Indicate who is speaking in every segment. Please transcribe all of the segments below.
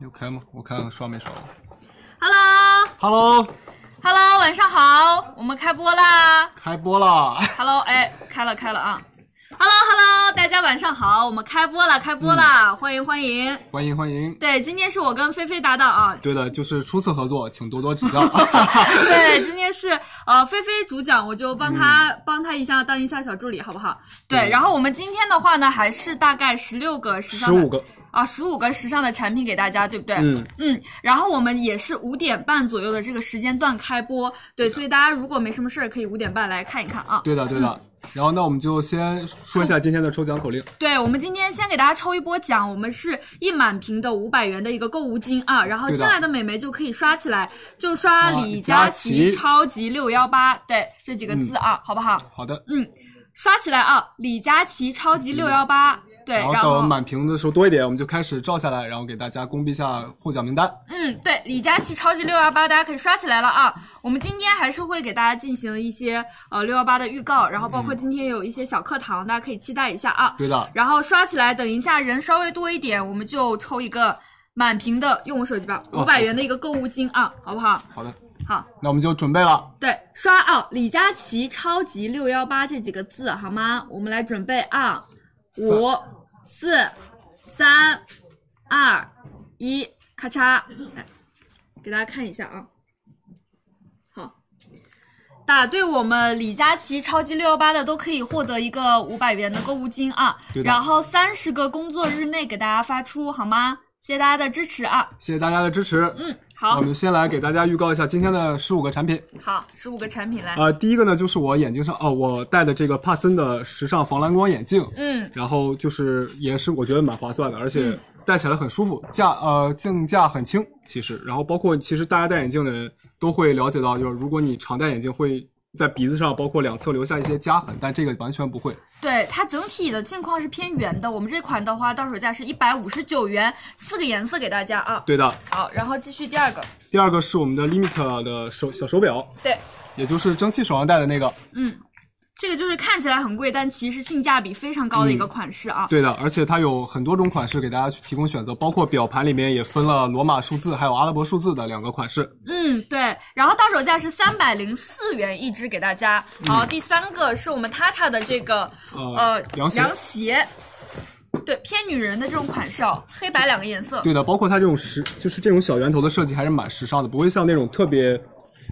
Speaker 1: 有开吗？我看看刷没刷过。
Speaker 2: Hello，Hello，
Speaker 3: Hello，
Speaker 2: 晚上好，我们开播啦
Speaker 3: 开播了，
Speaker 2: ！Hello，哎，开了开了啊！Hello，Hello，大家晚上好，我们开播了，开播了，
Speaker 3: 嗯
Speaker 2: 欢迎欢迎。
Speaker 1: 欢迎欢迎。
Speaker 2: 对，今天是我跟菲菲搭 档啊，
Speaker 1: 对的，就是初次合作，请多多指教。
Speaker 2: 对，今天是呃菲菲主讲，我就帮她、
Speaker 3: 嗯
Speaker 2: 帮她一下，当一下小助理，好不好？对，然后我们今天的话呢，还是大概十六个时尚
Speaker 3: 十五
Speaker 2: 的
Speaker 3: 个，
Speaker 2: 啊，十五个时尚的产品给大家，对不对？
Speaker 3: 嗯，
Speaker 2: 嗯，然后我们也是五点半左右的这个时间段开播，对，所以大家如果没什么事儿，可以五点半来看一看啊。
Speaker 1: 对的对的。
Speaker 3: 嗯
Speaker 1: 然后那我们就先
Speaker 3: 说一下今天的抽奖口令，
Speaker 2: 对，我们今天先给大家抽一波奖，我们是一满屏的五百元的一个购物金啊，然后
Speaker 1: 对
Speaker 2: 进
Speaker 1: 的
Speaker 2: 来的美眉就可以刷起来，就
Speaker 1: 刷
Speaker 2: 刷李
Speaker 1: 李
Speaker 2: 佳
Speaker 1: 佳琦
Speaker 2: 琦超级六幺八，对，这几个字啊，好不好？
Speaker 1: 好的。
Speaker 2: 嗯，刷起来啊，李佳琦超级六幺八，对，
Speaker 1: 然
Speaker 2: 然
Speaker 1: 后
Speaker 2: 后
Speaker 1: 等满屏的时候多一点，我们就开始照下来，然后给大家公布一下获奖名单。
Speaker 2: 嗯，对，李佳琦超级六幺八，大家可以刷起来了啊！我们今天还是会给大家进行一些呃六幺八的预告，然后包括今天有一些小课堂，大家可以期待一下啊。
Speaker 1: 对的，
Speaker 2: 然后刷起来，等一下人稍微多一点，我们就抽一个满屏的，用我手机吧，
Speaker 1: 哦
Speaker 2: 五百元的一个购物金啊，好不好？
Speaker 1: 好的，
Speaker 2: 好，
Speaker 1: 那我们就准备了。
Speaker 2: 对，刷啊，李佳琦超级六幺八这几个字好吗？我们来准备啊，五、四、三、二、一，咔嚓，来给大家看一下啊。好，打对我们李佳琦超级六幺八的都可以获得一个五百元的购物金啊，
Speaker 1: 对的
Speaker 2: 然后三十个工作日内给大家发出好吗？谢谢大家的支持啊，
Speaker 1: 谢谢大家的支持。
Speaker 2: 嗯，
Speaker 1: 那
Speaker 2: 好
Speaker 1: 我们先来给大家预告一下今天的十五个产品。
Speaker 2: 好，十五个产品来，
Speaker 1: 呃，第一个呢就是我眼睛上哦，我戴的这个帕森的时尚防蓝光眼镜，
Speaker 2: 嗯，
Speaker 1: 然后就是也是我觉得蛮划算的，而且戴起来很舒服，价呃镜架很轻，其实，然后包括其实大家戴眼镜的人都会了解到，就是如果你常戴眼镜会在鼻子上包括两侧留下一些夹痕，但这个完全不会。
Speaker 2: 对它整体的镜框是偏圆的，我们这款的话到手价是一百五十九元，四个颜色给大家啊。
Speaker 1: 对的，
Speaker 2: 好，然后继续第二个，
Speaker 1: 第二个是我们的 Limit 的手小手表，
Speaker 2: 对，
Speaker 1: 也就是蒸汽手上戴的那个，
Speaker 2: 嗯，这个就是看起来很贵，但其实性价比非常高的
Speaker 1: 嗯
Speaker 2: 一个款式啊。
Speaker 1: 对的，而且它有很多种款式给大家去提供选择，包括表盘里面也分了罗马数字还有阿拉伯数字的两个款式。
Speaker 2: 嗯，对，然后到手价是三百零四元一只给大家。好，第三个是我们 Tata 的这个呃
Speaker 1: 呃嗯凉鞋
Speaker 2: 鞋对，偏女人的这种款式哦，黑白两个颜色。
Speaker 1: 对的，包括它这种时就是这种小圆头的设计还是蛮时尚的，不会像那种特别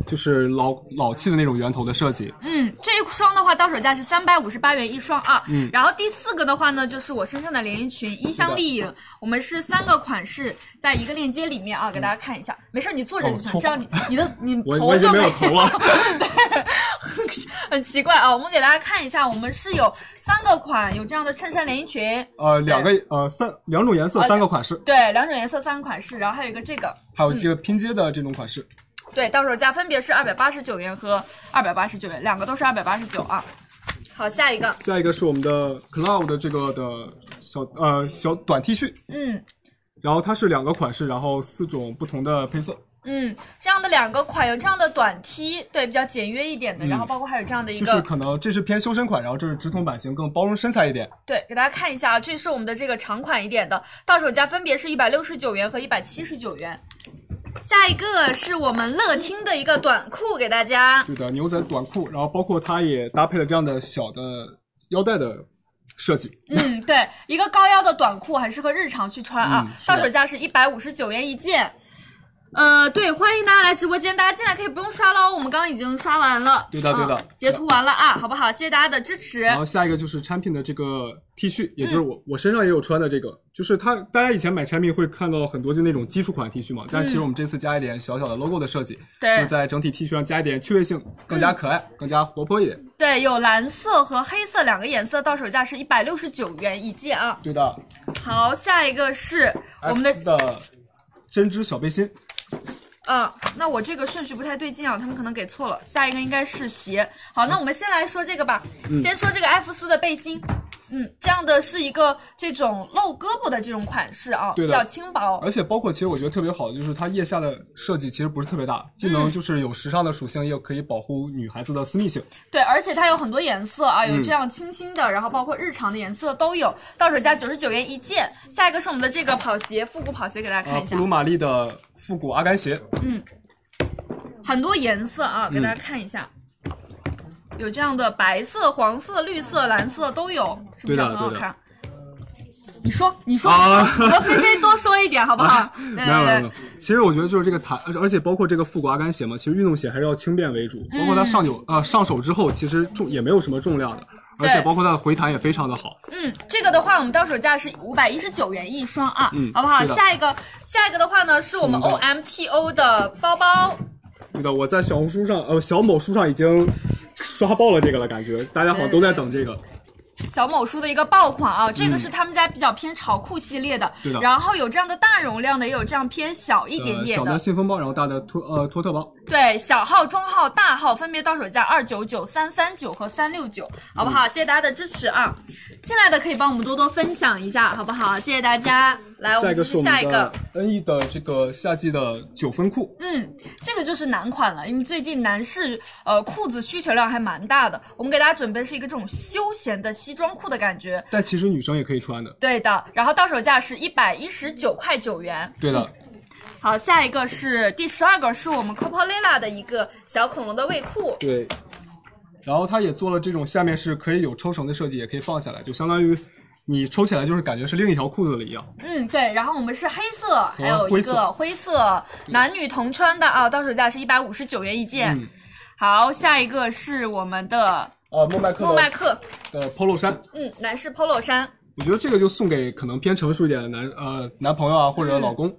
Speaker 1: 就是老老气的那种圆头的设计。
Speaker 2: 嗯，这一双的话，到手价是三百五十八元一双啊。嗯，然后第四个的话呢，就是我身上的连衣裙衣香丽影，我们是三个款式在一个链接里面啊，给大家看一下。没事，你坐着就行，
Speaker 1: 嗯哦戳
Speaker 2: 这样你你的你
Speaker 1: 我
Speaker 2: 头
Speaker 1: 我已
Speaker 2: 就
Speaker 1: 经
Speaker 2: 没
Speaker 1: 没有头了
Speaker 2: 对，很很奇怪啊。我们给大家看一下，我们是有三个款，有这样的衬衫连衣裙，
Speaker 1: 呃，两个呃三两种颜色
Speaker 2: 啊
Speaker 1: 三个款式，
Speaker 2: 对，两嗯种颜色三个款式，然后还有一个这个，
Speaker 1: 还有这个拼接的这种款式。
Speaker 2: 对，到手价分别是二百八十九元和二百八十九元，两个都是二百八十九啊。好，下一个，
Speaker 1: 下一个是我们的 Cloud 这个的小呃小短 T 恤，
Speaker 2: 嗯。
Speaker 1: 然后它是两个款式，然后四种不同的配色，
Speaker 2: 嗯，这样的两个款有这样的短 T，对，比较简约一点的，然后包括还有这样的一
Speaker 1: 嗯就
Speaker 2: 个，
Speaker 1: 是可能这是偏修身款，然后这是直筒版型，更包容身材一点。
Speaker 2: 对，给大家看一下啊，这是我们的这个长款一点的，到手价分别是一百六十九元和一百七十九元。下一个是我们乐听的一个短裤给大家，
Speaker 1: 对的，牛仔短裤，然后包括它也搭配了这样的小的腰带的设计。
Speaker 2: 嗯，对，一个高腰的短裤，很适合日常去穿啊，
Speaker 1: 嗯是
Speaker 2: 到
Speaker 1: 的
Speaker 2: 手价是一百五十九元一件。呃，对，欢迎大家来直播间，大家进来可以不用刷哦喽，我们刚刚已经刷完了，
Speaker 1: 对的对的
Speaker 2: 啊截图完了啊，好不好？谢谢大家的支持。
Speaker 1: 然后下一个就是产品的这个 T 恤，也
Speaker 2: 嗯
Speaker 1: 就是我、我身上也有穿的这个，就是它大家以前买产品会看到很多就那种基础款 T 恤嘛，但其实我们这次加一点小小的 logo 的设计，
Speaker 2: 嗯对嗯
Speaker 1: 就是在整体 T 恤上加一点趣味性，更加可爱，更加活泼一点。
Speaker 2: 对，有蓝色和黑色两个颜色，到手价是一百六十九元一件啊。
Speaker 1: 对的，
Speaker 2: 好，下一个是
Speaker 1: 哎
Speaker 2: 我们的
Speaker 1: X 的针织小背心，
Speaker 2: 嗯，那我这个顺序不太对劲啊，他们可能给错
Speaker 1: 嗯
Speaker 2: 了。下一个应该是鞋。好，那我们先来说这个吧，先说这个艾芙斯的背心。嗯，这样的是一个这种露胳膊的这种款式啊，
Speaker 1: 对
Speaker 2: 比
Speaker 1: 的
Speaker 2: 较轻薄。
Speaker 1: 而且包括其实我觉得特别好的就是它腋下的设计其实不是特别大，既
Speaker 2: 嗯
Speaker 1: 能就是有时尚的属性，又可以保护女孩子的私密性。
Speaker 2: 对，而且它有很多颜色啊，有
Speaker 1: 嗯
Speaker 2: 这样清新的，然后包括日常的颜色都有，到手价九十九元一件。下一个是我们的这个跑鞋，复古跑鞋，给大家
Speaker 1: 啊
Speaker 2: 看，一
Speaker 1: 布
Speaker 2: 下，
Speaker 1: 鲁玛丽的复古阿甘鞋，
Speaker 2: 很多颜色啊，给大
Speaker 1: 嗯
Speaker 2: 家看一下。有这样的白色、黄色、绿色、蓝色都有，是不
Speaker 1: 对
Speaker 2: 是
Speaker 1: 的
Speaker 2: 很好
Speaker 1: 对的
Speaker 2: 看？你说，你说，
Speaker 1: 啊
Speaker 2: 和菲菲多说一点好不好？ 对
Speaker 1: 没有没有
Speaker 2: 对
Speaker 1: 没
Speaker 2: 对
Speaker 1: 有，其实我觉得就是这个弹，而且包括这个复古阿甘鞋嘛，其实运动鞋还是要轻便为主，
Speaker 2: 嗯
Speaker 1: 包括它上手啊、上手之后，其实重也没有什么重量的，而且
Speaker 2: 对
Speaker 1: 包括它的回弹也非常的好。
Speaker 2: 嗯，这个的话，我们到手价是五百一十九元一双啊，
Speaker 1: 嗯
Speaker 2: 好不好？
Speaker 1: 是的嗯
Speaker 2: 下一个，下一个的话呢，是我们
Speaker 1: 我
Speaker 2: O
Speaker 1: 们
Speaker 2: M T O 的包包，
Speaker 1: 对的，我在小红书上呃小某书上已经刷爆了这个了，感觉大家好像都在等这个。
Speaker 2: 小某书的一个爆款啊，这个是他们家比较偏潮酷系列的，
Speaker 1: 嗯对的
Speaker 2: 然后有这样的大容量的，也有这样偏小一点
Speaker 1: 呃，
Speaker 2: 点
Speaker 1: 小
Speaker 2: 的，
Speaker 1: 的信封包，然后大的托呃托特包。
Speaker 2: 对，小号、中号、大号分别到手价二九九、三三九和三六九，好不好？谢谢大家的支持啊！进来的可以帮我们多多分享一下，好不好？谢谢大家。来，我
Speaker 1: 下
Speaker 2: 们
Speaker 1: 一个
Speaker 2: 继
Speaker 1: 是
Speaker 2: 续
Speaker 1: 我
Speaker 2: 下一
Speaker 1: 们
Speaker 2: 个
Speaker 1: 的。NE 的这个夏季的九分裤，
Speaker 2: 嗯，这个就是男款了，因为最近男士呃裤子需求量还蛮大的。我们给大家准备是一个这种休闲的西装裤的感觉，
Speaker 1: 但其实女生也可以穿的。
Speaker 2: 对的。然后到手价是一百一十九块九元。
Speaker 1: 对的，
Speaker 2: 好，下一个是第十二个，是我们 Coppola 的一个小恐龙的卫裤，
Speaker 1: 对。然后它也做了这种下面是可以有抽绳的设计，也可以放下来，就相当于你抽起来就是感觉是另一条裤子了一样。
Speaker 2: 嗯，对，然后我们是黑色，还有
Speaker 1: 哦
Speaker 2: 一
Speaker 1: 灰色
Speaker 2: 个灰色，男女同穿的啊，到手价是一百五十九元一件。
Speaker 1: 嗯
Speaker 2: 好，下一个是我们的
Speaker 1: 呃，莫麦克
Speaker 2: 莫麦
Speaker 1: 的
Speaker 2: 克，
Speaker 1: 的 polo 衫，
Speaker 2: 嗯，男士 polo 衫，
Speaker 1: 我觉得这个就送给可能偏成熟一点的男呃男朋友啊
Speaker 2: 嗯
Speaker 1: 或者老公。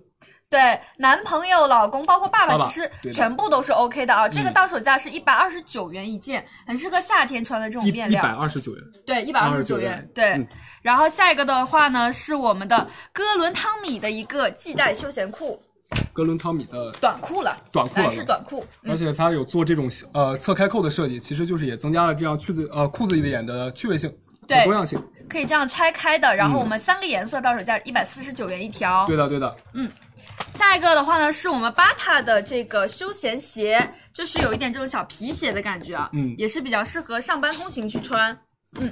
Speaker 2: 对，男朋友、老公，包括爸爸，
Speaker 1: 爸爸
Speaker 2: 其实
Speaker 1: 对的嗯
Speaker 2: 全部都是 OK 的啊。这个到手价是一百二十九元一件，很适合夏天穿的这种
Speaker 1: 一
Speaker 2: 面
Speaker 1: 一百
Speaker 2: 料。
Speaker 1: 二十九元，
Speaker 2: 对，一百二十
Speaker 1: 129
Speaker 2: 元
Speaker 1: 元。
Speaker 2: 对，
Speaker 1: 嗯
Speaker 2: 然后下一个的话呢，是我们的哥伦汤米的一个系带休闲裤，
Speaker 1: 哥伦汤米的，
Speaker 2: 短裤了，
Speaker 1: 短裤了哦
Speaker 2: 男士短裤。
Speaker 1: 而
Speaker 2: 嗯，
Speaker 1: 且它有做这种呃侧开扣的设计，其实就是也增加了这样裤子呃裤子一点的趣味性
Speaker 2: 对
Speaker 1: 和多样性。
Speaker 2: 可以这样拆开的。然
Speaker 1: 嗯
Speaker 2: 后我们三个颜色到手价一百四十九元一条。
Speaker 1: 对的，对的，
Speaker 2: 下一个的话呢，是我们巴塔的这个休闲鞋，就是有一点这种小皮鞋的感觉啊，
Speaker 1: 嗯
Speaker 2: 也是比较适合上班通勤去穿，嗯。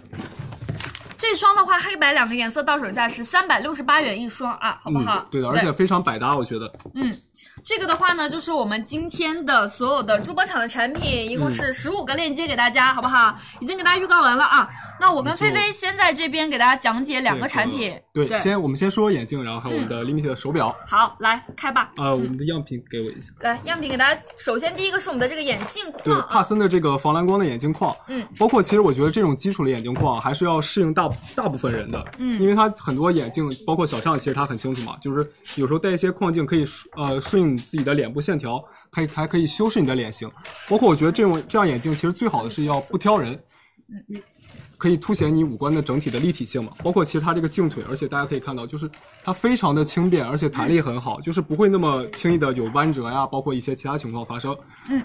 Speaker 2: 这双的话，黑白两个颜色到手价是三百六十八元一双啊，好不好？
Speaker 1: 嗯，对的，而且非常百搭，我觉得。
Speaker 2: 嗯，这个的话呢，就是我们今天的所有的珠宝厂的产
Speaker 1: 嗯
Speaker 2: 品，一共是十五个链接给大家，好不好？已经给大家预告完了啊。那我跟
Speaker 1: 没错
Speaker 2: 菲菲先在这边给大家讲解两个产品，
Speaker 1: 对，
Speaker 2: 对嗯
Speaker 1: 先我们先说眼镜，然后还有我们的 Limit 的手表
Speaker 2: 好，来开吧。
Speaker 1: 啊、我们的样品给我一下。
Speaker 2: 来，样品给大家，首先第一个是我们的这个眼镜框
Speaker 1: 对，
Speaker 2: 啊，
Speaker 1: 帕森的这个防蓝光的眼镜框，
Speaker 2: 嗯，
Speaker 1: 包括其实我觉得这种基础的眼镜框还是要适应大大部分人的，
Speaker 2: 嗯
Speaker 1: 因为它很多眼镜，包括小畅，其实他很清楚嘛，就是有时候戴一些框镜可以呃顺应你自己的脸部线条，可以还可以修饰你的脸型，包括我觉得这种这样眼镜其实最好的是要不挑人。可以凸显你五官的整体的立体性嘛，包括其实它这个镜腿，而且大家可以看到，就是它非常的轻便，而且弹力很好，就是不会那么轻易的有弯折呀，包括一些其他情况发生，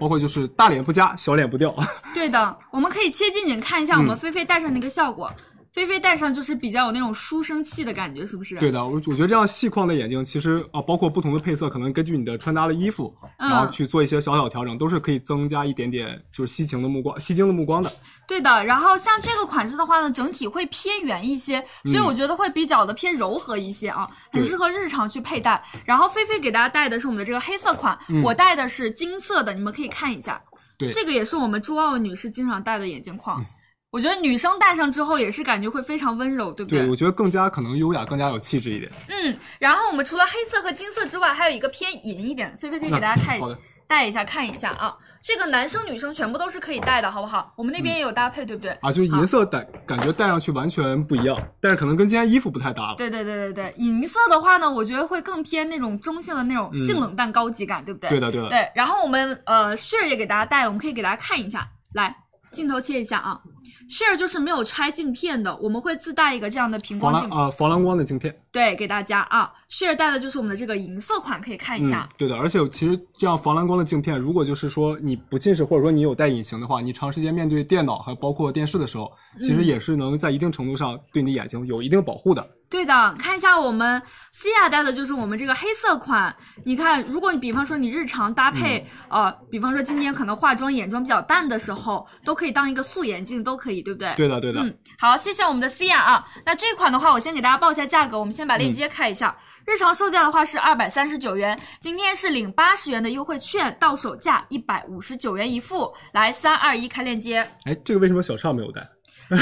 Speaker 1: 包括就是大脸不加，小脸不掉，
Speaker 2: 对的，我们可以切近点看一下我
Speaker 1: 嗯
Speaker 2: 们菲菲戴上的一个效果。菲菲戴上就是比较有那种书生气的感觉，是不是？
Speaker 1: 对的，我我觉得这样细框的眼镜，其实啊，包括不同的配色，可能根据你的穿搭的衣服，
Speaker 2: 嗯
Speaker 1: 然后去做一些小小调整，都是可以增加一点点就是吸睛的目光、吸睛的目光的。
Speaker 2: 对的。然后像这个款式的话呢，整体会偏圆一些，所以我觉得会比较的偏柔和一些啊，很
Speaker 1: 嗯对
Speaker 2: 适合日常去佩戴。然后菲菲给大家戴的是我们的这个黑色款，
Speaker 1: 嗯
Speaker 2: 我戴的是金色的，你们可以看一下。
Speaker 1: 对嗯
Speaker 2: 这个也是我们珠澳女士经常戴的眼镜框。我觉得女生戴上之后也是感觉会非常温柔，对不
Speaker 1: 对，我觉得更加可能优雅，更加有气质一点。
Speaker 2: 嗯，然后我们除了黑色和金色之外，还有一个偏银一点，菲菲可以给大家看一
Speaker 1: 好
Speaker 2: 下
Speaker 1: 的，
Speaker 2: 戴一下看一下啊。这个男生女生全部都是可以戴的，好不好？我们那边也有搭配，对不对？
Speaker 1: 啊，就是
Speaker 2: 好
Speaker 1: 银色戴感觉戴上去完全不一样，但是可能跟今天衣服不太搭了。
Speaker 2: 对对对对对，银色的话呢，我觉得会更偏那种中性的那种
Speaker 1: 嗯
Speaker 2: 性冷淡高级感，对不对？
Speaker 1: 对的，对的。
Speaker 2: 对，然后我们呃 s h 也给大家带了，我们可以给大家看一下，来，
Speaker 4: 镜头切一下啊，Share 就是没有拆镜片的，我们会自带一个这样的平
Speaker 1: 防
Speaker 4: 光
Speaker 1: 蓝
Speaker 4: 镜，
Speaker 1: 啊防蓝光的镜片。
Speaker 4: 对，给大家啊。Share 带的就是我们的这个银色款，可以看一下
Speaker 1: 嗯。，对的，而且其实这样防蓝光的镜片，如果就是说你不近视或者说你有戴隐形的话，你长时间面对电脑还包括电视的时候，其
Speaker 4: 嗯
Speaker 1: 实也是能在一定程度上对你的眼睛有一定保护的。
Speaker 4: 对的，看一下我们西亚带的就是我们这个黑色款。你看，如果你比方说你日常搭配，呃，比方说今天可能化妆眼妆比较淡的时候，都可以当一个素颜镜，都可以，对不对？
Speaker 1: 对的，对的，
Speaker 4: 嗯
Speaker 2: 好，谢谢我们的思雅啊。那这款的话，我先给大家报一下价格，我们先把链接开一下。日常售价的话是二百三十九元，今天是领八十元的优惠券，到手价一百五十九元一副。来，三二一，开链接。
Speaker 1: 哎，这个为什么小畅没有戴？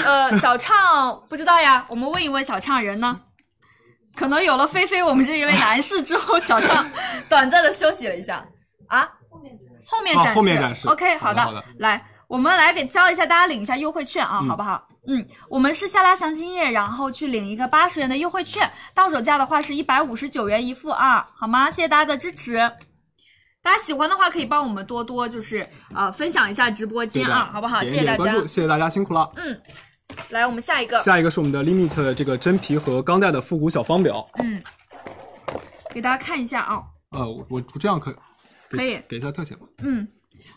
Speaker 2: 呃，小畅不知道呀，我们问一问小畅人呢。可能有了菲菲我们这一位男士之后，小畅短暂的休息了一下啊。后面展示，
Speaker 1: 啊后面展示
Speaker 2: OK，
Speaker 1: 好的好的
Speaker 2: 来，我们来给教一下大家领一下优惠券啊，
Speaker 1: 嗯
Speaker 2: 好不好？嗯，我们是下拉详情页，然后去领一个八十元的优惠券，到手价的话是一百五十九元一副二，好吗？谢谢大家的支持。
Speaker 4: 大家喜欢的话，可以帮我们多多就是呃分享一下直播
Speaker 1: 对
Speaker 4: 间
Speaker 1: 的，
Speaker 4: 啊，好不好？谢
Speaker 1: 点
Speaker 4: 谢大
Speaker 1: 一点
Speaker 4: 家
Speaker 1: 关。注，谢谢大家辛苦了。
Speaker 4: 来，我们下一个，
Speaker 1: 下一个是我们的 Limit 的这个真皮和钢带的复古小方表，
Speaker 2: 嗯
Speaker 4: 给大家看一下啊、
Speaker 1: 呃，我我这样可给
Speaker 4: 可以
Speaker 1: 给一下特写吧。
Speaker 4: 嗯，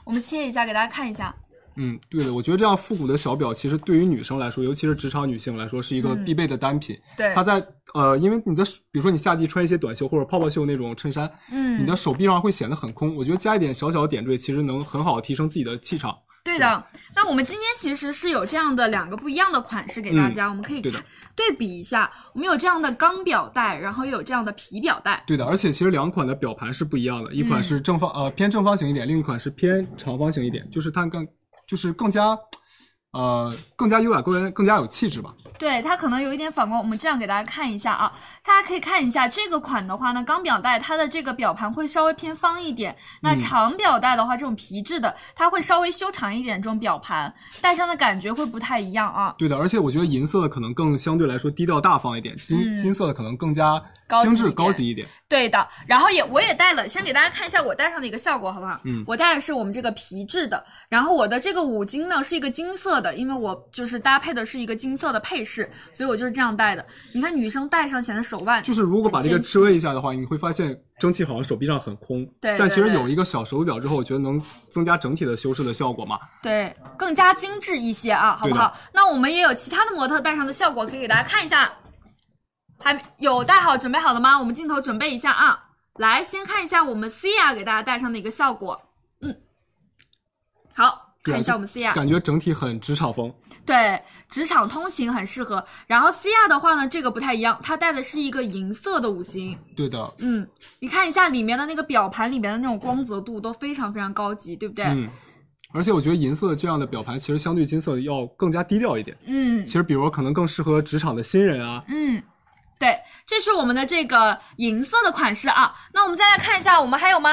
Speaker 4: 我们切一下给大家看一下。
Speaker 1: 嗯，对的，我觉得这样复古的小表，其实对于女生来说，尤其是职场女性来说，是
Speaker 4: 嗯
Speaker 1: 一个必备的单品。
Speaker 4: 对
Speaker 1: 它在呃，因为你的比如说你夏季穿一些短袖或者泡泡袖那种衬衫，
Speaker 4: 嗯
Speaker 1: 你的手臂上会显得很空。我觉得加一点小小的点缀，其实能很好地提升自己的气场。
Speaker 4: 对的，那我们今天其实是有这样的两个不一样的款式给大家，我们可以
Speaker 1: 嗯对
Speaker 4: 看
Speaker 1: 的
Speaker 4: 对比一下。我们有这样的钢表带，然后有这样的皮表带。
Speaker 1: 对的，而且其实两款的表盘是不一样的，一
Speaker 2: 嗯
Speaker 1: 款是正方、呃偏正方形一点，另一款是偏长方形一点，就是它更就是更加呃更加优雅、更加更加有气质吧。
Speaker 2: 对它可能有一点反光，我们这样给大家看一下啊，大家可以看一下这个款的话呢，钢表带它的这个表盘会稍微偏方一点，那
Speaker 1: 嗯
Speaker 2: 长表带的话，这种皮质的它会稍微修长一点，这种表盘戴上的感觉会不太一样啊。
Speaker 1: 对的，而且我觉得银色的可能更相对来说低调大方一点，金、金色的可能更加
Speaker 2: 嗯高级
Speaker 1: 精
Speaker 2: 一
Speaker 1: 致
Speaker 2: 点
Speaker 1: 高级一点。
Speaker 2: 对的，然后也我也戴了，先给大家看一下我戴上的一个效果，好不好？
Speaker 1: 嗯
Speaker 2: 我戴的是我们这个皮质的，然后我的这个五金呢是一个金色的，因为我就是搭配的是一个金色的配饰，所以我就是这样戴的。你看女生戴上显得手腕
Speaker 1: 就是如果把这个
Speaker 2: 很纤细
Speaker 1: 遮一下的话，你会发现蒸汽好像手臂上很空。
Speaker 2: 对
Speaker 1: 但
Speaker 2: 对
Speaker 1: 其实
Speaker 2: 对
Speaker 1: 有一个小手表之后，我觉得能增加整体的修饰的效果嘛。
Speaker 2: 对，更加精致一些啊，好不好？那我们也有其他的模特戴上的效果，可以给大家看一下。还没有戴好、准备好的吗？我们镜头准备一下啊。来，先看一下我们 Cia 给大家戴上的一个效果。嗯，好，
Speaker 1: 对啊
Speaker 2: 看一
Speaker 1: 就
Speaker 2: 下我们 Cia。
Speaker 1: 感觉整体很职场风。
Speaker 2: 对，职场通勤很适合。然后 C R 的话呢，这个不太一样，它带的是一个银色的五金。
Speaker 1: 对的，
Speaker 2: 嗯，你看一下里面的那个表盘里面的那种光泽度都非常非常高级，对不对？
Speaker 1: 嗯。而且我觉得银色这样的表盘其实相对金色要更加低调一点。
Speaker 2: 嗯
Speaker 1: 其实，比如可能更适合职场的新人啊。
Speaker 2: 嗯，对，这是我们的这个银色的款式啊。那我们再来看一下，我们还有吗？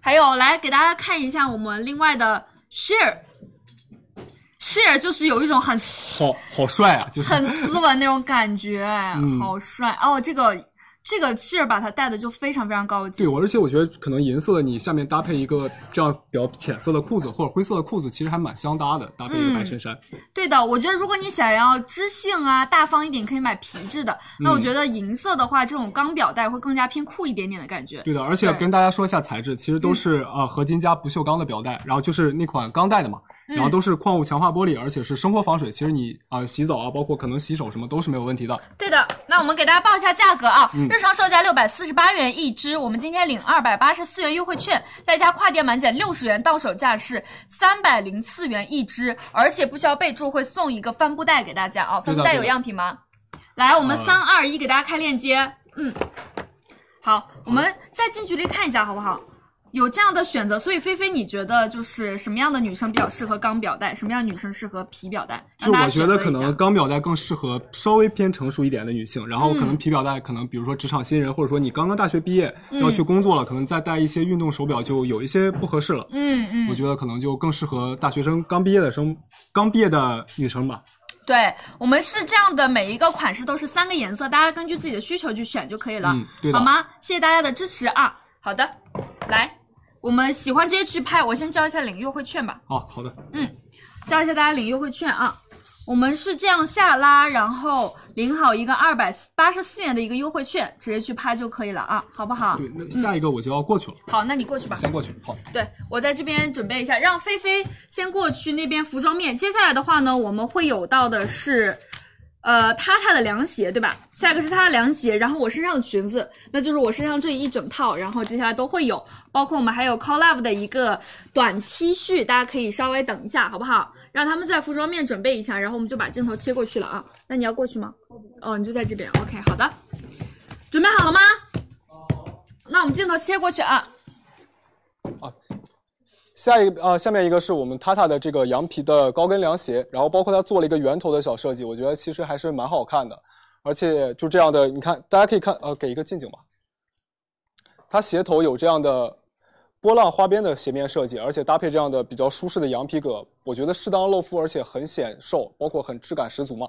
Speaker 2: 还有，来给大家看一下我们另外的 share。share 就是有一种很
Speaker 1: 好好帅啊，就是
Speaker 2: 很斯文那种感觉，哎
Speaker 1: 嗯
Speaker 2: 好帅哦！这个这个 share 把它带的就非常非常高级。
Speaker 1: 对，我而且我觉得可能银色的你下面搭配一个这样比较浅色的裤子或者灰色的裤子，其实还蛮相搭的，搭配一个白衬衫。
Speaker 2: 对的，我觉得如果你想要知性啊、大方一点，可以买皮质的。那我
Speaker 1: 嗯
Speaker 2: 觉得银色的话，这种钢表带会更加偏酷一点点的感觉。
Speaker 1: 对的，而且
Speaker 2: 对嗯
Speaker 1: 跟大家说一下材质，其实都是、呃合金加不锈钢的表带，然后就是那款钢带的嘛，
Speaker 2: 嗯
Speaker 1: 然后都是矿物强化玻璃，而且是生活防水，其实你啊、呃洗澡啊，包括可能洗手什么都是没有问题的。
Speaker 2: 对的，那我们给大家报一下价格啊，
Speaker 1: 嗯
Speaker 2: 日常售价六百四十八元一只，我们今天领二百八十四元优惠券，再加跨店满减六十元，到手价是三百零四元一只，而且不需要备注，会送一个帆布袋给大家啊。
Speaker 1: 对
Speaker 2: 帆
Speaker 1: 的
Speaker 2: 布袋有
Speaker 1: 对的
Speaker 2: 样品吗？来，我们
Speaker 1: 呃
Speaker 2: 三二一，给大家开链接。嗯，好，我们再近距离看一下好不好？有这样的选择，所以菲菲，你觉得就是什么样的女生比较适合钢表带，什么样的女生适合皮表带？
Speaker 1: 就
Speaker 2: 让大
Speaker 1: 我
Speaker 2: 家
Speaker 1: 觉得
Speaker 2: 选择
Speaker 1: 可
Speaker 2: 一下
Speaker 1: 能钢表带更适合稍微偏成熟一点的女性，然后
Speaker 2: 嗯
Speaker 1: 可能皮表带可能比如说职场新人，或者说你刚刚大学毕业、
Speaker 2: 嗯
Speaker 1: 要去工作了，可能再戴一些运动手表就有一些不合适了。
Speaker 2: 嗯嗯，
Speaker 1: 我觉得可能就更适合大学生刚毕业的生，刚毕业的女生吧。
Speaker 2: 对，我们是这样的，每一个款式都是三个颜色，大家根据自己的需求去选就可以了，
Speaker 1: 嗯对的
Speaker 2: 好吗？谢谢大家的支持啊！好的，来，我们喜欢直接去拍，我先教一下领优惠券吧。
Speaker 1: 哦啊，好的，
Speaker 2: 教一下大家领优惠券啊。我们是这样下拉，然后领好一个二百八十四元的一个优惠券，直接去拍就可以了啊，好不好？
Speaker 1: 对，那下一个我就要过去了，
Speaker 2: 好，那你过去吧。
Speaker 1: 先过去。好，
Speaker 2: 对我在这边准备一下，让菲菲先过去那边服装面。接下来的话呢，我们会有到的是，呃，她她的凉鞋，对吧？下一个是她的凉鞋，然后我身上的裙子，那就是我身上这一整套，然后接下来都会有，包括我们还有 c o l Love 的一个短 T 恤，大家可以稍微等一下，好不好？让他们在服装面准备一下，然后我们就把镜头切过去了啊。那你要过去吗？哦，你就在这边。OK，好的，准备好了吗？那我们镜头切过去啊。
Speaker 1: 下一个啊、下面一个是我们 Tata 的这个羊皮的高跟凉鞋，然后包括它做了一个圆头的小设计，我觉得其实还是蛮好看的。而且就这样的，你看，大家可以看，呃，给一个近景吧。它鞋头有这样的波浪花边的鞋面设计，而且搭配这样的比较舒适的羊皮革，我觉得适当露肤，而且很显瘦，包括很质感十足嘛。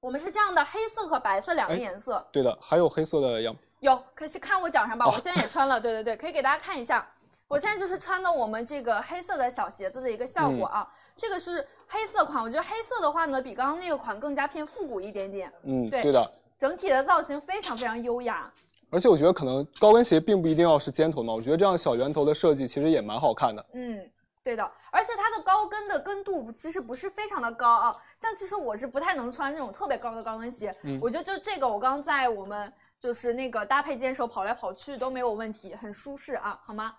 Speaker 2: 我们是这样的，黑色和白色两个
Speaker 1: 哎
Speaker 2: 颜色。
Speaker 1: 对的，还有黑色的羊，
Speaker 2: 有，可以看我脚上吧，
Speaker 1: 哦
Speaker 2: 我现在也穿了，对对对，可以给大家看一下。我现在就是穿的我们这个黑色的小鞋子的一个效果
Speaker 1: 嗯
Speaker 2: 啊，这个是黑色款，我觉得黑色的话呢，比刚刚那个款更加偏复古一点点，
Speaker 1: 嗯，
Speaker 2: 对
Speaker 1: 对的。
Speaker 2: 整体的造型非常非常优雅。
Speaker 1: 而且我觉得可能高跟鞋并不一定要是尖头嘛，我觉得这样小圆头的设计其实也蛮好看的。
Speaker 2: 嗯，对的，而且它的高跟的跟度其实不是非常的高啊，像其实我是不太能穿那种特别高的高跟鞋，
Speaker 1: 嗯
Speaker 2: 我觉得就这个我刚刚在我们就是那个搭配间的时候跑来跑去都没有问题，很舒适啊，好吗？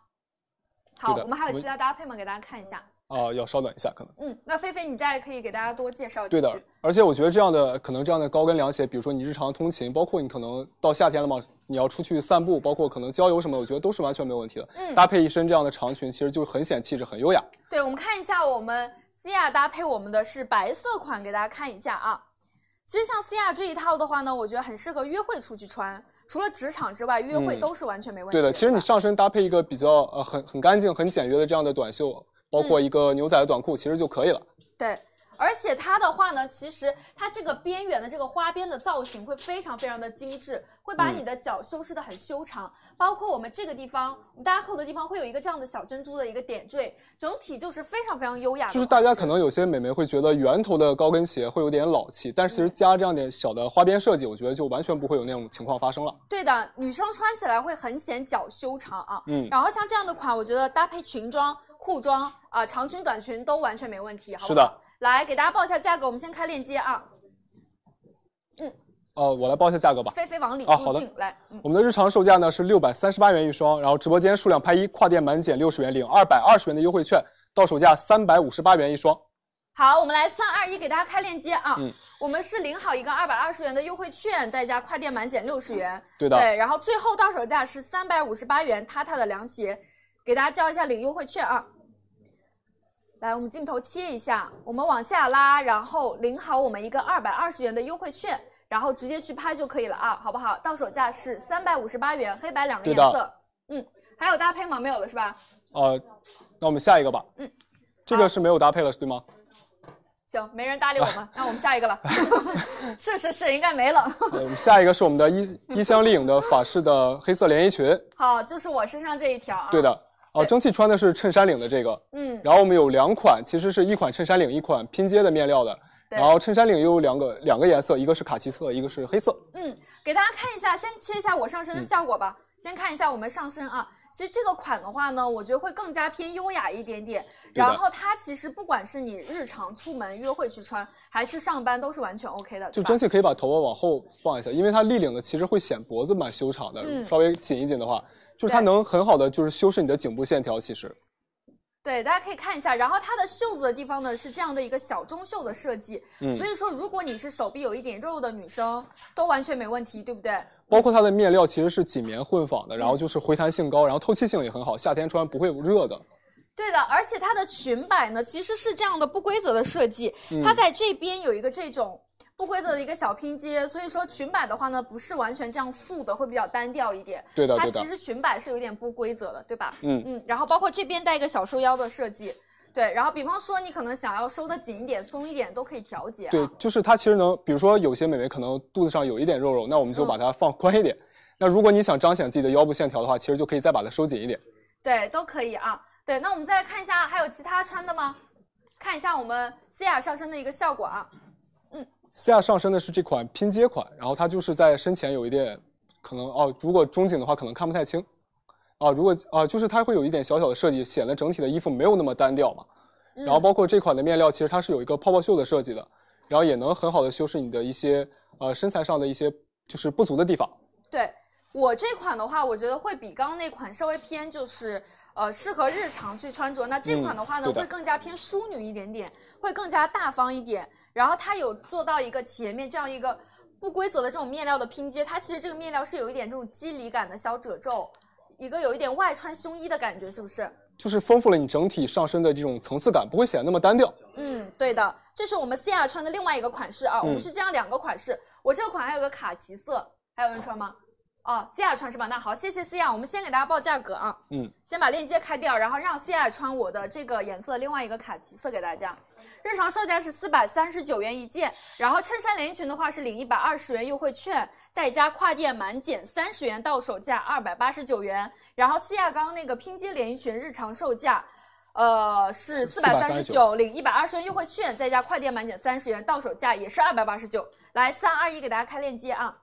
Speaker 2: 好，
Speaker 1: 对的
Speaker 2: 我们还
Speaker 1: 我
Speaker 2: 有
Speaker 1: 们
Speaker 2: 其他搭配吗？给大家看一下。
Speaker 1: 啊、要稍等一下，可能。
Speaker 2: 嗯，那菲菲你再可以给大家多介绍几
Speaker 1: 对
Speaker 2: 句。
Speaker 1: 的，而且我觉得这样的可能这样的高跟凉鞋，比如说你日常通勤，包括你可能到夏天了嘛，你要出去散步，包括可能郊游什么的，我觉得都是完全没有问题的。
Speaker 2: 嗯
Speaker 1: 搭配一身这样的长裙，其实就很显气质，很优雅。
Speaker 2: 对，我们看一下我们西亚搭配我们的是白色款，给大家看一下啊。其实像西亚这一套的话呢，我觉得很适合约会出去穿，除了职场之外，约会
Speaker 1: 嗯
Speaker 2: 都是完全没问题、
Speaker 1: 对的，其实你
Speaker 2: 是吧
Speaker 1: 上身搭配一个比较呃很很干净、很简约的这样的短袖，包括一个牛仔的短裤，其实就可以了。
Speaker 2: 对，而且它的话呢，其实它这个边缘的这个花边的造型会非常非常的精致，会把
Speaker 1: 嗯
Speaker 2: 你的脚修饰的很修长，包括我们这个地方，我们搭扣的地方会有一个这样的小珍珠的一个点缀，整体就是非常非常优雅的款式。
Speaker 1: 就是大家可能有些美眉会觉得圆头的高跟鞋会有点老气，但是其实加这样点小的花边设计，我觉得就完全不会有那种情况发生了。
Speaker 2: 对的，女生穿起来会很显脚修长啊。
Speaker 1: 嗯，
Speaker 2: 然后像这样的款，我觉得搭配裙装、裤装啊、长裙、短裙都完全没问题，好不好？
Speaker 1: 是的。
Speaker 2: 来给大家报一下价格，我们先开链接啊。
Speaker 1: 呃，我来报一下价格吧。
Speaker 2: 菲菲往里
Speaker 1: 啊好
Speaker 2: 入
Speaker 1: 的
Speaker 2: 镜，来，嗯，
Speaker 1: 我们的日常售价呢是六百三十八元一双，然后直播间数量拍一，跨店满减六十元，领二百二十元的优惠券，到手价三百五十八元一双。
Speaker 2: 好，我们来三二一给大家开链接啊。
Speaker 1: 嗯
Speaker 2: 我们是领好一个二百二十元的优惠券，再加跨店满减六十元。
Speaker 1: 对的，
Speaker 2: 对，然后最后到手价是三百五十八元，塔塔的凉鞋，给大家教一下领优惠券啊。来，我们镜头切一下，我们往下拉，然后领好我们一个二百二十元的优惠券，然后直接去拍就可以了啊，好不好？到手价是三百五十八元，黑白两个
Speaker 1: 对
Speaker 2: 颜
Speaker 1: 的
Speaker 2: 色。嗯，还有搭配吗？没有了是吧？
Speaker 1: 呃，那我们下一个吧。
Speaker 2: 嗯，
Speaker 1: 这个是没有搭配了，对 吗？
Speaker 2: 行，没人搭理我 们，那我们下一个了。 是是是，应该没了。
Speaker 1: 呃我们下一个是我们的衣衣香丽影的法式的黑色连衣裙，
Speaker 2: 好，就是我身上这一条啊。
Speaker 1: 对的。。哦、
Speaker 2: 对
Speaker 1: 蒸汽穿的是衬衫领的这个，
Speaker 2: 嗯，
Speaker 1: 然后我们有两款，其实是一款衬衫领，一款拼接的面料的。
Speaker 2: 对
Speaker 1: 然后衬衫领又有两个两个颜色，一个是卡其色，一个是黑色。
Speaker 2: 嗯，给大家看一下，先切一下我上
Speaker 1: 嗯
Speaker 2: 身的效果吧。先看一下我们上身啊，其实这个款的话呢，我觉得会更加偏优雅一点点。
Speaker 1: 对的
Speaker 2: 然后它其实不管是你日常出门约会去穿，还是上班，都是完全 OK 的。
Speaker 1: 就
Speaker 2: 对吧
Speaker 1: 蒸汽可以把头发往后放一下，因为它立领的其实会显脖子蛮修长的，
Speaker 2: 嗯
Speaker 1: 稍微紧一紧的话，就是它
Speaker 2: 对
Speaker 1: 能很好的就是修饰你的颈部线条。其实，
Speaker 2: 嗯对，大家可以看一下。然后它的袖子的地方呢是这样的一个小中袖的设计，
Speaker 1: 嗯
Speaker 2: 所以说如果你是手臂有一点肉的女生，都完全没问题，对不对？
Speaker 1: 包括它的面料其实是锦棉混纺
Speaker 2: 嗯
Speaker 1: 的，然后就是回弹性高，然后透气性也很好，夏天穿不会热的。
Speaker 2: 对的，而且它的裙摆呢，其实是这样的不规则的设计，
Speaker 1: 嗯
Speaker 2: 它在这边有一个这种不规则的一个小拼接，所以说裙摆的话呢，不是完全这样素的，会比较单调一点。
Speaker 1: 对的，啊
Speaker 2: 它
Speaker 1: 对
Speaker 2: 其
Speaker 1: 的，
Speaker 2: 实裙摆是有点不规则的，对吧？
Speaker 1: 嗯，
Speaker 2: 嗯，然后包括这边带一个小收腰的设计，对，然后比方说你可能想要收的紧一点、松一点都可以调节、啊。
Speaker 1: 对，就是它其实能，比如说有些美眉可能肚子上有一点肉肉，那我们就
Speaker 2: 嗯
Speaker 1: 把它放宽一点。那如果你想彰显自己的腰部线条的话，其实就可以再把它收紧一点。
Speaker 2: 对，都可以啊。对，那我们再来看一下，还有其他穿的吗？看一下我们西雅上身的一个效果啊。
Speaker 1: 西亚上身的是这款拼接款，然后它就是在身前有一点，可能哦，如果中景的话可能看不太清，啊，如果啊，就是它会有一点小小的设计，显得整体的衣服没有那么单调嘛。
Speaker 2: 嗯
Speaker 1: 然后包括这款的面料，其实它是有一个泡泡袖的设计的，然后也能很好的修饰你的一些呃身材上的一些就是不足的地方。
Speaker 2: 对我这款的话，我觉得会比刚刚那款稍微偏，就是呃适合日常去穿着。那这款的话呢，
Speaker 1: 嗯对的
Speaker 2: 会更加偏淑女一点点，会更加大方一点。然后它有做到一个前面这样一个不规则的这种面料的拼接，它其实这个面料是有一点这种肌理感的小褶皱，一个有一点外穿胸衣的感觉，是不是？
Speaker 1: 就是丰富了你整体上身的这种层次感，不会显得那么单调。
Speaker 2: 嗯，对的，这是我们 C R 穿的另外一个款式啊，我们
Speaker 1: 嗯
Speaker 2: 是这样两个款式，我这个款还有个卡其色，还有人穿吗？哦，C R 穿是吧？那好，谢谢 C R，我们先给大家报价格啊，
Speaker 1: 嗯，
Speaker 2: 先把链接开掉，然后让 C R 穿我的这个颜色另外一个卡其色给大家，日常售价是四百三十九元一件，然后衬衫连衣裙的话是领一百二十元优惠券，再加跨店满减三十元到手价二百八十九元，然后 C R 刚刚那个拼接连衣裙日常售价。呃，是四百三十九，
Speaker 1: 439
Speaker 2: 领一百二十元优惠券，再加快店满减三十元，到手价也是二百八十九。来，三二一，给大家开链接啊！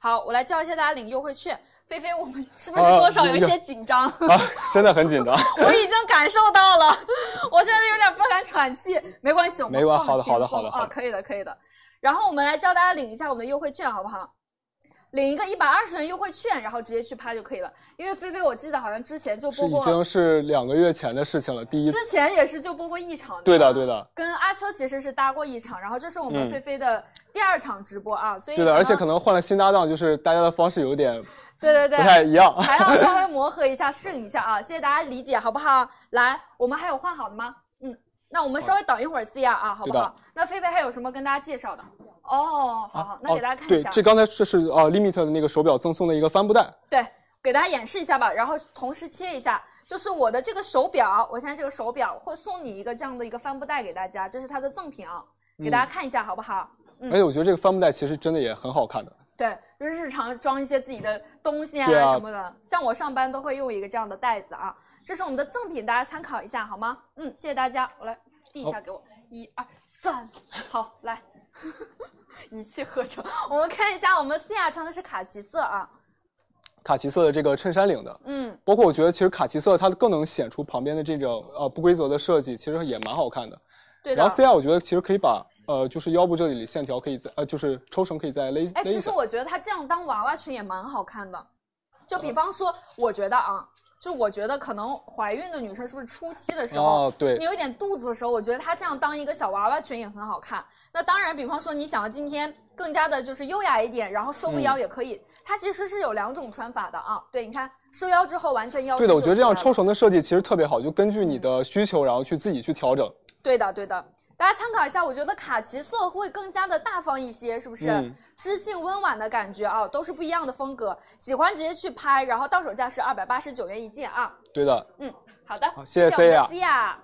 Speaker 2: 好，我来教一下大家领优惠券。菲菲，我们是不是
Speaker 1: 啊
Speaker 2: 多少有一
Speaker 1: 有
Speaker 2: 些紧张？
Speaker 1: 啊，真的很紧张。
Speaker 2: 我已经感受到了， 我现在有点不敢喘气。没关系，我们
Speaker 1: 没关
Speaker 2: 放
Speaker 1: 好的
Speaker 2: 得轻
Speaker 1: 好的好
Speaker 2: 松
Speaker 1: 的好的
Speaker 2: 啊，可以的，可以的。然后我们来教大家领一下我们的优惠券，好不好？领一个一百二十元优惠券，然后直接去拍就可以了。因为菲菲，我记得好像之前就是播
Speaker 1: 已
Speaker 2: 过，
Speaker 1: 经是两个月前的事情了，第一，
Speaker 2: 之前也是就播过一场。
Speaker 1: 对
Speaker 2: 吧
Speaker 1: 的对的
Speaker 2: 跟阿秋其实是搭过一场，然后这是我们
Speaker 1: 嗯
Speaker 2: 菲菲的第二场直播啊，所以
Speaker 1: 对的，而且
Speaker 2: 能
Speaker 1: 可能换了新搭档，就是大家的方式有点
Speaker 2: 对对
Speaker 1: 不
Speaker 2: 对，哦
Speaker 1: 太一样。
Speaker 2: 还要稍微磨合一下，适应一下啊，谢谢大家理解，好不好？来，我们还有换好的吗？嗯，那我们稍微等一会儿 C 啊啊，好不
Speaker 1: 对
Speaker 2: 好？那菲菲还有什么跟大家介绍的？哦，好好，那给大家看一
Speaker 1: 啊对
Speaker 2: 下，，
Speaker 1: 这刚才这是呃 Limit 的那个手表赠送的一个帆布袋，
Speaker 2: 对，给大家演示一下吧，然后同时切一下。就是我的这个手表，我现在这个手表会送你一个这样的一个帆布袋给大家，这是它的赠品啊，给大家看一下好不好？嗯
Speaker 1: 而且我觉得这个帆布袋其实真的也很好看的。
Speaker 2: 对，就是日常装一些自己的东西啊
Speaker 1: 对啊
Speaker 2: 什么的。像我上班都会用一个这样的袋子啊，这是我们的赠品，大家参考一下好吗？嗯，谢谢大家，我来递一下给我，一二三，好，来， 一气呵成。我们看一下，我们思雅穿的是卡其色啊，
Speaker 1: 卡其色的这个衬衫领的，
Speaker 2: 嗯，
Speaker 1: 包括我觉得其实卡其色它更能显出旁边的这种呃不规则的设计，其实也蛮好看的。
Speaker 2: 对的
Speaker 1: 然后。C R 我觉得其实可以把呃就是腰部这里线条可以再呃就是抽绳可以再勒
Speaker 2: 哎，
Speaker 1: 勒
Speaker 2: 其
Speaker 1: 一
Speaker 2: 实
Speaker 1: 下。
Speaker 2: 我觉得它这样当娃娃裙也蛮好看的。就
Speaker 1: 嗯
Speaker 2: 比方说，我觉得啊，就我觉得可能怀孕的女生是不是初期的时候，
Speaker 1: 哦对
Speaker 2: 你有一点肚子的时候，我觉得它这样当一个小娃娃裙也很好看。那当然，比方说你想要今天更加的就是优雅一点，然后收个
Speaker 1: 嗯
Speaker 2: 腰也可以。它其实是有两种穿法的啊。对，你看收腰之后完全腰
Speaker 1: 对的，我觉得这样抽
Speaker 2: 绳。
Speaker 1: 绳的设计其实特别好，就根据
Speaker 2: 嗯
Speaker 1: 你的需求，然后去自己去调整。
Speaker 2: 对的，对的，大家参考一下，我觉得卡其色会更加的大方一些，是不是？
Speaker 1: 嗯
Speaker 2: 知性温婉的感觉啊，都是不一样的风格。喜欢直接去拍，然后到手价是二百八十九元一件啊。
Speaker 1: 对的，
Speaker 2: 嗯，好的，
Speaker 1: 好谢谢
Speaker 2: 谢我
Speaker 1: Sia
Speaker 2: 们 Sia。
Speaker 1: 好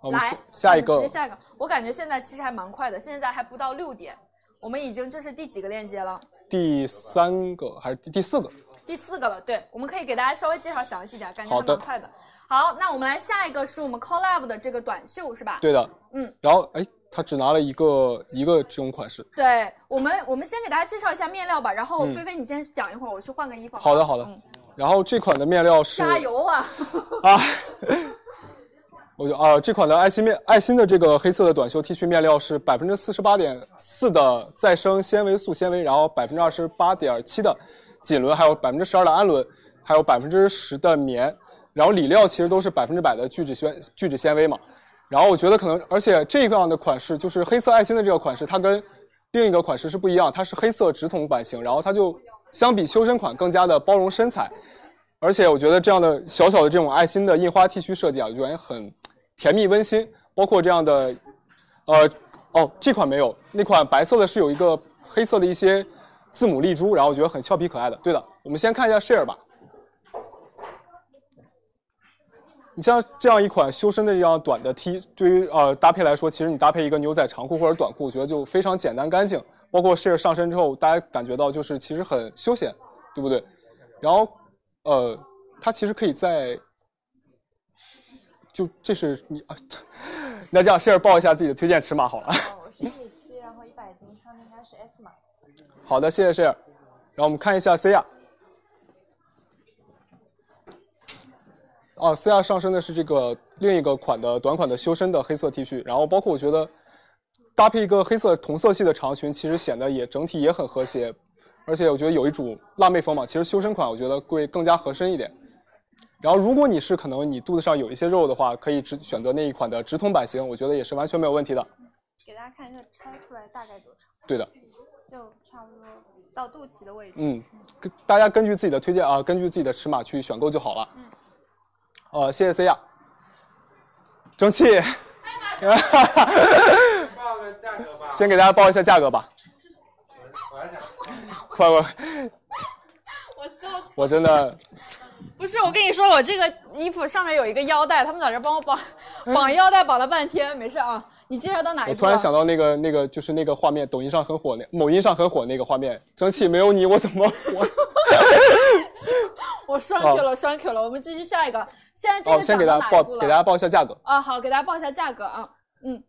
Speaker 1: 我们
Speaker 2: 来
Speaker 1: 下，下一
Speaker 2: 我们
Speaker 1: 个
Speaker 2: 直接下一个。我感觉现在其实还蛮快的，现在还不到六点，我们已经这是第几个链接了？
Speaker 1: 第三个还是第第四个？
Speaker 2: 第四个了，对，我们可以给大家稍微介绍详细点，感觉还
Speaker 1: 好的
Speaker 2: 蛮快的。好那我们来下一个是我们 collab 的这个短袖是吧？
Speaker 1: 对的，
Speaker 2: 嗯。
Speaker 1: 然后哎，他只拿了一个一个这种款式。
Speaker 2: 对我们，我们先给大家介绍一下面料吧，然后
Speaker 1: 嗯
Speaker 2: 菲菲你先讲一会儿，我去换个衣服。
Speaker 1: 好的，好的。然后这款的面料是
Speaker 2: 嗯加油啊！
Speaker 1: 啊，我就啊，这款的爱心面爱心的这个黑色的短袖 T 恤面料是百分之四十八点四的再生纤维素纤维，然后百分之二十八点七的锦纶，还有百分之十二的氨纶，还有百分之十的棉，然后里料其实都是百分之百的聚酯纤聚酯纤维嘛。然后我觉得可能，而且这样的款式就是黑色爱心的这个款式，它跟另一个款式是不一样，它是黑色直筒版型，然后它就相比修身款更加的包容身材，而且我觉得这样的小小的这种爱心的印花 T 恤设计啊，我觉得很甜蜜温馨。包括这样的，呃，哦，这款没有，那款白色的是有一个黑色的一些字母丽珠，然后我觉得很俏皮可爱的。对的，我们先看一下 share 吧。你像这样一款修身的这样短的 T，对于呃搭配来说，其实你搭配一个牛仔长裤或者短裤，我觉得就非常简单干净。包括 share 上身之后，大家感觉到就是其实很休闲，对不对？然后呃，它其实可以在就这是你 啊，那这样谢尔报一下自己的推荐尺码好了。
Speaker 2: 我是一米七，然后一百斤，穿的应该是 S 码。
Speaker 1: 好的，谢谢 share。然后我们看一下 C 亚。哦，C 亚上身的是这个另一个款的短款的修身的黑色 T 恤，然后包括我觉得搭配一个黑色同色系的长裙，其实显得也整体也很和谐，而且我觉得有一种辣妹风嘛。其实修身款我觉得会更加合身一点。然后如果你是可能你肚子上有一些肉的话，可以直选择那一款的直筒版型，我觉得也是完全没有问题的。
Speaker 2: 给大家看一下拆出来大概多长，
Speaker 1: 对的。
Speaker 2: 就差不多到肚脐的位置。
Speaker 1: 嗯，跟大家根据自己的推荐啊，根据自己的尺码去选购就好了。
Speaker 2: 嗯。
Speaker 1: 呃，谢谢 C 亚，蒸汽。
Speaker 5: 报个价格吧。
Speaker 1: 先给大家报一下价格吧，
Speaker 5: 我来讲，
Speaker 1: 快 快，
Speaker 6: 我笑死！
Speaker 1: 我真的
Speaker 2: 不是，我跟你说，我这个衣服上面有一个腰带，他们在这帮我绑绑腰带，绑了半天，没事啊。你介绍到哪一
Speaker 1: 我
Speaker 2: 步、啊？
Speaker 1: 突然想到那个那个就是那个画面，抖音上很火那某音上很火那个画面，蒸汽没有你我怎么 活？哦
Speaker 2: 我双 Q 了，双 Q 了。我们继续下一个。现在这
Speaker 1: 好，
Speaker 2: 个
Speaker 1: 哦先给
Speaker 2: 讲到
Speaker 1: 大家
Speaker 2: 哪
Speaker 1: 报
Speaker 2: 一步
Speaker 1: 给大
Speaker 2: 了？
Speaker 1: 家报一下价格。
Speaker 2: 啊，好，给大家报一下价格啊。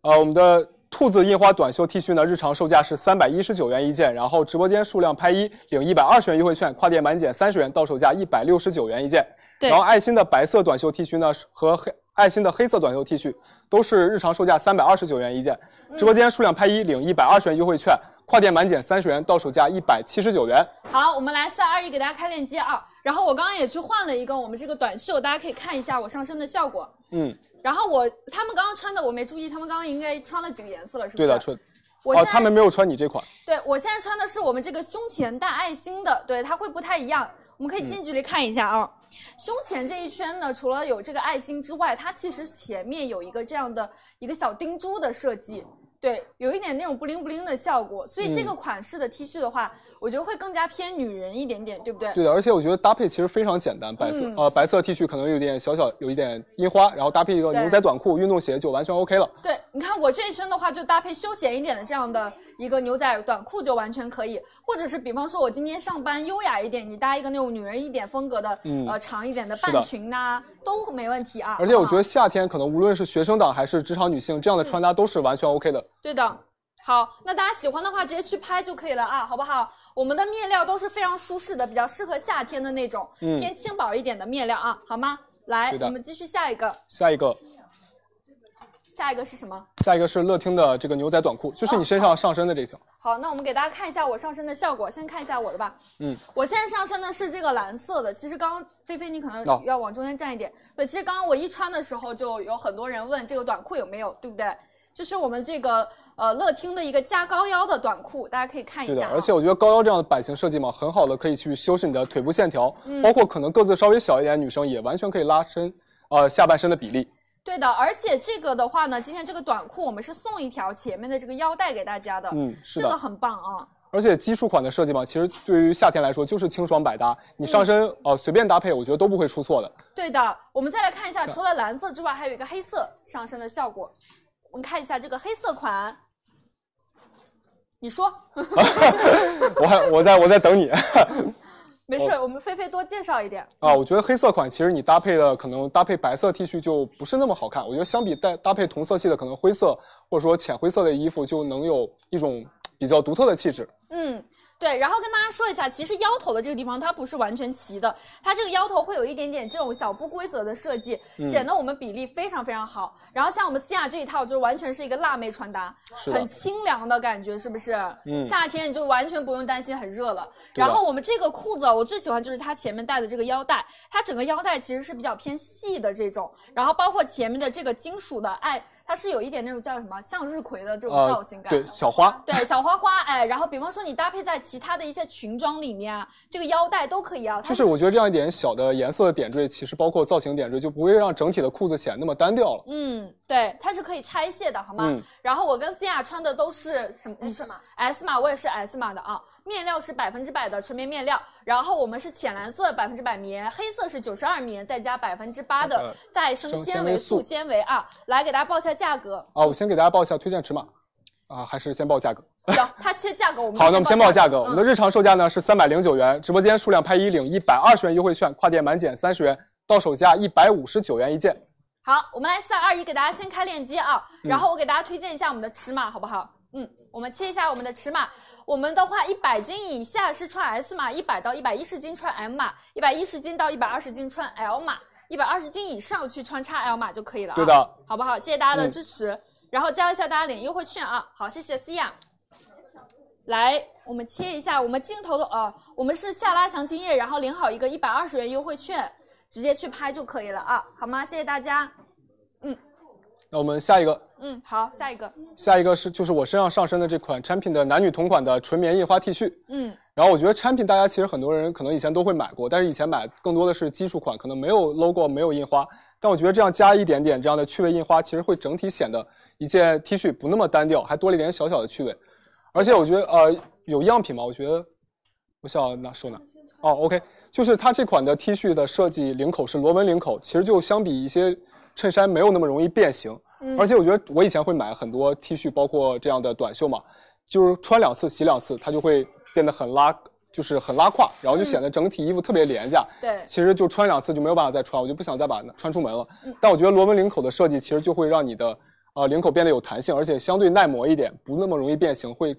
Speaker 1: 呃，我们的兔子印花短袖 T 恤呢，日常售价是三百一十九元一件，然后直播间数量拍一领一百二十元优惠券，跨店满减三十元，到手价一百六十九元一件。
Speaker 2: 对
Speaker 1: 然后爱心的白色短袖 T 恤呢是和黑爱心的黑色短袖 T 恤都是日常售价三百二十九元一件，
Speaker 2: 嗯
Speaker 1: 直播间数量拍一领一百二十元优惠券，跨店满减三十元，到手价一百七十九元。
Speaker 2: 好，我们来四二一给大家开链接啊。然后我刚刚也去换了一个我们这个短袖，大家可以看一下我上身的效果。
Speaker 1: 嗯，
Speaker 2: 然后我他们刚刚穿的我没注意，他们刚刚应该穿了几个颜色了，是不
Speaker 1: 对
Speaker 2: 是？
Speaker 1: 的，春
Speaker 2: 我
Speaker 1: 哦
Speaker 2: 现，在
Speaker 1: 他们没有穿你这款，
Speaker 2: 对我现在穿的是我们这个胸前带爱心的，对它会不太一样。我们可以近距离看一下啊、胸前这一圈呢，除了有这个爱心之外，它其实前面有一个这样的一个小钉珠的设计，对，有一点那种布灵布灵的效果。所以这个款式的 T 恤的话，我觉得会更加偏女人一点点，对不 对？
Speaker 1: 对的，而且我觉得搭配其实非常简单，白色、
Speaker 2: 嗯
Speaker 1: 呃白色 T 恤可能有点小小有一点樱花，然后搭配一个
Speaker 2: 对
Speaker 1: 牛仔短裤、运动鞋就完全 OK 了。
Speaker 2: 对，你看我这一身的话，就搭配休闲一点的这样的一个牛仔短裤就完全可以，或者是比方说我今天上班优雅一点，你搭一个那种女人一点风格的，
Speaker 1: 嗯
Speaker 2: 呃，长一点的
Speaker 1: 是的
Speaker 2: 半裙呐、都没问题啊。
Speaker 1: 而且我觉得
Speaker 2: 啊
Speaker 1: 夏天可能无论是学生党还是职场女性，这样的穿搭都是完全 OK 的。
Speaker 2: 对的。好，那大家喜欢的话直接去拍就可以了啊，好不好？我们的面料都是非常舒适的，比较适合夏天的那种、
Speaker 1: 嗯
Speaker 2: 偏轻薄一点的面料啊，好吗？来，
Speaker 1: 对的
Speaker 2: 我们继续下一个，
Speaker 1: 下一个，
Speaker 2: 下一个是什么？
Speaker 1: 下一个是乐听的这个牛仔短裤，就是你身上上身的这条。
Speaker 2: 好，那我们给大家看一下我上身的效果，先看一下我的吧。
Speaker 1: 嗯，
Speaker 2: 我现在上身的是这个蓝色的。其实刚刚菲菲你可
Speaker 1: 哦
Speaker 2: 能要往中间站一点。对，其实刚刚我一穿的时候就有很多人问这个短裤有没有，对不对？就是我们这个呃乐听的一个加高腰的短裤，大家可以看
Speaker 1: 对
Speaker 2: 一
Speaker 1: 的，
Speaker 2: 下啊。
Speaker 1: 而且我觉得高腰这样的版型设计嘛，很好的可以去修饰你的腿部线条，
Speaker 2: 嗯
Speaker 1: 包括可能个子稍微小一点的女生也完全可以拉伸，呃下半身的比例。
Speaker 2: 对的，而且这个的话呢，今天这个短裤我们是送一条前面的这个腰带给大家的，
Speaker 1: 嗯，是
Speaker 2: 这
Speaker 1: 的。
Speaker 2: 个很棒啊。
Speaker 1: 而且基础款的设计嘛，其实对于夏天来说就是清爽百搭，你上身、呃随便搭配，我觉得都不会出错的。
Speaker 2: 对的，我们再来看一下，
Speaker 1: 是
Speaker 2: 除了蓝色之外，还有一个黑色上身的效果。我们看一下这个黑色款，你说嗯
Speaker 1: 我还我在我在等你。
Speaker 2: 没
Speaker 1: 哦
Speaker 2: 事，我们菲菲多介绍一点。
Speaker 1: 啊，我觉得黑色款其实你搭配的可能搭配白色 T 恤就不是那么好看。我觉得相比带搭配同色系的可能灰色或者说浅灰色的衣服就能有一种比较独特的气质。
Speaker 2: 嗯，对，然后跟大家说一下，其实腰头的这个地方它不是完全齐的，它这个腰头会有一点点这种小不规则的设计，
Speaker 1: 嗯
Speaker 2: 显得我们比例非常非常好。然后像我们西亚这一套，就完全是一个辣妹穿搭，
Speaker 1: 是的
Speaker 2: 很清凉的感觉，是不是？
Speaker 1: 嗯
Speaker 2: 夏天你就完全不用担心很热了。
Speaker 1: 对的
Speaker 2: 然后我们这个裤子，我最喜欢就是它前面带的这个腰带，它整个腰带其实是比较偏细的这种，然后包括前面的这个金属的，哎，它是有一点那种叫什么向日葵的这种
Speaker 1: 呃
Speaker 2: 造型，感。
Speaker 1: 对，小花，
Speaker 2: 对，小花花，哎，然后比方说你搭配在其他的一些裙装里面啊，这个腰带都可以啊。它
Speaker 1: 就是我觉得这样一点小的颜色的点缀，其实包括造型点缀，就不会让整体的裤子显得那么单调了。
Speaker 2: 嗯，对，它是可以拆卸的，好吗？
Speaker 1: 嗯
Speaker 2: 然后我跟思雅穿的都是什么？你说 S 码，我也是 S 码的啊。面料是百分之百的纯棉面料，然后我们是浅蓝色百分之百棉，黑色是九十二棉，再加百分之八的
Speaker 1: 呃
Speaker 2: 再生
Speaker 1: 生
Speaker 2: 纤
Speaker 1: 纤
Speaker 2: 维
Speaker 1: 维
Speaker 2: 素
Speaker 1: 素
Speaker 2: 纤维啊。来给大家报一下价 格，
Speaker 1: 啊，我先给大家报一下推荐尺码，啊，还是先报价格。
Speaker 2: 有它切价格，我们
Speaker 1: 好，那我们先报价格，我们
Speaker 2: 嗯
Speaker 1: 的日常售价呢是三百零九元，直播间数量拍一领一百二十元优惠券，跨店满减三十元，到手价一百五十九元一件。
Speaker 2: 好，我们来三二一，给大家先开链接啊，
Speaker 1: 嗯
Speaker 2: 然后我给大家推荐一下我们的尺码，好不好？嗯，我们切一下我们的尺码。我们的话，一百斤以下是穿 S 码，一百到一百一十斤穿 M 码，一百一十斤到一百二十斤穿 L 码，一百二十斤以上去穿 XL 码就可以了、啊。
Speaker 1: 对的，嗯
Speaker 2: 好不好？谢谢大家的支持，然后加一下大家领优惠券啊。好，谢谢思雅。来，我们切一下我们镜头的，呃，我们是下拉详情页，然后领好一个一百二十元优惠券，直接去拍就可以了啊，好吗？谢谢大家。
Speaker 1: 那我们下一个，
Speaker 2: 嗯，好，下一个，
Speaker 1: 下一个是就是我身上上身的这款产品的男女同款的纯棉印花 T 恤。
Speaker 2: 嗯，
Speaker 1: 然后我觉得产品大家其实很多人可能以前都会买过，但是以前买更多的是基础款，可能没有 logo 没有印花。但我觉得这样加一点点这样的趣味印花，其实会整体显得一件 T 恤不那么单调，还多了一点小小的趣味。而且我觉得呃有样品嘛，我觉得我想拿手拿
Speaker 7: 嗯
Speaker 1: 哦，OK，就是它这款的 T 恤的设计领口是螺纹领口，其实就相比一些衬衫没有那么容易变形。
Speaker 2: 嗯
Speaker 1: 而且我觉得我以前会买很多 T 恤，包括这样的短袖嘛，就是穿两次洗两次，它就会变得很拉，就是很拉胯，然后就显得整体衣服特别廉价。
Speaker 2: 对
Speaker 1: 其实就穿两次就没有办法再穿，我就不想再把它穿出门了。但我觉得螺纹领口的设计其实就会让你的呃领口变得有弹性，而且相对耐磨一点，不那么容易变形，会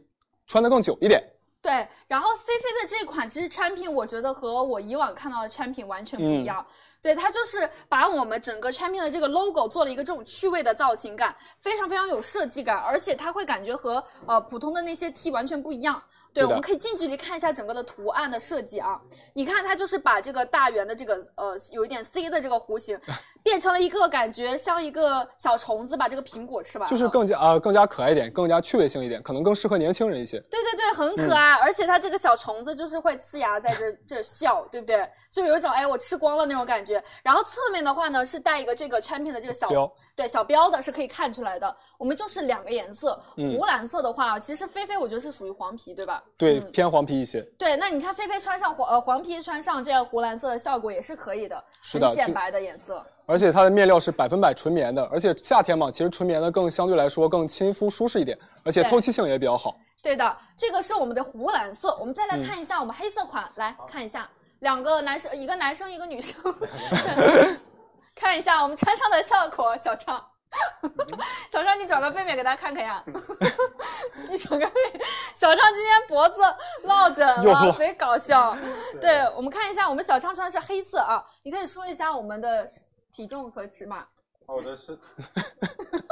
Speaker 1: 穿得更久一点。
Speaker 2: 对，然后菲菲的这款其实产品，我觉得和我以往看到的产品完全不一
Speaker 1: 嗯
Speaker 2: 样。对，它就是把我们整个产品的这个 logo 做了一个这种趣味的造型感，非常非常有设计感，而且它会感觉和呃普通的那些 T 完全不一样。对，
Speaker 1: 对
Speaker 2: 我
Speaker 1: 的
Speaker 2: 们可以近距离看一下整个的图案的设计啊。你看，它就是把这个大圆的这个呃有一点 C 的这个 弧形，变成了一个感觉像一个小虫子把这个苹果吃完了，
Speaker 1: 就是更加呃更加可爱一点，更加趣味性一点，可能更适合年轻人一些。
Speaker 2: 对对对，很可
Speaker 1: 嗯
Speaker 2: 爱，而且它这个小虫子就是会呲牙在这这笑，对不对？就有一种哎我吃光了那种感觉。然后侧面的话呢是带一个这个产品的这个小
Speaker 1: 标
Speaker 2: 对小标的，是可以看出来的。我们就是两个颜色，
Speaker 1: 嗯
Speaker 2: 湖蓝色的话，其实菲菲我觉得是属于黄皮，对吧？
Speaker 1: 对，
Speaker 2: 嗯
Speaker 1: 偏黄皮一些。
Speaker 2: 对，那你看菲菲穿上黄呃黄皮穿上这样湖蓝色的效果也是可以的，
Speaker 1: 是的
Speaker 2: 很显
Speaker 1: 就
Speaker 2: 白的颜色。
Speaker 1: 而且它的面料是百分百纯棉的，而且夏天嘛，其实纯棉的更相对来说更亲肤舒适一点，而且
Speaker 2: 对
Speaker 1: 透气性也比较好。
Speaker 2: 对的，这个是我们的湖蓝色。我们再来看一下我们黑色款，来看一下，两个男生，一个男生，一个女生，这看一下我们穿上的效果。小张，小张，你转个背面给大家看看呀。你转个背面，小张今天脖子落枕了，
Speaker 1: 哟
Speaker 2: 贼搞笑。对，我们看一下，我们小张穿的是黑色啊。你可以说一下我们的体重和尺码。
Speaker 5: 我的是，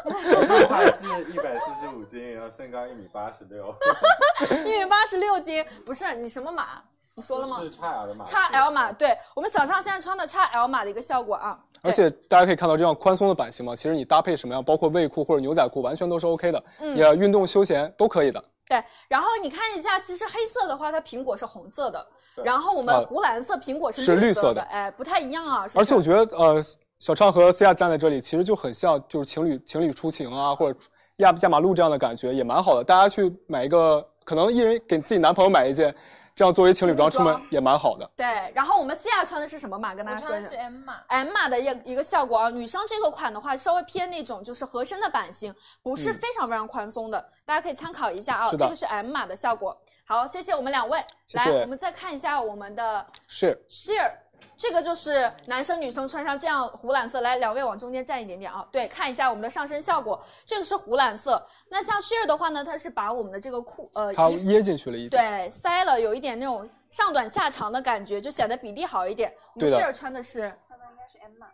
Speaker 5: 我的话是一百四十五斤，然后身高一米八十六，
Speaker 2: 一米八十六斤，不是你什么码？你说了吗？
Speaker 5: 是 XL 的码
Speaker 2: 叉 L 码，对我们小畅现在穿的叉 L 码的一个效果啊。对
Speaker 1: 而且大家可以看到这样宽松的版型嘛，其实你搭配什么样，包括卫裤或者牛仔裤，完全都是 OK 的，
Speaker 2: 嗯
Speaker 1: 也运动休闲都可以的。
Speaker 2: 对，然后你看一下，其实黑色的话，它苹果是红色的，
Speaker 5: 对
Speaker 2: 然后我们
Speaker 1: 啊
Speaker 2: 湖蓝色苹果是
Speaker 1: 是
Speaker 2: 绿
Speaker 1: 绿
Speaker 2: 色
Speaker 1: 色
Speaker 2: 的
Speaker 1: 的
Speaker 2: 哎，不太一样啊。是不
Speaker 1: 而
Speaker 2: 是
Speaker 1: 且我觉得，呃，小畅和思雅站在这里，其实就很像就是情侣情侣出行啊，或者压压马路这样的感觉，也蛮好的。大家去买一个，可能一人给自己男朋友买一件，这样作为情侣装出门
Speaker 2: 情侣
Speaker 1: 也蛮好的。
Speaker 2: 对，然后我们 C 亚穿的是什么码？跟大
Speaker 8: 我
Speaker 2: 家说
Speaker 8: 穿
Speaker 2: 一
Speaker 8: 的
Speaker 2: 下
Speaker 8: 是。M 码，
Speaker 2: M 码的一个一个效果啊，女生这个款的话，稍微偏那种就是合身的版型，不是
Speaker 1: 嗯
Speaker 2: 非常非常宽松的，大家可以参考一下啊。
Speaker 1: 是的
Speaker 2: 这个是 M 码的效果。好，谢谢我们两位。
Speaker 1: 谢谢
Speaker 2: 来，我们再看一下我们的
Speaker 1: 是，
Speaker 2: sheer，这个就是男生女生穿上这样湖蓝色，来，两位往中间站一点点啊，对，看一下我们的上身效果，这个是湖蓝色。那像 sheer 的话呢，它是把我们的这个裤呃
Speaker 1: 它
Speaker 2: 衣服
Speaker 1: 掖进去了一点。
Speaker 2: 对塞了，有一点那种上短下长的感觉，就显得比例好一点。我
Speaker 1: 对
Speaker 2: 们
Speaker 1: 的
Speaker 2: sheer 穿的是。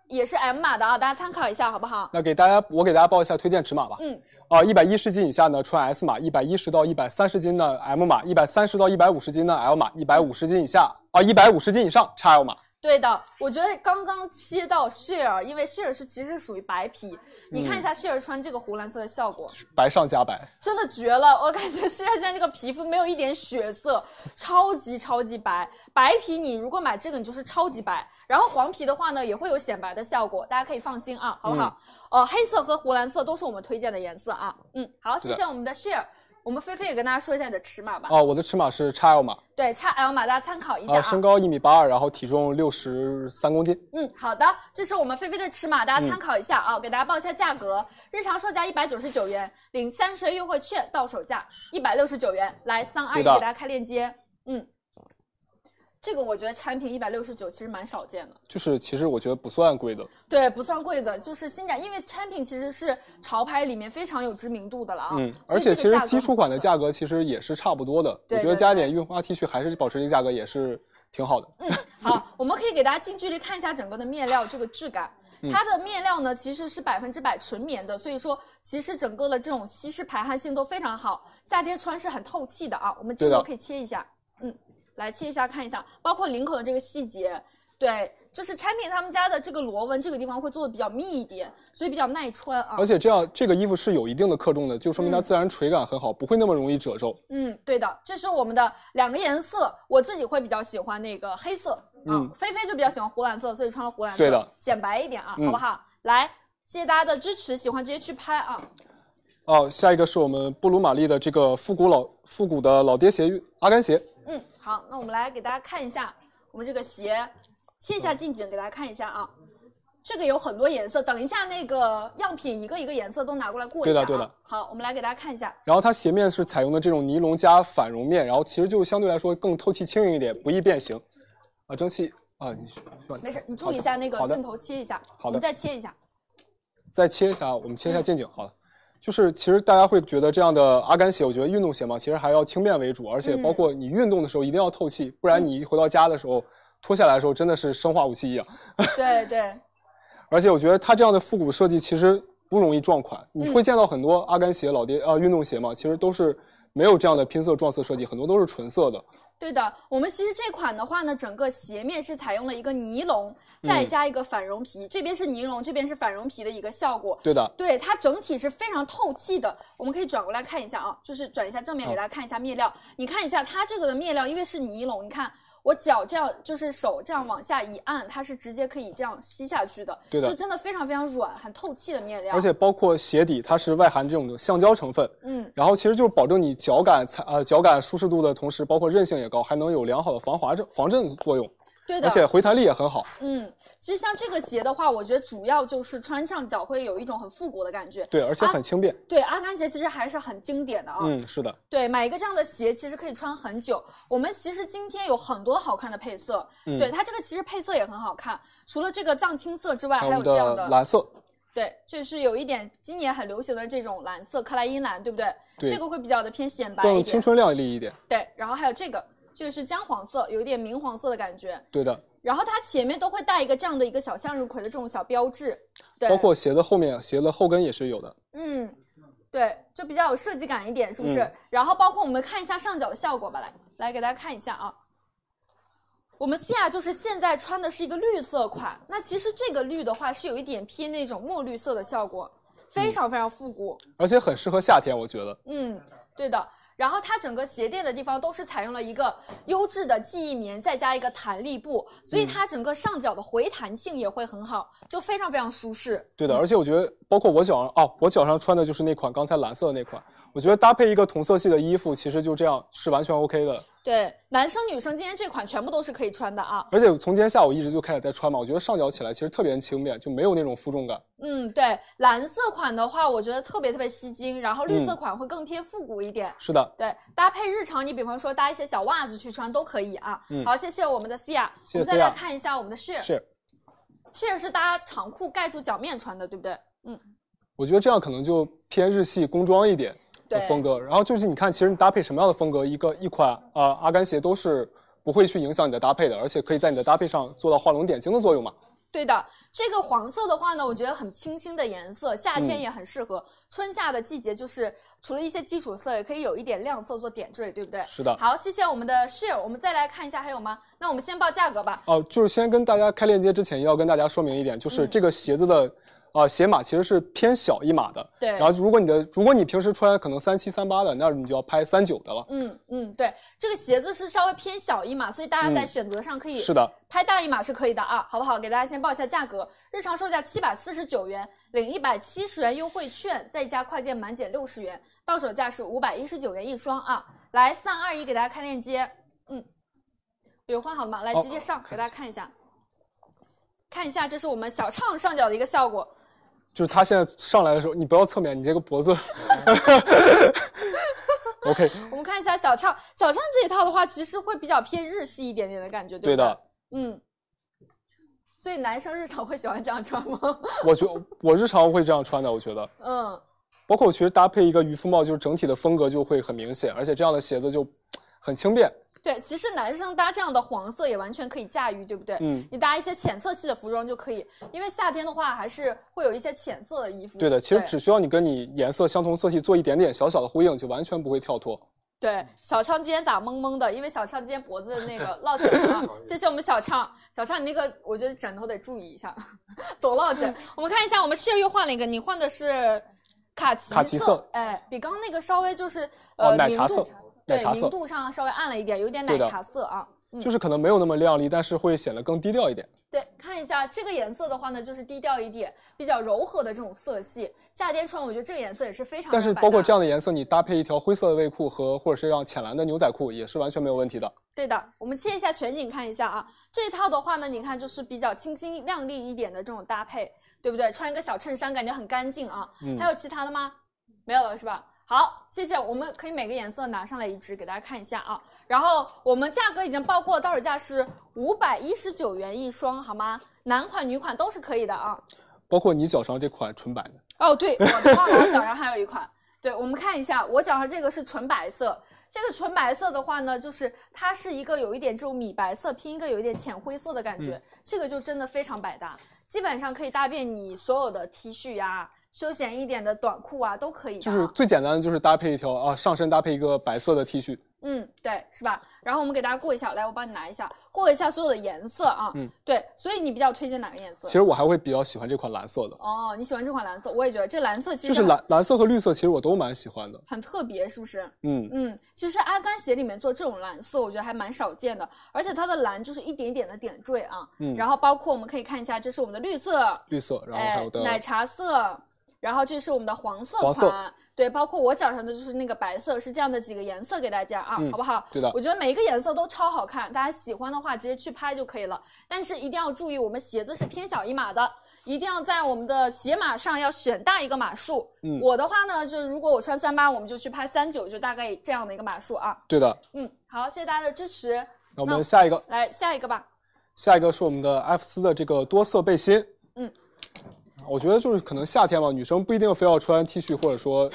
Speaker 2: 也是 M 码的啊，大家参考一下好不好？
Speaker 1: 那给大家，我给大家报一下推荐尺码吧。
Speaker 2: 嗯，
Speaker 1: 啊，一百一十斤以下呢穿 S 码，一百一十到一百三十斤的 M 码，一百三十到一百五十斤的 L 码，一百五十斤以下啊，一百五十斤以上 XL 码。
Speaker 2: 对的，我觉得刚刚切到 sheer，因为 sheer 是其实属于白皮，你
Speaker 1: 嗯
Speaker 2: 看一下 sheer 穿这个湖蓝色的效果，
Speaker 1: 白上加白，
Speaker 2: 真的绝了！我感觉现在现在这个皮肤没有一点 血色，超级超级白。白皮你如果买这个，你就是超级白。然后黄皮的话呢，也会有显白的效果，大家可以放心啊，好不好？
Speaker 1: 嗯
Speaker 2: 呃，黑色和湖蓝色都是我们推荐的颜色啊。嗯，好，谢
Speaker 1: 是
Speaker 2: 谢
Speaker 1: 的
Speaker 2: 我们的 share。我们菲菲也跟大家说一下你的尺码吧。
Speaker 1: 哦，我的尺码是 XL 码，
Speaker 2: 对，XL 码大家参考一下
Speaker 1: 啊，
Speaker 2: 啊。
Speaker 1: 身高一米八二，然后体重六十三公斤，
Speaker 2: 嗯，好的，这是我们菲菲的尺码，
Speaker 1: 嗯
Speaker 2: 大家参考一下啊，给大家报一下价格。日常售价一百九十九元，领三十元优惠券，到手价一百六十九元。来，三二一，
Speaker 1: 对
Speaker 2: 给
Speaker 1: 的
Speaker 2: 大家开链接。嗯，这个我觉得产品一百六十九其实蛮少见的，
Speaker 1: 就是其实我觉得不算贵的，
Speaker 2: 对，不算贵的，就是新展，因为产品其实是潮牌里面非常有知名度的了啊。
Speaker 1: 嗯，
Speaker 2: 所以
Speaker 1: 而且
Speaker 2: 这
Speaker 1: 其
Speaker 2: 个
Speaker 1: 实
Speaker 2: 价格
Speaker 1: 基础款的
Speaker 2: 不
Speaker 1: 价格其实也是差不多的，
Speaker 2: 对
Speaker 1: 我觉
Speaker 2: 对
Speaker 1: 得加一
Speaker 2: 对嗯
Speaker 1: 点印花 T 恤还是保持这个价格也是挺好的。
Speaker 2: 错好，我们可以给大家近距离看一下整个的面料这个质感。
Speaker 1: 嗯
Speaker 2: 它的面料呢，其实是百分之百纯棉的，所以说其实整个的这种吸湿排汗性都非常好，夏天穿是很透气的啊。我们镜
Speaker 1: 对
Speaker 2: 头
Speaker 1: 的
Speaker 2: 可以切一下，嗯，来切一下看一下，包括领口的这个细节，对，就是产品他们家的这个螺纹这个地方会做的比较密一点，所以比较耐穿啊
Speaker 1: 而。且这样这个衣服是有一定的克重的，就说明它
Speaker 2: 嗯
Speaker 1: 自然垂感很好，不会那么容易褶皱。
Speaker 2: 嗯，对的，这是我们的两个颜色，我自己会比较喜欢那个黑色啊，
Speaker 1: 嗯
Speaker 2: 菲菲就比较喜欢湖蓝色，所以穿了湖蓝色，
Speaker 1: 对的，
Speaker 2: 显白一点啊，
Speaker 1: 嗯
Speaker 2: 好不好？来，谢谢大家的支持，喜欢直接去拍啊，
Speaker 1: 哦，下一个是我们布鲁玛丽的这个复古老复古的老爹鞋阿甘鞋，
Speaker 2: 嗯，好，那我们来给大家看一下我们这个鞋，切一下近景给大家看一下啊，这个有很多颜色，等一下那个样品一个一个颜色都拿过来过一
Speaker 1: 对
Speaker 2: 下、
Speaker 1: 的
Speaker 2: 啊，
Speaker 1: 对的
Speaker 2: 好，我们来给大家看一下，
Speaker 1: 然后它鞋面是采用的这种尼龙加反绒面，然后其实就相对来说更透气轻盈一点，不易变形。啊，蒸汽啊，你
Speaker 2: 没事，你注意一下那个
Speaker 1: 好的
Speaker 2: 镜头切一下，
Speaker 1: 好的
Speaker 2: 我们再切一下，
Speaker 1: 再切一下，我们切一
Speaker 2: 嗯
Speaker 1: 下近景好了。就是其实大家会觉得这样的阿甘鞋，我觉得运动鞋嘛，其实还要轻便为主，而且
Speaker 2: 嗯
Speaker 1: 包括你运动的时候一定要透气，不然你一回到家的时候脱下来的时候真的是生化武器一样。
Speaker 2: 对对，
Speaker 1: 而且我觉得它这样的复古设计其实不容易撞款，你
Speaker 2: 嗯
Speaker 1: 会见到很多阿甘鞋、老爹呃运动鞋嘛，其实都是没有这样的拼色撞色设计，很多都是纯色的。
Speaker 2: 对的，我们其实这款的话呢，整个鞋面是采用了一个尼龙，
Speaker 1: 嗯
Speaker 2: 再加一个反绒皮，这边是尼龙，这边是反绒皮的一个效果。
Speaker 1: 对的，
Speaker 2: 对，它整体是非常透气的。我们可以转过来看一下啊，就是转一下正面给大家看一下面料。你看一下它这个的面料，因为是尼龙，你看我脚这样，就是手这样往下一按，它是直接可以这样吸下去的。
Speaker 1: 对的
Speaker 2: 就真的非常非常软，很透气的面料。
Speaker 1: 而且包括鞋底，它是外含这种橡胶成分，
Speaker 2: 嗯，
Speaker 1: 然后其实就是保证你脚感踩呃脚感舒适度的同时，包括韧性也高，还能有良好的防滑震防震作用，
Speaker 2: 对的。
Speaker 1: 而且回弹力也很好。
Speaker 2: 嗯，其实像这个鞋的话，我觉得主要就是穿上脚会有一种很复古的感觉。
Speaker 1: 对，而且很轻便。
Speaker 2: 对，阿甘鞋其实还是很经典的啊。
Speaker 1: 嗯，是的，
Speaker 2: 对，买一个这样的鞋其实可以穿很久。我们其实今天有很多好看的配色，
Speaker 1: 嗯
Speaker 2: 对它这个其实配色也很好看。除了这个藏青色之外，
Speaker 1: 还
Speaker 2: 还
Speaker 1: 有我
Speaker 2: 有
Speaker 1: 们
Speaker 2: 这
Speaker 1: 嗯
Speaker 2: 样
Speaker 1: 的蓝色，
Speaker 2: 对，就是有一点今年很流行的这种蓝色克莱因蓝，对不对？
Speaker 1: 对
Speaker 2: 这个会比较的偏显白一
Speaker 1: 更青
Speaker 2: 点。
Speaker 1: 春靓丽一点。
Speaker 2: 对，然后还有这个，这个是姜黄色，有一点明黄色的感觉。
Speaker 1: 对的，
Speaker 2: 然后它前面都会带一个这样的一个小向日葵的这种小标志，对，
Speaker 1: 包括鞋的后面，鞋的后跟也是有的。
Speaker 2: 嗯，对，就比较有设计感一点，是不是？
Speaker 1: 嗯
Speaker 2: 然后包括我们看一下上脚的效果吧，来来给大家看一下啊。我们西亚就是现在穿的是一个绿色款，那其实这个绿的话是有一点偏那种墨绿色的效果，非常非常复古。
Speaker 1: 而且很适合夏天，我觉得。
Speaker 2: 嗯，对的。然后它整个鞋垫的地方都是采用了一个优质的记忆棉，再加一个弹力布，所以它整个上脚的回弹性也会很好，就非常非常舒适。
Speaker 1: 对的，而且我觉得，包括我脚上哦，我脚上穿的就是那款刚才蓝色的那款，我觉得搭配一个同色系的衣服，其实就这样是完全 OK 的。
Speaker 2: 对，男生女生今天这款全部都是可以穿的啊。
Speaker 1: 而且从今天下午一直就开始在穿嘛，我觉得上脚起来其实特别轻便，就没有那种负重感。
Speaker 2: 嗯，对，蓝色款的话，我觉得特别特别吸睛，然后
Speaker 1: 嗯
Speaker 2: 绿色款会更偏复古一点。
Speaker 1: 是的，
Speaker 2: 对，搭配日常，你比方说搭一些小袜子去穿都可以啊。
Speaker 1: 嗯
Speaker 2: 好，谢谢我们的 Cia，
Speaker 1: 谢谢
Speaker 2: 我们再来
Speaker 1: Cia
Speaker 2: 看一下我们的 Share，Share
Speaker 1: 是，
Speaker 2: 是搭长裤盖住脚面穿的，对不对？嗯，
Speaker 1: 我觉得这样可能就偏日系工装一点的
Speaker 2: 对
Speaker 1: 风格。然后就是你看，其实你搭配什么样的风格，一个一款啊、呃阿甘鞋都是不会去影响你的搭配的，而且可以在你的搭配上做到画龙点睛的作用嘛。
Speaker 2: 对的。这个黄色的话呢，我觉得很清新的颜色，夏天
Speaker 1: 嗯
Speaker 2: 也很适合。春夏的季节就是除了一些基础色，也可以有一点亮色做点缀，对不对？
Speaker 1: 是的。
Speaker 2: 好，谢谢我们的 Share，我们再来看一下还有吗？那我们先报价格吧。
Speaker 1: 哦，就是先跟大家开链接之前，要跟大家说明一点，
Speaker 2: 嗯
Speaker 1: 就是这个鞋子的，啊、鞋码其实是偏小一码的。
Speaker 2: 对
Speaker 1: 然后如果你的，如果你平时穿可能三七三八的，那你就要拍三九的了。
Speaker 2: 嗯嗯，对，这个鞋子是稍微偏小一码，所以大家在
Speaker 1: 嗯
Speaker 2: 选择上可以、
Speaker 1: 是的，
Speaker 2: 拍大一码是可以的啊，好不好？给大家先报一下价格，日常售价七百四十九元，领一百七十元优惠券，再加快件满减六十元，到手价是五百一十九元一双啊。来，三二一，给大家看链接，嗯，有换好了吗？来，
Speaker 1: 哦
Speaker 2: 直接上，
Speaker 1: 看
Speaker 2: 给
Speaker 1: 一下
Speaker 2: 大家看一下，看一下，这是我们小畅上脚的一个效果，
Speaker 1: 就是它现在上来的时候，你不要侧面，你这个脖子， OK，
Speaker 2: 我们看一下小畅，小畅这一套的话，其实会比较偏日系一点点的感觉，
Speaker 1: 对
Speaker 2: 不
Speaker 1: 的。
Speaker 2: 嗯，所以男生日常会喜欢这样穿吗？
Speaker 1: 我觉我日常会这样穿的，我觉得，
Speaker 2: 嗯，
Speaker 1: 包括我其实搭配一个渔夫帽，就是整体的风格就会很明显，而且这样的鞋子就很轻便。
Speaker 2: 对，其实男生搭这样的黄色也完全可以驾驭，对不对？
Speaker 1: 嗯，
Speaker 2: 你搭一些浅色系的服装就可以，因为夏天的话还是会有一些浅色的衣服。
Speaker 1: 对的，其实只需要你跟你颜色相同色系做一点点小小的呼应，就完全不会跳脱。
Speaker 2: 对，小畅今天咋蒙蒙的？因为小畅今天脖子那 个落枕了，谢谢我们小畅。小畅，你那个我觉得枕头得注意一下，总 落枕。我们看一下，我们室友又换了一个，你换的是卡其
Speaker 1: 卡其色
Speaker 2: 哎，比刚刚那个稍微就是
Speaker 1: 哦
Speaker 2: 呃
Speaker 1: 奶
Speaker 2: 明
Speaker 1: 茶
Speaker 2: 度
Speaker 1: 色奶
Speaker 2: 对
Speaker 1: 茶色
Speaker 2: 明度上稍微暗了一点，有一点奶
Speaker 1: 对的
Speaker 2: 茶色啊。嗯
Speaker 1: 就是可能没有那么靓丽，但是会显得更低调一点。
Speaker 2: 对，看一下这个颜色的话呢，就是低调一点，比较柔和的这种色系。夏天穿，我觉得这个颜色也是非常。
Speaker 1: 但是包括这。样的颜色，你搭配一条灰色的卫裤和或者是让浅蓝的牛仔裤也是完全没有问题的。
Speaker 2: 对的，我们切一下全景看一下啊。这一套的话呢，你看就是比较清新靓丽一点的这种搭配，对不对？穿一个小衬衫，感觉很干净啊。
Speaker 1: 嗯
Speaker 2: 还有其他的吗？没有了是吧？好，谢谢。我们可以每个颜色拿上来一支给大家看一下啊。然后我们价格已经报过了，到手价是五百一十九元一双，好吗？男款女款都是可以的啊。
Speaker 1: 包括你脚上这款纯白的，
Speaker 2: 哦，对，我忘了，我脚上还有一款。对，我们看一下，我脚上这个是纯白色。这个纯白色的话呢，就是它是一个有一点这种米白色拼一个有一点浅灰色的感觉，
Speaker 1: 嗯
Speaker 2: 这个就真的非常百搭，基本上可以搭配你所有的 T 恤呀、休闲一点的短裤啊都可以的
Speaker 1: 就
Speaker 2: 啊。
Speaker 1: 是最简单的就是搭配一条啊上身搭配一个白色的 T 恤，
Speaker 2: 嗯，对，是吧？然后我们给大家过一下，来，我帮你拿一下，过一下所有的颜色啊。
Speaker 1: 嗯，
Speaker 2: 对，所以你比较推荐哪个颜色
Speaker 1: 其？实我还会比较喜欢这款蓝色的，
Speaker 2: 哦，你喜欢这款蓝色，我也觉得这蓝色其
Speaker 1: 就
Speaker 2: 实
Speaker 1: 是
Speaker 2: 很
Speaker 1: 蓝蓝色和绿色其实我都蛮喜欢的。
Speaker 2: 很特别，是不是？
Speaker 1: 嗯，
Speaker 2: 嗯，其实阿甘鞋里面做这种蓝色，我觉得还蛮少见的，而且它的蓝就是一点一点的点缀啊。
Speaker 1: 嗯
Speaker 2: 然后包括我们可以看一下，这是我们的绿色，
Speaker 1: 绿色，然后还
Speaker 2: 哎
Speaker 1: 有的，
Speaker 2: 奶茶色，然后这是我们的黄色
Speaker 1: 黄色
Speaker 2: 款，对，包括我脚上的就是那个白色，是这样的几个颜色给大家啊，
Speaker 1: 嗯
Speaker 2: 好不好？
Speaker 1: 对的
Speaker 2: 我觉得每一个颜色都超好看，大家喜欢的话直接去拍就可以了。但是一定要注意，我们鞋子是偏小一码的，一定要在我们的鞋码上要选大一个码数。
Speaker 1: 嗯
Speaker 2: 我的话呢，就是如果我穿三八，我们就去拍三九，就大概这样的一个码数啊。
Speaker 1: 对的。
Speaker 2: 嗯，好，谢谢大家的支持。
Speaker 1: 那我
Speaker 2: 那
Speaker 1: 们下一个，
Speaker 2: 来下一个吧，
Speaker 1: 下一个是我们的艾芙斯的这个多色背心。啊
Speaker 2: 嗯，
Speaker 1: 我觉得就是可能夏天嘛，女生不一定非要穿 T 恤或者说，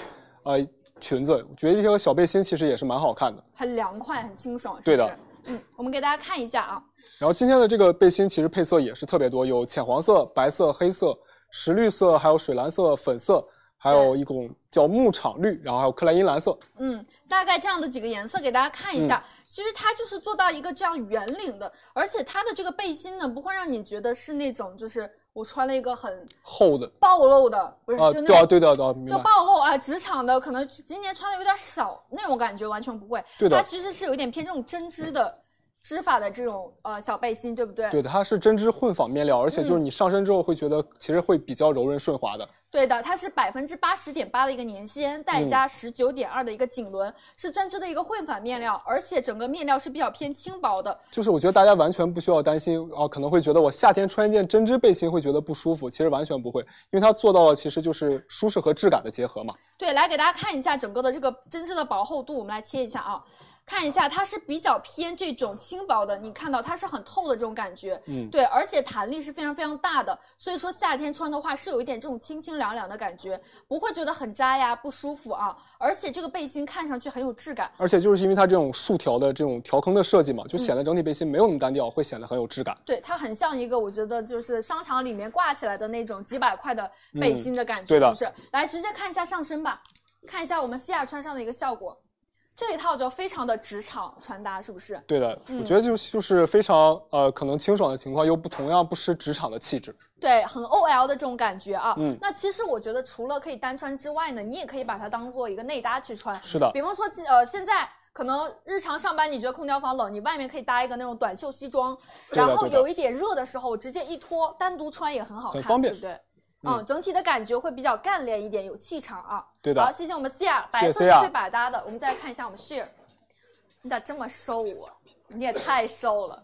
Speaker 1: 呃，裙子。我觉得这个小背心其实也是蛮好看的。
Speaker 2: 很凉快，很清爽，是
Speaker 1: 对
Speaker 2: 不是？
Speaker 1: 的
Speaker 2: 嗯，我们给大家看一下啊。
Speaker 1: 然后今天的这个背心其实配色也是特别多，有浅黄色、白色、黑色、石绿色，还有水蓝色、粉色，还有一种叫牧场绿，然后还有克莱因蓝色。
Speaker 2: 嗯，大概这样的几个颜色给大家看
Speaker 1: 嗯
Speaker 2: 一下。其实它就是做到一个这样圆领的，而且它的这个背心呢，不会让你觉得是那种就是我穿了一个很
Speaker 1: 厚的
Speaker 2: 暴露的，不是、
Speaker 1: 啊，
Speaker 2: 就
Speaker 1: 对
Speaker 2: 那
Speaker 1: 啊，
Speaker 2: 种。
Speaker 1: 对的，对的，明
Speaker 2: 就
Speaker 1: 白。
Speaker 2: 暴露啊，职场的可能今年穿的有点少，那种感觉完全不会。
Speaker 1: 对的
Speaker 2: 它其实是有一点偏这种针织的织法的这种呃小背心，对不对？
Speaker 1: 对的，它是针织混纺面料，而且就是
Speaker 2: 嗯
Speaker 1: 你上身之后会觉得其实会比较柔润顺滑的。
Speaker 2: 对的，它是百分之八十点八的一个棉纤，再
Speaker 1: 嗯
Speaker 2: 加十九点二的一个锦纶，是针织的一个混纺面料，而且整个面料是比较偏轻薄的，
Speaker 1: 就是我觉得大家完全不需要担心啊，可能会觉得我夏天穿一件针织背心会觉得不舒服，其实完全不会，因为它做到了其实就是舒适和质感的结合嘛。
Speaker 2: 对，来给大家看一下整个的这个针织的薄厚度，我们来切一下啊，看一下它是比较偏这种轻薄的，你看到它是很透的这种感觉，
Speaker 1: 嗯
Speaker 2: 对，而且弹力是非常非常大的，所以说夏天穿的话是有一点这种清清凉凉的感觉，不会觉得很扎呀、不舒服啊，而且这个背心看上去很有质感，
Speaker 1: 而且就是因为它这种竖条的这种条坑的设计嘛，
Speaker 2: 嗯
Speaker 1: 就显得整体背心没有那么单调，会显得很有质感。
Speaker 2: 对，它很像一个我觉得就是商场里面挂起来的那种几百块的背心的感觉，
Speaker 1: 嗯对的
Speaker 2: 是不是？来，直接看一下上身吧，看一下我们西亚穿上的一个效果。这一套就非常的职场穿搭，是不是？
Speaker 1: 对的，
Speaker 2: 嗯
Speaker 1: 我觉得就是就是非常呃，可能清爽的情况，又不同样不失职场的气质。
Speaker 2: 对，很 OL 的这种感觉啊。
Speaker 1: 嗯
Speaker 2: 那其实我觉得除了可以单穿之外呢，你也可以把它当做一个内搭去穿。
Speaker 1: 是的，
Speaker 2: 比方说，呃，现在可能日常上班你觉得空调房冷，你外面可以搭一个那种短袖西装，
Speaker 1: 对的
Speaker 2: 然后
Speaker 1: 对的
Speaker 2: 有一点热的时候，直接一脱，单独穿也很好看，
Speaker 1: 很方便
Speaker 2: 对不对？
Speaker 1: 嗯
Speaker 2: 嗯，整体的感觉会比较干练一点，有气场啊。
Speaker 1: 对
Speaker 2: 好，
Speaker 1: 的，
Speaker 2: 谢谢我们 s i a
Speaker 1: 谢谢
Speaker 2: 白色
Speaker 1: Sia
Speaker 2: 是最百搭的。我们再来看一下我们 Share，你咋这么瘦啊？你也太瘦了。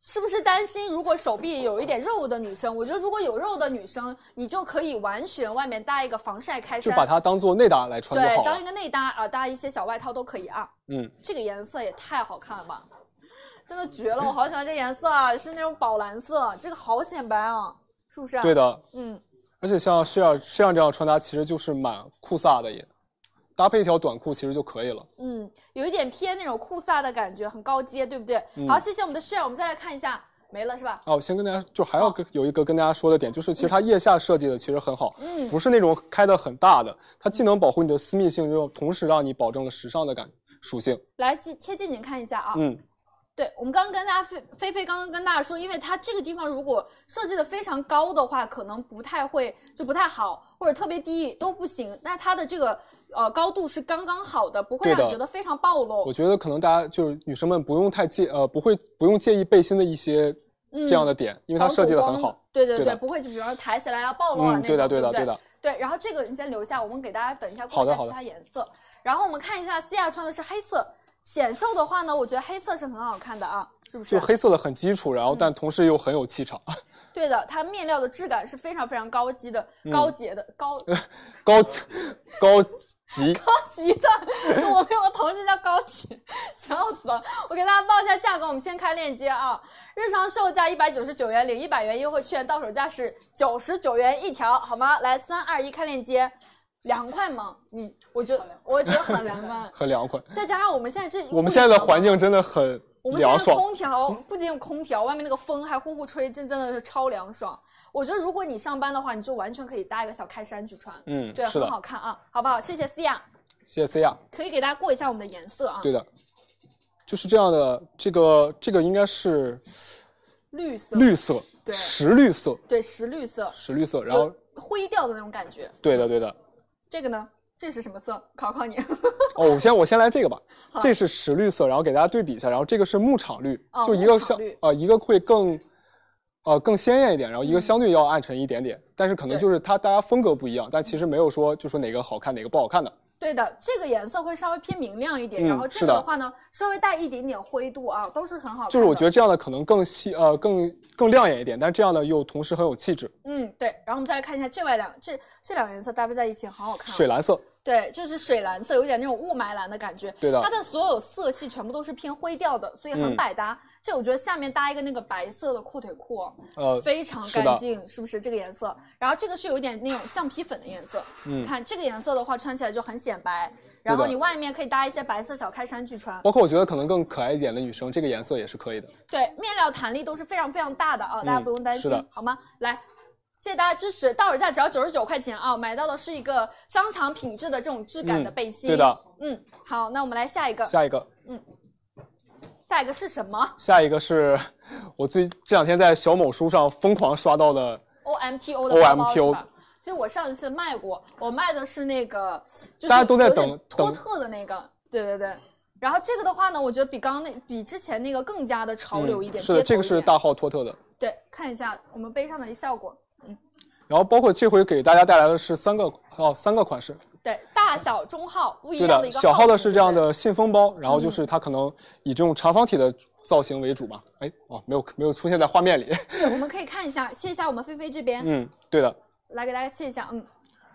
Speaker 2: 是不是担心如果手臂有一点肉的女生，我觉得如果有肉的女生，你就可以完全外面搭一个防晒开
Speaker 1: 就
Speaker 2: 衫，
Speaker 1: 把它当做内搭来穿就
Speaker 2: 对，
Speaker 1: 好
Speaker 2: 当一
Speaker 1: 了。
Speaker 2: 个内搭啊，搭一些小外套都可以啊。
Speaker 1: 嗯，
Speaker 2: 这个颜色也太好看了吧，真的绝了！我好喜欢这颜色啊，是那种宝蓝色，这个好显白啊，是不是、
Speaker 1: 对
Speaker 2: 的，
Speaker 1: 的。
Speaker 2: 嗯，
Speaker 1: 而且像 Share Share 这样穿搭，其实就是蛮酷飒的也，搭配一条短裤其实就可以了。
Speaker 2: 嗯，有一点偏那种酷飒的感觉，很高阶，对不对？
Speaker 1: 嗯
Speaker 2: 好，谢谢我们的 share，我们再来看一下，没了是吧？
Speaker 1: 啊，我先跟大家就还要跟有一个跟大家说的点，就是其实它腋下设计的其实很好，
Speaker 2: 嗯
Speaker 1: 不是那种开的很大的，它既能保护你的私密性，又同时让你保证了时尚的感属性。
Speaker 2: 来近贴近你看一下啊。
Speaker 1: 嗯，
Speaker 2: 对，我们刚刚跟大家菲菲菲刚刚跟大家说，因为它这个地方如果设计的非常高的话，可能不太会就不太好，或者特别低都不行。那它的这个呃高度是刚刚好的，不会
Speaker 1: 对
Speaker 2: 让
Speaker 1: 的
Speaker 2: 你觉得非常暴露
Speaker 1: 我。觉得可能大家就是女生们不用太介呃不会不用介意背心的一些这样的点，因为它
Speaker 2: 嗯防
Speaker 1: 设计
Speaker 2: 走
Speaker 1: 的很
Speaker 2: 光
Speaker 1: 好。
Speaker 2: 对对
Speaker 1: 对
Speaker 2: 对，
Speaker 1: 的
Speaker 2: 不会就比如说抬起来啊暴露啊
Speaker 1: 嗯，
Speaker 2: 那种，
Speaker 1: 对的对的
Speaker 2: 不对
Speaker 1: 对的，
Speaker 2: 对，然后这个你先留下，我们给大家等一下
Speaker 1: 好
Speaker 2: 逛一
Speaker 1: 的
Speaker 2: 下
Speaker 1: 好
Speaker 2: 其
Speaker 1: 的
Speaker 2: 他颜色。然后我们看一下西亚穿的是黑色，显瘦的话呢，我觉得黑色是很好看的啊，是不是？
Speaker 1: 就黑色的很基础，然
Speaker 2: 嗯
Speaker 1: 后但同时又很有气场，
Speaker 2: 对的，它面料的质感是非常非常高级的、
Speaker 1: 嗯
Speaker 2: 高洁的、高
Speaker 1: 高高级。。
Speaker 2: 高级的，我们有个同事叫高级，笑死了。我给大家报一下价格，我们先开链接啊。日常售价一百九十九元，领一百元优惠券，到手价是九十九元一条，好吗？来，三二一，开链接。凉快吗？你，我觉得，我觉得很凉快
Speaker 1: 很凉快，
Speaker 2: 再加上我们现在这，
Speaker 1: 我们现在的环，境真的很
Speaker 2: 我们现在
Speaker 1: 凉
Speaker 2: 的
Speaker 1: 爽。
Speaker 2: 空调不仅有空调，外面那个风还呼呼吹，这真的是超凉爽。我觉得如果你上班的话，你就完全可以搭一个小开衫去穿，
Speaker 1: 嗯，
Speaker 2: 对，
Speaker 1: 是
Speaker 2: 很
Speaker 1: 的，
Speaker 2: 好看啊，好不好？谢谢思雅，
Speaker 1: 谢谢 C 亚。
Speaker 2: 可以给大家过一下我们的颜色啊，
Speaker 1: 对的，就是这样的。这个这个应该是
Speaker 2: 绿色，
Speaker 1: 绿色，
Speaker 2: 对呃
Speaker 1: 石绿色，
Speaker 2: 对，石绿色，
Speaker 1: 石绿色。然后
Speaker 2: 有灰调的那种感觉。
Speaker 1: 对的对的。
Speaker 2: 这个呢，这是什么色？考考你。
Speaker 1: 哦，我先我先来这个吧
Speaker 2: 好，
Speaker 1: 这是石绿色，然后给大家对比一下，然后这个是牧场绿，
Speaker 2: 哦
Speaker 1: 就一
Speaker 2: 牧
Speaker 1: 个
Speaker 2: 场
Speaker 1: 像
Speaker 2: 绿
Speaker 1: 呃一个会更呃更鲜艳一点，然后一个相对要暗沉一点点，但是可能
Speaker 2: 嗯对
Speaker 1: 就是它大家风格不一样，但其实没有说就说哪个好看哪个不好看的。
Speaker 2: 对的，这个颜色会稍微偏明亮一点，
Speaker 1: 嗯
Speaker 2: 然后
Speaker 1: 是
Speaker 2: 这个
Speaker 1: 的
Speaker 2: 的话呢，稍微带一点点灰度啊，都是很好看的。
Speaker 1: 就是我觉得这样的可能更细呃更更亮眼一点，但是这样的又同时很有气质，
Speaker 2: 嗯，对。然后我们再来看一下这外两这这两个颜色搭配在一起，好好看、啊
Speaker 1: 水。蓝色，
Speaker 2: 对，这是水蓝色，有点那种雾霾蓝的感觉。
Speaker 1: 对的
Speaker 2: 它的所有色系全部都是偏灰调的，所以很
Speaker 1: 嗯
Speaker 2: 百搭。这我觉得下面搭一个那个白色的阔腿裤哦，
Speaker 1: 呃
Speaker 2: 非常
Speaker 1: 是的
Speaker 2: 干净，是不是这个颜色？然后这个是有一点那种橡皮粉的颜色，
Speaker 1: 嗯
Speaker 2: 你看这个颜色的话，穿起来就很显白。然后
Speaker 1: 对的哦
Speaker 2: 你外面可以搭一些白色小开衫去穿，
Speaker 1: 包括我觉得可能更可爱一点的女生，这个颜色也是可以的。
Speaker 2: 对，面料弹力都是非常非常大的啊，
Speaker 1: 嗯
Speaker 2: 大家不用担
Speaker 1: 是
Speaker 2: 心
Speaker 1: 的，
Speaker 2: 好吗？来。谢谢大家支持，到手价只要九十九块钱啊！买到的是一个商场品质的这种质感的背心。
Speaker 1: 对，的，
Speaker 2: 嗯，好，那我们来下一个，
Speaker 1: 下一个，
Speaker 2: 下一个是什么
Speaker 1: 下一个是我最这两天在小某书上疯狂刷到的，
Speaker 2: ？OMTO 的包包
Speaker 1: OMTO
Speaker 2: 是吧？其实我上一次卖过，我卖的是那个，就是
Speaker 1: 大家都在等
Speaker 2: 有点托
Speaker 1: 等
Speaker 2: 特的那个，对对对。然后这个的话呢，我觉得比刚刚那比之前那个更加的潮流一点，
Speaker 1: 嗯是的，
Speaker 2: 街头
Speaker 1: 这个
Speaker 2: 一
Speaker 1: 是
Speaker 2: 点
Speaker 1: 大号托特的。
Speaker 2: 对，看一下我们背上的效果，
Speaker 1: 然后包括这回给大家带来的是三个哦三个款式，
Speaker 2: 对，大小中号不一
Speaker 1: 对
Speaker 2: 样的
Speaker 1: 的
Speaker 2: 一，个
Speaker 1: 小号
Speaker 2: 号
Speaker 1: 的
Speaker 2: 型嗯
Speaker 1: 是这样，
Speaker 2: 对
Speaker 1: 的信封包，然后就是它可能以这种长方体的造型为主吧。哎哦，没有没有出现在画面里，
Speaker 2: 不对对，我们可以看一下，切一下我们菲菲这边，
Speaker 1: 嗯，对的。
Speaker 2: 来给大家切一下，嗯，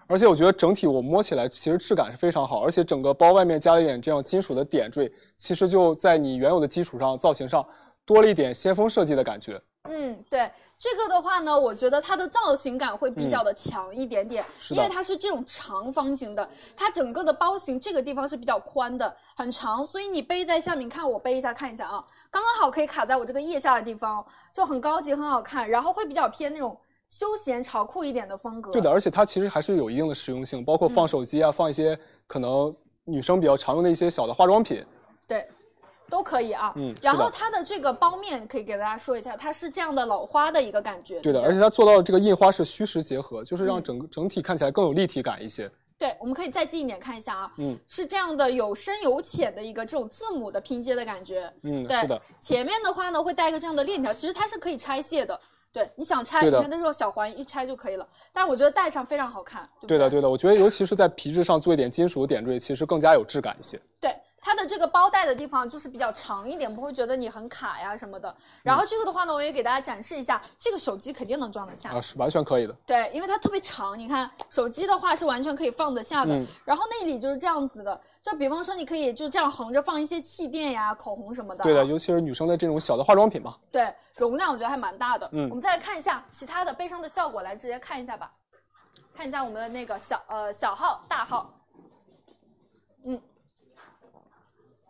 Speaker 1: 而且我觉得整体我摸起来其实质感是非常好，而且整个包外面加了一点这样金属的点缀，其实就在你原有的基础上造型上多了一点先锋设计的感觉。
Speaker 2: 嗯，对这个的话呢，我觉得它的造型感会比较的强一点点，
Speaker 1: 嗯是
Speaker 2: 因
Speaker 1: 的
Speaker 2: 为它是这种长方形的，它整个的包型这个地方是比较宽的，很长，所以你背在下面，看我背一下看一下啊，刚刚好可以卡在我这个腋下的地方，哦就很高级，很好看，然后会比较偏那种休闲潮酷一点的风格。
Speaker 1: 对的，，而且它其实还是有一定的实用性，包括放手机啊，放一些可能女生比较常用的一些小的化妆品。
Speaker 2: 对，都可以啊。
Speaker 1: 嗯是的
Speaker 2: 然后它的这个包面可以给大家说一下，它是这样的老花的一个感觉。
Speaker 1: 对的，
Speaker 2: 不
Speaker 1: 而且它做到这个印花是虚实结合，就是让整个整体看起来更有立体感一些。
Speaker 2: 对，我们可以再近一点看一下啊。
Speaker 1: 嗯
Speaker 2: 是这样的，有深有浅的一个这种字母的拼接的感觉。
Speaker 1: 嗯，
Speaker 2: 对
Speaker 1: 是的，
Speaker 2: 前面的话呢，会带一个这样的链条，其实它是可以拆卸的。对，你想拆，
Speaker 1: 对
Speaker 2: 你
Speaker 1: 的
Speaker 2: 看它这种小环一拆就可以了。但是我觉得戴上非常好看，对不
Speaker 1: 对
Speaker 2: 对
Speaker 1: 的，对的。我觉得尤其是在皮质上做一点金属点缀，其实更加有质感一些。
Speaker 2: 对，它的这个包带的地方就是比较长一点，不会觉得你很卡呀什么的。然
Speaker 1: 嗯
Speaker 2: 后这个的话呢，我也给大家展示一下，这个手机肯定能装得下。
Speaker 1: 啊，是完全可以的。
Speaker 2: 对，因为它特别长，你看手机的话是完全可以放得下的。
Speaker 1: 嗯
Speaker 2: 然后内里就是这样子的，就比方说你可以就这样横着放一些气垫呀、口红什么的。
Speaker 1: 对的，。尤其是女生的这种小的化妆品嘛。
Speaker 2: 对，容量我觉得还蛮大的。
Speaker 1: 嗯
Speaker 2: 我们再来看一下其他的背上的效果，来直接看一下吧，看一下我们的那个小呃小号、大号。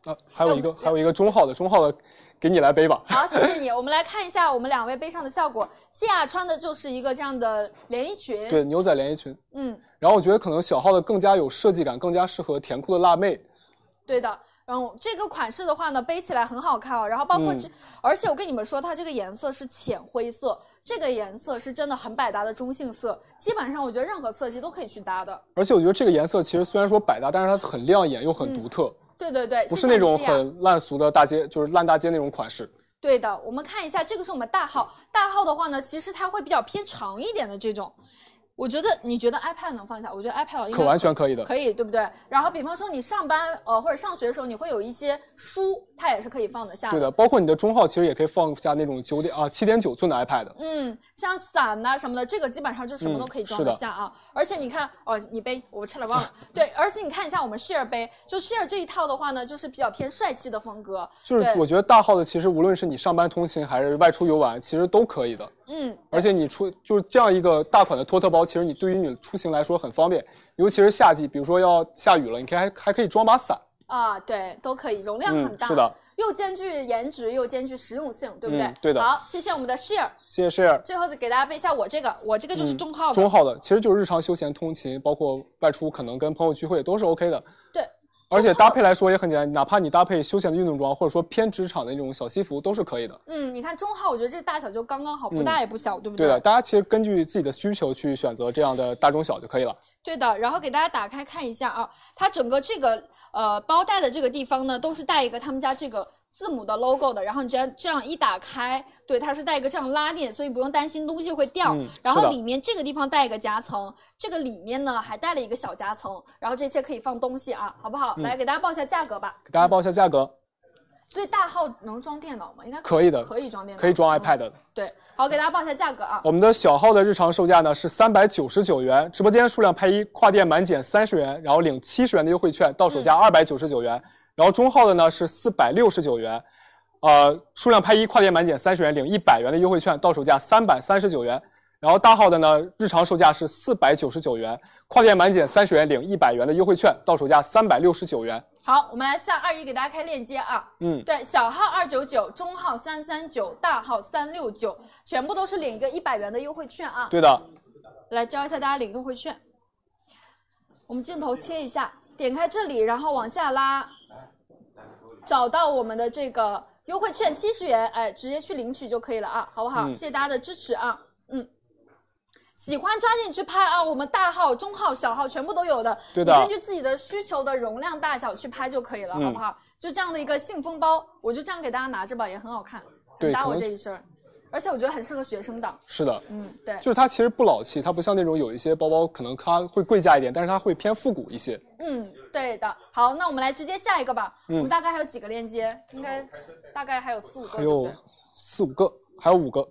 Speaker 1: 啊，还有一个
Speaker 2: 那我
Speaker 1: 还有一个中号的，中号的给你来背吧。
Speaker 2: 好，谢谢你。我们来看一下我们两位背上的效果。西亚穿的就是一个这样的连衣裙。
Speaker 1: 对，牛仔连衣裙。
Speaker 2: 嗯，
Speaker 1: 然后我觉得可能小号的更加有设计感，更加适合甜酷的辣妹。
Speaker 2: 对的。然后这个款式的话呢，背起来很好看哦。然后包括
Speaker 1: 嗯
Speaker 2: 这，而且我跟你们说，它这个颜色是浅灰色，这个颜色是真的很百搭的中性色，基本上我觉得任何色系都可以去搭的。
Speaker 1: 而且我觉得这个颜色其实虽然说百搭，但是它很亮眼又很独特，
Speaker 2: 对对对，
Speaker 1: 不
Speaker 2: 谢
Speaker 1: 是
Speaker 2: 谢
Speaker 1: 那种
Speaker 2: 西亚
Speaker 1: 很烂俗的大街，就是烂大街那种款式。
Speaker 2: 对的，我们看一下，这个是我们大号，大号的话呢，其实它会比较偏长一点的这种。我觉得你觉得 iPad 能放下？我觉得 iPad 应该
Speaker 1: 可完全可以的
Speaker 2: 可以对不对？然后比方说你上班呃或者上学的时候，你会有一些书，它也是可以放得下
Speaker 1: 对的，包括你的中号其实也可以放下那种九点啊七点九寸的 iPad。
Speaker 2: 嗯，像伞呐、什么的，这个基本上就什么都可以装
Speaker 1: 嗯是
Speaker 2: 得
Speaker 1: 的
Speaker 2: 下啊。而且你看，哦，你背，我差点忘了。对，而且你看一下我们 Share 背，就 Share 这一套的话呢，就是比较偏帅气的风格。
Speaker 1: 就是
Speaker 2: 对
Speaker 1: 我觉得大号的其实无论是你上班通勤还是外出游玩，其实都可以的。
Speaker 2: 嗯，
Speaker 1: 而且你出就是这样一个大款的托特包，其实你对于你出行来说很方便，尤其是夏季，比如说要下雨了，你可以还还可以装把伞。
Speaker 2: 啊，对，都可以，容量很大。
Speaker 1: 嗯是的，
Speaker 2: 又兼具颜值，又兼具实用性，对不对？
Speaker 1: 嗯对的
Speaker 2: 好，谢谢我们的 share。
Speaker 1: 谢谢 share。
Speaker 2: 最后再给大家背一下我这个，我这个就是中号
Speaker 1: 嗯
Speaker 2: 的。
Speaker 1: 中号的，其实就是日常休闲通勤，包括外出可能跟朋友聚会都是 OK 的。
Speaker 2: 对，
Speaker 1: 而且搭配来说也很简单，哪怕你搭配休闲的运动装，或者说偏职场的那种小西服都是可以的。
Speaker 2: 嗯，你看中号，我觉得这个大小就刚刚好，
Speaker 1: 嗯
Speaker 2: 不大也不小，对不
Speaker 1: 对
Speaker 2: 对
Speaker 1: 的，大家其实根据自己的需求去选择这样的大中小就可以了。
Speaker 2: 对的，然后给大家打开看一下啊，它整个这个呃包带的这个地方呢，都是带一个他们家这个字母的 logo 的，然后你这样这样一打开，对，它是带一个这样拉链，所以不用担心东西会掉。
Speaker 1: 嗯
Speaker 2: 然
Speaker 1: 是
Speaker 2: 后
Speaker 1: 的
Speaker 2: 里面这个地方带一个夹层，这个里面呢还带了一个小夹层，然后这些可以放东西啊，好不
Speaker 1: 嗯
Speaker 2: 好？来给大家报一下价格吧。
Speaker 1: 给大家报一下价格，
Speaker 2: 所以大号能装电脑吗？应该
Speaker 1: 可以的
Speaker 2: 可以装电脑，
Speaker 1: 可以装
Speaker 2: 嗯
Speaker 1: iPad 哦的。
Speaker 2: 对，好，给大家报一下价格啊。
Speaker 1: 我们的小号的日常售价呢是三百九十九元，直播间数量拍一，跨店满减三十元，然后领七十元的优惠券，到手价二百九十九元。然后中号的呢是四百六十九元，呃，数量拍一，跨店满减三十元，领一百元的优惠券，到手价三百三十九元。然后大号的呢，日常售价是四百九十九元，跨店满减三十元，领一百元的优惠券，到手价三百六十九元。
Speaker 2: 好，我们来向二一给大家开链接啊。
Speaker 1: 嗯，
Speaker 2: 对，小号二九九，中号三三九，大号三六九，全部都是领一个一百元的优惠券啊。
Speaker 1: 对的，
Speaker 2: 来教一下大家领优惠券。我们镜头切一下，点开这里，然后往下拉，找到我们的这个优惠券七十元，哎，直接去领取就可以了啊，好不好？
Speaker 1: 嗯
Speaker 2: 谢谢大家的支持啊，嗯。喜欢抓紧去拍啊！我们大号、中号、小号全部都有的，
Speaker 1: 对的
Speaker 2: 你根据自己的需求的容量大小去拍就可以了，
Speaker 1: 嗯
Speaker 2: 好不好？就这样的一个信封包，我就这样给大家拿着吧，也很好看，很
Speaker 1: 对
Speaker 2: 搭
Speaker 1: 可
Speaker 2: 我
Speaker 1: 能
Speaker 2: 这一身儿，而且我觉得很适合学生党。
Speaker 1: 是的。
Speaker 2: 嗯，对。
Speaker 1: 就是它其实不老气，它不像那种有一些包包可能它会贵价一点，但是它会偏复古一些。
Speaker 2: 嗯，对的。好，那我们来直接下一个吧。
Speaker 1: 嗯
Speaker 2: 我们大概还有几个链接？应该大概还有四五个，
Speaker 1: 还
Speaker 2: 对不
Speaker 1: 有
Speaker 2: 对？
Speaker 1: 四五个，还有五个。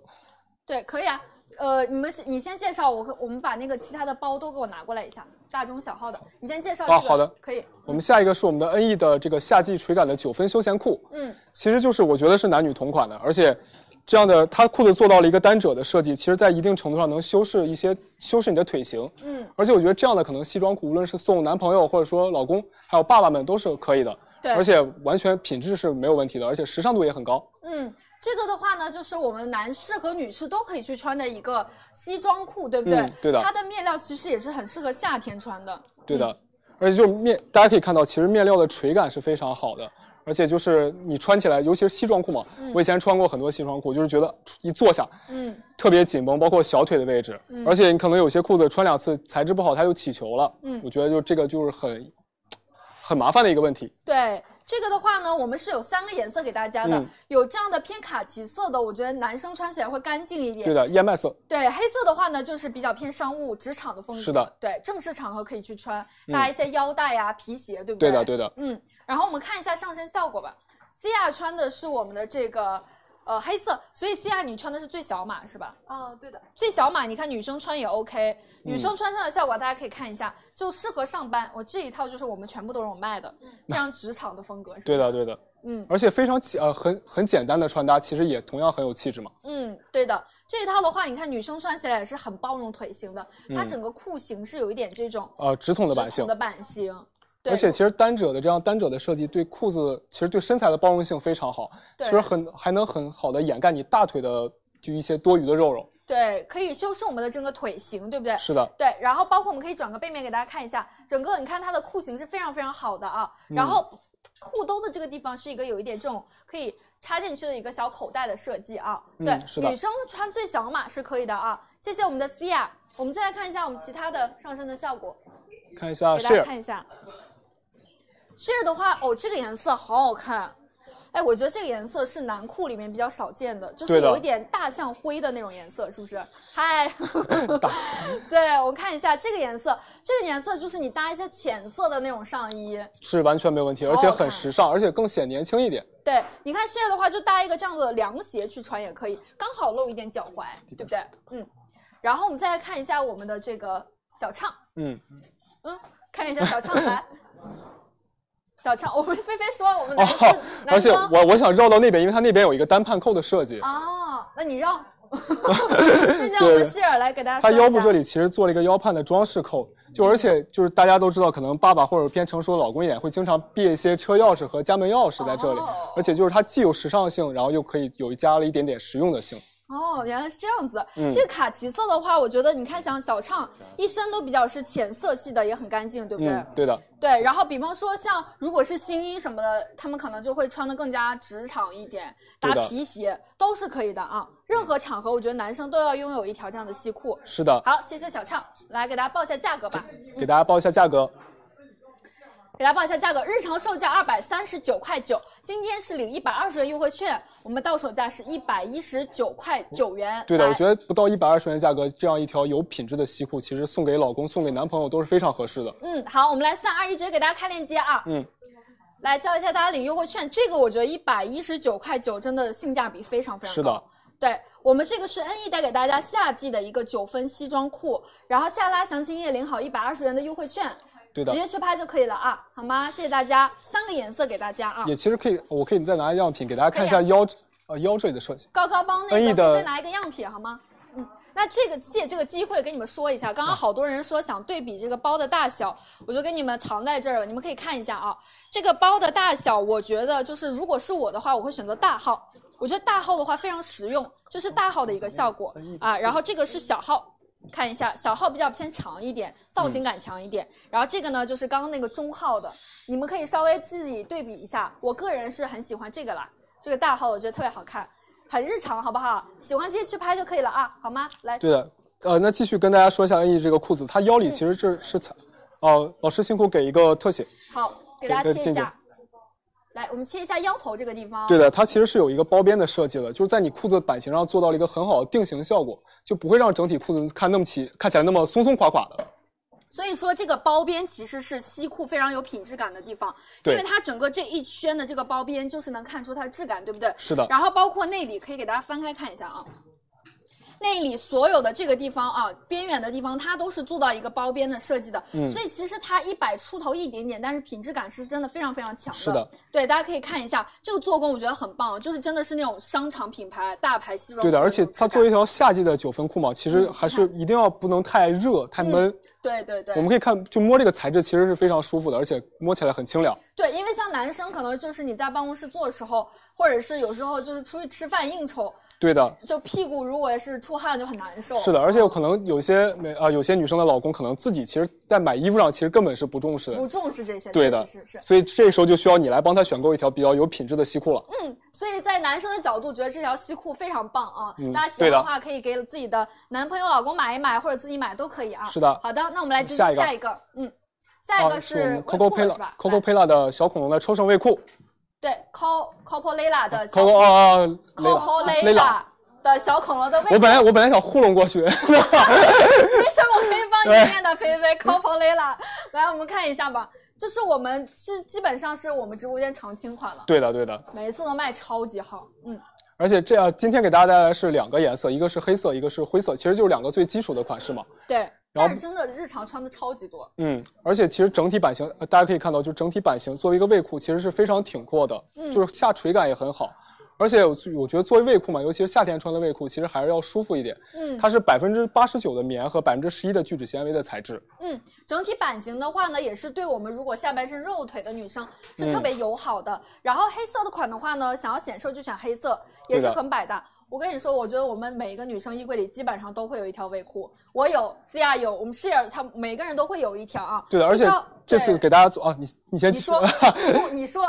Speaker 2: 对，可以啊。呃，你们先你先介绍，我可我们把那个其他的包都给我拿过来一下，大中小号的，你先介绍这个。
Speaker 1: 啊好的
Speaker 2: 可以。
Speaker 1: 我们下一个是我们的 NE 的这个夏季垂感的九分休闲裤，
Speaker 2: 嗯，
Speaker 1: 其实就是我觉得是男女同款的，而且这样的它裤子做到了一个单褶的设计，其实在一定程度上能修饰一些修饰你的腿型。
Speaker 2: 嗯，
Speaker 1: 而且我觉得这样的可能西装裤，无论是送男朋友或者说老公，还有爸爸们都是可以的。
Speaker 2: 对
Speaker 1: 而且完全品质是没有问题的，而且时尚度也很高。
Speaker 2: 嗯，这个的话呢，就是我们男士和女士都可以去穿的一个西装裤，对不对？
Speaker 1: 嗯对的
Speaker 2: 它的面料其实也是很适合夏天穿的。
Speaker 1: 对的，
Speaker 2: 嗯
Speaker 1: 而且就是面，大家可以看到，其实面料的垂感是非常好的，而且就是你穿起来，尤其是西装裤嘛，我以前穿过很多西装裤，就是觉得一坐下
Speaker 2: 嗯，
Speaker 1: 特别紧绷，包括小腿的位置，而且你可能有些裤子穿两次材质不好，它就起球了，
Speaker 2: 嗯
Speaker 1: 我觉得就这个就是很很麻烦的一个问题。
Speaker 2: 对，这个的话呢，我们是有三个颜色给大家的，
Speaker 1: 嗯
Speaker 2: 有这样的偏卡其色的，我觉得男生穿起来会干净一点。
Speaker 1: 对的，EMS ，E 色
Speaker 2: 对黑色的话呢，就是比较偏商务职场的风格。
Speaker 1: 是的，
Speaker 2: 对正式场合可以去穿，
Speaker 1: 嗯
Speaker 2: 搭一些腰带呀、皮鞋，对不
Speaker 1: 对
Speaker 2: 对
Speaker 1: 的对的，
Speaker 2: 嗯，然后我们看一下上身效果吧。西亚穿的是我们的这个呃黑色，所以西亚你穿的是最小码是吧？
Speaker 8: 哦，对的，
Speaker 2: 最小码你看女生穿也 OK，女
Speaker 1: 嗯
Speaker 2: 生穿上的效果大家可以看一下，就适合上班。我这一套就是我们全部都是我卖的，非常职场的风格。是不
Speaker 1: 嗯对
Speaker 2: 是
Speaker 1: 的，对的，
Speaker 2: 嗯
Speaker 1: 而且非常简呃很很简单的穿搭，其实也同样很有气质嘛。
Speaker 2: 嗯，对的。这一套的话，你看女生穿起来也是很包容腿型的，它
Speaker 1: 嗯
Speaker 2: 整个裤型是有一点这种
Speaker 1: 呃，直筒的版
Speaker 2: 直
Speaker 1: 型
Speaker 2: 筒的，版型，对
Speaker 1: 而且其实单褶的这样单褶的设计，对裤子其实对身材的包容性非常好，
Speaker 2: 对
Speaker 1: 其实很还能很好的掩盖你大腿的就一些多余的肉肉。
Speaker 2: 对，可以修饰我们的整个腿型，对不对？
Speaker 1: 是的，
Speaker 2: 对，然后包括我们可以转个背面给大家看一下，整个你看它的裤型是非常非常好的啊。
Speaker 1: 嗯
Speaker 2: 然后裤兜的这个地方是一个有一点这种可以插进去的一个小口袋的设计啊。
Speaker 1: 嗯
Speaker 2: 对，
Speaker 1: 是的
Speaker 2: 女生穿最小码是可以的啊。谢谢我们的 C 亚，我们再来看一下我们其他的上身的效果，
Speaker 1: 看一下
Speaker 2: 给大家
Speaker 1: share，
Speaker 2: 看一下。share 的话，哦，这个颜色好好看。哎，我觉得这个颜色是男裤里面比较少见的，就是
Speaker 1: 对的
Speaker 2: 有一点大象灰的那种颜色，是不是？ 嗨， 对我看一下这个颜色，这个颜色就是你搭一些浅色的那种上衣，
Speaker 1: 是完全没有问题，
Speaker 2: 好
Speaker 1: 而
Speaker 2: 好
Speaker 1: 且
Speaker 2: 看
Speaker 1: 很时尚，而且更显年轻一点。
Speaker 2: 对，你看 share 的话，就搭一个这样的凉鞋去穿也可以，刚好露一点脚踝，对不对？嗯。然后我们再来看一下我们的这个小畅，
Speaker 1: 嗯，
Speaker 2: 嗯，看一下小畅 来。小畅，我们菲菲说我们
Speaker 1: 哦
Speaker 2: 男士、，
Speaker 1: 而
Speaker 2: 男
Speaker 1: 且
Speaker 2: 生
Speaker 1: 我我想绕到那边，因为它那边有一个单盼扣的设计，
Speaker 2: 啊，那 你让，谢谢我们 share 来给大家说
Speaker 1: 它
Speaker 2: 一下。
Speaker 1: 腰部这里其实做了一个腰畔的装饰扣，
Speaker 2: 嗯
Speaker 1: 就而且就是大家都知道，可能爸爸或者偏成熟的老公一点会经常别一些车钥匙和家门钥匙在这里
Speaker 2: 哦，
Speaker 1: 而且就是它既有时尚性，然后又可以有加了一点点实用的性。
Speaker 2: 哦，原来是这样子。
Speaker 1: 嗯
Speaker 2: 这个卡其色的话，我觉得你看，像小畅一身都比较是浅色系的，也很干净，对不对？
Speaker 1: 嗯，对的，
Speaker 2: 对。然后，比方说像如果是新衣什么的，他们可能就会穿的更加职场一点，
Speaker 1: 对
Speaker 2: 搭
Speaker 1: 的嗯
Speaker 2: 皮鞋都是可以的啊。任何场合，我觉得男生都要拥有一条这样的西裤。
Speaker 1: 是的，
Speaker 2: 好，谢谢小畅，来给大家报一下价格吧，
Speaker 1: 给大家报一下价格，
Speaker 2: 哎给大家报一下价格，日常售价二百三十九块九，今天是领一百二十元优惠券，我们到手价是一百一十九块九元。
Speaker 1: 对的，
Speaker 2: 来
Speaker 1: 我觉得不到一百二十元价格，这样一条有品质的西裤，其实送给老公、送给男朋友都是非常合适的。
Speaker 2: 嗯，好，我们来三二一，直接给大家开链接啊！
Speaker 1: 嗯，
Speaker 2: 来教一下大家领优惠券，这个我觉得一百一十九块九真的性价比非常非常高。
Speaker 1: 是的，
Speaker 2: 对我们这个是 NE 带给大家夏季的一个九分西装裤，然后下拉详情页领好一百二十元的优惠券，
Speaker 1: 对
Speaker 2: 直
Speaker 1: 的。
Speaker 2: 接去拍就可以了啊，好吗？谢谢大家，三个颜色给大家啊，
Speaker 1: 也其实可以，我可以再拿样品给大家看一下
Speaker 2: 可
Speaker 1: 腰，呃腰这里的设计。
Speaker 2: 高高帮那
Speaker 1: NE
Speaker 2: 个
Speaker 1: 的
Speaker 2: 再拿一个样品好吗？嗯，那这个借这个机会跟你们说一下，刚刚好多人说想对比这个包的大小，我就给你们藏在这儿了，你们可以看一下啊。这个包的大小，我觉得就是如果是我的话，我会选择大号，我觉得大号的话非常实用，这是大号的一个效果啊。然后这个是小号。看一下，小号比较偏长一点，造
Speaker 1: 嗯
Speaker 2: 型感强一点。然后这个呢，就是刚刚那个中号的，你们可以稍微自己对比一下。我个人是很喜欢这个啦，这个大号我觉得特别好看，很日常，好不好？喜欢直接去拍就可以了啊，好吗？来，
Speaker 1: 对的，呃，那继续跟大家说一下 NE 这个裤子，它腰
Speaker 2: 嗯
Speaker 1: 里其实这是彩，哦、老师辛苦给一个特写。
Speaker 2: 好，给
Speaker 1: 给
Speaker 2: 大家
Speaker 1: 个
Speaker 2: 切一
Speaker 1: 静静
Speaker 2: 下。来，我们切一下腰头这个地方。
Speaker 1: 对的，它其实是有一个包边的设计的，就是在你裤子的版型上做到了一个很好的定型效果，就不会让整体裤子看那么起看起来那么松松垮垮的。
Speaker 2: 所以说这个包边其实是西裤非常有品质感的地方，因
Speaker 1: 对
Speaker 2: 为它整个这一圈的这个包边就是能看出它的质感，对不对？
Speaker 1: 是的，
Speaker 2: 然后包括内里，可以给大家翻开看一下啊。内里所有的这个地方啊，边缘的地方，它都是做到一个包边的设计的，
Speaker 1: 嗯
Speaker 2: 所以其实它一百出头一点点，但是品质感是真的非常非常强的。
Speaker 1: 是的，
Speaker 2: 对，大家可以看一下这个做工，我觉得很棒，就是真的是那种商场品牌大牌西装裤
Speaker 1: 对的，
Speaker 2: 那种
Speaker 1: 而
Speaker 2: 质
Speaker 1: 且
Speaker 2: 感。嗯
Speaker 1: 它作为一条夏季的九分裤嘛，其实还是一定要不能太热太闷。
Speaker 2: 对对对，
Speaker 1: 我们可以看，就摸这个材质其实是非常舒服的，而且摸起来很清凉。
Speaker 2: 对，因为像男生可能就是你在办公室坐的时候，或者是有时候就是出去吃饭应酬，
Speaker 1: 对的，
Speaker 2: 就屁股如果是出汗就很难受。
Speaker 1: 是的，而且有可能有些美啊、有些女生的老公可能自己其实，在买衣服上其实根本是不重视的，
Speaker 2: 不重视这些，
Speaker 1: 对的
Speaker 2: 确实是是。
Speaker 1: 所以这时候就需要你来帮他选购一条比较有品质的西裤了。
Speaker 2: 嗯，所以在男生的角度，觉得这条西裤非常棒啊！
Speaker 1: 嗯
Speaker 2: 大家喜
Speaker 1: 对
Speaker 2: 欢
Speaker 1: 的
Speaker 2: 的话，可以给自己的男朋友、老公买一买，或者自己买都可以啊。
Speaker 1: 是的
Speaker 2: 好的，那我们来直接
Speaker 1: 下一个
Speaker 2: 下一个。嗯，下一
Speaker 1: 啊
Speaker 2: 个
Speaker 1: 是我们
Speaker 2: 是
Speaker 1: Coco
Speaker 2: 卫裤是
Speaker 1: Pella
Speaker 2: 吧哎
Speaker 1: Coco Pella 的小恐龙的抽绳卫裤
Speaker 2: 对 Co Coppola 的小
Speaker 1: ，Coco 啊
Speaker 2: Coppola 的小恐龙的卫
Speaker 1: 我
Speaker 2: 裤。
Speaker 1: 本来我本来想糊弄过去，
Speaker 2: 没事，我可以帮
Speaker 1: 对
Speaker 2: 你念的，菲菲 Coppola。来，我们看一下吧，这是我们基基本上是我们直播间常青款了，
Speaker 1: 对的对的。
Speaker 2: 每一次都卖超级好。嗯，
Speaker 1: 而且这样今天给大家带来的是两个颜色，一个是黑色，一个是灰色，其实就是两个最基础的款式嘛。
Speaker 2: 对。
Speaker 1: 然后
Speaker 2: 但是真的日常穿的超级多，
Speaker 1: 嗯，而且其实整体版型，呃大家可以看到，就整体版型作为一个卫裤，其实是非常挺阔的，
Speaker 2: 嗯
Speaker 1: 就是下垂感也很好。而且我我觉得作为卫裤嘛，尤其是夏天穿的卫裤，其实还是要舒服一点。
Speaker 2: 嗯，
Speaker 1: 它是百分之八十九的棉和百分之十一的聚酯纤维的材质。
Speaker 2: 嗯，整体版型的话呢，也是对我们如果下半身肉腿的女生是
Speaker 1: 嗯
Speaker 2: 特别友好的。然后黑色的款的话呢，想要显瘦就选黑色，也是
Speaker 1: 对的
Speaker 2: 很百搭。我跟你说，我觉得我们每一个女生衣柜里基本上都会有一条围裤，我有，C R 有，我们室友他们每个人都会有一条啊。
Speaker 1: 对的，而且
Speaker 2: 你知道
Speaker 1: 这次
Speaker 2: 对
Speaker 1: 给大家做啊，你你先
Speaker 2: 你说，不 你说，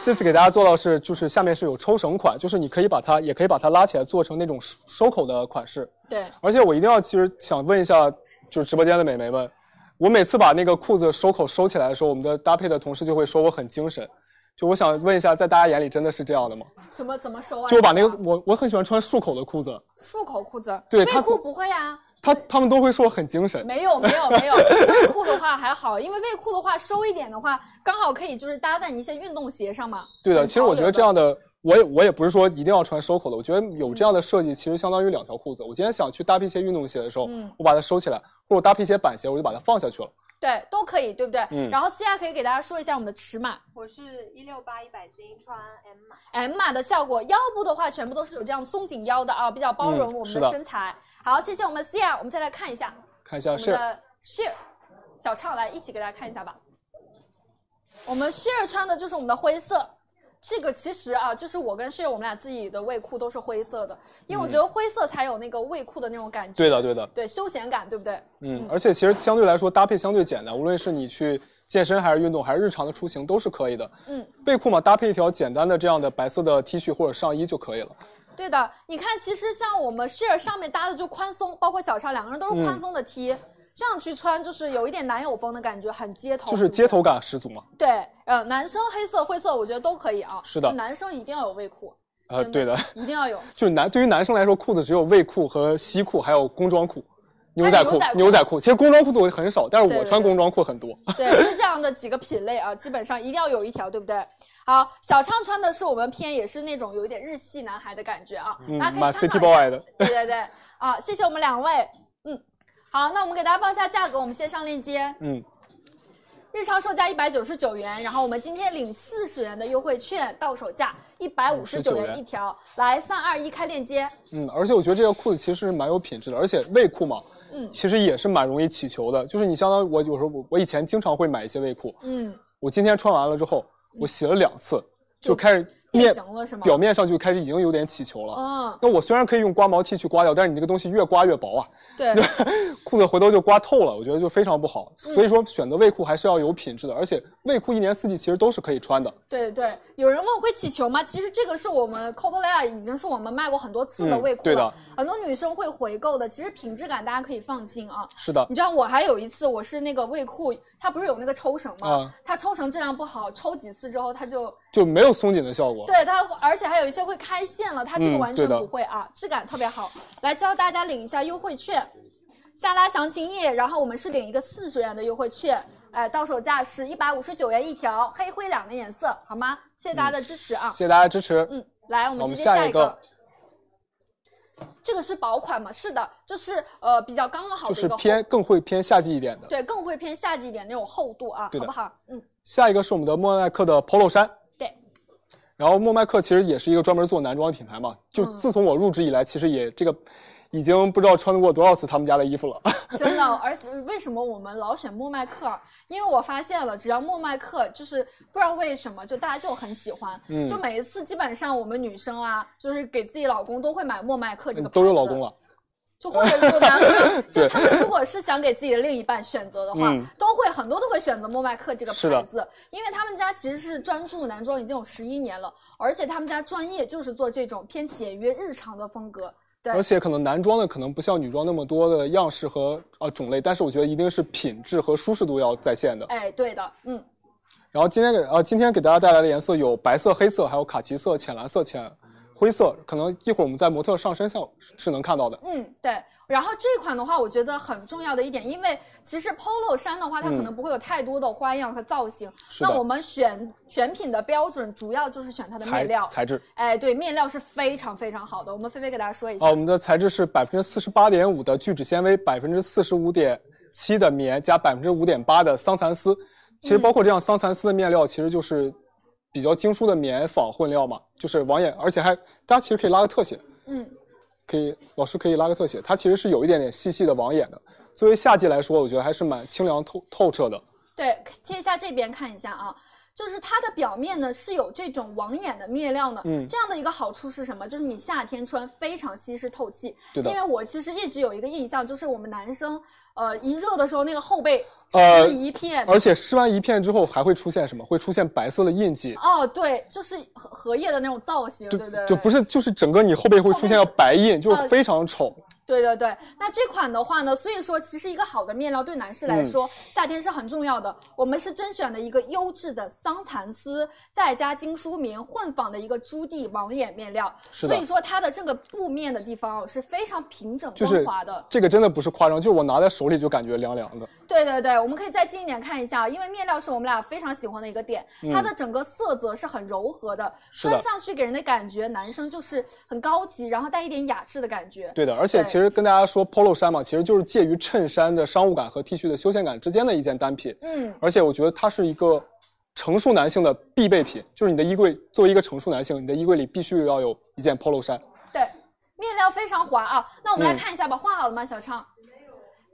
Speaker 1: 这次给大家做到是，就是下面是有抽绳款，就是你可以把它，也可以把它拉起来做成那种收收口的款式。
Speaker 2: 对，
Speaker 1: 而且我一定要，其实想问一下，就是直播间的美眉们，我每次把那个裤子收口收起来的时候，我们的搭配的同事就会说我很精神。就我想问一下，在大家眼里真的是这样的吗？
Speaker 2: 什么怎么收啊？
Speaker 1: 就我把那
Speaker 2: 你
Speaker 1: 个
Speaker 2: 说
Speaker 1: 我我很喜欢穿束口的裤子，
Speaker 2: 束口裤子，
Speaker 1: 对
Speaker 2: 内
Speaker 1: 它
Speaker 2: 裤
Speaker 1: 怎
Speaker 2: 不会啊。
Speaker 1: 他他们都会说我很精神。
Speaker 2: 没有没有没有， 卫裤的话还好，因为卫裤的话收一点的话，刚好可以就是搭在你一些运动鞋上嘛。
Speaker 1: 对的，
Speaker 2: 很
Speaker 1: 其实我
Speaker 2: 潮
Speaker 1: 觉
Speaker 2: 流
Speaker 1: 得
Speaker 2: 的
Speaker 1: 这样的，我也我也不是说一定要穿收口的，我觉得有这样的设计，其实相当于两条裤子。我今天想去搭配一些运动鞋的时候，
Speaker 2: 嗯
Speaker 1: 我把它收起来，或者我搭配一些板鞋，我就把它放下去了。
Speaker 2: 对都可以，对不对？
Speaker 1: 嗯
Speaker 2: 然后现在可以给大家说一下我们的尺码
Speaker 9: 我是一六八一百斤，穿 M 码。
Speaker 2: ，M 码的效果，腰部的话全部都是有这样松紧腰的啊，比较包
Speaker 1: 嗯
Speaker 2: 容我们
Speaker 1: 是
Speaker 2: 的
Speaker 1: 的
Speaker 2: 身材。好，谢谢我们 Cia，我们再来看一下
Speaker 1: 看一下
Speaker 2: 我们
Speaker 1: 是
Speaker 2: 的 Share 小畅，来一起给大家看一下吧。我们 Share 穿的就是我们的灰色。这个其实啊，就是我跟 Share 我们俩自己的卫裤都是灰色的，因为我觉得灰色才有那个卫裤的那种感觉。
Speaker 1: 嗯对的，对的。
Speaker 2: 对休闲感，对不对？
Speaker 1: 嗯，而且其实相对来说搭配相对简单，无论是你去健身还是运动，还是日常的出行都是可以的。
Speaker 2: 嗯，
Speaker 1: 背裤嘛，搭配一条简单的这样的白色的 T 恤或者上衣就可以了。
Speaker 2: 对的。你看，其实像我们 share 上面搭的就宽松，包括小畅两个人都是
Speaker 1: 嗯
Speaker 2: 宽松的 T，、这样去穿就是有一点男友风的感觉，很街头。
Speaker 1: 就是
Speaker 2: 不
Speaker 1: 街头感十足嘛。
Speaker 2: 对，呃，男生黑色、灰色，我觉得都可以啊。
Speaker 1: 是的
Speaker 2: 男生一定要有卫裤，
Speaker 1: 呃，
Speaker 2: 真的
Speaker 1: 对的，
Speaker 2: 一定要有。
Speaker 1: 就是男对于男生来说，裤子只有卫裤和西裤，还有工装裤、牛仔
Speaker 2: 牛
Speaker 1: 裤
Speaker 2: 仔、裤
Speaker 1: 牛仔裤。其实工装裤子我很少，但是
Speaker 2: 对
Speaker 1: 我
Speaker 2: 对
Speaker 1: 穿
Speaker 2: 对
Speaker 1: 工装裤很多。
Speaker 2: 对，就这样的几个品类啊，基本上一定要有一条，对不对？好，小畅穿的是我们偏也是那种有一点日系男孩的感觉啊，
Speaker 1: 嗯，
Speaker 2: 大家可以
Speaker 1: 蛮
Speaker 2: 参考
Speaker 1: City
Speaker 2: 一下。
Speaker 1: Boy 的。
Speaker 2: 对对对，啊，谢谢我们两位，嗯，好，那我们给大家报一下价格，我们先上链接。
Speaker 1: 嗯，
Speaker 2: 日常售价一百九十九元，然后我们今天领四十元的优惠券，到手价一百五十九元一条。来，三二一，开链接。
Speaker 1: 嗯，而且我觉得这个裤子其实是蛮有品质的，而且卫裤嘛，
Speaker 2: 嗯
Speaker 1: 其实也是蛮容易起球的。就是你相当于我有时候我我以前经常会买一些卫裤，
Speaker 2: 嗯，
Speaker 1: 我今天穿完了之后，我洗了两次，就开始
Speaker 2: 变
Speaker 1: 面
Speaker 2: 形了是吗？
Speaker 1: 表面上就开始已经有点起球了。
Speaker 2: 嗯，
Speaker 1: 那我虽然可以用刮毛器去刮掉，但是你这个东西越刮越薄啊，
Speaker 2: 对，
Speaker 1: 裤子回头就刮透了，我觉得就非常不好。
Speaker 2: 嗯
Speaker 1: 所以说选择卫裤还是要有品质的，而且卫裤一年四季其实都是可以穿的。
Speaker 2: 对对，有人问会起球吗？其实这个是我们 c o p o l a 已经是我们卖过很多次的
Speaker 1: 嗯
Speaker 2: 卫裤
Speaker 1: 对
Speaker 2: 了
Speaker 1: 的，
Speaker 2: 很多女生会回购的。其实品质感大家可以放心啊。
Speaker 1: 是的
Speaker 2: 你，知道我还有一次，我是那个卫裤，它不是有那个抽绳吗？
Speaker 1: 嗯
Speaker 2: 它抽绳质量不好，抽几次之后它就
Speaker 1: 就没有松紧的效果。
Speaker 2: 对它，而且还有一些会开线了，它这个
Speaker 1: 嗯
Speaker 2: 完全
Speaker 1: 对的
Speaker 2: 不会啊，质感特别好。来教大家领一下优惠券，下拉详情页，然后我们是领一个四十元的优惠券，哎，到手价是一百五十九元一条，黑灰两个颜色，好吗？谢谢大家的支持啊！
Speaker 1: 谢谢大家支持。
Speaker 2: 嗯，来，我
Speaker 1: 好
Speaker 2: 们
Speaker 1: 我
Speaker 2: 直
Speaker 1: 们
Speaker 2: 接
Speaker 1: 下
Speaker 2: 一
Speaker 1: 一
Speaker 2: 个
Speaker 1: 个。
Speaker 2: 这个是薄款嘛？是的，就是呃比较刚刚好
Speaker 1: 就
Speaker 2: 的一
Speaker 1: 是
Speaker 2: 个厚，
Speaker 1: 偏更会偏夏季一点的。
Speaker 2: 对，更会偏夏季一点那种厚度啊，
Speaker 1: 对
Speaker 2: 好
Speaker 1: 的
Speaker 2: 不好？嗯，
Speaker 1: 下一个是我们的莫奈克的 Polo 衫。
Speaker 2: 对。
Speaker 1: 然后莫奈克其实也是一个专门做男装的品牌嘛，就
Speaker 2: 嗯
Speaker 1: 自从我入职以来，其实也这个已经不知道穿过多少次他们家的衣服 了。
Speaker 2: 真的，而且为什么我们老选莫麦克？因为我发现了，只要莫麦克，就是不知道为什么，就大家就很喜欢。
Speaker 1: 嗯
Speaker 2: 就每一次基本上我们女生啊，就是给自己老公都会买莫麦克这个牌子。
Speaker 1: 嗯都有老公。了，
Speaker 2: 就或者是男朋友，就
Speaker 1: 对
Speaker 2: 他们如果是想给自己的另一半选择的话，
Speaker 1: 嗯
Speaker 2: 都会很多都会选择莫麦克这个
Speaker 1: 是
Speaker 2: 牌
Speaker 1: 的
Speaker 2: 子，因为他们家其实是专注男装已经有十一年了，而且他们家专业就是做这种偏简约日常的风格，对
Speaker 1: 而且可能男装的可能不像女装那么多的样式和呃种类，但是我觉得一定是品质和舒适度要在线的。
Speaker 2: 哎，对的，嗯，
Speaker 1: 然后今天给呃今天给大家带来的颜色有白色、黑色，还有卡其色、浅蓝色、浅灰色，可能一会儿我们在模特上身上是能看到的。
Speaker 2: 嗯，对。然后这款的话，我觉得很重要的一点，因为其实 polo 衫的话，它可能不会有太多的花样和造型。
Speaker 1: 嗯是
Speaker 2: 那我
Speaker 1: 的，
Speaker 2: 们选选品的标准主要就是选它的面
Speaker 1: 材
Speaker 2: 料。
Speaker 1: 材质。
Speaker 2: 哎，对，面料是非常非常好的。我们菲菲给大家说一下。
Speaker 1: 啊，我们的材质是百分之四十八点五的聚酯纤维，百分之四十五点七的棉，加百分之五点八的桑蚕丝。其
Speaker 2: 嗯
Speaker 1: 实包括这样桑蚕丝的面料，其实就是比较精疏的棉纺混料嘛，就是网眼，而且还大家其实可以拉个特写，
Speaker 2: 嗯，
Speaker 1: 可以老师可以拉个特写，它其实是有一点点细细的网眼的。作为夏季来说，我觉得还是蛮清凉透透彻的。
Speaker 2: 对，切一下这边看一下啊，就是它的表面呢是有这种网眼的面料呢。
Speaker 1: 嗯
Speaker 2: 这样的一个好处是什么？就是你夏天穿非常吸湿透气。
Speaker 1: 对的
Speaker 2: 因为我其实一直有一个印象，就是我们男生呃一热的时候，那个后背
Speaker 1: 呃
Speaker 2: 湿一片。
Speaker 1: 而且湿完一片之后，还会出现什么？会出现白色的印记。
Speaker 2: 哦，对，就是荷荷叶的那种造型，
Speaker 1: 就
Speaker 2: 对不对？
Speaker 1: 就不是，就是整个你后背会出现个白印，就是
Speaker 2: 呃
Speaker 1: 非常丑。
Speaker 2: 对对对，那这款的话呢，所以说其实一个好的面料对男士
Speaker 1: 嗯
Speaker 2: 来说，夏天是很重要的。我们是甄选的一个优质的桑蚕丝，再加精梳棉混纺的一个朱地网眼面料，
Speaker 1: 是
Speaker 2: 所
Speaker 1: 的
Speaker 2: 以说它的这个布面的地方哦是非常平整
Speaker 1: 就是
Speaker 2: 光滑的。
Speaker 1: 这个真的不是夸张，就是我拿在手里就感觉凉凉的。
Speaker 2: 对对对，我们可以再近一点看一下，因为面料是我们俩非常喜欢的一个点，它的整个色泽是很柔和的，
Speaker 1: 嗯是的
Speaker 2: 穿上去给人的感觉，男生就是很高级，然后带一点雅致的感觉。
Speaker 1: 对的，而且
Speaker 2: 对
Speaker 1: 其实跟大家说，polo 衫嘛，其实就是介于衬衫的商务感和 T 恤的休闲感之间的一件单品。
Speaker 2: 嗯，
Speaker 1: 而且我觉得它是一个成熟男性的必备品，就是你的衣柜作为一个成熟男性，你的衣柜里必须要有一件 polo 衫。
Speaker 2: 对，面料非常滑啊。那我们来
Speaker 1: 嗯
Speaker 2: 看一下吧，换好了吗，小畅？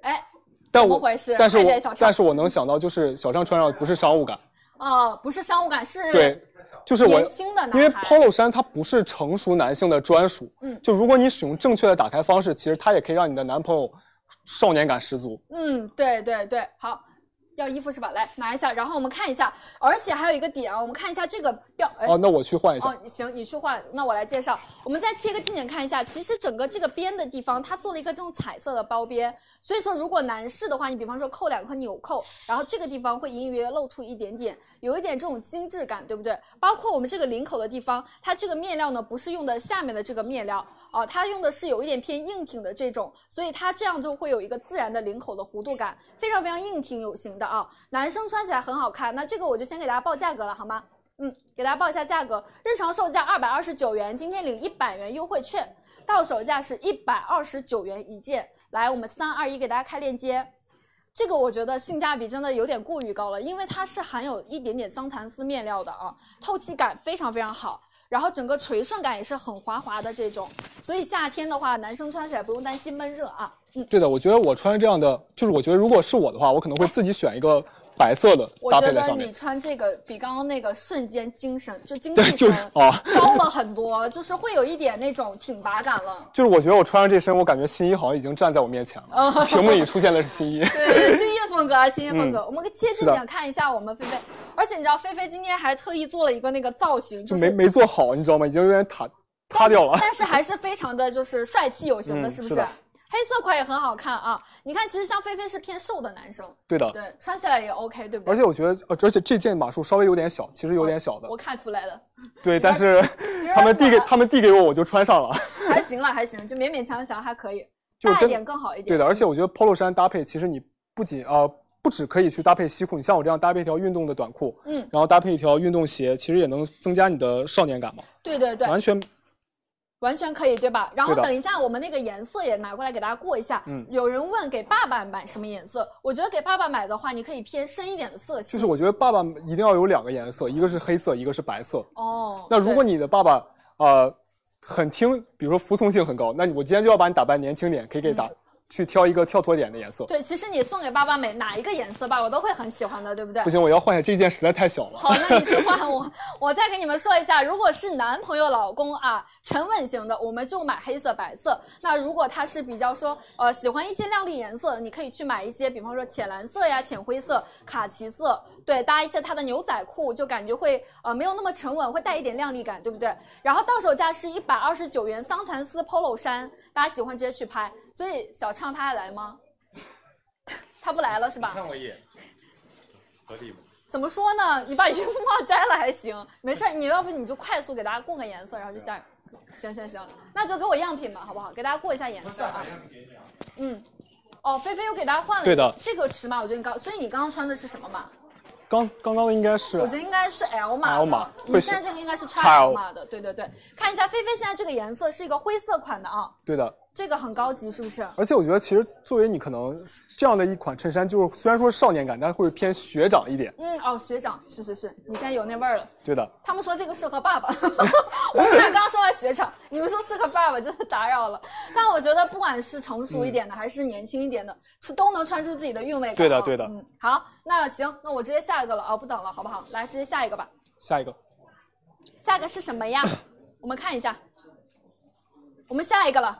Speaker 2: 哎，
Speaker 1: 但
Speaker 2: 怎么
Speaker 1: 我
Speaker 2: 回事
Speaker 1: 但是
Speaker 2: 快
Speaker 1: 我
Speaker 2: 点小畅
Speaker 1: 但是我能想到，就是小畅穿上不是商务感，
Speaker 2: 哦，不是商务感，是
Speaker 1: 对，就是我
Speaker 2: 年轻的男孩。
Speaker 1: 因为 polo 衫它不是成熟男性的专属，
Speaker 2: 嗯
Speaker 1: 就如果你使用正确的打开方式，其实它也可以让你的男朋友少年感十足。
Speaker 2: 嗯，对对对，好。要衣服是吧？来拿一下，然后我们看一下，而且还有一个点啊，我们看一下这个标，哎，
Speaker 1: 哦，那我去换一下。
Speaker 2: 哦，行，你去换，那我来介绍。我们再切个近点看一下，其实整个这个边的地方，它做了一个这种彩色的包边，所以说如果男士的话，你比方说扣两颗纽扣，然后这个地方会隐隐约约露出一点点，有一点这种精致感，对不对？包括我们这个领口的地方，它这个面料呢不是用的下面的这个面料啊，它用的是有一点偏硬挺的这种，所以它这样就会有一个自然的领口的弧度感，非常非常硬挺有型的啊，男生穿起来很好看。那这个我就先给大家报价格了，好吗？嗯，给大家报一下价格，日常售价二百二十九元，今天领一百元优惠券，到手价是一百二十九元一件。来，我们三二一给大家开链接。这个我觉得性价比真的有点过于高了，因为它是含有一点点桑蚕丝面料的啊，透气感非常非常好，然后整个垂顺感也是很滑滑的这种，所以夏天的话，男生穿起来不用担心闷热啊。嗯，
Speaker 1: 对的，我觉得我穿这样的，就是我觉得如果是我的话，我可能会自己选一个白色的
Speaker 2: 我
Speaker 1: 搭
Speaker 2: 觉
Speaker 1: 配在
Speaker 2: 得
Speaker 1: 上
Speaker 2: 你
Speaker 1: 面。
Speaker 2: 穿这个比刚刚那个瞬间精神就精
Speaker 1: 对，
Speaker 2: 气
Speaker 1: 就是
Speaker 2: 神
Speaker 1: 哦，
Speaker 2: 高了很多， 就是会有一点那种挺拔感 了。
Speaker 1: 就是我觉得我穿上这身，我感觉新一好像已经站在我面前
Speaker 2: 哦
Speaker 1: 了。屏幕里出现的是 新一。
Speaker 2: 对，新叶风格啊，新叶风格，
Speaker 1: 嗯
Speaker 2: 我们切近
Speaker 1: 是的
Speaker 2: 点看一下我们菲菲。而且你知道，菲菲今天还特意做了一个那个造型，
Speaker 1: 就是没没做好，你知道吗？已经有点塌塌掉了。
Speaker 2: 但是还是非常的就是帅气有型的，
Speaker 1: 嗯
Speaker 2: 是不
Speaker 1: 是
Speaker 2: 是？
Speaker 1: 的
Speaker 2: 黑色款也很好看啊！你看，其实像菲菲是偏瘦的男生，
Speaker 1: 对的，
Speaker 2: 对，穿起来也 OK，对不对？
Speaker 1: 呃而且我觉得，呃而且这件码数稍微有点小，其实有点小的
Speaker 2: 我。看出来了，
Speaker 1: 对，但是
Speaker 2: 点
Speaker 1: 他们递给
Speaker 2: 短
Speaker 1: 他们递给我，我就穿上了。
Speaker 2: 还行了，还行，就勉勉强强还可以，
Speaker 1: 就
Speaker 2: 大一
Speaker 1: 跟
Speaker 2: 点更好一点。
Speaker 1: 对的，而且我觉得 polo 衫搭配，其实你不仅呃不只可以去搭配西裤，你像我这样搭配一条运动的短裤，
Speaker 2: 嗯，
Speaker 1: 然后搭配一条运动鞋，其实也能增加你的少年感嘛，
Speaker 2: 对对对，
Speaker 1: 完全
Speaker 2: 完全可以，对吧？然后
Speaker 1: 对的
Speaker 2: 等一下，我们那个颜色也拿过来给大家过一下。
Speaker 1: 嗯
Speaker 2: 有人问给爸爸买什么颜色？我觉得给爸爸买的话，你可以偏深一点的色系。
Speaker 1: 就是我觉得爸爸一定要有两个颜色，一个是黑色，一个是白色。
Speaker 2: 哦，
Speaker 1: 那如果
Speaker 2: 对
Speaker 1: 你的爸爸呃很听，比如说服从性很高，那你我今天就要把你打扮年轻点，可以给打去挑一个跳脱点的颜色。
Speaker 2: 嗯对，其实你送给爸爸每哪一个颜色，爸爸都会很喜欢的，对不对
Speaker 1: 不？行，我要换下这件实在太小了。
Speaker 2: 好，那你去换 我。我再给你们说一下，如果是男朋友、老公啊，沉稳型的，我们就买黑色、白色。那如果他是比较说，呃，喜欢一些亮丽颜色，你可以去买一些，比方说浅蓝色呀、浅灰色、卡其色，对，搭一些他的牛仔裤，就感觉会呃没有那么沉稳，会带一点亮丽感，对不对？然后到手价是一百二十九元桑蚕丝 polo 衫，大家喜欢直接去拍。所以小畅他还来吗？ 他不来了是吧？
Speaker 5: 看我一眼，合理吗？
Speaker 2: 怎么说呢？你把渔夫帽摘了还行，没事儿，你要不你就快速给大家过个颜色，然后就下。行行行，那就给我样品吧，好不好？给大家过一下颜色啊。嗯，哦，菲菲又给大家换了一
Speaker 1: 对
Speaker 2: 个
Speaker 1: 的
Speaker 2: 这个尺码，我觉得你刚，所以你刚刚穿的是什么码？
Speaker 1: 刚刚刚的应该是
Speaker 2: 我觉得应该是 L 码的
Speaker 1: L 码
Speaker 2: 你
Speaker 1: 会
Speaker 2: 现在
Speaker 1: 是
Speaker 2: 这个应该是
Speaker 1: XL
Speaker 2: 码的，对对对。看一下菲菲现在这个颜色是一个灰色款的啊，
Speaker 1: 对的。
Speaker 2: 这个很高级，是不是？
Speaker 1: 而且我觉得，其实作为你可能这样的一款衬衫，就是虽然说是少年感，但是会偏学长一点。
Speaker 2: 嗯，哦，学长，是是是，你现在有那味儿了。
Speaker 1: 对的，
Speaker 2: 他们说这个适合爸爸， 我们俩刚刚说完学长，你们说适合爸爸，真的打扰了。但我觉得不管是成熟一点的，还是年轻一点的，出都能穿出自己的韵味感
Speaker 1: 嗯
Speaker 2: 啊。
Speaker 1: 对的对的
Speaker 2: 嗯，好，那行，那我直接下一个了啊、不等了，好不好？来，直接下一个吧。
Speaker 1: 下一个
Speaker 2: 下一个是什 么呀？我们看一下，我们下一个了，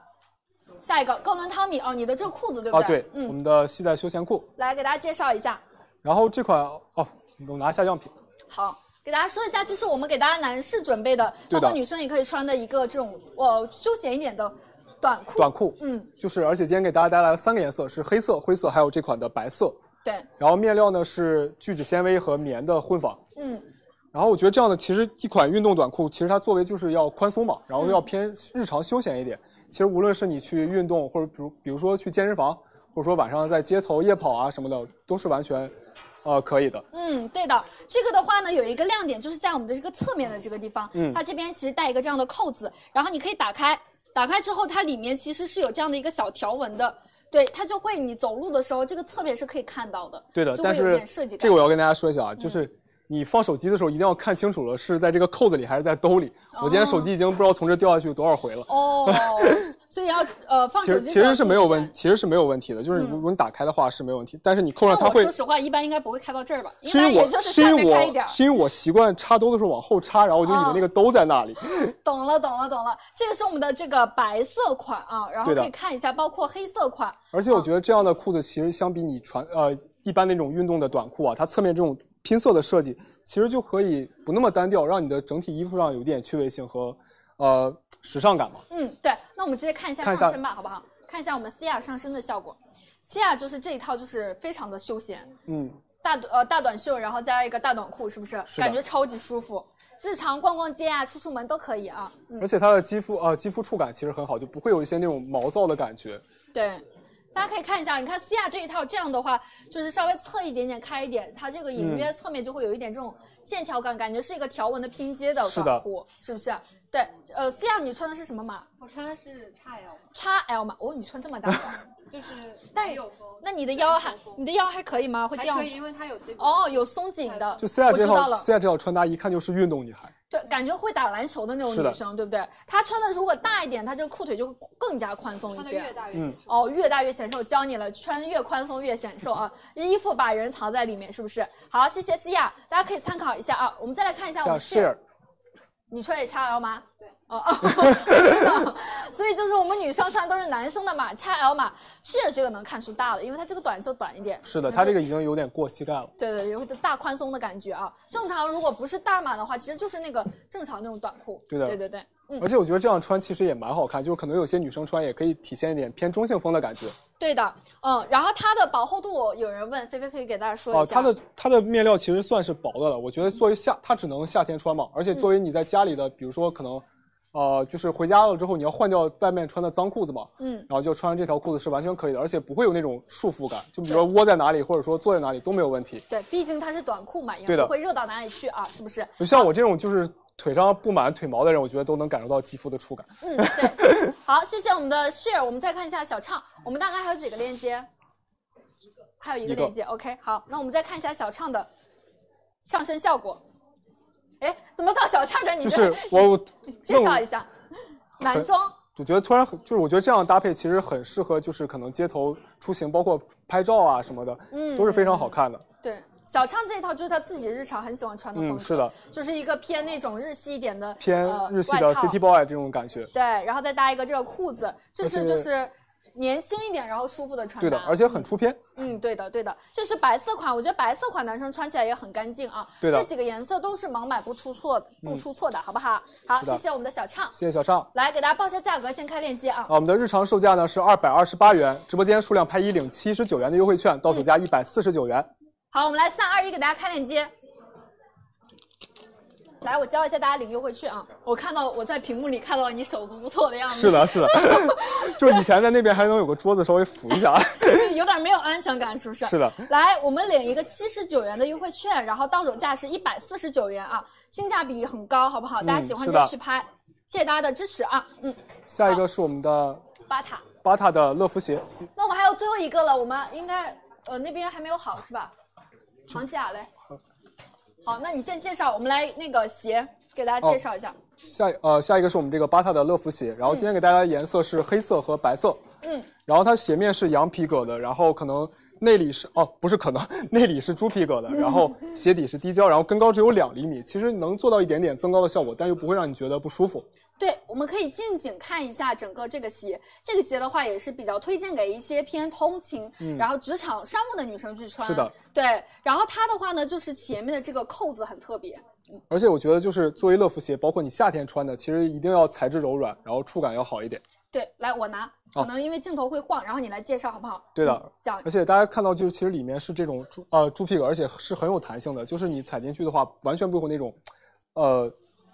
Speaker 2: 下一个哥伦汤米哦，你的这个裤子对不
Speaker 1: 啊，
Speaker 2: 对？
Speaker 1: 对，我
Speaker 2: 嗯，
Speaker 1: 们的系带休闲裤。
Speaker 2: 来给大家介绍一下。
Speaker 1: 然后这款哦，我拿下样品，
Speaker 2: 好，给大家说一下，这是我们给大家男士准备的，
Speaker 1: 对
Speaker 2: 包
Speaker 1: 的
Speaker 2: 括女生也可以穿的一个这种呃休闲一点的短裤。
Speaker 1: 短裤，
Speaker 2: 嗯，
Speaker 1: 就是而且今天给大家带来了三个颜色，是黑色、灰色，还有这款的白色。
Speaker 2: 对，
Speaker 1: 然后面料呢是聚酯纤维和棉的混纺。
Speaker 2: 嗯，
Speaker 1: 然后我觉得这样的其实一款运动短裤，其实它作为就是要宽松嘛，然后
Speaker 2: 嗯
Speaker 1: 要偏日常休闲一点。其实无论是你去运动，或者比如比如说去健身房，或者说晚上在街头夜跑啊什么的，都是完全，呃，可以的。
Speaker 2: 嗯，对的，这个的话呢，有一个亮点就是在我们的这个侧面的这个地方，
Speaker 1: 嗯
Speaker 2: 它这边其实带一个这样的扣子，然后你可以打开，打开之后它里面其实是有这样的一个小条纹的，对，它就会你走路的时候这个侧面是可以看到的，
Speaker 1: 对的，
Speaker 2: 就
Speaker 1: 但
Speaker 2: 会有
Speaker 1: 是
Speaker 2: 点设计感。嗯
Speaker 1: 这个我要跟大家说一下啊，就是你放手机的时候一定要看清楚了，是在这个扣子里还是在兜里。我今天手机已经不知道从这掉下去多少回了。
Speaker 2: 哦，所以要呃放
Speaker 1: 其
Speaker 2: 手
Speaker 1: 实
Speaker 2: 机
Speaker 1: 其实
Speaker 2: 上
Speaker 1: 是没有
Speaker 2: 注意
Speaker 1: 问
Speaker 2: 点，。
Speaker 1: 其实是没有问题的，就是如果你打开的话是没有问题，但是你扣上
Speaker 2: 但
Speaker 1: 它
Speaker 2: 我
Speaker 1: 会
Speaker 2: 说实话，一般应该不会开到这儿吧，应
Speaker 1: 是因
Speaker 2: 该
Speaker 1: 为
Speaker 2: 也
Speaker 1: 我
Speaker 2: 就是
Speaker 1: 是
Speaker 2: 下
Speaker 1: 因
Speaker 2: 面
Speaker 1: 为
Speaker 2: 开一点
Speaker 1: 我
Speaker 2: 儿。嗯
Speaker 1: 是因为我习惯插兜的时候往后插，然后我就以为那个兜在那里。
Speaker 2: 懂了，懂了，懂了。这个是我们的这个白色款啊，然后
Speaker 1: 对的
Speaker 2: 可以看一下，包括黑色款，
Speaker 1: 而且我觉得这样的裤子其实相比你传呃一般那种运动的短裤啊，它侧面这种拼色的设计，其实就可以不那么单调，让你的整体衣服上有点趣味性和呃时尚感嘛。
Speaker 2: 嗯，对。那我们直接看一下
Speaker 1: 看一下
Speaker 2: 上身吧，好不好？看一下我们西亚上身的效果。西亚就是这一套，就是非常的休闲，
Speaker 1: 嗯，
Speaker 2: 大短呃大短袖，然后加一个大短裤，是不是？
Speaker 1: 是的
Speaker 2: 感觉超级舒服，日常逛逛街啊，出出门都可以啊。嗯
Speaker 1: 而，且它的肌肤呃肌肤触感其实很好，就不会有一些那种毛躁的感觉。
Speaker 2: 对。大家可以看一下，你看西亚这一套，这样的话就是稍微侧一点点，开一点，它这个隐
Speaker 1: 嗯
Speaker 2: 约侧面就会有一点这种线条感，感觉是一个条纹的拼接的
Speaker 1: 是的
Speaker 2: 短裤，是不是？对，呃，西亚你穿的是什么码？
Speaker 9: 我穿的是 XL，
Speaker 2: XL 码，哦，你穿这么大码，
Speaker 9: 就是
Speaker 2: 但
Speaker 9: 没有风，
Speaker 2: 那你的腰还
Speaker 9: 没有，风
Speaker 2: 你的腰还可以吗？会
Speaker 9: 还
Speaker 2: 掉吗
Speaker 9: 可以，？因为它有这个
Speaker 2: 哦，有松紧的，
Speaker 1: 就 C 亚
Speaker 2: 我知
Speaker 1: 这
Speaker 2: 道
Speaker 1: 套
Speaker 2: 了
Speaker 1: C 亚这套穿搭，一看就是运动女孩。
Speaker 2: 对，感觉会打篮球的那
Speaker 1: 是
Speaker 2: 种
Speaker 1: 的
Speaker 2: 女生，对不对？她穿的如果大一点，她这个裤腿就更加宽松一
Speaker 9: 穿的
Speaker 2: 些。
Speaker 9: 越大越
Speaker 1: 嗯
Speaker 9: 显瘦。
Speaker 2: 哦，越大越显瘦，教你了，穿越宽松越显瘦啊！衣服把人藏在里面，是不是？好，谢谢西亚，大家可以参考一下啊。我们再来看一下
Speaker 1: 像
Speaker 2: 我们 share，
Speaker 1: share
Speaker 2: 你穿也 XL 吗？
Speaker 9: 对，
Speaker 2: 哦 哦，真的，所以就是我们女生穿都是男生的码，XL 码，share 这个能看出大了，因为它这个短袖短一点。
Speaker 1: 是的，
Speaker 2: 能
Speaker 1: 它
Speaker 2: 就
Speaker 1: 这个已经有点过膝盖了。
Speaker 2: 对对，有点大宽松的感觉啊。正常如果不是大码的话，其实就是那个正常那种短裤。
Speaker 1: 对的
Speaker 2: 对对对，嗯
Speaker 1: 而，且我觉得这样穿其实也蛮好看，就是可能有些女生穿也可以体现一点偏中性风的感觉。
Speaker 2: 对的，嗯。然后它的薄厚度，有人问菲菲可以给大家说
Speaker 1: 哦，
Speaker 2: 一下。
Speaker 1: 它的它的面料其实算是薄的了，我觉得作为夏，它只能夏天穿嘛。而且作为你在家里的，比如说可能，呃，就是回家了之后你要换掉外面穿的脏裤子嘛，
Speaker 2: 嗯，
Speaker 1: 然后就穿上这条裤子是完全可以的，而且不会有那种束缚感，就比如说窝在哪里或者说坐在哪里都没有问题。
Speaker 2: 对，毕竟它是短裤嘛，也
Speaker 1: 对的
Speaker 2: 不会热到哪里去啊，是 不是？
Speaker 1: 就像我这种就是腿上布满腿毛的人，我觉得都能感受到肌肤的触感。
Speaker 2: 嗯，对。好，谢谢我们的 share，我们再看一下小畅，我们大概还有几个链接？还有一个
Speaker 1: 一个
Speaker 2: 链接，OK。好，那我们再看一下小畅的上身效果。哎，怎么到小畅这儿？你
Speaker 1: 就
Speaker 2: 这
Speaker 1: 是我我
Speaker 2: 介绍一下，男
Speaker 1: 很
Speaker 2: 装。
Speaker 1: 我觉得突然很，就是我觉得这样搭配其实很适合，就是可能街头出行，包括拍照啊什么的，
Speaker 2: 嗯
Speaker 1: 都是非常好看的。
Speaker 2: 对，小畅这一套就是他自己日常很喜欢穿的风格，
Speaker 1: 嗯是的，
Speaker 2: 就是一个偏那种日系一点的
Speaker 1: 偏
Speaker 2: 呃
Speaker 1: 日系
Speaker 2: 外
Speaker 1: 的
Speaker 2: 套
Speaker 1: City Boy 这种感觉。
Speaker 2: 对，然后再搭一个这个裤子，这是
Speaker 1: 而且
Speaker 2: 就是年轻一点然后舒服的穿
Speaker 1: 对
Speaker 2: 搭，
Speaker 1: 的，而且很出片。
Speaker 2: 嗯，对的，对的，这是白色款，我觉得白色款男生穿起来也很干净啊。
Speaker 1: 对的嗯
Speaker 2: 这几个颜色都是盲买不出错的，不出错的，好不好？好，
Speaker 1: 是的
Speaker 2: 谢谢我们的小畅，
Speaker 1: 谢谢小畅。
Speaker 2: 来给大家报一下价格，先开链接啊
Speaker 1: 啊，。我们的日常售价呢是二百二十八元，直播间数量拍一领七十九元的优惠券，到手价一百四十九元。
Speaker 2: 好，我们来三二一给大家开链接。来，我教一下大家领优惠券啊！我看到我在屏幕里看到你手足无措的样 子，
Speaker 1: 是的， 是的，就是以前在那边还能有个桌子稍微扶一 下。
Speaker 2: 有点没有安全感，是不是？
Speaker 1: 是的，
Speaker 2: 来，我们领一个七十九元的优惠券，然后到手价是一百四十九元啊，性价比很高，好不好？大家喜欢
Speaker 1: 嗯是
Speaker 2: 就
Speaker 1: 的
Speaker 2: 去拍，谢谢大家的支持啊！嗯，
Speaker 1: 下一个是我们的
Speaker 2: 巴塔，
Speaker 1: 巴塔的乐福鞋，
Speaker 2: 那我们还有最后一个了，我们应该呃那边还没有好是吧？床甲嘞，好，那你先介绍，我们来那个鞋给大家介绍一下，
Speaker 1: 下一呃下一个是我们这个巴塔的乐福鞋，然后今天给大家的颜色是黑色和白色。
Speaker 2: 嗯，
Speaker 1: 然后它鞋面是羊皮革的，然后可能内里是哦，不是可能 内里是猪皮革的，然后鞋底是低胶，然后跟高只有两厘米，其实能做到一点点增高的效果，但又不会让你觉得不舒服。
Speaker 2: 对，我们可以近景看一下整个这个鞋，这个鞋的话也是比较推荐给一些偏通勤，然后职场商务的女生去穿。
Speaker 1: 嗯是的，
Speaker 2: 对。然后它的话呢，就是前面的这个扣子很特别，
Speaker 1: 而且我觉得就是作为乐福鞋，包括你夏天穿的，其实一定要材质柔软，然后触感要好一点。
Speaker 2: 对，来我拿，
Speaker 1: 哦
Speaker 2: 可能因为镜头会晃，然后你来介绍好不好？
Speaker 1: 对的
Speaker 2: 嗯讲
Speaker 1: 而且大家看到就是其实里面是这种猪呃猪皮革，而且是很有弹性的，就是你踩进去的话，完全不会有那种呃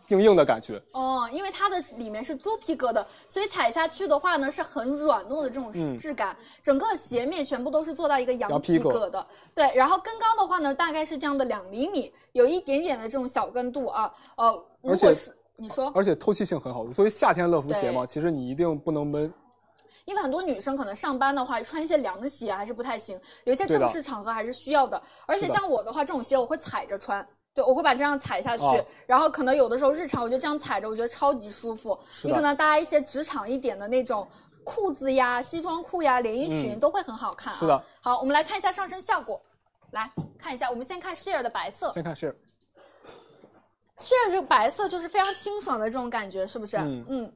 Speaker 1: 硬硬的感觉。
Speaker 2: 哦，因为它的里面是猪皮革的，所以踩下去的话呢是很软糯的这种
Speaker 1: 嗯
Speaker 2: 质感，整个鞋面全部都是做到一个羊
Speaker 1: 羊皮革
Speaker 2: 革的。对，然后跟高的话呢大概是这样的两厘米，有一点点的这种小跟度啊。呃，如
Speaker 1: 而且
Speaker 2: 果是你说，
Speaker 1: 而且透气性很好。作为夏天乐福鞋嘛，
Speaker 2: 对
Speaker 1: 其实你一定不能闷。
Speaker 2: 因为很多女生可能上班的话穿一些凉鞋还是不太行，有一些
Speaker 1: 对的
Speaker 2: 正式场合还是需要的。而且
Speaker 1: 是的
Speaker 2: 像我的话，这种鞋我会踩着穿。对，我会把这样踩下去，
Speaker 1: 哦
Speaker 2: 然后可能有的时候日常我就这样踩着，我觉得超级舒服。
Speaker 1: 是
Speaker 2: 你
Speaker 1: 的
Speaker 2: 可能搭一些职场一点的那种裤子呀、西装裤呀、连衣裙、
Speaker 1: 嗯
Speaker 2: 都会很好看、啊。
Speaker 1: 是的。
Speaker 2: 好，我们来看一下上身效果，来看一下，我们先看 Share 的白色
Speaker 1: 先看是，
Speaker 2: ，Share 这个白色啊就是非常清爽的这种感觉，是不是？
Speaker 1: 嗯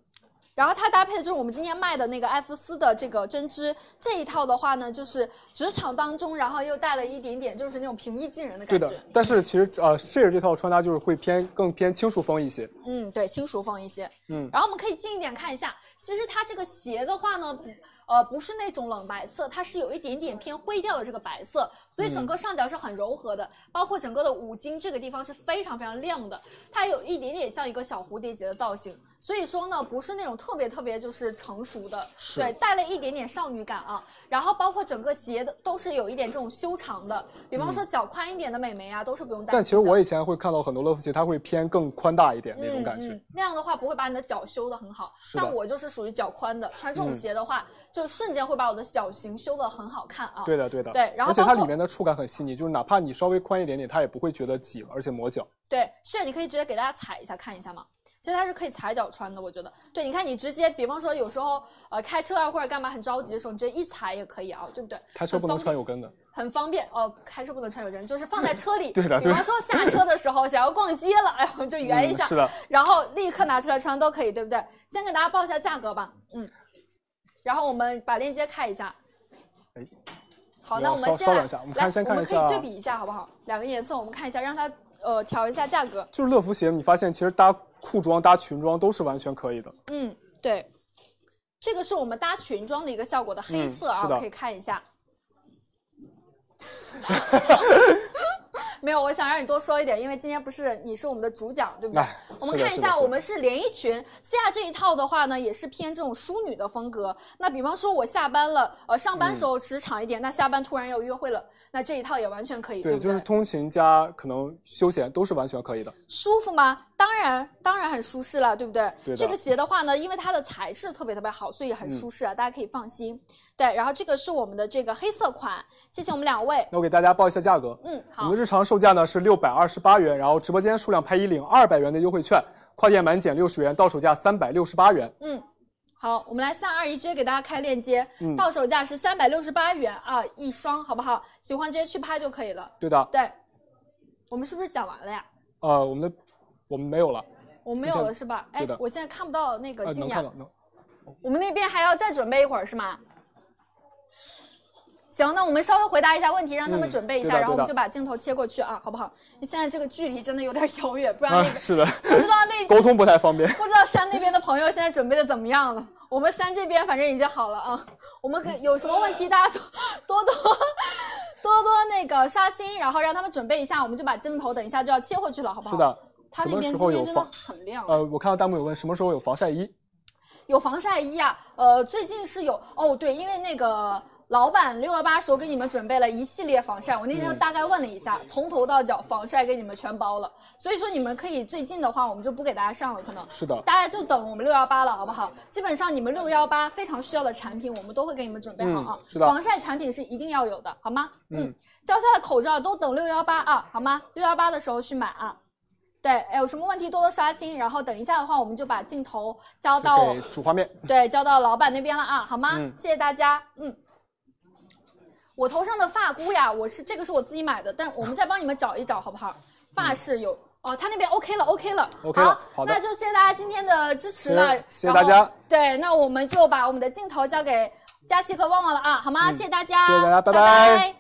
Speaker 2: 然后它搭配的就是我们今天卖的那个艾芙丝的这个针织这一套的话呢，就是职场当中，然后又带了一点点就是那种平易近人的
Speaker 1: 对
Speaker 2: 感
Speaker 1: 的
Speaker 2: 觉。。
Speaker 1: 但是其实呃，Share 这套穿搭就是会偏更偏轻熟风一些。
Speaker 2: 嗯，对，轻熟风一些。
Speaker 1: 嗯，
Speaker 2: 然后我们可以近一点看一下，其实它这个鞋的话呢，不呃，不是那种冷白色，它是有一点点偏灰调的这个白色，所以整
Speaker 1: 嗯
Speaker 2: 个上脚是很柔和的，包括整个的五金这个地方是非常非常亮的，它有一点点像一个小蝴蝶结的造型，所以说呢，不是那种特别特别就是成熟的，
Speaker 1: 是
Speaker 2: 对，带了一点点少女感啊。然后包括整个鞋的都是有一点这种修长的，比方说脚宽一点的美眉啊，都是不用担心的。
Speaker 1: 嗯但其实我以前会看到很多乐福鞋，它会偏更宽大一点那种感觉。
Speaker 2: 嗯嗯。那样的话不会把你的脚修得很好，
Speaker 1: 是的嗯
Speaker 2: 像我就是属于脚宽的，穿这种鞋的话，就瞬间会把我的脚型修得很好看啊。
Speaker 1: 对的，对的，
Speaker 2: 对然后
Speaker 1: 而且它
Speaker 2: 包括
Speaker 1: 里面的触感很细腻，就是哪怕你稍微宽一点点，它也不会觉得挤，而且磨脚。
Speaker 2: 对是你可以直接给大家踩一下看一下嘛。其实它是可以踩脚穿的，我觉得。对，你看你直接，比方说有时候呃开车啊或者干嘛很着急的时候，你直接一踩也可以啊，对不对？
Speaker 1: 开车不能
Speaker 2: 很方便
Speaker 1: 穿有跟的，
Speaker 2: 很方便哦，开车不能穿有针，就是放在车 里。
Speaker 1: 对的
Speaker 2: 比
Speaker 1: 对的
Speaker 2: 方说下车的时候想要逛街了，哎呦就圆一下，
Speaker 1: 嗯是的，
Speaker 2: 然后立刻拿出来穿都可以，对不对？先给大家报一下价格吧，嗯，然后我们把链接开一下。
Speaker 1: 哎，
Speaker 2: 好，
Speaker 1: 我
Speaker 2: 那
Speaker 1: 要
Speaker 2: 我们
Speaker 1: 稍
Speaker 2: 先
Speaker 1: 稍
Speaker 2: 来
Speaker 1: 等一下我们看
Speaker 2: 来
Speaker 1: 先看一
Speaker 2: 我
Speaker 1: 下啊
Speaker 2: 们可以对比一下好不好？两个颜色我们看一下，让它呃调一下价格。
Speaker 1: 就是乐福鞋，你发现其实搭裤装、搭裙装都是完全可以的。
Speaker 2: 嗯，对，这个是我们搭裙装的一个效果的黑色啊，
Speaker 1: 嗯是的
Speaker 2: 可以看一下。 没有，我想让你多说一点，因为今天不是你是我们的主讲，对不对？
Speaker 1: 哎
Speaker 2: 嗯我们
Speaker 1: 是的
Speaker 2: 看
Speaker 1: 是
Speaker 2: 一
Speaker 1: 的
Speaker 2: 下，
Speaker 1: 是的
Speaker 2: 我们是连衣裙，私下这一套的话呢，也是偏这种淑女的风格。那比方说，我下班了，呃，上班
Speaker 1: 嗯
Speaker 2: 时候职场一点，那下班突然要约会了，那这一套也完全可以，
Speaker 1: 对，
Speaker 2: 不
Speaker 1: 就
Speaker 2: 对？
Speaker 1: 是通勤加可能休闲都是完全可以的。
Speaker 2: 舒服吗？当然，当然很舒适了，对不对？
Speaker 1: 对的嗯
Speaker 2: 这个鞋的话呢，因为它的材质特别特别好，所以很舒适啊，大家可以放心。对，然后这个是我们的这个黑色款，谢谢我们两位。
Speaker 1: 那我给大家报一下价格，
Speaker 2: 嗯，
Speaker 1: 我
Speaker 2: 好
Speaker 1: 们，日常售价呢是六百二十八元，然后直播间数量拍一领二百元的优惠券，跨店满减六十元，到手价三百六十八元。
Speaker 2: 嗯，好，我们来三二一，直接给大家开链接，
Speaker 1: 嗯
Speaker 2: 到手价是三百六十八元啊一双，好不好？喜欢直接去拍就可以了。
Speaker 1: 对的，
Speaker 2: 对，我们是不是讲完了呀？
Speaker 1: 呃，我们的我们没有了，
Speaker 2: 我们没有
Speaker 1: 今
Speaker 2: 了
Speaker 1: 天
Speaker 2: 是吧？哎
Speaker 1: 对的，
Speaker 2: 我现在看不到那个
Speaker 1: 呃，
Speaker 2: 静
Speaker 1: 能
Speaker 2: 雅、
Speaker 1: 看到能。
Speaker 2: 我们那边还要再准备一会儿是吗？行，那我们稍微回答一下问题，让他们
Speaker 1: 嗯
Speaker 2: 准备一
Speaker 1: 对
Speaker 2: 下，
Speaker 1: 的
Speaker 2: 然后我
Speaker 1: 对
Speaker 2: 们
Speaker 1: 的
Speaker 2: 就把镜头切过去啊，好不好？你现在这个距离真的有点遥远，不然那
Speaker 1: 啊，
Speaker 2: 个、
Speaker 1: 是的，
Speaker 2: 不知道那
Speaker 1: 沟通不太方便。
Speaker 2: 不知道山那边的朋友现在准备的怎么样了？我们山这边反正已经好了啊。我们可有什么问题，大家多多 多多多那个刷新，然后让他们准备一下，我们就把镜头等一下就要切回去了，好不好？
Speaker 1: 是，的，
Speaker 2: 他那边
Speaker 1: 什么时候
Speaker 2: 今天
Speaker 1: 有
Speaker 2: 真的
Speaker 1: 放
Speaker 2: 很亮。啊
Speaker 1: 呃，我看到弹幕有问什么时候有防晒衣，
Speaker 2: 有防晒衣啊，呃，最近是有哦，对，因为那个老板六幺八时候给你们准备了一系列防晒，我那天
Speaker 1: 嗯
Speaker 2: 大概问了一下，从头到脚防晒给你们全包了，所以说你们可以最近的话，我们就不给大家上了，可能
Speaker 1: 是的，
Speaker 2: 大家就等我们六幺八了，好不好？基本上你们六幺八非常需要的产品，我们都会给你们准备好啊。
Speaker 1: 嗯是的
Speaker 2: 防晒产品是一定要有的，好吗？
Speaker 1: 嗯，
Speaker 2: 蕉下的口罩都等六幺八啊，好吗？六幺八的时候去买啊。对，哎，有什么问题多多刷新，然后等一下的话，我们就把镜头交
Speaker 1: 是
Speaker 2: 到
Speaker 1: 给主画面。
Speaker 2: 对，交到老板那边了啊，好吗？
Speaker 1: 嗯
Speaker 2: 谢谢大家，嗯。我头上的发箍呀，我是这个是我自己买的，但我们再帮你们找一找，好不好？发饰有、哦，他那边 OK 了，OK 了
Speaker 1: 嗯 OK 了
Speaker 2: 好
Speaker 1: 好的
Speaker 2: 那就谢谢大家今天的支持了，
Speaker 1: 是谢谢
Speaker 2: 然后
Speaker 1: 大家。
Speaker 2: 对，那我们就把我们的镜头交给佳琪和旺旺了啊，好吗？
Speaker 1: 嗯
Speaker 2: 谢谢大家，
Speaker 1: 谢谢大家拜拜
Speaker 2: 拜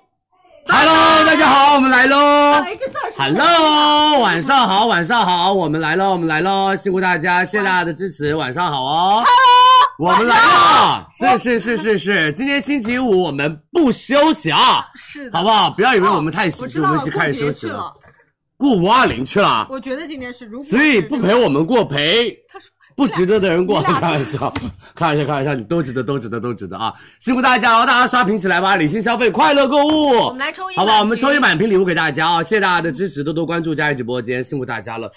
Speaker 7: Hello，大家好，我们来喽
Speaker 10: 哎，这字儿是
Speaker 7: ！Hello，晚上好，晚上好，我们来喽，我们来喽，辛苦大家，谢谢大家的支持，晚上好哦。Hello，我们来了，是是是是是，今天星期五，我们不休息啊，
Speaker 10: 是的，
Speaker 7: 好不好？不要以
Speaker 10: 以
Speaker 7: 为我们太
Speaker 10: 我
Speaker 7: 喜
Speaker 10: 知
Speaker 7: 剧，
Speaker 10: 道
Speaker 7: 们
Speaker 10: 了，
Speaker 7: 是开
Speaker 10: 过
Speaker 7: 始
Speaker 10: 节
Speaker 7: 休息
Speaker 10: 去
Speaker 7: 了
Speaker 10: 了。。
Speaker 7: 顾五二零去了，
Speaker 10: 我觉得今天是，如果
Speaker 7: 所以
Speaker 10: 是
Speaker 7: 不
Speaker 10: 这个
Speaker 7: 陪我们过陪，
Speaker 10: 他说哎
Speaker 7: 不值得的人过，
Speaker 10: 你俩
Speaker 7: 开玩笑，开玩笑，开玩笑，你都值得，都值得，都值得啊！辛苦大家了，大家刷屏起来吧，理性消费，快乐购物，
Speaker 10: 我们来抽一，
Speaker 7: 好不好？我们抽一，满屏礼物给大家啊、谢谢大家的支持，多多关注佳怡直播间，辛苦大家了。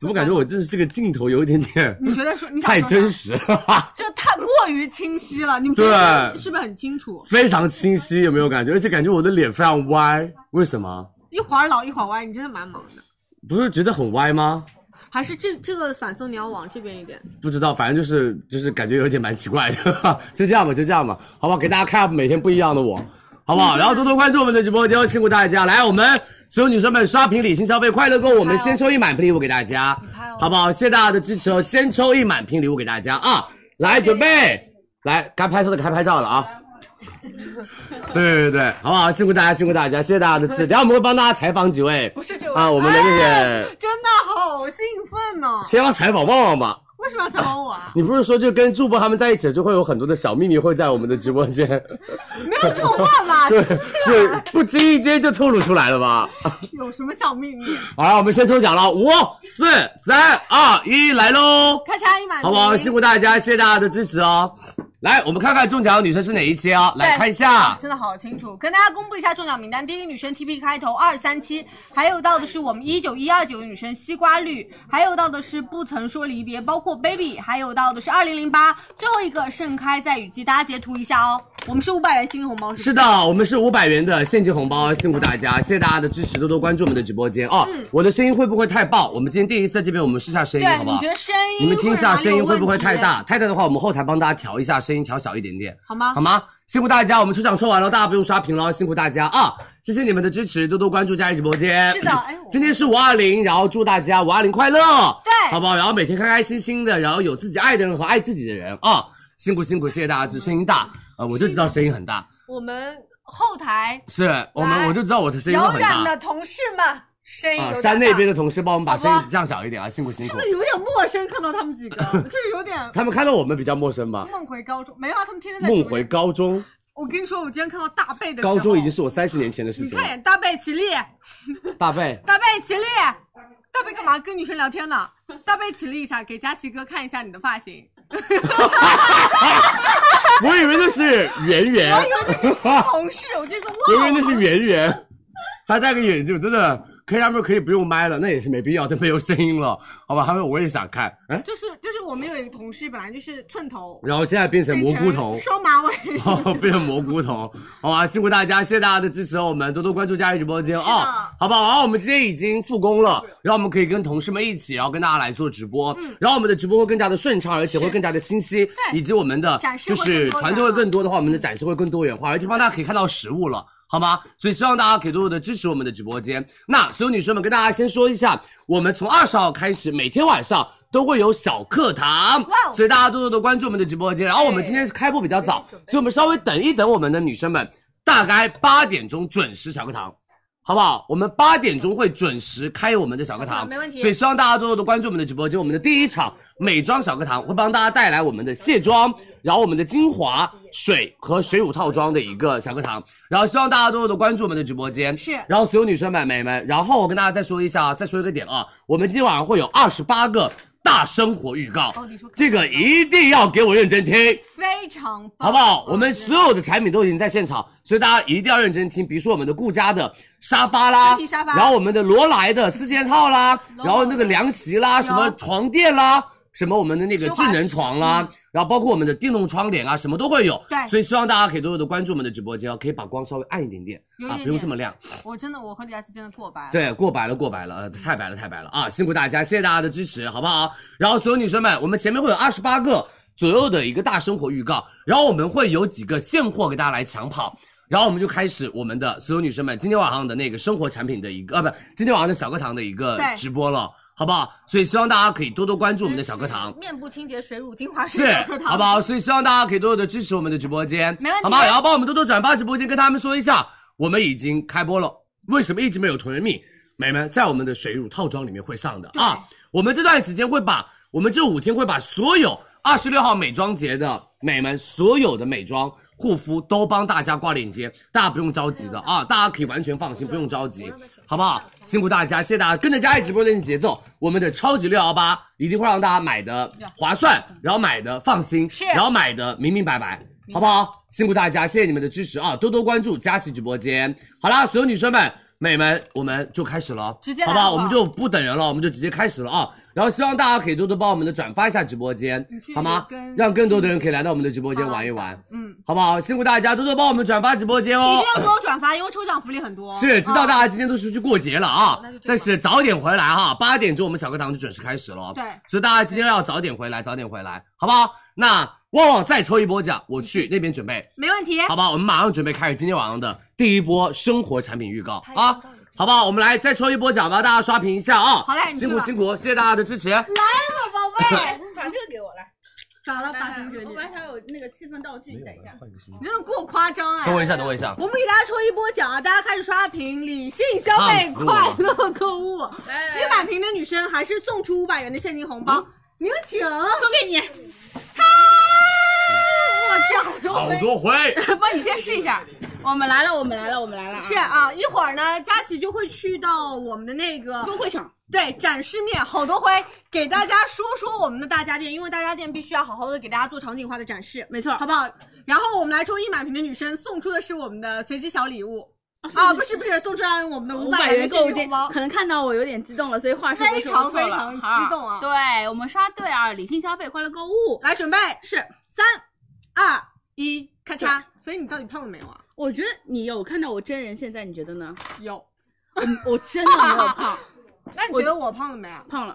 Speaker 7: 怎么感觉我这这个镜头有一点点
Speaker 10: 你觉得说嗯你想
Speaker 7: 太
Speaker 10: 说啥
Speaker 7: 真，实了，
Speaker 10: 这太过于清晰了，你们觉得
Speaker 7: 对
Speaker 10: 是不是很清楚？
Speaker 7: 非常清晰，有没有感觉？而且感觉我的脸非常歪，为什么？
Speaker 10: 一会儿老一会儿歪，你真的蛮忙的。
Speaker 7: 不是觉得很歪吗？
Speaker 10: 还是这这个反送你要往这边一点，
Speaker 7: 不知道，反正就是就是感觉有点蛮奇怪的，就这样吧，就这样吧，好不好？给大家看 up 每天不一样的我，好不好？然后多多关注我们的直播间，辛苦大家。来，我们所有女生们刷屏理性消费，快乐购，我们先抽一满屏礼物给大家，好不好？谢谢大家的支持哦，先抽一满屏礼物给大家啊！来，准备，来，该拍照的该拍照了啊！对对对，好不好？辛苦大家，辛苦大家，谢谢大家的支持。等一下我们会帮大家采访几位
Speaker 10: 不是这位
Speaker 7: 啊，我们的那
Speaker 10: 哎
Speaker 7: 个。
Speaker 10: 真的好兴奋呢、
Speaker 7: 先要采访旺旺吧，
Speaker 10: 为什么要采访我啊？
Speaker 7: 你不是说就跟主播他们在一起，就会有很多的小秘密会在我们的直播间，
Speaker 10: 没有这种话吧？
Speaker 7: 对，
Speaker 10: 是啊
Speaker 7: 就不经意间就透露出来了吧？
Speaker 10: 有什么小秘密？
Speaker 7: 好了，我们先抽奖了，五、四、三、二、一，来喽！
Speaker 10: 咔嚓一满屏，
Speaker 7: 好不好？辛苦大家，谢谢大家的支持哦。来，我们看看中奖的女生是哪一些哦，来看一下。
Speaker 10: 真的好清楚，跟大家公布一下中奖名单。第一个女生 T P 开头二三七，还有到的是我们一九一二九的女生西瓜绿，还有到的是不曾说离别，包括 baby，还有到的是二零零八，最后一个盛开在雨季，大家截图一下哦。我们是五百元新红包，
Speaker 7: 是的，我们是五百元的现金红包，啊辛苦大家，谢谢大家的支持，多多关注我们的直播间哦。我的声音会不会太爆？我们今天第一次在这边，我们试下声音
Speaker 10: 对，
Speaker 7: 好不
Speaker 10: 你
Speaker 7: 好
Speaker 10: 觉？得声音？
Speaker 7: 你们听一下声音会不会太？大？太大的话，我们后台帮大家调一下，声音调小一点点，
Speaker 10: 啊好吗
Speaker 7: 好？吗？辛苦大家，我们抽奖抽完了，大家不用刷屏了，辛苦大家啊！谢谢你们的支持，多多关注佳怡直播间。
Speaker 10: 是的哎 我
Speaker 7: 今天是五二零，然后祝大家五二零快乐，
Speaker 10: 对
Speaker 7: 好不好？然后每天开开心心的，然后有自己爱的人和爱自己的人啊！辛苦辛苦，谢谢大家支持，声音
Speaker 10: 嗯
Speaker 7: 大，呃，我就知道声音很大，
Speaker 10: 我们后台
Speaker 7: 是我们
Speaker 10: 来
Speaker 7: 我就知道我的声音会
Speaker 11: 遥
Speaker 7: 很
Speaker 11: 远
Speaker 7: 大
Speaker 11: 的同事们，声音
Speaker 7: 啊！
Speaker 11: 有
Speaker 7: 山
Speaker 11: 点
Speaker 7: 那
Speaker 11: 大
Speaker 7: 边的同事帮我们把声
Speaker 10: 好
Speaker 7: 音
Speaker 10: 吧
Speaker 7: 降小一点啊，辛苦辛
Speaker 10: 是
Speaker 7: 苦
Speaker 10: 不。是有点陌生？看到他们 几个，就是有点
Speaker 7: 他们看到我们比较陌生吧？
Speaker 10: 梦回高中，没有啊？他们天天在
Speaker 7: 梦
Speaker 10: 直播
Speaker 7: 回
Speaker 10: 间。
Speaker 7: 高中，
Speaker 10: 我跟你说，我今天看到大贝的时候
Speaker 7: 高中已经是我三十年前的事
Speaker 10: 你
Speaker 7: 情了。
Speaker 10: 看大贝起立，
Speaker 7: 大贝，
Speaker 10: 大贝起立，大贝干嘛跟女生聊天呢？大贝起立一下，给佳琪哥看一下你的发型。
Speaker 7: 我以为那是圆圆，
Speaker 10: 哎
Speaker 7: 我
Speaker 10: 同事，我就说
Speaker 7: 以为
Speaker 10: 哇，哦
Speaker 7: 那是圆圆，她戴个眼镜，真的可以他们可以不用麦了，那也是没必要，就没有声音了，好吧？他们我也想看，哎，
Speaker 10: 就是就是我们有一个同事本来就是寸头，
Speaker 7: 然后现在变成蘑菇头
Speaker 10: 变成，双马尾，
Speaker 7: 哦， 变成蘑菇头，好吧，辛苦大家，谢谢大家的支持哦，我们多多关注佳怡直播间啊、好不好？然后我们今天已经复工了，然后我们可以跟同事们一起，然后跟大家来做直播，
Speaker 10: 嗯
Speaker 7: 然后我们的直播会更加的顺畅，而且会更加的清晰，以及我们的
Speaker 10: 展示
Speaker 7: 就
Speaker 10: 会更多
Speaker 7: 是
Speaker 10: 元
Speaker 7: 团队会更多的话，我们的展示会更多元化，而且帮大家可以看到实物了。好吗？所以希望大家可以多多的支持我们的直播间。那所有女生们，跟大家先说一下，我们从二十号开始，每天晚上都会有小课堂，
Speaker 10: 哦
Speaker 7: 所以大家多多的关注我们的直播间。然后我们今天开播比较早，所以我们稍微等一等我们的女生们，大概八点钟准时小课堂。好不好？我们八点钟会准时开我们的小课堂，
Speaker 10: 没问题
Speaker 7: 所以希望大家多多的关注我们的直播间。我们的第一场美妆小课堂会帮大家带来我们的卸妆，然后我们的精华水和水乳套装的一个小课堂。然后希望大家多多的关注我们的直播间，
Speaker 10: 是
Speaker 7: 然后所有女生们、美们，然后我跟大家再说一下啊，再说一个点啊，我们今天晚上会有二十八个大生活预告，
Speaker 10: 哦你说可以
Speaker 7: 这个一定要给我认真听。
Speaker 10: 非常棒，
Speaker 7: 好不好？我们所有的产品都已经在现场，所以大家一定要认真听。比如说我们的顾家的沙发啦
Speaker 10: 真皮沙，发
Speaker 7: 然后我们的罗莱的四件套啦，
Speaker 10: 罗莱
Speaker 7: 然后那个凉席啦，什么床垫啦，什么我们的那个智能床啦，然后包括我们的电动窗帘啊，什么都会有。
Speaker 10: 嗯对
Speaker 7: 所以希望大家可以多多的关注我们的直播间哦，可以把光稍微暗一点点
Speaker 10: 有一
Speaker 7: 啊，
Speaker 10: 点
Speaker 7: 不用
Speaker 10: 点
Speaker 7: 这么亮。
Speaker 10: 我真的我和李佳琦真的过白了，
Speaker 7: 对，过白了，过白了，呃太白了，太白了啊！辛苦大家，谢谢大家的支持，好不好？然后所有女生们，我们前面会有二十八个左右的一个大生活预告，然后我们会有几个现货给大家来抢跑。然后我们就开始我们的所有女生们今天晚上的那个生活产品的一个啊，不，今天晚上的小课堂的一个
Speaker 10: 对
Speaker 7: 直播了，好不好？所以希望大家可以多多关注我们的小课堂
Speaker 10: 是，面部清洁、水乳精华
Speaker 7: 是
Speaker 10: 水小课，堂，
Speaker 7: 好不？好？所以希望大家可以多多的支持我们的直播间，
Speaker 10: 没问题
Speaker 7: 好吗？然后帮我们多多转发直播间，跟他们说一下，我们已经开播了。为什么一直没有同人蜜？美们在我们的水乳套装里面会上的啊。我们这段时间会把我们这五天会把所有二十六号美妆节的美们所有的美妆护肤都帮大家挂链接，大家不用着急的啊，大家可以完全放心，不用着急，好不好？辛苦大家，谢谢大家，跟着佳怡直播间的节奏，我们的超级六幺八一定会让大家买的划算，然后买的放心，
Speaker 10: 嗯是
Speaker 7: 然后买的明明白白，好不好？辛苦大家，谢谢你们的支持啊！多多关注佳琦直播间。好啦，所有女生们、美们，我们就开始了，
Speaker 10: 直接来
Speaker 7: 好不好？
Speaker 10: 好
Speaker 7: 我
Speaker 10: 不好
Speaker 7: 们就不等人了，我们就直接开始了啊！然后希望大家可以多多帮我们的转发一下直播间
Speaker 10: 你去，
Speaker 7: 好吗
Speaker 10: 跟？
Speaker 7: 让更多的人可以来到我们的直播间玩一玩，
Speaker 10: 嗯，
Speaker 7: 好不好？辛苦大家多多帮我们转发直播间
Speaker 10: 一
Speaker 7: 哦
Speaker 10: 定。要给我转发，因为抽奖福利很多。
Speaker 7: 是，知道
Speaker 10: 的。
Speaker 7: 大家今天都出去过节了啊
Speaker 10: 嗯哦那就，这
Speaker 7: 但
Speaker 10: 样
Speaker 7: 是早点回来哈，八点钟我们小课堂就准时开始了哦。
Speaker 10: 对
Speaker 7: 所以大家今天要早点回来，早点回来，好不好？那旺旺再抽一波奖，我去那边准备，
Speaker 10: 没问题。
Speaker 7: 好吧？我们马上准备开始今天晚上的第一波生活产品预告啊，好不好？我们来再抽一波奖吧，大家刷屏一下啊！
Speaker 10: 好嘞你去
Speaker 7: 辛苦
Speaker 10: 吧
Speaker 7: 辛苦，谢谢大家的支持。
Speaker 10: 宝贝，
Speaker 9: 把这个给我来，
Speaker 10: 找到发型给
Speaker 9: 我
Speaker 10: 你，
Speaker 9: 本来想有那个气氛道具，你等一下。
Speaker 10: 你真的过夸张哎！
Speaker 7: 等我一下，等我一下，
Speaker 10: 我们给大家抽一波奖啊！大家开始刷屏，理性消费，快乐购物。
Speaker 9: 来
Speaker 10: 一百瓶的女生还是送出五百元的现金红
Speaker 7: 嗯
Speaker 10: 包，有请！我
Speaker 9: 送给你，
Speaker 10: 去，好多
Speaker 7: 好
Speaker 10: 回。
Speaker 7: 多回，
Speaker 9: 不，你先试一下。我们来了，我们来了，我们来了啊！
Speaker 10: 是啊，一会儿呢，佳琪就会去到我们的那个
Speaker 9: 分会场，
Speaker 10: 对展示面，好多回给大家说说我们的大家电，因为大家电必须要好好的给大家做场景化的展示，
Speaker 9: 没错
Speaker 10: 好不好？然后我们来抽一满屏的女生，送出的是我们的随机小礼物啊，不是不是，送出来我们的
Speaker 9: 五
Speaker 10: 百
Speaker 9: 百
Speaker 10: 元
Speaker 9: 元购
Speaker 10: 现
Speaker 9: 物
Speaker 10: 金红
Speaker 9: 金
Speaker 10: 包，
Speaker 9: 可能看到我有点激动了，所以话说
Speaker 10: 非常非常激动啊
Speaker 9: 对我们刷对啊，理性消费，快乐购物。
Speaker 10: 来准备
Speaker 9: 是，
Speaker 10: 三二一，咔嚓！所以你到底胖了没有啊？
Speaker 9: 我觉得你有看到我真人，现在你觉得呢？
Speaker 10: 有。
Speaker 9: 我真的 没有胖，
Speaker 10: 那你觉得我胖了没啊？
Speaker 9: 胖了。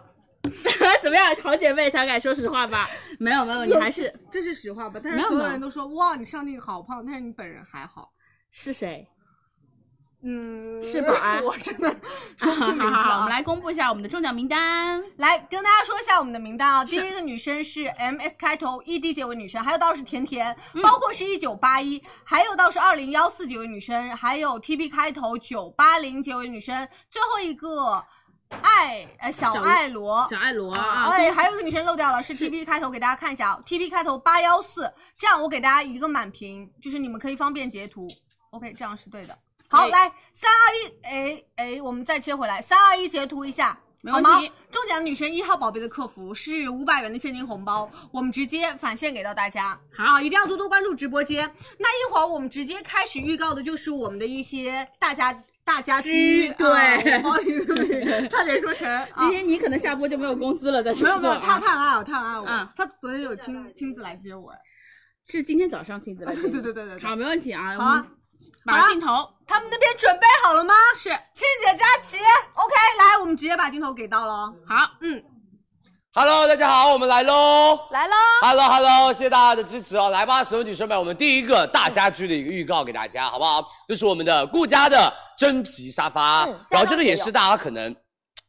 Speaker 9: 怎么样，好姐妹才敢说实话吧？没有没有，你还是
Speaker 10: 这是实话吧？但
Speaker 9: 没
Speaker 10: 是
Speaker 9: 有
Speaker 10: 所有
Speaker 9: 没有
Speaker 10: 人都说哇，你上镜好胖，但是你本人还好。
Speaker 9: 是谁？
Speaker 10: 嗯，
Speaker 9: 是保安
Speaker 10: 我真的说不出名字
Speaker 9: 好好好，我
Speaker 10: 啊。哦
Speaker 9: 们来公布一下我们的中奖名单。
Speaker 10: 来跟大家说一下我们的名单啊，第一个女生是 M S 开头 E D 结尾女生，还有道是甜甜，
Speaker 9: 嗯
Speaker 10: 包括是一九八一，还有道是二零幺四结尾女生，还有 T B 开头九八零结尾女生，最后一个爱呃小
Speaker 9: 小
Speaker 10: 爱罗
Speaker 9: 小爱罗啊，
Speaker 10: 哎，还有一个女生漏掉了，是 T B 开头，给大家看一下啊，T B 开头八幺四，这样我给大家一个满屏，就是你们可以方便截图。OK，这样是对的。好，
Speaker 9: 对
Speaker 10: 来三二一，哎哎，我们再切回来，三二一，截图一下。
Speaker 9: 没
Speaker 10: 好
Speaker 9: 问
Speaker 10: 吗
Speaker 9: 题？
Speaker 10: 中奖女生一号宝贝的客服是五百元的现金红包，我们直接返现给到大家。啊，一定要多多关注直播间。那一会儿我们直接开始预告的就是我们的一些大家大家居，
Speaker 9: 对
Speaker 10: 啊我猫与对， 差点说成。啊
Speaker 9: 今天你可能下播就没有工资了，再说啊
Speaker 10: 没有 没有，他
Speaker 9: 他
Speaker 10: 他很爱我，他很爱我。
Speaker 9: 啊
Speaker 10: 他昨天有亲亲自来接我。
Speaker 9: 是今天早上亲自来接你，
Speaker 10: 对对对对对
Speaker 9: 好，没问题啊，
Speaker 10: 好
Speaker 9: 我们
Speaker 10: 啊好
Speaker 9: 把
Speaker 10: 啊
Speaker 9: 镜头
Speaker 10: 他们那边准备好了吗？
Speaker 9: 是
Speaker 10: 亲姐佳琪，OK，来，我们直接把镜头给到了哦。
Speaker 9: 好，
Speaker 10: 嗯，
Speaker 7: Hello，大家好，我们来喽。
Speaker 2: 来喽，
Speaker 7: Hello Hello，谢谢大家的支持哦！来吧，所有女生们，我们第一个大家居的一个预告给大家，好不好？就是我们的顾家的真皮沙发，
Speaker 2: 嗯
Speaker 7: 然后这个也
Speaker 2: 家装节
Speaker 7: 是大家可能。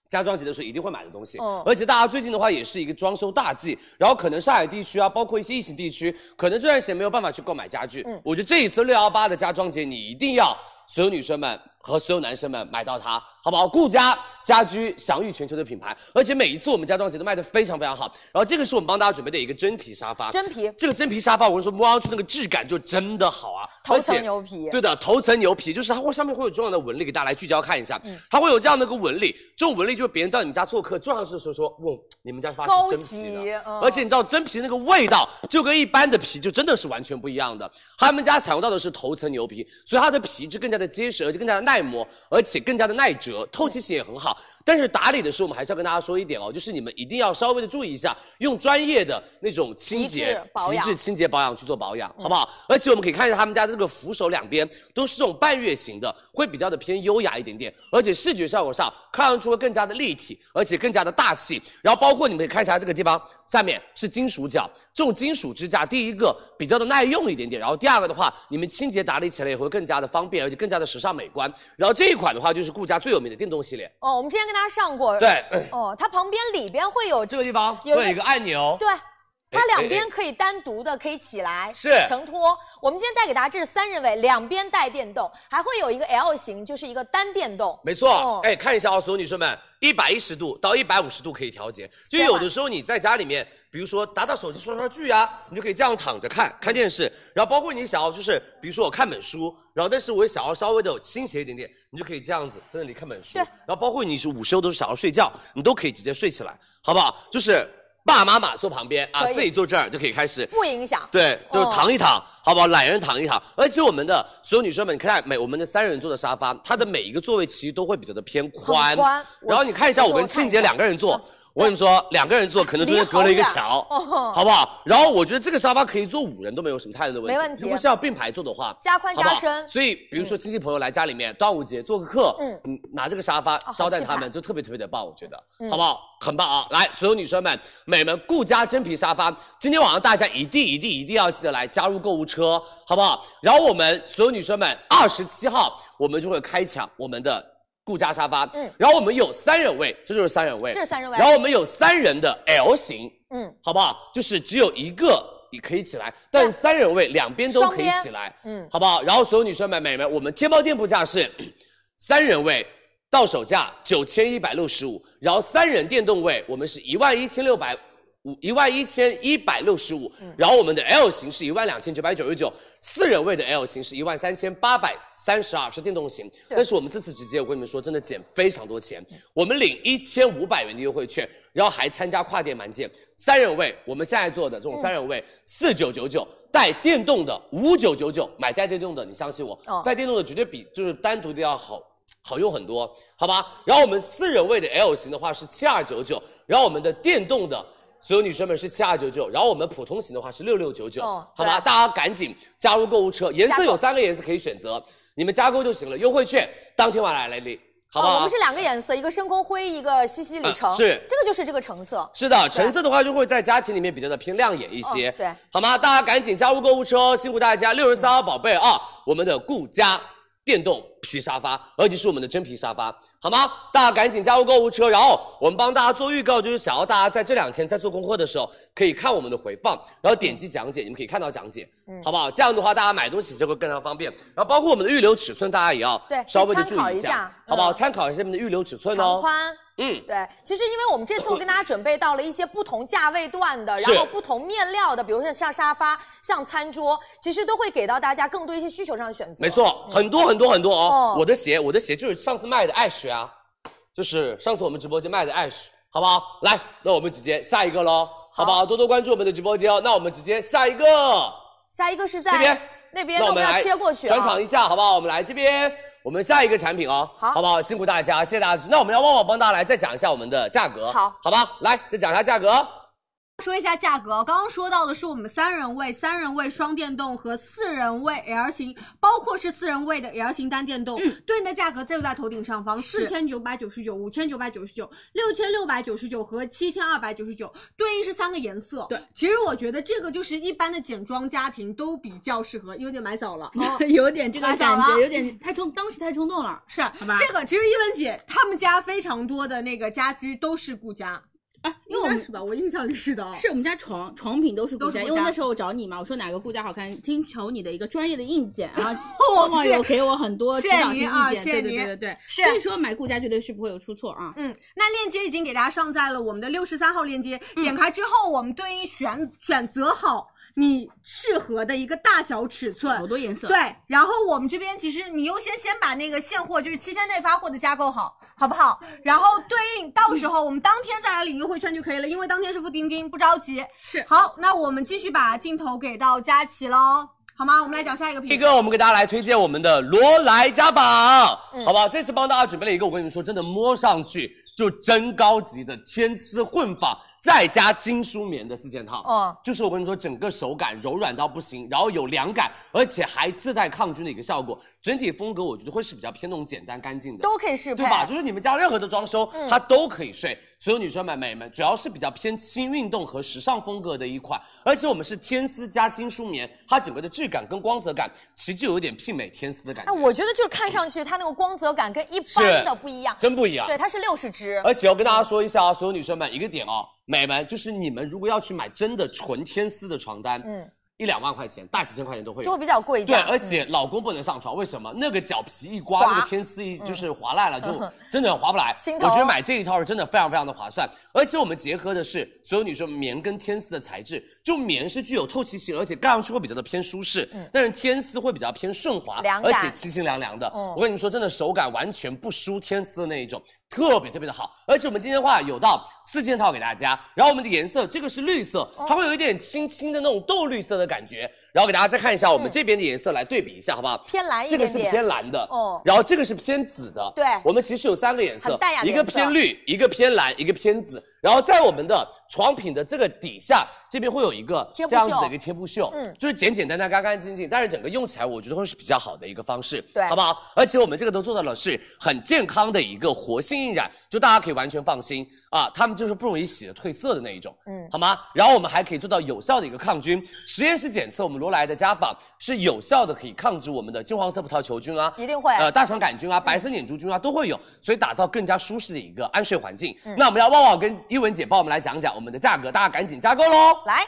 Speaker 7: 家装节的时候一定会买的东西，
Speaker 2: 哦
Speaker 7: 而且大家最近的话也是一个装修大季，然后可能上海地区啊，包括一些疫情地区，可能这段时间没有办法去购买家具。
Speaker 2: 嗯
Speaker 7: 我觉得这一次六幺八的家装节，你一定要所有女生们和所有男生们买到它，好不好？顾家家居享誉全球的品牌，而且每一次我们家装节都卖的非常非常好。然后这个是我们帮大家准备的一个真皮沙发，
Speaker 2: 真皮
Speaker 7: 这个真皮沙发，我跟你说，摸上去那个质感就真的好啊，
Speaker 2: 头
Speaker 7: 而且
Speaker 2: 层牛皮
Speaker 7: 对的，头层牛皮，就是它会上面会有重要的纹理，给大家来聚焦看一下，
Speaker 2: 嗯
Speaker 7: 它会有这样的一个纹理，这种纹理就是别人到你们家做客，坐上去的时候说，哇，你们家沙发
Speaker 2: 高
Speaker 7: 是真皮
Speaker 2: 级
Speaker 7: 的，，
Speaker 2: 嗯
Speaker 7: 而且你知道真皮那个味道，就跟一般的皮就真的是完全不一样的。他们家采用到的是头层牛皮，所以它的皮质更加的结实，而且更加的耐磨，而且更加的耐折，透气性也很好。但是打理的时候，我们还是要跟大家说一点哦，就是你们一定要稍微的注意一下，用专业的那种清
Speaker 2: 皮
Speaker 7: 洁
Speaker 2: 质保养嗯
Speaker 7: 皮质清洁保养去做保养，好不好？而且我们可以看一下他们家这个扶手两边都是这种半月形的，会比较的偏优雅一点点，而且视觉效果上看上去会更加的立体，而且更加的大气。然后包括你们可以看一下这个地方，下面是金属脚，这种金属支架，第一个比较的耐用一点点，然后第二个的话，你们清洁打理起来也会更加的方便，而且更加的时尚美观。然后这一款的话就是顾家最有名的电动系列，
Speaker 2: 哦，我们之前跟大家上过，
Speaker 7: 对，
Speaker 2: 哦，它旁边里边会有，
Speaker 7: 这个地方会
Speaker 2: 有一个
Speaker 7: 有一个按钮，
Speaker 2: 对，它两
Speaker 7: 哎哎
Speaker 2: 边可以单独的可以起来，
Speaker 7: 是
Speaker 2: 承托。我们今天带给大家这是三人位，两边带电动，还会有一个 L 型，就是一个单电动，
Speaker 7: 没错
Speaker 2: 哦，
Speaker 7: 哎、看一下哦，所有女生们，一百一十度到一百五十度可以调节。
Speaker 2: 啊
Speaker 7: 就有的时候你在家里面，比如说打打手机、刷刷剧啊，你就可以这样躺着
Speaker 2: 嗯
Speaker 7: 看看电视。然后包括你想要就是，比如说我看本书，然后但是我也想要稍微的有倾斜一点点，你就可以这样子在那里看本书。
Speaker 2: 对
Speaker 7: 然后包括你是午休的时候想要睡觉，你都可以直接睡起来，好不好？就是爸妈妈坐旁边啊，
Speaker 2: 可以
Speaker 7: 自己坐这儿就可以开始
Speaker 2: 不影响。
Speaker 7: 对，就
Speaker 2: 哦
Speaker 7: 躺一躺，好不好？懒人躺一躺。而且我们的所有女生们，你看每我们的三人座的沙发，它的每一个座位其实都会比较的偏宽。
Speaker 2: 很宽我
Speaker 7: 然后你看一下，
Speaker 2: 这个
Speaker 7: 我跟
Speaker 2: 我看
Speaker 7: 庆
Speaker 2: 一
Speaker 7: 姐
Speaker 2: 下
Speaker 7: 两个人坐
Speaker 2: 嗯，
Speaker 7: 我跟你说，两个人坐可能中间
Speaker 2: 离好
Speaker 7: 隔了一个
Speaker 2: 远
Speaker 7: 条，
Speaker 2: 哦
Speaker 7: 好不好？然后我觉得这个沙发可以坐五人都没有什么太大的问题。
Speaker 2: 没问题
Speaker 7: 如果是要并排坐的话，
Speaker 2: 加宽
Speaker 7: 好不好
Speaker 2: 加深
Speaker 7: 所以比如说亲戚朋友来家里面，端午节做个客，
Speaker 2: 嗯
Speaker 7: 嗯，拿这个沙发
Speaker 2: 好
Speaker 7: 招待
Speaker 2: 气
Speaker 7: 他
Speaker 2: 派
Speaker 7: 们，就特别特别的棒，我觉得，
Speaker 2: 嗯
Speaker 7: 好不好？很棒啊！来，所有女生们，美们顾家真皮沙发，今天晚上大家一定一定一定要记得来加入购物车，好不好？然后我们所有女生们，二十七号我们就会开抢我们的。顾家沙发，嗯
Speaker 2: 嗯，
Speaker 7: 然后我们有三人位，这就是三人位，
Speaker 2: 这是三人位哦
Speaker 7: 然后我们有三人的 L 型，
Speaker 2: 嗯，
Speaker 7: 好不好？就是只有一个你可以起来，但三人位两边都可以
Speaker 2: 双边
Speaker 7: 起来，
Speaker 2: 嗯
Speaker 7: 好不好？然后所有女生们、美眉们，我们天猫店铺价是 三人位到手价九千一百六十五，然后三人电动位我们是一万一千六百。五一万一千一百六十五，然后我们的 L 型是一万两千九百九十九，四人位的 L 型是一万三千八百三十二，是电动型。但是我们这次直接，我跟你们说，真的减非常多钱，我们领一千五百元的优惠券，然后还参加跨店满减，三人位，我们现在做的这种三人位四九九九。带电动的五九九九，买带电动的，你相信我，
Speaker 2: 哦
Speaker 7: 带电动的绝对比就是单独的要好好用很多，好吧？然后我们四人位的 L 型的话是七二九九，然后我们的电动的所有女生们是七二九九，然后我们普通型的话是六六九九，
Speaker 2: 哦
Speaker 7: 好吧？
Speaker 2: 对
Speaker 7: 大家赶紧加入购物车，颜
Speaker 2: 加
Speaker 7: 色
Speaker 2: 购
Speaker 7: 有三个颜色可以选择，你们加购就行了，优惠券当天晚上来领，好不
Speaker 2: 哦
Speaker 7: 好？
Speaker 2: 我们是两个颜色，一个深空灰，一个西西里橙，
Speaker 7: 嗯是
Speaker 2: 这个就是这个橙色。
Speaker 7: 是的，橙色的话就会在家庭里面比较的偏亮眼一些，
Speaker 2: 哦对，
Speaker 7: 好吗？大家赶紧加入购物车哦，辛苦大家！六十三号宝贝啊，我们的顾家电动皮沙发，而且是我们的真皮沙发，好吗？大家赶紧加入购物车，然后我们帮大家做预告，就是想要大家在这两天在做功课的时候，可以看我们的回放，然后点击讲解，你们可以看到讲解，
Speaker 2: 嗯
Speaker 7: 好不好？这样的话，大家买东西就会更加方便。然后包括我们的预留尺寸，大家也要
Speaker 2: 对
Speaker 7: 稍微
Speaker 2: 可
Speaker 7: 的
Speaker 2: 以
Speaker 7: 注
Speaker 2: 参考
Speaker 7: 意
Speaker 2: 一下
Speaker 7: 好不好？
Speaker 2: 嗯
Speaker 7: 参考一下你们的预留尺寸
Speaker 2: 长
Speaker 7: 哦，
Speaker 2: 宽，
Speaker 7: 嗯。
Speaker 2: 对，其实因为我们这次我跟大家准备到了一些不同价位段的，
Speaker 7: 是
Speaker 2: 然后不同面料的，比如说像沙发、像餐桌，其实都会给到大家更多一些需求上的选择。
Speaker 7: 没，错，很多很多很多哦。
Speaker 2: 嗯哦
Speaker 7: 我的鞋，我的鞋就是上次卖的 Ash 啊，就是上次我们直播间卖的 Ash，好不好？来，那我们直接下一个喽，好不好？多多关注我们的直播间哦。那我们直接下一个，
Speaker 2: 下一个是在
Speaker 7: 这边
Speaker 2: 那边，
Speaker 7: 那
Speaker 2: 那
Speaker 7: 我
Speaker 2: 我
Speaker 7: 们
Speaker 2: 们
Speaker 7: 来
Speaker 2: 要切过去啊。
Speaker 7: 转场一下，好不好？我们来这边。我们下一个产品哦，
Speaker 2: 好
Speaker 7: 好不好？辛苦大家，谢谢大家支持。那我们让旺旺帮大家来再讲一下我们的价格，
Speaker 2: 好
Speaker 7: 好吧？来，再讲一下价格。
Speaker 10: 说一下价格，刚刚说到的是我们三人位、三人位双电动和四人位 L 型，包括是四人位的 L 型单电动，对应的价格就在头顶上方，四
Speaker 9: 是
Speaker 10: 千九百九十九、五千九百九十九、六千六百九十九和七千二百九十九，对应是三个颜色。
Speaker 9: 对，
Speaker 10: 其实我觉得这个就是一般的简装家庭都比较适合，有点买早了。
Speaker 9: 有点这个
Speaker 10: 啊
Speaker 9: 感
Speaker 10: 咋了
Speaker 9: 觉，有点太冲，当时太冲动了。
Speaker 10: 是啊
Speaker 9: 吧
Speaker 10: 这个，其实一文姐他们家非常多的那个家居都是顾家，
Speaker 9: 哎，因
Speaker 10: 应
Speaker 9: 为我
Speaker 10: 该
Speaker 9: 们
Speaker 10: 是吧？我印象里是的哦，
Speaker 9: 是我们家床床品都是顾
Speaker 10: 都是
Speaker 9: 家，
Speaker 10: 顾
Speaker 9: 因为
Speaker 10: 家
Speaker 9: 那时候我找你嘛，我说哪个顾家好看，听求你的一个专业的意见，然后
Speaker 10: 我
Speaker 9: 旺旺有给我很多指
Speaker 10: 谢谢
Speaker 9: 导性
Speaker 10: 您啊
Speaker 9: 意见，
Speaker 10: 谢谢
Speaker 9: 对对
Speaker 10: 您
Speaker 9: 对对对，
Speaker 10: 是
Speaker 9: 所以说买顾家绝对是不会有出错啊。
Speaker 10: 嗯，那链接已经给大家上在了我们的六十三号链接，点开之后，我们对应选选择好你适合的一个大小尺寸
Speaker 9: 好。多颜色，
Speaker 10: 对，然后我们这边其实你优先先把那个现货，就是七天内发货的加购好，好不好？然后对应到时候我们当天再来领优惠券就可以了，因为当天是付定金，不着急。
Speaker 9: 是
Speaker 10: 好，那我们继续把镜头给到佳琪喽，好吗？我们来讲下一个
Speaker 7: 一
Speaker 10: 品牌。
Speaker 7: 个，我们给大家来推荐我们的罗莱家纺，
Speaker 2: 嗯
Speaker 7: 好不好？这次帮大家准备了一个，我跟你们说，真的摸上去就真高级的天丝混纺，再加金梳棉的四件套。
Speaker 2: 哦，
Speaker 7: 就是我跟你说，整个手感柔软到不行，然后有凉感，而且还自带抗菌的一个效果。整体风格我觉得会是比较偏那种简单干净的，
Speaker 2: 都可以适配，
Speaker 7: 对吧？就是你们家任何的装修，
Speaker 2: 嗯
Speaker 7: 它都可以睡。所有女生们、美们，主要是比较偏轻运动和时尚风格的一款，而且我们是天丝加金梳棉，它整个的质感跟光泽感其实就有点媲美天丝的感
Speaker 2: 哎，
Speaker 7: 觉，
Speaker 2: 我觉得就是看上去它那个光泽哦感跟一般的不一样，
Speaker 7: 真不一样
Speaker 2: 对，。它是六十支，
Speaker 7: 而且我跟大家说一下啊，所有女生们一个点哦，美们，就是你们如果要去买真的纯天丝的床单，
Speaker 2: 嗯，
Speaker 7: 一两万块钱，大几千块钱都会
Speaker 2: 就
Speaker 7: 有
Speaker 2: 会。比较贵一
Speaker 7: 对，
Speaker 2: 点。
Speaker 7: 而且老公不能上床，为什么？那个脚皮一刮，
Speaker 2: 滑嗯
Speaker 7: 那个天丝一就是划烂了，就 真的划不来。
Speaker 2: 心疼哦
Speaker 7: 我觉得买这一套是真的非常非常的划算，而且我们结合的是所有女生棉跟天丝的材质，就棉是具有透气性，而且盖上去会比较的偏舒适，
Speaker 2: 嗯
Speaker 7: 但是天丝会比较偏顺滑，
Speaker 2: 凉
Speaker 7: 而
Speaker 2: 感
Speaker 7: 且清清凉凉的。
Speaker 2: 嗯
Speaker 7: 我跟你们说，真的手感完全不输天丝的那一种，特别特别的好。而且我们今天的话有到四件套给大家，然后我们的颜色这个是绿色，
Speaker 2: 哦
Speaker 7: 它会有一点青青的那种豆绿色的感觉，然后给大家再看一下我们这边的颜色来对比一下，好不好？
Speaker 2: 偏蓝一
Speaker 7: 这个
Speaker 2: 点
Speaker 7: 是
Speaker 2: 点，
Speaker 7: 偏蓝的，
Speaker 2: 哦
Speaker 7: 然后这个是偏紫的，
Speaker 2: 对
Speaker 7: 我们其实有三个颜色
Speaker 2: 很淡雅，的
Speaker 7: 一
Speaker 2: 颜
Speaker 7: 个
Speaker 2: 色
Speaker 7: 偏绿，一个偏蓝，一个偏紫。然后在我们的床品的这个底下，这边会有一个
Speaker 2: 贴布
Speaker 7: 这样子
Speaker 2: 袖
Speaker 7: 的一个贴布袖，
Speaker 2: 嗯
Speaker 7: 就是简简单单、干干净净，但是整个用起来我觉得会是比较好的一个方式，
Speaker 2: 对
Speaker 7: 好不好？而且我们这个都做到了是很健康的一个活性印染，就大家可以完全放心啊，他们就是不容易洗的褪色的那一种，
Speaker 2: 嗯
Speaker 7: 好吗？然后我们还可以做到有效的一个抗菌。实验室检测，我们罗莱的家纺是有效的，可以抗制我们的金黄色葡萄球菌啊，
Speaker 2: 一定会
Speaker 7: 呃大肠杆菌啊、白色念珠菌啊都会有，所以打造更加舒适的一个安睡环境。那我们让旺旺跟一文姐帮我们来讲讲我们的价格，大家赶紧加购喽。
Speaker 2: 来，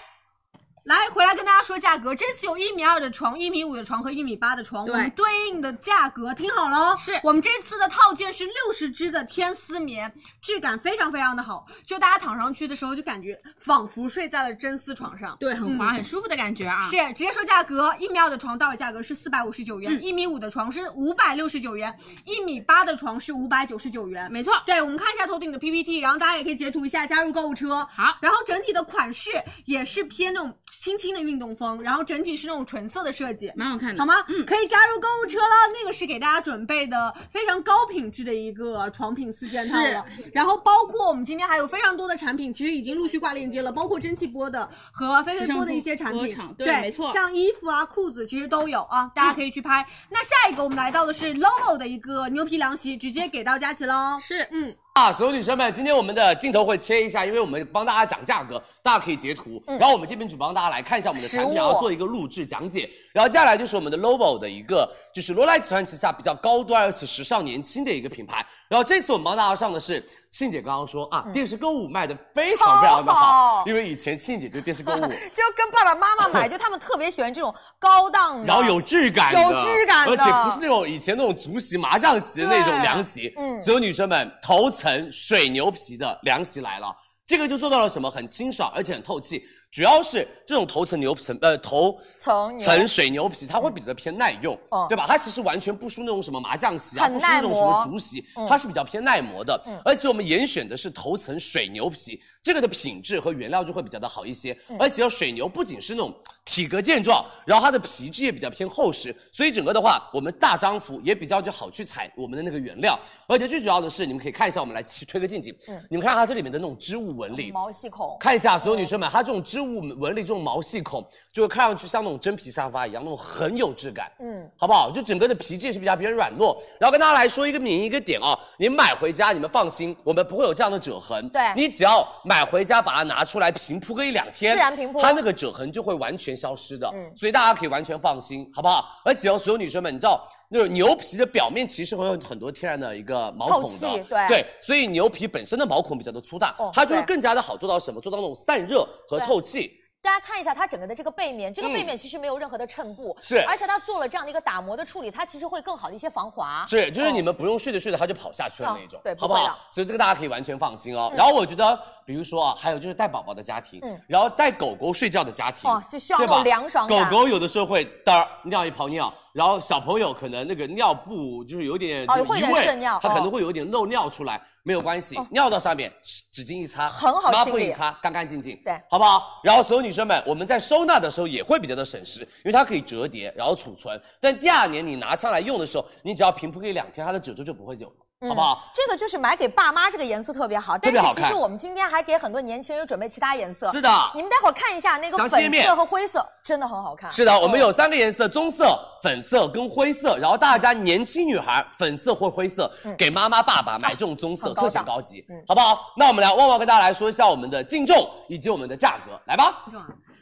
Speaker 10: 来，回来跟大家说价格，这次有一米二的床、一米五的床和一米八的床，
Speaker 9: 对
Speaker 10: 我们对应的价格听好了哦，
Speaker 9: 是
Speaker 10: 我们这次的套件是六十支的天丝棉，质感非常非常的好，就大家躺上去的时候就感觉仿佛睡在了真丝床上。
Speaker 9: 对，很滑，很舒服的感觉啊。
Speaker 10: 是，直接说价格，一米二的床到手价格是四百五十九元，
Speaker 9: 嗯
Speaker 10: 一、米五的床是五百六十九元，一米八的床是五百九十九元。
Speaker 9: 没错，
Speaker 10: 对，我们看一下头顶的 PPT，然后大家也可以截图一下，加入购物车。
Speaker 9: 好
Speaker 10: 然后整体的款式也是偏那种轻轻的运动风，然后整体是那种纯色的设计，
Speaker 9: 蛮好看的，
Speaker 10: 好吗？
Speaker 9: 嗯，
Speaker 10: 可以加入购物车了。那个是给大家准备的非常高品质的一个床品四件套了。然后包括我们今天还有非常多的产品，其实已经陆续挂链接了，包括蒸汽波的和飞飞波的一些产
Speaker 9: 时
Speaker 10: 品
Speaker 9: 尚波，场对
Speaker 10: 对，
Speaker 9: 没错
Speaker 10: 像衣服啊、裤子其实都有啊，大家可以去拍。那下一个我们来到的是 LOLO 的一个牛皮凉席，直接给到佳琪喽。
Speaker 9: 是
Speaker 10: 嗯，
Speaker 7: 啊，所有女生们，今天我们的镜头会切一下，因为我们帮大家讲价格，大家可以截图。然后我们这边主帮大家来看一下我们的产品，
Speaker 2: 实
Speaker 7: 然
Speaker 2: 嗯物
Speaker 7: 后做一个录制讲解。然后接下来就是我们的 Lovo 的一个，就是罗莱集团旗下比较高端而且时尚年轻的一个品牌。然后这次我们帮大家上的是庆姐刚刚说啊，电视购物卖的非常非常的
Speaker 2: 嗯超
Speaker 7: 好
Speaker 2: 好，
Speaker 7: 因为以前庆姐就电视购 物，
Speaker 2: 就是跟爸爸妈妈买，就他们特别喜欢这种高档的，
Speaker 7: 然后有质感的，
Speaker 2: 有质感的
Speaker 7: 而且不是那种以前那种竹席、麻将席的那种
Speaker 2: 对
Speaker 7: 凉席。
Speaker 2: 嗯
Speaker 7: 所有女生们，头层水牛皮的凉席来了。这个就做到了什么？很清爽，而且很透气。主要是这种头层牛皮层呃头
Speaker 2: 层
Speaker 7: 层水牛皮，它会比较偏耐用，
Speaker 2: 嗯
Speaker 7: 对吧？它其实完全不输那种什么麻将席啊，
Speaker 2: 很
Speaker 7: 不输那种什么
Speaker 2: 耐磨
Speaker 7: 竹席
Speaker 2: 嗯，
Speaker 7: 它是比较偏耐磨的。
Speaker 2: 嗯
Speaker 7: 而且我们严选的是头层水牛皮，这个的品质和原料就会比较的好一些。
Speaker 2: 嗯
Speaker 7: 而且要水牛不仅是那种体格健壮，然后它的皮质也比较偏厚实，所以整个的话，我们大张幅也比较就好去采我们的那个原料。而且最主要的是，你们可以看一下，我们来推个近景，
Speaker 2: 嗯哦
Speaker 7: 你们看它这里面的那种织物纹理，
Speaker 2: 毛细孔，嗯
Speaker 7: 看一下所有女生们，它这种织物纹理、这种毛细孔，就会看上去像那种真皮沙发一样，那种很有质感。
Speaker 2: 嗯，
Speaker 7: 好不好？就整个的皮质也是比较比较软糯。然后跟大家来说一个免一个点啊，你买回家你们放心，我们不会有这样的褶痕。
Speaker 2: 对
Speaker 7: 你只要买回家把它拿出来平铺个一两天，
Speaker 2: 自然平铺
Speaker 7: 它那个褶痕就会完全消失的。
Speaker 2: 嗯
Speaker 7: 所以大家可以完全放心，好不好？而且哦，所有女生们，你知道那种牛皮的表面其实会有很多天然的一个毛
Speaker 2: 透
Speaker 7: 孔的
Speaker 2: 气，对
Speaker 7: 所以牛皮本身的毛孔比较的粗大，
Speaker 2: 哦
Speaker 7: 它就会
Speaker 2: 对
Speaker 7: 更加的好做到什么？做到那种散热和
Speaker 2: 对
Speaker 7: 透气。
Speaker 2: 大家看一下它整个的这个背面，这个
Speaker 7: 嗯
Speaker 2: 背面其实没有任何的衬布，
Speaker 7: 是
Speaker 2: 而且它做了这样的一个打磨的处理，它其实会更好的一些防滑。
Speaker 7: 是，就是
Speaker 2: 嗯
Speaker 7: 你们不用睡着睡着它就跑下去了那种，
Speaker 2: 嗯对
Speaker 7: 好
Speaker 2: 不
Speaker 7: 不
Speaker 2: 会的
Speaker 7: 好？所以这个大家可以完全放心哦。然后我觉得，比如说啊，还有就是带宝宝的家庭，
Speaker 2: 嗯
Speaker 7: 然后带狗狗睡觉的家庭，
Speaker 2: 哦就需要
Speaker 7: 对吧
Speaker 2: 那种凉爽
Speaker 7: 狗
Speaker 2: 感
Speaker 7: 狗有的时候会嘚儿尿一泡尿，然后小朋友可能那个尿布就是有点
Speaker 2: 哦
Speaker 7: 就
Speaker 2: 会
Speaker 7: 移
Speaker 2: 有点
Speaker 7: 位
Speaker 2: 渗尿
Speaker 7: 它可
Speaker 2: 哦
Speaker 7: 能会有点漏尿出来，没有关系，尿到上面纸巾一擦，
Speaker 2: 很好
Speaker 7: 抹
Speaker 2: 清
Speaker 7: 布一
Speaker 2: 理
Speaker 7: 擦，干干净净，
Speaker 2: 对
Speaker 7: 好不好？然后所有女生们，我们在收纳的时候也会比较的省事，因为它可以折叠，然后储存。但第二年你拿上来用的时候，你只要平铺个一两天，它的褶皱就不会有了，
Speaker 2: 嗯
Speaker 7: 好不好？
Speaker 2: 这个就是买给爸妈，这个颜色特别好，
Speaker 7: 特
Speaker 2: 但
Speaker 7: 别
Speaker 2: 是
Speaker 7: 好
Speaker 2: 其实
Speaker 7: 看
Speaker 2: 我们今天还给很多年轻人有准备其他颜色。
Speaker 7: 是的
Speaker 2: 你们待会儿看一下那个
Speaker 7: 详细页
Speaker 2: 粉
Speaker 7: 面
Speaker 2: 色和灰色，真的很好看。
Speaker 7: 是的，我们有
Speaker 2: 哦
Speaker 7: 三个颜色：棕色、粉色跟灰色。然后大家年轻女孩，粉色或灰色
Speaker 2: 嗯，
Speaker 7: 给妈妈、爸爸买这种棕色，
Speaker 2: 很高
Speaker 7: 特显
Speaker 2: 档
Speaker 7: 高级
Speaker 2: 嗯，
Speaker 7: 好不好？那我们来，旺旺跟大家来说一下我们的净重以及我们的价格，来吧。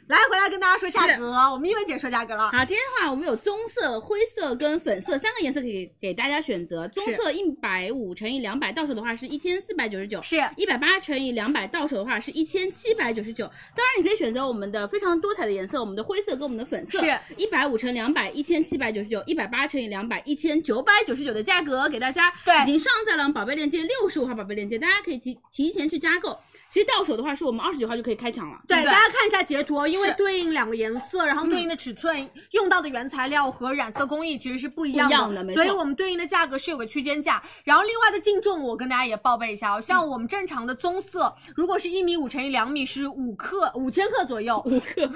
Speaker 10: 来，回来跟大家说价格，啊我们一文姐说价格了。
Speaker 9: 好，今天的话，我们有棕色、灰色跟粉色三个颜色给给大家选择。棕色一百五乘以两百，到手的话是一千四百九十九，
Speaker 10: 是
Speaker 9: 一百八乘以两百，到手的话是一千七百九十九。当然，你可以选择我们的非常多彩的颜色，我们的灰色跟我们的粉色，
Speaker 10: 是
Speaker 9: 一百五乘两百，一千七百九十九，一百八乘以两百，一千九百九十九的价格给大家，
Speaker 10: 对
Speaker 9: 已经上在了我们宝贝链接六十五号宝贝链接，大家可以提提前去加购。其实到手的话，是我们二十九号就可以开抢了，
Speaker 10: 对，
Speaker 9: 不
Speaker 10: 大家看一下截图，哦因为
Speaker 9: 是嗯
Speaker 10: 对应两个颜色，然后对应的尺寸、用到的原材料和染色工艺其实是不一样
Speaker 9: 不一样的没错
Speaker 10: 所以我们对应的价格是有个区间价。然后另外的净重，我跟大家也报备一下哦，
Speaker 9: 嗯
Speaker 10: 像我们正常的棕色，如果是一米五乘以两米是五克五千克左右，
Speaker 9: 五克，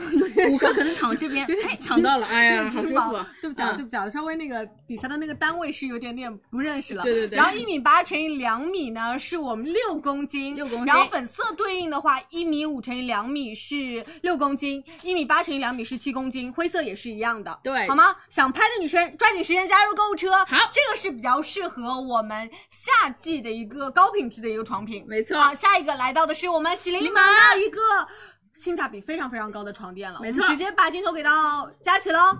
Speaker 9: 五克可能躺这 边，哎，躺到了，哎呀，好舒服啊。
Speaker 10: 对不起啊，
Speaker 9: 嗯
Speaker 10: 对不起啊，稍微那个底下的那个单位是有点点不认识了。
Speaker 9: 对对对
Speaker 10: 然后一米八乘以两米呢，是我们六公斤。
Speaker 9: 6公斤
Speaker 10: 然后粉色对应的话，一米五乘以两米是六公斤，一米八乘以两米是七公斤，灰色也是一样的。
Speaker 9: 对
Speaker 10: 好吗？想拍的女生抓紧时间加入购物车。
Speaker 9: 好
Speaker 10: 这个是比较适合我们夏季的一个高品质的一个床品。
Speaker 9: 没错
Speaker 10: 啊，下一个来到的是我们喜临
Speaker 9: 喜
Speaker 10: 门
Speaker 9: 临
Speaker 10: 的一个。性价比非常非常高的床垫了，
Speaker 9: 没错
Speaker 10: 我们直接把镜头给到佳琪喽。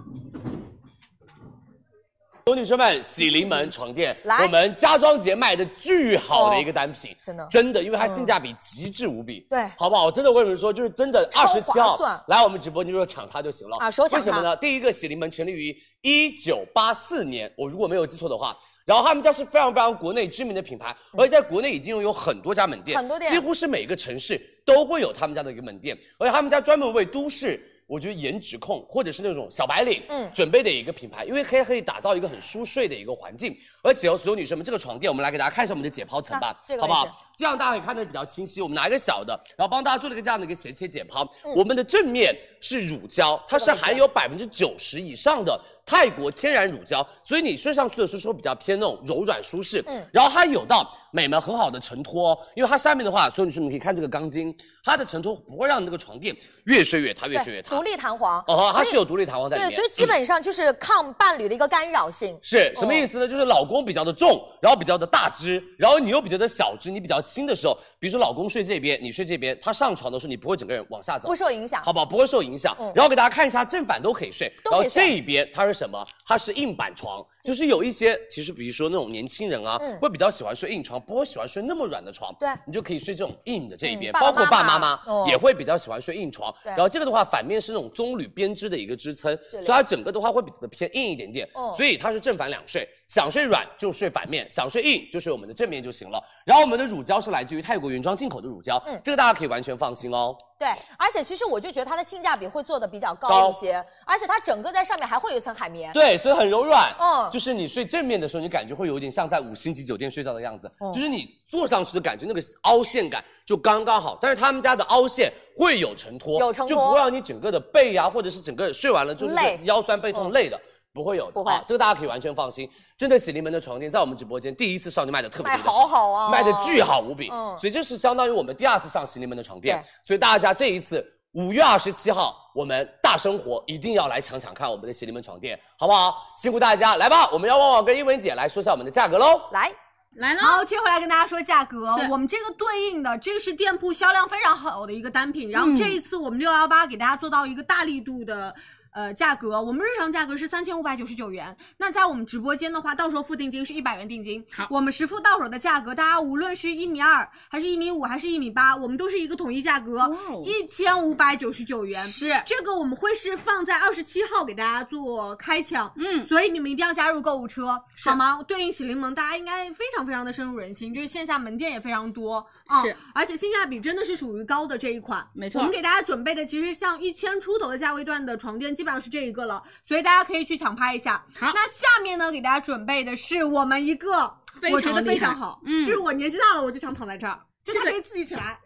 Speaker 7: 所有女生们，喜临门床垫，
Speaker 2: 来哦
Speaker 7: 我们家装节卖的巨好的一个单品，
Speaker 2: 真的嗯
Speaker 7: 真的，因为它性价比极致无比，
Speaker 2: 对
Speaker 7: 好不好？真的，我跟你们说，就是真的
Speaker 2: 超
Speaker 7: 二十
Speaker 2: 划
Speaker 7: 七号
Speaker 2: 算
Speaker 7: 来我们直播间就说抢它就行了
Speaker 2: 啊手抢
Speaker 7: 为什么呢？第一个喜临门成立于一九八四年，我如果没有记错的话。然后他们家是非常非常国内知名的品牌，而且在国内已经拥有很多家门
Speaker 2: 嗯
Speaker 7: 店，
Speaker 2: 很多店
Speaker 7: 几乎是每个城市都会有他们家的一个门店，而且他们家专门为都市，我觉得颜值控或者是那种小白领，
Speaker 2: 嗯
Speaker 7: 准备的一个品牌，因为可以可以打造一个很舒睡的一个环境，而且哦，所有女生们，这个床垫我们来给大家看一下我们的解剖层吧
Speaker 2: 啊，这个
Speaker 7: 好
Speaker 2: 位
Speaker 7: 不
Speaker 2: 置
Speaker 7: 好？这样大家可以看得比较清晰。我们拿一个小的，然后帮大家做了一个这样的一个斜切解剖。
Speaker 2: 嗯
Speaker 7: 我们的正面是乳胶，它是含有百分之九十以上的泰国天然乳胶，所以你睡上去的时候会比较偏那种柔软舒适。
Speaker 2: 嗯
Speaker 7: 然后它有到美们很好的承托哦，因为它下面的话，所有女生们可以看这个钢筋，它的承托不会让你这个床垫越睡越塌，越睡越
Speaker 2: 对，
Speaker 7: 塌
Speaker 2: 独。立弹簧。
Speaker 7: 哦，它是有独立弹簧在里
Speaker 2: 对，
Speaker 7: 面。嗯
Speaker 2: 所以基本上哦就是抗伴侣的一个干扰性。
Speaker 7: 是什么意思呢？就是老公比较的重，然后比较的大只，然后你又比较的小只，你比较轻的时候，比如说老公睡这边，你睡这边，他上床的时候你不会整个人往下走，
Speaker 2: 不受影响
Speaker 7: 好不好？不会受影响。
Speaker 2: 嗯
Speaker 7: 然后给大家看一下正反都可以睡，
Speaker 2: 都
Speaker 7: 然
Speaker 2: 可
Speaker 7: 后
Speaker 2: 以睡
Speaker 7: 这一边它是什么？它是硬板床，就是有一些其实比如说那种年轻人啊，
Speaker 2: 嗯
Speaker 7: 会比较喜欢睡硬床，不会喜欢睡那么软的床，
Speaker 2: 对
Speaker 7: 你就可以睡这种硬的这一边，
Speaker 2: 嗯爸
Speaker 7: 包
Speaker 2: 爸
Speaker 7: 括
Speaker 2: 妈
Speaker 7: 爸
Speaker 2: 妈
Speaker 7: 妈
Speaker 2: 哦
Speaker 7: 也会比较喜欢睡硬床。
Speaker 2: 对
Speaker 7: 然后这个的话反面面是那种棕榈编织的一个支撑，
Speaker 8: 料
Speaker 7: 所以它整个的话会比较的偏硬一点点。
Speaker 2: 嗯
Speaker 8: 哦
Speaker 7: 所以它是正反两睡，想睡软就睡反面，想睡硬就睡我们的正面就行了。然后我们的乳胶是来自于泰国原装进口的乳胶，
Speaker 8: 嗯
Speaker 7: 这个大家可以完全放心哦。
Speaker 8: 对，而且其实我就觉得它的性价比会做的比较高
Speaker 7: 高
Speaker 8: 一些，而且它整个在上面还会有一层海绵。
Speaker 7: 对，所以很柔软。
Speaker 8: 嗯
Speaker 7: 就是你睡正面的时候，你感觉会有点像在五星级酒店睡觉的样子，
Speaker 8: 嗯
Speaker 7: 就是你坐上去的感觉，那个凹陷感就刚刚好。但是他们家的凹陷会有承托，
Speaker 8: 有承托
Speaker 7: 就不会让你整个的背啊，或者是整个睡完了就是
Speaker 8: 累嗯
Speaker 7: 腰酸背痛累的。不会有的，
Speaker 8: 不会
Speaker 7: 啊这个大家可以完全放心。真的，喜临门的床垫在我们直播间第一次上就卖的特别
Speaker 8: 卖
Speaker 7: 特别
Speaker 8: 好好啊，
Speaker 7: 卖的巨好无比。
Speaker 8: 嗯
Speaker 7: 所以这是相当于我们第二次上喜临门的床垫
Speaker 8: 对，
Speaker 7: 所以大家这一次五月二十七号，我们大生活一定要来抢抢看我们的喜临门床垫，好不好？辛苦大家，来吧，我们要旺旺跟英文姐来说一下我们的价格喽。
Speaker 8: 来，
Speaker 9: 来了，
Speaker 10: 好，切回来跟大家说价格
Speaker 9: 是。
Speaker 10: 我们这个对应的，这个是店铺销量非常好的一个单品。
Speaker 9: 嗯
Speaker 10: 然后这一次我们六幺八给大家做到一个大力度的。呃，价格我们日常价格是三千五百九十九元，那在我们直播间的话，到时候付定金是一百元定金。
Speaker 9: 好
Speaker 10: 我们实付到手的价格，大家无论是一米二，还是一米五，还是一米八，我们都是一个统一价格
Speaker 9: 哇哦，
Speaker 10: 一千五百九十九元。
Speaker 9: 是
Speaker 10: 这个我们会是放在二十七号给大家做开抢，
Speaker 9: 嗯
Speaker 10: 所以你们一定要加入购物车，好吗？对应喜临门，大家应该非常非常的深入人心，就是线下门店也非常多啊，
Speaker 9: 是，
Speaker 10: 而且性价比真的是属于高的这一款，
Speaker 9: 没错
Speaker 10: 我们给大家准备的其实像一千出头的价位段的床垫，基本上是这一个了，所以大家可以去抢拍一下。
Speaker 9: 好
Speaker 10: 那下面呢，给大家准备的是我们一个，
Speaker 9: 非常
Speaker 10: 我觉得非常好，
Speaker 9: 厉害嗯
Speaker 10: 就是我年纪大了，我就想躺在这儿，就它可以自己起来，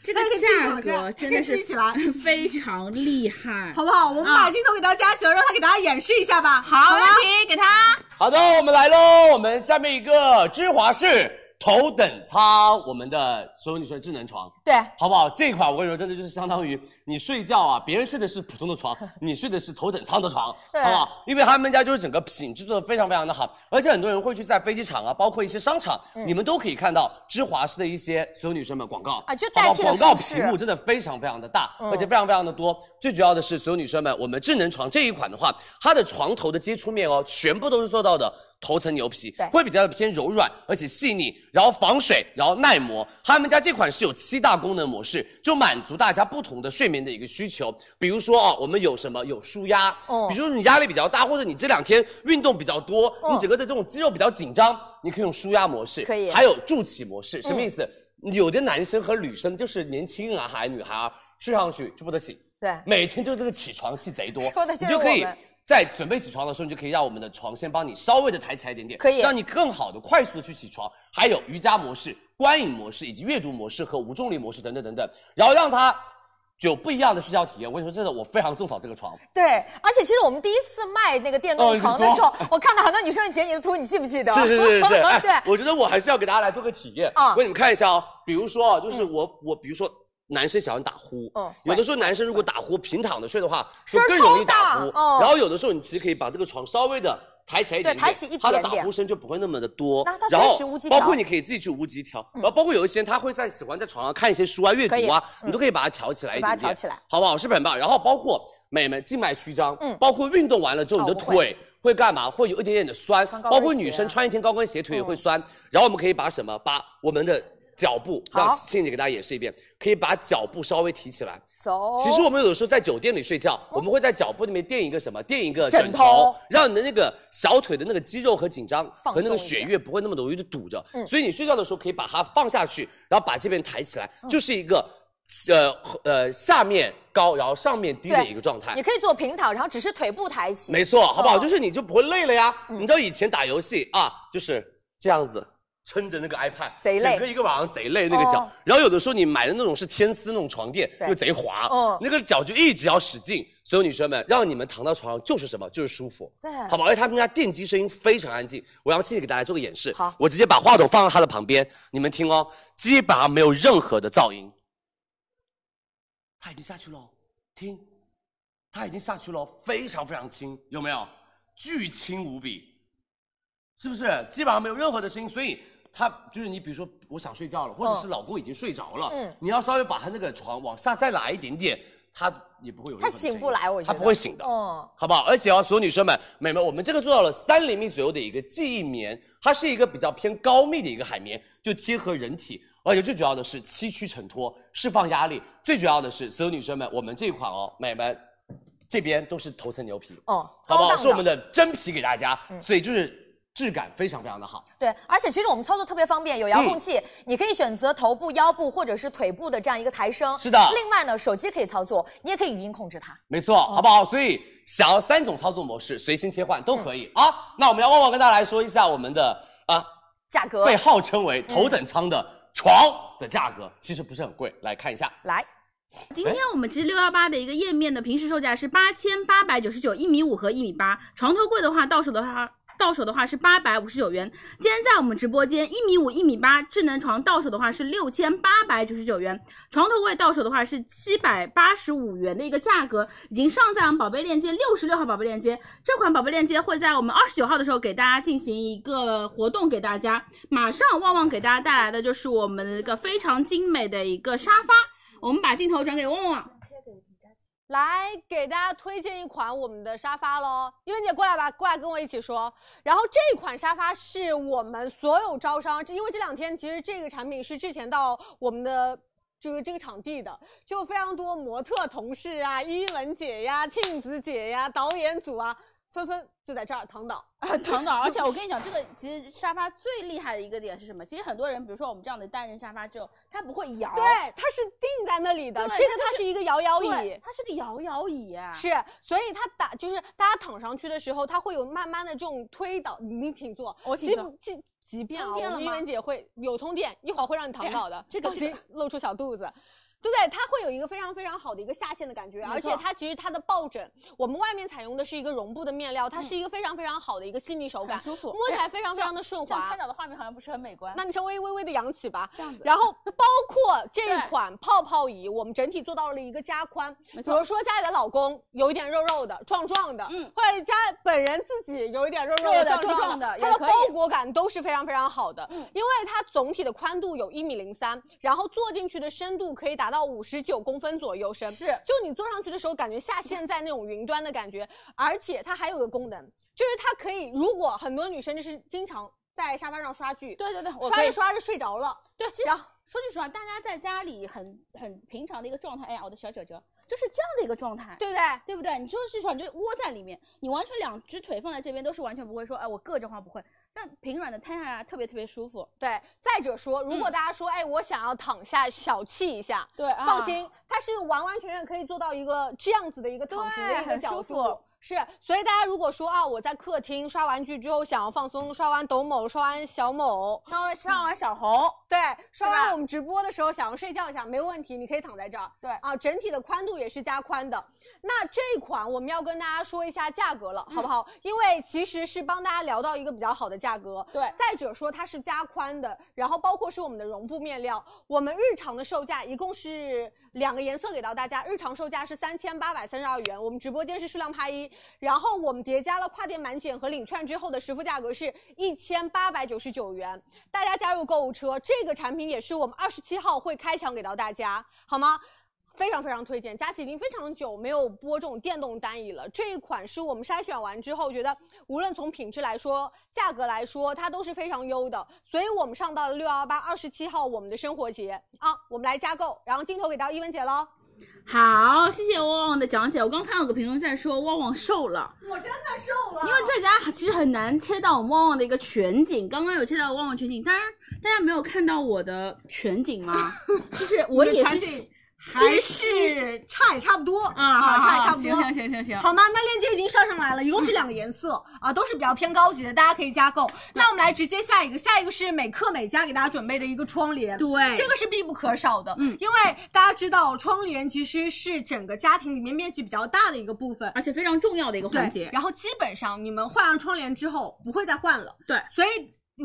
Speaker 9: 这个
Speaker 10: 大家可以自己
Speaker 9: 价
Speaker 10: 躺下
Speaker 9: 格真的
Speaker 10: 可以
Speaker 9: 是
Speaker 10: 自己起来
Speaker 9: 非常厉害，
Speaker 10: 好不好？我们把
Speaker 9: 啊
Speaker 10: 镜头给到佳琪，让他给大家演示一下吧。好
Speaker 9: 好，
Speaker 10: 好
Speaker 9: 问
Speaker 10: 吧。
Speaker 9: 题给他
Speaker 7: 好的，我们来喽，我们下面一个芝华士头等舱，我们的所有女生智能床。
Speaker 8: 对，
Speaker 7: 好不好？这款我跟你说，真的就是相当于你睡觉啊， 别人睡的是普通的 床，你睡的是头等舱的床，
Speaker 8: 对
Speaker 7: 好不好？因为他们家就是整个品质做的非常非常的好，而且很多人会去在飞机场啊，包括一些商场，
Speaker 8: 嗯
Speaker 7: 你们都可以看到芝华士的一些所有女生们广告
Speaker 8: 啊就
Speaker 7: 好不好
Speaker 8: 代替了
Speaker 7: 广告
Speaker 8: 舒适
Speaker 7: 屏幕真的非常非常的大，
Speaker 8: 嗯
Speaker 7: 而且非常非常的多。最主要的是，所有女生们，我们智能床这一款的话，它的床头的接触面哦，全部都是做到的头层牛皮
Speaker 8: 对，
Speaker 7: 会比较的偏柔软，而且细腻，然后防水，然后耐磨。他们家这款是有七大功能模式，就满足大家不同的睡眠的一个需求。比如说哦，我们有什么有舒压，
Speaker 8: 哦
Speaker 7: 比如说你压力比较大，或者你这两天运动比较多，
Speaker 8: 哦
Speaker 7: 你整个的这种肌肉比较紧张，你可以用舒压模式，
Speaker 8: 可以嗯
Speaker 7: 还有助起模式，什么意思？有的男生和女生就是年轻啊，还女孩啊，睡上去就不得醒，
Speaker 8: 对，
Speaker 7: 每天就这个起床气贼多，
Speaker 8: 说的就是
Speaker 7: 你就可
Speaker 8: 我
Speaker 7: 以
Speaker 8: 们
Speaker 7: 在准备起床的时候，你就可以让我们的床先帮你稍微的抬起来一点点，
Speaker 8: 可以
Speaker 7: 让你更好的、快速的去起床。还有瑜伽模式、观影模式以及阅读模式和无重力模式等等等等，然后让它有不一样的睡觉体验。我跟你说，真的，我非常种草这个床。
Speaker 8: 对，而且其实我们第一次卖那个电动
Speaker 7: 哦
Speaker 8: 床的时候，我看到很多女生会截你的图，你记不记得？
Speaker 7: 是是是 是是，哎
Speaker 8: 对，
Speaker 7: 我觉得我还是要给大家来做个体验，
Speaker 8: 啊
Speaker 7: 我给你们看一下哦。比如说，就是我、我比如说。男生想要打呼，
Speaker 8: 嗯
Speaker 7: 有的时候男生如果打呼平躺着睡的话，
Speaker 8: 声
Speaker 7: 就
Speaker 8: 儿
Speaker 7: 更容易打
Speaker 8: 超
Speaker 7: 呼。
Speaker 8: 大哦
Speaker 7: 然后有的时候你其实可以把这个床稍微的抬起来一点点，
Speaker 8: 对抬起一点
Speaker 7: 他的
Speaker 8: 点
Speaker 7: 打呼声就不会那么的多
Speaker 8: 那它。
Speaker 7: 然后
Speaker 8: 随时无极
Speaker 7: 包括
Speaker 8: 调
Speaker 7: 你可以自己去无极调，
Speaker 8: 嗯
Speaker 7: 然后包括有一些人他会在喜欢在床上看一些书啊、阅
Speaker 8: 可以
Speaker 7: 读啊，
Speaker 8: 嗯
Speaker 7: 你都可以把它调起来一点
Speaker 8: 把它
Speaker 7: 点，
Speaker 8: 调起来，
Speaker 7: 好不好？是不是很棒？然后包括美们静脉曲张，
Speaker 8: 嗯
Speaker 7: 包括运动完了之后你的
Speaker 8: 哦我会
Speaker 7: 腿会干嘛？会有一点点的酸，
Speaker 8: 穿高跟
Speaker 7: 包括女
Speaker 8: 鞋啊
Speaker 7: 生穿一天高跟鞋腿也
Speaker 8: 嗯
Speaker 7: 会酸。然后我们可以把什么？把我们的脚步，
Speaker 8: 好
Speaker 7: 让倩姐给大家演示一遍，可以把脚步稍微提起来。
Speaker 8: 走。
Speaker 7: 其实我们有的时候在酒店里睡觉，我们会在脚部那边垫一个什么？垫一个
Speaker 8: 哦枕
Speaker 7: 枕头
Speaker 8: 头，
Speaker 7: 让你的那个小腿的那个肌肉和紧张
Speaker 8: 放
Speaker 7: 和那个
Speaker 8: 松一
Speaker 7: 血
Speaker 8: 点
Speaker 7: 液不会那么容易的堵着
Speaker 8: 嗯。
Speaker 7: 所以你睡觉的时候可以把它放下去，然后把这边抬起来，
Speaker 8: 嗯
Speaker 7: 就是一个呃呃下面高，然后上面低的
Speaker 8: 对
Speaker 7: 一个状态
Speaker 8: 也。可以做平躺，然后只是腿部抬起。
Speaker 7: 没错，好不好？
Speaker 8: 嗯
Speaker 7: 就是你就不会累了呀。
Speaker 8: 嗯
Speaker 7: 你知道以前打游戏啊，就是这样子撑着那个 iPad，
Speaker 8: 贼累
Speaker 7: 整个一个晚上贼累那个脚。
Speaker 8: 哦
Speaker 7: 然后有的时候你买的那种是天丝那种床垫，
Speaker 8: 对
Speaker 7: 又贼滑，
Speaker 8: 嗯
Speaker 7: 那个脚就一直要使劲。所有女生们，让你们躺到床上就是什么，就是舒服，
Speaker 8: 对
Speaker 7: 好不好？而且他们家电机声音非常安静，我让倩姐给大家做个演示。
Speaker 8: 好
Speaker 7: 我直接把话筒放到她的旁边，你们听哦，基本上没有任何的噪音。它已经下去了哦，听，它已经下去了哦，非常非常轻，有没有？巨轻无比，是不是？基本上没有任何的声音，所以它就是你，比如说我想睡觉了，或者是老公已经睡着了，
Speaker 8: 嗯
Speaker 7: 你要稍微把他那个床往下再拉一点点，他也不会有任何
Speaker 8: 他
Speaker 7: 的声音。
Speaker 8: 醒不来，我觉
Speaker 7: 他
Speaker 8: 得
Speaker 7: 不会醒的。
Speaker 8: 嗯，
Speaker 7: 好不好？而且哦，所有女生们、美们，我们这个做到了三厘米左右的一个记忆棉，它是一个比较偏高密的一个海绵，就贴合人体，而且最主要的啊是七区承托，释放压力。最主要的是，所有女生们，我们这款哦，美们这边都是头层牛皮，
Speaker 8: 哦，
Speaker 7: 好不
Speaker 8: 高
Speaker 7: 好？
Speaker 8: 档
Speaker 7: 是我们的真皮给大家，
Speaker 8: 嗯
Speaker 7: 所以就是质感非常非常的好。
Speaker 8: 对，而且其实我们操作特别方便，有遥
Speaker 7: 嗯
Speaker 8: 控器，你可以选择头部、腰部或者是腿部的这样一个抬升。
Speaker 7: 是的
Speaker 8: 另外呢，手机可以操作，你也可以语音控制它。
Speaker 7: 没错，好不好？所以想要三种操作模式，随心切换都可以、啊。那我们要旺旺跟大家来说一下我们的啊
Speaker 8: 价格
Speaker 7: 被号称为头等舱的床的价格，其实不是很贵，来看一下。
Speaker 8: 来，
Speaker 9: 今天我们其实六幺八的一个页面的平时售价是八千八百九十九，一米五和一米八，床头柜的话到手的话。到手的话是八百五十九元，今天在我们直播间一米五、一米八智能床到手的话是六千八百九十九元，床头柜到手的话是七百八十五元的一个价格，已经上在我们宝贝链接六十六号宝贝链接，这款宝贝链接会在我们二十九号的时候给大家进行一个活动给大家，马上旺旺给大家带来的就是我们的一个非常精美的一个沙发，我们把镜头转给旺旺。
Speaker 10: 来给大家推荐一款我们的沙发喽，英文姐过来吧，过来跟我一起说。然后这款沙发是我们所有招商，这因为这两天其实这个产品是之前到我们的就是这个场地的，就有非常多模特同事啊、伊文姐呀、庆子姐呀、导演组啊，纷纷就在这儿躺倒。
Speaker 9: 啊，躺倒！而 且我跟你讲，这个其实沙发最厉害的一个点是什么？其实很多人，比如说我们这样的单人沙发之后，它不会摇，
Speaker 10: 对，它是定在那里的，
Speaker 9: 对，
Speaker 10: 这个它
Speaker 9: 就是
Speaker 10: 一个摇摇椅，
Speaker 9: 对它是个摇摇椅，
Speaker 10: 是，所以它打就是大家躺上去的时候，它会有慢慢的这种推倒，你挺坐，
Speaker 9: 我挺
Speaker 10: 即
Speaker 9: 坐
Speaker 10: 即即便啊，
Speaker 9: 通
Speaker 10: 我
Speaker 9: 电了
Speaker 10: 们一
Speaker 9: 吗哎
Speaker 10: 文姐会有通电，一会儿会让你躺倒的，
Speaker 9: 这个
Speaker 10: 到
Speaker 9: 这
Speaker 10: 时
Speaker 9: 个
Speaker 10: 露出小肚子。对不对？它会有一个非常非常好的一个下陷的感觉，
Speaker 9: 没
Speaker 10: 而且
Speaker 9: 错
Speaker 10: 它其实它的抱枕，我们外面采用的是一个绒布的面料，它是一个非常非常好的一个细腻手感，
Speaker 9: 嗯舒服，
Speaker 10: 摸起
Speaker 9: 哎
Speaker 10: 来非常非常的顺滑。
Speaker 9: 这样看到的画面好像不是很美观。
Speaker 10: 那你稍微微微的扬起吧，
Speaker 9: 这样子
Speaker 10: 然后包括这款泡泡椅，我们整体做到了一个加宽，
Speaker 9: 没
Speaker 10: 比如说家里的老公有一点肉肉的、壮壮的，嗯，或者家本人自己有一点肉
Speaker 9: 肉
Speaker 10: 的、
Speaker 9: 的
Speaker 10: 壮
Speaker 9: 壮壮的
Speaker 10: 它
Speaker 9: 也
Speaker 10: 的
Speaker 9: 可以嗯
Speaker 10: 包裹感都是非常非常好的，因为它总体的宽度有一米零三，然后坐进去的深度可以达到五十九公分左右深，
Speaker 9: 是
Speaker 10: 就你坐上去的时候感觉下陷在那种云端的感觉，而且它还有一个功能，就是它可以，如果很多女生就是经常。在沙发上刷剧，
Speaker 9: 对对对我
Speaker 10: 刷
Speaker 9: 可以
Speaker 10: 着刷着睡着了，
Speaker 9: 对，其实
Speaker 10: 然后
Speaker 9: 说句实话，大家在家里很很平常的一个状态，哎呀，我的小脚脚就是这样的一个状态，
Speaker 10: 对不对？
Speaker 9: 对不对？你就是说你就窝在里面，你完全两只腿放在这边都是完全不会说，哎，我硌着慌不会，但平软的摊下来特别特别舒服。
Speaker 10: 对，再者说，如果
Speaker 9: 嗯
Speaker 10: 大家说，哎，我想要躺下小憩一下，
Speaker 9: 对啊
Speaker 10: 放心，它是完完全全可以做到一个这样子的一个躺平
Speaker 9: 对
Speaker 10: 的一个
Speaker 9: 很
Speaker 10: 角
Speaker 9: 舒
Speaker 10: 度。
Speaker 9: 服
Speaker 10: 是，所以大家如果说啊，我在客厅刷完剧之后想要放松，刷完抖某，刷完小某，
Speaker 9: 稍微上完小红，
Speaker 10: 对，刷
Speaker 9: 吧
Speaker 10: 完我们直播的时候想要睡觉一下，没有问题，你可以躺在这儿。
Speaker 9: 对
Speaker 10: 啊，整体的宽度也是加宽的。那这款我们要跟大家说一下价格了，好不
Speaker 9: 嗯
Speaker 10: 好？因为其实是帮大家聊到一个比较好的价格。
Speaker 9: 对
Speaker 10: 再者说它是加宽的，然后包括是我们的绒布面料，我们日常的售价一共是两个颜色给到大家，日常售价是三千八百三十二元，我们直播间是数量拍一，然后我们叠加了跨店满减和领券之后的实付价格是一千八百九十九元。大家加入购物车，这个产品也是我们二十七号会开抢给到大家，好吗？非常非常推荐，佳琦已经非常久没有播这种电动单椅了。这一款是我们筛选完之后觉得，无论从品质来说、价格来说，它都是非常优的，所以我们上到了六幺八二十七号我们的生活节啊，我们来加购。然后镜头给到一文姐喽，
Speaker 9: 好，谢谢旺旺的讲解。我刚看到有个评论在说旺旺瘦了，
Speaker 12: 我真的瘦了，
Speaker 9: 因为在
Speaker 12: 啊
Speaker 9: 家其实很难切到我们旺旺的一个全景。刚刚有切到旺旺全景，当然大家没有看到我的全景吗？ 就是我也
Speaker 12: 你的全
Speaker 9: 是
Speaker 12: 景。还是差也差不多
Speaker 9: 啊好
Speaker 12: 差也
Speaker 9: 好
Speaker 12: 差不多。
Speaker 9: 行行行行行
Speaker 12: 好吗？那链接已经上上来了，一共是两个颜色啊，都是比较偏高级的，大家可以加购。那我们来直接下一个，下一个是美克美家给大家准备的一个窗帘，
Speaker 9: 对
Speaker 12: 这个是必不可少的，
Speaker 9: 嗯
Speaker 12: 因为大家知道窗帘其实是整个家庭里面面积比较大的一个部分，
Speaker 9: 而且非常重要的一个环
Speaker 12: 对
Speaker 9: 节。
Speaker 12: 然后基本上你们换上窗帘之后不会再换了，
Speaker 9: 对
Speaker 12: 所以。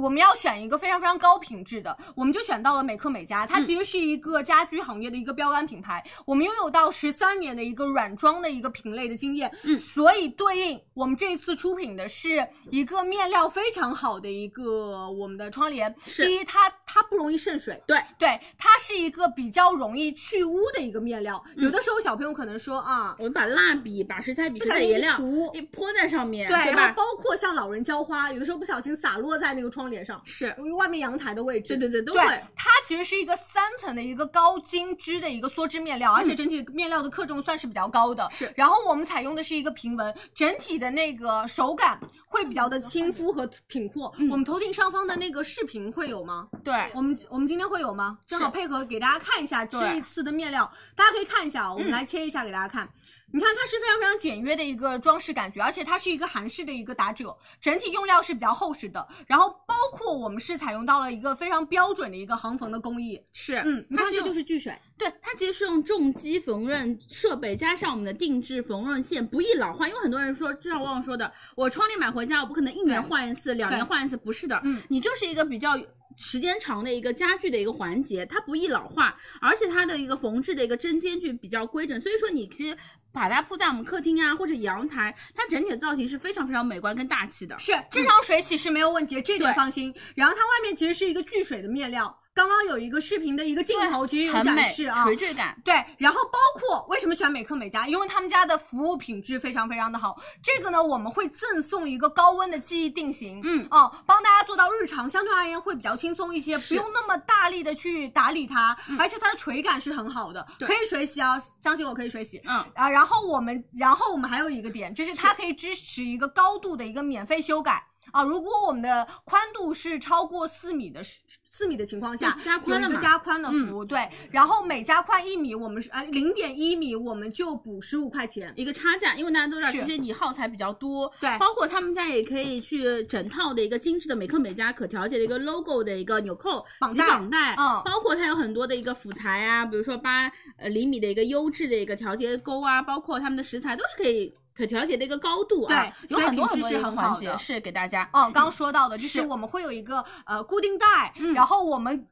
Speaker 12: 我们要选一个非常非常高品质的，我们就选到了美克美家，
Speaker 9: 嗯
Speaker 12: 它其实是一个家居行业的一个标杆品牌。我们拥有到十三年的一个软装的一个品类的经验，
Speaker 9: 嗯
Speaker 12: 所以对应我们这次出品的是一个面料非常好的一个我们的窗帘。
Speaker 9: 是
Speaker 12: 第一，它它不容易渗水，
Speaker 9: 对
Speaker 12: 对，它是一个比较容易去污的一个面料。
Speaker 9: 嗯
Speaker 12: 有的时候小朋友可能说啊，
Speaker 9: 我们把蜡笔、把食材笔、
Speaker 12: 不
Speaker 9: 食
Speaker 12: 小
Speaker 9: 材
Speaker 12: 心
Speaker 9: 颜
Speaker 12: 一
Speaker 9: 料
Speaker 12: 涂
Speaker 9: 一泼在上面，
Speaker 12: 对，然
Speaker 9: 吧
Speaker 12: 后？包括像老人浇花，有的时候不小心洒落在那个
Speaker 10: 窗帘上，
Speaker 13: 是
Speaker 10: 外面阳台的位置。
Speaker 13: 对对对都
Speaker 10: 对
Speaker 13: 会，
Speaker 10: 它其实是一个三层的一个高精织的一个梭织面料，而且整体面料的克重算嗯是比较高的。
Speaker 13: 是，
Speaker 10: 然后我们采用的是一个平纹，整体的那个手感会比较的亲肤和挺阔。我们头顶上方的那个饰屏会有吗？
Speaker 9: 对，
Speaker 10: 我们我们今天会有吗？正好
Speaker 9: 是
Speaker 10: 配合给大家看一下
Speaker 9: 对
Speaker 10: 这一次的面料，大家可以看一下啊，我们
Speaker 9: 嗯
Speaker 10: 来切一下给大家看。你看它是非常非常简约的一个装饰感觉，而且它是一个韩式的一个打褶，整体用料是比较厚实的。然后包括我们是采用到了一个非常标准的一个横缝的工艺，
Speaker 13: 是，
Speaker 10: 嗯，你
Speaker 9: 它
Speaker 10: 看
Speaker 9: 是
Speaker 10: 这就
Speaker 9: 用
Speaker 10: 是聚水，
Speaker 9: 对，它其实是用重机缝纫设备加上我们的定制缝纫线，不易老换。因为很多人说，就像旺旺说的，我窗帘买回家，我不可能一年
Speaker 10: 对
Speaker 9: 换一次，两年
Speaker 10: 对
Speaker 9: 换一次，不是的。
Speaker 10: 嗯
Speaker 9: 你就是一个比较时间长的一个家具的一个环节，它不易老化，而且它的一个缝制的一个针间距比较规整，所以说你其实。把它铺在我们客厅啊，或者阳台，它整体的造型是非常非常美观跟大气的。
Speaker 10: 是这张水洗是没有问题，这点
Speaker 9: 对
Speaker 10: 放心。然后它外面其实是一个聚水的面料，刚刚有一个视频的一个镜头其实有
Speaker 9: 很
Speaker 10: 展
Speaker 9: 美，
Speaker 10: 示啊，
Speaker 9: 垂坠感。
Speaker 10: 对，然后包括为什么喜欢美克美家，因为他们家的服务品质非常非常的好。这个呢，我们会赠送一个高温的记忆定型，
Speaker 9: 嗯
Speaker 10: 哦，帮大家做到日常相对而言会比较轻松一些，不用那么大力的去打理它，而且它的垂感是很好的，
Speaker 9: 嗯对
Speaker 10: 可以水洗啊，相信我可以水洗。
Speaker 9: 嗯，
Speaker 10: 啊，然后我们，然后我们还有一个点，就是它可以支持一个高度的一个免费修改啊。如果我们的宽度是超过四米的时四米的情况下
Speaker 9: 嗯，加宽了
Speaker 10: 有一个
Speaker 9: 嘛
Speaker 10: 加宽的服务，对。然后每加宽一米，我们是呃零点一米，我们就补十五块钱。
Speaker 9: 一个差价，因为大家都知道，
Speaker 10: 是
Speaker 9: 其实你耗材比较多，
Speaker 10: 对
Speaker 9: 包括他们家也可以去整套的一个精致的美克美家可调节的一个 logo 的一个纽扣、
Speaker 10: 绑
Speaker 9: 及
Speaker 10: 带
Speaker 9: 绑带，
Speaker 10: 嗯
Speaker 9: 包括它有很多的一个辅材啊，比如说八呃厘米的一个优质的一个调节钩啊，包括他们的食材都是可以可调节的一个高度啊，
Speaker 10: 对
Speaker 9: 有很多
Speaker 10: 所
Speaker 9: 很
Speaker 10: 以品质是
Speaker 9: 多的一个
Speaker 10: 很好
Speaker 9: 环
Speaker 10: 的
Speaker 9: 节是给大家。
Speaker 10: 哦，刚刚说到的就是
Speaker 9: 是
Speaker 10: 我们会有一个呃固定带，
Speaker 9: 嗯
Speaker 10: 然后我们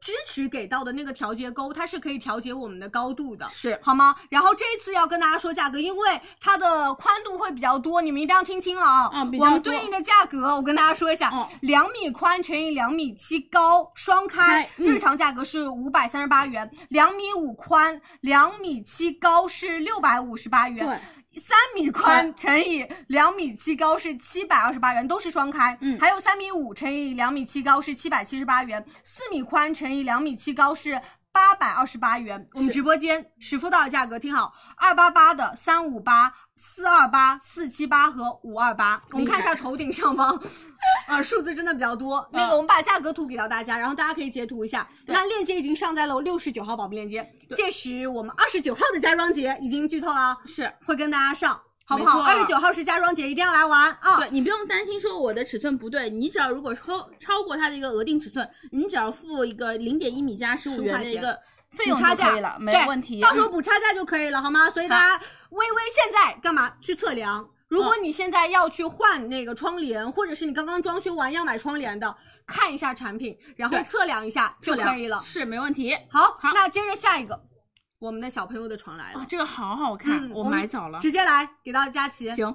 Speaker 10: 支持给到的那个调节钩，它是可以调节我们的高度的。
Speaker 9: 是
Speaker 10: 好吗？然后这一次要跟大家说价格，因为它的宽度会比较多，你们一定要听清了啊。
Speaker 9: 嗯比较
Speaker 10: 我
Speaker 9: 多
Speaker 10: 们对应的价格，我跟大家说一下
Speaker 9: 嗯，
Speaker 10: 两、米宽乘以两米七高，双开
Speaker 9: 开，嗯
Speaker 10: 日常价格是五百三十八元；两米五宽，两米七高是六百五十八元。
Speaker 9: 对
Speaker 10: 三米
Speaker 9: 哎
Speaker 10: 宽乘以两米七高是七百二十八元，都是双开。
Speaker 9: 嗯
Speaker 10: 还有三米五乘以两米七高是七百七十八元，四米宽乘以两米七高是八百二十八元。我们直播间实付到的价格，听好，二八八的、三五八、四二八、四七八和五二八。我们看一下头顶上方，啊、数字真的比较多。那个我们把价格图给到大家，然后大家可以截图一下。
Speaker 9: 嗯对
Speaker 10: 那链接已经上在了六十九号宝贝链接，届时我们二十九号的家装节已经剧透了啊。
Speaker 9: 是，
Speaker 10: 会跟大家上，好不好？
Speaker 9: 没
Speaker 10: 二
Speaker 9: 错
Speaker 10: 十九号是家装节，一定要来玩啊！
Speaker 9: 对你不用担心说我的尺寸不对，你只要如果超超过它的一个额定尺寸，你只要付一个零点一米加十五元的一个费用
Speaker 10: 补
Speaker 9: 就
Speaker 10: 差价
Speaker 9: 可以了，没
Speaker 10: 对
Speaker 9: 问题。
Speaker 10: 到时候
Speaker 9: 嗯
Speaker 10: 补差价就可以了，好吗？所以大家微微现在干嘛去测量？如
Speaker 9: 嗯
Speaker 10: 果你现在要去换那个窗帘，或者是你刚刚装修完要买窗帘的，看一下产品，然后
Speaker 9: 对
Speaker 10: 测量一下就
Speaker 9: 测量
Speaker 10: 可以了。
Speaker 9: 是没问题。
Speaker 10: 好，
Speaker 9: 好
Speaker 10: 那接着下一个，我们的小朋友的床来了
Speaker 9: 啊，，这个好好看，
Speaker 10: 嗯，
Speaker 9: 我买早了。
Speaker 10: 直接来给到佳琪。
Speaker 9: 行，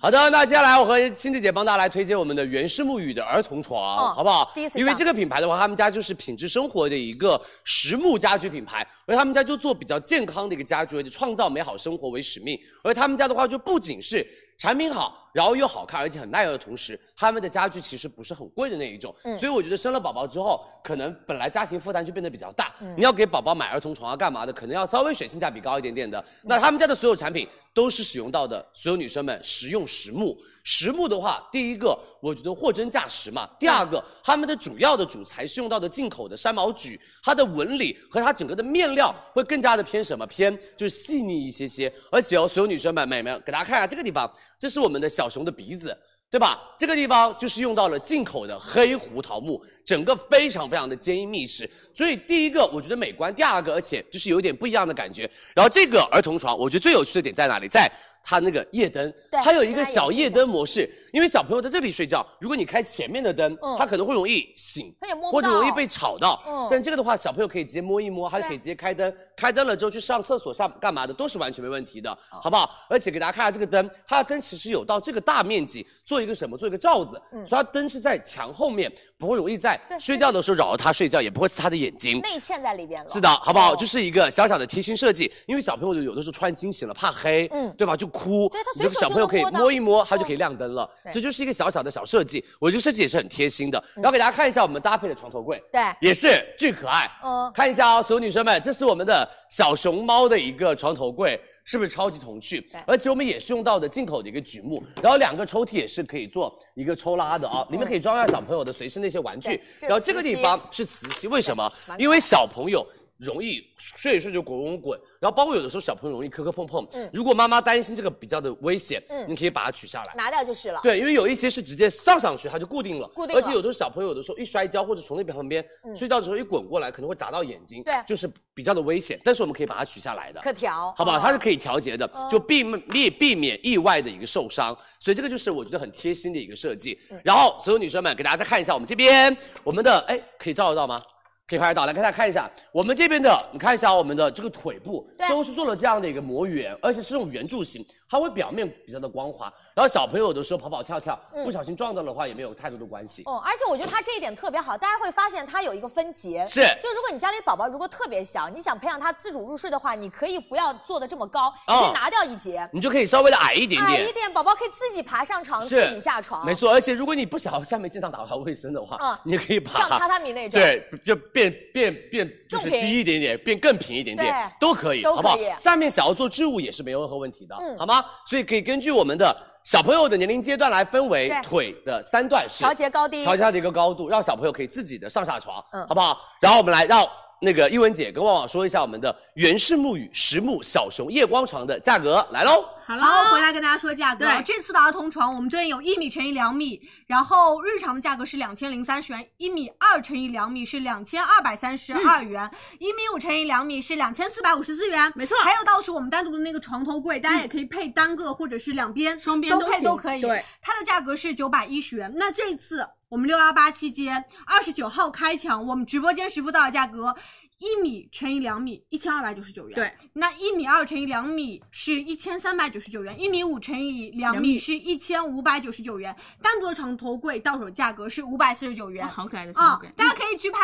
Speaker 7: 好的，那接下来我和欣姐姐帮大家来推荐我们的源氏沐浴的儿童床，
Speaker 8: 哦
Speaker 7: 好不好？
Speaker 8: 第一次上
Speaker 7: 因为这个品牌的话，他们家就是品质生活的一个实木家居品牌，而他们家就做比较健康的一个家居，而且创造美好生活为使命。而他们家的话，就不仅是产品好，然后又好看，而且很耐用的同时，他们的家具其实不是很贵的那一种。
Speaker 8: 嗯
Speaker 7: 所以我觉得生了宝宝之后，可能本来家庭负担就变得比较大，
Speaker 8: 嗯
Speaker 7: 你要给宝宝买儿童床啊干嘛的，可能要稍微选性价比高一点点的。那他们家的所有产品都是使用到的，所有女生们实用实木。实木的话，第一个我觉得货真价实嘛，第二个他们的主要的主材是用到的进口的山毛榉，它的纹理和它整个的面料会更加的偏什么偏就是细腻一些些。而且哦，所有女生们美们，给大家看一下这个地方，这是我们的小熊的鼻子。对吧？这个地方就是用到了进口的黑胡桃木，整个非常非常的坚硬密实。所以第一个我觉得美观，第二个而且就是有点不一样的感觉。然后这个儿童床，我觉得最有趣的点在哪里？在它那个夜灯，
Speaker 8: 对
Speaker 7: 它有一个小夜灯模式，因为小朋友在这里睡觉，如果你开前面的灯，
Speaker 8: 嗯
Speaker 7: 他可能会容易醒，
Speaker 8: 他也摸不
Speaker 7: 或者
Speaker 8: 到，
Speaker 7: 容易被吵到。
Speaker 8: 嗯
Speaker 7: 但这个的话，小朋友可以直接摸一摸，还
Speaker 8: 对
Speaker 7: 可以直接开灯，开灯了之后去上厕所、上干嘛的都是完全没问题的，好不好？而且给大家看一下这个灯，它的灯其实有到这个大面积做一个什么，做一个罩子，
Speaker 8: 嗯
Speaker 7: 所以它灯是在墙后面，不会容易在
Speaker 8: 对
Speaker 7: 睡觉的时候扰到他睡觉，也不会刺他的眼睛。
Speaker 8: 内嵌在里边了。哦
Speaker 7: 是的，好不好？就是是一个小小的贴心设计，因为小朋友有的时候突然惊醒了怕黑，
Speaker 8: 嗯
Speaker 7: 对吧？就哭，
Speaker 8: 对它
Speaker 7: 你这个
Speaker 8: 随
Speaker 7: 小
Speaker 8: 手就
Speaker 7: 朋友
Speaker 8: 能
Speaker 7: 可以
Speaker 8: 摸到嗯
Speaker 7: 摸一摸，它就可以亮灯了。
Speaker 8: 对嗯
Speaker 7: 所以就是一个小小的小设计，我觉得设计也是很贴心的。然后给大家看一下我们搭配的床头柜，
Speaker 8: 对
Speaker 7: 也是巨可爱。
Speaker 8: 嗯
Speaker 7: 看一下哦，所有女生们，这是我们的小熊猫的一个床头柜，是不是超级童趣？而且我们也是用到的进口的一个榉木，然后两个抽屉也是可以做一个抽拉的啊，里面可以装下小朋友的随身那些玩
Speaker 14: 对。
Speaker 7: 具
Speaker 14: 这是
Speaker 7: 然后这个地方是磁吸，为什么？因为小朋友。容易睡一睡就滚滚滚，然后包括有的时候小朋友容易磕磕碰碰，
Speaker 8: 嗯
Speaker 7: 如果妈妈担心这个比较的危险，
Speaker 8: 嗯
Speaker 7: 你可以把它取下来，
Speaker 8: 拿掉就是了。
Speaker 7: 对，因为有一些是直接上上去它就固定了，
Speaker 8: 固定了
Speaker 7: 而且有的时候小朋友有的时候一摔跤或者从那边旁边、
Speaker 8: 嗯
Speaker 7: 睡觉的时候一滚过来，可能会砸到眼睛，
Speaker 8: 对
Speaker 7: 就是比较的危险。但是我们可以把它取下来的，
Speaker 8: 可调，
Speaker 7: 好不好？
Speaker 8: 嗯
Speaker 7: 它是可以调节的，
Speaker 8: 哦
Speaker 7: 就避免避免意外的一个受伤。所以这个就是我觉得很贴心的一个设计
Speaker 8: 嗯。
Speaker 7: 然后所有女生们给大家再看一下我们这边我们的哎，可以照得到吗？可以拍得到，来给大家看一下我们这边的，你看一下我们的这个腿部
Speaker 8: 对
Speaker 7: 都是做了这样的一个磨圆，而且是这种圆柱形，它会表面比较的光滑。然后小朋友有的时候跑跑跳跳，
Speaker 8: 嗯
Speaker 7: 不小心撞到的话也没有太多的关系。
Speaker 8: 哦，而且我觉得它这一点特别好，大家会发现它有一个分节，
Speaker 7: 是
Speaker 8: 就如果你家里宝宝如果特别小，你想培养他自主入睡的话，你可以不要做的这么高，你
Speaker 7: 哦
Speaker 8: 可以拿掉一节，
Speaker 7: 你就可以稍微的矮一点
Speaker 8: 矮
Speaker 7: 点，
Speaker 8: 一点，宝宝可以自己爬上床，
Speaker 7: 是
Speaker 8: 自己下床，
Speaker 7: 没，错，而且如果你不想要下面经常打扫卫生的话，
Speaker 8: 嗯
Speaker 7: 你可以把
Speaker 8: 像榻榻米那种，，
Speaker 7: 对，就变变变，就是
Speaker 8: 更平
Speaker 7: 低一点点，变更平一点点
Speaker 8: 对，
Speaker 7: 都可以，
Speaker 8: 都可
Speaker 7: 好
Speaker 8: 以
Speaker 7: 不好？下面想要做置物也是没有任何问题的，
Speaker 8: 嗯
Speaker 7: 好吗？所以可以根据我们的小朋友的年龄阶段来分为
Speaker 8: 对
Speaker 7: 腿的三段式，
Speaker 8: 调节高低，
Speaker 7: 调节它的一个高度，让小朋友可以自己的上下床，
Speaker 8: 嗯
Speaker 7: 好不好？然后我们来让那个一文姐跟旺旺说一下我们的原氏木与实木小熊夜光床的价格来喽。
Speaker 9: 好
Speaker 10: 然后回来跟大家说价格
Speaker 9: 啊对，
Speaker 10: 这次的儿童床我们对应有一米乘以两米，然后日常的价格是两千零三十元，一米二乘以两米是两千二百三十
Speaker 9: 嗯
Speaker 10: 二元，一、米五乘以两米是两千四百五十四元，
Speaker 9: 没错嗯
Speaker 10: 还有到时我们单独的那个床头柜，大家也可以配单个或者是两边，
Speaker 9: 双边
Speaker 10: 都
Speaker 9: 都
Speaker 10: 配
Speaker 9: 行
Speaker 10: 都可以。
Speaker 9: 对，
Speaker 10: 它的价格是九百一十元。那这次我们六幺八期间，二十九号开抢，我们直播间实付到手价格。一米乘以两米，一千二百九十九元。
Speaker 9: 对，
Speaker 10: 那一米二乘以两米是一千三百九十九元，一米五乘以两
Speaker 9: 两
Speaker 10: 米
Speaker 9: 米
Speaker 10: 是一千五百九十九元。单独的床头柜到手价格是五百四十九元。
Speaker 9: 哦哇好可爱的
Speaker 10: 啊、
Speaker 9: 小鬼，
Speaker 10: 大家可以去拍，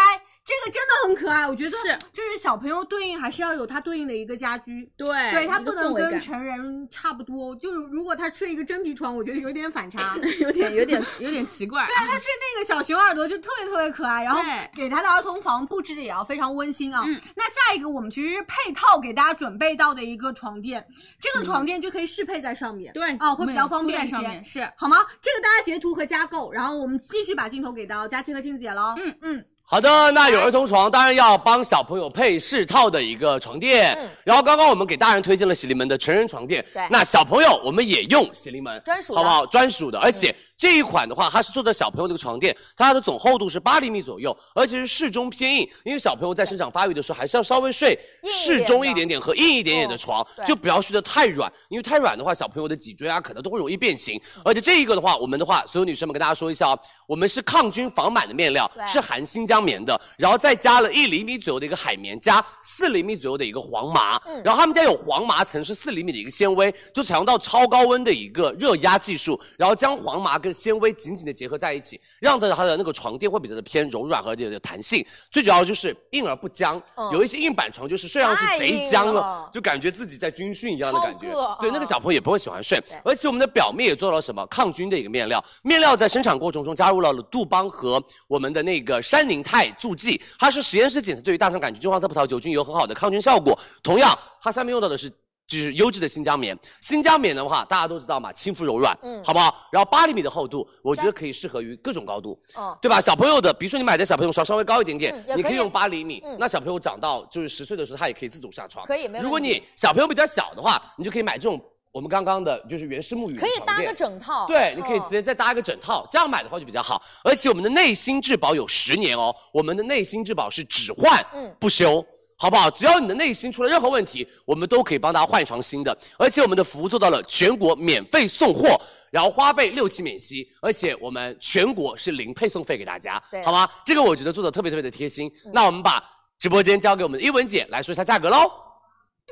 Speaker 10: 这个真的很可爱。我觉得
Speaker 9: 是，
Speaker 10: 就是小朋友对应还是要有他对应的一个家居。
Speaker 9: 对，
Speaker 10: 对它
Speaker 9: 一
Speaker 10: 不
Speaker 9: 个
Speaker 10: 能
Speaker 9: 氛围
Speaker 10: 跟
Speaker 9: 感
Speaker 10: 成人差不多，就是如果他睡一个真皮床，我觉得 有点反 差。对
Speaker 9: 有点有点有点奇怪。
Speaker 10: 啊，他睡那个小熊耳朵就特别特别可爱，然后
Speaker 9: 对
Speaker 10: 给他的儿童房布置的也要非常温馨啊。
Speaker 9: 嗯
Speaker 10: 那下一个我们其实是配套给大家准备到的一个床垫，这个床垫就可以适配在上面，
Speaker 9: 对
Speaker 10: 啊，会比较方便一
Speaker 9: 上面
Speaker 10: 些，
Speaker 9: 是。
Speaker 10: 好吗？这个大家截图和加购，然后我们继续把镜头给到佳琪和静姐喽。
Speaker 9: 嗯
Speaker 10: 嗯，
Speaker 7: 好的，那有儿童床，当然要帮小朋友配适套的一个床垫。然后刚刚我们给大人推荐了喜临门的成人床垫，
Speaker 8: 嗯对
Speaker 7: 那小朋友我们也用喜临门
Speaker 8: 专属的嗯
Speaker 7: 好不好？专属的，而且这一款的话，它是做的小朋友这个床垫，它的总厚度是八厘米左右，而且是适中偏硬，因为小朋友在生长发育的时候还是要稍微睡
Speaker 8: 硬一点
Speaker 7: 适
Speaker 8: 的
Speaker 7: 中一点点和硬一点点的床，
Speaker 8: 对
Speaker 7: 就不要睡得太软，因为太软的话，小朋友的脊椎啊可能都会容易变形。而且这一个的话，我们的话，所有女生们跟大家说一下哦，我们是抗菌防螨的面料
Speaker 8: 对，
Speaker 7: 是含新疆棉的，然后再加了一厘米左右的一个海绵，加四厘米左右的一个黄麻，
Speaker 8: 嗯
Speaker 7: 然后他们家有黄麻层是四厘米的一个纤维，就采用到超高温的一个热压技术，然后将黄麻跟纤维紧紧的结合在一起，让它的它的那个床垫会比较的偏柔软和有点弹性，最主要就是硬而不僵，
Speaker 8: 嗯
Speaker 7: 有一些硬板床就是睡上去
Speaker 8: 太
Speaker 7: 贼
Speaker 8: 硬
Speaker 7: 僵
Speaker 8: 了
Speaker 7: 了，就感觉自己在军训一样的感觉
Speaker 8: 超硌，
Speaker 7: 对那个
Speaker 8: 嗯
Speaker 7: 小朋友也不会喜欢睡
Speaker 8: 对，
Speaker 7: 而且我们的表面也做了什么抗菌的一个面料，面料在生产过程中加入了杜邦和我们的那个山宁肽助剂，它是实验室检测对于大肠杆菌、金黄色葡萄球菌有很好的抗菌效果。同样，它上面用到的是。就是优质的新疆棉，新疆棉的话，大家都知道嘛，亲肤柔软，
Speaker 8: 嗯
Speaker 7: 好不好？然后八厘米的厚度，我觉得可以适合于各种高度，
Speaker 8: 嗯，
Speaker 7: 对吧？小朋友的，比如说你买的小朋友床稍微高一点点，
Speaker 8: 嗯也
Speaker 7: 你
Speaker 8: 可
Speaker 7: 可
Speaker 8: 以
Speaker 7: 以用八厘米。
Speaker 8: 嗯
Speaker 7: 那小朋友长到就是十岁的时候，他也可以自主下床。
Speaker 8: 可以没问题
Speaker 7: 如果你小朋友比较小的话，你就可以买这种我们刚刚的，就是原始木语的
Speaker 8: 可以搭
Speaker 7: 床
Speaker 8: 个
Speaker 7: 垫
Speaker 8: 整套，
Speaker 7: 对，你可以
Speaker 8: 嗯
Speaker 7: 直接再搭一个整套，这样买的话就比较好。而且我们的内心质保有十年哦，我们的内心质保是只换
Speaker 8: 嗯
Speaker 7: 不修。好不好？只要你的内心出了任何问题，我们都可以帮大家换一床新的。而且我们的服务做到了全国免费送货，然后花呗六期免息，而且我们全国是零配送费给大家
Speaker 8: 对，嗯
Speaker 7: 好吗？这个我觉得做的特别特别的贴心。那我们把直播间交给我们的一文姐来说一下价格喽。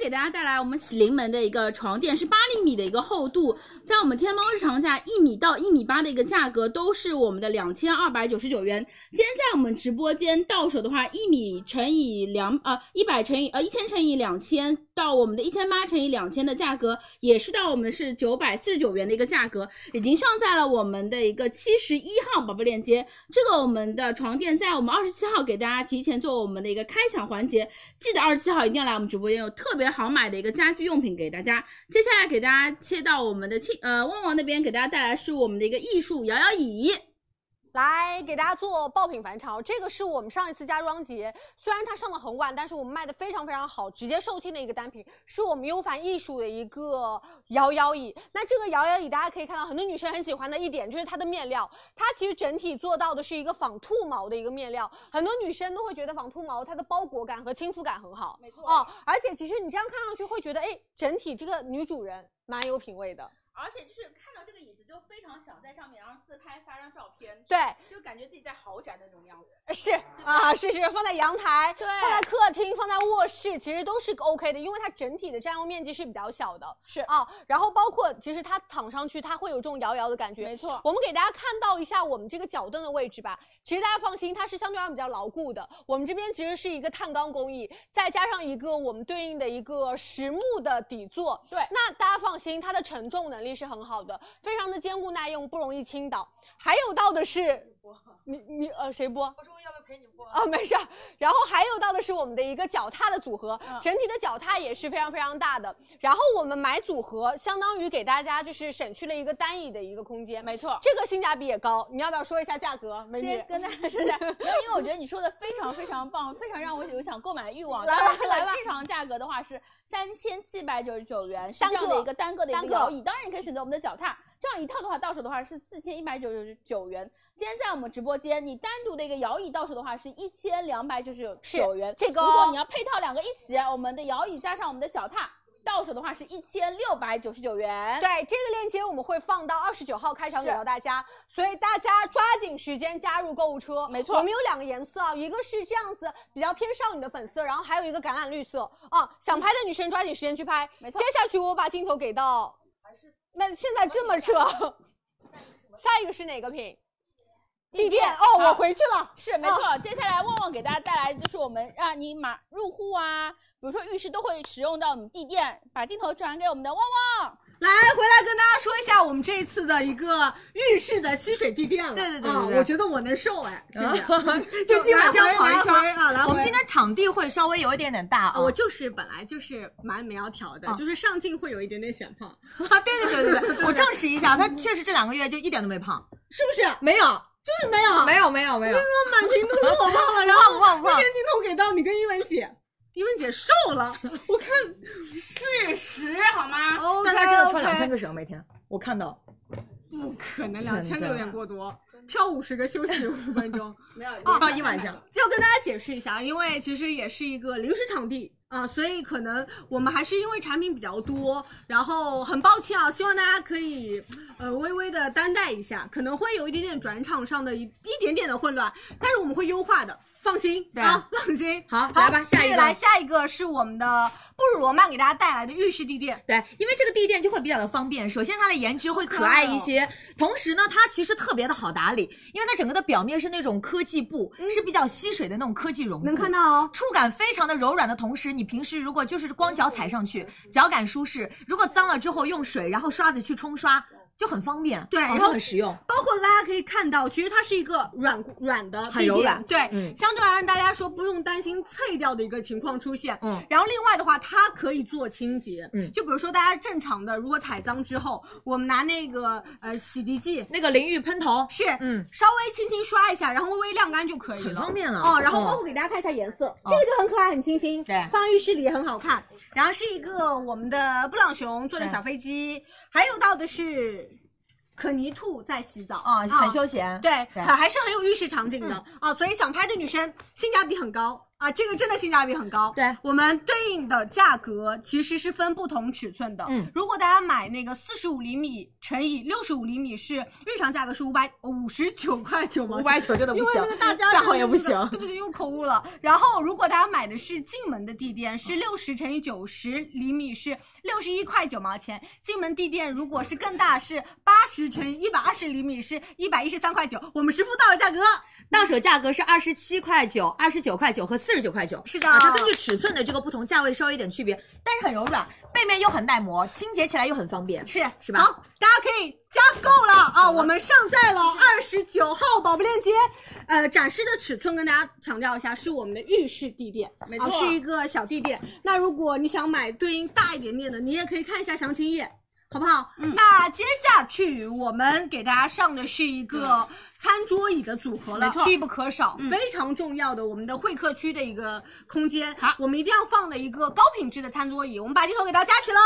Speaker 9: 给大家带来我们喜临门的一个床垫，是八厘米的一个厚度，在我们天猫日常价一米到一米八的一个价格，都是我们的两千二百九十九元。今天在我们直播间到手的话，一米乘以两呃一百乘以呃一千乘以两千，到我们的一千八乘以两千的价格，也是到我们的是九百四十九元的一个价格，已经上在了我们的一个七十一号宝贝链接。这个我们的床垫在我们二十七号给大家提前做我们的一个开抢环节，记得二十七号一定要来我们直播间，有特别。特别好买的一个家居用品给大家。接下来给大家切到我们的亲呃旺旺那边，给大家带来是我们的一个艺术摇摇椅。
Speaker 15: 来给大家做爆品返潮，这个是我们上一次家装节，虽然它上的很晚，但是我们卖的非常非常好，直接售罄的一个单品，是我们优凡艺术的一个摇摇椅。那这个摇摇椅大家可以看到，很多女生很喜欢的一点就是它的面料，它其实整体做到的是一个仿兔毛的一个面料，很多女生都会觉得仿兔毛它的包裹感和亲肤感很好，
Speaker 16: 没错
Speaker 15: 哦，而且其实你这样看上去会觉得，哎，整体这个女主人蛮有品味的。
Speaker 9: 而且就是看到这个椅子就非常想在上面，然后自拍发张照片，
Speaker 15: 对，
Speaker 9: 就感觉自己在豪宅的那种样子。
Speaker 15: 是啊，是是，放在阳台，
Speaker 9: 对
Speaker 15: 放在客厅，放在卧室，其实都是 OK 的，因为它整体的占用面积是比较小的，
Speaker 16: 是
Speaker 15: 啊。然后包括其实它躺上去，它会有这种摇摇的感觉，
Speaker 16: 没错
Speaker 15: 我们给大家看到一下我们这个脚凳的位置吧，其实大家放心，它是相对来讲比较牢固的。我们这边其实是一个碳钢工艺，再加上一个我们对应的一个实木的底座，
Speaker 16: 对
Speaker 15: 那大家放心，它的承重能力是很好的，非常的坚固耐用，不容易倾倒。还有到的是，你你呃谁播？
Speaker 16: 我说要不要陪你播
Speaker 15: 啊，没事儿。然后还有到的是我们的一个脚踏的组合，
Speaker 16: 嗯
Speaker 15: 整体的脚踏也是非常非常大的。然后我们买组合，相当于给大家就是省去了一个单椅的一个空间。
Speaker 16: 没错
Speaker 15: 这个性价比也高。你要不要说一下价格？美
Speaker 16: 这
Speaker 15: 女，
Speaker 16: 跟大家说一下，没有，因为我觉得你说的非常非常棒，非常让我有想购买的欲望。
Speaker 15: 来
Speaker 16: 当
Speaker 15: 吧
Speaker 16: 然，这个
Speaker 15: 来吧
Speaker 16: 日常价格的话是三千七百九十九元，是
Speaker 15: 单
Speaker 16: 这样的
Speaker 15: 个
Speaker 16: 一个单个的一
Speaker 15: 单
Speaker 16: 个
Speaker 15: 个
Speaker 16: 摇椅。当然，你可以选择我们的脚踏，这样一套的话到手的话是四千一百九十九元。今天在我们直播间，你单独的一个摇椅到手的话是一千两百九十九元。
Speaker 15: 这个哦
Speaker 16: 如果你要配套两个一起，我们的摇椅加上我们的脚踏，到手的话是一千六百九十九 元。
Speaker 15: 对，这个链接我们会放到二十九号开场给
Speaker 16: 是
Speaker 15: 到大家，所以大家抓紧时间加入购物车。没
Speaker 16: 错
Speaker 15: 我们有两个颜色啊，一个是这样子比较偏少女的粉色，然后还有一个橄榄绿色啊。
Speaker 10: 嗯
Speaker 15: 想拍的女生抓紧时间去拍。
Speaker 16: 没
Speaker 15: 错。接下去我把镜头给到，那现在这么撤， 下一个是哪个品？
Speaker 16: 地
Speaker 15: 垫
Speaker 16: 垫
Speaker 15: 哦，我
Speaker 16: 好
Speaker 15: 回去了。
Speaker 16: 是没
Speaker 10: 哦
Speaker 15: 啊
Speaker 16: 错，接下来旺旺给大家带来的就是我们让你马入户啊，比如说浴室都会使用到我们地垫，把镜头转给我们的旺旺。
Speaker 10: 来，回来跟大家说一下我们这一次的一个浴室的吸水地垫了。
Speaker 8: 对对对
Speaker 10: 啊
Speaker 8: 对对
Speaker 10: 我觉得我能瘦哎，谢
Speaker 8: 啊
Speaker 10: 谢
Speaker 15: 嗯
Speaker 8: 就基本上
Speaker 10: 来回
Speaker 8: 跑一圈
Speaker 10: 来回啊，来回
Speaker 8: 我们今天场地会稍微有一点点大啊，
Speaker 10: 啊
Speaker 15: 哦
Speaker 10: 我就是本来就是蛮苗条的
Speaker 8: 啊，
Speaker 10: 就是上镜会有一点点显胖，
Speaker 8: 啊，对对对对对，我证实一
Speaker 15: 嗯
Speaker 8: 下，他确实这两个月就一点都没胖，
Speaker 10: 是不是？没有，就是没有，
Speaker 8: 没有没有没
Speaker 10: 我
Speaker 8: 有
Speaker 10: 跟你说，满屏都说我胖了，然后
Speaker 8: 胖不胖
Speaker 10: 那天镜头给到你跟英文姐，英文姐瘦了，我看
Speaker 9: 事实好吗？
Speaker 8: 但他真的穿两千个绳每天，我看到。
Speaker 10: 不可能
Speaker 8: 真的
Speaker 10: 两千个有点过多，跳五十个休息五十分钟，
Speaker 9: 没有
Speaker 2: 哦
Speaker 10: 啊
Speaker 8: 跳一晚上。
Speaker 10: 要跟大家解释一下，啊因为其实也是一个临时场地啊，所以可能我们还是因为产品比较多，然后很抱歉啊，希望大家可以呃微微的担待一下，可能会有一点点转场上的一一点点的混乱，但是我们会优化的。放心，
Speaker 8: 对
Speaker 10: 啊，放心，
Speaker 8: 好
Speaker 10: 好
Speaker 8: 来吧下一个
Speaker 10: 接来下一个是我们的布鲁罗曼给大家带来的浴室地垫，
Speaker 8: 对，因为这个地垫就会比较的方便。首先，它的颜值会可爱一
Speaker 10: 哦
Speaker 8: 些，同时呢，它其实特别的好打理，因为它整个的表面是那种科技布，是比较吸水的那种科技绒
Speaker 10: 嗯
Speaker 8: 布，
Speaker 10: 能看到哦，
Speaker 8: 触感非常的柔软的同时，你平时如果就是光脚踩上
Speaker 10: 嗯
Speaker 8: 去，脚感舒适；如果脏了之后用水，然后刷子去冲刷，就很方便，
Speaker 10: 对，
Speaker 8: 然
Speaker 10: 然
Speaker 8: 后
Speaker 10: 后
Speaker 8: 很实用。
Speaker 10: 包括大家可以看到，其实它是一个软软的地垫，
Speaker 8: 很柔软
Speaker 10: 对，
Speaker 8: 嗯
Speaker 10: 相对而言大家说不用担心脆掉的一个情况出现。
Speaker 8: 嗯
Speaker 10: 然后另外的话，它可以做清洁，
Speaker 8: 嗯
Speaker 10: 就比如说大家正常的，如果踩脏之后，我们拿那个呃洗涤剂，
Speaker 8: 那个淋浴喷头
Speaker 10: 是，
Speaker 8: 嗯，
Speaker 10: 稍微轻轻刷一下，然后微微晾干就可以了，
Speaker 8: 很方便了
Speaker 10: 哦，然后
Speaker 8: 嗯
Speaker 10: 包括给大家看一下颜色，这个就很可爱，很清新，
Speaker 8: 对
Speaker 10: 放在浴室里也很好看。然后是一个我们的布朗熊坐着
Speaker 8: 对
Speaker 10: 小飞机，还有到的是可妮兔在洗澡
Speaker 8: 啊，很休闲。
Speaker 10: 对，
Speaker 8: 对嗯
Speaker 10: 还还是很有浴室场景的啊，所以想拍的女生性价比很高啊，这个真的性价比很高。
Speaker 8: 对，
Speaker 10: 我们对应的价格其实是分不同尺寸的。
Speaker 8: 嗯
Speaker 10: 如果大家买那个四十五厘米乘以六十五厘米是日常价格是五百五十九块九毛，
Speaker 8: 590真的不
Speaker 10: 因
Speaker 8: 行
Speaker 10: 为那个大家
Speaker 8: 再好也不行
Speaker 10: 对不起又口误了。然后如果大家买的是进门的地垫，
Speaker 8: 嗯
Speaker 10: 是六十乘以九十厘米是六十一块九毛钱，进门地垫如果是更大是八十乘以一百二十厘米是一百一十三块九，我们实付到手价格。
Speaker 8: 到手价格是二十七块九、二十九块九和四十九块九，
Speaker 10: 是的
Speaker 8: 啊，它根据尺寸的这个不同，价位稍微有点区别，但是很柔软，背面又很耐磨，清洁起来又很方便，
Speaker 10: 是
Speaker 8: 是吧？
Speaker 10: 好，大家可以加购了啊！我们上在了二十九号宝贝链接，呃，展示的尺寸跟大家强调一下，是我们的浴室地垫，
Speaker 17: 没错
Speaker 10: 啊是一个小地垫。那如果你想买对应大一点点的，你也可以看一下详情页。好不好？嗯，那接下去我们给大家上的是一个餐桌椅的组合了，
Speaker 17: 没错
Speaker 10: 必不可少，非常重要的我们的会客区的一个空间。好，我们一定要放的一个高品质的餐桌椅，我们把镜头给大家架起了。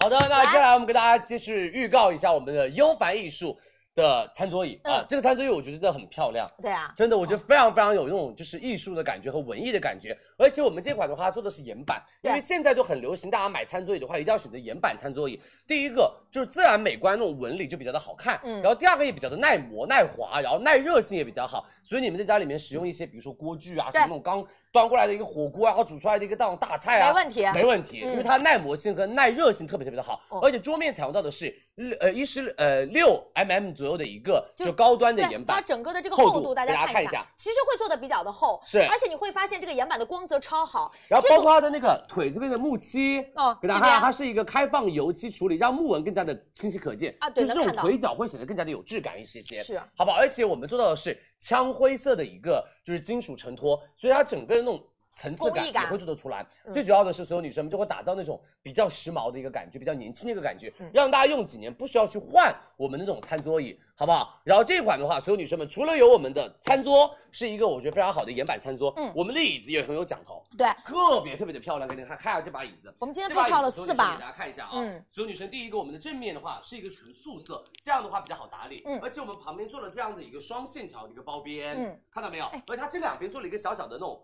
Speaker 7: 好的，
Speaker 18: 啊
Speaker 7: 那接下来我们给大家继续预告一下我们的优凡艺术的餐桌
Speaker 18: 嗯
Speaker 7: 椅啊，这个餐桌椅我觉得真的很漂亮。
Speaker 18: 对啊，
Speaker 7: 真的，我觉得非常非常有那种就是艺术的感觉和文艺的感觉，而且我们这款的话它做的是岩板，因为现在就很流行，大家买餐桌椅的话一定要选择岩板餐桌椅。第一个就是自然美观那种纹理就比较的好看，
Speaker 18: 嗯
Speaker 7: 然后第二个也比较的耐磨耐滑，然后耐热性也比较好，所以你们在家里面使用一些比如说锅具啊，什么那种刚端过来的一个火锅啊，然后煮出来的一个那种大菜啊，
Speaker 18: 没问题
Speaker 7: 没问题，
Speaker 18: 嗯
Speaker 7: 因为它耐磨性和耐热性特别特别的好，
Speaker 19: 哦
Speaker 7: 而且桌面采用到的是呃一十呃六 mm 左右的一个就高端的
Speaker 19: 对
Speaker 7: 岩板，
Speaker 19: 它整个的这个
Speaker 7: 厚
Speaker 19: 厚
Speaker 7: 度
Speaker 19: 大
Speaker 7: 给
Speaker 19: 家
Speaker 7: 看
Speaker 19: 一
Speaker 7: 一下。
Speaker 19: 其实会做的比较的厚，
Speaker 7: 是
Speaker 19: 而且你会发现这个岩板的光泽超好，
Speaker 7: 然后
Speaker 19: 这
Speaker 7: 包
Speaker 19: 个
Speaker 7: 括它的那个腿这边的木漆，
Speaker 19: 哦
Speaker 7: 给大
Speaker 19: 这
Speaker 7: 家看
Speaker 19: 边
Speaker 7: 看，它是一个开放油漆处理，让木纹更加的清晰可见
Speaker 19: 啊对
Speaker 7: 就是
Speaker 19: 能
Speaker 7: 这
Speaker 19: 看
Speaker 7: 种
Speaker 19: 到
Speaker 7: 腿脚会显得更加的有质感一些些，
Speaker 19: 是啊
Speaker 7: 好不好？而且我们做到的是枪灰色的一个就是金属承托，所以它整个的那种。层次
Speaker 19: 工
Speaker 7: 感
Speaker 19: 艺感
Speaker 7: 也会做得出来，
Speaker 19: 嗯
Speaker 7: 最主要的是所有女生们就会打造那种比较时髦的一个感觉，比较年轻的一个感觉，
Speaker 19: 嗯
Speaker 7: 让大家用几年不需要去换我们那种餐桌椅，好不好？然后这款的话，所有女生们除了有我们的餐桌是一个我觉得非常好的岩板餐桌，
Speaker 19: 嗯
Speaker 7: 我们的椅子也很有讲头，
Speaker 19: 对，
Speaker 7: 特别特别的漂亮，给你看看一下这把椅子。
Speaker 19: 我们今天
Speaker 7: 这把
Speaker 19: 配套了
Speaker 7: 椅子所有
Speaker 19: 四把
Speaker 7: 女生给大家看一下啊。
Speaker 19: 嗯
Speaker 7: 所有女生，第一个我们的正面的话是一个纯素色，这样的话比较好打理。
Speaker 19: 嗯
Speaker 7: 而且我们旁边做了这样的一个双线条的一个包边，
Speaker 19: 嗯，
Speaker 7: 看到没有？而且它这两边做了一个小小的那种。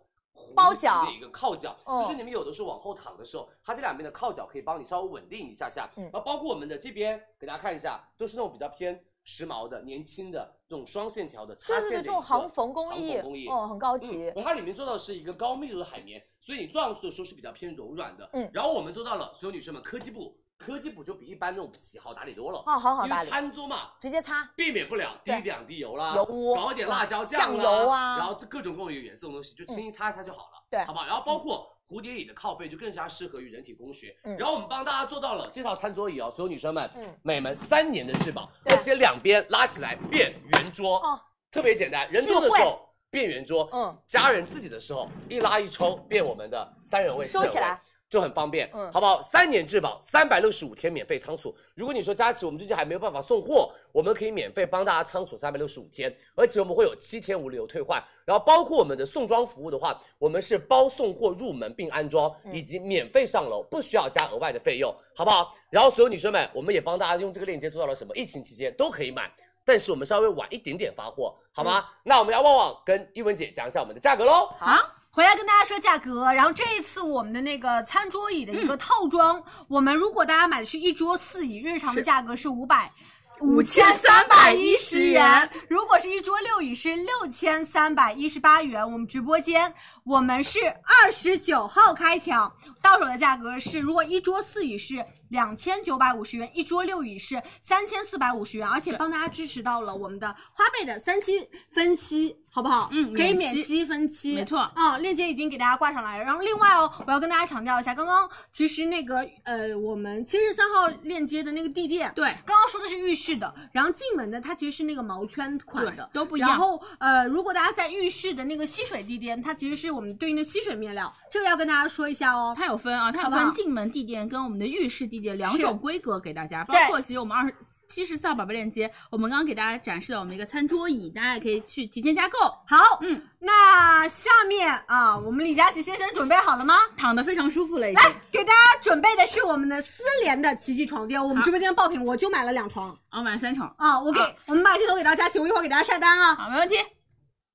Speaker 19: 包角
Speaker 7: 的一个靠脚，
Speaker 19: 哦
Speaker 7: 就是你们有的时候往后躺的时候，它这两边的靠脚可以帮你稍微稳定一下下。
Speaker 19: 嗯
Speaker 7: 然后包括我们的这边，给大家看一下，都是那种比较偏时髦的、年轻的这种双线条的插
Speaker 19: 对
Speaker 7: 线
Speaker 19: 对
Speaker 7: 的
Speaker 19: 对，
Speaker 7: 一
Speaker 19: 这种
Speaker 7: 个
Speaker 19: 航缝工艺，
Speaker 7: 航缝工艺，
Speaker 19: 嗯，很高级
Speaker 7: 嗯。它里面做到的是一个高密度的海绵，所以你坐上去的时候是比较偏柔软的。
Speaker 19: 嗯
Speaker 7: 然后我们做到了所有女生们科技布，科技布就比一般那种皮好打理多了。
Speaker 19: 哦好好打理
Speaker 7: 因为餐桌嘛，
Speaker 19: 直接擦，
Speaker 7: 避免不了滴一两滴油啦，
Speaker 19: 油污
Speaker 7: 搞一点辣椒酱
Speaker 19: 酱
Speaker 7: 啦，
Speaker 19: 油啊
Speaker 7: 然后这各种各种有颜色的东西，就轻轻擦一擦就好了，
Speaker 19: 对
Speaker 7: 好不好？然后包括蝴蝶椅的靠背就更加适合于人体工学，
Speaker 19: 嗯
Speaker 7: 然后我们帮大家做到了这套餐桌椅哦，所有女生们，
Speaker 19: 嗯
Speaker 7: 美们三年的质保，
Speaker 19: 对
Speaker 7: 而且两边拉起来变圆桌，
Speaker 19: 哦
Speaker 7: 特别简单，人多的时
Speaker 19: 智慧
Speaker 7: 候变圆桌，
Speaker 19: 嗯，
Speaker 7: 家人自己的时候一拉一抽变我们的三人位，
Speaker 19: 收
Speaker 7: 四人
Speaker 19: 起
Speaker 7: 位
Speaker 19: 来。
Speaker 7: 就很方便，
Speaker 19: 嗯
Speaker 7: 好不好？三年质保，三百六十五天免费仓储。如果你说佳琪，我们最近还没有办法送货，我们可以免费帮大家仓储三百六十五天，而且我们会有七天无理由退换。然后包括我们的送装服务的话，我们是包送货入门并安装，
Speaker 19: 嗯
Speaker 7: 以及免费上楼，不需要加额外的费用，好不好？然后所有女生们，我们也帮大家用这个链接做到了什么？疫情期间都可以买。但是我们稍微晚一点点发货，好吗？那我们要旺旺跟一文姐讲一下我们的价格喽。
Speaker 10: 好，回来跟大家说价格。然后这一次我们的那个餐桌椅的一个套装，我们如果大家买的是一桌四椅，日常的价格是五百。五千三百一十元，如果是一桌六椅是六千三百一十八元。我们直播间我们是二十九号开抢，到手的价格是，如果一桌四椅是两千九百五十元，一桌六椅是三千四百五十元，而且帮大家支持到了我们的花呗的三期分期，好不好？
Speaker 9: 嗯
Speaker 10: 可以
Speaker 9: 免
Speaker 10: 免
Speaker 9: 息
Speaker 10: 息积分期，
Speaker 9: 没错
Speaker 10: 啊、链接已经给大家挂上来了。然后另外哦，我要跟大家强调一下，刚刚其实那个呃，我们七十三号链接的那个地垫，
Speaker 9: 对
Speaker 10: 刚刚说的是浴室的，然后进门的它其实是那个毛圈款的，
Speaker 9: 对都不一样
Speaker 10: 然后呃，如果大家在浴室的那个吸水地垫，它其实是我们对应的吸水面料，这个要跟大家说一下哦。
Speaker 9: 它有分啊，它有
Speaker 10: 好不好
Speaker 9: 分进门地垫跟我们的浴室地垫两
Speaker 10: 是
Speaker 9: 种规格给大家，包
Speaker 10: 对
Speaker 9: 括其实我们二十七十四号宝贝链接，我们刚刚给大家展示了我们一个餐桌椅，大家也可以去提前加购。
Speaker 10: 好，
Speaker 9: 嗯，
Speaker 10: 那下面啊，我们李佳琦先生准备好了吗？
Speaker 9: 躺得非常舒服了已
Speaker 10: 来
Speaker 9: 经。
Speaker 10: 给大家准备的是我们的丝联的奇迹床啊垫，我们直播
Speaker 8: 啊
Speaker 10: 间爆品，我就买了两床。
Speaker 9: 啊，买了三重。
Speaker 10: 啊，我给、
Speaker 9: 啊
Speaker 10: 我们把镜头给到佳琪，我一会儿给大家晒单啊。
Speaker 9: 好，没问题。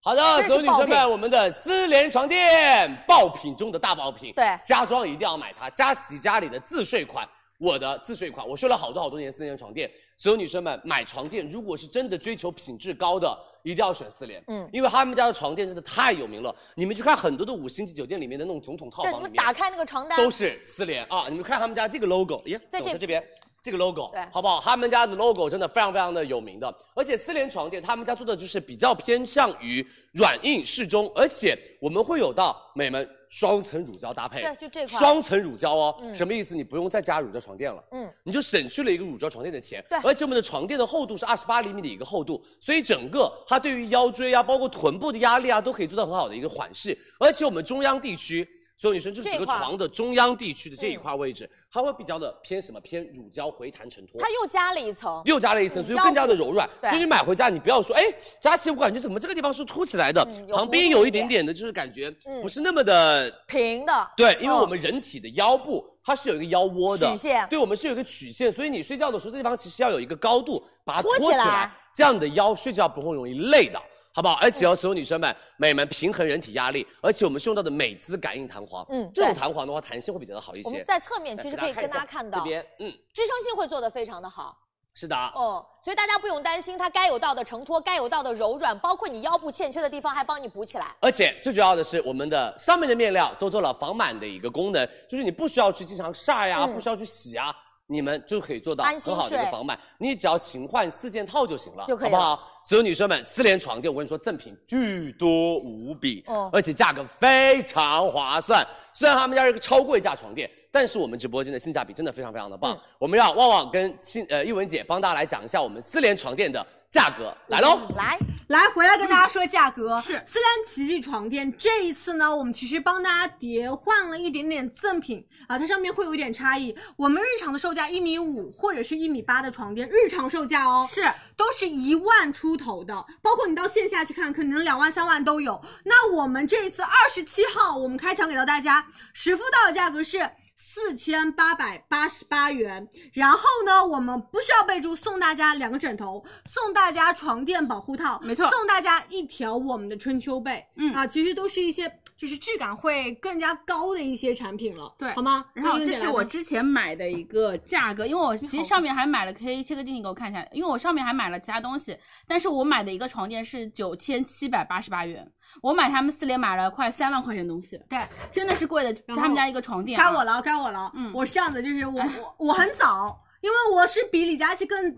Speaker 7: 好的，
Speaker 8: 这是
Speaker 7: 所有女生
Speaker 8: 爆
Speaker 7: 们，
Speaker 8: 品
Speaker 7: 我们的丝联床垫爆品中的大爆品，
Speaker 8: 对
Speaker 7: 家装一定要买它，佳琦家里的自睡款。我的自睡款，我睡了好多好多年丝联床垫。所有女生们买床垫，如果是真的追求品质高的，一定要选丝联，
Speaker 8: 嗯
Speaker 7: 嗯，因为他们家的床垫真的太有名了。你们去看很多的五星级酒店里面的那种总统套
Speaker 8: 对，
Speaker 7: 房里
Speaker 8: 你们
Speaker 7: 面，
Speaker 8: 打开那个床单
Speaker 7: 都是丝联啊！你们看他们家这个 logo，耶，
Speaker 8: 在
Speaker 7: 走
Speaker 8: 这
Speaker 7: 在这边。这个 logo
Speaker 8: 对
Speaker 7: 好不好？他们家的 logo 真的非常非常的有名的，而且丝联床垫他们家做的就是比较偏向于软硬适中，而且我们会有到美们双层乳胶搭配，
Speaker 8: 对就这款
Speaker 7: 双层乳胶哦，
Speaker 8: 嗯
Speaker 7: 什么意思？你不用再加乳胶床垫了，
Speaker 8: 嗯，
Speaker 7: 你就省去了一个乳胶床垫的钱。
Speaker 8: 对
Speaker 7: 而且我们的床垫的厚度是二十八厘米的一个厚度，所以整个它对于腰椎啊，包括臀部的压力啊，都可以做到很好的一个缓释。而且我们中央地区，所有女生就是整
Speaker 8: 这
Speaker 7: 个
Speaker 8: 一块
Speaker 7: 床的中央地区的
Speaker 8: 嗯
Speaker 7: 这一块位置，它会比较的偏什么？偏乳胶回弹承托。
Speaker 8: 它又加了一层，
Speaker 7: 又加了一层，所以更加的柔软。
Speaker 8: 对
Speaker 7: 所以你买回家，你不要说，哎，佳琪，我感觉怎么这个地方是凸起来的，
Speaker 8: 嗯有
Speaker 7: 旁边有一点点的，就是感觉
Speaker 8: 嗯
Speaker 7: 不是那么的
Speaker 8: 平的，
Speaker 7: 对，因为
Speaker 8: 嗯
Speaker 7: 我们人体的腰部它是有一个腰窝的
Speaker 8: 曲线
Speaker 7: 对，我们是有一个曲线，所以你睡觉的时候，这地方其实要有一个高度把它
Speaker 8: 托
Speaker 7: 托起
Speaker 8: 起来
Speaker 7: 来，这样你的腰睡觉不会容易累到，好不
Speaker 8: 嗯
Speaker 7: 好？而且哦，所有女生们、美们平衡人体压力，而且我们是用到的美姿感应弹簧，
Speaker 8: 嗯
Speaker 7: 这种
Speaker 8: 对
Speaker 7: 弹簧的话弹性会比较的好一
Speaker 8: 我
Speaker 7: 些
Speaker 8: 们。在侧面
Speaker 7: 来
Speaker 8: 其实
Speaker 7: 给
Speaker 8: 可以跟
Speaker 7: 一下
Speaker 8: 大家看到
Speaker 7: 这边，嗯，
Speaker 8: 支撑性会做的非常的好。
Speaker 7: 是的，
Speaker 8: 哦，所以大家不用担心，它该有到的承托，该有到的柔软，包括你腰部欠缺的地方，还帮你补起来。
Speaker 7: 而且最主要的是，我们的上面的面料都做了防螨的一个功能，就是你不需要去经常晒呀、
Speaker 8: 嗯
Speaker 7: 不需要去洗啊，你们就可以做到
Speaker 8: 安心
Speaker 7: 很好的一个
Speaker 8: 睡
Speaker 7: 防螨。你只要勤换四件套就行了，
Speaker 8: 就可以
Speaker 7: 好不好？所有女生们，丝联床垫我跟你说，赠品巨多无比，
Speaker 8: 哦
Speaker 7: 而且价格非常划算。虽然他们家是个超贵价床垫，但是我们直播间的性价比真的非常非常的
Speaker 8: 嗯
Speaker 7: 棒。我们让旺旺跟新呃一文姐帮大家来讲一下我们丝联床垫的价格，来喽。
Speaker 8: 来
Speaker 10: 来，回来跟大家说价格。是思丹奇迹床垫，这一次呢，我们其实帮大家叠换了一点点赠品啊，它上面会有一点差异。我们日常的售价一米五或者是一米八的床垫，日常售价哦，
Speaker 9: 是
Speaker 10: 都是一万出头的，包括你到线下去看，可能两万三万都有。那我们这一次二十七号，我们开抢给到大家实付到的价格是。四千八百八十八元。然后呢，我们不需要备注，送大家两个枕头，送大家床垫保护套，
Speaker 9: 没错
Speaker 10: 送大家一条我们的春秋被。
Speaker 9: 嗯
Speaker 10: 啊，其实都是一些就是质感会更加高的一些产品了，
Speaker 9: 对
Speaker 10: 好吗？
Speaker 9: 然后
Speaker 10: 那
Speaker 9: 这
Speaker 10: 用起
Speaker 9: 是
Speaker 10: 来
Speaker 9: 我
Speaker 10: 吧
Speaker 9: 之前买的一个价格，因为我其
Speaker 10: 好
Speaker 9: 实上面还买了，可以切个近景给我看一下，因为我上面还买了其他东西，但是我买的一个床垫是九千七百八十八元，我买他们四连买了快三万块钱的东西，
Speaker 10: 对，
Speaker 9: 真的是贵的，
Speaker 10: 然后
Speaker 9: 他们家一个床垫、
Speaker 10: 该
Speaker 9: 啊，
Speaker 10: 我了，该我了。
Speaker 9: 嗯
Speaker 10: 我是这样子，就是我我我很早，因为我是比李佳琦更。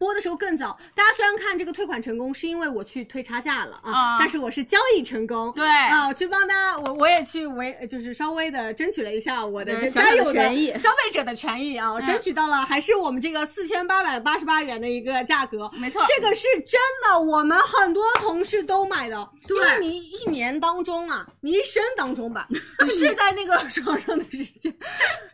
Speaker 10: 播的时候更早，大家虽然看这个退款成功，是因为我去退差价了啊，
Speaker 9: 啊
Speaker 10: 但是我是交易成功，
Speaker 9: 对
Speaker 10: 啊、去帮大家，我我也去为就是稍微的争取了一下我的这
Speaker 9: 嗯小小
Speaker 10: 该
Speaker 9: 的
Speaker 10: 有
Speaker 9: 权益
Speaker 10: 消费者的权益啊，我
Speaker 9: 嗯
Speaker 10: 争取到了，还是我们这个四千八百八十八元的一个价格，
Speaker 9: 没错，
Speaker 10: 这个是真的，我们很多同事都买的，
Speaker 9: 对
Speaker 10: 因为你一年当中啊，你一生当中吧，
Speaker 9: 嗯
Speaker 10: 你睡在那个床上的时间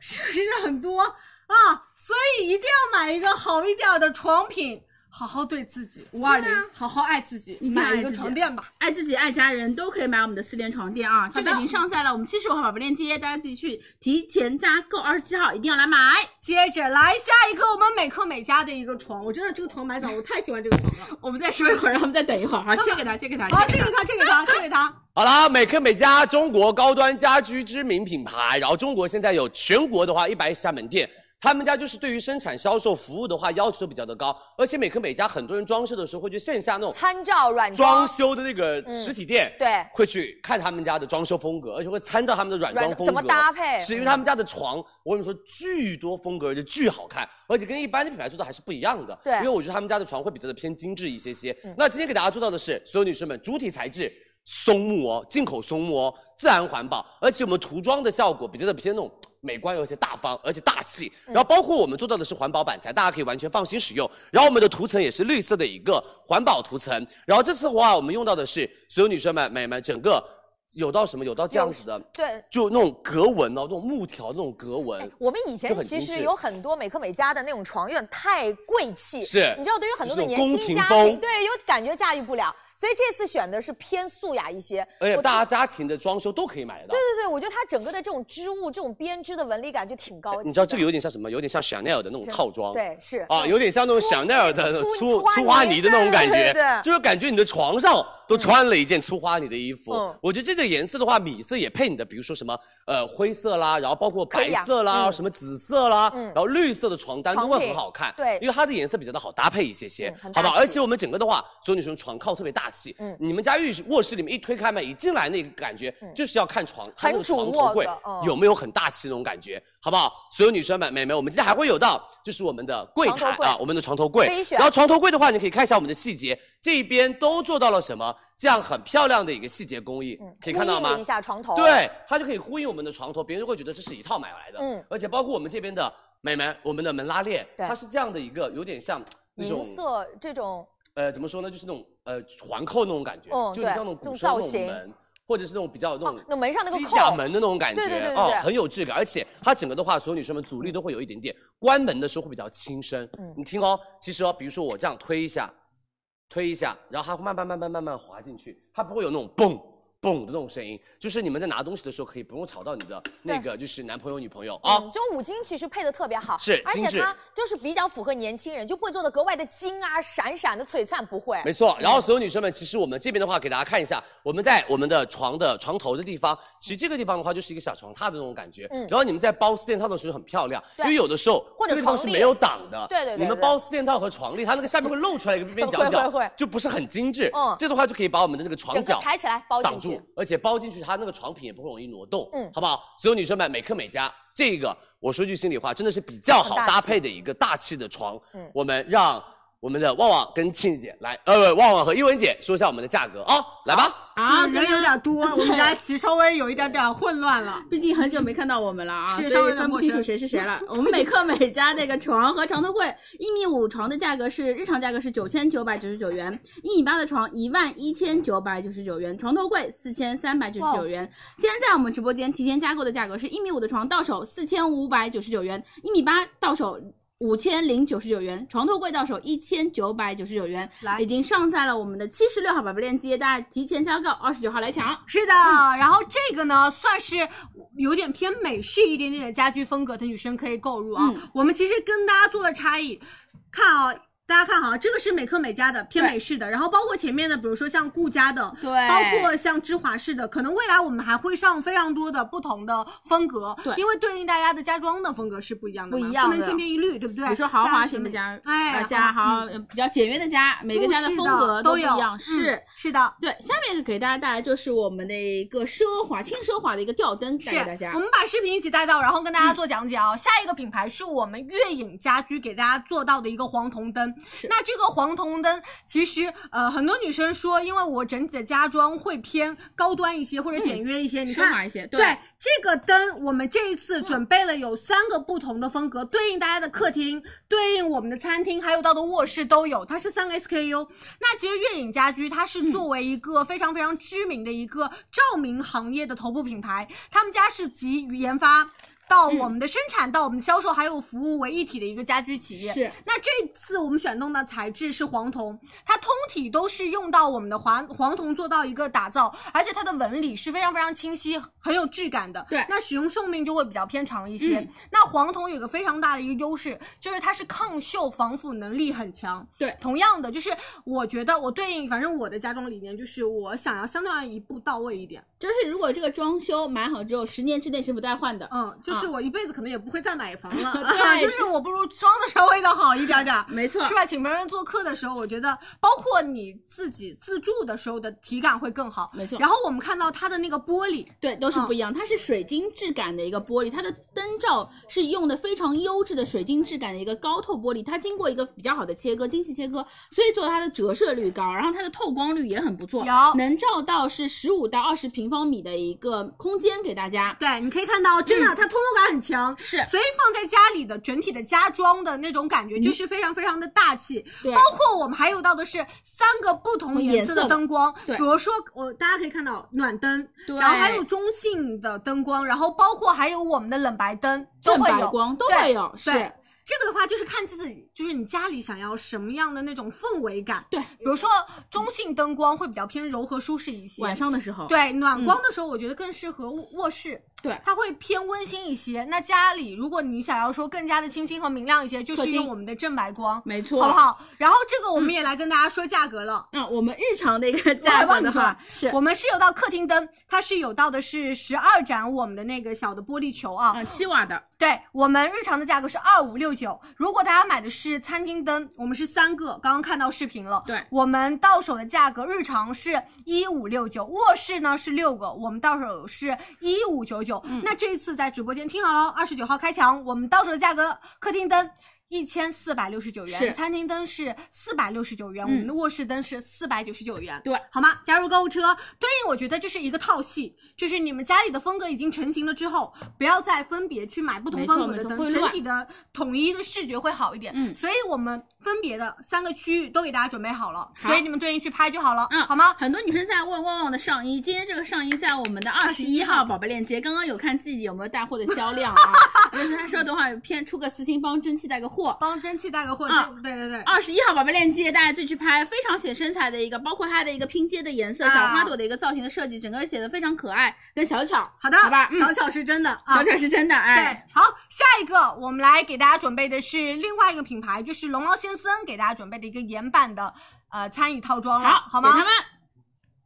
Speaker 10: 是不是很多啊？所以一定要买一个好一点的床品，好好对自己。五二零
Speaker 9: 对啊，
Speaker 10: 好好爱自己，
Speaker 9: 一定要
Speaker 10: 买
Speaker 9: 爱
Speaker 10: 一个
Speaker 9: 自己
Speaker 10: 床垫吧。
Speaker 9: 爱自己、爱家人都可以买我们的四联床垫啊！这个已经上架了，我们七十五号宝贝链接，大家自己去提前加购，二十七号一定要来买。
Speaker 10: 接着来下一个，我们美克美家的一个床，我真的这个床买早，我太喜欢这个床 了。
Speaker 9: 我们再说一会儿，让他们再等一会儿哈，
Speaker 10: 那
Speaker 9: 切给他，切给他，
Speaker 10: 好，这
Speaker 9: 切给
Speaker 10: 哦给
Speaker 9: 他。
Speaker 10: 他，这给他，这给他。
Speaker 7: 好啦，美克美家中国高端家居知名品牌，然后中国现在有全国的话一百家门店。他们家就是对于生产、销售、服务的话要求都比较的高，而且美克美家很多人装修的时候会去线下那种
Speaker 8: 参照软
Speaker 7: 装
Speaker 8: 装，
Speaker 7: 修的那个实体店，
Speaker 8: 嗯对
Speaker 7: 会去看他们家的装修风格，而且会参照他们的软
Speaker 8: 软
Speaker 7: 装风格
Speaker 8: 怎么搭配
Speaker 7: 是因为他们家的床，我跟你说巨多风格，而且巨好看，而且跟一般的品牌做的还是不一样的。
Speaker 8: 对嗯
Speaker 7: 因为我觉得他们家的床会比较的偏精致一些些。那今天给大家做到的是，所有女生们主体材质。松木哦，进口松木哦，自然环保，而且我们涂装的效果比较的偏那种美观，而且大方，而且大气。
Speaker 8: 嗯
Speaker 7: 然后包括我们做到的是环保板材，大家可以完全放心使用。然后我们的涂层也是绿色的一个环保涂层。然后这次的话，我们用到的是所有女生们、美们整个有到什么有到这样子的，
Speaker 8: 对。哎
Speaker 7: 就那种格纹哦，那种木条那种格纹。
Speaker 8: 我们以
Speaker 7: 就
Speaker 8: 前
Speaker 7: 很
Speaker 8: 其
Speaker 7: 精
Speaker 8: 实
Speaker 7: 致
Speaker 8: 有很多美克美家的那种床院太贵气，
Speaker 7: 是
Speaker 8: 你知道，对于很多的
Speaker 7: 就是那
Speaker 8: 年
Speaker 7: 种宫
Speaker 8: 轻
Speaker 7: 廷
Speaker 8: 家
Speaker 7: 风
Speaker 8: 庭，对，有感觉驾驭不了。所以这次选的是偏素雅一些。
Speaker 7: 而且
Speaker 8: 我
Speaker 7: 哎大家庭的装修都可以买得到
Speaker 8: 对。对对，我觉得它整个的这种织物、这种编织的纹理感就挺高级的。
Speaker 7: 哎你知道这个有点像什么？有点像 Chanel 的那种套装，
Speaker 8: 对是
Speaker 7: 啊，有点像那种 Chanel 的
Speaker 8: 粗
Speaker 7: 粗
Speaker 8: 粗
Speaker 7: 粗花
Speaker 8: 泥
Speaker 7: 泥的那种感
Speaker 8: 对对
Speaker 7: 觉
Speaker 8: 对，
Speaker 7: 就是感觉你的床上都穿了一件粗花泥的衣服
Speaker 8: 嗯。
Speaker 7: 我觉得这个颜色的话，米色也配你的，比如说什么呃灰色啦，然后包括
Speaker 8: 可
Speaker 7: 白
Speaker 8: 以啊
Speaker 7: 色啦，
Speaker 8: 嗯
Speaker 7: 什么紫色啦，
Speaker 8: 嗯
Speaker 7: 然后绿色的床单都会
Speaker 8: 床
Speaker 7: 很
Speaker 8: 品
Speaker 7: 好看，
Speaker 8: 对嗯
Speaker 7: 因为它的颜色比较的好搭配一些些，
Speaker 8: 很
Speaker 7: 好吧
Speaker 8: 大？气
Speaker 7: 而且我们整个的话，所有女生床靠特别大气，
Speaker 8: 嗯
Speaker 7: 你们家浴室卧室里面一推开门一进来那个感觉，就是要看床它那个
Speaker 8: 很主
Speaker 7: 床
Speaker 8: 卧
Speaker 7: 头柜
Speaker 8: 的嗯
Speaker 7: 有没有很大气那种感觉，好不好？所有女生们、美眉，我们今天还会有到，就是我们的柜台
Speaker 8: 床头柜
Speaker 7: 啊，我们的床头柜
Speaker 8: 可以。选
Speaker 7: 然后床头柜的话，你可以看一下我们的细节，这一边都做到了什么？这样很漂亮的一个细节工艺，
Speaker 8: 嗯
Speaker 7: 可以看到
Speaker 8: 呼应
Speaker 7: 吗
Speaker 8: 了一？下床头。
Speaker 7: 对，它就可以呼应我们的床头，别人就会觉得这是一套买来的。
Speaker 8: 嗯
Speaker 7: 嗯，而且包括我们这边的美眉，我们的门拉链，
Speaker 8: 对
Speaker 7: 它是这样的一个，有点像那种
Speaker 8: 银色这种，
Speaker 7: 呃，怎么说呢，就是那种呃环扣那种感觉，
Speaker 8: 嗯
Speaker 7: 就有点像那种
Speaker 8: 对
Speaker 7: 古时候
Speaker 8: 这种造
Speaker 7: 那
Speaker 8: 型
Speaker 7: 种门，或者是那种比较有那种、
Speaker 8: 那门上那个
Speaker 7: 机
Speaker 8: 扣
Speaker 7: 甲门的那种感觉，
Speaker 8: 对对对对
Speaker 7: 哦
Speaker 8: 对，
Speaker 7: 很有质感。而且它整个的话，所有女生们阻力都会有一点点，关门的时候会比较轻声。
Speaker 8: 嗯
Speaker 7: 你听哦，其实哦，比如说我这样推一下，推一下，然后它会慢慢慢慢慢慢滑进去，它不会有那种嘣。嘣的那种声音，就是你们在拿东西的时候可以不用吵到你的那个就是男朋友女朋友啊、
Speaker 8: 嗯，这种五金其实配的特别好，
Speaker 7: 是
Speaker 8: 而且
Speaker 7: 精致
Speaker 8: 它就是比较符合年轻人，就不会做的格外的精啊、闪闪的、璀璨，不会。
Speaker 7: 没错，然后所有女生们，其实我们这边的话，给大家看一下，我们在我们的床的床头的地方，其实这个地方的话就是一个小床榻的那种感觉。
Speaker 8: 嗯
Speaker 7: 然后你们在包四件套的时候很漂亮，因为有的时候
Speaker 8: 或者
Speaker 7: 这个地方
Speaker 8: 床
Speaker 7: 是
Speaker 8: 笠
Speaker 7: 没有挡的。
Speaker 8: 对对对对
Speaker 7: 你们包四件套和床笠，它那个下面会露出来一个边边角角，
Speaker 8: 会会会
Speaker 7: 就不是很精致。
Speaker 8: 嗯
Speaker 7: 嗯，这的话就可以把我们的那个床
Speaker 8: 整
Speaker 7: 角
Speaker 8: 个抬起来包进
Speaker 7: 挡
Speaker 8: 去
Speaker 7: 住，而且包进去它那个床品也不会容易挪动。
Speaker 8: 嗯
Speaker 7: 嗯，好不好？所有女生们，美克美家这个，我说句心里话，真的是比较好
Speaker 8: 很大
Speaker 7: 搭
Speaker 8: 气
Speaker 7: 配的一个大气的床。
Speaker 8: 嗯
Speaker 7: 我们让我们的旺旺跟庆姐来，呃，旺旺和一文姐说一下我们的价格啊、来吧。
Speaker 10: 啊，人有点多，我们家其实稍微有一点点混乱了。
Speaker 9: 毕竟很久没看到我们了啊，
Speaker 10: 是
Speaker 9: 所
Speaker 10: 稍微
Speaker 9: 以
Speaker 10: 有点
Speaker 9: 分不
Speaker 10: 陌
Speaker 9: 清楚
Speaker 10: 生
Speaker 9: 谁是谁了。 我们美克美家那个床和床头柜，一米五床的价格是日常价格是九千九百九十九元，一米八的床一万一千九百九十九元，床头柜四千三百九十
Speaker 20: 哇
Speaker 9: 九元。今天在我们直播间提前加购的价格是一米五的床到手四千五百九十九元，一米八到手。五千零九十九元，床头柜到手一千九百九十九元，
Speaker 10: 来
Speaker 9: 已经上在了我们的七十六号宝贝链接，大家提前加购，二十九号来抢。
Speaker 10: 是的， 然后这个呢，算是有点偏美式一点点的家居风格的女生可以购入啊。
Speaker 9: 嗯
Speaker 10: 我们其实跟大家做了差异，看啊、大家看好、啊，这个是美克美家的偏美式的，然后包括前面的，比如说像顾家的，
Speaker 9: 对
Speaker 10: 包括像芝华士的，可能未来我们还会上非常多的不同的风格，
Speaker 9: 对
Speaker 10: 因为对应大家的家装的风格是不一样的嘛，
Speaker 9: 不一样的
Speaker 10: 能千篇一律，对不对？
Speaker 9: 比如说豪华型的家，
Speaker 10: 哎
Speaker 9: 呃家
Speaker 10: 豪
Speaker 9: 豪比较简约的家，每个家
Speaker 10: 是
Speaker 9: 风
Speaker 10: 的
Speaker 9: 格
Speaker 10: 都
Speaker 9: 不一
Speaker 10: 有
Speaker 9: 样，
Speaker 10: 嗯
Speaker 9: 是
Speaker 10: 是的。
Speaker 9: 对，下面给大家带来就是我们的一个奢华、轻奢华的一个吊灯，带
Speaker 10: 是
Speaker 9: 给大家嗯
Speaker 10: 我。们把视频一起带到，然后跟大家做讲解啊、下一个品牌是我们月影家居给大家做到的一个黄铜灯。那这个黄铜灯，其实呃，很多女生说，因为我整体的家装会偏高端一些
Speaker 9: 嗯
Speaker 10: 或者简约一些，你看
Speaker 9: 奢华一些
Speaker 10: 对
Speaker 9: 对嗯
Speaker 10: 这个灯，我们这一次准备了有三个不同的风格，对应大家的客厅，对应我们的餐厅，还有到的卧室都有，它是三个 SKU。那其实月影家居它
Speaker 9: 嗯
Speaker 10: 是作为一个非常非常知名的一个照明行业的头部品牌，他们家是集研发。到
Speaker 9: 嗯
Speaker 10: 我们的生产，到我们的销售，还有服务为一体的一个家居企业。
Speaker 9: 是
Speaker 10: 那这次我们选用的材质是黄铜，它通体都是用到我们的黄黄铜做到一个打造，而且它的纹理是非常非常清晰，很有质感的。
Speaker 9: 对
Speaker 10: 那使用寿命就会比较偏长一些。
Speaker 9: 嗯
Speaker 10: 那黄铜有一个非常大的一个优势，就是它是抗锈防腐能力很强。
Speaker 9: 对
Speaker 10: 同样的，就是我觉得我对应，反正我的家装理念就是我想要相对而言一步到位一点。
Speaker 9: 就是如果这个装修买好之后，十年之内是不带换的。
Speaker 10: 嗯，就是我一辈子可能也不会再买房了，
Speaker 9: 啊 对
Speaker 10: 就是我不如装的稍微的好一点点，
Speaker 9: 没错
Speaker 10: 是吧？请别人做客的时候，我觉得包括你自己自助的时候的体感会更好，
Speaker 9: 没错
Speaker 10: 然后嗯我们看到它的那个玻璃，
Speaker 9: 对，都是不一样。它是水晶质感的一个玻璃，它的灯罩是用的非常优质的水晶质感的一个高透玻璃，它经过一个比较好的切割，精细切割，所以做它的折射率高，然后它的透光率也很不错，
Speaker 10: 有
Speaker 9: 能照到是十五到二十平方米的一个空间给大家。
Speaker 10: 对，你可以看到，真的、
Speaker 9: 嗯
Speaker 10: 它通透感很强，
Speaker 9: 是
Speaker 10: 所以放在家里的整体的家装的那种感觉
Speaker 9: 嗯
Speaker 10: 就是非常非常的大气。
Speaker 9: 对
Speaker 10: 包括我们还有到的是三个不同颜色
Speaker 9: 哦颜色
Speaker 10: 的
Speaker 9: 的
Speaker 10: 灯光，
Speaker 9: 对
Speaker 10: 比如说我、大家可以看到暖灯，
Speaker 9: 对
Speaker 10: 然后还有中性的灯光，然后包括还有我们的冷白灯都
Speaker 9: 正
Speaker 10: 会
Speaker 9: 白
Speaker 10: 有
Speaker 9: 光都
Speaker 10: 对
Speaker 9: 会有是
Speaker 10: 对这个的话就是看自己，就是你家里想要什么样的那种氛围感。
Speaker 9: 对，
Speaker 10: 比如说中性灯光会比较偏柔和舒适一些。
Speaker 9: 晚上的时候，
Speaker 10: 对，暖光的时候，我觉得更适合卧卧室。
Speaker 9: 对，
Speaker 10: 它会偏温馨一些。那家里如果你想要说更加的清新和明亮一些，就是用我们的正白光，
Speaker 9: 没错，
Speaker 10: 好不好？然后这个我们也来跟大家说价格了。
Speaker 9: 嗯，我们日常的一个价格的话，是
Speaker 10: 我们是有到客厅灯，它是有到的是十二盏我们的那个小的玻璃球啊，
Speaker 9: 嗯，七瓦的。
Speaker 10: 对我们日常的价格是二五六九，如果大家买的是餐厅灯，我们是三个，刚刚看到视频了。
Speaker 9: 对，
Speaker 10: 我们到手的价格日常是一五六九，卧室呢是六个，我们到手是一五九九。
Speaker 9: 嗯
Speaker 10: 那这一次在直播间听好了，二十九号开抢，我们到手的价格客厅灯。一千四百六十九
Speaker 9: 是
Speaker 10: 元，餐厅灯是四百六十九元，我
Speaker 9: 嗯
Speaker 10: 们的卧室灯是四百九十九元，
Speaker 9: 对，
Speaker 10: 好吗？加入购物车，对应我觉得这是一个套系，就是你们家里的风格已经成型了之后，不要再分别去买不同
Speaker 9: 没错
Speaker 10: 风格的
Speaker 9: 没错会
Speaker 10: 灯，
Speaker 9: 乱
Speaker 10: 整体的统一的视觉会好一点。
Speaker 9: 嗯
Speaker 10: 所以我们分别的三个区域都给大家准备好了，
Speaker 9: 好
Speaker 10: 所以你们对应去拍就好了，
Speaker 9: 嗯，
Speaker 10: 好吗？
Speaker 9: 很多女生在问旺旺的上衣，今天这个上衣在我们的二十一号宝贝链接，刚刚有看自己有没有带货的销量 啊？但是他说等会儿偏出个私信帮蒸汽带个货，
Speaker 10: 帮蒸汽带个货，
Speaker 9: 嗯
Speaker 10: 对对对，
Speaker 9: 二十一号宝贝链接，大家自己去拍，非常写身材的一个，包括它的一个拼接的颜色、
Speaker 10: 啊
Speaker 9: 小花朵的一个造型的设计，整个写的非常可爱，跟小巧。
Speaker 10: 好的，
Speaker 9: 好吧，嗯
Speaker 10: 小巧是真的，啊
Speaker 9: 小巧是真的，哎，
Speaker 10: 对，好，下一个我们来给大家准备的是另外一个品牌，就是龙猫先生给大家准备的一个岩版的呃餐饮套装了，好吗
Speaker 9: 给？他们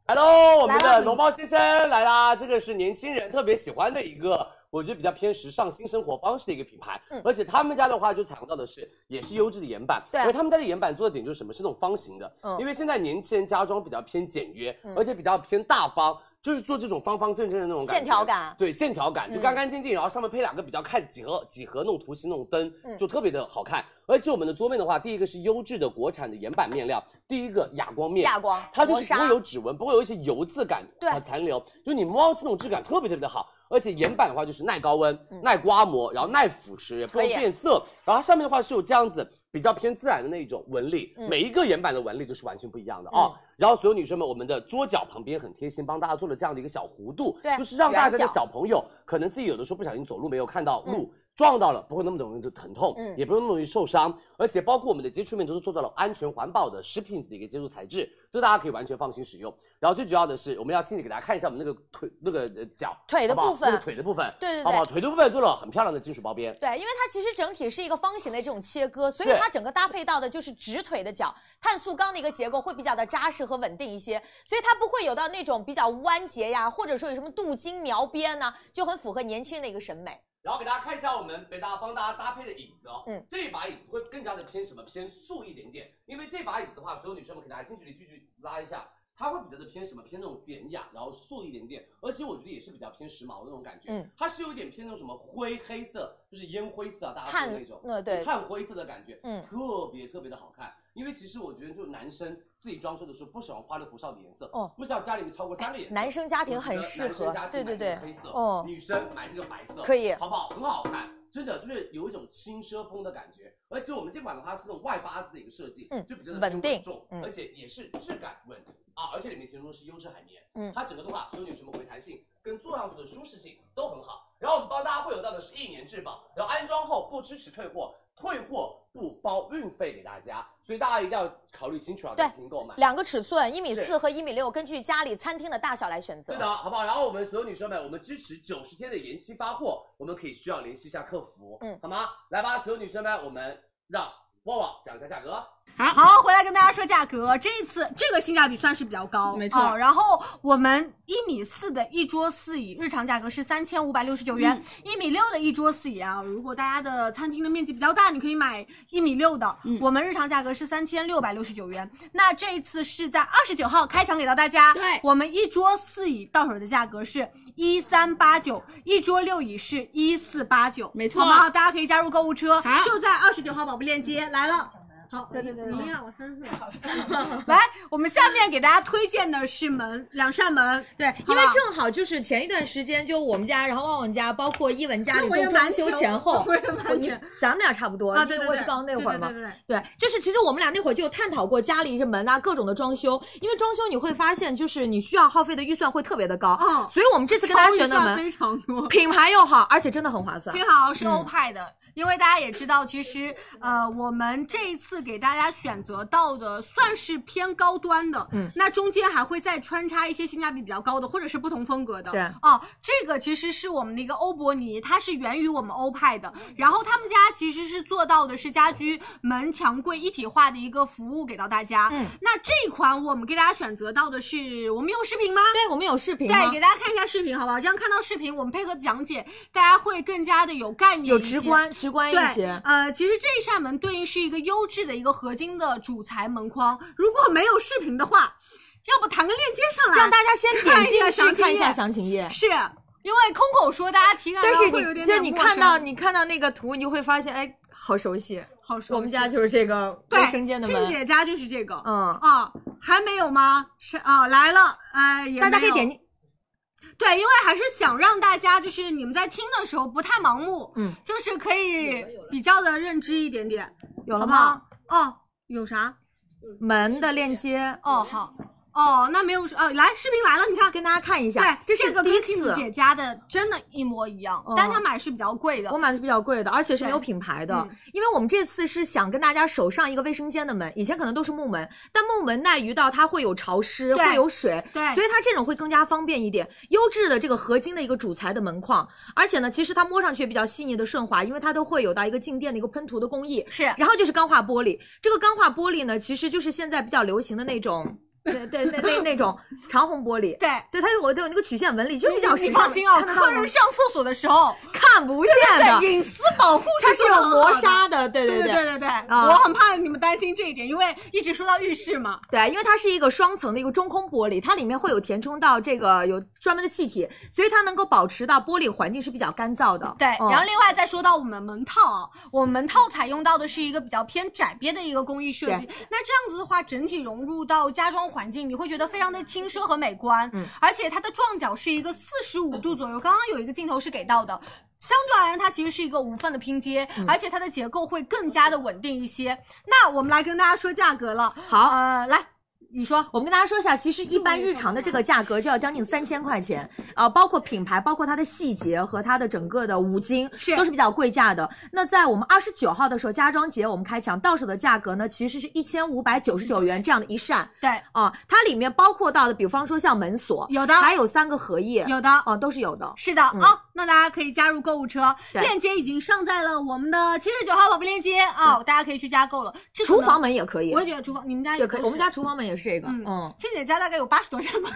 Speaker 7: 来喽，我们
Speaker 10: 来
Speaker 7: 的
Speaker 10: 了
Speaker 7: 龙猫先生来啦！这个是年轻人特别喜欢的一个，我觉得比较偏时尚、新生活方式的一个品牌。
Speaker 21: 嗯
Speaker 7: 而且他们家的话就采用到的是也是优质的岩板，
Speaker 21: 对啊
Speaker 7: 而他们家的岩板做的点就是什么？是那种方形的，
Speaker 21: 嗯
Speaker 7: 因为现在年轻人家装比较偏简约，
Speaker 21: 嗯
Speaker 7: 而且比较偏大方。就是做这种方方正正的那种感觉
Speaker 21: 线条感
Speaker 7: 对线条感就
Speaker 21: 嗯
Speaker 7: 干干净净，然后上面配两个比较看几何几何那种图形那种灯，
Speaker 21: 嗯
Speaker 7: 就特别的好看。而且我们的桌面的话，第一个是优质的国产的岩板面料，第一个哑光面，
Speaker 21: 哑光
Speaker 7: 它就是
Speaker 21: 磨
Speaker 7: 不
Speaker 21: 砂
Speaker 7: 会有有指纹，不会有一些油渍感
Speaker 21: 对
Speaker 7: 呃残留，就你摸上去那种质感特别特别的好。而且岩板的话就是耐高温、耐刮磨，然后耐腐蚀，也
Speaker 21: 嗯
Speaker 7: 不
Speaker 21: 可
Speaker 7: 容
Speaker 21: 以
Speaker 7: 易变色。然后它上面的话是有这样子比较偏自然的那种纹理，
Speaker 21: 嗯
Speaker 7: 每一个岩板的纹理都是完全不一样的啊、然后所有女生们，我们的桌角旁边很贴心，帮大家做了这样的一个小弧度，
Speaker 21: 对
Speaker 7: 就是让大家
Speaker 21: 圆
Speaker 7: 的
Speaker 21: 角
Speaker 7: 小朋友可能自己有的时候不小心走路没有看到路。撞到了不会那么容易就疼痛，
Speaker 21: 嗯
Speaker 7: 也不用那么容易受伤，而且包括我们的接触面都是做到了安全环保的食品级的一个接触材质，这大家可以完全放心使用。然后最主要的是，我们要亲自给大家看一下我们那个腿那个呃脚
Speaker 21: 腿的
Speaker 7: 好不好
Speaker 21: 部分
Speaker 7: 那个腿的部分，
Speaker 21: 对对对
Speaker 7: 啊好不好？腿的部分做了很漂亮的金属包边，
Speaker 21: 对，因为它其实整体是一个方形的这种切割，所以
Speaker 7: 是
Speaker 21: 它整个搭配到的就是直腿的脚，碳素钢的一个结构会比较的扎实和稳定一些，所以它不会有到那种比较弯结呀，或者说有什么镀金描边呐、就很符合年轻人的一个审美。
Speaker 7: 然后给大家看一下我们给大家帮大家搭配的椅子哦，
Speaker 21: 嗯
Speaker 7: 嗯，这一把椅子会更加的偏什么？偏素一点点，因为这把椅子的话，所有女生们给大家近距离继续拉一下，它会比较的偏什么？偏那种典雅，然后素一点点，而且我觉得也是比较偏时髦的那种感觉，
Speaker 21: 嗯
Speaker 7: 嗯，它是有点偏那种什么灰黑色，就是烟灰色啊，大家
Speaker 21: 碳
Speaker 7: 说的那种，
Speaker 21: 呃对
Speaker 7: 碳灰色的感觉，
Speaker 21: 嗯
Speaker 7: 嗯，特别特别的好看。因为其实我觉得，就男生自己装修的时候不喜欢花里胡哨的颜色，
Speaker 21: 哦
Speaker 7: 哦，不知道家里面超过三个颜色，
Speaker 21: 男生家庭很
Speaker 7: 我觉
Speaker 21: 适
Speaker 7: 得男生
Speaker 21: 合
Speaker 7: 家，
Speaker 21: 对
Speaker 7: 庭
Speaker 21: 对
Speaker 7: 买
Speaker 21: 对
Speaker 7: 这个黑色，，
Speaker 21: 哦，
Speaker 7: 女生买这个白色，
Speaker 21: 可以
Speaker 7: 好不好？很好看，真的就是有一种轻奢风的感觉。而且我们这款的话是那种外八字的一个设计，
Speaker 21: 嗯
Speaker 7: 就比较的
Speaker 21: 稳定
Speaker 7: 重，
Speaker 21: 嗯
Speaker 7: 而且也是质感稳啊，而且里面填充的是优质海绵，
Speaker 21: 嗯
Speaker 7: 它整个的话，所有女生们回弹性跟坐上去的舒适性都很好。然后我们帮大家会有到的是一年质保，然后安装后不支持退货，退货不包运费给大家，所以大家一定要考虑清楚啊，
Speaker 21: 对
Speaker 7: 再进行购买。
Speaker 21: 两个尺寸，一米
Speaker 7: 是
Speaker 21: 四和一米六，根据家里餐厅的大小来选择。
Speaker 7: 对的，好不好？然后我们所有女生们，我们支持九十天的延期发货，我们可以需要联系一下客服，
Speaker 21: 嗯
Speaker 7: 好吗？来吧，所有女生们，我们让旺旺讲一下价格。
Speaker 10: 好，回来跟大家说价格。这一次这个性价比算是比较高，
Speaker 9: 没错
Speaker 10: 啊然后我们一米四的一桌四椅，日常价格是三千五百六十九元；
Speaker 9: 嗯
Speaker 10: 一、米六的一桌四椅啊，如果大家的餐厅的面积比较大，你可以买一米六的。
Speaker 9: 嗯
Speaker 10: 我们日常价格是三千六百六十九元。那这一次是在二十九号开抢给到大家，
Speaker 9: 对
Speaker 10: 我们一桌四椅到手的价格是一三八九，一桌六椅是一四八九，
Speaker 9: 没错
Speaker 10: 好不好？大家可以加入购物车
Speaker 9: 好，
Speaker 10: 就在二十九号宝贝链接来了。好，对对对
Speaker 9: 对对
Speaker 10: 呀，我三四。嗯 来，我们下面给大家推荐的是门，两扇门。
Speaker 8: 对，
Speaker 10: 好
Speaker 8: 因为
Speaker 10: 不好
Speaker 8: 正好就是前一段时间，就我们家，然后旺旺家，包括一文家
Speaker 10: 那
Speaker 8: 里
Speaker 10: 我
Speaker 8: 都
Speaker 10: 也
Speaker 8: 装
Speaker 10: 蛮
Speaker 8: 修
Speaker 10: 穷
Speaker 8: 前后，
Speaker 10: 我也蛮
Speaker 8: 我你
Speaker 10: 穷
Speaker 8: 咱们俩差不多
Speaker 10: 啊，对对
Speaker 8: 因为
Speaker 10: 对，
Speaker 8: 我是刚那会儿嘛，
Speaker 10: 对对对对
Speaker 8: 对，就是其实我们俩那会儿就有探讨过家里这门啊各种的装修，因为装修你会发现就是你需要耗费的预算会特别的高，
Speaker 10: 嗯
Speaker 8: 所以我们这次跟大家选的
Speaker 10: 超预算非
Speaker 8: 门
Speaker 10: 常多，
Speaker 8: 品牌又好，而且真的很划算。
Speaker 10: 挺好，是
Speaker 8: 嗯
Speaker 10: 欧派的，因为大家也知道，其实呃，我们这一次给大家选择到的算是偏高端的，
Speaker 8: 嗯
Speaker 10: 那中间还会再穿插一些性价比比较高的，或者是不同风格的，
Speaker 8: 对
Speaker 10: 哦，这个其实是我们的一个欧博尼，它是源于我们欧派的，然后他们家其实是做到的是家居门墙柜一体化的一个服务给到大家，
Speaker 8: 嗯
Speaker 10: 那这一款我们给大家选择到的是，我们有视频吗？
Speaker 8: 对，我们有视频吗
Speaker 10: 对，给大家看一下视频好不好？这样看到视频，我们配合讲解，大家会更加的有概念一些，
Speaker 8: 有直观直观一
Speaker 10: 对
Speaker 8: 些
Speaker 10: 呃，其实这一扇门对应是一个优质的一个合金的主材门框，如果没有视频的话，要不弹个链接上来，
Speaker 8: 让大家先点进去
Speaker 10: 详情
Speaker 8: 看一下
Speaker 10: 页
Speaker 8: 详情页
Speaker 10: 是因为空口说，大家体感
Speaker 8: 但
Speaker 10: 到
Speaker 8: 是
Speaker 10: 会有点
Speaker 8: 你就是
Speaker 10: 点
Speaker 8: 你
Speaker 10: 陌
Speaker 8: 看到
Speaker 10: 生
Speaker 8: 你看到那个图，你就会发现，哎，好熟悉，
Speaker 10: 好熟悉
Speaker 8: 我们家就是这个
Speaker 10: 对
Speaker 8: 卫生间的
Speaker 10: 俊姐
Speaker 8: 门。
Speaker 10: 家就是这个，
Speaker 8: 嗯
Speaker 10: 啊，还没有吗？是啊，来了，哎，也
Speaker 8: 大家
Speaker 10: 没有
Speaker 8: 可以点进。
Speaker 10: 对，因为还是想让大家就是你们在听的时候不太盲目，
Speaker 8: 嗯，
Speaker 10: 就是可以比较的认知一点点，
Speaker 8: 有了
Speaker 10: 好不
Speaker 8: 吗
Speaker 10: 好？哦，有啥？
Speaker 8: 门的链接
Speaker 10: 哦，好，哦，那没有哦，来，视频来了，你看，
Speaker 8: 跟大家看一下
Speaker 10: 对，
Speaker 8: 这是
Speaker 10: 个
Speaker 8: 第一
Speaker 10: 跟 Kim
Speaker 8: 次哦
Speaker 10: 姐家的真的一模一样，但她买是比较贵的，
Speaker 8: 我买的是比较贵的，而且是没有
Speaker 10: 对
Speaker 8: 品牌的。
Speaker 10: 嗯
Speaker 8: 因为我们这次是想跟大家手上一个卫生间的门，以前可能都是木门，但木门耐于到它会有潮湿，
Speaker 10: 对
Speaker 8: 会有水，
Speaker 10: 对
Speaker 8: 所以它这种会更加方便一点。优质的这个合金的一个主材的门框，而且呢，其实它摸上去也比较细腻的顺滑，因为它都会有到一个静电的一个喷涂的工艺。
Speaker 10: 是
Speaker 8: 然后就是钢化玻璃，这个钢化玻璃呢，其实就是现在比较流行的 那种。对对，那那那种长虹玻璃，
Speaker 10: 对
Speaker 8: 对，它有我都有那个曲线纹理，就是比较
Speaker 10: 你
Speaker 8: 时
Speaker 10: 你
Speaker 8: 尚。
Speaker 10: 放心哦，
Speaker 8: 看得到
Speaker 10: 客人
Speaker 8: 吗
Speaker 10: 上厕所的时候
Speaker 8: 看不见的，
Speaker 10: 对对对隐私保护
Speaker 8: 它是
Speaker 10: 做得
Speaker 8: 有
Speaker 10: 很
Speaker 8: 磨
Speaker 10: 好的
Speaker 8: 砂的，对
Speaker 10: 对
Speaker 8: 对
Speaker 10: 对对，
Speaker 8: 啊
Speaker 10: 我很怕你们担心这一点，因为一直说到浴室嘛，
Speaker 8: 对，因为它是一个双层的一个中空玻璃，它里面会有填充到这个有专门的气体，所以它能够保持到玻璃环境是比较干燥的。
Speaker 10: 对，
Speaker 8: 嗯
Speaker 10: 然后另外再说到我们门套啊，我们门套采用到的是一个比较偏窄边的一个工艺设计
Speaker 8: 对。
Speaker 10: 那这样子的话，整体融入到家装环境，你会觉得非常的轻奢和美观。
Speaker 8: 嗯
Speaker 10: 而且它的撞角是一个四十五度左右，刚刚有一个镜头是给到的。相对而言，它其实是一个无缝的拼接，
Speaker 8: 嗯
Speaker 10: 而且它的结构会更加的稳定一些。那我们来跟大家说价格了。
Speaker 8: 好
Speaker 10: 呃，来，你说，
Speaker 8: 我们跟大家说一下，其实一般日常的这个价格就要将近三千块钱啊、包括品牌，包括它的细节和它的整个的五金
Speaker 10: 是
Speaker 8: 都是比较贵价的。那在我们二十九号的时候，家装节我们开抢到手的价格呢，其实是一千五百九十九元这样的一扇。
Speaker 10: 对，
Speaker 8: 啊，它里面包括到的，比方说像门锁，
Speaker 10: 有的
Speaker 8: 还有三个荷叶，
Speaker 10: 有的
Speaker 8: 啊，都是有的。
Speaker 10: 是的啊、
Speaker 8: 嗯
Speaker 10: 那大家可以加入购物车，
Speaker 8: 对
Speaker 10: 链接已经上在了我们的七十九号宝贝链接啊、大家可以去加购了。这个呢
Speaker 8: 嗯厨房门也可以，
Speaker 10: 我也觉得厨房你们家
Speaker 8: 也
Speaker 10: 也
Speaker 8: 可以，我们家厨房门也是这个，
Speaker 10: 嗯
Speaker 8: 嗯，
Speaker 10: 倩姐家大概有八十多 扇门，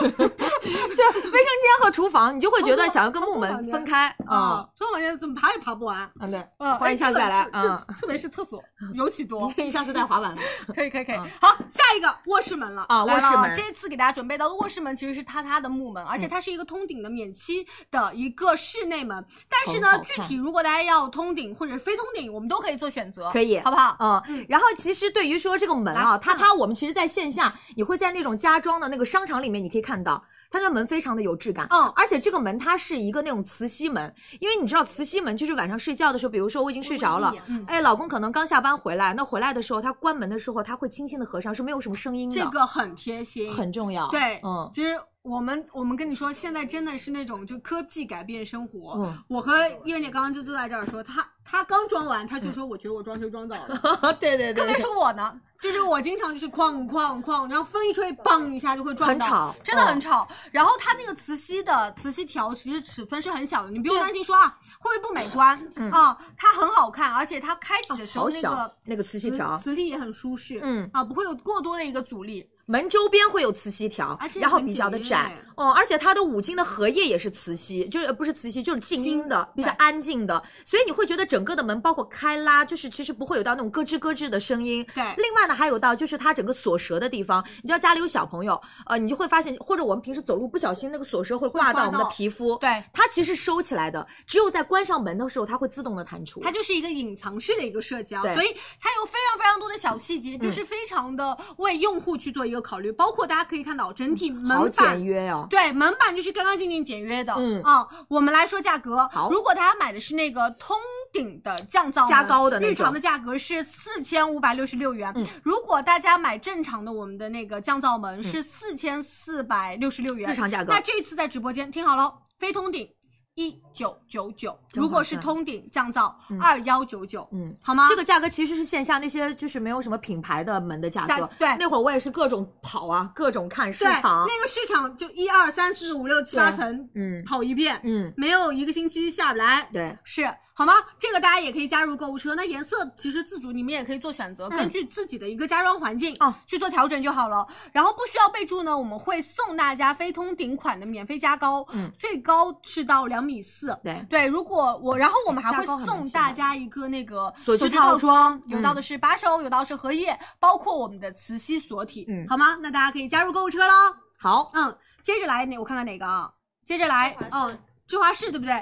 Speaker 8: 就是卫生间和厨房，你就会觉得想要跟木门分开，嗯
Speaker 10: 啊，厨房间怎么爬也爬不完。
Speaker 8: 嗯对，
Speaker 10: 嗯，
Speaker 8: 欢迎下次再来，
Speaker 10: 哎这个
Speaker 8: 嗯
Speaker 10: 这，特别是 厕所尤其多。
Speaker 8: 你下次带滑板吧，
Speaker 10: 可以可以可以，好，下一个卧室门了
Speaker 8: 嗯啊
Speaker 10: 来了
Speaker 8: 卧室门嗯
Speaker 10: 这次给大家准备到的卧室门其实是榻榻的木门，而且它是一个通顶的免漆的一个室内门。但是呢
Speaker 8: 很，好
Speaker 10: 具
Speaker 8: 看
Speaker 10: 体如果大家要通顶或者非通顶，我们都可以做选择，
Speaker 8: 可以，
Speaker 10: 好不好？
Speaker 8: 嗯，然后其实对于说这个门啊，它它我们其实在线下，你会在那种家装的那个商场里面，你可以看到。它的门非常的有质感，
Speaker 10: 嗯，
Speaker 8: 而且这个门它是一个那种磁吸门，因为你知道磁吸门就是晚上睡觉的时候，比如说我已经睡着了，
Speaker 10: 嗯
Speaker 8: 哎，老公可能刚下班回来，那回来的时候他关门的时候，他会轻轻的合上，是没有什么声音的，
Speaker 10: 这个很贴心，
Speaker 8: 很重要，
Speaker 10: 对，
Speaker 8: 嗯，
Speaker 10: 其实我们我们跟你说，现在真的是那种就科技改变生活。
Speaker 8: 嗯
Speaker 10: 我和燕姐刚刚就坐在这儿说，她她刚装完，她就说我觉得我装修装早了，
Speaker 8: 对嗯 对对，
Speaker 10: 更别说我呢。就是我经常就是哐哐哐，然后风一吹，嘣一下就会撞到，
Speaker 8: 很吵
Speaker 10: 真的
Speaker 8: 嗯
Speaker 10: 很吵。然后它那个磁吸的磁吸条其实尺寸是很小的，你不用担心说啊会不会不美观
Speaker 8: 嗯哦
Speaker 10: 啊，它很好看，而且它开启的时候
Speaker 8: 好
Speaker 10: 那
Speaker 8: 小
Speaker 10: 个
Speaker 8: 那个磁吸
Speaker 10: 磁
Speaker 8: 条
Speaker 10: 磁力也很舒适，
Speaker 8: 嗯
Speaker 10: 啊不会有过多的一个阻力，
Speaker 8: 门周边会有磁吸条
Speaker 10: 而，且
Speaker 8: 然后
Speaker 10: 啊很
Speaker 8: 比较的
Speaker 10: 简
Speaker 8: 窄
Speaker 10: 约哎
Speaker 8: 哦，而且它的五金的荷叶也是磁吸，就是呃不是磁吸，就是静音的，比较安静的，所以你会觉得整个的门包括开拉，就是其实不会有到那种咯吱咯吱的声音。
Speaker 10: 对
Speaker 8: 另外呢，还有到就是它整个锁舌的地方，你知道家里有小朋友，呃，你就会发现，或者我们平时走路不小心那个锁舌会挂到我们的
Speaker 10: 到
Speaker 8: 皮肤，
Speaker 10: 对，
Speaker 8: 它其实是收起来的，只有在关上门的时候，它会自动的弹出。
Speaker 10: 它就是一个隐藏式的一个设计啊，
Speaker 8: 对嗯
Speaker 10: 所以它有非常非常多的小细节，就是非常的为用户去做一个考虑，包括大家可以看到整体门
Speaker 8: 嗯好
Speaker 10: 板。
Speaker 8: 简约哦，
Speaker 10: 对，门板就是干干净净、简约的。
Speaker 8: 嗯
Speaker 10: 啊，我们来说价格。
Speaker 8: 好
Speaker 10: 如果大家买的是那个通顶的降噪门
Speaker 8: 加高的那种
Speaker 10: 日常的价格是四千五百六十六元。
Speaker 8: 嗯
Speaker 10: 如果大家买正常的我们的那个降噪门是四千四百六十六元
Speaker 8: 日常价格
Speaker 10: 那这次在直播间听好喽，非通顶一九九九，如果是通顶降噪
Speaker 22: 嗯
Speaker 10: 二幺九九，
Speaker 22: 嗯，
Speaker 10: 好吗？
Speaker 22: 这个价格其实是线下那些就是没有什么品牌的门的价
Speaker 10: 价
Speaker 22: 格。
Speaker 10: 对
Speaker 22: 那会儿我也是各种跑啊，各种看市
Speaker 10: 对，
Speaker 22: 场。
Speaker 10: 那个市场就一二三四五六七八
Speaker 22: 对
Speaker 10: 层，
Speaker 22: 嗯
Speaker 10: 跑一遍，
Speaker 22: 嗯
Speaker 10: 没有一个星期下不来，
Speaker 22: 对，
Speaker 10: 是好吗？这个大家也可以加入购物车。那颜色其实自主你们也可以做选择，
Speaker 22: 嗯哦
Speaker 10: 根据自己的一个家装环境啊去做调整就好了。然后不需要备注呢，我们会送大家非通顶款的免费加高，
Speaker 22: 嗯
Speaker 10: 最高是到两米四，
Speaker 22: 对
Speaker 10: 对。如果我，然后我们还会
Speaker 22: 加高很难
Speaker 10: 送大家一个那个
Speaker 22: 锁具
Speaker 10: 具
Speaker 22: 套
Speaker 10: 套装，
Speaker 22: 装
Speaker 10: 有到的
Speaker 22: 嗯
Speaker 10: 是把手，有到是荷叶，包括我们的磁吸锁体，
Speaker 22: 嗯
Speaker 10: 好吗？那大家可以加入购物车喽。
Speaker 22: 好，
Speaker 10: 嗯，接着来哪？我看看哪个啊？接着来，嗯，芝华士对不对？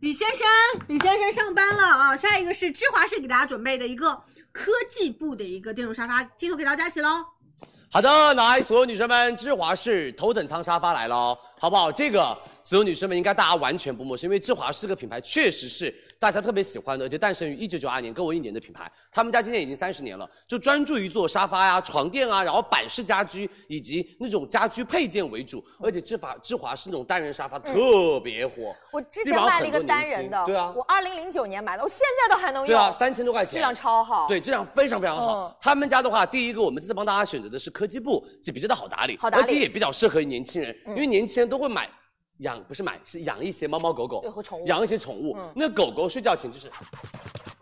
Speaker 10: 李先生，李先生上班了啊！下一个是芝华士给大家准备的一个科技部的一个电动沙发，镜头给到佳琪喽。
Speaker 7: 好的，来，所有女生们，芝华士头等舱沙发来了哦，好不好？这个所有女生们应该大家完全不陌生，因为芝华士这个品牌确实是大家特别喜欢的，而且诞生于一九九二年，跟我一年的品牌。他们家今年已经三十年了，就专注于做沙发呀、床垫啊，然后摆饰家居以及那种家居配件为主，
Speaker 8: 嗯
Speaker 7: 而且芝华芝华士那种单人沙发特别火，
Speaker 8: 我之
Speaker 7: 基
Speaker 8: 前
Speaker 7: 本上
Speaker 8: 买了
Speaker 7: 很
Speaker 8: 一个
Speaker 7: 多
Speaker 8: 单
Speaker 7: 明
Speaker 8: 人
Speaker 7: 星
Speaker 8: 的，
Speaker 7: 对啊，
Speaker 8: 我二零零九年买的，我现在都还能用，
Speaker 7: 对啊，三千多块钱，
Speaker 8: 质量超好，
Speaker 7: 对，质量非常非常好。
Speaker 8: 嗯
Speaker 7: 他们家的话，第一个我们这次帮大家选择的是科技布，就比较的好打理，
Speaker 8: 好打理
Speaker 7: 而且也比较适合于年轻人，
Speaker 8: 嗯
Speaker 7: 因为年轻人都会买。养不是买，是养一些猫猫狗狗
Speaker 8: 对和宠物，
Speaker 7: 养一些宠物。
Speaker 8: 嗯
Speaker 7: 那狗狗睡觉前就是，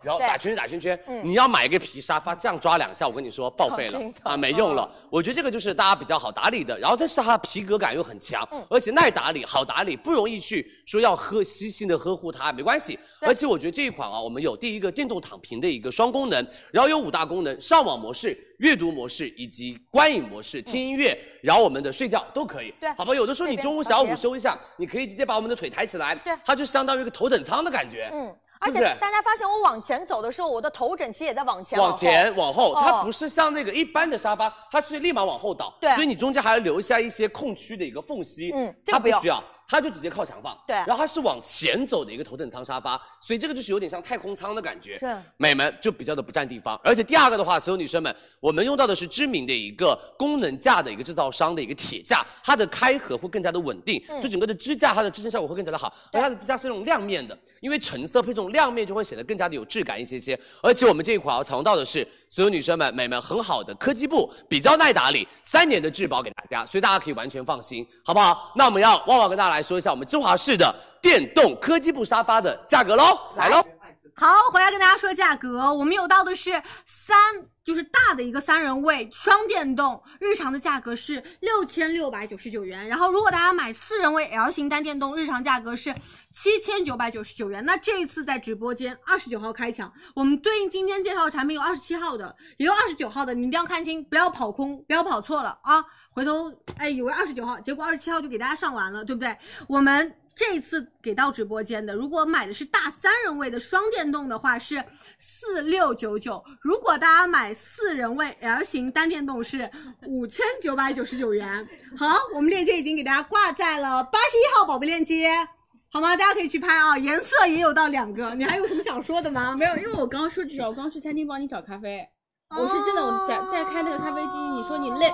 Speaker 7: 然后
Speaker 8: 对
Speaker 7: 打圈圈打圈圈。
Speaker 8: 嗯
Speaker 7: 你要买一个皮沙发，这样抓两下，我跟你说报废了
Speaker 8: 超心疼
Speaker 7: 啊，没用了。我觉得这个就是大家比较好打理的，然后但是它皮革感又很强，
Speaker 8: 嗯
Speaker 7: 而且耐打理，好打理，不容易去说要呵细心的呵护它，没关系。而且我觉得这一款啊，我们有第一个电动躺平的一个双功能，然后有五大功能：上网模式、阅读模式以及观影模式、听音乐，然后我们的睡觉都可以。
Speaker 8: 对
Speaker 7: 好吧，有的时候你中午
Speaker 8: 这边
Speaker 7: 小
Speaker 8: 调
Speaker 7: 午
Speaker 8: 节
Speaker 7: 休一下，你可以直接把我们的腿抬起来，对，它就相当于一个头等舱的感觉。
Speaker 8: 嗯。而
Speaker 7: 是不
Speaker 8: 且
Speaker 7: 是
Speaker 8: 大家发现我往前走的时候，我的头枕其实也在往前
Speaker 7: 往
Speaker 8: 后
Speaker 7: 前往后，它
Speaker 8: 哦
Speaker 7: 不是像那个一般的沙发，它是立马往后倒，
Speaker 8: 对
Speaker 7: 所以你中间还要留下一些空区的一个缝隙，
Speaker 8: 嗯这
Speaker 7: 它
Speaker 8: 个
Speaker 7: 不
Speaker 8: 不用
Speaker 7: 需要，它就直接靠墙放，
Speaker 8: 对
Speaker 7: 然后它是往前走的一个头等舱沙发，所以这个就是有点像太空舱的感觉，
Speaker 8: 是
Speaker 7: 美们就比较的不占地方，而且第二个的话，所有女生们，我们用到的是知名的一个功能架的一个制造商的一个铁架，它的开合会更加的稳定，
Speaker 8: 嗯
Speaker 7: 就整个的支架它的支撑效果会更加的好，而它的支架是那种亮面的，因为橙色配这种亮面就会显得更加的有质感一些些。而且我们这一款啊，采用到的是所有女生们美们很好的科技布，比较耐打理，三年的质保给大家，所以大家可以完全放心，好不好？那我们要旺旺跟大家来说一下我们芝华士的电动科技布沙发的价格喽，来喽。
Speaker 10: 好，回来跟大家说价格，我们有到的是三，就是大的一个三人位双电动，日常的价格是六千六百九十九元。然后如果大家买四人位 L 型单电动，日常价格是七千九百九十九元。那这一次在直播间二十九号开抢，我们对应今天介绍的产品有二十七号的，也有二十九号的，你一定要看清，不要跑空，不要跑错了啊！回头哎，以为二十九号，结果二十七号就给大家上完了，对不对？我们这次给到直播间的，如果买的是大三人位的双电动的话是四六九九，如果大家买四人位 L 型单电动是五千九百九十九元。好，我们链接已经给大家挂在了八十一号宝贝链接。好吗？大家可以去拍啊，颜色也有到两个。你还有什么想说的吗？没
Speaker 9: 没有，因为我刚刚说句实话，我刚刚去餐厅帮你找咖啡。
Speaker 10: 哦
Speaker 9: 我是真的，我在在开那个咖啡机，你说你累，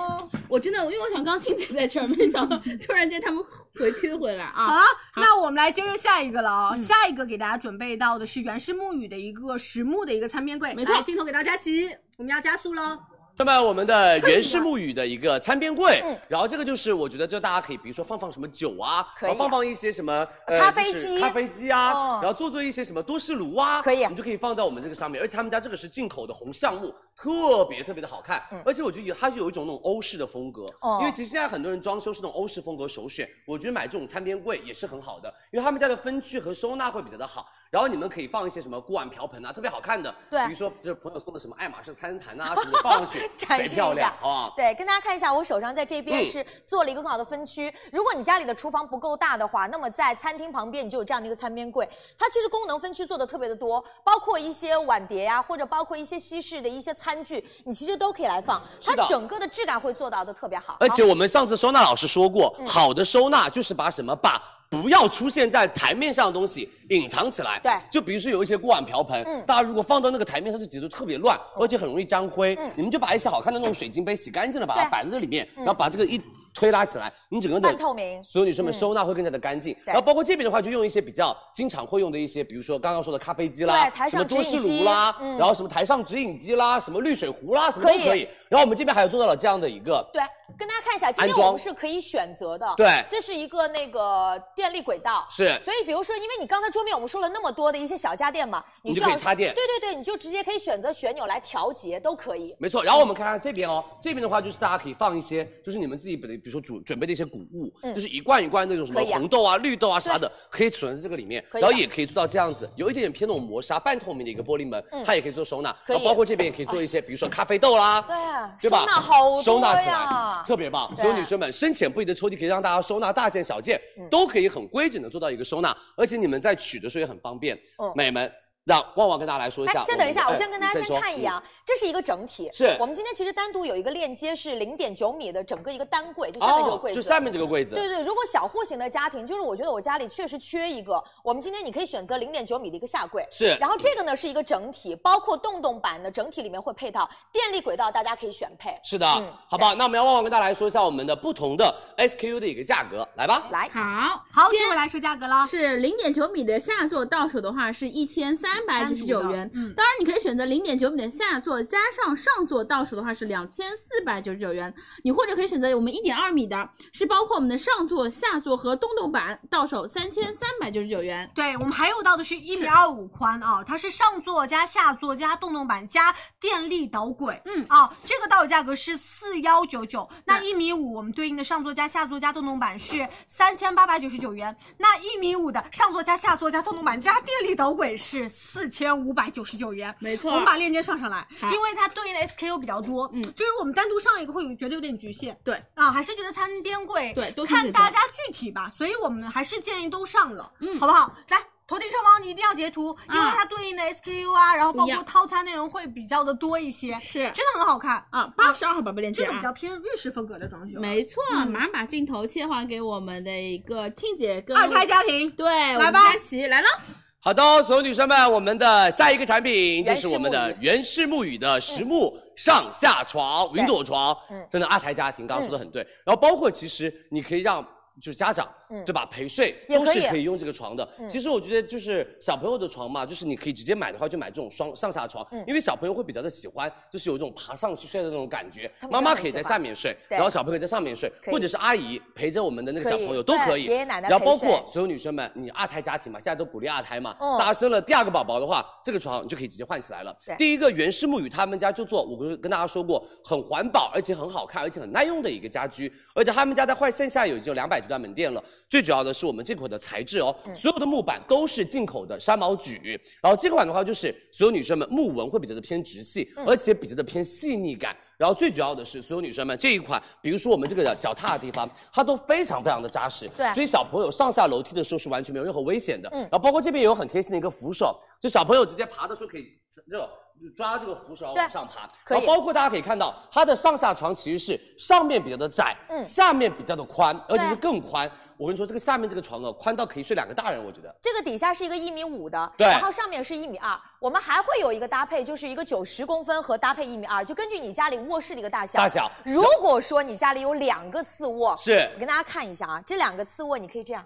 Speaker 9: 我真的，因为我想刚亲姐在这儿，没想到突然间他们回 Q 回来啊。
Speaker 10: 好了，那我们来接着下一个了啊、下一个给大家准备到的是原氏木语的一个实木的一个餐边柜，没错，镜头给到佳琪，我们要加速喽。
Speaker 7: 那么我们的原氏木语的一个餐边 柜，
Speaker 8: 嗯
Speaker 7: 然后这个就是我觉得就大家可以，比如说放放什么酒啊，
Speaker 8: 可
Speaker 7: 然
Speaker 8: 以啊
Speaker 7: 后放放一些什么呃
Speaker 8: 咖啡
Speaker 7: 就是
Speaker 8: 机
Speaker 7: 咖啡机啊，
Speaker 8: 哦
Speaker 7: 然后做做一些什么多士炉啊，可以，你就可以放到我们这个上面。而且他们家这个是进口的红橡木，特别特别的好看，
Speaker 8: 嗯
Speaker 7: 而且我觉得有它是有一种那种欧式的风格，
Speaker 8: 哦
Speaker 7: 因为其实现在很多人装修是那种欧式风格首选，我觉得买这种餐边柜也是很好的，因为他们家的分区和收纳会比较的好。然后你们可以放一些什么锅碗瓢盆啊，特别好看的，
Speaker 8: 对
Speaker 7: 比如说就是朋友送的什么爱马仕餐盘啊什么的放上去，
Speaker 8: 展
Speaker 7: 贼
Speaker 8: 示一
Speaker 7: 漂亮
Speaker 8: 下，
Speaker 7: 啊！
Speaker 8: 对，跟大家看一下，我手上在这边
Speaker 7: 嗯
Speaker 8: 是做了一个很好的分区。如果你家里的厨房不够大的话，那么在餐厅旁边你就有这样的一个餐边柜，它其实功能分区做的特别的多，包括一些碗碟呀、或者包括一些西式的一些餐具，你其实都可以来放，它
Speaker 7: 是的
Speaker 8: 整个的质感会做到的特别好。啊
Speaker 7: 而且我们上次收纳老师说过，
Speaker 8: 嗯
Speaker 7: 好的收纳就是把什么把不要出现在台面上的东西隐藏起来。
Speaker 8: 对
Speaker 7: 就比如说有一些锅碗瓢盆，
Speaker 8: 嗯
Speaker 7: 大家如果放到那个台面上就觉得特别乱，而且很容易沾灰。
Speaker 8: 嗯
Speaker 7: 你们就把一些好看的那种水晶杯洗干净了，把它
Speaker 8: 对
Speaker 7: 摆在这里面，
Speaker 8: 嗯
Speaker 7: 然后把这个一。推拉起来，你整个的
Speaker 8: 半透明
Speaker 7: 所有女生们
Speaker 8: 嗯
Speaker 7: 收纳会更加的干净。
Speaker 8: 对
Speaker 7: 然后包括这边的话，就用一些比较经常会用的一些，比如说刚刚说的咖啡机啦，
Speaker 8: 对台
Speaker 7: 什
Speaker 8: 上
Speaker 7: 么多
Speaker 8: 指
Speaker 7: 湿
Speaker 8: 引
Speaker 7: 炉
Speaker 8: 机
Speaker 7: 啦，
Speaker 8: 嗯
Speaker 7: 然后什么台上指引机啦，什么滤水壶啦，什么都
Speaker 8: 可以
Speaker 7: 可以。然后我们这边还有做到了这样的一个，
Speaker 8: 对，跟大家看一下，今
Speaker 7: 安
Speaker 8: 天
Speaker 7: 装
Speaker 8: 我们是可以选择的。
Speaker 7: 对
Speaker 8: 这是一个那个电力轨道。
Speaker 7: 是
Speaker 8: 所以比如说，因为你刚才桌面我们说了那么多的一些小家电嘛，
Speaker 7: 你
Speaker 8: 需
Speaker 7: 就
Speaker 8: 要
Speaker 7: 可以插电
Speaker 8: 对对对，你就直接可以选择旋钮来调节，都可以。
Speaker 7: 没错，然后我们看看这边哦，这边的话就是大家可以放一些，就是你们自己本比如说准准备的一些谷物，
Speaker 8: 嗯
Speaker 7: 就是一罐一罐那种什么
Speaker 8: 可以啊
Speaker 7: 红豆啊、绿豆啊啥的，可以存在这个里面，
Speaker 8: 可以啊
Speaker 7: 然
Speaker 8: 的
Speaker 7: 后也可以做到这样子，有一点点偏那种磨砂半透明的一个玻璃门，
Speaker 8: 嗯
Speaker 7: 它也可以做收纳，
Speaker 8: 可以
Speaker 7: 然后包括这边也可以做一些，比如说咖啡豆啦，
Speaker 8: 对
Speaker 7: 对吧？
Speaker 8: 收纳哎好多
Speaker 7: 收纳起
Speaker 8: 呀
Speaker 7: 来，特别棒。
Speaker 8: 对
Speaker 7: 所有女生们，深浅不一的抽屉可以让大家收纳大件小件
Speaker 8: 嗯，
Speaker 7: 都可以很规整的做到一个收纳，而且你们在取的时候也很方便
Speaker 8: 嗯。
Speaker 7: 美们，让旺旺跟大家来说一下们
Speaker 8: 哎，
Speaker 7: 的。
Speaker 8: 先等一下，我先
Speaker 7: 哎
Speaker 8: 跟大家
Speaker 7: 你
Speaker 8: 先
Speaker 7: 说
Speaker 8: 看一眼啊
Speaker 7: 嗯，
Speaker 8: 这是一个整体。
Speaker 7: 是
Speaker 8: 我们今天其实单独有一个链接是零点九米的整个一个单柜，就下面这个柜
Speaker 7: 哦
Speaker 8: 子。
Speaker 7: 就下面这个柜子
Speaker 8: 对对，如果小户型的家庭，就是我觉得我家里确实缺一个，我们今天你可以选择零点九米的一个下柜。
Speaker 7: 是
Speaker 8: 然后这个呢是一个整体，包括洞洞板的整体里面会配套电力轨道，大家可以选配。
Speaker 7: 是的，
Speaker 8: 嗯
Speaker 7: 好不好？那我们要旺旺跟大家来说一下我们的不同的 SKU 的一个价格，来吧。
Speaker 8: 来，
Speaker 9: 好，
Speaker 10: 好，接我来说价格了。
Speaker 9: 是零点九米的下座到手的话是一千三百九十九元，
Speaker 10: 嗯
Speaker 9: 当然你可以选择零点九米的下座加上上座到手的话是两千四百九十九元，你或者可以选择我们一点二米的，是包括我们的上座、下座和洞洞板，到手三千三百九十九元。
Speaker 10: 对我们还有到的是一米二五宽啊，它是上座加下座加洞洞板加电力导轨，
Speaker 9: 嗯
Speaker 10: 啊，这个到手价格是四幺九九，那一米五我们对应的上座加下座加洞洞板是三千八百九十九元，那一米五的上座加下座加洞洞板加电力导轨是四千五百九十九元，
Speaker 9: 没错
Speaker 10: 我们把链接上上来，
Speaker 9: 好
Speaker 10: 因为它对应的 SKU 比较多，
Speaker 9: 嗯
Speaker 10: 就是我们单独上一个会有觉得有点局限，
Speaker 9: 对
Speaker 10: 啊，还是觉得餐边柜
Speaker 9: 对都是
Speaker 10: 看
Speaker 9: 这
Speaker 10: 大
Speaker 9: 种
Speaker 10: 家具体吧，所以我们还是建议都上了，
Speaker 9: 嗯
Speaker 10: 好不好？来。头顶上方你一定要截图，因为
Speaker 9: 啊
Speaker 10: 它对应的 SKU 啊，然后包
Speaker 9: 不一
Speaker 10: 括
Speaker 9: 样
Speaker 10: 套餐内容会比较的多一些，
Speaker 9: 是
Speaker 10: 真的很好看
Speaker 9: 啊，八十二号宝贝链
Speaker 10: 这
Speaker 9: 接
Speaker 10: 个比
Speaker 9: 啊
Speaker 10: 较。偏日式风格的装修，
Speaker 9: 没错，
Speaker 10: 嗯
Speaker 9: 马上把镜头切换给我们的一个庆姐跟
Speaker 10: 二胎家庭
Speaker 9: 对，我
Speaker 10: 来
Speaker 9: 们
Speaker 10: 吧
Speaker 9: 佳琪来了，
Speaker 7: 好的，所有女生们，我们的下一个产品就
Speaker 8: 原
Speaker 7: 是
Speaker 8: 始木椅
Speaker 7: 我们的原氏木语的实木上下床、
Speaker 8: 嗯对
Speaker 7: 云朵床
Speaker 8: 嗯，
Speaker 7: 真的二胎家庭刚刚说的很对。然后包括其实你可以让就是家长
Speaker 8: 嗯
Speaker 7: 对吧陪睡
Speaker 8: 也
Speaker 7: 都
Speaker 8: 可以
Speaker 7: 是可以用这个床的
Speaker 8: 嗯。
Speaker 7: 其实我觉得就是小朋友的床嘛，就是你可以直接买的话就买这种双上下床
Speaker 8: 嗯，
Speaker 7: 因为小朋友会比较的喜欢，就是有一种爬上去睡的那种感觉
Speaker 8: 他。们
Speaker 7: 妈妈
Speaker 8: 真的很
Speaker 7: 可以在
Speaker 8: 喜欢
Speaker 7: 下面睡，
Speaker 8: 对
Speaker 7: 然后小朋友在上面睡，
Speaker 8: 可以
Speaker 7: 或者是阿姨陪着我们的那个小朋友
Speaker 8: 可以哎
Speaker 7: 都可以。
Speaker 8: 对爷爷奶奶
Speaker 7: 然后包
Speaker 8: 陪睡
Speaker 7: 括所有女生们，你二胎家庭嘛，现在都鼓励二胎嘛，
Speaker 8: 嗯
Speaker 7: 大家生了第二个宝宝的话，这个床你就可以直接换起来了
Speaker 8: 对。
Speaker 7: 第一个原氏木语他们家就做，我跟跟大家说过，很环保，而且很好看，而且很耐用的一个家居。而且他们家在快线下有已经有两百多家门店了。最主要的是我们进口的材质哦，
Speaker 8: 嗯
Speaker 7: 所有的木板都是进口的山毛榉。然后这款的话，就是所有女生们木纹会比较的偏直系
Speaker 8: 嗯，
Speaker 7: 而且比较的偏细腻感。然后最主要的是，所有女生们这一款，比如说我们这个脚踏的地方，它都非常非常的扎实，
Speaker 8: 对
Speaker 7: 所以小朋友上下楼梯的时候是完全没有任何危险的。
Speaker 8: 嗯
Speaker 7: 然后包括这边也有很贴心的一个扶手，就小朋友直接爬的时候可以这种就抓这个扶手然后
Speaker 8: 对
Speaker 7: 往上爬。
Speaker 8: 可以
Speaker 7: 然后包括大家可以看到，它的上下床其实是上面比较的窄，
Speaker 8: 嗯
Speaker 7: 下面比较的宽，而且
Speaker 8: 对
Speaker 7: 是更宽。我跟你说，这个下面这个床呢，宽到可以睡两个大人，我觉得。
Speaker 8: 这个底下是一个一米五的，
Speaker 7: 对
Speaker 8: 然后上面是一米二。我们还会有一个搭配，就是一个九十公分和搭配一米二，就根据你家里卧室的一个大小。
Speaker 7: 大小
Speaker 8: 如果说你家里有两个次卧，
Speaker 7: 是
Speaker 8: 我跟大家看一下啊，这两个次卧你可以这样，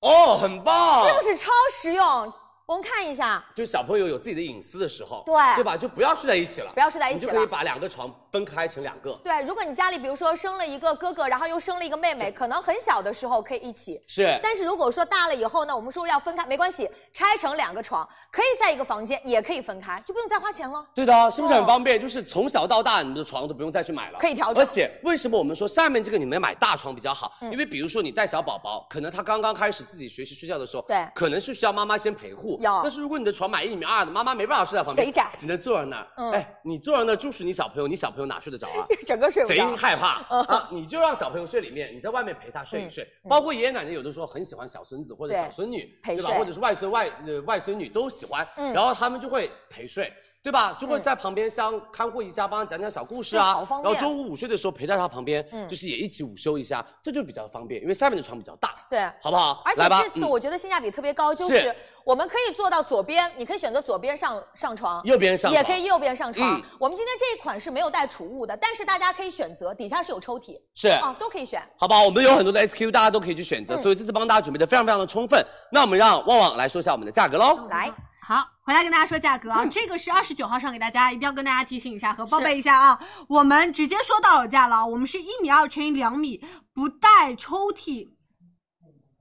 Speaker 7: 哦，很棒，
Speaker 8: 是不是超实用？我们看一下，
Speaker 7: 就小朋友有自己的隐私的时候，
Speaker 8: 对
Speaker 7: 对吧？就不要睡在一起了，
Speaker 8: 不要睡在一起
Speaker 7: 你
Speaker 8: 了
Speaker 7: 就可以把两个床分开成两个。
Speaker 8: 对，如果你家里比如说生了一个哥哥，然后又生了一个妹妹，可能很小的时候可以一起。
Speaker 7: 是
Speaker 8: 但是如果说大了以后呢，我们说要分开，没关系，拆成两个床，可以在一个房间，也可以分开，就不用再花钱了。
Speaker 7: 对的，是不是
Speaker 8: 哦
Speaker 7: 很方便？就是从小到大，你的床都不用再去买了，
Speaker 8: 可以调整嗯
Speaker 7: 而且为什么我们说下面这个你们买大床比较好？因为比如说你带小宝宝，可能他刚刚开始自己学习睡觉的时候，
Speaker 8: 对
Speaker 7: 可能是需要妈妈先陪护。
Speaker 8: 要
Speaker 7: 但是如果你的床买一米二的，妈妈没办法睡在旁边，
Speaker 8: 贼窄
Speaker 7: 只能坐在那儿。
Speaker 8: 嗯
Speaker 7: 哎，你坐在那儿就是你小朋友，你小朋友哪睡得着啊？
Speaker 8: 整个睡不
Speaker 7: 贼
Speaker 8: 着。
Speaker 7: 害怕
Speaker 8: 嗯
Speaker 7: 啊！你就让小朋友睡里面，你在外面陪他
Speaker 21: 嗯
Speaker 7: 睡一睡。包括爷爷奶奶有的时候很喜欢小孙子或者
Speaker 8: 对
Speaker 7: 小孙女，
Speaker 8: 陪
Speaker 7: 对吧？
Speaker 8: 睡
Speaker 7: 或者是外孙外呃外孙女都喜欢
Speaker 8: 嗯，
Speaker 7: 然后他们就会陪睡。
Speaker 23: 对吧？就会在旁边像看护一下，帮他讲讲小故事啊。
Speaker 21: 嗯对好方
Speaker 23: 然
Speaker 21: 便
Speaker 23: 后中午午睡的时候陪在他旁边，
Speaker 21: 嗯
Speaker 23: 就是也一起午休一下，这就比较方便，因为下面的床比较大，
Speaker 21: 对，
Speaker 23: 好不好？
Speaker 21: 而且
Speaker 23: 来吧
Speaker 21: 这次
Speaker 23: 嗯
Speaker 21: 我觉得性价比特别高，就是是我们可以做到左边，你可以选择左边上上床，
Speaker 23: 右边上床
Speaker 21: 也可以右边上床
Speaker 23: 嗯。
Speaker 21: 我们今天这一款是没有带储物的，但是大家可以选择，底下是有抽屉，
Speaker 23: 是
Speaker 21: 啊，都可以选。嗯
Speaker 23: 好不好？我们有很多的 SKU，大家都可以去选择，所以这次帮大家准备的非常非常的充分。那我们让旺旺来说一下我们的价格喽。
Speaker 21: 来，
Speaker 10: 好，回来跟大家说价格啊，这个是二十九号上给大家，一定要跟大家提醒一下和报备一下啊。我们直接说到手价了啊，我们是一米二乘以两米，不带抽屉，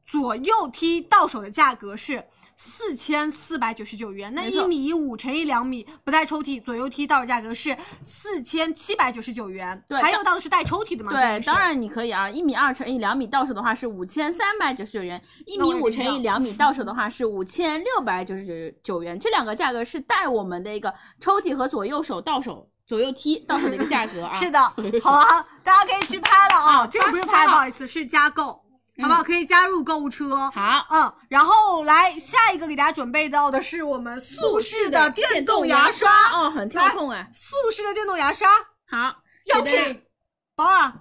Speaker 10: 左右踢到手的价格是。四千四百九十九元，那
Speaker 24: 没
Speaker 10: 一
Speaker 24: 错
Speaker 10: 米五乘以两米，不带抽屉，左右踢到手价格是四千七百九十九元。
Speaker 9: 对
Speaker 10: 还有到的是带抽屉的吗？
Speaker 9: 对，
Speaker 10: 是
Speaker 9: 当然你可以啊，一米二乘以两米到手的话是五千三百九十九元，一
Speaker 10: 那我
Speaker 9: 米
Speaker 10: 也
Speaker 9: 五
Speaker 10: 一
Speaker 9: 乘
Speaker 10: 样
Speaker 9: 以两米到手的话是五千六百九十九元，这两个价格是带我们的一个抽屉和左右手到手左右踢到手的一个价格啊。
Speaker 10: 是的， 好吧，大家可以去拍了啊，这个不是拍，
Speaker 9: 88
Speaker 10: 不好意思，是加购。好不好？可以加入购物车。
Speaker 9: 好，
Speaker 10: 嗯，然后来下一个给大家准备到的是我们速适的电动牙刷
Speaker 9: 电动牙刷哦很跳痛哎
Speaker 10: 来速适的电动牙刷，
Speaker 9: 好，
Speaker 10: 样
Speaker 9: 给大家
Speaker 10: 品，宝儿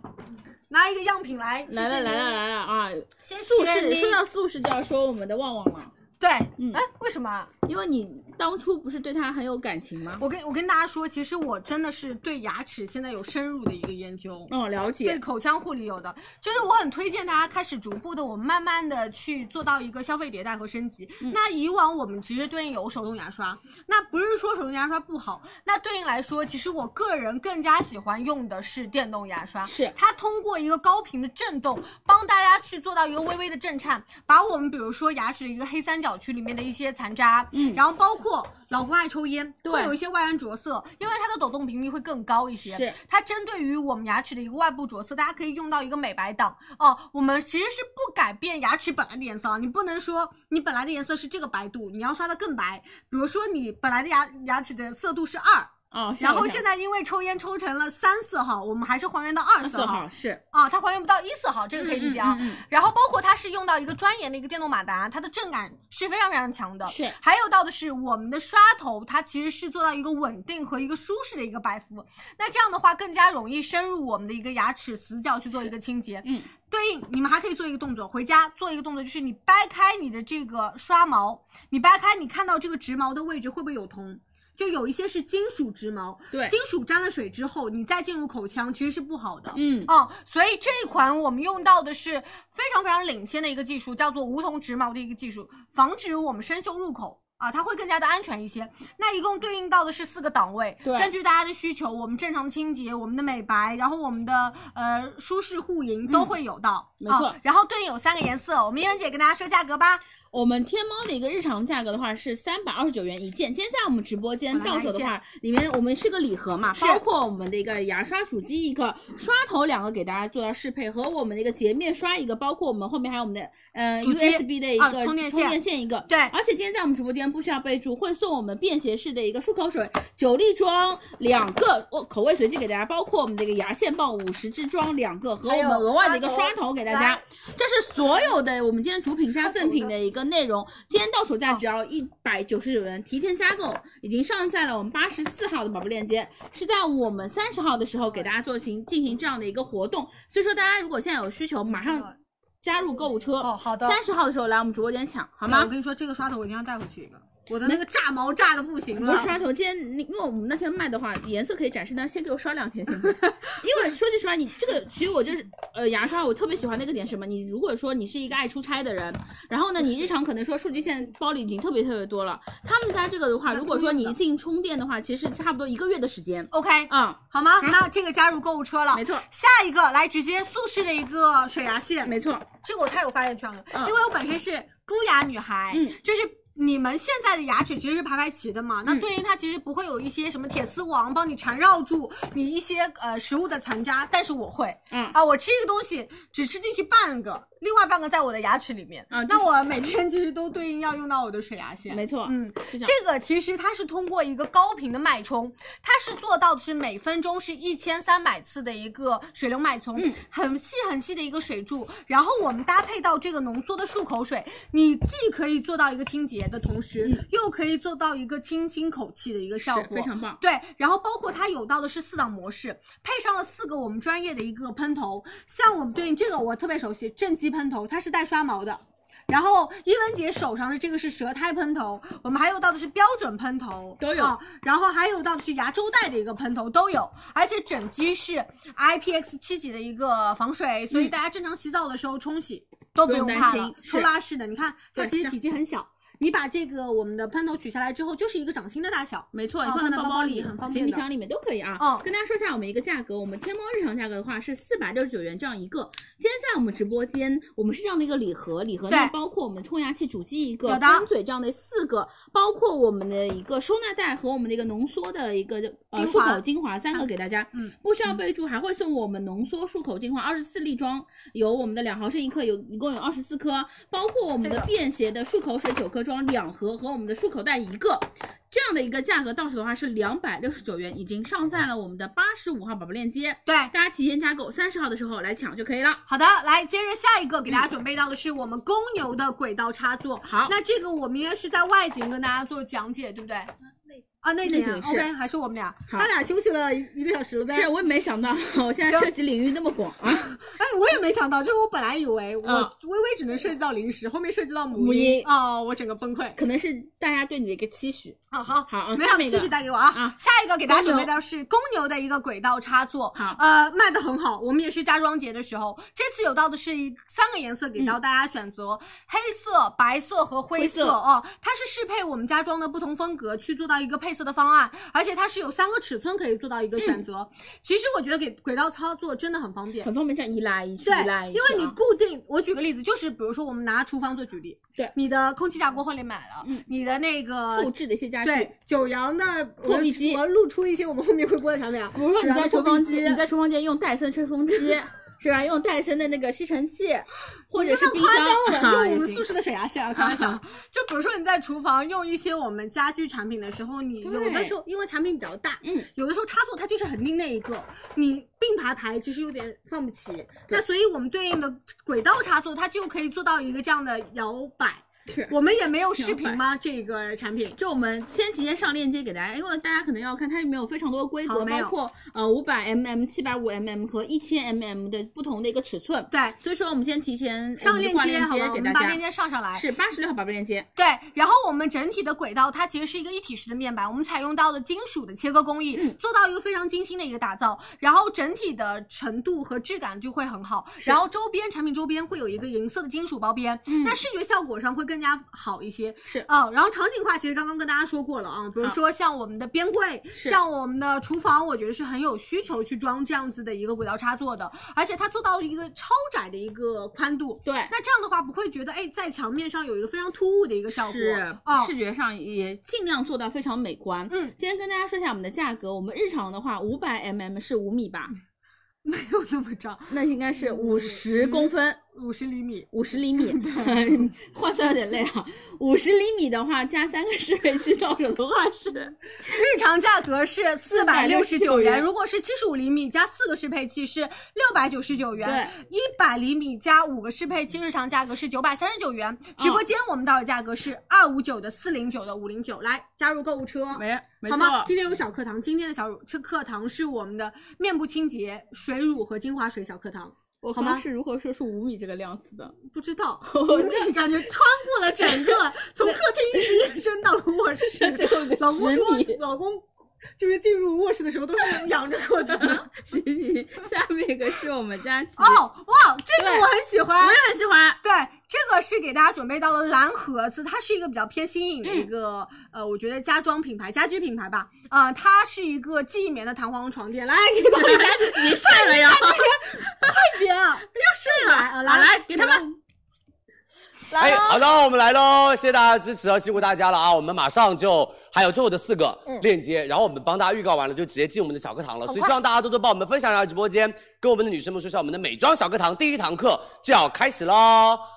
Speaker 10: 拿一个样品来。
Speaker 9: 来了来了来了啊！
Speaker 10: 谢谢
Speaker 9: 素食，
Speaker 10: 你
Speaker 9: 说到素食就要说我们的旺旺了。
Speaker 10: 对，
Speaker 9: 嗯，
Speaker 10: 哎，为什么？
Speaker 9: 因为你当初不是对他很有感情吗？
Speaker 10: 我跟我跟大家说，其实我真的是对牙齿现在有深入的一个研究。
Speaker 9: 哦了解
Speaker 10: 对口腔护理有的，就是我很推荐大家开始逐步的，我们慢慢的去做到一个消费迭代和升级。那以往我们其实对应有手动牙刷，那不是说手动牙刷不好，那对应来说，其实我个人更加喜欢用的是电动牙刷，
Speaker 9: 是
Speaker 10: 它通过一个高频的震动，帮大家去做到一个微微的震颤，把我们比如说牙齿一个黑三角区里面的一些残渣，
Speaker 9: 嗯
Speaker 10: 然后包括老公爱抽烟，
Speaker 9: 对
Speaker 10: 会有一些外源着色，因为它的抖动频率会更高一些，
Speaker 9: 是
Speaker 10: 它针对于我们牙齿的一个外部着色，大家可以用到一个美白档哦。我们其实是不改变牙齿本来的颜色啊，你不能说你本来的颜色是这个白度，你要刷的更白。比如说你本来的牙牙齿的色度是二、
Speaker 9: 哦，吓
Speaker 10: 然
Speaker 9: 我一
Speaker 10: 后
Speaker 9: 跳
Speaker 10: 现在因为抽烟抽成了三色号，我们还是还原到二
Speaker 9: 四
Speaker 10: 号
Speaker 9: 号。是
Speaker 10: 啊，它还原不到一色号，这个可以理解啊。
Speaker 9: 嗯嗯嗯嗯
Speaker 10: 然后包括它是用到一个专研的一个电动马达，它的震感是非常非常强的。
Speaker 9: 是
Speaker 10: 还有到的是我们的刷头，它其实是做到一个稳定和一个舒适的一个白肤。那这样的话更加容易深入我们的一个牙齿死角去做一个清洁。
Speaker 9: 嗯，
Speaker 10: 对应你们还可以做一个动作，回家做一个动作，就是你掰开你的这个刷毛，你掰开，你看到这个直毛的位置会不会有铜？就有一些是金属直毛，
Speaker 9: 对
Speaker 10: 金属沾了水之后，你再进入口腔其实是不好的。
Speaker 9: 嗯
Speaker 10: 哦，所以这一款我们用到的是非常非常领先的一个技术，叫做无铜直毛的一个技术，防止我们生锈入口。啊，它会更加的安全一些。那一共对应到的是四个档位，
Speaker 9: 对
Speaker 10: 根据大家的需求，我们正常清洁、我们的美白，然后我们的呃舒适护龈都会有到，
Speaker 9: 没错
Speaker 10: 啊然后对应有三个颜色，我们燕文姐跟大家说价格吧。
Speaker 9: 我们天猫的一个日常价格的话是三百二十九元一件，今天在我们直播间
Speaker 10: 我来拿
Speaker 9: 到手的
Speaker 10: 一
Speaker 9: 话
Speaker 10: 件，
Speaker 9: 里面我们是个礼盒嘛，
Speaker 10: 是
Speaker 9: 包括我们的一个牙刷、主机一个，刷头两个给大家做到适配，和我们的一个洁面刷一个，包括我们后面还有我们的呃
Speaker 10: 主机
Speaker 9: USB 的一
Speaker 10: 啊
Speaker 9: 个
Speaker 10: 充电线
Speaker 9: 线一个。
Speaker 10: 对
Speaker 9: 而且今天在我们直播间不需要备注，会送我们便携式的一个漱口水九粒装两个，哦口味随机给大家，包括我们的一个牙线棒五十支装两个，和我们额外的一个刷头给大家。这是所有的我们今天主品加赠品的一个内容，今天到手价只要一百九十九元，提前加购已经上在了我们八十四号的宝贝链接，是在我们三十号的时候给大家做行进行这样的一个活动，所以说大家如果现在有需求，马上加入购物车哦，
Speaker 10: 好的
Speaker 9: 三十号的时候来我们直播间抢好
Speaker 10: 哎
Speaker 9: 吗
Speaker 10: 我？跟你说，这个刷头我一定要带回去一个，我的那个炸毛炸的不行啊了。
Speaker 9: 不是刷头，今天那因为我们那天卖的话，颜色可以展示，但先给我刷两天行 不行？因为说句实话，你这个其实我就是呃牙刷，我特别喜欢那个点是什么，你如果说你是一个爱出差的人，然后呢，你日常可能说数据线包里已经特别特别多了，他们家这个的话，如果说
Speaker 10: 嗯
Speaker 9: 你一进充电的话，其实差不多一个月的时间。
Speaker 10: OK，
Speaker 9: 嗯，
Speaker 10: 好吗？那这个加入购物车了，
Speaker 9: 没错
Speaker 10: 下一个来直接速适的一个水牙线，
Speaker 9: 没错，
Speaker 10: 这个我太有发言权了，
Speaker 9: 嗯
Speaker 10: 因为我本身是箍牙女孩，
Speaker 9: 嗯
Speaker 10: 就是。你们现在的牙齿其实是排排齐的嘛？那
Speaker 9: 嗯
Speaker 10: 对应它其实不会有一些什么铁丝网帮你缠绕住你一些呃食物的残渣，但是我会，
Speaker 9: 嗯
Speaker 10: 啊，我吃一个东西只吃进去半个，另外半个在我的牙齿里面，
Speaker 9: 啊就是
Speaker 10: 那我每天其实都对应要用到我的水牙线，
Speaker 9: 没错，
Speaker 10: 嗯，
Speaker 9: 是这样。
Speaker 10: 这个其实它是通过一个高频的脉冲，它是做到的是每分钟是一千三百次的一个水流脉冲，
Speaker 9: 嗯
Speaker 10: 很细很细的一个水柱。然后我们搭配到这个浓缩的漱口水，你既可以做到一个清洁，洁的同时，又可以做到一个清新口气的一个效
Speaker 9: 嗯是
Speaker 10: 果，
Speaker 9: 非常棒
Speaker 10: 对，然后包括它有到的是四档模式，配上了四个我们专业的一个喷头，像我们对应这个我特别熟悉，正畸喷头，它是带刷毛的。然后伊文姐手上的这个是舌苔喷头，我们还有到的是标准喷头，都有、然后还有到的是牙周袋的一个喷头都有，而且整机是 IPX 七级的一个防水，所以大家正常洗澡的时候冲洗都嗯不用
Speaker 9: 不用
Speaker 10: 怕
Speaker 9: 担
Speaker 10: 了
Speaker 9: 心。是
Speaker 10: 抽拉式的，你看它其
Speaker 9: 对这
Speaker 10: 实
Speaker 9: 样
Speaker 10: 体积很小。你把这个我们的喷头取下来之后，就是一个掌心的大小，
Speaker 9: 没错，你
Speaker 10: 啊
Speaker 9: 放
Speaker 10: 放
Speaker 9: 在包
Speaker 10: 包
Speaker 9: 里
Speaker 10: 很、方便
Speaker 9: 行
Speaker 10: 的
Speaker 9: 李箱里面都可以啊。
Speaker 10: 哦
Speaker 9: 跟大家说一下我们一个价格，我们天猫日常价格的话是四百六十九元这样一个。今天在我们直播间，我们是这样的一个礼盒，礼盒内
Speaker 10: 对
Speaker 9: 包括我们冲牙器主机一个，
Speaker 10: 有的
Speaker 9: 干嘴这样的四个，包括我们的一个收纳袋和我们的一个浓缩的一个呃
Speaker 10: 精
Speaker 9: 漱
Speaker 10: 华
Speaker 9: 口精华三个给大家。
Speaker 10: 嗯，
Speaker 9: 不需要备注，还会送我们浓缩漱口精华二十四粒装，有我们的两毫升一克，有一共有二十四颗，包括我们
Speaker 10: 这
Speaker 9: 的
Speaker 10: 个
Speaker 9: 便携的漱口水九颗装两盒和我们的漱口袋一个。这样的一个价格，到手的话是两百六十九元，已经上在了我们的八十五号宝宝链接。
Speaker 10: 对，
Speaker 9: 大家提前加购，三十号的时候来抢就可以了。
Speaker 10: 好的，来，接着下一个给大家准备到的是我们公牛的轨道插座。
Speaker 9: 好
Speaker 10: 那这个我们应该是在外景跟大家做讲解，对不对？啊，内
Speaker 9: 内
Speaker 10: 景
Speaker 9: 景
Speaker 10: 啊
Speaker 9: 是
Speaker 10: ，OK，还是我们俩，
Speaker 9: 好
Speaker 10: 他俩休息了一一个小时了呗。
Speaker 9: 是我也没想到， 我现在涉及领域那么广 啊！
Speaker 10: 哎，我也没想到，就是我本来以为我
Speaker 9: 嗯
Speaker 10: 微微只能涉及到零食，后面涉及到母
Speaker 9: 母婴
Speaker 10: 啊、我整个崩溃。
Speaker 9: 可能是大家对你的一个期许。
Speaker 10: 啊，好，
Speaker 9: 好啊
Speaker 10: 没
Speaker 9: 下
Speaker 10: 想
Speaker 9: 面一
Speaker 10: 继
Speaker 9: 个
Speaker 10: 续带给我啊。
Speaker 9: 啊
Speaker 10: 下一个给大家准备
Speaker 9: 公牛
Speaker 10: 的是公牛的一个轨道插座，
Speaker 9: 好
Speaker 10: 呃，卖的很好。我们也是家装节的时候，这次有到的是一三个颜色给到大家选择，黑色、白色和灰
Speaker 9: 嗯灰色
Speaker 10: 哦。它是适配我们家装的不同风格去做到一个配色的方案，而且它是有三个尺寸可以做到一个选择。其实我觉得给轨道插座真的很方便，
Speaker 9: 嗯很方便，这样一拉一去，
Speaker 10: 对
Speaker 9: 一拉，一
Speaker 10: 因
Speaker 9: 去啊、
Speaker 10: 为你固定，我举个例子，就是比如说我们拿厨房做举例，
Speaker 9: 对，
Speaker 10: 你的空气炸锅后来买了，
Speaker 9: 嗯
Speaker 10: 你的那个
Speaker 9: 后置的一些家具，
Speaker 10: 对，九阳的
Speaker 9: 投币机
Speaker 10: 我露出一些我们后面会播的产品啊，
Speaker 9: 比如说你在厨房
Speaker 10: 机，
Speaker 9: 间，你在厨房间用戴森 吹风机，是吧？用戴森的那个吸尘器，或者是
Speaker 10: 你
Speaker 9: 冰
Speaker 10: 这么夸
Speaker 9: 箱
Speaker 10: 张了，
Speaker 9: 啊
Speaker 10: 用我们宿
Speaker 9: 也行
Speaker 10: 舍的水牙线 啊，开玩笑。就比如说你在厨房用一些我们家居产品的时候，你有的时候因为产品比较大，
Speaker 9: 嗯，
Speaker 10: 有的时候插座它就是很定那一个，你并排排其实有点放不齐。那所以我们对应的轨道插座，它就可以做到一个这样的摇摆。
Speaker 9: 是
Speaker 10: 我们也没有视频吗？这个产品
Speaker 9: 就我们先提前上链接给大家，因为大家可能要看它里面有非常多的规格，
Speaker 10: 好没有
Speaker 9: 包括呃五百 mm、七百五 mm 和一千 mm 的不同的一个尺寸。
Speaker 10: 对，
Speaker 9: 所以说我们先提前
Speaker 10: 上链
Speaker 9: 我们就挂
Speaker 10: 接
Speaker 9: 链
Speaker 10: 好吧，我
Speaker 9: 给
Speaker 10: 们把
Speaker 9: 大家，
Speaker 10: 链接上上来。
Speaker 9: 是八十六号宝贝链接。
Speaker 10: 对，然后我们整体的轨道它其实是一个一体式的面板，我们采用到的金属的切割工艺，做到一个非常精心的一个打造，然后整体的程度和质感就会很好。然后周边产品周边会有一个银色的金属包边，那视觉效果上会更加好一些。
Speaker 9: 是
Speaker 10: 哦，然后场景化其实刚刚跟大家说过了啊，比如
Speaker 9: 好
Speaker 10: 说像我们的边柜，
Speaker 9: 是
Speaker 10: 像我们的厨房，我觉得是很有需求去装这样子的一个轨道插座的，而且它做到一个超窄的一个宽度。
Speaker 9: 对
Speaker 10: 那这样的话不会觉得哎在墙面上有一个非常突兀的一个效果。
Speaker 9: 是
Speaker 10: 哦，
Speaker 9: 视觉上也尽量做到非常美观。
Speaker 10: 嗯，
Speaker 9: 今天跟大家说一下我们的价格，我们日常的话五百 mm 是五米吧，
Speaker 10: 没有那么长，
Speaker 9: 那应该是五十公分。
Speaker 10: 五十厘米。
Speaker 9: 五十厘米，换算有点累啊。五十厘米的话，加三个适配器，到手的话是
Speaker 10: 日常价格是四百六十九
Speaker 9: 469
Speaker 10: 元，
Speaker 9: 元
Speaker 10: 如果是七十五厘米加四个适配器是六百九十九元，
Speaker 9: 对，
Speaker 10: 一百厘米加五个适配器日常价格是九百三十九元。直播间我们到手价格是二五九的、四零九的、五零九，来加入购物车。
Speaker 9: 没没
Speaker 10: 好
Speaker 9: 错。
Speaker 10: 吗？今天有小课堂，今天的小这课堂是我们的面部清洁、水乳和精华水小课堂，
Speaker 9: 我
Speaker 10: 好
Speaker 9: 刚刚
Speaker 10: 吗？
Speaker 9: 是如何说出五米这个量词的？
Speaker 10: 不知道，
Speaker 9: 我
Speaker 10: 你感觉穿过了整个，从客厅一直延伸到了卧室
Speaker 9: 最后的。
Speaker 10: 老公说
Speaker 9: 十米，
Speaker 10: 老公就是进入卧室的时候都是仰着过去 的。
Speaker 9: 行行行，下面一个是我们佳琪，
Speaker 10: 哦，哇，这个
Speaker 9: 对
Speaker 10: 我很喜欢，
Speaker 9: 我也很喜欢。
Speaker 10: 对，这个是给大家准备到的蓝盒子，它是一个比较偏新颖
Speaker 9: 嗯
Speaker 10: 的一个、呃，我觉得家装品牌、家居品牌吧。呃，它是一个记忆棉的弹簧床垫，来给大家
Speaker 9: 你睡了呀？
Speaker 10: 快点，要睡来啊，
Speaker 9: 好，
Speaker 10: 来
Speaker 9: 来给他们。
Speaker 23: 哎，好的，我们来喽，谢谢大家支持啊，辛苦大家了啊！我们马上就还有最后的四个
Speaker 21: 嗯
Speaker 23: 链接，然后我们帮大家预告完了，就直接进我们的小课堂了。所以希望大家多多帮我们分享一下直播间，跟我们的女生们说一下，我们的美妆小课堂第一堂课就要开始喽，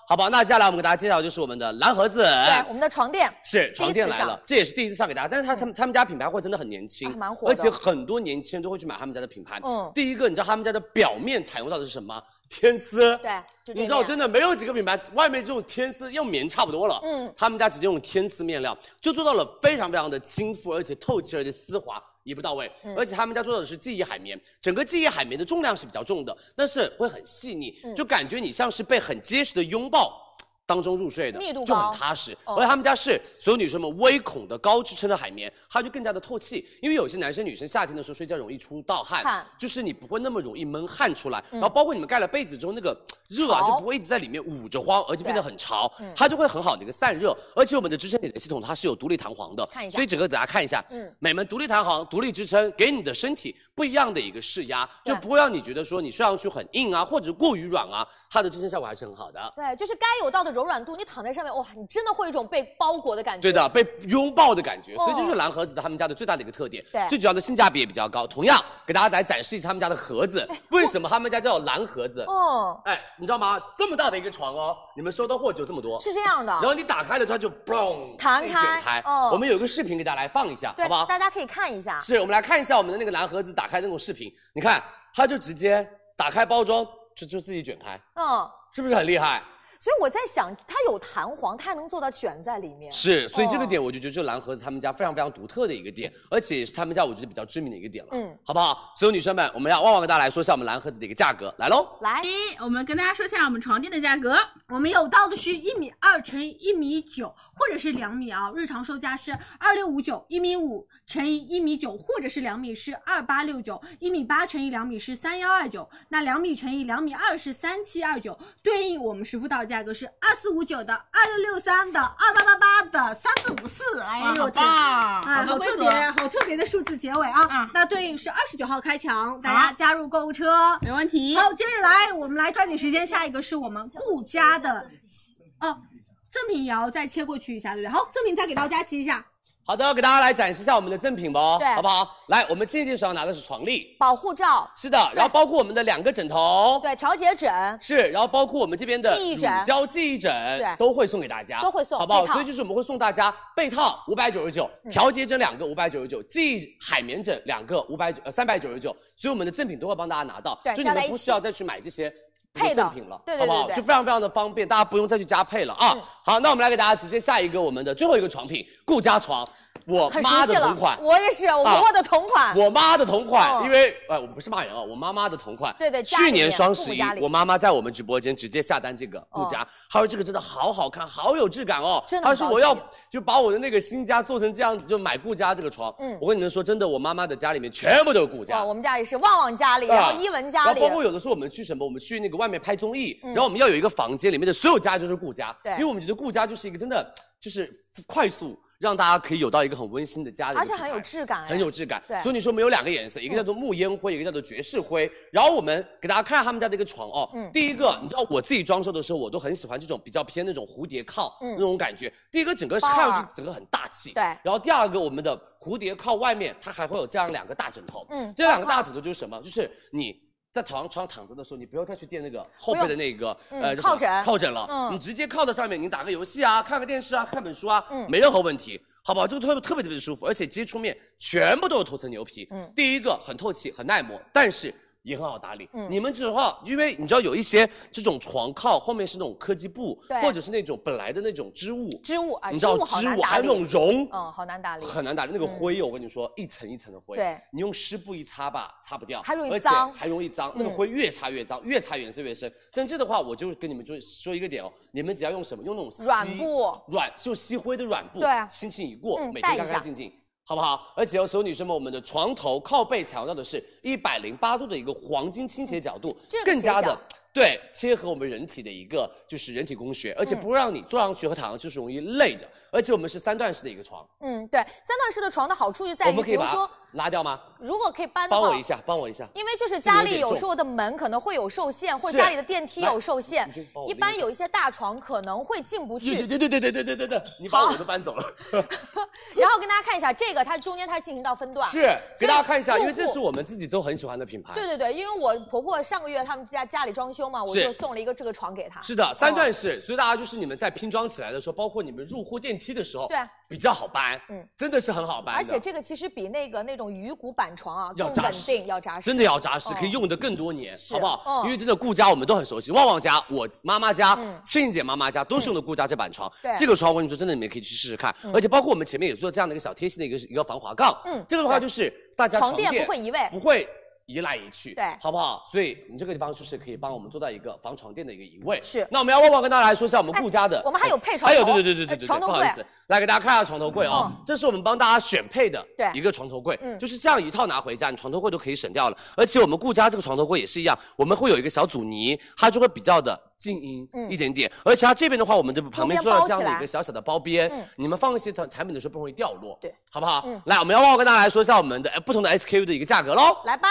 Speaker 23: 好不好？那接下来我们给大家介绍就是我们的蓝盒子，
Speaker 21: 对，哎
Speaker 10: 哦
Speaker 21: 我们的床垫
Speaker 23: 是床垫来
Speaker 21: 第一次
Speaker 23: 了
Speaker 21: 上，嗯
Speaker 23: 这也是第一次上给大家，但是他他们他们家品牌货真的很年轻，
Speaker 21: 啊蛮火的
Speaker 23: 而且很多年轻人都会去买他们家的品牌。
Speaker 21: 嗯
Speaker 23: 第一个，你知道他们家的表面采用到的是什么？
Speaker 7: 天丝，
Speaker 21: 对，就这
Speaker 7: 你知道
Speaker 21: 面
Speaker 7: 真的没有几个品牌外面这种天丝用棉差不多了，
Speaker 21: 嗯
Speaker 7: 嗯，他们家直接用天丝面料，就做到了非常非常的亲肤，而且透气，而且丝滑。一步到位，
Speaker 23: 嗯
Speaker 7: 而且他们家做的是记忆海绵，整个记忆海绵的重量是比较重的，但是会很细腻，
Speaker 23: 嗯
Speaker 7: 就感觉你像是被很结实的拥抱当中入睡的，
Speaker 23: 密度
Speaker 7: 就
Speaker 23: 高
Speaker 7: 很踏实。
Speaker 23: 哦
Speaker 7: 而且他们家是所有女生们微孔的高支撑的海绵，它就更加的透气，因为有些男生女生夏天的时候睡觉容易出盗汗，
Speaker 23: 汗
Speaker 7: 就是你不会那么容易闷汗出来，
Speaker 23: 嗯
Speaker 7: 然后包括你们盖了被子之后那个热啊
Speaker 23: 潮
Speaker 7: 就不会一直在里面捂着慌，而且变得很潮
Speaker 23: 嗯，
Speaker 7: 它就会很好的一个散热，而且我们的支撑点的系统它是有独立弹簧的
Speaker 23: 看一，下
Speaker 7: 所以整个给大家看一下，
Speaker 23: 嗯
Speaker 7: 美们独立弹簧、独立支撑，给你的身体不一样的一个释压，就不会让你觉得说你睡上去很硬啊，或者过于软啊，它的支撑效果还是很好
Speaker 23: 嗯
Speaker 7: 的。
Speaker 21: 对，就是该有到的柔软度，你躺在上面，哇，你真的会有一种被包裹的感觉。
Speaker 7: 对的，被拥抱的感觉，
Speaker 21: 哦
Speaker 7: 所以这是蓝盒子的他们家的最大的一个特点。
Speaker 21: 对
Speaker 7: 最主要的性价比也比较高。同样给大家来展示一下他们家的 盒子，为什么他们家叫蓝盒子？
Speaker 21: 哦，
Speaker 7: 哎，你知道吗？这么大的一个床哦，你们收到货就这么多，
Speaker 21: 是这样的
Speaker 7: 然后你打开了之后它就嘣
Speaker 21: 啊弹
Speaker 7: 一
Speaker 21: 开
Speaker 7: 卷开。
Speaker 21: 哦
Speaker 7: 我们有一个视频给大家来放一下，
Speaker 21: 对
Speaker 7: 好不好？
Speaker 21: 大家可以看一下。
Speaker 7: 是我们来看一下我们的那个蓝盒子打开那种视频，你看它就直接打开包装就就自己卷开，
Speaker 21: 嗯，
Speaker 7: 是不是很厉害？
Speaker 21: 所以我在想，它有弹簧，它还能做到卷在里面。
Speaker 7: 是，所以这个
Speaker 21: 哦
Speaker 7: 点我就觉得这蓝盒子他们家非常非常独特的一个点，而且也是他们家我觉得比较知名的一个点了，
Speaker 21: 嗯
Speaker 7: 好不好？所有女生们，我们要旺旺跟大家来说一下我们蓝盒子的一个价格，来喽。
Speaker 21: 来，
Speaker 9: 我们跟大家说一下我们床垫的价格。
Speaker 10: 我们有到的是一米二乘以一米九，或者是两米啊，日常售价是二六五九，一米五乘以一米九，或者是两米是二八六九，一米八乘以两米是三幺二九，那两米乘以两米二是三七二九，对应我们实付到的价格是二四五九的、二六六三的、二八八八的、三四五四，哎
Speaker 9: 哇
Speaker 10: 呦
Speaker 9: 好
Speaker 10: 我
Speaker 9: 棒
Speaker 10: 哎，
Speaker 9: 啊好
Speaker 10: 好
Speaker 9: 多
Speaker 10: 特
Speaker 9: 规
Speaker 10: 别，
Speaker 9: 格嗯
Speaker 10: 好特别的数字结尾啊，那对应是二十九号开抢，大家
Speaker 9: 好
Speaker 10: 加入购物车，
Speaker 9: 没问题
Speaker 10: 好，接着来，我们来抓紧时间，下一个是我们顾家的，哦，赠品也要再切过去一下，对不对？好，赠品再给到佳琪一下，
Speaker 7: 好的，给大家来展示一下我们的赠品吧哦，
Speaker 10: 对
Speaker 7: 好不好？来，我们倩倩手上拿的是床笠，
Speaker 21: 保护罩，
Speaker 7: 是的，然后包括我们的两个枕头，
Speaker 21: 对，调节枕，
Speaker 7: 是，然后包括我们这边的
Speaker 21: 记忆枕
Speaker 7: 乳胶记忆枕，
Speaker 21: 对
Speaker 7: 都会送给大家，
Speaker 21: 都会送
Speaker 7: 好不好？
Speaker 21: 被套嗯
Speaker 7: 所以就是我们会送大家被套五百九十九，调节枕两个五百九十九，记忆海绵枕两个五百九呃三百九十九，所以我们的赠品都会帮大家拿到，
Speaker 21: 对
Speaker 7: 就你
Speaker 21: 加在
Speaker 7: 们
Speaker 21: 一
Speaker 7: 不
Speaker 21: 起
Speaker 7: 需要再去买这些。
Speaker 21: 配的
Speaker 7: 赠品了，
Speaker 21: 对对对对嗯
Speaker 7: 好不好？
Speaker 21: 对
Speaker 7: 就非常非常的方便，大家不用再去加配了啊。好，那我们来给大家直接下一个我们的最后一个床品——顾家床，我
Speaker 21: 很熟
Speaker 7: 妈
Speaker 21: 悉
Speaker 7: 的
Speaker 21: 了
Speaker 7: 同款，，
Speaker 21: 我也是，我
Speaker 7: 啊
Speaker 21: 婆婆的同款。
Speaker 7: 我妈的同款，
Speaker 21: 哦
Speaker 7: 因为呃，我不是骂人啊，我妈妈的同款。
Speaker 21: 对对家里
Speaker 7: 去
Speaker 21: 面
Speaker 7: 年双十
Speaker 21: 父母
Speaker 7: 一
Speaker 21: 家里，哦
Speaker 7: 我妈妈在我们直播间直接下单这个顾家，她说这个真的好好看，好有质感哦。
Speaker 23: 真的
Speaker 7: 她
Speaker 23: 很
Speaker 7: 说
Speaker 23: 高
Speaker 7: 我要
Speaker 23: 级
Speaker 7: 就把我的那个新家做成这样，就买顾家这个床。
Speaker 21: 嗯
Speaker 7: 我跟你们说，真的，我妈妈的家里面全部都是顾家
Speaker 21: 哇，。我们家里是旺旺家里，
Speaker 7: 啊
Speaker 21: 然后一文家
Speaker 7: 然
Speaker 21: 里
Speaker 7: 后，包括有的时候我们去什么，我们去那个外面拍综艺，
Speaker 21: 嗯
Speaker 7: 然后我们要有一个房间，里面的所有家就是顾家，
Speaker 21: 对
Speaker 7: 因为我们觉得顾家就是一个真的就是快速让大家可以有到一个很温馨的家的一个
Speaker 21: 而
Speaker 7: 品
Speaker 21: 且
Speaker 7: 牌，
Speaker 21: 很有质感哎，
Speaker 7: 很有质感。
Speaker 21: 对
Speaker 7: 所以你说我们有两个颜色，
Speaker 23: 嗯
Speaker 7: 一个叫做木烟灰，一个叫做爵士灰。然后我们给大家看他们家这个床哦，
Speaker 23: 嗯
Speaker 7: 第一个你知道我自己装修的时候，我都很喜欢这种比较偏那种蝴蝶靠、
Speaker 23: 嗯
Speaker 7: 那种感觉。第一个整个
Speaker 23: 包儿
Speaker 7: 看上去整个很大气，
Speaker 23: 对
Speaker 7: 然后第二个我们的蝴蝶靠外面它还会有这样两个大枕头，
Speaker 23: 嗯
Speaker 7: 这两个大枕头就是什么？就是你。在床上躺着的时候，你不要再去垫那个后背的那个
Speaker 23: 不用嗯
Speaker 7: 呃叫什么
Speaker 23: 靠枕
Speaker 7: 靠枕了，
Speaker 23: 嗯
Speaker 7: 你直接靠在上面，你打个游戏啊，看个电视啊，看本书啊，
Speaker 23: 嗯
Speaker 7: 没任何问题，好不好？这个特别特别特别舒服，而且接触面全部都有头层牛皮，
Speaker 23: 嗯
Speaker 7: 第一个很透气，很耐磨，但是。也很好打理，
Speaker 23: 嗯
Speaker 7: 你们只要，因为你知道有一些这种床靠后面是那种科技布
Speaker 21: 对，
Speaker 7: 或者是那种本来的那种织物，
Speaker 21: 织物啊，
Speaker 7: 你知道
Speaker 21: 好
Speaker 7: 织
Speaker 21: 难
Speaker 7: 物
Speaker 21: 打
Speaker 7: 还有
Speaker 21: 理
Speaker 7: 那种绒，
Speaker 2: 哦
Speaker 21: 嗯，好难打理，
Speaker 7: 很难打理。那个
Speaker 21: 嗯
Speaker 7: 灰，我跟你说，一层一层的灰，
Speaker 21: 对
Speaker 7: 你用湿布一擦吧，擦不掉，
Speaker 21: 还容易
Speaker 7: 而且
Speaker 21: 脏
Speaker 7: 还容易脏。
Speaker 21: 嗯
Speaker 7: 那个灰越擦越脏，越擦颜色越深。但这的话，我就跟你们就说一个点哦，你们只要用什么，用那种吸
Speaker 21: 软布，
Speaker 7: 软就吸灰的软布，
Speaker 21: 对啊
Speaker 7: 轻轻一过，
Speaker 21: 嗯
Speaker 7: 每
Speaker 21: 带一
Speaker 7: 天
Speaker 21: 下
Speaker 7: 干干净净。好不好？而且哦所有女生们，我们的床头靠背采用到的是一百零八度的一个黄金倾斜角
Speaker 21: 嗯
Speaker 7: 度，
Speaker 23: 这个
Speaker 7: 更
Speaker 23: 斜角
Speaker 7: 加的对，贴合我们人体的一个就是人体工学，
Speaker 21: 嗯
Speaker 7: 而且不会让你坐上去和躺上去是容易累着。而且我们是三段式的一个床，
Speaker 21: 嗯，对，三段式的床的好处就在
Speaker 7: 我
Speaker 21: 于，
Speaker 7: 们可
Speaker 21: 比
Speaker 7: 以
Speaker 21: 如
Speaker 7: 把它
Speaker 21: 说，
Speaker 7: 拉掉吗？
Speaker 21: 如果可以搬的
Speaker 7: 帮
Speaker 21: 话
Speaker 7: 我一，下，帮我一下。
Speaker 21: 因为就是
Speaker 7: 这个
Speaker 21: 家
Speaker 7: 有
Speaker 21: 里
Speaker 7: 点
Speaker 21: 有
Speaker 7: 重
Speaker 21: 时候的门可能会有受限，或者
Speaker 7: 是
Speaker 21: 家里的电梯
Speaker 7: 来
Speaker 21: 有受限
Speaker 7: 你去帮，我
Speaker 21: 一
Speaker 7: 拎一
Speaker 21: 般
Speaker 7: 下
Speaker 21: 有一些大床可能会进不去
Speaker 7: 对。对对对对对对对对，你把我都搬走了。
Speaker 21: 然后跟大家看一下这个，它中间它进行到分段，
Speaker 7: 是，给大家看一下，
Speaker 21: 所以
Speaker 7: 因为这
Speaker 21: 用户
Speaker 7: 是我们自己都很喜欢的品牌。
Speaker 21: 对对对，因为我婆婆上个月他们家家里装修嘛，我
Speaker 7: 是
Speaker 21: 就送了一个这个床给她。
Speaker 7: 是的，
Speaker 21: 嗯
Speaker 7: 三段式，所以大家就是你们在拼装起来的时候，包括你们入户电梯的时候，
Speaker 21: 对啊
Speaker 7: 比较好搬，
Speaker 21: 嗯
Speaker 7: 嗯，真的是很好搬的，
Speaker 21: 而且这个其实比那个那种鱼骨板床啊
Speaker 7: 要
Speaker 21: 更
Speaker 7: 扎
Speaker 21: 稳
Speaker 7: 实
Speaker 21: 定，要扎实，
Speaker 7: 真的要扎实，
Speaker 21: 嗯
Speaker 7: 可以用的更多年，
Speaker 21: 是
Speaker 7: 好不好？
Speaker 21: 嗯
Speaker 7: 因为真的顾家我们都很熟悉，旺旺家、我妈妈家
Speaker 21: 嗯、
Speaker 7: 庆姐妈妈家都是用的顾家这板床
Speaker 21: 对。
Speaker 7: 这个床我跟你说，真的你们可以去试试看
Speaker 21: 嗯，
Speaker 7: 而且包括我们前面也做这样的一个小贴心的一个一个防滑杠，
Speaker 21: 嗯
Speaker 7: 嗯，这个的话就是大家
Speaker 21: 床
Speaker 7: 床
Speaker 21: 垫
Speaker 7: 垫
Speaker 21: 不会移位
Speaker 7: 不会。移来移去，
Speaker 21: 对
Speaker 7: 好不好？所以你这个地方就是可以帮我们做到一个防床垫的一个移位。
Speaker 21: 是
Speaker 7: 那我们要旺旺跟大家来说一下我们顾家的，
Speaker 21: 哎我们还有配床
Speaker 7: 还有
Speaker 21: 头
Speaker 7: 对对对对对
Speaker 21: 呃
Speaker 7: 对，
Speaker 21: 床头
Speaker 7: 不好
Speaker 21: 柜嗯
Speaker 7: 意思，来给大家看一下床头柜哦，这是我们帮大家选配的
Speaker 21: 对
Speaker 7: 一个床头柜
Speaker 21: 嗯，
Speaker 7: 就是这样一套拿回家，你床头柜都可以省掉了。而且我们顾家这个床头柜也是一样，我们会有一个小阻尼，它就会比较的静音
Speaker 21: 嗯
Speaker 7: 一点点。而且它这边的话，我们这旁边
Speaker 21: 中间
Speaker 7: 做到
Speaker 21: 包
Speaker 7: 这样的
Speaker 21: 起来
Speaker 7: 一个小小的包边
Speaker 21: 嗯，
Speaker 7: 你们放一些产产品的时候不容易掉落，
Speaker 21: 对，
Speaker 7: 好不好
Speaker 21: 嗯？
Speaker 7: 来，我们要旺旺跟大家来说一下我们的呃不同的 SKU 的一个价格喽。
Speaker 21: 来吧，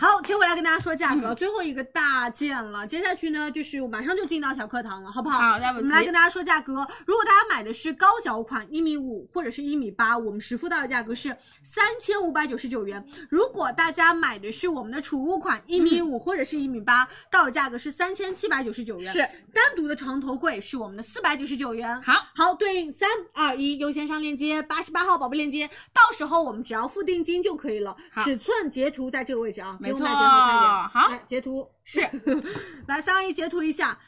Speaker 10: 好，接回来跟大家说价格，最后一个大件了。接下去呢，就是马上就进到小课堂了，好不好？
Speaker 9: 好来不
Speaker 10: 我
Speaker 9: 及
Speaker 10: 们来跟大家说价格。如果大家买的是高脚款，一米五或者是一米八，我们实付到的价格是三千五百九十九元。如果大家买的是我们的储物款，一
Speaker 9: 嗯
Speaker 10: 米五或者是一米八，到手价格是三千七百九十九元。
Speaker 9: 是
Speaker 10: 单独的床头柜是我们的四百九十九元。
Speaker 9: 好，
Speaker 10: 好，对应三二一，优先上链接，八十八号宝贝链接，到时候我们只要付定金就可以了。
Speaker 9: 好
Speaker 10: 尺寸截图在这个位置啊。
Speaker 9: 没
Speaker 10: 用
Speaker 9: 错
Speaker 10: 大截好看一点。
Speaker 9: 好
Speaker 10: 来截图
Speaker 9: 是，
Speaker 10: 来三二一，截图一下。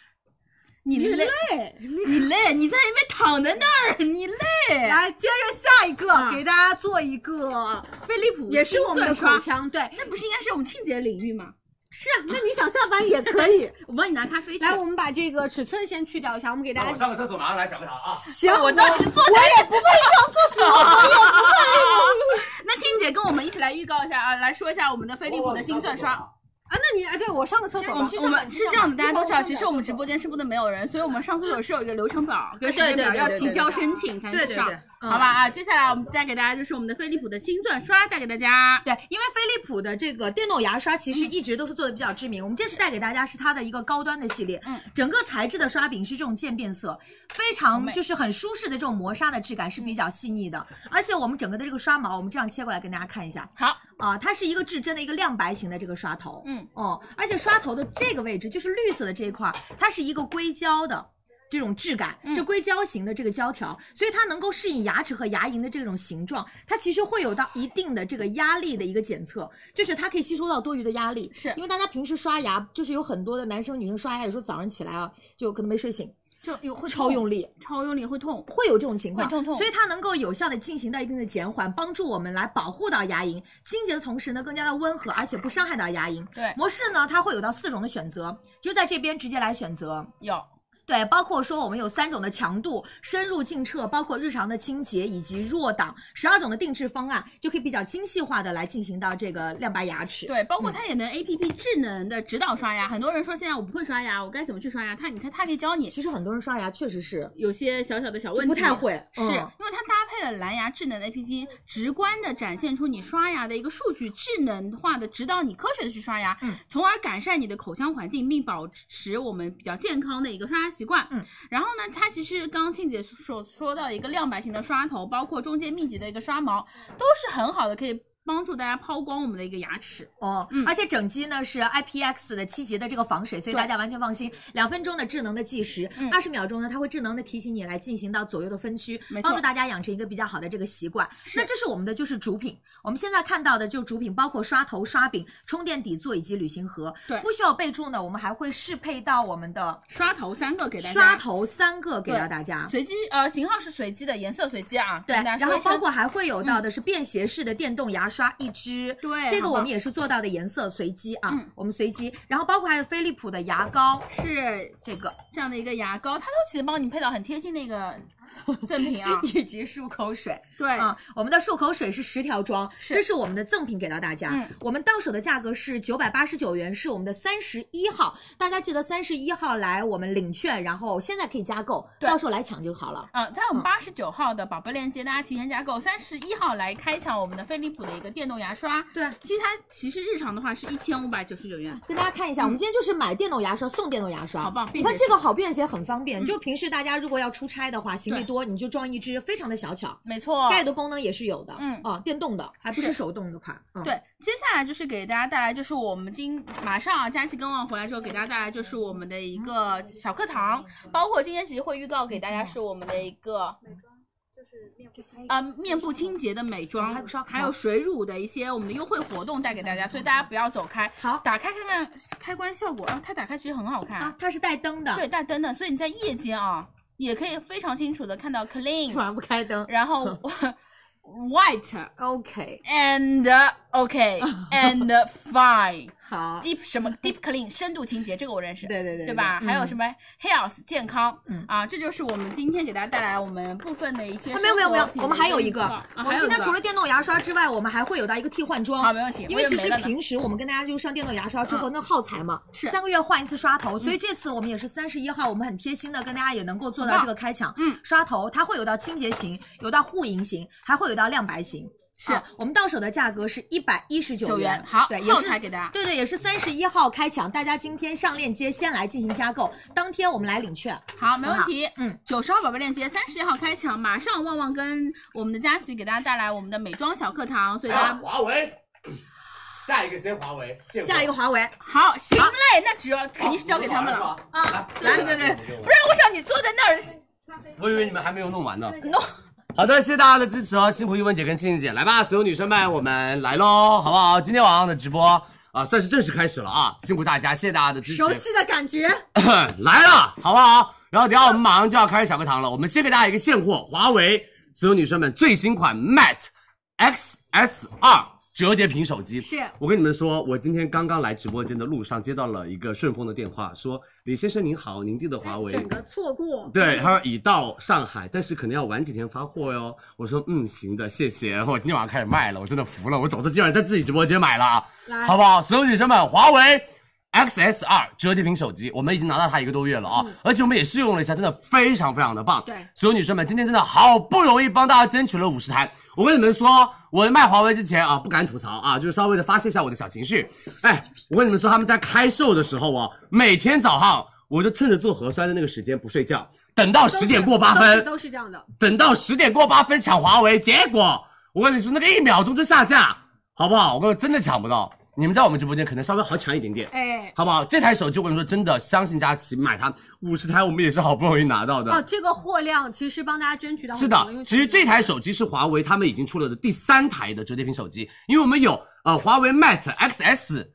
Speaker 9: 你累，你累，你在那边躺在那儿，你累。
Speaker 10: 来，接着下一个，
Speaker 9: 哎啊
Speaker 10: 给大家做一个，
Speaker 9: 飞利浦
Speaker 10: 也是我们的
Speaker 9: 新钻刷
Speaker 10: 口腔，对，
Speaker 9: 那不是应该是我们庆姐的领域吗？
Speaker 10: 是啊，那你想下班也可 以。
Speaker 9: 我帮你拿咖啡去。哦
Speaker 10: 来，我们把这个尺寸先去掉一下，我们给大
Speaker 7: 那
Speaker 10: 家
Speaker 7: 我上个厕所，马上来小课堂啊。
Speaker 10: 行，
Speaker 9: 我当时坐下
Speaker 10: 我也不会上厕 所，我也不会。
Speaker 9: 那庆姐跟我们一起来预告一下啊，来说一下我们的飞利浦的新钻刷。
Speaker 10: 啊，那你啊，对我上个厕所吧，
Speaker 9: 我们是这样的，大家都知道，其实我们直播间是不能没有人，所以我们上厕所是有一个流程表跟时间表，要提交申请才能上，好吧啊？接下来我们带给大家就是我们的飞利浦的新钻刷，带给大家。
Speaker 8: 对，因为飞利浦的这个电动牙刷其实
Speaker 9: 嗯
Speaker 8: 一直都是做的比较知名，我们这次带给大家是它的一个高端的系列，
Speaker 9: 嗯，
Speaker 8: 整个材质的刷柄是这种渐变色，非常就是很舒适的这种磨砂的质感是比较细腻
Speaker 9: 嗯
Speaker 8: 的，而且我们整个的这个刷毛，我们这样切过来跟大家看一下，
Speaker 9: 好
Speaker 8: 啊，它是一个至真的一个亮白型的这个刷头，
Speaker 9: 嗯，
Speaker 8: 哦，而且刷头的这个位置就是绿色的这一块儿，它是一个硅胶的。这种质感，
Speaker 9: 嗯
Speaker 8: 这硅胶型的这个胶条，所以它能够适应牙齿和牙龈的这种形状。它其实会有到一定的这个压力的一个检测，就是它可以吸收到多余的压力。
Speaker 9: 是
Speaker 8: 因为大家平时刷牙，就是有很多的男生女生刷牙，有时候早上起来啊，就可能没睡醒，
Speaker 9: 就有会
Speaker 8: 超用力，
Speaker 9: 超用力会痛，
Speaker 8: 会有这种情况，
Speaker 9: 会痛痛
Speaker 8: 所以它能够有效的进行到一定的减缓，帮助我们来保护到牙龈，清洁的同时呢，更加的温和，而且不伤害到牙龈。
Speaker 9: 对
Speaker 8: 模式呢，它会有到四种的选择，就在这边直接来选择。
Speaker 9: 有
Speaker 8: 对，包括说我们有三种的强度、深入净澈，包括日常的清洁以及弱档，十二种的定制方案，就可以比较精细化的来进行到这个亮白牙齿。
Speaker 9: 对，包括它也能 A P P 智能的指导刷牙。很多人说现在我不会刷牙，我该怎么去刷牙？它你看它可以教你。
Speaker 8: 其实很多人刷牙确实是
Speaker 9: 有些小小的小问题，
Speaker 8: 不太会
Speaker 9: 是
Speaker 8: 嗯
Speaker 9: 因为它搭配了蓝牙智能的 APP，直观的展现出你刷牙的一个数据，智能化的指导你科学的去刷牙，
Speaker 8: 嗯
Speaker 9: 从而改善你的口腔环境，并保持我们比较健康的一个刷牙习惯。
Speaker 8: 嗯，
Speaker 9: 然后呢，它其实刚刚庆姐所说到一个亮白型的刷头，包括中间密集的一个刷毛，都是很好的，可以帮助大家抛光我们的一个牙齿。
Speaker 8: 哦，
Speaker 9: 嗯
Speaker 8: 而且整机呢是 IPX 的七级的这个防水，所以
Speaker 9: 对
Speaker 8: 大家完全放心。两分钟的智能的计时
Speaker 9: 嗯，
Speaker 8: 二十、秒钟呢，它会智能的提醒你来进行到左右的分区
Speaker 9: 没，错
Speaker 8: 帮助大家养成一个比较好的这个习惯。那这是我们的就是主品，我们现在看到的就主品包括刷头、刷柄、充电底座以及旅行盒。
Speaker 9: 对
Speaker 8: 不需要备注呢，我们还会适配到我们的
Speaker 9: 刷头三个给大家，
Speaker 8: 刷头三个给到大家。
Speaker 9: 随机呃型号是随机的，颜色随机啊，
Speaker 8: 对，
Speaker 9: 跟大
Speaker 8: 然
Speaker 9: 家
Speaker 8: 后
Speaker 9: 说一声
Speaker 8: 包括还会有到的是便携式的电动牙刷一支，
Speaker 25: 哎
Speaker 9: 对
Speaker 8: 这个
Speaker 9: 好
Speaker 8: 我
Speaker 9: 棒
Speaker 8: 们也是做到的颜色随机啊
Speaker 9: 嗯，
Speaker 8: 我们随机，然后包括还有飞利浦的牙膏，
Speaker 9: 是
Speaker 8: 这个。
Speaker 9: 这样的一个牙膏，它都其实帮你配到很贴心的一个赠品啊嗯
Speaker 8: 以及漱口水，
Speaker 9: 对，
Speaker 8: 啊，我们的漱口水是十条装，
Speaker 9: 是
Speaker 8: 这是我们的赠品给到大家。
Speaker 9: 嗯
Speaker 8: 我们到手的价格是九百八十九元，是我们的三十一号，大家记得三十一号来我们领券，然后现在可以加购，
Speaker 9: 对
Speaker 8: 到时候来抢就好了。
Speaker 9: 呃，在我们八十九号的宝贝链接，大家提前加购，三十一号来开抢我们的飞利浦的一个电动牙刷。
Speaker 8: 对
Speaker 9: 其实它其实日常的话是一千五百九十九元，
Speaker 8: 跟大家看一下，
Speaker 9: 嗯
Speaker 8: 我们今天就是买电动牙刷送电动牙刷，
Speaker 9: 好棒便
Speaker 8: 你
Speaker 9: 携
Speaker 8: 看这个好便携，很方
Speaker 9: 嗯
Speaker 8: 便。就平时大家如果要出差的话，行李
Speaker 18: 多，你就装一只，非常的小巧。
Speaker 9: 没错
Speaker 18: 盖的功能也是有的，
Speaker 9: 哦嗯
Speaker 8: 哦
Speaker 18: 啊，电动的，还不是
Speaker 9: 是
Speaker 18: 手动的款。嗯、
Speaker 9: 对，，接下来就是给大家带来，就是我们今马上啊，佳琪跟旺回来之后，给大家带来就是我们的一个小课堂，包括今天其实会预告给大家是我们的一个。
Speaker 25: 就是面部清
Speaker 9: 呃，面部清洁的美妆，哦还有水乳的一些我们的优惠活动带给大家，所以大家不要走开。
Speaker 18: 好，
Speaker 9: 打开看看开关效果啊，它打开其实很好看啊，
Speaker 18: 它是带灯的，
Speaker 9: 对，带灯的，所以你在夜间啊，也可以非常清楚的看到 clean，
Speaker 18: 突然不开灯，
Speaker 9: 然 后 white
Speaker 18: OK
Speaker 9: and OK and fine，
Speaker 18: 好
Speaker 9: ，deep 什么 deep clean 深度清洁，这个我认识，
Speaker 18: 对对对
Speaker 9: 对吧？
Speaker 18: 对
Speaker 9: 还有
Speaker 18: 嗯
Speaker 9: 什么 health 健康，
Speaker 18: 嗯啊
Speaker 9: 啊，这就是我们今天给大家带来我们部分的一些
Speaker 18: 没有没有
Speaker 9: 生活
Speaker 18: 没有，
Speaker 9: 品
Speaker 18: 我们
Speaker 9: 的
Speaker 18: 还有一
Speaker 9: 预
Speaker 18: 个
Speaker 9: 告啊，
Speaker 18: 我
Speaker 9: 还
Speaker 18: 们
Speaker 9: 有
Speaker 18: 今
Speaker 9: 一
Speaker 18: 天
Speaker 9: 个
Speaker 18: 除了电动牙刷之外，我们还会有到一个替换装。
Speaker 9: 好没问题
Speaker 18: 因
Speaker 9: 我
Speaker 18: 为
Speaker 9: 也
Speaker 18: 其
Speaker 9: 没
Speaker 18: 实
Speaker 9: 了呢
Speaker 18: 平时我们跟大家就上电动牙刷之后
Speaker 9: 嗯
Speaker 18: 那耗材嘛，
Speaker 9: 是嗯
Speaker 18: 三个月换一次刷头，所以这次我们也是三十一号，我们很贴心的跟大家也能够做到这个开抢。
Speaker 9: 嗯，
Speaker 18: 刷头它会有到清洁型，有到护龈型，还会有到亮白型。
Speaker 9: 是
Speaker 18: 啊我们到手的价格是一百一十
Speaker 9: 九
Speaker 18: 九
Speaker 9: 元好
Speaker 18: 对，也
Speaker 9: 耗
Speaker 18: 是
Speaker 9: 材给大家
Speaker 18: 对对，也是三十一号开抢，大家今天上链接先来进行加购，当天我们来领券。
Speaker 9: 好，没问题。
Speaker 18: 嗯，
Speaker 9: 九十号宝贝链接，三十号开抢，马上旺旺跟我们的佳琪给大家带来我们的美妆小课堂，所以大
Speaker 7: 哎
Speaker 9: 家
Speaker 7: 华 为，下一个先华为，现货
Speaker 9: 下一个
Speaker 18: 华为。
Speaker 9: 好，行嘞，那只肯定是交给他们了啊。对对对对，不然我想你坐在那儿，
Speaker 7: 我以为你们还没有弄完呢。
Speaker 9: 弄
Speaker 7: 好的，谢谢大家的支持哦，辛苦一文姐跟青青姐，来吧，所有女生们，我们来喽，好不好？今天晚上的直播啊，算是正式开始了啊，辛苦大家，谢谢大家的支持。
Speaker 18: 熟悉的感觉，
Speaker 7: 来了，好不好？然后等一下我们马上就要开始小课堂了，我们先给大家一个现货，华为所有女生们最新款 Mate XS 二折叠屏手机。
Speaker 9: 是
Speaker 7: 我跟你们说，我今天刚刚来直播间的路上接到了一个顺丰的电话，说李先生您好，您订的华为。
Speaker 18: 哎整个错过。
Speaker 7: 对，他说已到上海，但是可能要晚几天发货哟。我说嗯，行的，谢谢。然后我今天晚上开始卖了，我真的服了，我早知竟然在自己直播间买了啊
Speaker 18: 来，
Speaker 7: 好不好？所有女生们，华为 XS 二折叠屏手机，我们已经拿到它一个多月了
Speaker 18: 嗯
Speaker 7: 啊，而且我们也试用了一下，真的非常非常的棒。
Speaker 18: 对
Speaker 7: 所有女生们，今天真的好不容易帮大家争取了五十台，我跟你们说。我卖华为之前啊，不敢吐槽啊，就是稍微的发泄一下我的小情绪。哎，我跟你们说，他们在开售的时候啊，每天早上我就趁着做核酸的那个时间不睡觉，等到十点过八 分，
Speaker 9: 都是这样的。
Speaker 7: 等到十点过八分抢华为，结果我跟你说，那个一秒钟就下架，好不好？我跟你说，真的抢不到。你们在我们直播间可能稍微好抢一点点，
Speaker 18: 哎，
Speaker 7: 好不好？这台手机我跟你说，真的相信佳琪买它五十台，我们也是好不容易拿到的。
Speaker 25: 哦，这个货量其实帮大家争取到
Speaker 7: 是
Speaker 25: 很
Speaker 7: 的
Speaker 25: 多，因为，
Speaker 7: 其实这台手机是华为他们已经出了的第三台的折叠屏手机，因为我们有呃华为 Mate XS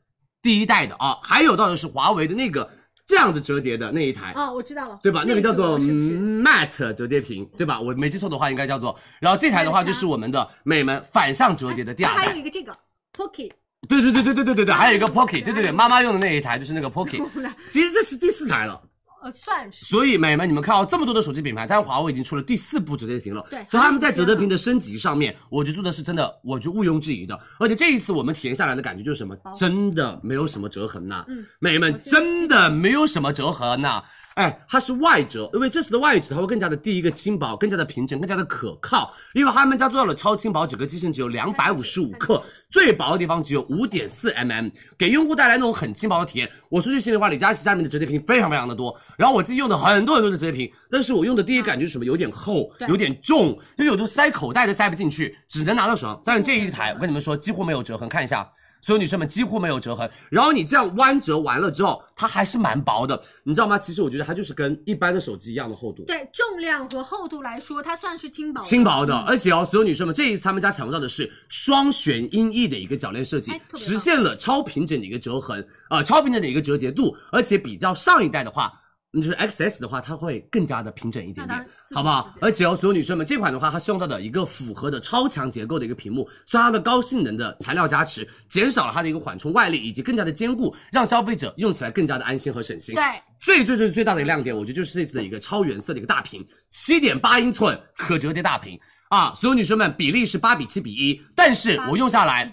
Speaker 7: 第一代的啊，还有到的是华为的那个这样的折叠的那一台，
Speaker 25: 哦，我知道了，
Speaker 7: 对吧？那个叫做嗯
Speaker 25: 是
Speaker 7: Mate 折叠屏，对吧？我没记错的话，应该叫做。然后这台的话就是我们的美门反向折叠的第二
Speaker 25: 哎还
Speaker 7: 代
Speaker 25: 有。一个这个 Pocky，
Speaker 7: 对对对对对对对对，还有一个 Pocket，对对对，妈妈用的那一台就是那个 Pocket，其实这是第四台了。
Speaker 25: 呃，算是
Speaker 7: 所以，美眉们，你们看到这么多的手机品牌，但是华为已经出了第四部折叠屏了。
Speaker 25: 对
Speaker 7: 所以他们在折叠屏的升级上面，我觉得做的是真的，我觉得毋庸置疑的。而且这一次我们体验下来的感觉就是什么，真的没有什么折痕呐、
Speaker 25: 哦嗯
Speaker 7: 美眉们，真的没有什么折痕呐、哎，它是外折，因为这次的外折它会更加的第一个轻薄，更加的平整，更加的可靠。因为他们家做到了超轻薄，整个机身只有两百五十五克，最薄的地方只有五点四 mm，给用户带来那种很轻薄的体验。我说句心里话，李佳琦家里面的折叠屏非常非常的多，然后我自己用的很多很多的折叠屏，但是我用的第一感觉是什么？有点厚，
Speaker 25: 对
Speaker 7: 有点重，就有时候塞口袋都塞不进去，只能拿到手上。但是这一台，我跟你们说，几乎没有折痕，看一下。所有女生们几乎没有折痕，然后你这样弯折完了之后，它还是蛮薄的，你知道吗？其实我觉得它就是跟一般的手机一样的厚度，
Speaker 25: 对重量和厚度来说，它算是轻薄，嗯
Speaker 7: 轻薄的，
Speaker 10: 嗯
Speaker 7: 而且哦，所有女生们，这一次他们家采用到的是双旋音翼的一个铰链设计
Speaker 25: 哎，特别棒
Speaker 7: 实现了超平整的一个折痕啊、呃超平整的一个折叠度，而且比较上一代的话。嗯就是 XS 的话，它会更加的平整一点点，好不好？而且哦，所有女生们，这款的话，它是用到的一个复合的超强结构的一个屏幕，所以它的高性能的材料加持，减少了它的一个缓冲外力，以及更加的坚固，让消费者用起来更加的安心和省心。
Speaker 25: 对，
Speaker 7: 最最最最大的一个亮点，我觉得就是这次的一个超原色的一个大屏，七点八英寸可折叠大屏啊！所有女生们，比例是八比七比一，但是我用下来，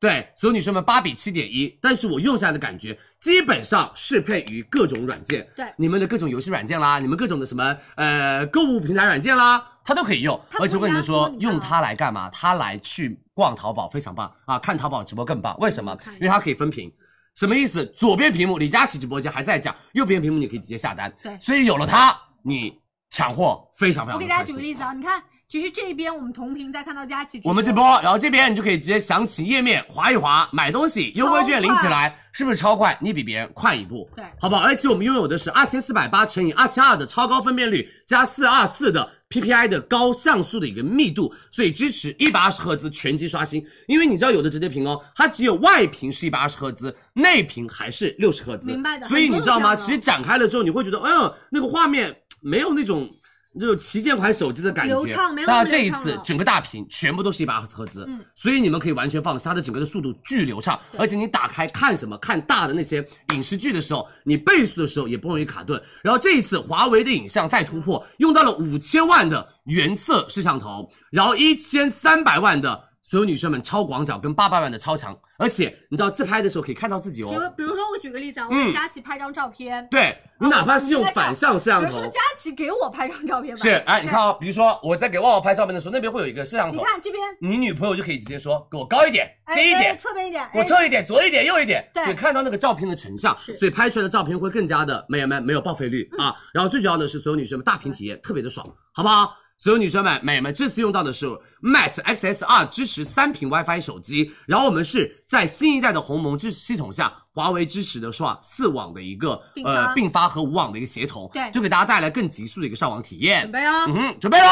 Speaker 7: 对，所有女生们八比七点一，但是我用下来的感觉基本上适配于各种软件，
Speaker 25: 对
Speaker 7: 你们的各种游戏软件啦，你们各种的什么呃购物平台软件啦，它都可以用。而且我跟你们说，用它来干嘛？它来去逛淘宝非常棒啊，看淘宝直播更棒。为什么？因为它可以分屏。什么意思？左边屏幕李佳琦直播间还在讲，右边屏幕你可以直接下单。
Speaker 25: 对
Speaker 7: 所以有了它，你抢货非常非常。
Speaker 10: 我给大家举个例子啊，你看，其实这边我们同屏在看到佳琦，
Speaker 7: 我们这波，然后这边你就可以直接想起页面划一划，买东西优惠券领起来，是不是超快？你比别人快一步，
Speaker 10: 对，
Speaker 7: 好不好？而且我们拥有的是二千四百八乘以二七二的超高分辨率加四二四的 PPI 的高像素的一个密度，所以支持一百二十赫兹全机刷新。因为你知道有的折叠屏哦，它只有外屏是一百二十赫兹，内屏还是六十赫兹，
Speaker 10: 明白的
Speaker 7: 所以你知道吗？
Speaker 10: 很多人这样的
Speaker 7: 其实展开了之后，你会觉得，哎呦，那个画面没有那种。那种旗舰款手机的感觉，
Speaker 10: 流畅没有那么
Speaker 7: 但这一
Speaker 10: 流畅
Speaker 7: 次
Speaker 10: 了
Speaker 7: 整个大屏全部都是一百二十赫兹，
Speaker 10: 嗯
Speaker 7: 所以你们可以完全放心，它的整个的速度巨流畅，而且你打开看什么看大的那些影视剧的时候，你倍速的时候也不容易卡顿。然后这一次华为的影像再突破，用到了五千万的原色摄像头，然后一千三百万的所有女生们超广角跟八百万的超长，而且你知道自拍的时候可以看到自己
Speaker 10: 比如
Speaker 7: 哦，
Speaker 10: 比如说我举个例子啊，我
Speaker 7: 嗯
Speaker 10: 给佳琪拍张照片，
Speaker 7: 对你哪怕
Speaker 10: 哦
Speaker 7: 是用反向摄像
Speaker 10: 比如
Speaker 7: 头
Speaker 10: 说。佳琪给我拍张照片吧，
Speaker 7: 是，哎，你看哦，比如说我在给旺旺拍照片的时候，那边会有一个摄像头，
Speaker 10: 你看这边，
Speaker 7: 你女朋友就可以直接说给我高一点、
Speaker 10: 哎
Speaker 7: 低一点
Speaker 10: 对、侧边一点，
Speaker 7: 给我
Speaker 10: 哎
Speaker 7: 侧一点、左一点、右一点，
Speaker 10: 对
Speaker 7: 可以看到那个照片的成像，所以拍出来的照片会更加的美们没有报废率
Speaker 10: 嗯
Speaker 7: 啊。然后最主要的是，所有女生们大屏体验特别的爽，好不好？所有女生们、美们，这次用到的是 Mate XS2 支持三屏 WiFi 手机，然后我们是在新一代的鸿蒙支系统下，华为支持的是吧四网的一个
Speaker 10: 并发
Speaker 7: 呃并发和五网的一个协同，
Speaker 10: 对
Speaker 7: 就给大家带来更急速的一个上网体验。
Speaker 10: 准备哦
Speaker 7: 嗯哼，准备喽，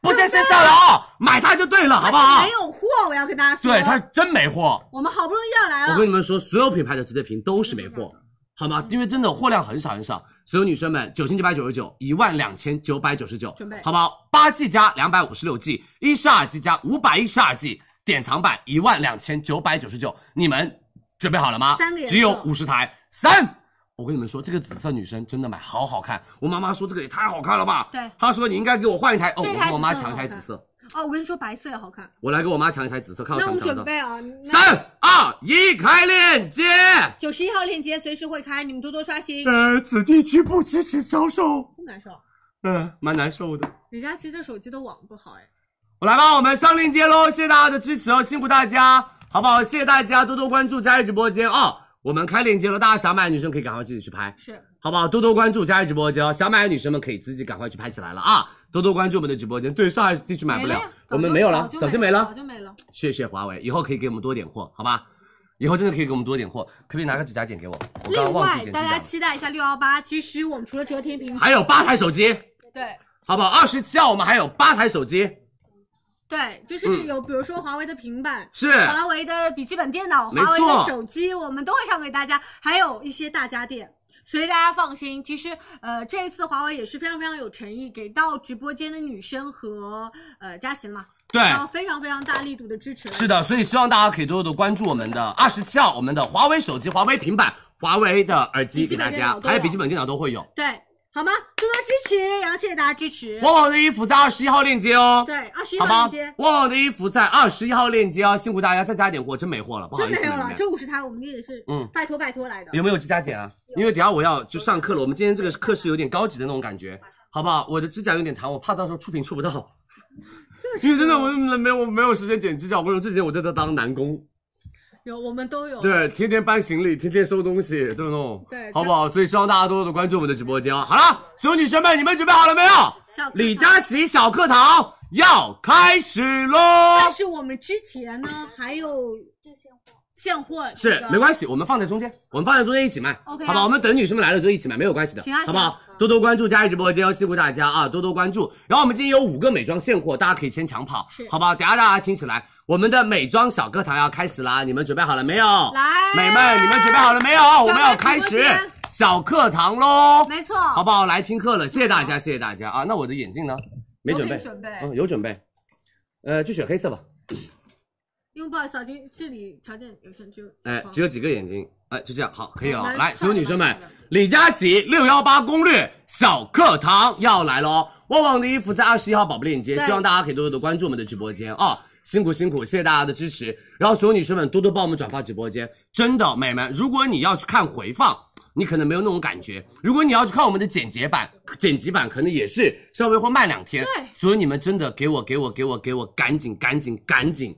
Speaker 7: 不见先上了啊，买它就对了，好不好？
Speaker 10: 没有货，我要跟大家说，
Speaker 7: 对，它是真没货。
Speaker 10: 我们好不容易要来了，
Speaker 7: 我跟你们说，所有品牌的折叠屏都是没货，好吗？因为真的货量很少很少。所有女生们，九千九百九十九，一万两千九百九十九，
Speaker 10: 准备
Speaker 7: 好不好？八 G 加两百五十六 G，一十二 G 加五百一十二 G，典藏版一万两千九百九十九，你们准备好了吗？
Speaker 10: 三个颜色
Speaker 7: 只有五十台，三。我跟你们说，这个紫色女生真的买好好看，我妈妈说这个也太好看了吧？
Speaker 10: 对
Speaker 7: 她说你应该给我换一台，哦，
Speaker 10: 这
Speaker 7: 我
Speaker 10: 台
Speaker 7: 跟我妈
Speaker 10: 紫色
Speaker 7: 抢一台
Speaker 10: 很好
Speaker 7: 紫色，
Speaker 10: 哦，我跟你说白色也好看，
Speaker 7: 我来给我妈抢一台紫色，看我
Speaker 10: 那我
Speaker 7: 抢
Speaker 10: 们
Speaker 7: 不抢到。
Speaker 10: 准备啊，那
Speaker 7: 三二一，开链接。
Speaker 10: 九十一号链接随时会开，你们多多刷新，
Speaker 7: 呃，此地区不支持销售，
Speaker 10: 不难受。啊
Speaker 7: 嗯，蛮难受的。
Speaker 10: 李佳琦这手机的网不好哎，
Speaker 7: 我来吧，我们上链接喽，谢谢大家的支持哦，辛苦大家，好不好？谢谢大家多多关注佳怡直播间啊、我们开链接了，大家想买的女生可以赶快自己去拍，
Speaker 10: 是
Speaker 7: 好不好？多多关注佳怡直播间哦，想买的女生们可以自己赶快去拍起来了啊！多多关注我们的直播间，对上海地区买不
Speaker 10: 没
Speaker 7: 了
Speaker 10: 呀，
Speaker 7: 我们没有了，
Speaker 10: 早
Speaker 7: 早就
Speaker 10: 没
Speaker 7: 没
Speaker 10: 早
Speaker 7: 了。
Speaker 10: 就没了。
Speaker 7: 谢谢华为，以后可以给我们多点货，好吧？以后真的可以给我们多点货，可不可以拿个指甲剪给我？我刚刚
Speaker 10: 另
Speaker 7: 忘记剪
Speaker 10: 外，
Speaker 7: 指
Speaker 10: 大
Speaker 7: 甲
Speaker 10: 家
Speaker 7: 了。
Speaker 10: 期待一下六幺八，其实我们除了折叠屏，
Speaker 7: 还有八台手机，
Speaker 10: 对
Speaker 7: 好不好？二十七号我们还有八台手机。
Speaker 10: 对，就是
Speaker 7: 嗯
Speaker 10: 有比如说华为的平板，
Speaker 7: 是
Speaker 10: 华为的笔记本电脑，
Speaker 7: 没错
Speaker 10: 华为的手机，我们都会上给大家，还有一些大家电。所以大家放心，其实呃这一次华为也是非常非常有诚意，给到直播间的女生和呃佳琪嘛，
Speaker 7: 对
Speaker 10: 然后非常非常大力度的支持。
Speaker 7: 是的，所以希望大家可以多多关注我们的二十七号，我们的华为手机、华为平板、华为的耳机
Speaker 10: 笔
Speaker 7: 给
Speaker 10: 记本
Speaker 7: 大
Speaker 10: 电脑
Speaker 7: 家
Speaker 10: 都，有
Speaker 7: 还有笔记本电脑都会有。
Speaker 10: 对，好吗？多多支持，然后谢谢大家支持。
Speaker 7: 旺旺的衣服在二十一号链接哦，
Speaker 10: 对，二十一
Speaker 7: 好
Speaker 10: 号
Speaker 7: 吗
Speaker 10: 链接？，
Speaker 7: 旺旺的衣服在二十一号链接哦，辛苦大家，再加点货，真没货了，不好
Speaker 10: 真
Speaker 7: 意思，
Speaker 10: 没有
Speaker 7: 美女
Speaker 10: 了，
Speaker 7: 们
Speaker 10: 这五十台我们也是
Speaker 7: 嗯
Speaker 10: 拜托拜托来的。
Speaker 7: 有没有指甲剪啊？因为等下我要就上课了，我们今天这个课是有点高级的那种感觉，好不好？我的指甲有点长，我怕到时候触屏触不到。 因为真的我没有我没有时间剪指甲，我有这几天我真的当男工。
Speaker 10: 有，我们都有。
Speaker 7: 对，天天搬行李，天天收东西，对不对？
Speaker 10: 哦对
Speaker 7: 好不好？所以希望大家多多的关注我们的直播间哦。好了，所有女生们，你们准备好了没有？
Speaker 10: 小课
Speaker 7: 李佳琦哦小课堂要开始喽。
Speaker 10: 但是我们之前呢还有现货，现货
Speaker 7: 是，没关系，我们放在中间，我们放在中间一起卖
Speaker 10: OK 啊
Speaker 7: 好吧？我们等女生们来了之后一起卖，没有关系的，
Speaker 10: 行啊
Speaker 7: 好不好
Speaker 10: 行？
Speaker 7: 多多关注佳怡直播间，哦，辛苦大家啊，多多关注。然后我们今天有五个美妆现货，大家可以先抢跑
Speaker 10: 是，
Speaker 7: 好不好？等一下大家听起来，我们的美妆小课堂要开始啦，你们准备好了没有？
Speaker 10: 来，
Speaker 7: 美们，你们准备好了没有？我们要开始小课堂喽，
Speaker 10: 没错，
Speaker 7: 好不好？来听课了，谢谢大家，谢谢大家啊！那我的眼镜呢？没准备，
Speaker 10: 我给你准备
Speaker 7: 嗯，有准备，呃，就选黑色吧。
Speaker 10: 因为不好意思，啊，今这里条件有限，只有
Speaker 7: 哎，只有几个眼睛，哎，就这样，好，可以了
Speaker 10: 好。
Speaker 7: 来，
Speaker 10: 来
Speaker 7: 所有女生们，李佳琦六幺八攻略小课堂要来喽！旺旺的衣服在二十一号宝贝链接，
Speaker 10: 对
Speaker 7: 希望大家可以多多的关注我们的直播间啊、辛苦辛苦，谢谢大家的支持。然后所有女生们多多帮我们转发直播间，哦真的美们，如果你要去看回放。你可能没有那种感觉，如果你要去看我们的剪辑版，剪辑版可能也是稍微会慢两天，
Speaker 10: 对
Speaker 7: 所以你们真的给我给我给我给我，赶紧赶紧赶紧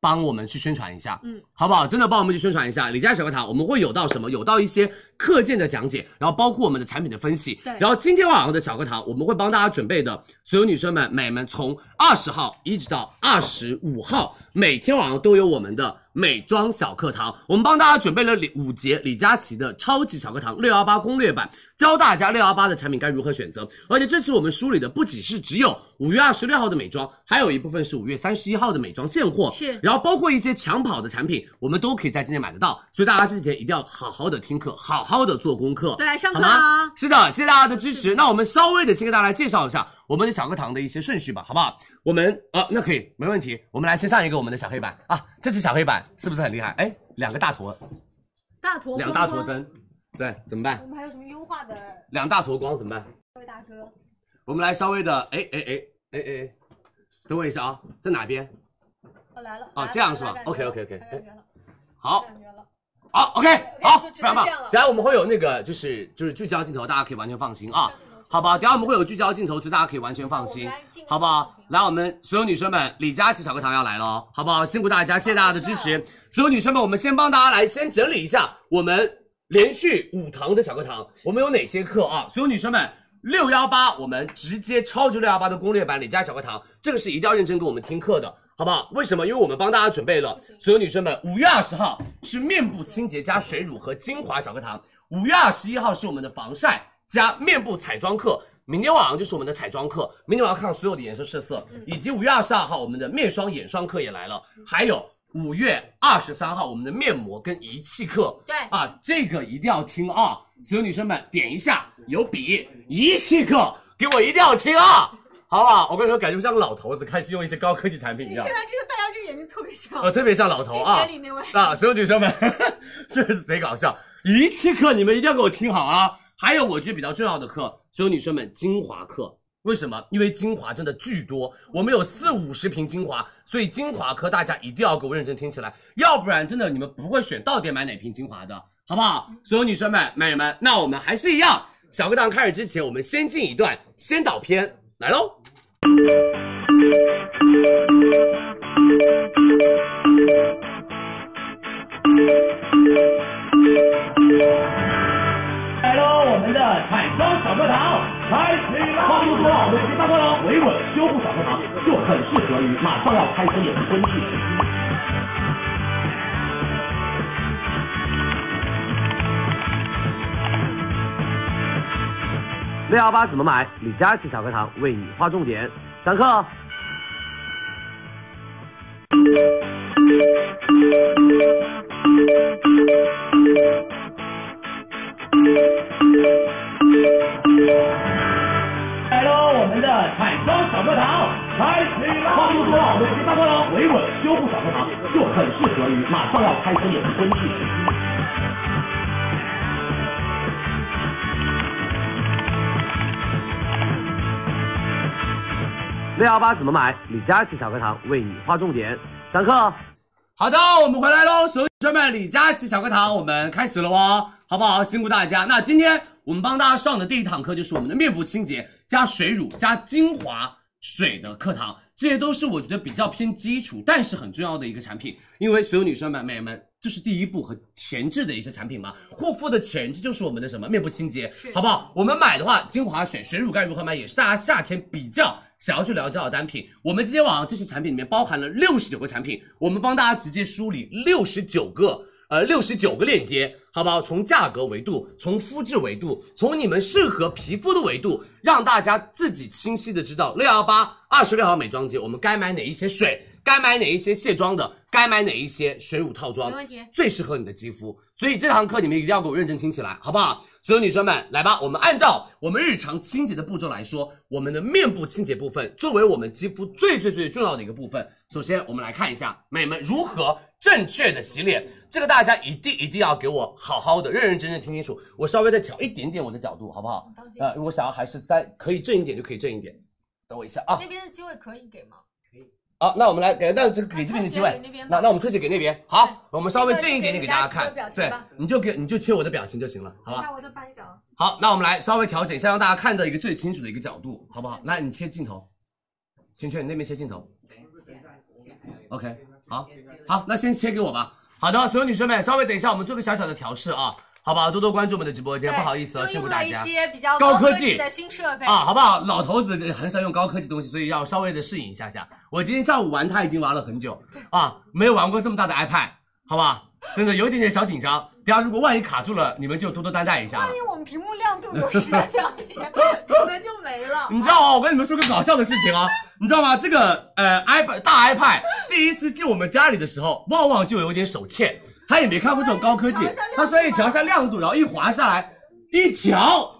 Speaker 7: 帮我们去宣传一下，
Speaker 25: 嗯，
Speaker 7: 好不好？真的帮我们去宣传一下李佳琦小课堂，我们会有到什么？有到一些课件的讲解，然后包括我们的产品的分析。
Speaker 25: 对
Speaker 7: 然后今天晚上的小课堂，我们会帮大家准备的，所有女生们、美们，从二十号一直到二十五号，每天晚上都有我们的美妆小课堂。我们帮大家准备了李五节李佳琦的超级小课堂六幺八攻略版，教大家六幺八的产品该如何选择。而且这次我们梳理的不只是只有五月二十六号的美妆，还有一部分是五月三十一号的美妆现货。
Speaker 25: 是
Speaker 7: 然后包括一些抢跑的产品，我们都可以在今天买得到。所以大家这几天一定要好好的听课，好好的做功课，
Speaker 25: 对上课
Speaker 7: 好吗
Speaker 25: 啊？
Speaker 7: 是的，谢谢大家的支持。那我们稍微的先给大家来介绍一下我们的小课堂的一些顺序吧，好不好？我们呃，那可以，没问题。我们来先上一个我们的小黑板啊，这次小黑板是不是很厉害？哎，两个大坨，
Speaker 25: 大坨
Speaker 7: 两大坨灯，对，怎么办？
Speaker 25: 我们还有什么优化的？
Speaker 7: 两大坨光怎么办？
Speaker 25: 各位大哥，
Speaker 7: 我们来稍微的，哎哎哎哎哎哎，等我一下啊，在哪边？
Speaker 25: 我来了。
Speaker 7: 哦，这样是吧？OK OK OK，好。
Speaker 25: 感觉了。
Speaker 7: 好，OK，
Speaker 25: 好
Speaker 7: 好，
Speaker 25: 就只
Speaker 7: 非
Speaker 25: 能
Speaker 7: 常棒
Speaker 25: 这样了。
Speaker 7: 等下我们会有那个，就是就是聚焦镜头，大家可以完全放心啊，好吧？等下我们会有聚焦镜头，所以大家可以完全放心，好不好？来，我们所有女生们，李佳琦小课堂要来了哦，好不好？辛苦大家，谢谢大家的支持。所有女生们，我们先帮大家来先整理一下我们连续五堂的小课堂，我们有哪些课啊？所有女生们。六幺八，我们直接超级六幺八的攻略版李佳琦小课堂，这个是一定要认真跟我们听课的，好不好？为什么？因为我们帮大家准备了，所有女生们，五月二十号是面部清洁加水乳和精华小课堂，五月二十一号是我们的防晒加面部彩妆课。明天晚上就是我们的彩妆课，明天晚上看所有的颜色试色，
Speaker 25: 嗯
Speaker 7: 以及五月二十二号我们的面霜、眼霜课也来了，还有五月二十三号我们的面膜跟仪器课，
Speaker 25: 对
Speaker 7: 啊，这个一定要听啊！所有女生们点一下，
Speaker 25: 嗯
Speaker 7: 有笔，仪器课给我一定要听啊，好不好？我跟你说，感觉像个老头子开始用一些高科技产品一
Speaker 25: 现
Speaker 7: 样，
Speaker 25: 在这个大家这眼睛特别像，
Speaker 7: 呃，特别像老头啊
Speaker 25: 地铁里那位，
Speaker 7: 啊！所有女生们，是不是贼搞笑？仪器课你们一定要给我听好啊！还有我觉得比较重要的课，所有女生们，精华课。为什么？因为精华真的巨多，我们有四五十瓶精华，所以精华课大家一定要给我认真听起来，要不然真的你们不会选到底买哪瓶精华的，好不好？所有女生们、美女们，那我们还是一样，小课堂开始之前，我们先进一段先导片来喽。
Speaker 26: 来喽，我们的彩妆小课堂开始啦！话说说我们的大课堂维稳修复小课堂就很适合于马上要开春的春季。
Speaker 7: 六幺八怎么买？李佳琦小课堂为你划重点，上课哦。
Speaker 26: 来喽，我们的彩妆小课堂开始啦！话说说我们的大课堂维稳修复小课堂就很适合于马上要开春的春季。
Speaker 7: 六幺八怎么买？李佳琦小课堂为你划重点，上课哦。好的，我们回来喽，所有女生们，李佳琦小课堂我们开始了哦，好不好？辛苦大家。那今天我们帮大家上的第一堂课就是我们的面部清洁加水乳加精华水的课堂，这些都是我觉得比较偏基础，但是很重要的一个产品，因为所有女生们、美眉们。这是第一步和前置的一些产品嘛，护肤的前置就是我们的什么面部清洁，好不好？我们买的话，精华水、水乳该如何买，也是大家夏天比较想要去了解到的单品。我们今天晚上这些产品里面包含了六十九个产品，我们帮大家直接梳理六十九个。呃，六十九个链接，好不好？从价格维度，从肤质维度，从你们适合皮肤的维度，让大家自己清晰的知道六幺八二十六号美妆节，我们该买哪一些水，该买哪一些卸妆的，该买哪一些水乳套装，
Speaker 25: 没问题
Speaker 7: 最适合你的肌肤。所以这堂课你们一定要给我认真听起来，好不好？所有女生们，来吧，我们按照我们日常清洁的步骤来说，我们的面部清洁部分作为我们肌肤最最最重要的一个部分。首先，我们来看一下美们如何正确的洗脸，这个大家一定一定要给我好好的、认认真真听清楚。我稍微再调一点点我的角度，好不好？呃，我想要还是三，可以正一点就可以正一点。等我一下啊
Speaker 25: 那边的机会可以给吗？
Speaker 7: 好，那我们来给那这个给这边的机
Speaker 25: 那
Speaker 7: 会
Speaker 25: 特写给那边，吧
Speaker 7: 那那我们特写给那边。好，我们稍微正一点点给
Speaker 25: 这
Speaker 7: 大家
Speaker 25: 个给大
Speaker 7: 看
Speaker 25: 家，切
Speaker 7: 对
Speaker 25: 个表情吧，
Speaker 7: 你就给你就切我的表情就行了，好吧？
Speaker 25: 看我的班长，
Speaker 7: 好，那我们来稍微调整一下，让大家看到一个最清楚的一个角度，好不好？来，你切镜头，圈圈，你那边切镜头，OK，好，好，那先切给我吧。好的，所有女生们，稍微等一下，我们做个小小的调试啊，好不好？多多关注我们的直播间，不好意思啊，
Speaker 18: 都
Speaker 7: 辛
Speaker 18: 用
Speaker 7: 苦
Speaker 18: 了
Speaker 7: 大
Speaker 18: 一
Speaker 7: 家。
Speaker 18: 些比较
Speaker 7: 高科
Speaker 18: 科
Speaker 7: 技
Speaker 18: 的新设备
Speaker 7: 啊，好不好？老头子很少用高科技东西，所以要稍微的适应一下下。我今天下午玩它已经玩了很久啊，没有玩过这么大的 iPad，好吧？真的有一点点小紧张。等下如果万一卡住了，你们就多多担待一下啊
Speaker 10: 万。一我们屏幕亮度有啥表现，可能就没了。
Speaker 7: 你知道吗？啊我跟你们说个搞笑的事情啊，你知道吗？这个呃 iPad 大 iPad 第一次进我们家里的时候，旺旺就有点手欠，他也没看过这种高科技，他说一调一下啊亮度，然后一滑下来，一调，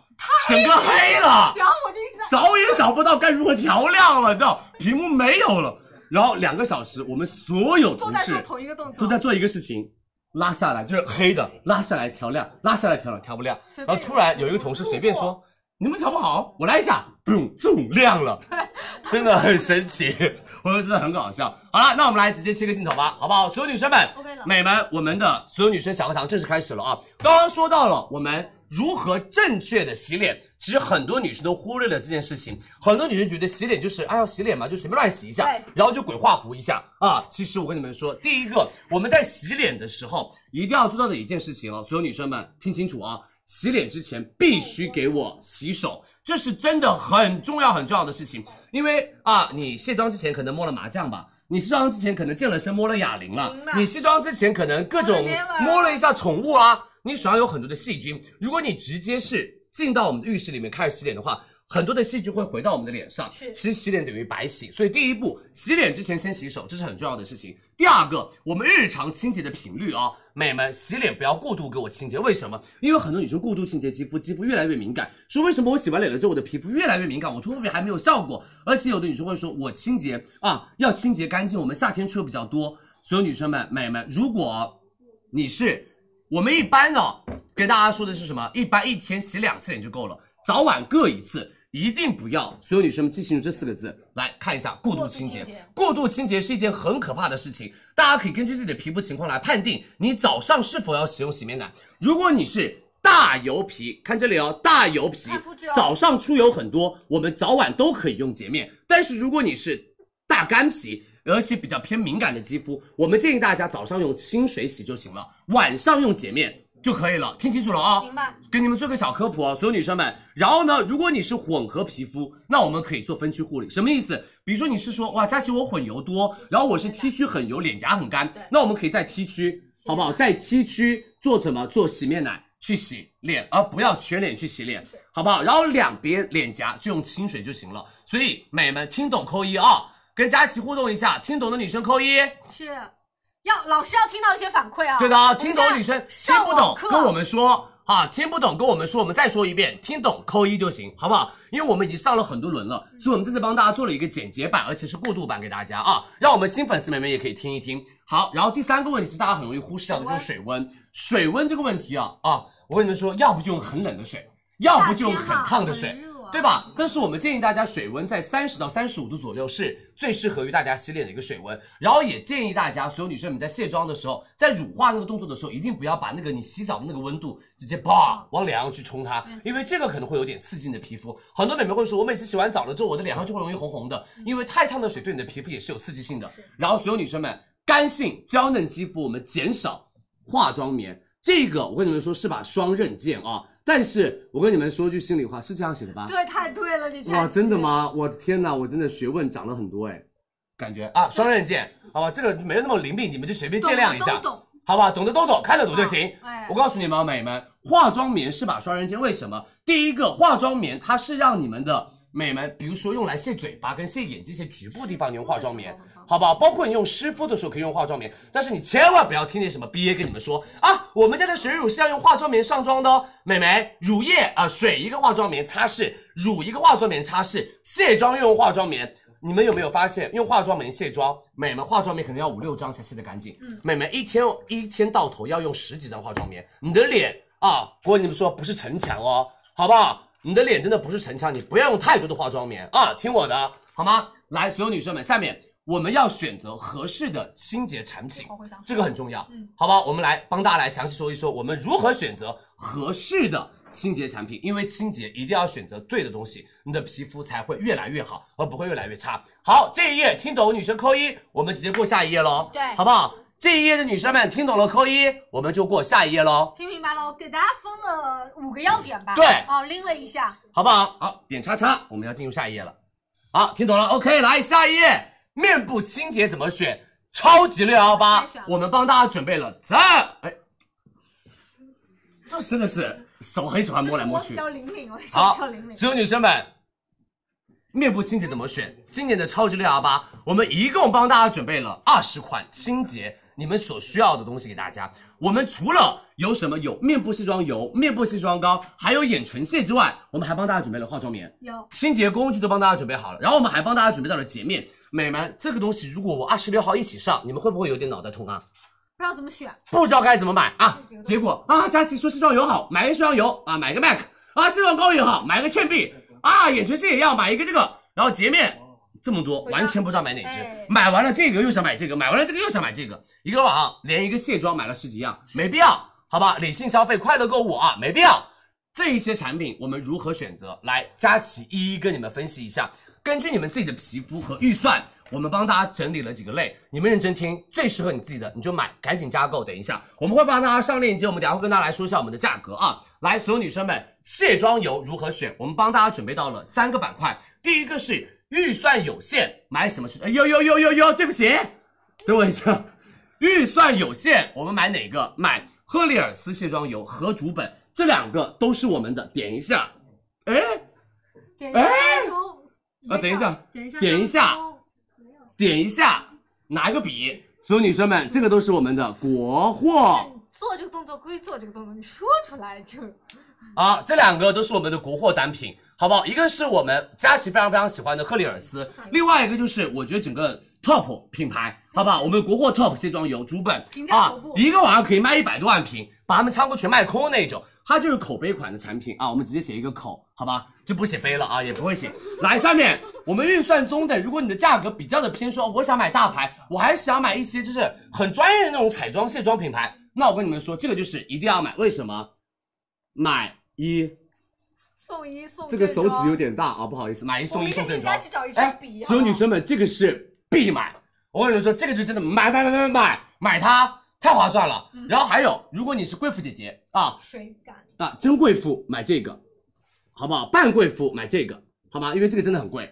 Speaker 7: 整个黑了，
Speaker 10: 然后我就意识到，
Speaker 7: 找也找不到该如何调亮了，你知道，屏幕没有了。然后两个小时，我们所有
Speaker 10: 都
Speaker 7: 同
Speaker 10: 在
Speaker 7: 事
Speaker 10: 做同一个动作，
Speaker 7: 都在做一个事情，拉下来就是黑的，拉下来调亮，拉下来调亮，调不亮。
Speaker 10: 随
Speaker 7: 然
Speaker 10: 便哦
Speaker 7: 后突然有一个同事随便说：“你们调不好，我来一下。”嘣，中亮了， 真的很神奇， 我说真的很搞笑。好了，那我们来直接切个镜头吧，好不好？所有女生们
Speaker 10: OK 了
Speaker 7: 美们，我们的所有女生小课堂正式开始了啊！刚刚说到了我们如何正确的洗脸，其实很多女生都忽略了这件事情，很多女生觉得洗脸就是哎呀洗脸嘛，就随便乱洗一下
Speaker 18: 对，
Speaker 7: 然后就鬼画符一下啊。其实我跟你们说，第一个我们在洗脸的时候一定要做到的一件事情哦，所有女生们听清楚啊，洗脸之前必须给我洗手，这是真的很重要很重要的事情，因为啊，你卸妆之前可能摸了麻将吧。你卸妆之前可能健了身，摸了哑铃了
Speaker 18: 明白；
Speaker 7: 你卸妆之前可能各种摸了一下宠物啊，你手上有很多的细菌。如果你直接是进到我们的浴室里面开始洗脸的话，很多的细菌会回到我们的脸上。
Speaker 18: 是
Speaker 7: 其实洗脸等于白洗，所以第一步，洗脸之前先洗手，这是很重要的事情。第二个，我们日常清洁的频率啊、美们，洗脸不要过度给我清洁，为什么？因为很多女生过度清洁肌肤，肌肤越来越敏感。说为什么我洗完脸了之后，我的皮肤越来越敏感，我脱皮还哎没有效果？而且有的女生会说，我清洁啊，要清洁干净。我们夏天出的比较多，所有女生们、美们，如果你是我们一般呢，给大家说的是什么？一般一天洗两次脸就够了，早晚各一次，一定不要。所有女生们记清楚这四个字，来看一下过度清洁。过度清洁是一件很可怕的事情，大家可以根据自己的皮肤情况来判定你早上是否要使用洗面奶。如果你是大油皮，看这里哦，大油皮
Speaker 10: 看肤质哦，
Speaker 7: 早上出油很多，我们早晚都可以用洁面。但是如果你是大干皮，而且比较偏敏感的肌肤，我们建议大家早上用清水洗就行了，晚上用洁面就可以了。听清楚了啊、
Speaker 10: 明白？
Speaker 7: 给你们做个小科普哦，所有女生们。然后呢，如果你是混合皮肤，那我们可以做分区护理。什么意思？比如说你是说，哇，佳琪我混油多，然后我是 T 区很油，脸颊很干，那我们可以在 T 区，好不好？在 T 区做什么？做洗面奶去洗脸，而不要全脸去洗脸，好不好？然后两边脸颊就用清水就行了。所以美们听懂扣一啊，跟佳琪互动一下，听懂的女生扣一。
Speaker 10: 是要老师要听到一些反馈啊。
Speaker 7: 对的啊，
Speaker 10: 我们
Speaker 7: 听
Speaker 10: 现
Speaker 7: 懂
Speaker 10: 在
Speaker 7: 女生听
Speaker 10: 上
Speaker 7: 不
Speaker 10: 网
Speaker 7: 懂
Speaker 10: 课
Speaker 7: 跟我们说啊，听不懂跟我们说，我们再说一遍，听懂扣一就行，好不好？因为我们已经上了很多轮了，
Speaker 10: 嗯
Speaker 7: 所以我们这次帮大家做了一个简洁版，而且是过渡版给大家啊，让我们新粉丝们们也可以听一听。好，然后第三个问题是大家很容易忽视掉的，就是水
Speaker 10: 嗯
Speaker 7: 温。水温这个问题啊啊，我跟你们说，要不就用很冷的水，要不就用
Speaker 10: 啊
Speaker 7: 很烫的水。
Speaker 9: 啊
Speaker 7: 对吧？但是我们建议大家水温在三十到三十五度左右是最适合于大家洗脸的一个水温。然后也建议大家所有女生们在卸妆的时候，在乳化那个动作的时候，一定不要把那个你洗澡的那个温度直接啪往脸上去冲它，因为这个可能会有点刺激你的皮肤。很多美眉会说，我每次洗完澡了之后，我的脸上就会容易红红的，因为太烫的水对你的皮肤也是有刺激性的。然后所有女生们，干性娇嫩肌肤我们减少化妆棉，这个我跟你们说是把双刃剑啊。但是我跟你们说句心里话，是这样写的吧？
Speaker 10: 对，太对了，李佳
Speaker 7: 哇，
Speaker 10: 琦
Speaker 7: 真的？吗？我的天哪，我真的学问长了很多哎，感觉啊，双刃剑，好吧，这个没有那么灵敏，你们就随便见谅一下
Speaker 10: 懂的都懂，
Speaker 7: 好吧，懂的都懂，看得懂就行
Speaker 10: 啊哎。
Speaker 7: 我告诉你们啊，美们，化妆棉是把双刃剑，为什么？第一个，化妆棉它是让你们的美们，比如说用来卸嘴巴跟卸眼睛、卸局部地方，你用化妆棉，好不好？包括你用湿敷的时候可以用化妆棉，但是你千万不要听见什么 BA 跟你们说啊，我们家的水乳是要用化妆棉上妆的哦。美眉，乳液啊、水一个化妆棉擦拭，乳一个化妆棉擦拭，卸妆用化妆棉。你们有没有发现，用化妆棉卸妆，美们化妆棉可能要五六张才卸得干净。
Speaker 18: 嗯
Speaker 7: 美们一天一天到头要用十几张化妆棉，你的脸啊，我跟你们说不是城墙哦，好不好？你的脸真的不是城墙，你不要用太多的化妆棉啊，听我的好吗？来，所有女生们，下面我们要选择合适的清洁产品，这个很重要，好不好？我们来帮大家来详细说一说，我们如何选择合适的清洁产品，因为清洁一定要选择对的东西，你的皮肤才会越来越好，而不会越来越差。好，这一页听懂女生扣一，我们直接过下一页喽，
Speaker 10: 对
Speaker 7: 好不好？这一页的女生们听懂了扣一，我们就过下一页喽，
Speaker 10: 听明白了，给大家分了五个要点吧。
Speaker 7: 对
Speaker 10: 哦，拎了一下。
Speaker 7: 好不好？好，点叉叉，我们要进入下一页了。好，听懂了？OK，来下一页，面部清洁怎么选？超级六幺八，我们帮大家准备了这，哎，这真的是手很喜欢摸来摸
Speaker 10: 比
Speaker 7: 去。
Speaker 10: 较灵敏，我也是比
Speaker 7: 好
Speaker 10: 较灵，敏。
Speaker 7: 所有女生们，面部清洁怎么选？今年的超级六幺八，我们一共帮大家准备了二十款清洁你们所需要的东西给大家。我们除了有什么有面部卸妆油、面部卸妆膏，还有眼唇卸之外，我们还帮大家准备了化妆棉。
Speaker 10: 有
Speaker 7: 清洁工具都帮大家准备好了，然后我们还帮大家准备到了洁面。美们，这个东西如果我二十六号一起上，你们会不会有点脑袋痛啊？
Speaker 10: 不知道怎么选。
Speaker 7: 不知道该怎么买啊？结果啊，佳琪说卸妆油好，买个卸妆油啊，买个 MAC 啊，卸妆膏也好，买个倩碧啊，眼唇卸也要买一个这个，然后洁面这么多，完全不知道买哪支。买完了这个又想买这个，买完了这个又想买这个，一个晚上连一个卸妆买了十几样，没必要，好吧？理性消费，快乐购物啊，没必要。这一些产品我们如何选择？来，佳琪一一跟你们分析一下。根据你们自己的皮肤和预算，我们帮大家整理了几个类，你们认真听，最适合你自己的你就买，赶紧加购。等一下，我们会帮大家上链接，我们等一下会跟大家来说一下我们的价格啊。来，所有女生们，卸妆油如何选？我们帮大家准备到了三个板块，第一个是预算有限，买什么去？哎呦呦呦呦呦，对不起，等我一下。预算有限，我们买哪个？买赫丽尔斯卸妆油和竹本，这两个都是我们的。点一下，哎，
Speaker 10: 点一
Speaker 7: 哎
Speaker 10: 下抽。
Speaker 7: 啊，等一下，
Speaker 10: 点一下，
Speaker 7: 点一下，点一下，拿一个笔。所有女生们，这个都是我们的国货
Speaker 10: 做这个动作归做这个动作，你说出来就
Speaker 7: 啊，这两个都是我们的国货单品，好不好？一个是我们佳琪非常非常喜欢的赫丽尔斯，另外一个就是我觉得整个 TOP 品牌，好不好？我们国货 TOP 卸妆油竹本
Speaker 10: 评价
Speaker 7: 啊
Speaker 10: 头部，
Speaker 7: 一个晚上可以卖一百多万瓶，把他们仓库全卖空那种。它就是口碑款的产品啊，我们直接写一个口，好吧，就不写杯了啊，也不会写。来，下面我们预算中等，如果你的价格比较的偏说，我想买大牌，我还是想买一些就是很专业的那种彩妆卸妆品牌，那我跟你们说，这个就是一定要买，为什么？买一
Speaker 10: 送一送
Speaker 7: 这个
Speaker 10: 正
Speaker 7: 手指有
Speaker 10: 装
Speaker 7: 点大啊，不好意思，买一送一送正
Speaker 10: 我们可以给
Speaker 7: 装
Speaker 10: 大家去找一。支
Speaker 7: 哎
Speaker 10: 笔，
Speaker 7: 所有女生们，这个是必买。我跟你们说，这个就真的买买买买买买它，太划算了。然后还有，如果你是贵妇姐姐啊
Speaker 10: 嗯水感。
Speaker 7: 啊，真贵妇买这个，好不好？半贵妇买这个，好吗？因为这个真的很贵。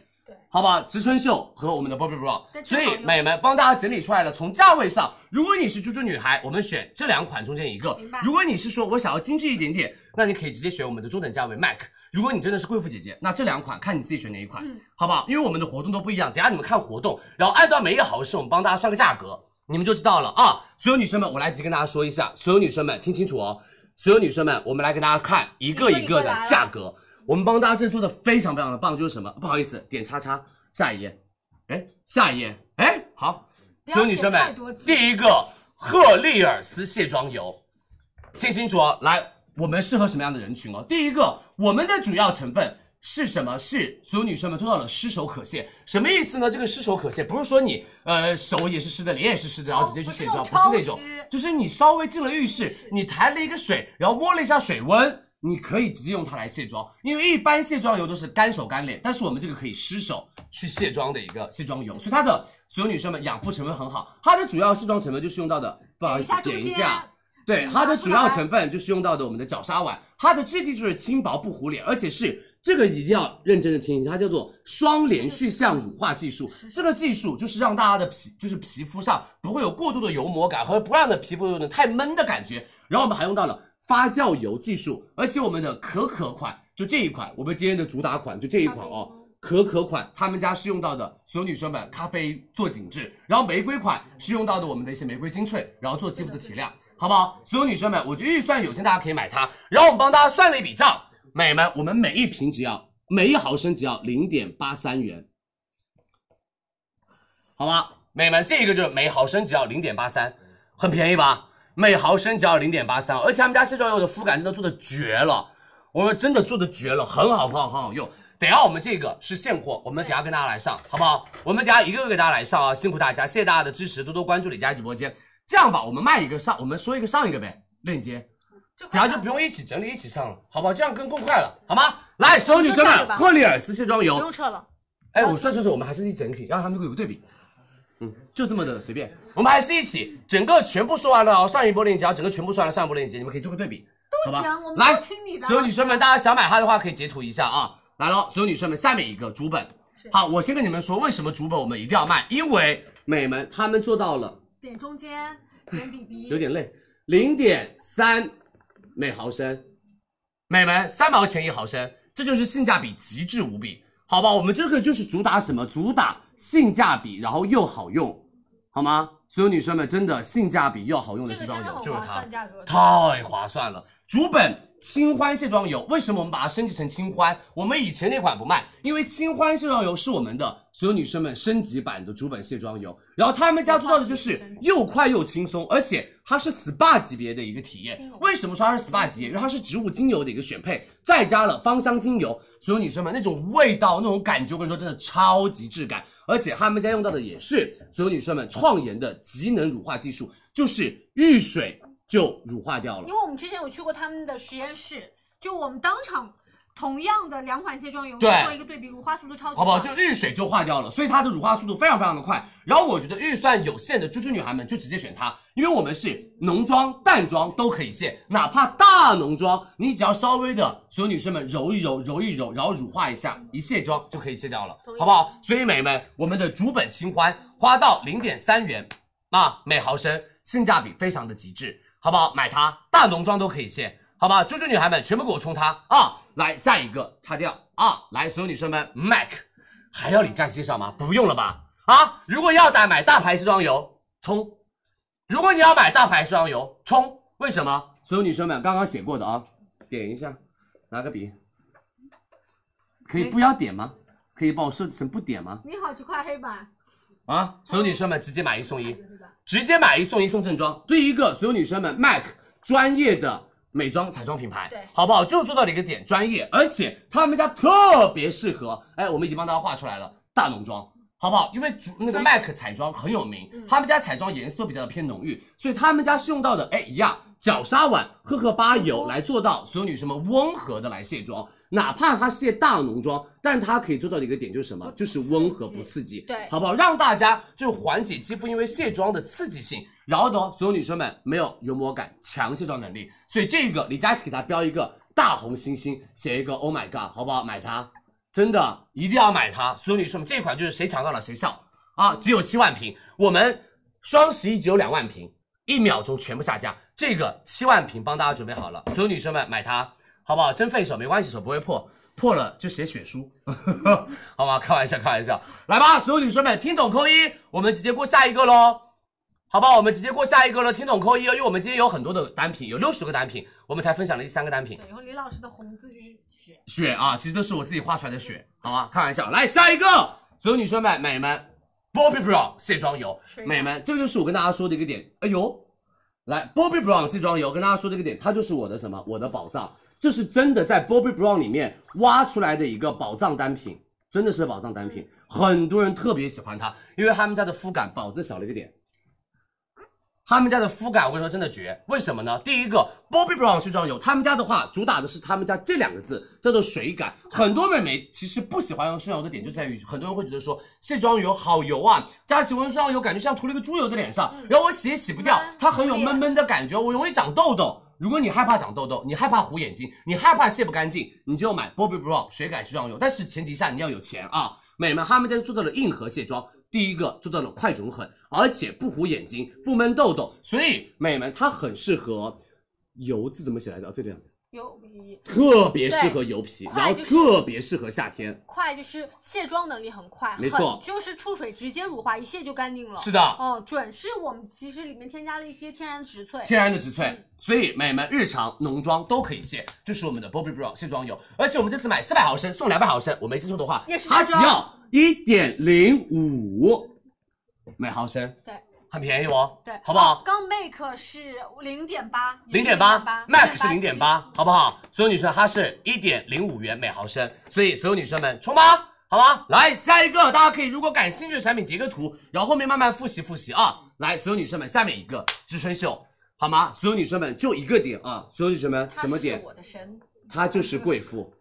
Speaker 7: 好吧，植村秀和我们的 Bobbi Brown，
Speaker 10: 但
Speaker 7: 所
Speaker 10: 真好
Speaker 7: 以
Speaker 10: 用
Speaker 7: 美们帮大家整理出来了。从价位上，如果你是猪猪女孩，我们选这两款中间一个
Speaker 10: 明白；
Speaker 7: 如果你是说我想要精致一点点，那你可以直接选我们的中等价位 MAC。如果你真的是贵妇姐姐，那这两款看你自己选哪一款，
Speaker 10: 嗯
Speaker 7: 好不好？因为我们的活动都不一样，等一下你们看活动，然后按照每一个毫升，我们帮大家算个价格，你们就知道了啊。所有女生们，我来直接跟大家说一下，所有女生们听清楚哦，所有女生们，我们来跟大家看一个一个的啊价格。我们帮大家这做的非常非常的棒，就是什么？不好意思，点叉叉，下一页，哎，下一页，哎，好，
Speaker 10: 不要
Speaker 7: 所有女生们
Speaker 10: 写太多字，
Speaker 7: 第一个赫丽尔斯卸妆油，听清楚哦，来，我们适合什么样的人群哦？第一个，我们的主要成分是什么？是所有女生们做到了湿手可卸，什么意思呢？这个湿手可卸不是说你呃手也是湿的，脸也是湿的，哦然后直接去卸
Speaker 10: 哦
Speaker 7: 妆，不是那种，哦就是你稍微进了浴室，你抬了一个水，然后摸了一下水温。你可以直接用它来卸妆，因为一般卸妆油都是干手干脸，但是我们这个可以湿手去卸妆的一个卸妆油，所以它的所有女生们养肤成分很好。它的主要卸妆成分就是用到的，不好意思，点一
Speaker 10: 点一下中间
Speaker 7: 下，对，它的主要成分就是用到的我们的角鲨烷，它的质地就是轻薄不糊脸，而且是这个一定要认真的听，它叫做双连续向乳化技术。这个技术就是让大家的皮，就是皮肤上不会有过度的油膜感和不让你的皮肤有那种太闷的感觉。然后我们还用到了发酵油技术，而且我们的可可款就这一款，我们今天的主打款就这一款哦。可可款，他们家是用到的所有女生们咖啡做紧致，然后玫瑰款是用到的我们的一些玫瑰精粹，然后做肌肤的提亮，好不好？所有女生们，我觉得预算有限，大家可以买它。然后我们帮大家算了一笔账，美们，我们每一瓶只要每一毫升只要零点八三元，好吧？美们，这个就是每毫升只要零点八三，很便宜吧？每毫升只要零点八三，而且他们家卸妆油的肤感真的做的绝了，我们真的做的绝了，很好很好很好用。等一下我们这个是现货，我们等一下跟大家来上，好不好？我们等一下一个个给大家来上啊，辛苦大家，谢谢大家的支持，多多关注李佳琦直播间。这样吧，我们卖一个上，我们说一个上一个呗，链接。等下就不用一起整理一起上了，好不好？这样更更快了，好吗？来，所有女生们，霍丽尔斯卸妆油，
Speaker 25: 不用撤了。
Speaker 7: 哎，
Speaker 25: 哦
Speaker 7: 我说说说，我们还是一整体，然后他们就会有对比。嗯，就这么的随便，我们还是一起整个全部说完了哦。上一波链接，整个全部说完了，上一波链接，你们可以做个对比，好
Speaker 25: 不
Speaker 7: 吧
Speaker 25: 行，我？们
Speaker 7: 来
Speaker 25: 都，听你的。
Speaker 7: 所有女生们，大家想买它的话可以截图一下啊。来喽，所有女生们，下面一个竹本。好，我先跟你们说，为什么竹本我们一定要卖？因为美们他们做到了
Speaker 25: 点中间，点 BB，
Speaker 7: 有点累，零点三每毫升，美们三毛钱一毫升，这就是性价比极致无比，好吧？我们这个就是主打什么？主打性价比，然后又好用，好吗？所有女生们，真的性价比又好用的
Speaker 25: 这
Speaker 7: 卸
Speaker 25: 个真
Speaker 7: 妆
Speaker 25: 的很
Speaker 7: 油就是
Speaker 25: 划
Speaker 7: 它
Speaker 25: 算，，价格
Speaker 7: 太划算了。竹本清欢卸妆油，为什么我们把它升级成清欢？我们以前那款不卖，因为清欢卸妆油是我们的所有女生们升级版的竹本卸妆油。然后他们家做到的就是又快又轻松，而且它是 SPA 级别的一个体验。为什么说它是 SPA 级别？因为它是植物精油的一个选配，再加了芳香精油，所有女生们那种味道、那种感觉，我跟你说，真的超级质感。而且他们家用到的也是所有女生们创研的极能乳化技术，就是遇水就乳化掉了
Speaker 25: 因。为我们之前有去过他们的实验室，就我们当场同样的两款卸妆油
Speaker 7: 对
Speaker 25: 做一个对比，乳化速度超级
Speaker 7: 好不好？
Speaker 25: 快
Speaker 7: 就遇水就化掉了，所以它的乳化速度非常非常的快。然后我觉得预算有限的猪猪女孩们就直接选它，因为我们是浓妆、淡妆都可以卸，哪怕大浓妆，你只要稍微的，所有女生们揉一揉、揉一揉，然后乳化一下，一卸妆就可以卸掉了，好不好？所以美们，我们的竹本清欢花到零点三元啊每毫升，性价比非常的极致，好不好？买它，大浓妆都可以卸，好吧？猪猪女孩们全部给我冲它啊！来下一个擦掉啊！来，所有女生们，MAC。还要李佳琦介绍吗？不用了吧？啊，如果要打买大牌卸妆油，冲！如果你要买大牌卸妆油，冲！为什么？所有女生们刚刚写过的啊，点一下，拿个笔，可以不要点吗？可以帮我设置成不点吗？
Speaker 25: 你好，这块黑板，
Speaker 7: 啊，所有女生们直接买一送一，直接买一送一送正装。第一个，所有女生们，MAC 专业的美妆彩妆品牌，
Speaker 25: 对
Speaker 7: 好不好？就做到了一个点，专业，而且他们家特别适合，哎，我们已经帮大家画出来了，大浓妆。好不好？因为主那个 MAC 彩妆很有名，他们家彩妆颜色都比较的偏浓郁，所以他们家是用到的哎一样角鲨烷、荷荷巴油来做到所有女生们温和的来卸妆，哪怕它卸大浓妆，但它可以做到的一个点就是什么？就是温和不刺激，
Speaker 25: 对
Speaker 7: 好不好？让大家就缓解肌肤因为卸妆的刺激性，然后呢，所有女生们没有油膜感，强卸妆能力，所以这个李佳琦给它标一个大红星星，写一个 Oh my God，好不好？买它。真的一定要买它。所有女生们，这款就是谁抢到了谁笑啊！只有七万瓶，我们双十一只有两万瓶，一秒钟全部下架。这个七万瓶帮大家准备好了，所有女生们买它，好不好？真费手没关系，手不会破，破了就写血 书，好吧？开玩笑，开玩笑。来吧，所有女生们，听懂扣一，我们直接过下一个喽。好吧，我们直接过下一个了。听懂扣一哦，因为我们今天有很多的单品，有六十个单品，我们才分享了第三个单品。
Speaker 25: 然后李老师的红字就是血，
Speaker 7: 雪啊，其实都是我自己画出来的雪，好吧，开玩笑。来下一个，所有女生们、美们，Bobbi Brown 卸妆油
Speaker 25: 水，
Speaker 7: 美们，这个就是我跟大家说的一个点。哎呦，来 Bobbi Brown 卸妆油，跟大家说的一个点，它就是我的什么？我的宝藏，这是真的在 Bobbi Brown 里面挖出来的一个宝藏单品，真的是宝藏单品，很多人特别喜欢它，因为他们家的肤感保证少了一个点。他们家的肤感，我跟你说真的绝，为什么呢？第一个，Bobbi Brown 卸妆油，他们家的话主打的是他们家这两个字，叫做水感。很多美眉其实不喜欢用卸妆油的点就在于，很多人会觉得说卸妆油好油啊，佳琦我用卸妆油感觉像涂了一个猪油在脸上，然后我洗也洗不掉，它很有闷闷的感觉，我容易长痘痘。如果你害怕长痘痘，你害怕糊眼睛，你害怕卸不干净，你就买 Bobbi Brown 水感卸妆油，但是前提下你要有钱啊。美们，他们家做到了硬核卸妆，第一个做到了快准狠，而且不糊眼睛，不闷痘痘，所以美们它很适合油字怎么写来着？哦这个样子，
Speaker 25: 有比
Speaker 7: 特别适合油皮，然
Speaker 25: 快
Speaker 7: 后
Speaker 25: 就是
Speaker 7: 特别适合夏天。
Speaker 25: 快就是卸妆能力很快，
Speaker 7: 没错
Speaker 25: 很就是出水直接乳化，一卸就干净了。
Speaker 7: 是的
Speaker 25: 嗯，准是我们其实里面添加了一些天然植萃，
Speaker 7: 天然的植萃。
Speaker 25: 嗯
Speaker 7: 所以美们日常浓妆都可以卸，这是我们的 Bobbi Brown 卸妆油，而且我们这次买四百毫升送两百毫升，我没记错的话
Speaker 25: 也是，
Speaker 7: 它
Speaker 25: 卸
Speaker 7: 只
Speaker 25: 妆
Speaker 7: 要一点零五每毫升，
Speaker 25: 对，
Speaker 7: 很便宜哦，
Speaker 10: 对，
Speaker 7: 好不好？
Speaker 10: 刚 make 是零点八，
Speaker 7: 零点八，Mac 是零点八，好不好？所有女生它是一点零五元每毫升，所以所有女生们冲吧，好吧？来下一个，大家可以如果感兴趣的产品截个图，然后后面慢慢复习复习啊。来，所有女生们，下面一个植村秀，好吗？所有女生们就一个点啊，所有女生们什么点？
Speaker 10: 我的神，
Speaker 7: 它就是贵妇，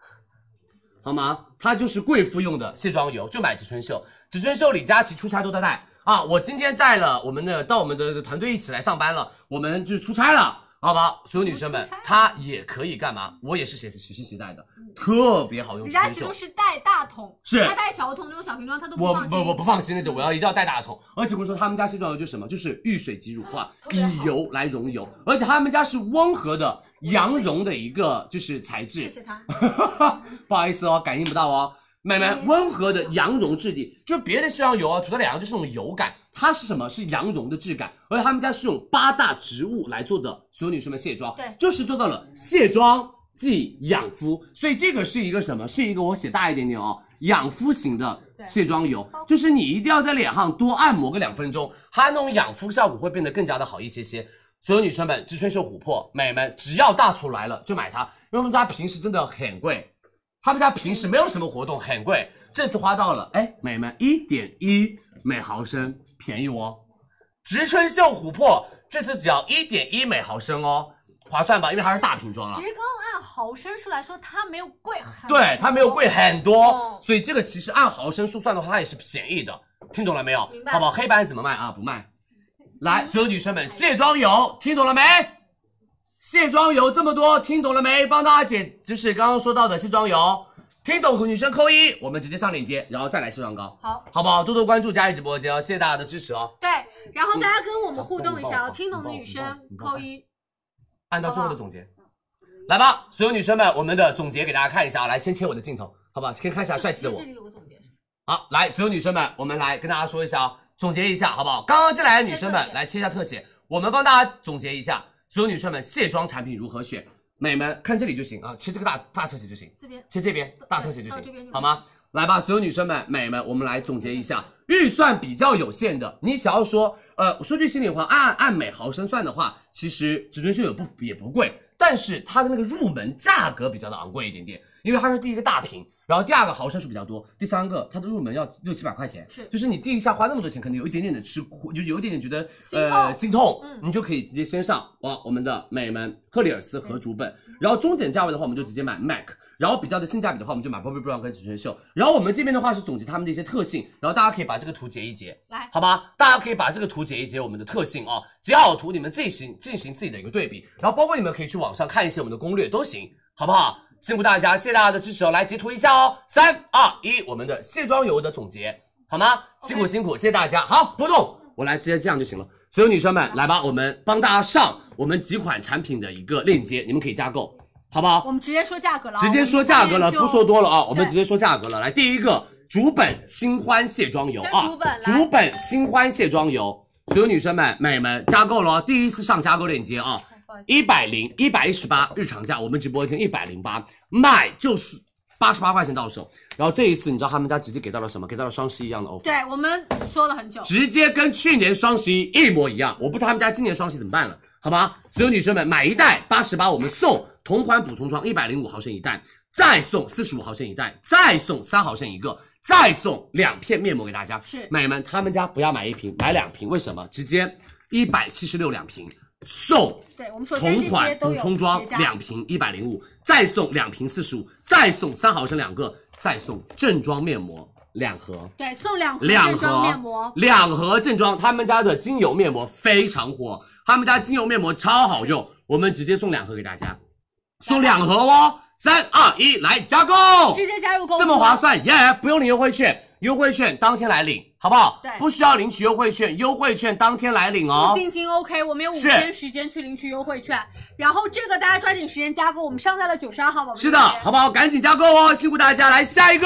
Speaker 7: 好吗？它就是贵妇用的卸妆油，就买植村秀。植村秀李佳琦出差都在带啊！我今天带了我们的到我们的团队一起来上班了，我们就出差了，好吧？所有女生们，它也可以干嘛？我也是随随身携带的，特别好用。
Speaker 10: 李
Speaker 7: 植
Speaker 10: 佳
Speaker 7: 村
Speaker 10: 琦
Speaker 7: 秀
Speaker 10: 都是带大桶，
Speaker 7: 是
Speaker 10: 他带小桶那种小瓶装，他都
Speaker 7: 我
Speaker 10: 放
Speaker 7: 不
Speaker 10: 心。嗯
Speaker 7: 我不放心那种，我要一定要带大桶。而且我跟你说，他们家卸妆油就是什么，就是遇水即乳化，以油来溶油，而且他们家是温和的羊绒的一个就是材质。
Speaker 10: 谢谢他。
Speaker 7: 不好意思哦，感应不到哦。妹妹，温和的羊绒质地，就是别的卸妆油啊，涂到脸上就是那种油感，它是什么？是羊绒的质感，而且他们家是用八大植物来做的，所有女生们卸妆，
Speaker 10: 对
Speaker 7: 就是做到了卸妆即养肤，所以这个是一个什么？是一个我写大一点点哦，养肤型的
Speaker 10: 对
Speaker 7: 卸妆油，就是你一定要在脸上多按摩个两分钟，它那种养肤效果会变得更加的好一些些。所有女生们，知春秀琥珀，美们，只要大促来了就买它，因为我们家平时真的很贵，他们家平时没有什么活动，很贵。这次花到了，哎，美们，一点一每毫升，便宜哦。植村秀琥珀这次只要一点一每毫升哦，划算吧？因为它是大瓶装啊
Speaker 10: 其。实刚刚按毫升数来说，它没有贵很多。
Speaker 7: 对，它没有贵很多
Speaker 10: 哦，
Speaker 7: 所以这个其实按毫升数算的话，它也是便宜的，听懂了没有
Speaker 10: 明？白
Speaker 7: 好不好？黑白怎么卖啊？不卖。来，所有女生们，卸妆油听懂了没？卸妆油这么多，听懂了没？帮大家解，就是刚刚说到的卸妆油，听懂的女生扣一，我们直接上链接，然后再来卸妆膏，
Speaker 10: 好，
Speaker 7: 好不好？多多关注佳怡直播间哦，谢谢大家的支持哦。
Speaker 10: 对，然后大家跟我们互动一下
Speaker 7: 嗯
Speaker 10: 哦，听懂的女生
Speaker 7: 你报
Speaker 10: 扣一。
Speaker 7: 按照最后的总结，来吧，所有女生们，我们的总结给大家看一下啊，来，先切我的镜头，好不好？先看一下帅气的我
Speaker 10: 这。里有个总结，
Speaker 7: 好，来，所有女生们，我们来跟大家说一下啊，总结一下好不好？刚刚进来的女生们来切一下特写，我们帮大家总结一下，所有女生们卸妆产品如何选，美们看这里就行啊，切这个大大特写就行，
Speaker 10: 这边
Speaker 7: 切这边大特写就
Speaker 10: 到这边
Speaker 7: 行
Speaker 10: 就，
Speaker 7: 好吗？来吧，所有女生们、美们，我们来总结一下，预算比较有限的，你想要说，呃，说句心里话，按按每毫升算的话，其实植村秀也不也不贵，但是它的那个入门价格比较的昂贵一点点，因为它是第一个大瓶，然后第二个毫升数比较多，第三个它的入门要六七百块钱，
Speaker 10: 是
Speaker 7: 就是你第一下花那么多钱，可能有一点点的吃亏，就有一点点觉得
Speaker 10: 心
Speaker 7: 呃
Speaker 10: 痛
Speaker 7: 心痛，
Speaker 10: 嗯
Speaker 7: 你就可以直接先上哇我们的美们克里尔斯
Speaker 10: 嗯
Speaker 7: 和竹本，然后中等价位的话我们就直接买 MAC，然后比较的性价比的话我们就买 Bobbi Brown 跟植村秀，然后我们这边的话是总结他们的一些特性，然后大家可以把这个图截一截，
Speaker 10: 来
Speaker 7: 好吧，大家可以把这个图截一截我们的特性啊，截好图你们自己行进行自己的一个对比，然后包括你们可以去网上看一些我们的攻略都行，好不好？辛苦大家，谢谢大家的支持哦，来截图一下哦，三二一，我们的卸妆油的总结，好吗？辛苦辛苦，谢谢大家。好，波动，我来直接这样就行了。所有女生们，来吧，我们帮大家上我们几款产品的一个链接，你们可以加购，好不好
Speaker 10: 我？们直接说价格了啊，
Speaker 7: 直接说价格了，
Speaker 10: 我们就
Speaker 7: 不说多了啊，我们
Speaker 10: 对
Speaker 7: 直接说价格了。来，第一个竹本清欢卸妆油啊
Speaker 10: 先，竹本来
Speaker 7: 竹本清欢卸妆油，所有女生们、美们加购了哦，第一次上加购链接啊，一百零一百一十八日常价，我们直播间一百零八，买就是八十八块钱到手。然后这一次，你知道他们家直接给到了什么？给到了双十一一样的 offer。
Speaker 10: 对我们说了很久，
Speaker 7: 直接跟去年双十一一模一样。我不知道他们家今年双十一怎么办了，好吗？所有女生们买一袋八十八，我们送同款补充装一百零五毫升一袋，再送四十五毫升一袋，再送三毫升一个，再送两片面膜给大家。
Speaker 10: 是
Speaker 7: 美们，他们家不要买一瓶，买两瓶，为什么？直接一百七十六两瓶送。
Speaker 10: 对我们首先
Speaker 7: 同
Speaker 10: 这些
Speaker 7: 款
Speaker 10: 都
Speaker 7: 补
Speaker 10: 有
Speaker 7: 充装
Speaker 10: 叠加
Speaker 7: 两瓶一百零五，再送两瓶四十五，再送三毫升两个，再送正装面膜两盒。
Speaker 10: 对送两盒
Speaker 7: 两
Speaker 10: 正装
Speaker 7: 盒
Speaker 10: 面膜，
Speaker 7: 两盒正装，他们家的精油面膜非常火，他们家精油面膜超好用，我们直接送两盒给大家，送两盒哦，三二一，来加购，
Speaker 10: 直接加入购物车
Speaker 7: 这么划算耶不用领优惠券，优惠券当天来领，好不好？
Speaker 10: 对
Speaker 7: 不需要领取优惠券，优惠券当天来领哦
Speaker 10: 付。定金 OK，我们有五
Speaker 7: 是
Speaker 10: 天时间去领取优惠券，然后这个大家抓紧时间加购，我们上在了九十二号宝贝。
Speaker 7: 是的，好不好？赶紧加购哦，辛苦大家，来下一个，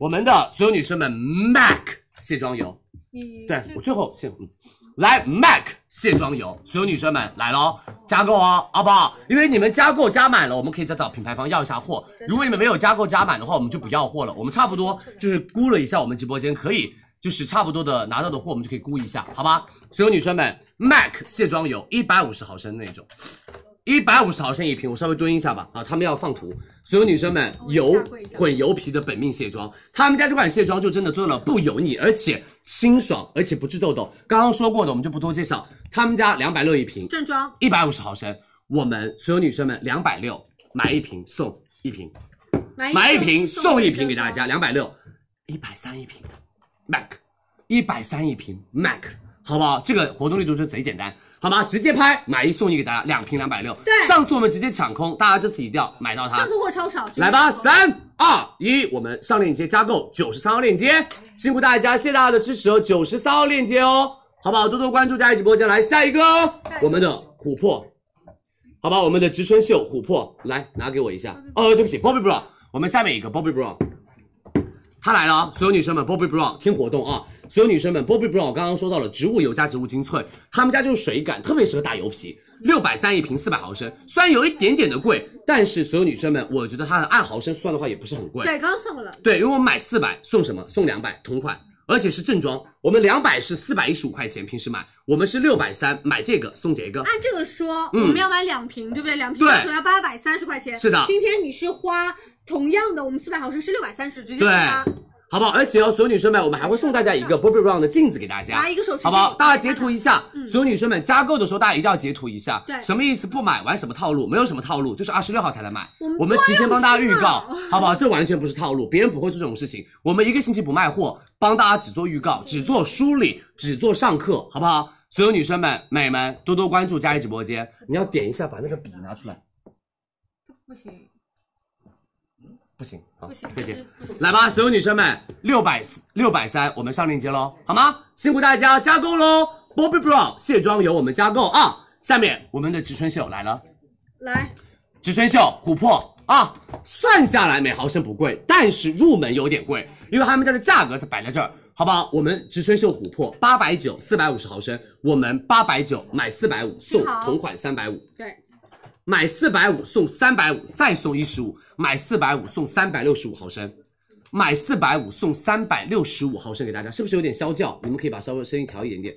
Speaker 7: 我们的所有女生们，MAC 卸妆油。
Speaker 10: 你
Speaker 7: 对我最后先嗯，来 MAC 卸妆油，所有女生们来喽，加购哦，好不好？因为你们加购加满了，我们可以再找品牌方要一下货。如果你们没有加购加满的话，我们就不要货了。我们差不多就是估了一下，我们直播间可以就是差不多的拿到的货，我们就可以估一下，好吧？所有女生们，MAC 卸妆油一百五十毫升那种，一百五十毫升一瓶，我稍微蹲一下吧，啊，他们要放图。所有女生们，油混油皮的本命卸妆，他们家这款卸妆就真的做了不油腻，而且清爽，而且不致痘痘。刚刚说过的，我们就不多介绍。他们家两百六一瓶，
Speaker 25: 正装
Speaker 7: 一百五十毫升，我们所有女生们两百六买一瓶送一瓶，买一瓶哎送一瓶给大家，两百六，一百三一瓶的 MAC，一百三一瓶 MAC，好不好？这个活动力度就贼简单，好吗？直接拍买一送一给大家，两瓶两百六。
Speaker 25: 对
Speaker 7: 上次我们直接抢空，大家这次一定要买到它。
Speaker 25: 上次货超少，直接
Speaker 7: 来吧，
Speaker 25: 说
Speaker 7: 三二一，我们上链接加购九十三号链接，辛苦大家，谢谢大家的支持哦，九十三号链接哦，好不好？多多关注佳怡直播间，来下一个哦，我们的琥珀，好吧，我们的植村秀琥珀，来拿给我一下，哦，对不起，Bobbi Brown，我们下面一个 Bobbi Brown，它来了啊，所有女生们，Bobbi Brown 听活动啊，所有女生们，Bobbi Brown 刚刚说到了植物油加植物精粹，他们家就是水感，特别适合打油皮，六百三一瓶，四百毫升，虽然有一点点的贵，但是所有女生们，我觉得它的按毫升算的话也不是很贵，
Speaker 25: 对，刚刚算过了，
Speaker 7: 对，因为我买四百送什么？送两百同款，而且是正装。我们两百是四百一十五块钱，平时买我们是六百三，买这个送这个。
Speaker 25: 按这个说，
Speaker 7: 嗯
Speaker 25: 我们要买两瓶，对不对？两瓶
Speaker 7: 对
Speaker 25: 手要八百三十块钱。
Speaker 7: 是的
Speaker 25: 今天你是花同样的，我们四百毫升是六百三十，直接
Speaker 7: 对
Speaker 25: 花。
Speaker 7: 好不好？而且哦，所有女生们，我们还会送大家一个 Bobbi Brown 的镜子给大家，
Speaker 25: 拿一个手持
Speaker 7: 好不好？
Speaker 25: 镜
Speaker 7: 大家截图一下。
Speaker 25: 嗯
Speaker 7: 所有女生们加购的时候，大家一定要截图一下。
Speaker 25: 对
Speaker 7: 什么意思？不买玩什么套路？没有什么套路，就是啊二十六号才来买。
Speaker 25: 我们
Speaker 7: 我们提前帮大家预告
Speaker 25: 多 用心啊，
Speaker 7: 好不好？这完全不是套路，别人不会做这种事情。我们一个星期不卖货，帮大家只做预告，只做梳理，只做上课，好不好？所有女生们、美们，多多关注佳怡直播间。你要点一下，把那个笔拿出来。
Speaker 25: 不行，
Speaker 7: 不行，好
Speaker 25: 不行，
Speaker 7: 再见
Speaker 25: 不行。
Speaker 7: 来吧，所有女生们，六百六百三，我们上链接喽，好吗？辛苦大家加购喽，Bobbi Brown 卸妆油我们加购啊。下面我们的植村秀来了，
Speaker 25: 来，
Speaker 7: 植村秀琥珀啊，算下来每毫升不贵，但是入门有点贵，因为他们家的价格才摆在这儿，好不好？我们植村秀琥珀八百九，四百五十毫升，我们八百九买四百五送
Speaker 25: 好
Speaker 7: 同款三百五，
Speaker 25: 对，
Speaker 7: 买四百五送三百五，再送一十五；买四百五送三百六十五毫升，买四百五送三百六十五毫升给大家，是不是有点消叫？你们可以把稍微声音调一点点。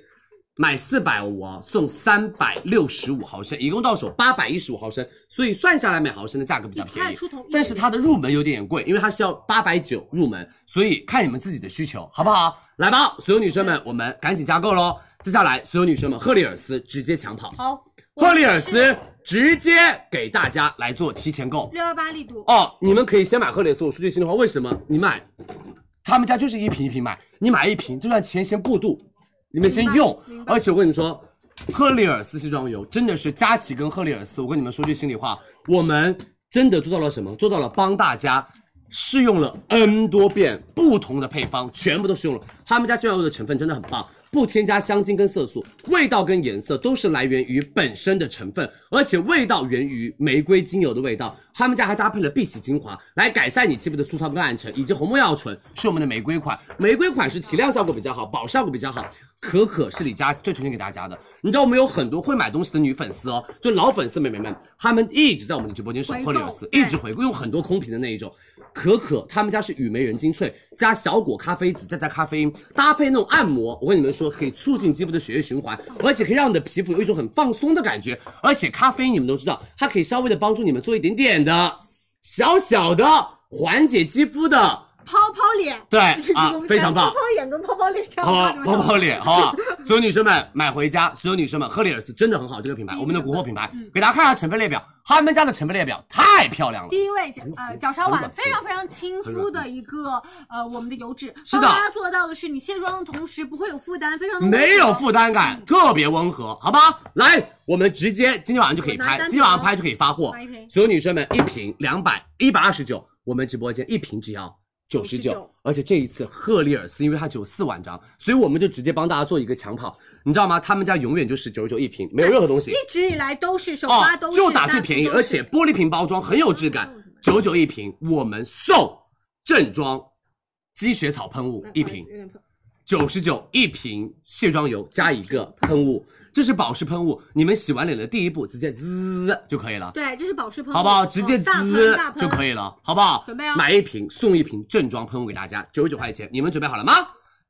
Speaker 7: 买四百五啊，送三百六十五毫升，一共到手八百一十五毫升，所以算下来每毫升的价格比较便
Speaker 25: 太
Speaker 7: 宜
Speaker 25: 出头一点，
Speaker 7: 但是它的入门有点点贵，因为它是要八百九入门，所以看你们自己的需求，好不好？来吧，所有女生们，我们赶紧加购喽！接下来，所有女生们，赫丽尔斯直接抢跑，
Speaker 25: 好，
Speaker 7: 赫丽尔斯直接给大家来做提前购
Speaker 25: 六幺八力度，
Speaker 7: 哦。你们可以先买赫丽尔斯。我说句心里话，为什么你买？他们家就是一瓶一瓶买，你买一瓶，就算钱先过渡，你们先用。而且我跟你说，赫丽尔斯卸妆油真的是佳琦跟赫丽尔斯，我跟你们说句心里话，我们真的做到了什么？做到了帮大家。试用了 N 多遍不同的配方，全部都试用了。他们家卸妆油的成分真的很棒，不添加香精跟色素，味道跟颜色都是来源于本身的成分，而且味道源于玫瑰精油的味道。他们家还搭配了碧玺精华，来改善你肌肤的粗糙跟暗沉，以及红木药醇是我们的玫瑰款，玫瑰款是提亮效果比较好，保湿效果比较好。可可是李佳琦最推荐给大家的，你知道我们有很多会买东西的女粉丝哦，就老粉丝美眉们，她们一直在我们的直播间守
Speaker 26: 回购
Speaker 7: 候李尔斯，一直回购，用很多空瓶的那一种。可可他们家是雨梅人精粹加小果咖啡籽，再加咖啡因，搭配那种按摩，我跟你们说，可以促进肌肤的血液循环，而且可以让你的皮肤有一种很放松的感觉。而且咖啡因你们都知道，它可以稍微的帮助你们做一点点的小小的缓解肌肤的
Speaker 25: 泡泡脸，
Speaker 7: 对
Speaker 25: 我
Speaker 7: 啊
Speaker 25: 们，
Speaker 7: 非常棒
Speaker 25: 泡泡。眼跟泡泡脸差不
Speaker 7: 好
Speaker 25: 多，
Speaker 7: 不
Speaker 25: 你们
Speaker 7: 好？泡
Speaker 25: 懂吗
Speaker 7: 泡脸，好不好？所有女生们买回家，所有女生们，赫丽尔斯真的很好，这个品牌，我们的国货品牌，
Speaker 25: 嗯
Speaker 7: 给大家看一下成分列表，他们家的成分列表太漂亮了。
Speaker 25: 第一位，呃，角鲨
Speaker 7: 嗯很
Speaker 25: 烷
Speaker 7: 软
Speaker 25: 非常非常亲
Speaker 7: 很
Speaker 25: 肤
Speaker 7: 软嗯
Speaker 25: 的一个呃我们的油脂，
Speaker 7: 是
Speaker 25: 帮
Speaker 7: 的
Speaker 25: 大家做到的是你卸妆的同时不会有负担，非常的
Speaker 7: 没有负
Speaker 25: 嗯
Speaker 7: 担感，特别温和，好吧？来，我们直接今天晚上就可
Speaker 25: 我
Speaker 7: 以
Speaker 25: 拿
Speaker 7: 拍
Speaker 25: 单，瓶哦
Speaker 7: 今天晚上拍就可以发货
Speaker 25: 拿一瓶。
Speaker 7: 所有女生们，一瓶两百一百二十九，我们直播间一瓶只要九十
Speaker 25: 99
Speaker 7: 九，而且这一次赫丽尔斯，因为它只有四万张，所以我们就直接帮大家做一个抢跑，你知道吗？他们家永远就是九十九一瓶，没有任何东西。
Speaker 25: 哎一直以来都是首
Speaker 7: 哦
Speaker 25: 发都，是、
Speaker 7: 就打最便宜，
Speaker 25: 单独
Speaker 7: 而
Speaker 25: 都是
Speaker 7: 且玻璃瓶包装很有质感，九九一瓶，我们送正装积雪草喷
Speaker 25: 嗯
Speaker 7: 雾一瓶，九十九一瓶卸妆油加一个喷雾，这是保湿喷雾，你们洗完脸的第一步直接滋就可以了。
Speaker 25: 对，这是保湿喷雾，
Speaker 7: 好不好？直接
Speaker 25: 哦大喷
Speaker 7: 滋
Speaker 25: 大喷
Speaker 7: 就可以了，好不好？
Speaker 25: 准备哦
Speaker 7: 买一瓶送一瓶正装喷雾给大家，九十九块钱，你们准备好了吗？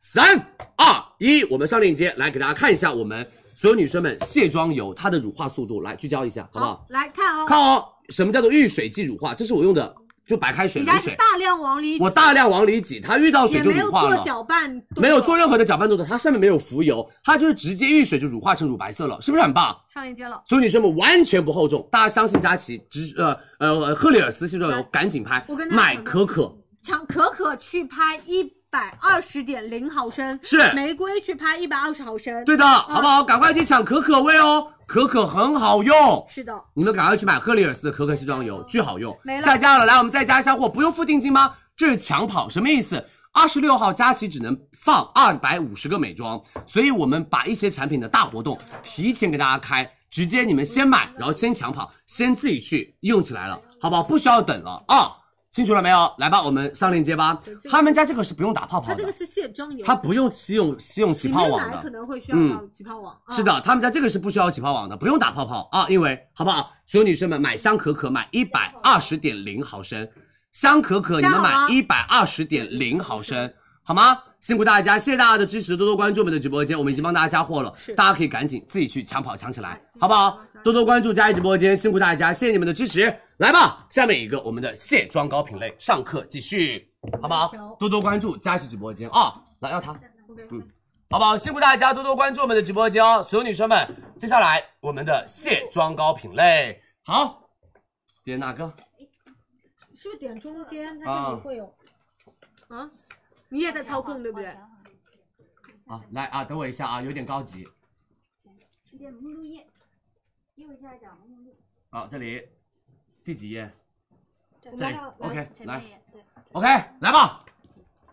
Speaker 7: 三二一，我们上链接来给大家看一下我们所有女生们卸妆油它的乳化速度，来聚焦一下，好不好？
Speaker 25: 来看哦，
Speaker 7: 看哦，什么叫做遇水即乳化？这是我用的，就白开水、
Speaker 25: 你
Speaker 7: 冷
Speaker 25: 家是
Speaker 7: 水，
Speaker 25: 大量往里，
Speaker 7: 我大量往里挤，它遇到水
Speaker 25: 也
Speaker 7: 就
Speaker 25: 没
Speaker 7: 乳
Speaker 25: 有
Speaker 7: 化
Speaker 25: 做
Speaker 7: 了。
Speaker 25: 搅拌，
Speaker 7: 没有做任何的搅拌动作，它上面没有浮油，它就是直接遇水就乳化成乳白色了，是不是很棒？
Speaker 25: 上链接了。
Speaker 7: 所有女生们完全不厚重，大家相信佳琦，直呃呃赫丽尔斯卸妆油，赶紧拍
Speaker 25: 我跟，大家
Speaker 7: 买
Speaker 25: 讲
Speaker 7: 可可。
Speaker 25: 抢可可去拍一百二十点零毫升，
Speaker 7: 是
Speaker 25: 玫瑰去拍一百二十毫升，
Speaker 7: 对的，
Speaker 25: 嗯
Speaker 7: 好不好？赶快去抢可可味哦，可可很好用。
Speaker 25: 是的，
Speaker 7: 你们赶快去买赫丽尔斯的可可卸妆油，巨好用
Speaker 25: 没，了
Speaker 7: 下架了。来，我们再加一下货，不用付定金吗？这是抢跑，什么意思？二十六号佳琦只能放二百五十个美妆，所以我们把一些产品的大活动提前给大家开，直接你们先买，然后先抢跑，先自己去用起来了，好不好？不需要等了啊！清楚了没有？来吧，我们上链接吧。他们家这个是不用打泡泡
Speaker 25: 它这个
Speaker 7: 的，
Speaker 25: 是卸妆油，
Speaker 7: 它不用吸用吸用起
Speaker 25: 里
Speaker 7: 泡
Speaker 25: 面
Speaker 7: 网
Speaker 25: 奶
Speaker 7: 的嗯
Speaker 25: 可。能会需要到起泡网，啊
Speaker 7: 是的，他们家这个是不需要起泡网的，不用打泡泡啊，因为好不好？所有女生们买香可可买一百二十点零毫升，香可可你
Speaker 26: 加
Speaker 7: 们
Speaker 26: 好
Speaker 7: 买
Speaker 26: 了
Speaker 7: 一百二十点零毫升，好吗？辛苦大家，谢谢大家的支持，多多关注我们的直播间，我们已经帮大家加货了，大家可以赶紧自己去抢跑抢起来，好不好？多多关注佳怡直播间，辛苦大家，谢谢你们的支持，来吧，下面一个我们的卸妆膏品类上课继续，好不好？多多关注佳琦直播间啊，来让他。嗯好不好？辛苦大家多多关注我们的直播间哦，所有女生们，接下来我们的卸妆膏品类，好，点哪个？
Speaker 25: 是不是点中间它这里会有？啊，你也在操控对不对？
Speaker 7: 啊，来啊，等我一下啊，有点高级
Speaker 27: 点目录页，右下角目录。
Speaker 7: 啊，这里第几页
Speaker 27: 这
Speaker 7: 这里，OK，
Speaker 27: 前
Speaker 7: 来
Speaker 27: 面也对。
Speaker 7: ？OK，来吧，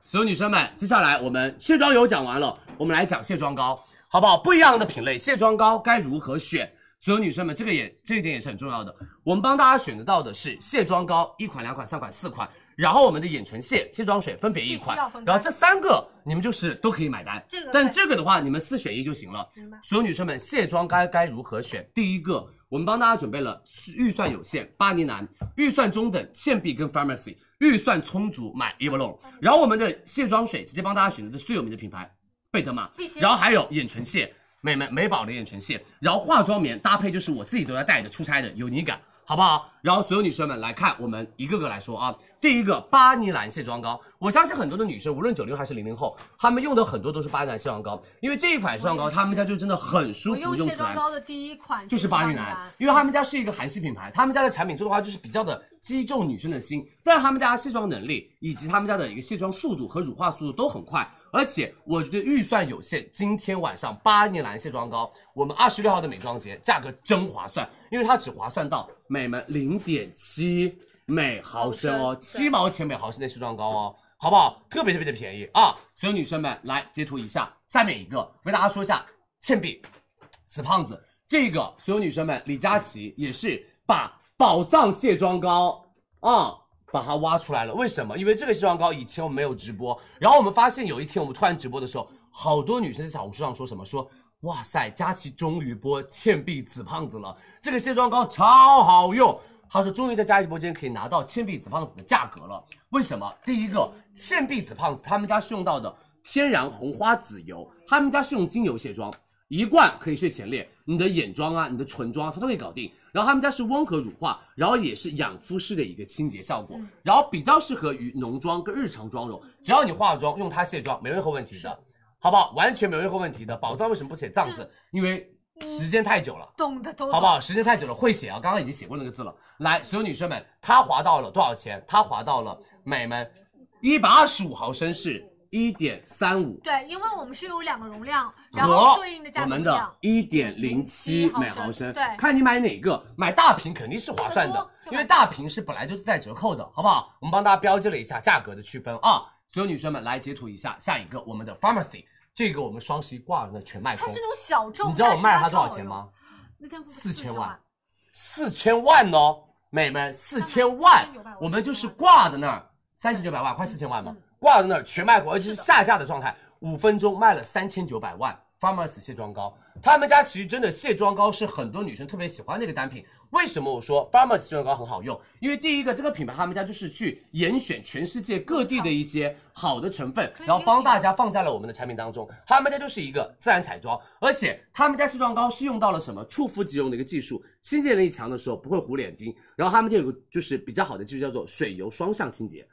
Speaker 7: 所有女生们，接下来我们卸妆油讲完了，我们来讲卸妆膏，好不好？不一样的品类，卸妆膏该如何选？所有女生们，这个也这一点也是很重要的。我们帮大家选得到的是卸妆膏，一款、两款、三款、四款，然后我们的眼唇卸、卸妆水分别一款
Speaker 26: 必须要分，开
Speaker 7: 然后这三个你们就是都可以买单。
Speaker 26: 这个
Speaker 7: 但
Speaker 26: 对
Speaker 7: 这个的话，你们四选一就行了。所有女生们，卸妆该该如何选？第一个，我们帮大家准备了预算有限巴尼南，预算中等倩碧跟 Pharmacy，预算充足买 Evelyn。然后我们的卸妆水直接帮大家选择的最有名的品牌贝德玛
Speaker 26: 必须，
Speaker 7: 然后还有眼唇卸美美美宝的眼唇卸，然后化妆棉搭配就是我自己都在带的出差的有你感。好不好？然后所有女生们来看，我们一个个来说啊。第一个巴尼兰卸妆膏，我相信很多的女生，无论九零后还是零零后，她们用的很多都是巴尼兰卸妆膏，因为这一款卸妆膏，她们家就真的很舒
Speaker 25: 我
Speaker 7: 服，
Speaker 25: 用
Speaker 7: 用
Speaker 25: 卸
Speaker 7: 起
Speaker 25: 妆
Speaker 7: 来
Speaker 25: 膏的第一款
Speaker 7: 就是巴尼兰，因为他们家是一个韩系品牌，他们家的产品做的话就是比较的击中女生的心，但是他们家卸妆能力以及他们家的一个卸妆速度和乳化速度都很快，而且我觉得预算有限，今天晚上巴尼兰卸妆膏，我们二十六号的美妆节价格真划算，因为它只划算到每们零点七每毫升哦，七毛钱每毫升的卸妆膏哦。好不好？特别特别的便宜啊！所有女生们来截图一下，下面一个为大家说一下倩碧死胖子，这个所有女生们，李佳琦也是把宝藏卸妆膏啊、把它挖出来了。为什么？因为这个卸妆膏以前我们没有直播，然后我们发现有一天我们突然直播的时候，好多女生在小红书上说什么说。哇塞，佳琦终于播倩碧紫胖子了，这个卸妆膏超好用。她说终于在佳琦直播间可以拿到倩碧紫胖子的价格了。为什么？第一个，倩碧紫胖子他们家是用到的天然红花籽油，他们家是用精油卸妆，一罐可以睡前列，你的眼妆啊，你的唇妆啊它都可以搞定。然后他们家是温和乳化，然后也是养肤式的一个清洁效果，然后比较适合于浓妆跟日常妆容，只要你化妆用它卸妆没有任何问题的，好不好？完全没有任何问题的。宝藏为什么不写藏字？因为时间太久了。
Speaker 25: 懂的都懂
Speaker 7: 好不好？？时间太久了，会写啊，刚刚已经写过那个字了。来，所有女生们，它划到了多少钱？它划到了美们一百二十五毫升是一点三五
Speaker 25: 对，因为我们是有两个容量，然后
Speaker 7: 和
Speaker 25: 对应的价
Speaker 7: 我
Speaker 25: 格不
Speaker 7: 们
Speaker 25: 一
Speaker 7: 的
Speaker 25: 样。
Speaker 7: 一点零七每毫升，
Speaker 25: 对
Speaker 7: 看你买哪个，买大瓶肯定是划算的，因为大瓶是本来就是在折扣的，好不好？我们帮大家标记了一下价格的区分啊，所有女生们来截图一下，下一个我们的 pharmacy，这个我们双十一挂了的全卖
Speaker 25: 它
Speaker 7: 空，
Speaker 25: 是那种小众，
Speaker 7: 你知道我
Speaker 25: 但是
Speaker 7: 卖了
Speaker 25: 它
Speaker 7: 它多少
Speaker 25: 超好
Speaker 7: 钱
Speaker 25: 用？
Speaker 7: 吗？
Speaker 25: 那天
Speaker 7: 四千万，四千万哦，美们，四千万，嗯我们就是挂在那儿，三千九百万，快四千万嘛，挂在那儿全卖光，而且是下架的状态，五分钟卖了三千九百万 p Farmers 卸妆膏，他们家其实真的卸妆膏是很多女生特别喜欢的一个单品。为什么我说 Farmers 卸妆膏很好用？因为第一个，这个品牌他们家就是去严选全世界各地的一些好的成分，然后帮大家放在了我们的产品当中。他们家就是一个自然彩妆，而且他们家卸妆膏是用到了什么触肤即溶的一个技术，清洁能力强的时候不会糊脸巾。然后他们家有个就是比较好的技术叫做水油双向清洁。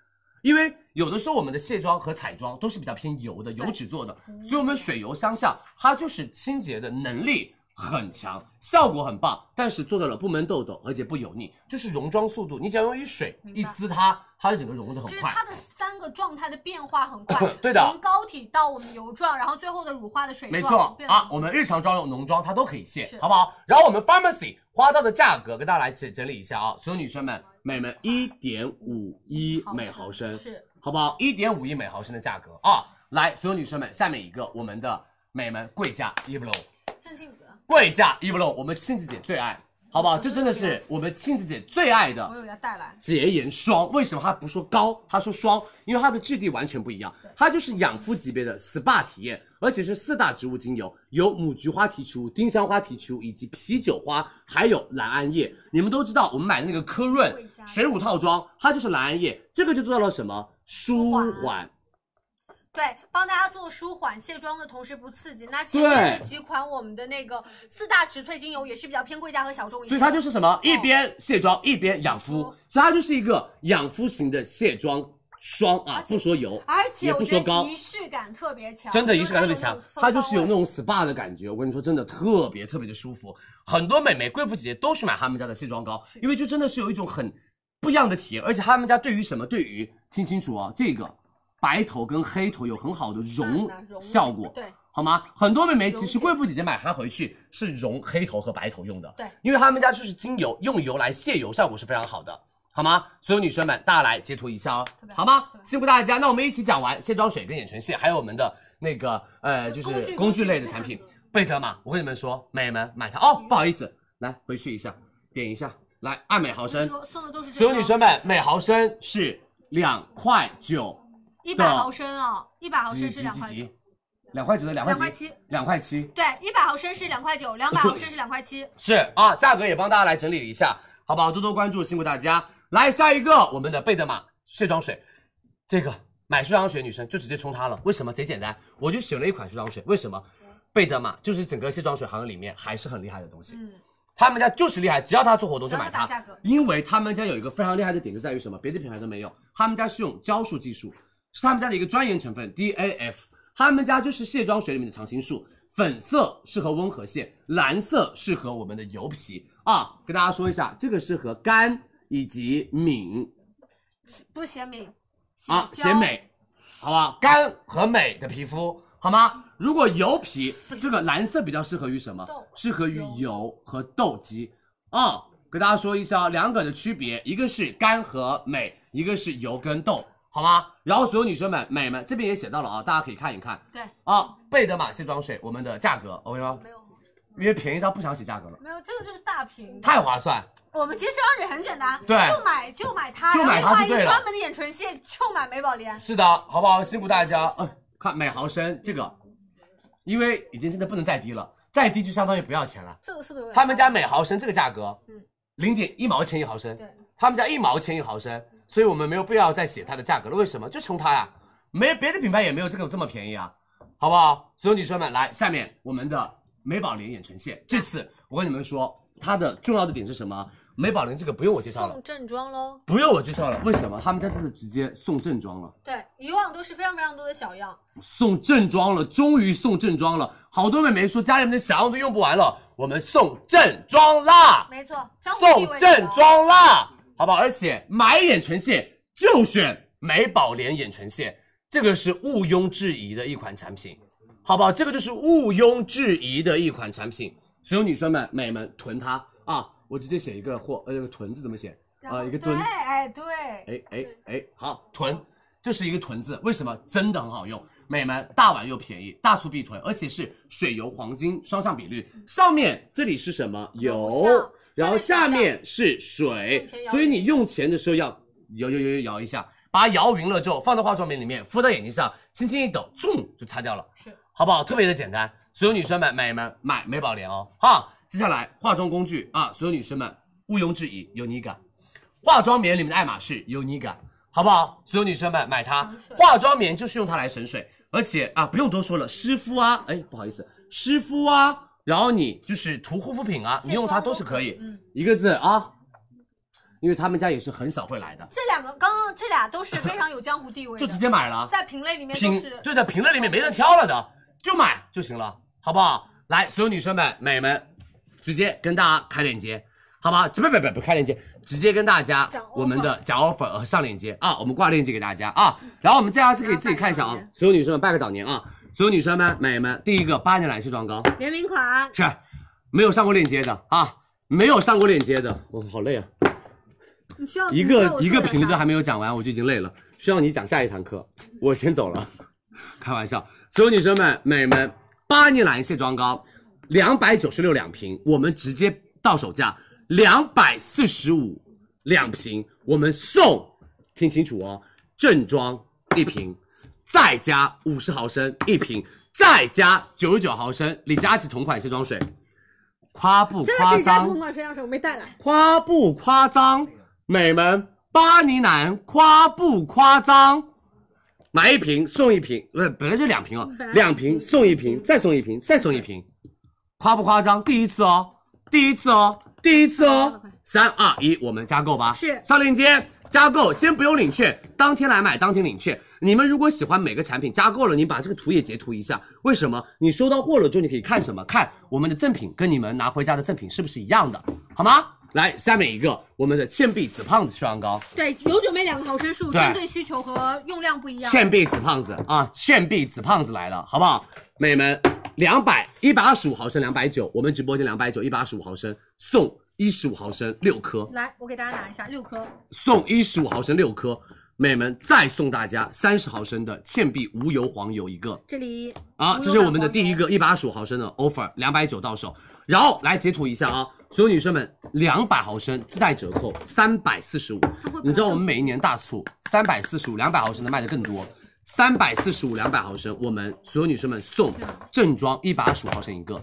Speaker 7: 因为有的时候我们的卸妆和彩妆都是比较偏油的，油脂做的，
Speaker 10: 嗯
Speaker 7: 所以我们水油相向，它就是清洁的能力很强，效果很棒，但是做到了不闷痘痘，而且不油腻，就是溶妆速度，你只要用一水一滋它，它就整个融的很
Speaker 10: 就是
Speaker 7: 快。，
Speaker 10: 它的三个状态的变化很快
Speaker 7: 对的
Speaker 10: 从膏体到我们油状，然后最后的乳化的水
Speaker 7: 没
Speaker 10: 状，
Speaker 7: 错
Speaker 10: 变得
Speaker 7: 啊，我们日常妆容、浓妆它都可以卸
Speaker 10: 是，
Speaker 7: 好不好？然后我们 Pharmacy 花到的价格跟大家来整整理一下啊，所有女生们，美们一点五一每毫升，
Speaker 10: 是
Speaker 7: 好不好？一点五一每毫升的价格啊，来，所有女生们，下面一个我们的美们贵价 Evlo，
Speaker 10: 正镜子。
Speaker 7: 贵价 Evlo，我们庆子姐最爱，好不好？这真的是我们庆子姐最爱的
Speaker 10: 我有要带来。
Speaker 7: 洁颜霜，为什么它不说膏，它说霜？因为它的质地完全不一样，它就是养肤级别的 SPA 体验，而且是四大植物精油，有母菊花提取物、丁香花提取物以及啤酒花，还有蓝桉叶。你们都知道，我们买的那个科润水乳套装，它就是蓝桉叶，这个就做到了什么舒缓。
Speaker 10: 对，帮大家做舒缓卸妆的同时不刺激。那前面这
Speaker 7: 对
Speaker 10: 几款我们的那个四大植萃精油也是比较偏贵价和小众一些，
Speaker 7: 所以它就是什么，一边卸妆一边养肤，所以它就是一个养肤型的卸妆霜啊，不说油，
Speaker 10: 而且
Speaker 7: 也
Speaker 10: 我
Speaker 7: 不
Speaker 10: 觉
Speaker 7: 说
Speaker 10: 得
Speaker 7: 膏
Speaker 10: 仪，式感特别强，
Speaker 7: 真的
Speaker 10: 因为
Speaker 7: 仪式感特别
Speaker 10: 它有
Speaker 7: 强
Speaker 10: 那种，
Speaker 7: 它就是有那种 SPA 的感觉。我跟你说，真的特别特别的舒服。很多美眉、贵妇姐姐都去买他们家的卸妆膏，因为就真的是有一种很不一样的体验。而且他们家对于什么，对于听清楚啊，这个白头跟黑头有很好的
Speaker 10: 淡
Speaker 7: 融
Speaker 10: 的融
Speaker 7: 效果。
Speaker 10: 对。
Speaker 7: 好吗？很多妹眉其实贵妇姐姐买它回去是融黑头和白头用的，
Speaker 10: 对
Speaker 7: 因为他们家就是精油，用油来卸油，效果是非常好的，好吗？所有女生们，大家来截图一下哦，好吗？辛苦大家，那我们一起讲完卸妆水跟眼唇卸，还有我们的那个呃，就
Speaker 23: 工具
Speaker 7: 是工具类的产品，贝德玛，我跟你们说，美们买它哦，不好意思，来回去一下，点一下，来按每毫升，
Speaker 10: 说送的都是
Speaker 7: 所有
Speaker 10: 这
Speaker 7: 女
Speaker 10: 种
Speaker 7: 生们，每毫升是两块九
Speaker 10: 一
Speaker 7: 的
Speaker 10: 百毫升啊，一百毫
Speaker 7: 几
Speaker 10: 升是
Speaker 7: 几
Speaker 10: 两
Speaker 7: 几
Speaker 10: 块九，
Speaker 7: 几？两块九的两块
Speaker 10: 两块
Speaker 7: 几
Speaker 10: 七，
Speaker 7: 两块七。
Speaker 10: 对，一百毫升是两块九，两百毫升是两 块七。
Speaker 7: 是啊，价格也帮大家来整理了一下，好不好？多多关注，辛苦大家。来下一个，我们的贝德玛卸妆水，这个买卸妆水女生就直接冲它了，为什么？贼简单，我就选了一款卸妆水，为什么？贝德玛就是整个卸妆水行业里面还是很厉害的东西，
Speaker 10: 嗯，
Speaker 7: 他们家就是厉害，只要他做活动就买
Speaker 10: 只要它打价
Speaker 7: 它
Speaker 10: 格，
Speaker 7: 因为他们家有一个非常厉害的点就在于什么？别的品牌都没有，他们家是用胶束技术，是他们家的一个专研成分 DAF，他们家就是卸妆水里面的常青树，粉色适合温和卸，蓝色适合我们的油皮啊。跟大家说一下，这个适合干以及敏
Speaker 10: 不显敏
Speaker 7: 啊，显美，好吧，干和美的皮肤，好吗？如果油皮，这个蓝色比较适合于什么
Speaker 23: 痘？
Speaker 7: 适合于油和痘肌啊、给大家说一下两者的区别，一个是干和美，一个是油跟痘，好吗？然后所有女生们、美们这边也写到了啊，大家可以看一看
Speaker 10: 对，
Speaker 7: 啊。贝德玛卸妆水，我们的价格，我跟你说，因为便宜到不想写价格了，
Speaker 10: 没有这个就是大瓶，
Speaker 7: 太划算。
Speaker 10: 我们其实卸妆水很简单，
Speaker 7: 对
Speaker 10: 就买就买它，
Speaker 7: 就买它
Speaker 10: 然后画
Speaker 7: 就对
Speaker 10: 一
Speaker 7: 了
Speaker 10: 专门的眼唇卸，就买美宝莲。
Speaker 7: 是的，好不好？辛苦大家。哎，看每毫升这个，因为已经真的不能再低了，再低就相当于不要钱了。
Speaker 10: 这个是不是有点
Speaker 7: 他们家每毫升这个价格，
Speaker 10: 嗯
Speaker 7: 零点一毛钱一毫升，
Speaker 10: 对，嗯
Speaker 7: 他们家一毛钱一毫升，所以我们没有必要再写它的价格了。为什么？就冲它呀、没别的品牌也没有这个这么便宜啊，好不好？所有女生们，来，下面我们的美宝莲眼唇
Speaker 10: 嗯
Speaker 7: 线，这次我跟你们说，它的重要的点是什么？美宝莲这个不用我介绍了
Speaker 10: 送，正装喽？
Speaker 7: 不用我介绍了，为什么？他们家这次直接送正装了。
Speaker 10: 对，以往都是非常非常多的小样，
Speaker 7: 送正装了，终于送正装了。好多美眉说家里面的小样都用不完了，我们送正装啦，
Speaker 10: 没错，江湖地
Speaker 7: 送
Speaker 10: 位
Speaker 7: 正装啦，好不好？而且买眼唇线就选美宝莲眼唇线，这个是毋庸置疑的一款产品，好不好？这个就是毋庸置疑的一款产品，所有女生们、美们囤它啊！我直接写一个货，呃，这个囤字怎么写？啊、一个
Speaker 10: 对，
Speaker 7: 蹲。
Speaker 10: 哎对，
Speaker 7: 哎哎哎，好，臀就是一个臀字，为什么？真的很好用，美们大碗又便宜，大促必囤，而且是水油黄金双向比率，上面这里是什么油，然后嗯下面是水，所以你用前的时候要摇摇摇摇摇一下，把它摇匀了之后放到化妆棉里面，敷到眼睛上，轻轻一抖，zoom 就擦掉了，
Speaker 10: 是
Speaker 7: 好不好？特别的简单，所有女生们、美们买美宝莲哦，哈。接下来化妆工具啊，所有女生们毋庸置疑，Unica，化妆棉里面的爱马仕 Unica，好不好？所有女生们买它，化妆棉就是用它来省水，而且啊不用多说了，湿敷啊，哎不好意思，湿敷啊，然后你就是涂护肤品啊，你用它都是可以，
Speaker 10: 嗯
Speaker 7: 一个字啊，因为他们家也是很少会来的，
Speaker 10: 这两个刚刚这俩都是非常有江湖地位的，
Speaker 7: 就直接买了
Speaker 10: 在评论里面都
Speaker 7: 评
Speaker 10: 是
Speaker 7: 对的，评论里面没得挑了的，就买就行了，好不好？来，所有女生们、美们，直接跟大家开链接，好吗？不不不不开链接，直接跟大家我们的假 offer 呃上链接啊，我们挂链接给大家啊。然后我们大家自己自己看一下啊，所有女生们拜个早年啊，所有女生们、美们，第一个八年来试妆膏
Speaker 10: 联名款，
Speaker 7: 是没有上过链接的啊，没有上过链接的，我好累啊，
Speaker 10: 你需要
Speaker 7: 一
Speaker 10: 你需要
Speaker 7: 个
Speaker 10: 我
Speaker 7: 一个
Speaker 10: 做点
Speaker 7: 评
Speaker 10: 啥
Speaker 7: 论还没有讲完，我就已经累了，需要你讲下一堂课，我先走了。开玩笑，所有女生们、美们，巴尼兰卸妆膏，两百九十六两瓶，我们直接到手价两百四十五两瓶，我们送，听清楚哦，正装一瓶，再加五十毫升一瓶，再加九十九毫升李佳琦同款卸妆水，夸不
Speaker 25: 真的是
Speaker 7: 夸
Speaker 25: 李佳琦
Speaker 7: 张
Speaker 25: 同？款水养水，我没带来。
Speaker 7: 夸不夸张？美们，巴尼兰夸不夸张？买一瓶送一瓶，不是本来就两瓶哦
Speaker 23: 本来，
Speaker 7: 两瓶送一瓶，再送一瓶，再送一瓶，夸不夸张？第一次哦，第一次哦，第一次哦！三二一，我们加购吧。
Speaker 23: 是
Speaker 7: 上链接加购，先不用领券，当天来买，当天领券。你们如果喜欢每个产品，加购了，你把这个图也截图一下。为什么？你收到货了之后，你可以看什么？看我们的赠品跟你们拿回家的赠品是不是一样的，好吗？来，下面一个我们的倩碧紫胖子卸妆膏，
Speaker 25: 对，有准备两个毫升，是我
Speaker 7: 对
Speaker 25: 针对需求和用量不一样。
Speaker 7: 倩碧紫胖子啊，倩碧紫胖子来了，好不好？美们，两百一百二十五毫升，两百九，我们直播间两百九，一百二十五毫升送一十五毫升六颗，
Speaker 10: 来，我给大家拿一下六颗，
Speaker 7: 送一十五毫升六颗，美们再送大家三十毫升的倩碧无油黄油一个
Speaker 25: 这里
Speaker 7: 啊，这是我们的第一个一百二十五毫升的 offer，两百九到手。然后来截图一下啊，所有女生们，两百毫升自带折扣三百四十五，你知道我们每一年大促三百四十五，两百毫升的卖的更多。三百四十五两百毫升，我们所有女生们送正装一百二十五毫升一个，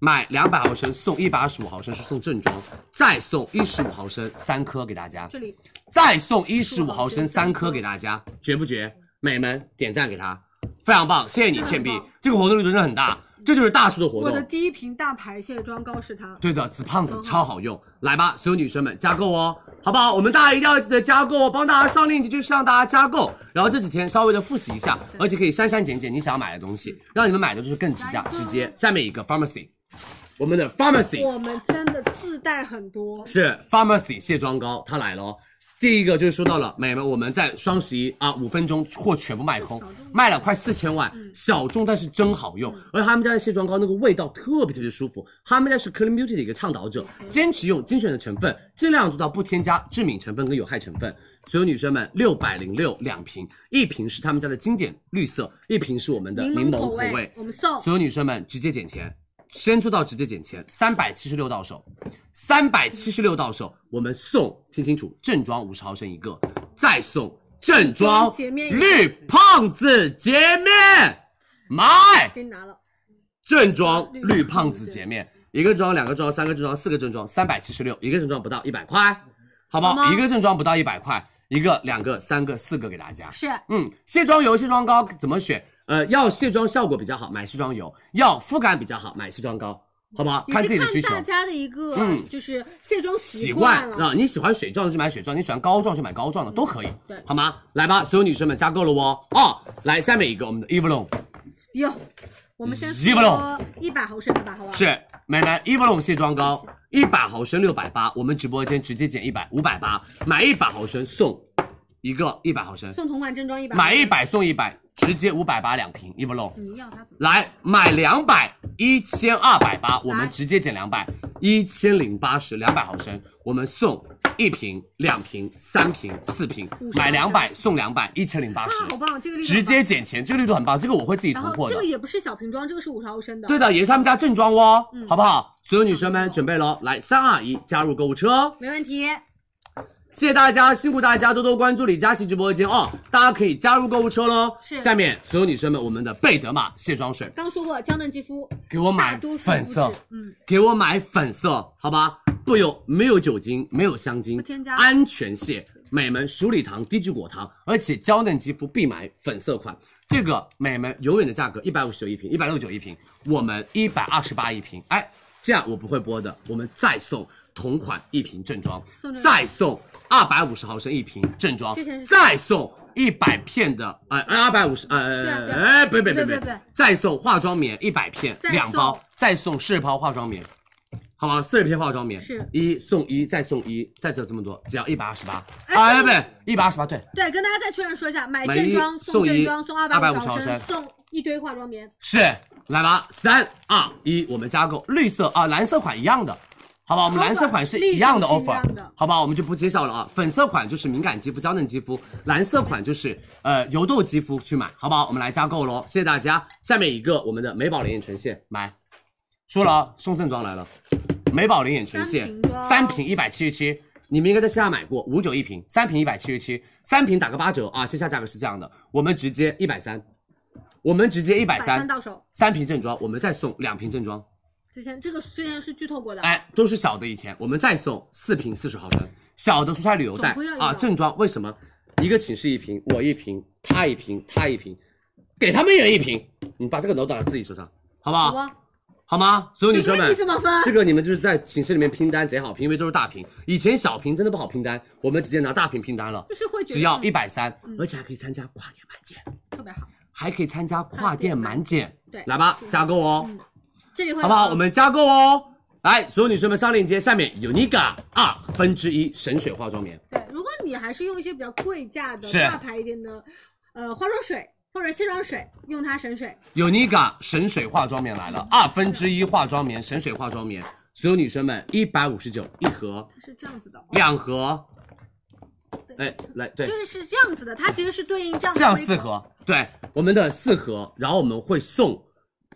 Speaker 7: 买两百毫升送一百二十五毫升是送正装，再送一十五毫升三颗给大家，
Speaker 25: 这里
Speaker 7: 再送一十五毫升三颗给大家，绝不绝？美们点赞给他，非常棒，谢谢你倩碧，这个活动力度真的很大，这就是大促的活
Speaker 25: 我的
Speaker 7: 动。
Speaker 25: 第一瓶大牌卸妆膏是它。
Speaker 7: 对的，紫胖子超好用，来吧，所有女生们加购哦，好不好？我们大家一定要记得加购哦，帮大家上链接，就是让大家加购，然后这几天稍微的复习一下，而且可以删删减减你想要买的东西，让你们买的就是更直价直接。下面一个 pharmacy，我们的 pharmacy
Speaker 25: 我们真的自带很多。
Speaker 7: 是 Pharmacy 卸妆膏，它来了哦。第一个就是说到了，美们，我们在双十一啊，五分钟货全部卖空，卖了快四千万，小众但是真好用。而他们家的卸妆膏那个味道特别特别舒服，他们家是 Clean Beauty 的一个倡导者，坚持用精选的成分，尽量做到不添加致敏成分跟有害成分。所有女生们，六百零六两瓶，一瓶是他们家的经典绿色，一瓶是我们的柠
Speaker 25: 柠
Speaker 7: 檬
Speaker 25: 口
Speaker 7: 口味。
Speaker 25: 我们送
Speaker 7: 所有女生们直接减钱，先做到直接减钱，三百七十六到手，三百七十六到手，我们送，听清楚，正装五十毫升一个，再送正装
Speaker 25: 洁面一个
Speaker 7: 绿胖子洁面，买
Speaker 25: 给你拿了，
Speaker 7: 正装绿胖子洁面，一个正装，两个正装，三个正装，四个正装，三百七十六，一个正装不到一百块，好不
Speaker 25: 好吗
Speaker 7: 好？一个正装不到一百块，一个、两个、三个、四个给大家。
Speaker 25: 是
Speaker 7: 嗯，卸妆油、卸妆膏怎么选？呃，要卸妆效果比较好，买卸妆油；要肤感比较好，买卸妆膏，好不好？
Speaker 25: 也
Speaker 7: 看
Speaker 25: 是
Speaker 7: 自己的需求。
Speaker 25: 大家的一个
Speaker 7: 嗯
Speaker 25: 就是卸妆习
Speaker 7: 习惯
Speaker 25: 了。嗯
Speaker 7: 啊，你喜欢水状的就买水状，你喜欢膏状就买膏状的，都可以，
Speaker 25: 对
Speaker 7: 好吗？来吧，所有女生们加购了哦。哦，来下面一个我们的 Evlon
Speaker 25: 哟，我们先
Speaker 7: 一百
Speaker 25: 说一百毫升啊的吧，好不好？
Speaker 7: 是美们 Evlon 卸妆膏，一百毫升六百八，我们直播间直接减一百，五百八，买一百毫升送一个一百毫升，
Speaker 25: 送同款正装一百，
Speaker 7: 买一百送一百，直接五百八两瓶 Evlon。
Speaker 25: 你要它怎么？
Speaker 7: 来买两百一千二百八，我们直接减两百一千零八十两百毫升，我们送一瓶、两瓶、三瓶、四瓶
Speaker 25: 五，十
Speaker 7: 买两
Speaker 25: 毫
Speaker 7: 百送两百一千零八十
Speaker 25: 啊，，好棒，这个力量
Speaker 7: 直接
Speaker 25: 好
Speaker 7: 减钱，这个力度很棒，这个我会自己
Speaker 25: 然
Speaker 7: 囤
Speaker 25: 后
Speaker 7: 货
Speaker 25: 这
Speaker 7: 的
Speaker 25: 个。也不是小瓶装，这个是五十毫升的。
Speaker 7: 对的，也是他们家正装哦，
Speaker 25: 嗯
Speaker 7: 好不好？所有女生们准备喽，来三二一，加入购物车哦。
Speaker 25: 没问题。
Speaker 7: 谢谢大家，辛苦大家多多关注李佳琦直播间哦，大家可以加入购物车喽。
Speaker 25: 是
Speaker 7: 下面所有女生们，我们的贝德玛卸妆水，
Speaker 25: 刚说过娇嫩肌肤，
Speaker 7: 给我买
Speaker 25: 大多数
Speaker 7: 粉色
Speaker 25: 肤质嗯，
Speaker 7: 给我买粉色，好吧？不有没有酒精，没有香精，
Speaker 25: 添加
Speaker 7: 安全卸美门鼠李糖、低聚果糖，而且娇嫩肌肤必买粉色款。这个美门永远的价格一百五十九一瓶，一百六九一瓶，我们一百二十八一瓶。哎，这样我不会播的，我们再送同款一瓶正装
Speaker 25: 送这，个
Speaker 7: 再送二百五十毫升一瓶正装
Speaker 25: 之前是，
Speaker 7: 再送一百片的，呃，二百五十，
Speaker 25: 对啊对
Speaker 7: 呃，
Speaker 25: 啊
Speaker 7: 哎，不不
Speaker 25: 对
Speaker 7: 不
Speaker 25: 对
Speaker 7: 不
Speaker 25: 对，
Speaker 7: 再送化妆棉一百片
Speaker 25: 再送
Speaker 7: 两包，再送四十包化妆棉，好吗？四十片化妆棉
Speaker 25: 是
Speaker 7: 一送一，再送一，再送这么多，只要一百二十八，
Speaker 25: 哎
Speaker 7: 啊，
Speaker 25: 这
Speaker 7: 不
Speaker 25: 个
Speaker 7: 对，一百二十八，对，
Speaker 25: 对，跟大家再确认说一下，买
Speaker 7: 买
Speaker 25: 正
Speaker 7: 一
Speaker 25: 装
Speaker 7: 送
Speaker 25: 正
Speaker 7: 一
Speaker 25: 装，送
Speaker 7: 250
Speaker 25: 百毫
Speaker 7: 毫升
Speaker 25: 送一堆化妆棉，
Speaker 7: 是，来吧，三二一，我们加购绿色啊，蓝色款一样的，好吧，我们蓝色款是一样的
Speaker 25: 绿色是
Speaker 7: offer，
Speaker 25: 一样的
Speaker 7: 好吧，我们就不揭晓了啊。粉色款就是敏感肌肤、娇嫩肌肤，蓝色款就是呃油痘肌肤去买，好不好？我们来加购喽，谢谢大家。下面一个我们的美宝莲眼唇线，买，说了啊，送正装来了，美宝莲眼唇线三瓶一百七十七。你们应该在线下买过，五九一瓶，三瓶一百七十七，三瓶打个八折啊！线下价格是这样的，我们直接一百三，我们直接一百
Speaker 25: 130
Speaker 7: 三
Speaker 25: 到手
Speaker 7: 三瓶正装，我们再送两瓶正装，
Speaker 25: 之前这个之前是剧透过的，
Speaker 7: 哎，都是小的以前，我们再送四瓶四十毫升，小的出差旅游袋
Speaker 25: 总归要有
Speaker 7: 啊，正装为什么？一个寝室一瓶，我一瓶，他一瓶，他一瓶，给他们也一瓶，你把这个楼打到自己手上，好不好？
Speaker 25: 好啊吧
Speaker 7: 好吗？所有女
Speaker 25: 随
Speaker 7: 生
Speaker 25: 便
Speaker 7: 们
Speaker 25: 你怎么分，
Speaker 7: 啊这个你们就是在寝室里面拼单贼好拼，因为都是大瓶，以前小瓶真的不好拼单，我们直接拿大瓶拼单了，
Speaker 25: 就是会觉得
Speaker 7: 只要一百三
Speaker 25: 嗯，
Speaker 7: 而且还可以参加跨年满减，
Speaker 25: 特别好，
Speaker 7: 还可以参加跨店满减，
Speaker 25: 对
Speaker 7: 来吧，加购哦。
Speaker 25: 嗯这里会有
Speaker 7: 好不好？我们加购哦。来，所有女生们上链接，下面 Unica 二分之一神水化妆棉，
Speaker 25: 对，如果你还是用一些比较贵价的
Speaker 7: 是
Speaker 25: 大牌一点的，呃，化妆水或者卸妆水，用它省水，
Speaker 7: Unica 神水化妆棉来了，二分之一化妆棉，神水化妆棉，所有女生们一百五十九一盒，
Speaker 25: 它是这样子的，
Speaker 7: 两盒，哎，来对
Speaker 25: 就，是是这样子的，它其实是对应这样
Speaker 7: 这
Speaker 25: 的
Speaker 7: 样
Speaker 25: 规
Speaker 7: 四
Speaker 25: 格
Speaker 7: 盒，对，我们的四盒，然后我们会送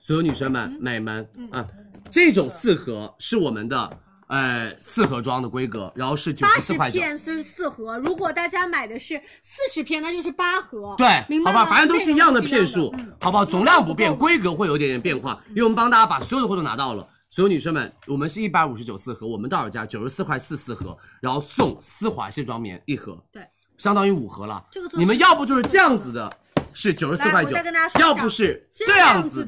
Speaker 7: 所有女生们、美们啊，这种四盒是我们的呃四盒装的规格，然后是九
Speaker 25: 八
Speaker 7: 十四
Speaker 25: 十
Speaker 7: 块九，
Speaker 25: 片四十四盒，如果大家买的是四十片，那就是八盒。
Speaker 7: 对，
Speaker 25: 哦明白
Speaker 7: 好
Speaker 25: 吗？
Speaker 7: 吧，反正都是一样的片数，
Speaker 25: 嗯
Speaker 7: 好不好？总量不变，规格会有一点点变化，因为我们帮大家把所有的货都拿到了。所有女生们，我们是一百五十九四盒，我们到手价九十四块四四盒，然后送丝滑卸妆棉一盒，
Speaker 25: 对，
Speaker 7: 相当于五盒了。
Speaker 25: 这个做
Speaker 7: 你们要不就是这样子的，是九十四
Speaker 25: 来
Speaker 7: 块
Speaker 25: 我
Speaker 7: 九
Speaker 25: 再跟大家，说一下
Speaker 7: 要不是
Speaker 25: 这
Speaker 7: 这
Speaker 25: 样
Speaker 7: 样
Speaker 25: 子
Speaker 7: 子
Speaker 25: 的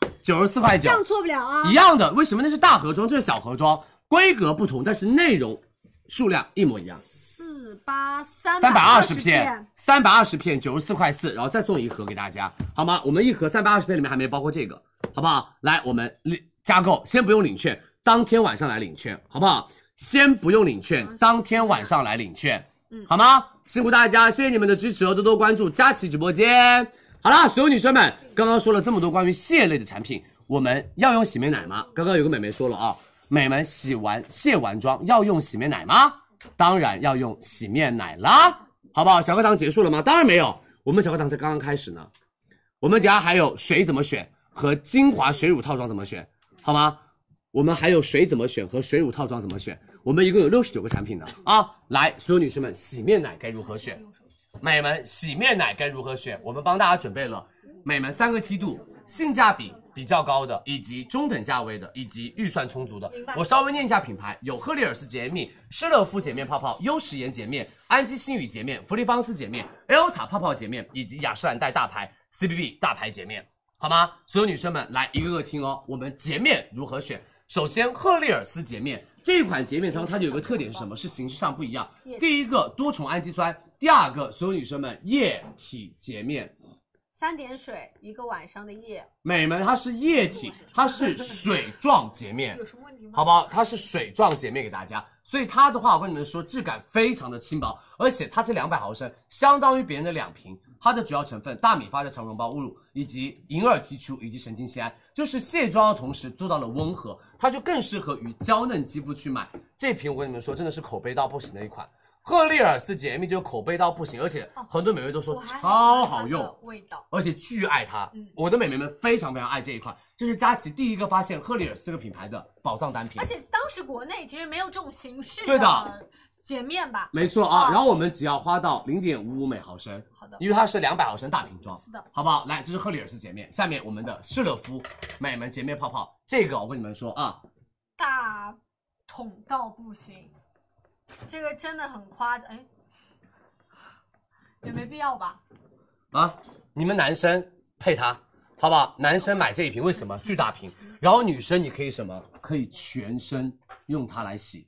Speaker 7: 的，九十四块
Speaker 25: 这
Speaker 7: 九，
Speaker 25: 样错不了啊。
Speaker 7: 一样的，为什么那是大盒装，这是小盒装？规格不同，但是内容数量一模一样。
Speaker 25: 四八三
Speaker 7: 三百二十
Speaker 25: 片
Speaker 7: 片，，三百二十片，九十四块四，然后再送一盒给大家，好吗？我们一盒三百二十片里面还没包括这个，好不好？来，我们领加购，先不用领券，当天晚上来领券，好不好？先不用领券，当天晚上来领券，
Speaker 25: 嗯
Speaker 7: 好吗？辛苦大家，谢谢你们的支持哦，多多关注佳琦直播间。好啦，所有女生们，刚刚说了这么多关于蟹类的产品，我们要用洗面奶吗？刚刚有个美眉说了啊，美们洗完卸完妆要用洗面奶吗？当然要用洗面奶啦，好不好？小课堂结束了吗？当然没有，我们小课堂才刚刚开始呢。我们等下还有水怎么选和精华水乳套装怎么选，好吗？我们还有水怎么选和水乳套装怎么选，我们一共有六十九个产品呢啊！来，所有女生们，洗面奶该如何选？美们，洗面奶该如何选？我们帮大家准备了美们三个梯度，性价比比较高的，以及中等价位的，以及预算充足的
Speaker 23: 明白。
Speaker 7: 我稍微念一下品牌：有赫丽尔斯洁面、施乐肤洁面泡泡、优时颜洁面、安基星宇洁面、芙丽芳丝洁面、L 塔泡泡洁面，以及雅诗兰黛大牌 CBB 大牌洁面，好吗？所有女生们来一个个听哦，我们洁面如何选？首先，赫丽尔斯洁面这款洁面霜，它有一个特点是什么？是形式上不一样。第一个多重氨基酸，第二个所有女生们液体洁面，
Speaker 25: 三点水一个晚上的夜，
Speaker 7: 美们它是液体，它是水状洁面，
Speaker 25: 什么问题
Speaker 7: 好不好？它是水状洁面给大家，所以它的话，我跟你们说，质感非常的轻薄，而且它是两百毫升，相当于别人的两瓶。它的主要成分大米发酵长绒包物乳以及银耳提取物以及神经酰胺，就是卸妆的同时做到了温和，它就更适合于娇嫩肌肤去买。这瓶我跟你们说，真的是口碑到不行的一款。赫丽尔斯洁面就是口碑到不行，而且很多美眉都说超好用，
Speaker 25: 味道。
Speaker 7: 而且巨爱它。
Speaker 25: 嗯
Speaker 7: 我的美眉们非常非常爱这一款，这是佳琦第一个发现赫丽尔斯这个品牌的宝藏单品
Speaker 25: 而。且当时国内其实没有这种形式
Speaker 7: 对
Speaker 25: 的
Speaker 7: 的
Speaker 10: 洁面吧。
Speaker 7: 没错啊，然后我们只要花到零点五五每毫升，
Speaker 10: 好的
Speaker 7: 因为它是两百毫升大瓶装，
Speaker 10: 是的
Speaker 7: 好不好？来，这是赫里尔斯洁面，下面我们的施乐肤美门洁面泡泡，这个我跟你们说啊，
Speaker 10: 大桶到不行，这个真的很夸张，哎，也没必要吧？
Speaker 7: 啊，你们男生配它，好不好？男生买这一瓶，为什么巨大瓶？然后女生你可以什么？可以全身用它来洗，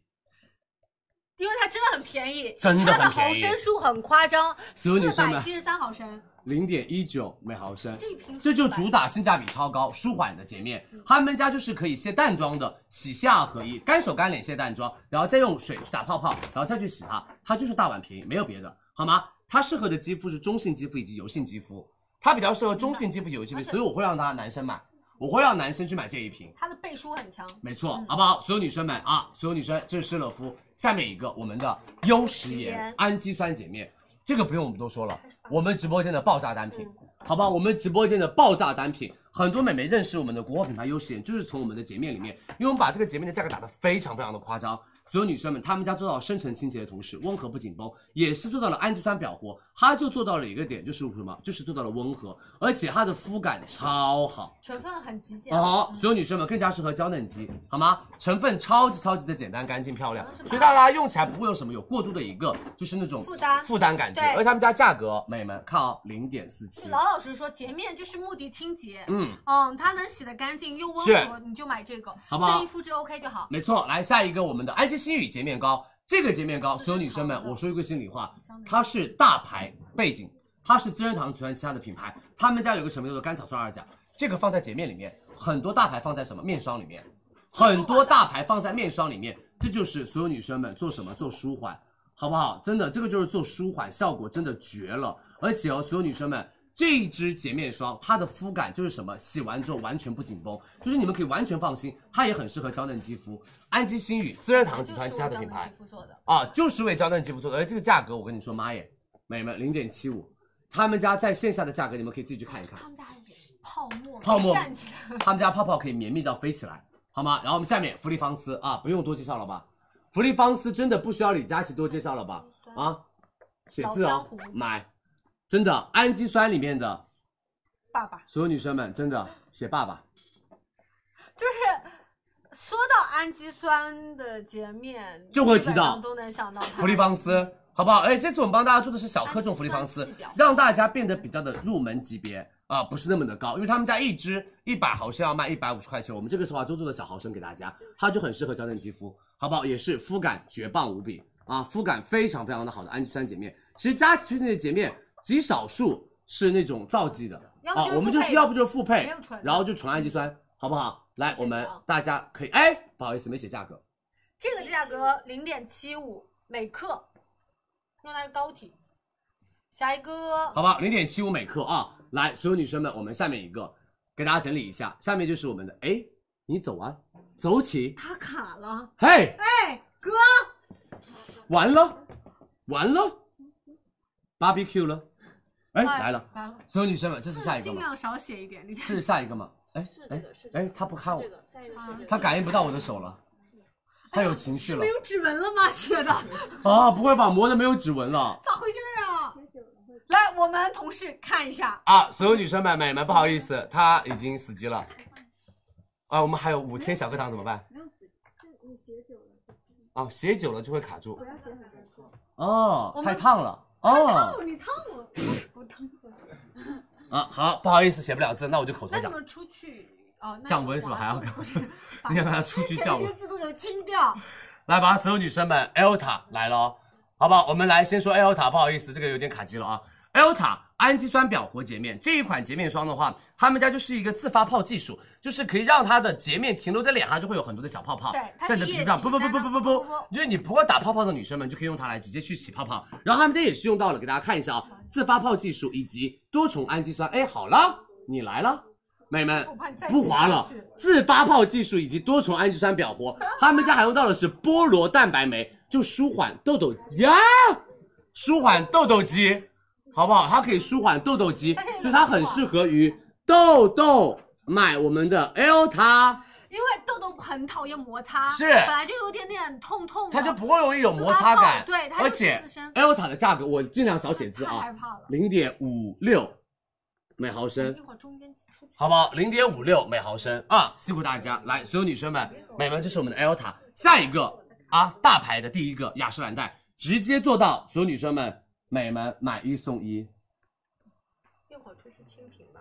Speaker 10: 因为它真的很便宜，
Speaker 7: 真的
Speaker 10: 它的
Speaker 7: 很便
Speaker 10: 毫
Speaker 7: 宜
Speaker 10: 升数很夸张，
Speaker 7: 只有女
Speaker 10: 四
Speaker 7: 生
Speaker 10: 百
Speaker 7: 买
Speaker 10: 七十三毫升。
Speaker 7: 零点一九每毫升
Speaker 10: 这一瓶，
Speaker 7: 这就主打性价比超高、舒缓的洁面。他们家就是可以卸淡妆的，洗下合一，干手干脸卸淡妆，然后再用水去打泡泡，然后再去洗它，它就是大碗便宜，没有别的，好吗？它适合的肌肤是中性肌肤以及油性肌肤，它比较适合中性肌肤、油性肌肤，所以我会让它男生买，我会让男生去买这一瓶。
Speaker 10: 它的倍数很强，
Speaker 7: 没错，好不好？所有女生们啊，所有女生，这是施乐肤。下面一个我们的优时
Speaker 10: 食
Speaker 7: 颜
Speaker 10: 盐嗯
Speaker 7: 氨基酸洁面，这个不用我们多说了，我们直播间的爆炸单品，好不好？我们直播间的爆炸单品，很多美眉认识我们的国货品牌优时颜，就是从我们的洁面里面，因为我们把这个洁面的价格打得非常非常的夸张。所有女生们，她们家做到深层清洁的同时，温和不紧绷，也是做到了氨基酸表活，它就做到了一个点，就是什么？就是做到了温和，而且它的肤感超好。
Speaker 10: 成分很极简。
Speaker 7: 哦，所有女生们更加适合娇嫩肌，好吗？成分超级超级的简单、干净、漂
Speaker 10: 哦
Speaker 7: 亮，所以大家用起来不会有什么有过度的一个就是那种
Speaker 10: 负担
Speaker 7: 负担感觉。
Speaker 10: 对
Speaker 7: 而且他们家价格，美们看哦，零点四七
Speaker 10: 是，老老实说，洁面就是目的清洁，
Speaker 7: 嗯
Speaker 10: 嗯，它能洗得干净又温和，
Speaker 7: 是
Speaker 10: 你就买这个，
Speaker 7: 好不好
Speaker 10: 对肤质 OK 就好。
Speaker 7: 没错。来下一个，我们的安之星语洁面膏，这个洁面膏，所有女生们，我说一句心里话，它是大牌背景，它是资生堂集团旗下的品牌，他们家有个成分叫做甘草酸二甲，这个放在洁面里面，很多大牌放在什么面霜里面，很多大牌放在面霜里面，这就是所有女生们做什么做舒缓，好不好？真的，这个就是做舒缓，效果真的绝了。而且哦，所有女生们，这一支洁面霜它的肤感就是什么，洗完之后完全不紧绷，就是你们可以完全放心，它也很适合娇嫩肌肤。安基星语资生堂集团旗下的品牌
Speaker 10: 肤做的，
Speaker 7: 啊，就是为娇嫩肌肤做的，而哎这个价格我跟你说，妈耶，美们零点七五，他们家在线下的价格你们可以自己去看一看。
Speaker 10: 他们家还有泡沫，
Speaker 7: 泡沫
Speaker 10: 站起 来，
Speaker 7: 他们家泡泡可以绵密到飞起来，好吗？然后我们下面芙丽芳丝啊，不用多介绍了吧？芙丽芳丝真的不需要李佳琦多介绍了吧？啊，写字
Speaker 10: 老江
Speaker 7: 哦
Speaker 10: 湖，
Speaker 7: 买，真的氨基酸里面的，
Speaker 10: 爸爸
Speaker 7: 所有女生们真的写爸爸，
Speaker 10: 就是。说到氨基酸的洁面，
Speaker 7: 就会
Speaker 10: 基本
Speaker 7: 提到
Speaker 10: 上都能想到它
Speaker 7: 芙丽芳丝，好不好？哎，这次我们帮大家做的是小克重芙丽芳丝，让大家变得比较的入门级别啊、不是那么的高，因为他们家一支一百毫升要卖一百五十块钱，我们这个是华州做的小毫升给大家，它就很适合娇嫩肌肤，好不好？也是肤感绝棒无比啊，肤感非常非常的好的氨基酸洁面。其实佳琦推荐的洁面极少数是那种皂基的
Speaker 10: 要不
Speaker 7: 啊
Speaker 10: 就是，
Speaker 7: 我们就
Speaker 10: 复配
Speaker 7: 是要不就是复
Speaker 10: 没
Speaker 7: 配
Speaker 10: 有嗯纯，的
Speaker 7: 然后就纯氨基酸，好不好？来，我们大家可以，哎，不好意思没写价格，
Speaker 10: 这个价格零点七五每克，用来膏体。下一个，
Speaker 7: 好吧，零点七五每克啊！来，所有女生们，我们下面一个给大家整理一下，下面就是我们的哎，你走啊，走起，
Speaker 10: 它卡了。
Speaker 7: 嘿，
Speaker 10: 哎，哥，
Speaker 7: 完了，完了，barbecue 了，哎来了，
Speaker 10: 来了，
Speaker 7: 所有女生们，这是下一个
Speaker 10: 尽
Speaker 7: 吗？
Speaker 10: 量少写一点，你
Speaker 7: 这是下一个吗？哎哎哎，他不看我，
Speaker 2: 啊
Speaker 7: 他感应不到我的手了，他有情绪
Speaker 10: 哎是
Speaker 7: 了
Speaker 10: 没有指纹了吗？写的，
Speaker 7: 啊！不会吧，磨的没有指纹了。
Speaker 10: 咋回事啊？来，我们同事看一下，
Speaker 7: 啊，所有女生们、美们，不好意思，他已经死机了。啊，我们还有五天小课堂怎么办？
Speaker 27: 没有死，是你写久了，
Speaker 7: 哦，写久了就会卡住
Speaker 27: 不。要写很多次。
Speaker 7: 哦
Speaker 27: 我，们
Speaker 7: 太烫了。
Speaker 10: 烫
Speaker 7: 哦，
Speaker 10: 你烫我，不烫我。
Speaker 7: 啊，好，不好意思，写不了字，那我就口头
Speaker 10: 那怎
Speaker 7: 讲。
Speaker 10: 么出去？哦，那
Speaker 7: 降温是吧？还要
Speaker 10: 把
Speaker 7: 你想让它出去降温
Speaker 10: 这些？字都给我清掉。
Speaker 7: 来吧，所有女生们，Elta 来了哦，好不好？我们来先说 Elta，不好意思，这个有点卡机了啊。Elta 氨基酸表活洁面这一款洁面霜的话，他们家就是一个自发泡技术，就是可以让它的洁面停留在脸上，就会有很多的小泡泡
Speaker 26: 对它
Speaker 7: 在你
Speaker 26: 是
Speaker 7: 的
Speaker 26: 液
Speaker 7: 皮肤上，
Speaker 26: 体
Speaker 7: 不不不不不不不，就是你不会打泡泡的女生们就可以用它来直接去起泡泡。然后他们家也是用到了，给大家看一下啊、
Speaker 10: 嗯
Speaker 7: 自发泡技术以及多重氨基酸。哎，好了，你来了，美们
Speaker 10: 我怕你再
Speaker 7: 不
Speaker 10: 写
Speaker 7: 滑
Speaker 10: 下
Speaker 7: 了
Speaker 10: 去。
Speaker 7: 自发泡技术以及多重氨基酸表 活，他们家还用到的是菠萝蛋白酶，就舒缓痘痘呀，舒缓痘痘肌，好不好？它可以舒缓痘痘
Speaker 10: 哎
Speaker 7: 肌，所以它很适合于痘痘买我们的 Elta，
Speaker 10: 因因为痘痘很讨厌摩擦，
Speaker 7: 是
Speaker 10: 本来就有点点痛痛的，
Speaker 7: 它就不会容易有摩擦感，
Speaker 10: 自发痛对，它就
Speaker 7: 而且
Speaker 10: 自身
Speaker 7: Elta 的价格我尽量少写字
Speaker 10: 太害
Speaker 7: 啊，
Speaker 10: 怕了。
Speaker 7: 零点五六每毫升
Speaker 10: 一，会儿中间出去，
Speaker 7: 好不好？零点五六每毫升啊，辛苦大家，来，所有女生们，美们，这是我们的 Elta，下一个啊，大牌的第一个雅诗兰黛，直接做到，所有女生们，美们买一送一，
Speaker 10: 一会儿出去清屏吧，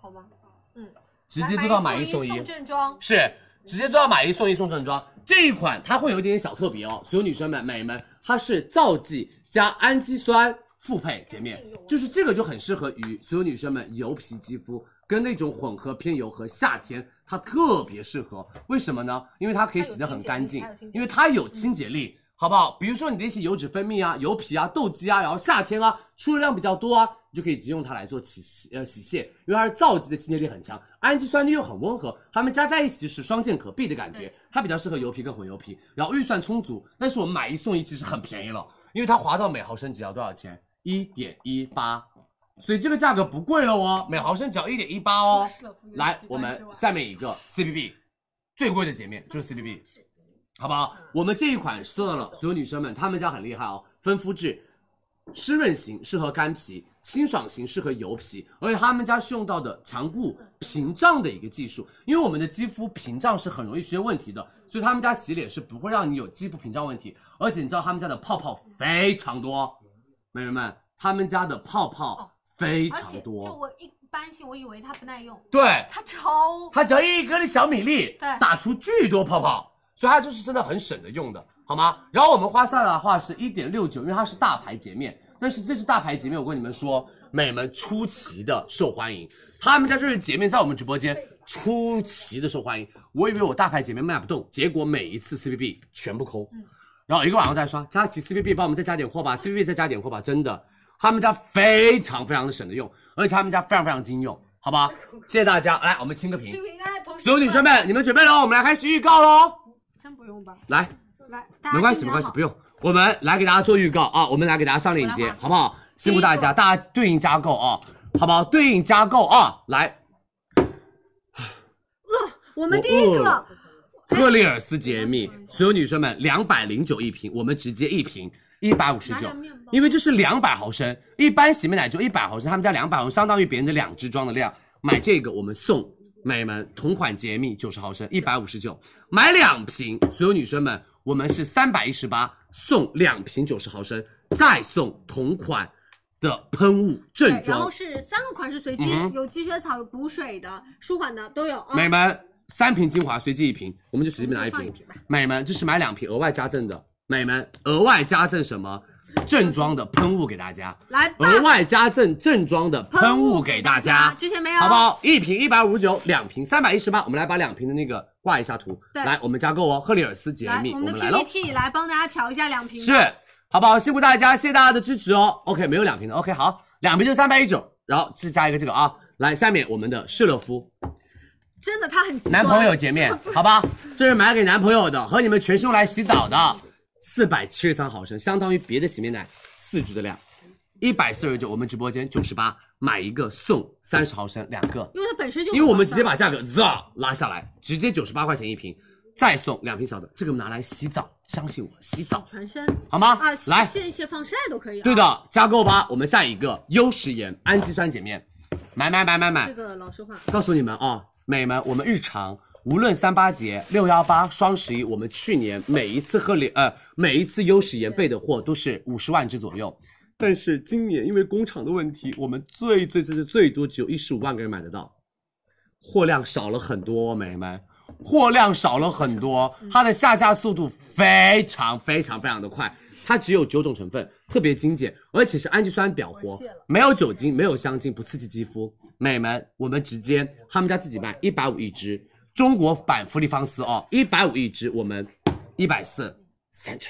Speaker 10: 好吗？嗯，
Speaker 7: 直接做到买一送
Speaker 10: 送
Speaker 7: 一
Speaker 10: 送正装，
Speaker 7: 是直接做到买一送一送正装。这一款它会有一点小特别哦，所有女生们、美们，它是皂基加氨基酸复配洁面，就是这个就啊很适合于所有女生们油皮肌肤跟那种混合偏油和夏天。它特别适合，为什么呢？因为它可以洗得很干净
Speaker 10: 它有清洁力，
Speaker 7: 因为它有清洁力，好不好？比如说你的一些油脂分泌啊、油皮啊、痘肌啊，然后夏天啊出油量比较多啊，你就可以急用它来做洗洗呃洗卸，因为它是皂基的清洁力很强，氨基酸呢又很温和，它们加在一起是双剑可避的感觉，它比较适合油皮跟混油皮。然后预算充足，但是我们买一送一其实很便宜了，因为它滑到每毫升只要多少钱？一点一八，所以这个价格不贵了哦，每毫升只要一点一八哦。来，我们下面一个 CBB，最贵的洁面就是
Speaker 10: 嗯
Speaker 7: CBB，好不好？我们这一款做到了，所有女生们，她们家很厉害哦，分肤质，湿润型适合干皮，清爽型适合油皮，而且他们家是用到的强固
Speaker 10: 嗯
Speaker 7: 屏障的一个技术，因为我们的肌肤屏障是很容易出现问题的，
Speaker 10: 嗯
Speaker 7: 所以他们家洗脸是不会让你有肌肤屏障问题，而且你知道他们家的泡泡非常多，美眉们，他们家的泡泡非常
Speaker 10: 哦而且就
Speaker 7: 多，
Speaker 10: 我一般性我以为它不耐用，
Speaker 7: 对，
Speaker 10: 它超，
Speaker 7: 它只要一根的小米粒，
Speaker 10: 对
Speaker 7: 打出巨多泡泡，所以它就是真的很省得用的，好吗？然后我们花下来的话是一点六九，因为它是大牌洁面，但是这支大牌洁面，我跟你们说，美们出奇的受欢迎，他们家这支洁面在我们直播间出奇的受欢迎，我以为我大牌洁面卖不动，结果每一次 CBB 全部抠，然后一个晚上再刷，佳琦 CBB 帮我们再加点货吧，CBB 再加点货吧，真的，他们家非常非常的省得用，而且他们家非常非常经用，好吧？谢谢大家，来我们清个屏。所有女生 们，你们准备了哦，我们来开始预告喽。
Speaker 10: 真不用吧？
Speaker 7: 来，
Speaker 10: 来，大家
Speaker 7: 没关系，
Speaker 10: 先
Speaker 7: 没
Speaker 10: 拿
Speaker 7: 关系，
Speaker 10: 好
Speaker 7: 不用。我们来给大家做预告啊，我们来给大家上链接，好不好？辛苦大家，大家对应加购啊，好不好？对应加购啊，来，
Speaker 10: 我嗯们第一
Speaker 7: 我饿
Speaker 10: 个
Speaker 7: 了克丽尔丝洁面，所有女生们两百零九一瓶，我们直接一瓶一百五十九，因为这是两百毫升，一般洗面奶就一百毫升，他们家两百毫升相当于别人的两支装的量，买这个我们送美们同款洁面九十毫升一百五十九，买两瓶，所有女生们我们是三百一十八送两瓶九十毫升，再送同款的喷雾正
Speaker 10: 对然
Speaker 7: 装，
Speaker 10: 后是三个款式随机，
Speaker 7: 嗯
Speaker 10: 有积雪草、有补水的、舒缓的都有啊。
Speaker 7: 美们三瓶精华随机一瓶，我们就随便拿一
Speaker 10: 放一
Speaker 7: 瓶
Speaker 10: 瓶。
Speaker 7: 美们，这是买两瓶额外加赠的，美们额外加赠什么？正装的喷雾给大家，
Speaker 10: 来吧，
Speaker 7: 额外加赠正装的呃喷雾给大家，
Speaker 10: 啊之前没有，
Speaker 7: 好不？好？一瓶一百五十九，两瓶三百一十八，我们来把两瓶的那个挂一下图。
Speaker 10: 对
Speaker 7: 来，我们加购哦，赫丽尔丝洁
Speaker 10: 来，
Speaker 7: 面，
Speaker 10: 我
Speaker 7: 我
Speaker 10: 们
Speaker 7: 们
Speaker 10: 的
Speaker 7: 来喽。
Speaker 10: PPT 来帮大家调一下两瓶。
Speaker 7: 是，好不好？辛苦大家，谢谢大家的支持哦。OK，没有两瓶的，OK，好，两瓶就三百一九，然后是加一个这个啊。来，下面我们的施乐肤，
Speaker 10: 真的，它很极端
Speaker 7: 男朋友洁面，好吧，这是买给男朋友的，和你们全是用来洗澡的，四百七十三毫升，相当于别的洗面奶四支的量，一百四十九，我们直播间九十八，买一个送三十毫升两个，
Speaker 10: 因为它本身就
Speaker 7: 因为我们直接把价格滋啊拉下来，直接九十八块钱一瓶，再送两瓶小的，这个拿来洗澡，相信我，洗澡
Speaker 10: 全身
Speaker 7: 好吗
Speaker 10: 啊，洗
Speaker 7: 哦来
Speaker 10: 卸一卸防晒都可以。啊
Speaker 7: 对，的，加购吧。我们下一个优时颜氨基酸洁面，买买买买买
Speaker 10: 这，个老实话，
Speaker 7: 告诉你们啊，美们，我们日常无论三八节、六幺八、双十一，我们去年每一次喝联呃每一次优时颜备的货都是五十万支左右，但是今年因为工厂的问题，我们最最最最最多只有一十五万个人买得到，货量少了很多，美们。货量少了很多，它的下架速度非常非常非常的快，它只有九种成分，特别精简，而且是氨基酸表活，没有酒精，没有香精，不刺激肌肤。美们，我们直接他们家自己卖一百五一支，中国版芙丽芳丝哦，一百五一支，我们一百四三支，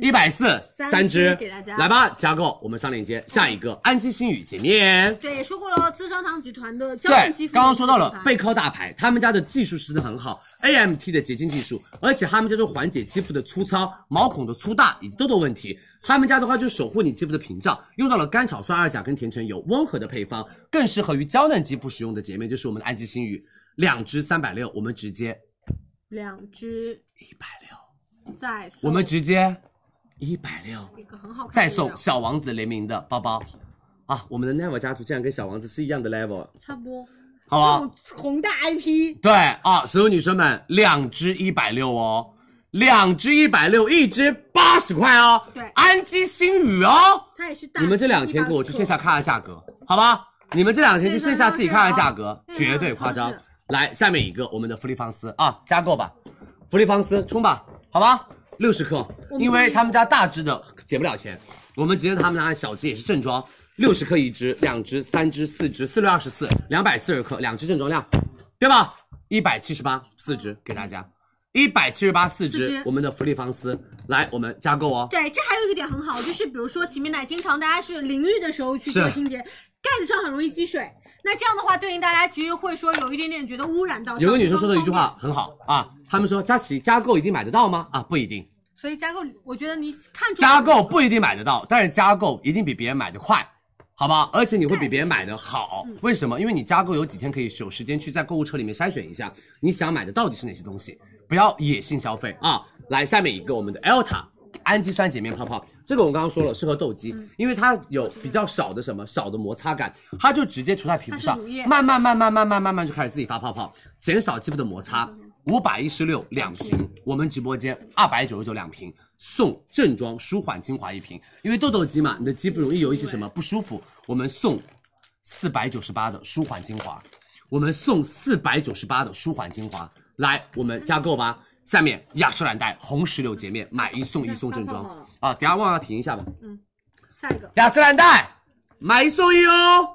Speaker 7: 一百四
Speaker 25: 三
Speaker 7: 只，
Speaker 25: 给大家
Speaker 7: 来吧，加购，我们上链接，下一个安基星宇洁面。
Speaker 25: 对，也说过
Speaker 10: 哦
Speaker 25: 了，资生堂集团的胶
Speaker 7: 对
Speaker 25: 原肌，肤，
Speaker 7: 刚刚说到了贝壳大牌，他们家的技术实的很好，AMT 的洁净技术，而且他们家就缓解肌肤的粗糙、毛孔的粗大以及痘痘问题。他们家的话就守护你肌肤的屏障，用到了甘草酸二钾跟甜橙油，温和的配方，更适合于娇嫩肌肤使用的洁面，就是我们的安吉星宇，两支三百六，我们直接，
Speaker 25: 两只
Speaker 7: 一百
Speaker 25: 六，再送
Speaker 7: 我们直接一百六，
Speaker 25: 一个很好看的
Speaker 7: 再
Speaker 25: 饮料，
Speaker 7: 送小王子联名的包包。啊，我们的 Never 家族竟然跟小王子是一样的 level，
Speaker 25: 差不多，
Speaker 7: 好不好？
Speaker 25: 这种宏大 IP，
Speaker 7: 对啊，所有女生们，两支一百六哦，两支一百六，一支八十块哦。
Speaker 25: 对
Speaker 7: 安基星宇哦。
Speaker 25: 它也是大。
Speaker 7: 你们这两天给我去线下看看价格，好吧？你们这两天去线下自己看看价格，绝对夸张。来，下面一个我们的芙丽芳丝啊，加购吧，芙丽芳丝冲吧，好吧，六十克，
Speaker 23: 我们
Speaker 7: 因为他们家大支的减不了钱，我们直接他们家小支也是正装，六十克一支，两支、三支、四支，四六二十四，两百四十克，两支正装量，对吧？一百七十八四支给大家，一百七十八
Speaker 25: 四
Speaker 7: 四支
Speaker 25: 支，
Speaker 7: 我们的芙丽芳丝，来我们加购哦。
Speaker 25: 对，这还有一个点很 好，就是比如说洗面奶，经常大家是淋浴的时候去做
Speaker 7: 是
Speaker 25: 清洁，盖子上很容易积水。那这样的话，对应大家其实会说有一点点觉得污染到。
Speaker 7: 有个女生说的一句话，很好啊，她们说佳琪加购一定买得到吗？啊，不一定，
Speaker 25: 所以加购，我觉得你看准
Speaker 7: 加购不一定买得到，但是加购一定比别人买的快，好吧？而且你会比别人买的好，
Speaker 23: 嗯
Speaker 7: 为什么？因为你加购有几天可以有时间去在购物车里面筛选一下，你想买的到底是哪些东西，不要野性消费啊。来，下面一个我们的 Elta 氨基酸洁面泡泡，这个我刚刚说了适合痘肌，
Speaker 23: 嗯
Speaker 7: 因为它有比较少的什么少的摩擦感，它就直接涂在皮肤上
Speaker 23: 它是乳液，
Speaker 7: 慢慢慢慢慢慢慢慢就开始自己发泡泡，减少肌肤的摩擦。五百一十六两瓶，我们直播间二百九十九两瓶，送正装舒缓精华一瓶。因为痘痘肌嘛，你的肌肤容易有一些什么不舒服，我们送四百九十八的舒缓精华，我们送四百九十八的舒缓精华，来，我们加购吧。下面雅诗兰黛红石榴洁面买一送一送正装啊，等一下忘了停一下吧。
Speaker 25: 下一个。
Speaker 7: 雅诗兰黛买一送一哦，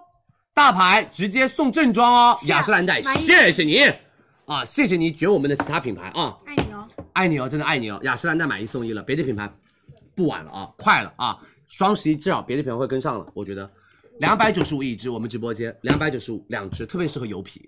Speaker 7: 大牌直接送正装哦。雅诗兰黛，
Speaker 25: 啊买一
Speaker 7: 谢谢你啊，谢谢你卷我们的其他品牌啊，
Speaker 25: 爱你哦，
Speaker 7: 爱你哦，真的爱你哦。雅诗兰黛买一送一了，别的品牌不晚了啊，快了啊，双十一至少别的品牌会跟上了，我觉得。两百九十五一支，我们直播间两百九十五两支，特别适合油皮，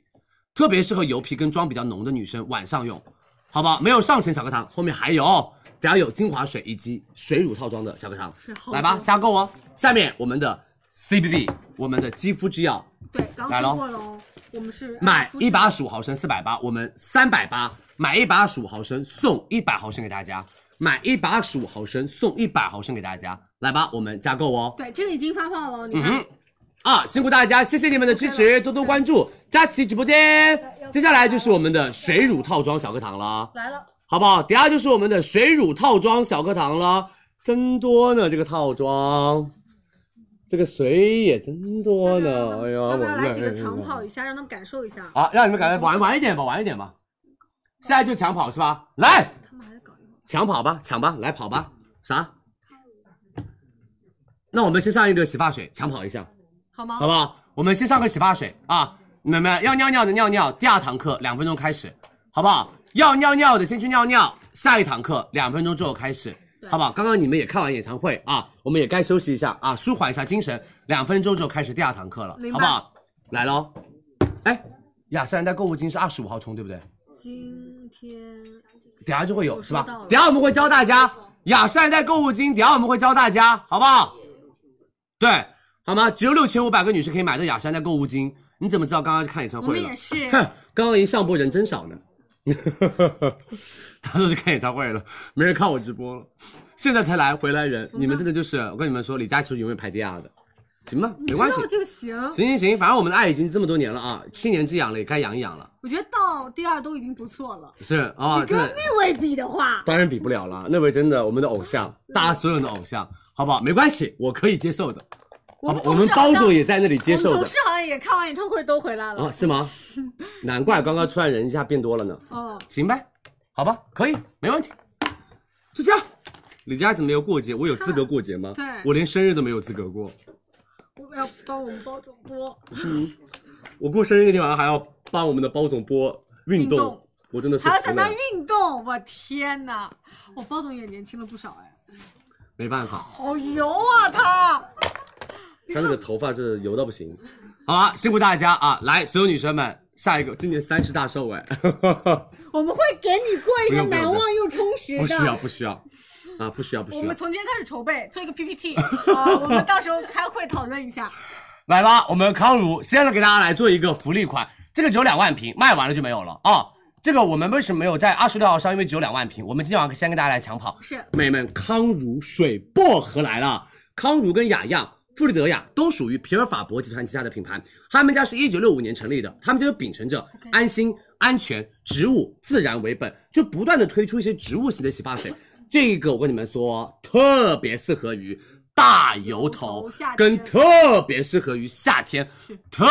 Speaker 7: 特别适合油皮跟妆比较浓的女生晚上用，好不好？没有上前小课堂，后面还有，等下有精华水以及水乳套装的小课堂。
Speaker 25: 是好
Speaker 7: 来吧，
Speaker 25: 多
Speaker 7: 加购哦。下面我们的 CBB，我们的肌肤之钥，
Speaker 25: 对，刚
Speaker 7: 来
Speaker 25: 刚说过
Speaker 7: 咯
Speaker 25: 了哦，我们是
Speaker 7: 买
Speaker 25: 肤质
Speaker 7: 一百二十五毫升四百八，我们三百八，买一百二十五毫升送一百毫升给大家，买一百二十五毫升送一百毫升给大家，来吧，我们加购哦。
Speaker 25: 对，这个已经发泡了，你
Speaker 7: 嗯
Speaker 25: 看，
Speaker 7: 哼，啊，辛苦大家，谢谢你们的支持，多多关注佳琦直播间。接下来就是我们的水乳套装小课堂了，
Speaker 25: 来了，
Speaker 7: 好不好？等下就是我们的水乳套装小课堂了，真多呢这个套装，这个水也真多呢，哎呀，
Speaker 25: 要
Speaker 7: 我
Speaker 25: 不要来几个
Speaker 7: 累了
Speaker 25: 长跑一下，让他们感受一下？
Speaker 7: 好，让你们赶快晚晚一点吧，晚一点吧。现在就抢跑是吧？来，抢跑吧，抢吧，来跑吧，啥？那我们先上一个洗发水，抢跑一下，
Speaker 25: 好吗？
Speaker 7: 好不好？我们先上个洗发水啊，你们要尿尿的尿尿，第二堂课两分钟开始，好不好？要尿尿的先去尿尿，下一堂课两分钟之后开始，好不好？刚刚你们也看完演唱会啊，我们也该休息一下啊，舒缓一下精神，两分钟之后开始第二堂课了
Speaker 25: 明，白
Speaker 7: 好不好？来喽，哎，雅诗兰黛购物金是二十五号冲，对不对？
Speaker 25: 今天
Speaker 7: 等下就会有是吧
Speaker 25: 收到？了
Speaker 7: 等下我们会教大家雅诗兰黛购物金，等下我们会教大家，好不好？对，好吗？只有六千五百个女生可以买到雅诗兰黛购物金，你怎么知道刚刚看演唱
Speaker 25: 我
Speaker 7: 会
Speaker 25: 们
Speaker 7: 了
Speaker 25: 也？是，
Speaker 7: 哼，刚刚一上播人真少呢， 他都去看演唱会了，没人看我直播了，现在才来回来人，你们真的就是我跟你们说，李佳琦是永远排第二的，行吧，没关系
Speaker 25: 你，知道就行。
Speaker 7: 行行行，反正我们的爱已经这么多年了啊，七年之痒了，也该养一养了，
Speaker 25: 我觉得到第二都已经不错了。
Speaker 7: 是啊，
Speaker 25: 你跟
Speaker 7: 真的。
Speaker 25: 那位比的话，
Speaker 7: 当然比不了了，那位真的我们的偶像，大家所有人的偶像，好不好？没关系，我可以接受的。好吧我们
Speaker 25: 同事好
Speaker 7: 包
Speaker 25: 像
Speaker 7: 总也在那里接受
Speaker 25: 我们
Speaker 7: 的
Speaker 25: 同事好像也看完演唱会都回来了。
Speaker 7: 啊，是吗？难怪刚刚突然人一下变多了呢。
Speaker 25: 哦，
Speaker 7: 行呗，好吧，可以，没问题，就这样。李佳怎么没有过节？我有资格过节吗？
Speaker 25: 对
Speaker 7: 我连生日都没有资格过。
Speaker 25: 我们要帮我们包总播。
Speaker 7: 我过生日那天晚上还要帮我们的包总播运动，
Speaker 25: 运动
Speaker 7: 我真的是
Speaker 25: 还要
Speaker 7: 服
Speaker 25: 在
Speaker 7: 了
Speaker 10: 哦
Speaker 25: 那运动，我天哪！我包总也年轻了不少哎，
Speaker 7: 没办法，
Speaker 25: 哦
Speaker 10: 好油啊它。
Speaker 7: 他那个头发是油到不行。好啊，辛苦大家啊！来，所有女生们，下一个今年三十大寿哎，
Speaker 10: 我们会给你过一个
Speaker 7: 不用不用
Speaker 10: 难忘又充实的。
Speaker 7: 不需要不需要啊，不需要不需
Speaker 10: 我
Speaker 7: 要。
Speaker 10: 们从今天开始筹备，做一 个 PPT，啊，我们到时候开会讨论一下。
Speaker 7: 来吧，我们康如先来给大家来做一个福利款，这个只有两万瓶，卖完了就没有了啊。这个我们为什么没有在二十六号上？因为只有两万瓶，我们今天晚上先跟大家来抢跑。
Speaker 10: 是
Speaker 7: 美们，康如水薄荷来了，康如跟雅漾、馥丽德雅都属于皮尔法博集团旗下的品牌，他们家是一九六五年成立的，他们家就秉承着安心、安全、植物、自然为本，就不断的推出一些植物型的洗发水。这个我跟你们说，特别适合于大油头，跟特别适合于夏天，特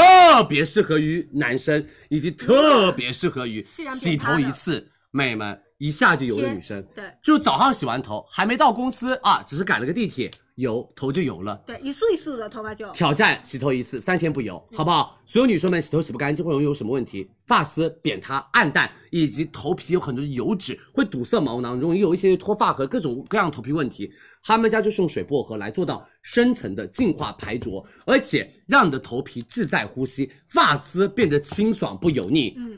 Speaker 7: 别适合于男生，以及特别适合于
Speaker 26: 是让啊
Speaker 7: 洗
Speaker 26: 变塌
Speaker 7: 头
Speaker 26: 的
Speaker 7: 一次，美们一下就油的女生。
Speaker 10: 对
Speaker 7: 就早上洗完头，还没到公司啊，只是赶了个地铁，油头就油了。
Speaker 10: 对，一束一束的头发就
Speaker 7: 挑战洗头一次，三天不油，好不好？所有女生们洗头洗不干净会容易有什么问题？发丝扁塌、暗淡，以及头皮有很多油脂，会堵塞毛囊，容易有一些脱发和各种各样头皮问题。他们家就是用水薄荷来做到深层的净化排浊，而且让你的头皮自在呼吸，发丝变得清爽不油腻。
Speaker 10: 嗯，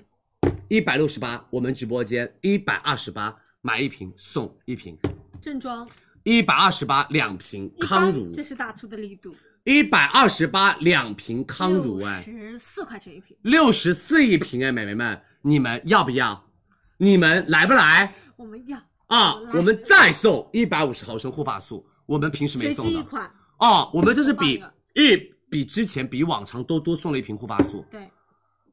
Speaker 7: 一百六十八，我们直播间一百二十八，买一瓶送一瓶，
Speaker 10: 正装。
Speaker 7: 一百二十八两瓶康
Speaker 10: 一
Speaker 7: 乳
Speaker 10: 般，这是大促的力度，
Speaker 7: 一百二十八两瓶康乳哎。
Speaker 10: 十四块钱一瓶，
Speaker 7: 六十四一瓶哎，美眉们，你们要不要？你们来不来
Speaker 10: 我们要
Speaker 7: 啊？我们再送一百五十毫升护发素，我们平时没
Speaker 10: 随
Speaker 7: 送
Speaker 10: 机一
Speaker 7: 的
Speaker 10: 款。
Speaker 7: 哦，我们这是比
Speaker 10: 我放
Speaker 7: 一比之前比往常都多送了一瓶护发素，
Speaker 10: 对，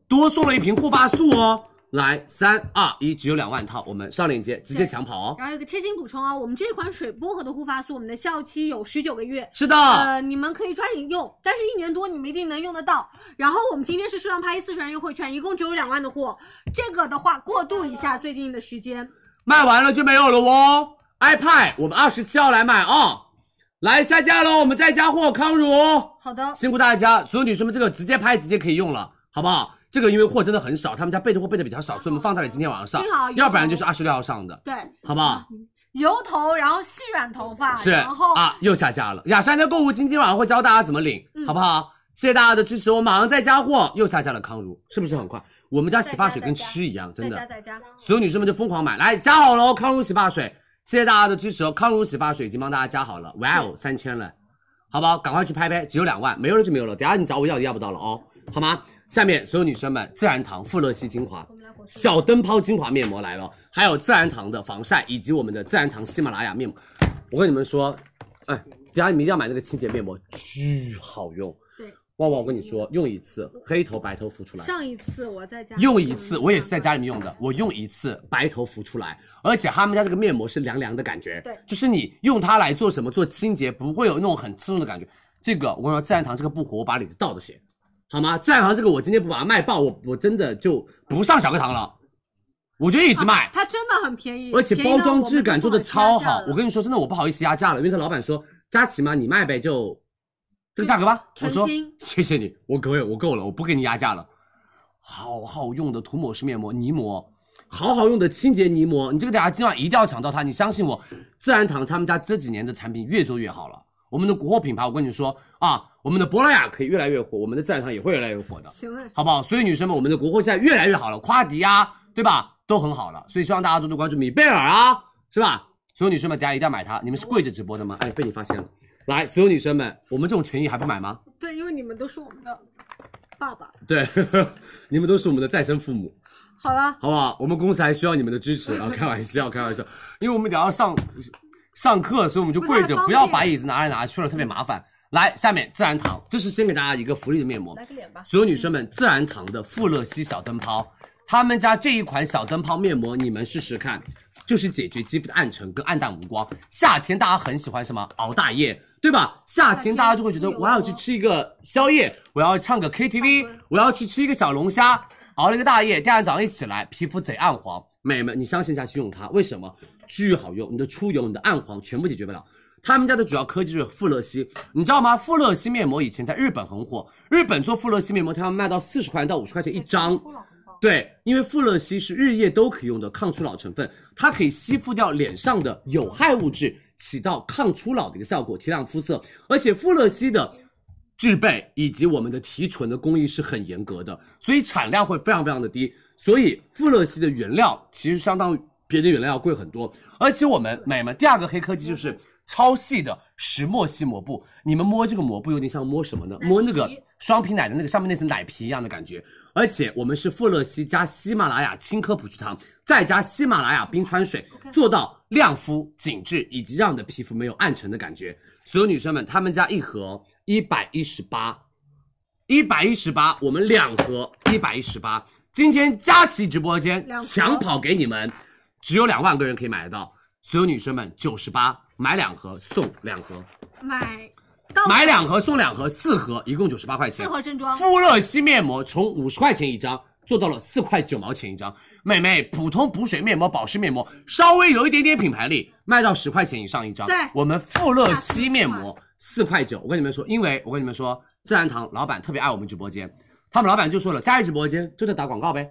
Speaker 7: 多送了一瓶护发素哦。来，三二一，只有两万套，我们上链接直接抢跑哦。
Speaker 10: 然后有个贴心补充啊，我们这款水薄荷的护发素，我们的效期有十九个月，
Speaker 7: 是的
Speaker 10: 呃，你们可以抓紧用，但是一年多你们一定能用得到。然后我们今天是数量拍一四十元优惠券，一共只有两万的货，这个的话过渡一下最近的时间，
Speaker 7: 卖完了就没有了哦。iPad，我们二十七号来买啊、来下架喽，我们再加货，康乳。
Speaker 10: 好的
Speaker 7: 辛苦大家，所有女生们，这个直接拍直接可以用了，好不好？这个因为货真的很少，他们家备的货备的比较少，所以我们放在了今天晚上上
Speaker 10: 幸好，有
Speaker 7: 要不然就是二十六号上的，
Speaker 10: 对，
Speaker 7: 好不好？
Speaker 10: 油头，然后细软头发，
Speaker 7: 是
Speaker 10: 嗯然后
Speaker 7: 啊，又下架了。雅诗兰黛购物今天晚上会教大家怎么领，
Speaker 10: 嗯
Speaker 7: 好不好？谢谢大家的支持，我马上再加货，又下架了康如，是不是很快？我们家洗发水跟吃一样，真的。
Speaker 10: 在家在家。
Speaker 7: 所有女生们就疯狂买，来加好喽！康如洗发水，谢谢大家的支持哦！康如洗发水已经帮大家加好了，哇哦，三千了，好不好？赶快去拍拍，只有两万，没有了就没有了，等下你找我要就要不到了哦，好吗？下面所有女生们，自然堂富乐烯精华、小灯泡精华面膜来了，哦还有自然堂的防晒以及我们的自然堂喜马拉雅面膜。我跟你们说，哎，等下你们一定要买那个清洁面膜，巨好用。
Speaker 10: 对，
Speaker 7: 旺旺，我跟你说，用一次黑头白头浮出来。
Speaker 10: 上一次我在家
Speaker 7: 用一次，我也是在家里面用的，我用一次白头浮出来，而且他们家这个面膜是凉凉的感觉，
Speaker 10: 对
Speaker 7: 就是你用它来做什么做清洁，不会有那种很刺痛的感觉。这个我跟你说，自然堂这个不火，我把里子倒着写，好吗？自然堂这个我今天不把它卖爆，我我真的就不上小课堂了，我觉得一直卖。
Speaker 10: 它真的很便宜，
Speaker 7: 而且包装质感做的超
Speaker 10: 便宜到
Speaker 7: 好，我跟你说，真的我不好意思压价了，因为他老板说佳琪嘛，你卖呗，就这个价格吧。我
Speaker 10: 诚
Speaker 7: 说
Speaker 10: 心
Speaker 7: 谢谢你，我够了，我够了，我不给你压价了。好好用的涂抹式面膜泥膜，好好用的清洁泥膜，你这个大家今晚一定要抢到它，你相信我，自然堂他们家这几年的产品越做越好了。我们的国货品牌，我跟你说啊，我们的珀莱雅可以越来越火，我们的自然堂也会越来越火的。
Speaker 10: 行了，
Speaker 7: 好不好？所以女生们，我们的国货现在越来越好了，夸迪啊，对吧？都很好了，所以希望大家多多关注米贝尔啊，是吧？所有女生们，大家一定要买它。你们是跪着直播的吗？哎，被你发现了。来，所有女生们，我们这种诚意还不买吗？
Speaker 10: 对，因为你们都是我们的爸爸。
Speaker 7: 对， 你们都是我们的再生父母，
Speaker 10: 好了，
Speaker 7: 好不好？我们公司还需要你们的支 持啊！开玩笑，开玩笑，因为我们等一下要上上课，所以我们就跪着，
Speaker 10: 不太方便
Speaker 7: 不要把椅子拿来拿去了，特别麻烦。来，下面自然堂，这是先给大家一个福利的面膜，
Speaker 10: 来个脸吧
Speaker 7: 所有女生们，自然堂的富乐烯小灯泡，他们家这一款小灯泡面膜，你们试试看，就是解决肌肤的暗沉跟暗淡无光。夏天大家很喜欢什么熬大夜，对吧？夏天大家就会觉得我要去吃一个宵夜，我要唱个 KTV，我要去吃一个小龙虾，熬了一个大夜，第二天早上一起来，皮肤贼暗黄。美们，你相信一下去用它，为什么？巨好用，你的出油、你的暗黄全部解决不了。他们家的主要科技就是富乐烯，你知道吗？富乐烯面膜以前在日本很火，日本做富乐烯面膜，它要卖到四十块钱到五十块钱一张，对，因为富乐烯是日夜都可以用的抗初老成分，它可以吸附掉脸上的有害物质，起到抗初老的一个效果，提亮肤色。而且富乐烯的制备以及我们的提纯的工艺是很严格的，所以产量会非常非常的低。所以富乐烯的原料其实相当于别的原料要贵很多。而且我们美们第二个黑科技就是超细的石墨烯膜布，你们摸这个膜布有点像摸什么呢？摸那个双皮奶的那个上面那层奶皮一样的感觉。而且我们是富乐烯加喜马拉雅青稞葡聚糖，再加喜马拉雅冰川水，做到亮肤、紧致，以及让你的皮肤没有暗沉的感觉。所有女生们，她们家一盒一百一十八，一百一十八，我们两盒一百一十八。今天佳琦直播间
Speaker 25: 两盒
Speaker 7: 抢跑给你们，只有两万个人可以买得到。所有女生们，九十八买两盒送两盒，
Speaker 25: 买
Speaker 7: 买两盒送两盒，四盒一共九十八块钱。
Speaker 25: 四盒正装，
Speaker 7: 肤乐烯面膜从五十块钱一张做到了四块九毛钱一张，妹妹，普通补水面膜、保湿面膜稍微有一点点品牌力，卖到十块钱以上一张。
Speaker 25: 对
Speaker 7: 我们富乐烯面膜四块九，我跟你们说，因为我跟你们说，自然堂老板特别爱我们直播间，他们老板就说了，佳怡直播间就在打广告呗，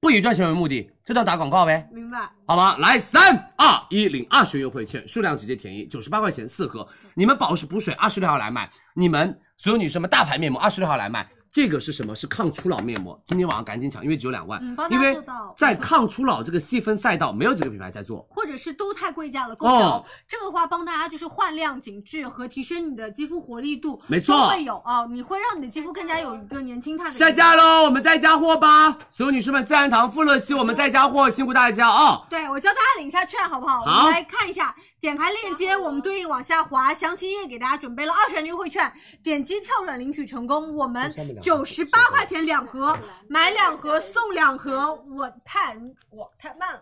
Speaker 7: 不以赚钱为目的，就在打广告呗。
Speaker 25: 明白？
Speaker 7: 好吗？来，三二一，领二十元优惠券，数量直接填一，九十八块钱四盒。你们保湿补水二十六号来买，你们所有女生们大牌面膜二十六号来买。这个是什么？是抗初老面膜，今天晚上赶紧抢，因为只有两万。
Speaker 25: 嗯帮大
Speaker 7: 因
Speaker 25: 家
Speaker 7: 为
Speaker 25: 做到
Speaker 7: 在抗初老这个细分赛道，没有几个品牌在做。
Speaker 25: 或者是都太贵价了，够
Speaker 7: 哦
Speaker 25: 不着。这个话帮大家就是焕亮紧致和提升你的肌肤活力度，
Speaker 7: 没错
Speaker 25: 都会有啊、你会让你的肌肤更加有一个年轻态的。
Speaker 7: 下架！喽，我们再加货吧，所有女生们，自然堂、富乐烯，我们再加货，辛苦大家啊、
Speaker 25: 对，我教大家领一下券好不好？我
Speaker 7: 好
Speaker 25: 们来看一下，点开链接，我们对应往下滑，详情页给大家准备了二十元优惠券，点击跳转领取成功。我们九十八块钱两盒，买两盒送两盒，我太我太慢了。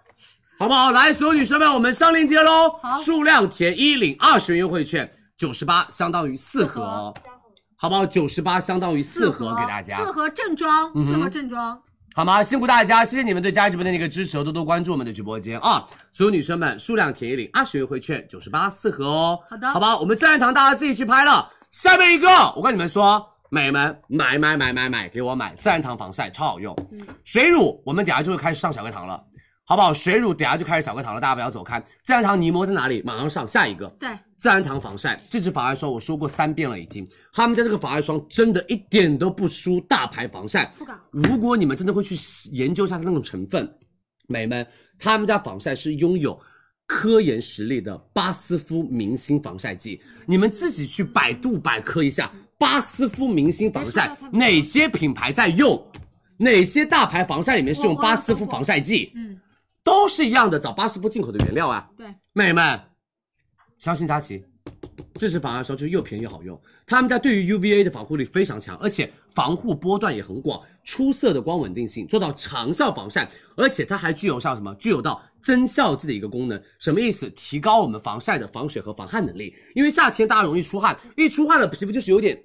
Speaker 7: 好不好？来，所有女生们，我们上链接喽
Speaker 25: 好，
Speaker 7: 数量填一领二十元优惠券，九十八相当于四盒哦，好不好？九十八相当于四盒给大家，
Speaker 25: 四盒正装，
Speaker 7: 嗯哼
Speaker 25: 四盒正装，
Speaker 7: 好吗？辛苦大家，谢谢你们对佳怡直播间的一个支持哦，多多关注我们的直播间啊！所有女生们，数量填一领二十元优惠券，九十八四盒哦，
Speaker 25: 好的
Speaker 7: 好吧？我们自然堂大家自己去拍了，下面一个，我跟你们说，美们买买买买买，给我买自然堂防晒，超好用。
Speaker 25: 嗯
Speaker 7: 水乳我们等下就会开始上小课堂了，好不好？水乳等下就开始小课堂了，大家不要走开。自然堂泥膜在哪里？马上上下一个。
Speaker 25: 对，
Speaker 7: 自然堂防晒这支防晒霜我说过三遍了已经，他们家这个防晒霜真的一点都不输大牌防晒。
Speaker 25: 不敢。
Speaker 7: 如果你们真的会去研究一下它那种成分，美们，他们家防晒是拥有科研实力的巴斯夫明星防晒剂，你们自己去百度百科一下巴斯夫明星防晒哪些品牌在用，哪些大牌防晒里面是用
Speaker 25: 我我有
Speaker 7: 巴斯夫防晒剂，
Speaker 25: 嗯，
Speaker 7: 都是一样的，找巴斯夫进口的原料啊。
Speaker 25: 对，
Speaker 7: 妹们，相信佳琦，这支防晒霜就是又便宜又好用。他们家对于 UVA 的防护力非常强，而且防护波段也很广，出色的光稳定性，做到长效防晒，而且它还具有像什么，具有到增效剂的一个功能。什么意思？提高我们防晒的防水和防汗能力。因为夏天大家容易出汗，一出汗了皮肤就是有点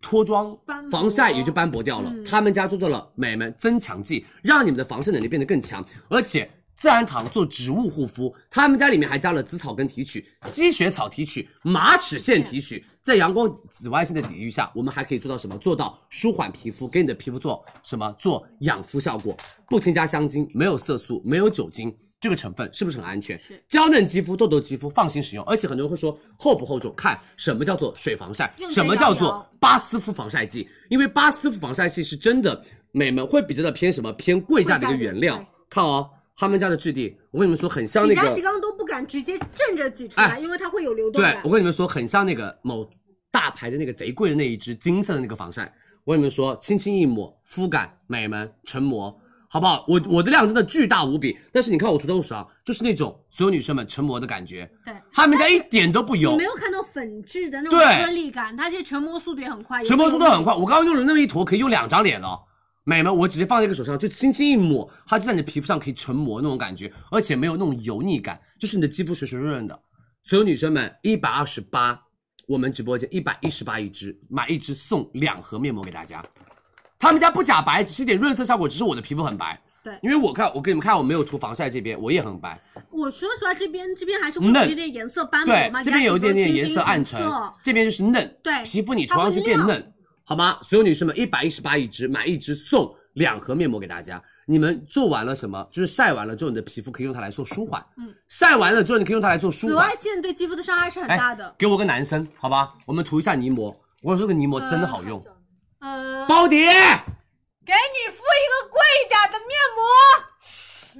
Speaker 7: 脱妆
Speaker 25: 斑驳，
Speaker 7: 防晒也就斑驳掉了。他们家做到了美们增强剂，让你们的防晒能力变得更强，而且。自然堂做植物护肤，他们家里面还加了紫草根提取、积雪草提取、马齿苋提取，在阳光紫外线的抵御下，我们还可以做到什么？做到舒缓皮肤，给你的皮肤做什么？做养肤效果，不添加香精，没有色素，没有酒精，这个成分是不是很安全？娇嫩肌肤、痘痘肌肤放心使用。而且很多人会说厚不厚重，看什么叫做水防晒
Speaker 25: 用，
Speaker 7: 什么
Speaker 25: 这个要
Speaker 7: 叫做巴斯夫防晒剂，因为巴斯夫防晒剂是真的，美们会比较的偏什么偏贵价的一个原料。看哦，他们家的质地，我跟你们说很像那
Speaker 25: 李佳琦
Speaker 7: 个，
Speaker 25: 刚刚都不敢直接正着挤出来，
Speaker 7: 哎
Speaker 25: 因为它会有流动
Speaker 7: 对
Speaker 25: 感
Speaker 7: 我。跟你们说很像那个某大牌的那个贼贵的那一支金色的那个防晒。我跟你们说，轻轻一抹，肤感美们成膜，好不好？我我的量真的巨大无比，但是你看我涂在我手上，就是那种所有女生们成膜的感觉，
Speaker 25: 对，
Speaker 7: 他们家一点都不油，
Speaker 25: 你没有看到粉质的那种
Speaker 7: 对
Speaker 25: 颗粒感，它其实成膜速度也很快，
Speaker 7: 直播速度很快，我刚刚用了那么一坨，可以用两张脸了。美们，我直接放在一个手上，就轻轻一抹，它就在你的皮肤上可以成膜那种感觉，而且没有那种油腻感，就是你的肌肤水水润润的。所有女生们，一百二十八，我们直播间一百一十八一支，买一支送两盒面膜给大家。他们家不假白，只是一点润色效果，只是我的皮肤很白。
Speaker 25: 对
Speaker 7: 因为我看我给你们看，我没有涂防晒这边，我也很白。
Speaker 25: 我说实话，这边这边还是会有
Speaker 7: 嫩
Speaker 25: 一点点颜色斑驳
Speaker 7: 对
Speaker 25: 嘛，，
Speaker 7: 这边有一点点颜色
Speaker 25: 色
Speaker 7: 暗沉，这边就是嫩，
Speaker 25: 对
Speaker 7: 皮肤你涂上去变
Speaker 25: 它会
Speaker 7: 嫩，好吗？所有女生们，一百一十八一支，买一支送两盒面膜给大家。你们做完了什么？就是晒完了之后，你的皮肤可以用它来做舒缓。
Speaker 25: 嗯，
Speaker 7: 晒完了之后，你可以用它来做舒
Speaker 25: 紫
Speaker 7: 缓
Speaker 25: 外。线对肌肤的伤害是很
Speaker 7: 哎
Speaker 25: 大的。
Speaker 7: 给我个男生，好吧，我们涂一下泥膜。我跟你说，这个泥膜真的好
Speaker 25: 嗯
Speaker 7: 用。
Speaker 25: 呃，
Speaker 7: 包迪，
Speaker 25: 给你敷一个贵一点的面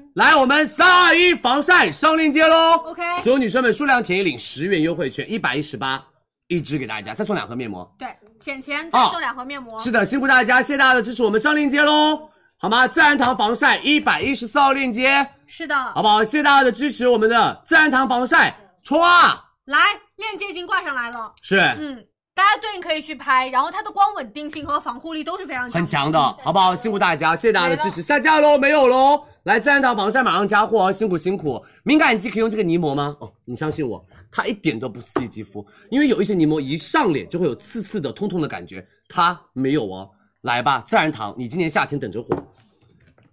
Speaker 25: 膜。
Speaker 7: 来，我们三二一，防晒上链接喽。
Speaker 25: OK
Speaker 7: 所有女生们数量填一领十元优惠券，一百一十八一支给大家，再送两盒面膜。
Speaker 25: 对，捡钱
Speaker 7: 哦
Speaker 25: 再送两盒面膜。
Speaker 7: 是的，辛苦大家，谢谢大家的支持，我们上链接喽，好吗？自然堂防晒一百一十四号链接，
Speaker 25: 是的，
Speaker 7: 好不好？谢谢大家的支持，我们的自然堂防晒冲啊！
Speaker 25: 来，链接已经挂上来了。
Speaker 7: 是
Speaker 25: 嗯，大家对应可以去拍，然后它的光稳定性和防护力都是非常
Speaker 7: 很强的，好不好？辛苦大家，谢谢大家的支持，下架喽，没有喽。来，自然堂防晒马上加货哦，辛苦辛苦。敏感肌可以用这个泥膜吗？哦，你相信我，它一点都不刺激肌肤，因为有一些泥膜一上脸就会有刺刺的、痛痛的感觉，它没有哦。来吧，自然堂，你今年夏天等着火。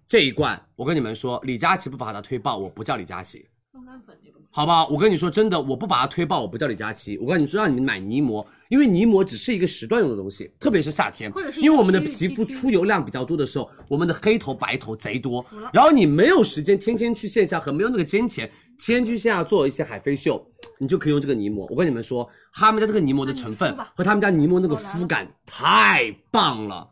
Speaker 7: 这一罐，我跟你们说，李佳琦不把它推爆，我不叫李佳琦。
Speaker 25: 冻干粉那个吗？
Speaker 7: 好不好？我跟你说真的，我不把它推爆，我不叫李佳琦。我跟你说，让你们买泥膜，因为泥膜只是一个时段用的东西，特别是夏天
Speaker 25: 或者，是
Speaker 7: 因为我们的
Speaker 25: 一个区域
Speaker 7: 皮肤出油量比较多的时候，我们的黑头白头贼多
Speaker 25: 服了。
Speaker 7: 然后你没有时间天天去线下和没有那个金钱，天天去线下做一些海飞秀，你就可以用这个泥膜。我跟你们说，他们家这个泥膜的成分和他们家泥膜那个肤感太棒了，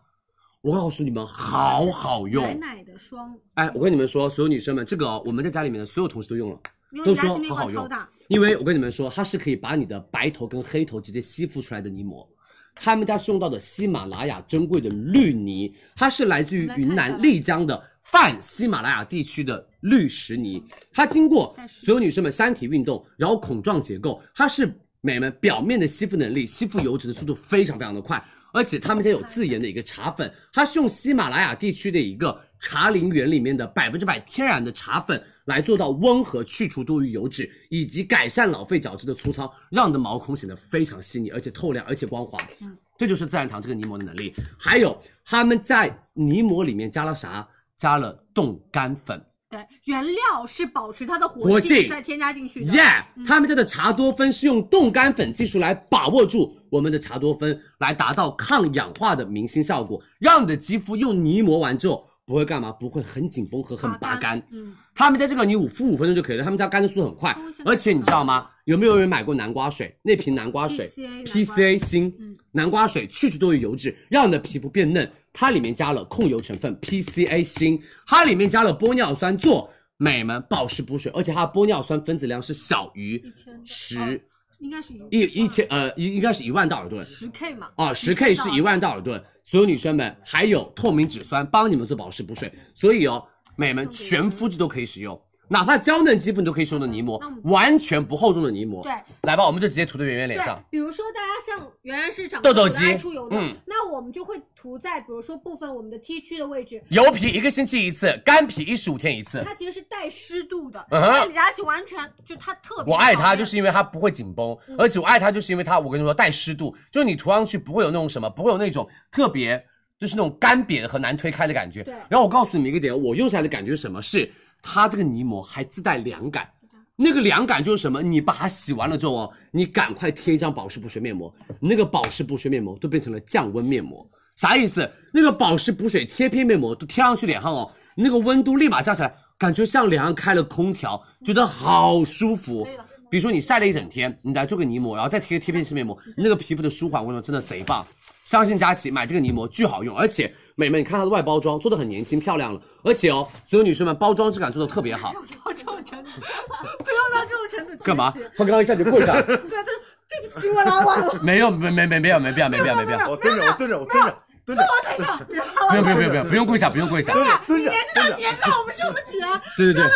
Speaker 7: 我告诉你们，好好用。
Speaker 25: 奶奶的霜，
Speaker 7: 哎，我跟你们说，所有女生们，这个哦、我们在家里面的所有同事都用了，
Speaker 25: 因为
Speaker 7: 都
Speaker 25: 李佳
Speaker 7: 说
Speaker 25: 琦那
Speaker 7: 很好
Speaker 25: 款超
Speaker 7: 用
Speaker 25: 大。
Speaker 7: 因为我跟你们说，它是可以把你的白头跟黑头直接吸附出来的泥膜。他们家是用到的喜马拉雅珍贵的绿泥，它是来自于云南丽江的泛喜马拉雅地区的绿石泥，它经过所有女生们山体运动，然后孔状结构，它是美们表面的吸附能力、吸附油脂的速度非常非常的快，而且他们家有自研的一个茶粉，它是用喜马拉雅地区的一个茶陵园里面的百分之百天然的茶粉来做到温和去除多余油脂，以及改善老废角质的粗糙，让你的毛孔显得非常细腻，而且透亮，而且光滑。
Speaker 25: 嗯，
Speaker 7: 这就是自然堂这个泥膜的能力。还有他们在泥膜里面加了啥？加了冻干粉。
Speaker 25: 对，原料是保持它的
Speaker 7: 活
Speaker 25: 性
Speaker 7: 性
Speaker 25: 再添加进去的。
Speaker 7: 耶、他们家的茶多酚是用冻干粉技术来把握住我们的茶多酚，来达到抗氧化的明星效果，让你的肌肤用泥膜完之后不会干嘛，不会很紧绷和很拔干。
Speaker 25: 嗯，
Speaker 7: 他们家这个你五敷五分钟就可以了，他们家干的速度很快，而且你知道吗？有没有人买过南瓜水？那瓶南瓜水
Speaker 25: PCA
Speaker 7: ，PCA 锌，南瓜水去除多余油脂，让你的皮肤变嫩。它里面加了控油成分 PCA 锌，它里面加了玻尿酸做美们保湿补水，而且它的玻尿酸分子量是小于十
Speaker 25: 哦应该是一
Speaker 7: 一一千呃应应该是一万道尔顿，
Speaker 25: 十 K 嘛。
Speaker 7: 啊，哦十 K 是一万道尔顿。所有女生们，还有透明质酸帮你们做保湿补水，所以哦，美们全肤质都可以使用，哪怕娇嫩肌肤你都可以使用的泥膜，完全不厚重的泥膜。
Speaker 25: 对，
Speaker 7: 来吧，我们就直接涂在圆圆
Speaker 25: 对
Speaker 7: 脸上。，
Speaker 25: 比如说大家像原来是长
Speaker 7: 痘
Speaker 25: 痘
Speaker 7: 痘肌
Speaker 25: 爱出油的，
Speaker 7: 嗯
Speaker 25: 那我们就会涂在比如说部分我们的 T 区的位置。
Speaker 7: 油皮一个星期一次，干皮一十五天一次。
Speaker 25: 它其实是带湿度的，
Speaker 7: 嗯哼
Speaker 25: 但李佳琦完全就它特别。
Speaker 7: 我爱它就是因为它不会紧绷，而且我爱它就是因为它，我跟你说带湿度，就是你涂上去不会有那种什么，不会有那种特别就是那种干瘪和难推开的感觉。
Speaker 25: 对
Speaker 7: 然后我告诉你们一个点，我用下来的感觉是什么？是它这个泥膜还自带凉感。那个凉感就是什么？你把它洗完了之后哦，你赶快贴一张保湿补水面膜，你那个保湿补水面膜都变成了降温面膜，啥意思？那个保湿补水贴片面膜都贴上去脸上哦，你那个温度立马降下来，感觉像脸上开了空调，觉得好舒服。比如说你晒了一整天，你来做个泥膜，然后再贴个贴片式面膜，你那个皮肤的舒缓，我跟你说真的贼棒。相信佳琪买这个泥膜巨好用，而且美们，你看它的外包装做的很年轻漂亮了，而且哦，所有女生们包装质感做的特别好。
Speaker 25: 到这种程度，不用到这种程度。
Speaker 7: 干嘛？他刚刚一下就跪下。
Speaker 25: 对，他说对不起，我拉 晚了。
Speaker 7: 没有，没没没没有，没必要，没必要，没必要。
Speaker 5: 我蹲着，我蹲着，我蹲着，蹲着。
Speaker 25: 我腿上，
Speaker 7: 不
Speaker 25: 不
Speaker 7: 用不用不用不用，不用跪下，不用跪下。
Speaker 25: 你年纪大，年纪大，我们撑不起啊。
Speaker 7: 对对对，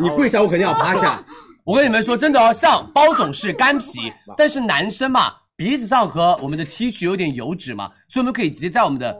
Speaker 7: 你跪下我肯定要趴下。 我跟你们说真的哦，像包总是干 皮，但是男生嘛，鼻子上和我们的 T 区有点油脂嘛，所以我们可以直接在我们
Speaker 25: 哦
Speaker 7: 的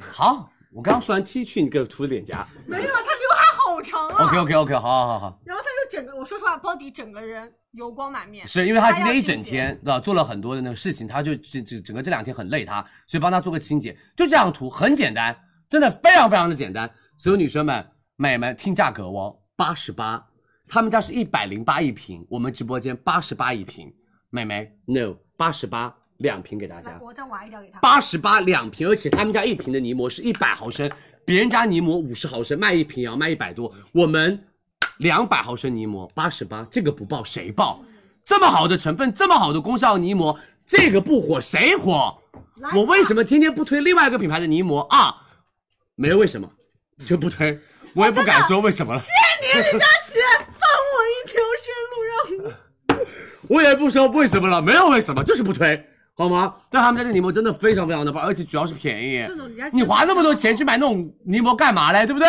Speaker 7: 好，我刚刚说完 T 区，你给我涂脸颊。
Speaker 25: 没有，他刘海好长啊。
Speaker 7: OK OK OK，好好好好。
Speaker 25: 然后他就整个，我说实话，包迪整个人油光满面。
Speaker 7: 是因为他今
Speaker 25: 要
Speaker 7: 天一
Speaker 25: 清
Speaker 7: 整
Speaker 25: 洁
Speaker 7: 天啊做了很多的那个事情，他就整整整个这两天很累他，所以帮他做个清洁，就这样涂，很简单，真的非常非常的简单。所有女生们、美们听价格哦，八十八，他们家是一百零八一瓶，我们直播间八十八一瓶，美眉 no 八十八两瓶给大家。
Speaker 10: 我再挖一点给他。
Speaker 7: 八十八两瓶，而且他们家一瓶的泥膜是一百毫升，别人家泥膜五十毫升卖一瓶也要卖一百多，我们两百毫升泥膜八十八，这个不爆谁爆？这么好的成分，这么好的功效泥膜，这个不火谁火？我为什么天天不推另外一个品牌的泥膜啊？没有为什么，就不推，我也不敢说为什么了。
Speaker 8: 啊
Speaker 10: 谢谢你，李佳琦，放我一条生路，让我。
Speaker 7: 我也不说为什么了，没有为什么，就是不推，好吗？但他们家的泥膜真的非常非常的棒，而且主要是便宜。你花那么多钱去买那种泥膜干嘛嘞？对不对？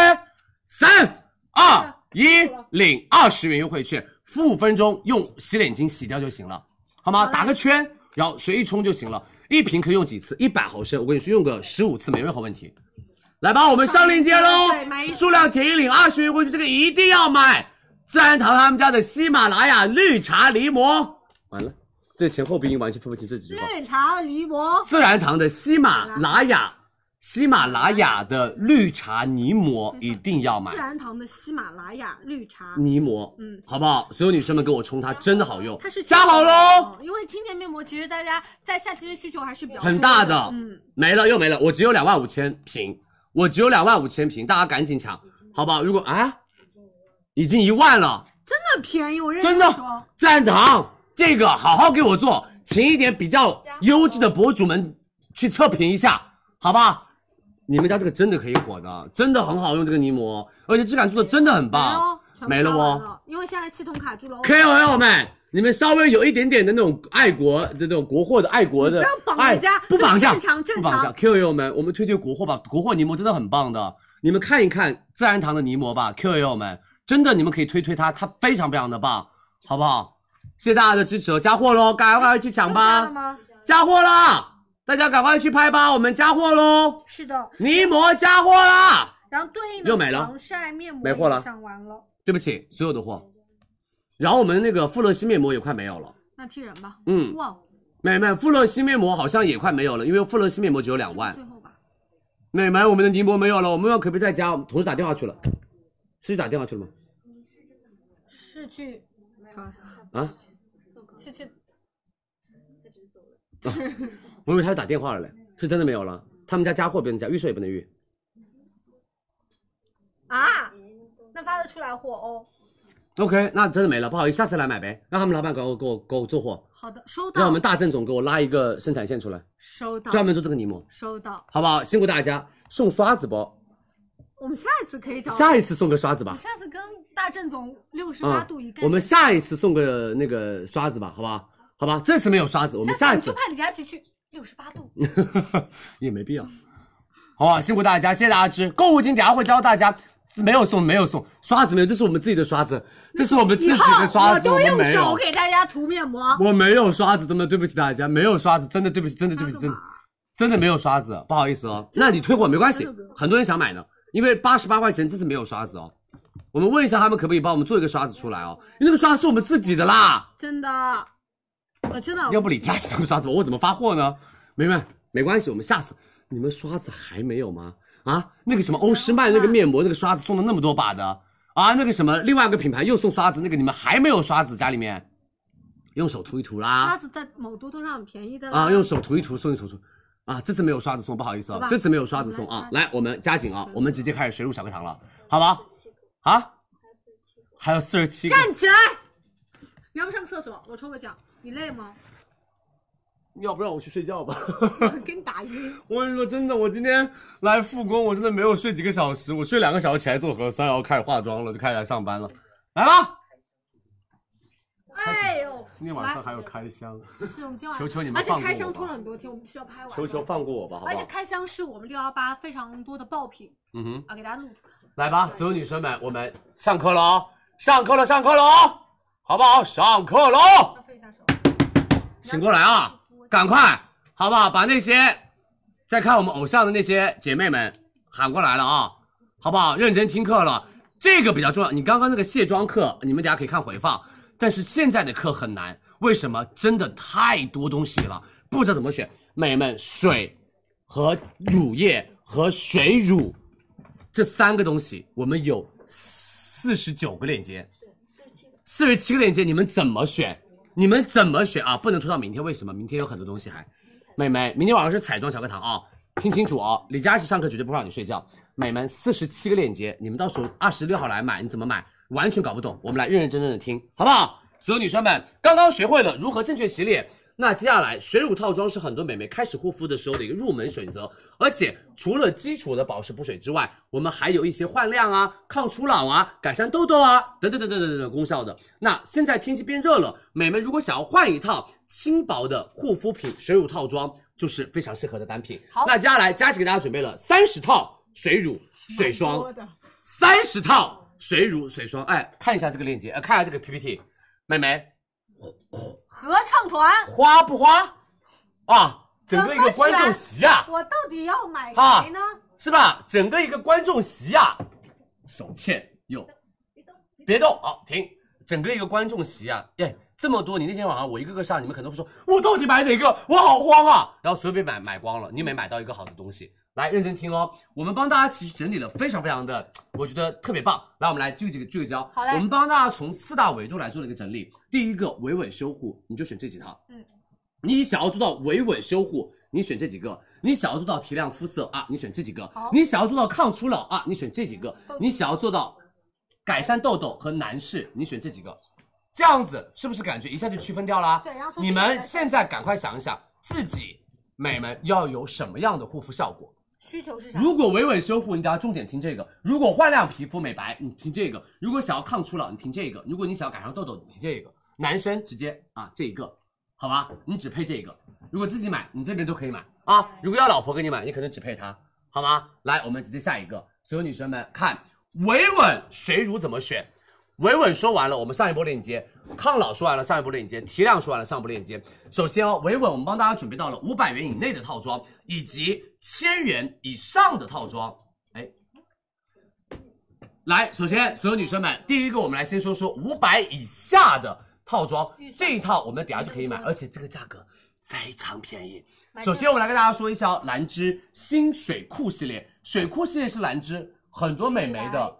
Speaker 7: 三二一，领二十元优惠券，敷五分钟，用洗脸巾洗掉就行了，好吗？打个圈，然后水一冲就行了。一瓶可以用几次？一百毫升，我跟你说，用个十五次没任何问题。来吧，我们上链接喽，数量填一领二十元优惠券，这个一定要买。自然堂他们家的喜马拉雅绿茶泥膜，完了，这前后鼻音完全分不清这几句话。
Speaker 10: 绿茶泥膜，
Speaker 7: 自然堂的喜马
Speaker 10: 啊
Speaker 7: 拉雅，喜马拉雅的绿茶泥膜一定要买。
Speaker 10: 嗯自然堂的喜马拉雅绿茶
Speaker 7: 泥膜，
Speaker 10: 嗯，
Speaker 7: 好不好？所有女生们跟我冲，它真的好用。
Speaker 10: 它是
Speaker 7: 加好哦喽，
Speaker 10: 因为清洁面膜其实大家在夏天的需求还是比较
Speaker 7: 很大的，
Speaker 10: 嗯，
Speaker 7: 没了又没了，我只有两万五千瓶，我只有两万五千瓶，大家赶紧抢，好不好？如果啊，已经一万了。
Speaker 10: 真的便宜，我认
Speaker 7: 真的赞堂这个好好给我做，请一点比较优质的博主们去测评一下，好吧？你们家这个真的可以火的，真的很好用这个泥膜，而且质感做的真的很
Speaker 10: 哦
Speaker 7: 棒。没了哦，
Speaker 10: 因为现在系统卡住了。
Speaker 7: KOL 们，你们稍微有一点点的那种爱国的这种国货的爱国的，
Speaker 10: 不要绑人家，
Speaker 7: 不绑架，
Speaker 10: 正常正
Speaker 7: 不绑架。
Speaker 10: 常。
Speaker 7: KOL 们，我们推推国货吧，国货泥膜真的很棒的，你们看一看自然堂的泥膜吧，KOL 们，真的你们可以推推它，它非常非常的棒。好不好？谢谢大家的支持哦，加货喽，赶快去抢吧！
Speaker 10: 吗？
Speaker 7: 加货啦，大家赶快去拍吧，我们加货喽！
Speaker 10: 是的，
Speaker 7: 泥膜加货啦！
Speaker 10: 然后对应的
Speaker 7: 又没了
Speaker 10: 防晒面膜
Speaker 7: 没货了
Speaker 10: 也上完了，
Speaker 7: 对不起，所有的货。然后我们那个富乐西面膜也快没有了，
Speaker 10: 那替人吧。
Speaker 7: 嗯
Speaker 10: 哇，
Speaker 7: 美们，富乐西面膜好像也快没有了，因为富乐西面膜只有两万
Speaker 10: 最。后吧，
Speaker 7: 美们，我们的泥膜没有了，我们要可不可以再加？我们同事打电话去了，是去打电话去了吗？
Speaker 10: 是去，
Speaker 7: 啊，
Speaker 10: 是去，
Speaker 7: 啊我以为他打电话了嘞，是真的没有了。他们家加货不能加，预售也不能预。
Speaker 10: 啊，那发得出来货哦。
Speaker 7: OK，那真的没了，不好意思，下次来买呗，让他们老板给我给我给我做货，
Speaker 10: 好的，收到。
Speaker 7: 让我们大郑总给我拉一个生产线出来，
Speaker 10: 收到，
Speaker 7: 专门做这个泥膜，
Speaker 10: 收到。
Speaker 7: 好不好？辛苦大家，送刷子包，
Speaker 10: 我们下一次可以找
Speaker 7: 下一次送个刷子吧
Speaker 10: 你，下次跟大郑总六十八
Speaker 7: 嗯
Speaker 10: 度一概念、
Speaker 7: 我们下一次送个那个刷子吧，好不好？好吧，这次没有刷子，我们下一
Speaker 10: 次
Speaker 7: 次
Speaker 10: 就派李佳琦去六十八度。
Speaker 7: 也没必要，好不好？辛苦大家，谢谢大家支持。购物金等下会教大家，没有送，没有送刷子，没有，这是我们自己的刷子，这是我们自己
Speaker 10: 以后
Speaker 7: 的刷
Speaker 10: 我
Speaker 7: 子，
Speaker 10: 都
Speaker 7: 们
Speaker 10: 用
Speaker 7: 没有
Speaker 10: 手。给大家涂面膜。
Speaker 7: 我没有刷子，真的对不起大家，没有刷子，真的对不起，真的对不起，真的真的没有刷子，不好意思哦。那你退货没关系
Speaker 10: 真的没，有
Speaker 7: 很多人想买呢，因为八十八块钱这次没有刷子哦。我们问一下他们可不可以帮我们做一个刷子出来哦，因为那个刷子是我们自己的啦。
Speaker 10: 真的，我真的
Speaker 7: 要不李佳琦 用刷子吧，我怎么发货呢？没没没关系，我们下次你们刷子还没有吗？啊，那个什么欧诗漫那个面膜那个刷子送了那么多把的啊，那个什么另外一个品牌又送刷子，那个你们还没有刷子家里面，用手涂一涂啦。
Speaker 10: 刷子在某多多上很便宜的啦
Speaker 7: 啊，用手涂一涂，送一涂涂。啊，这次没有刷子送，不好意思
Speaker 10: 好
Speaker 7: 啊
Speaker 10: 吧，
Speaker 7: 这次没有刷子送啊。来，我们加紧啊，我们直接开始水乳小课堂了，好吧？啊，还有四十七个，
Speaker 10: 站起来。你要不上厕所？我抽个奖。你累吗？
Speaker 7: 要不让我去睡 觉吧？
Speaker 10: 给你打晕。
Speaker 7: 我跟你说，真的，我今天来复工，我真的没有睡几个小时，我睡两个小时起来做核酸，然后开始化妆了，就开始来上 班了。来吧，
Speaker 10: 哎呦，
Speaker 7: 今天晚上还有开箱，
Speaker 10: 来是我们今晚
Speaker 7: 求求你们
Speaker 10: 而且
Speaker 7: 放过
Speaker 10: 开箱
Speaker 7: 我吧
Speaker 10: 拖了很多天，我们必须要拍完。
Speaker 7: 求求放过我吧，好
Speaker 10: 而
Speaker 7: 不
Speaker 10: 且
Speaker 7: 好？
Speaker 10: 开箱是我们六幺八非常多的爆品
Speaker 7: 嗯哼，
Speaker 10: 啊，给大家录出来。
Speaker 7: 来吧，所有女生们，我们上课了哦，上课了，上课了哦，好不好？上课了哦。醒过来啊，赶快，好不好？把那些在看我们偶像的那些姐妹们喊过来了啊，好不好？认真听课了，这个比较重要。你刚刚那个卸妆课，你们等下可以看回放，但是现在的课很难，为什么？真的太多东西了，不知道怎么选。美们，水和乳液和水乳这三个东西，我们有四十九个链接。四十七个链接，你们怎么选？你们怎么选啊？不能拖到明天，为什么？明天有很多东西还美眉，明天晚上是彩妆小课堂啊，听清楚啊！李佳琦上课绝对不会让你睡觉。美们，四十七个链接，你们到时候二十六号来买，你怎么买完全搞不懂，我们来认认真真的听，好不好？所有女生们，刚刚学会了如何正确洗脸，那接下来水乳套装是很多美眉开始护肤的时候的一个入门选择，而且除了基础的保湿补水之外，我们还有一些焕亮啊、抗初老啊、改善痘痘啊等等等等等等等功效的。那现在天气变热了，美们如果想要换一套轻薄的护肤品水乳套装，就是非常适合的单品。
Speaker 21: 好
Speaker 7: 那接下来佳琪给大家准备了三十套水乳水霜，三十套水乳水霜，哎，看一下这个链接，呃，看一下这个 PPT，妹妹
Speaker 10: 合唱团
Speaker 7: 花不花啊？整个一个观众席啊，
Speaker 10: 我到底要买
Speaker 7: 啊
Speaker 10: 谁呢？
Speaker 7: 是吧？整个一个观众席啊，手欠右，别动，好停，整个一个观众席啊，耶，这么多，你那天晚上我一个个上，你们可能会说，我到底买哪个？我好慌啊！然后所有被买买光了，你每买到一个好的东西，来认真听哦。我们帮大家其实整理了非常非常的，我觉得特别棒。来，我们来聚这个聚个焦，
Speaker 23: 好嘞
Speaker 7: 我们帮大家从四大维度来做了一个整理。第一个维稳修护，你就选这几套，
Speaker 10: 嗯，
Speaker 7: 你想要做到维稳修护，你选这几个；你想要做到提亮肤色啊，你选这几个
Speaker 10: 好；
Speaker 7: 你想要做到抗初老啊，你选这几个；你想要做到改善痘痘和男士，你选这几个。这样子是不是感觉一下就区分掉啦？
Speaker 10: 对然后从
Speaker 7: 你
Speaker 10: 这个
Speaker 7: 们
Speaker 10: 来
Speaker 7: 现在赶快想一想自己美们要有什么样的护肤效果。
Speaker 10: 需求是啥？
Speaker 7: 如果维稳修护，你只要重点听这个；如果焕亮皮肤美白，你听这个；如果想要抗初老，你听这个；如果你想要改善痘痘，你听这个。男生直接啊这一个，好吧，你只配这个。如果自己买，你这边都可以买啊。如果要老婆给你买，你可能只配它，好吗？来，我们直接下一个，所有女生们看维稳水乳怎么选。维稳说完了，我们上一波链接；抗老说完了，上一波链接；提亮说完了，上一波链接。首先哦，维稳我们帮大家准备到了五百元以内的套装，以及千元以上的套装。哎，来，首先所有女生们，第一个我们来先说说五百以下的套装，这一套我们等下就可以买，而且这个价格非常便宜。首先，我们来跟大家说一下哦兰芝新水库系列，水库系列是兰芝很多美眉的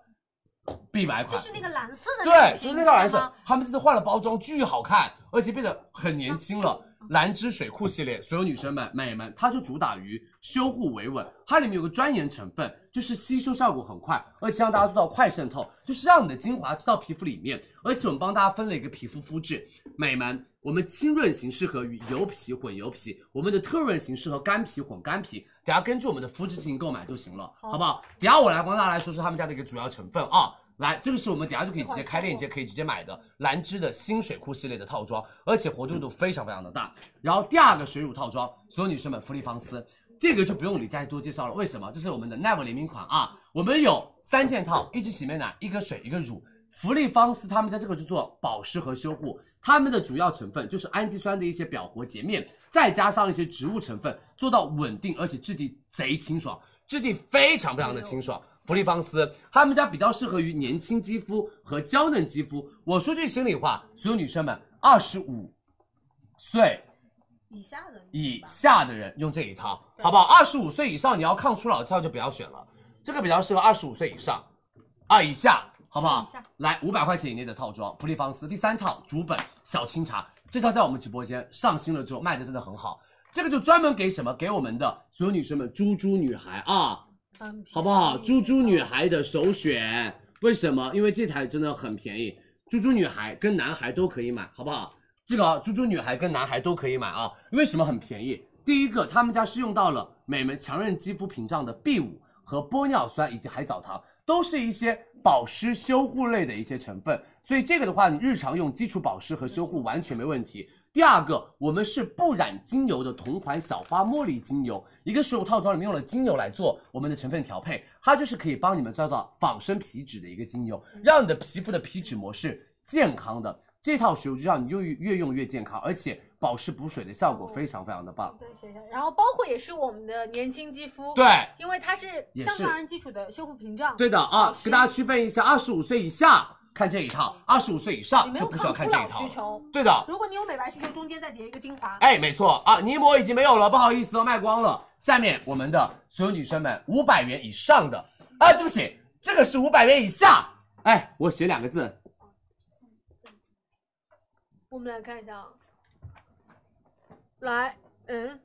Speaker 7: 必买款，
Speaker 10: 就是那个蓝色的，
Speaker 7: 对，就是那套蓝
Speaker 10: 你知道
Speaker 7: 色
Speaker 10: 吗，
Speaker 7: 他们这次换了包装，巨好看，而且变得很年轻了。
Speaker 10: 嗯
Speaker 7: 兰芝水库系列，所有女生们、美们，它就主打于修护维稳，它里面有个专研成分，就是吸收效果很快，而且让大家做到快渗透，就是让你的精华吃到皮肤里面。而且我们帮大家分了一个皮肤肤质，美们，我们清润型适合于油皮混油皮，我们的特润型适合干皮混干皮。等下根据我们的肤质进行购买就行了，好不好？等下我来帮大家来说说他们家的一个主要成分啊。来，这个是我们等下就可以直接开链接，可以直接买的兰芝的新水库系列的套装，而且活动度非常非常的大。然后第二个水乳套装，所有女生们，芙丽芳丝，这个就不用李佳琦多介绍了，为什么？这是我们的 Nev 联名款啊，我们有三件套，一支洗面奶，一个水，一个乳。芙丽芳丝他们家这个就做保湿和修护，他们的主要成分就是氨基酸的一些表活洁面，再加上一些植物成分，做到稳定，而且质地贼清爽，质地非常非常的清爽。芙丽芳丝，他们家比较适合于年轻肌肤和娇嫩肌肤。我说句心里话，所有女生们，二十五岁
Speaker 10: 以下的
Speaker 7: 以下的人用这一套，好不好？二十五岁以上你要抗初老这套就不要选了，这个比较适合二十五岁以上，啊以下，好不好
Speaker 10: 以下？
Speaker 7: 来五百块钱以内的套装，芙丽芳丝第三套竹本小清茶，这套在我们直播间上新了之后卖的真的很好，这个就专门给什么？给我们的所有女生们，猪猪女孩啊，好不好？猪猪女孩的首选，为什么？因为这台真的很便宜，猪猪女孩跟男孩都可以买，好不好？这个啊猪猪女孩跟男孩都可以买啊，为什么很便宜？第一个，他们家是用到了美们强韧肌肤屏障的 B 五和玻尿酸以及海藻糖，都是一些保湿修护类的一些成分，所以这个的话，你日常用基础保湿和修护完全没问题。第二个，我们是不染精油的同款小花茉莉精油，一个水乳套装里面用了精油来做我们的成分调配，它就是可以帮你们做到仿生皮脂的一个精油，让你的皮肤的皮脂膜是健康的。这套水乳就让你用越用越健康，而且保湿补水的效果非常非常的棒。
Speaker 10: 在学校，然后包括也是我们的年轻肌肤，
Speaker 7: 对
Speaker 10: 因为它是
Speaker 7: 也
Speaker 10: 像
Speaker 7: 是
Speaker 10: 抗人基础的修护屏障，
Speaker 7: 对的啊
Speaker 10: 保，湿
Speaker 7: 跟大家区分一下，二十五岁以下看这一套，二十五岁以
Speaker 10: 你
Speaker 7: 上
Speaker 10: 没
Speaker 7: 啊就
Speaker 10: 有
Speaker 7: 不需要看
Speaker 10: 抗
Speaker 7: 这一
Speaker 10: 初
Speaker 7: 套
Speaker 10: 老需
Speaker 7: 了。
Speaker 10: 求，
Speaker 7: 对的
Speaker 10: 如果你有美白需求，中间再叠一个精华，
Speaker 7: 哎，没错啊，泥膜已经没有了，不好意思哦，卖光了。下面我们的所有女生们，五百元以上的啊，对不起，这个是五百元以下。哎，我写两个字，
Speaker 10: 我们来看一下，啊，来，嗯，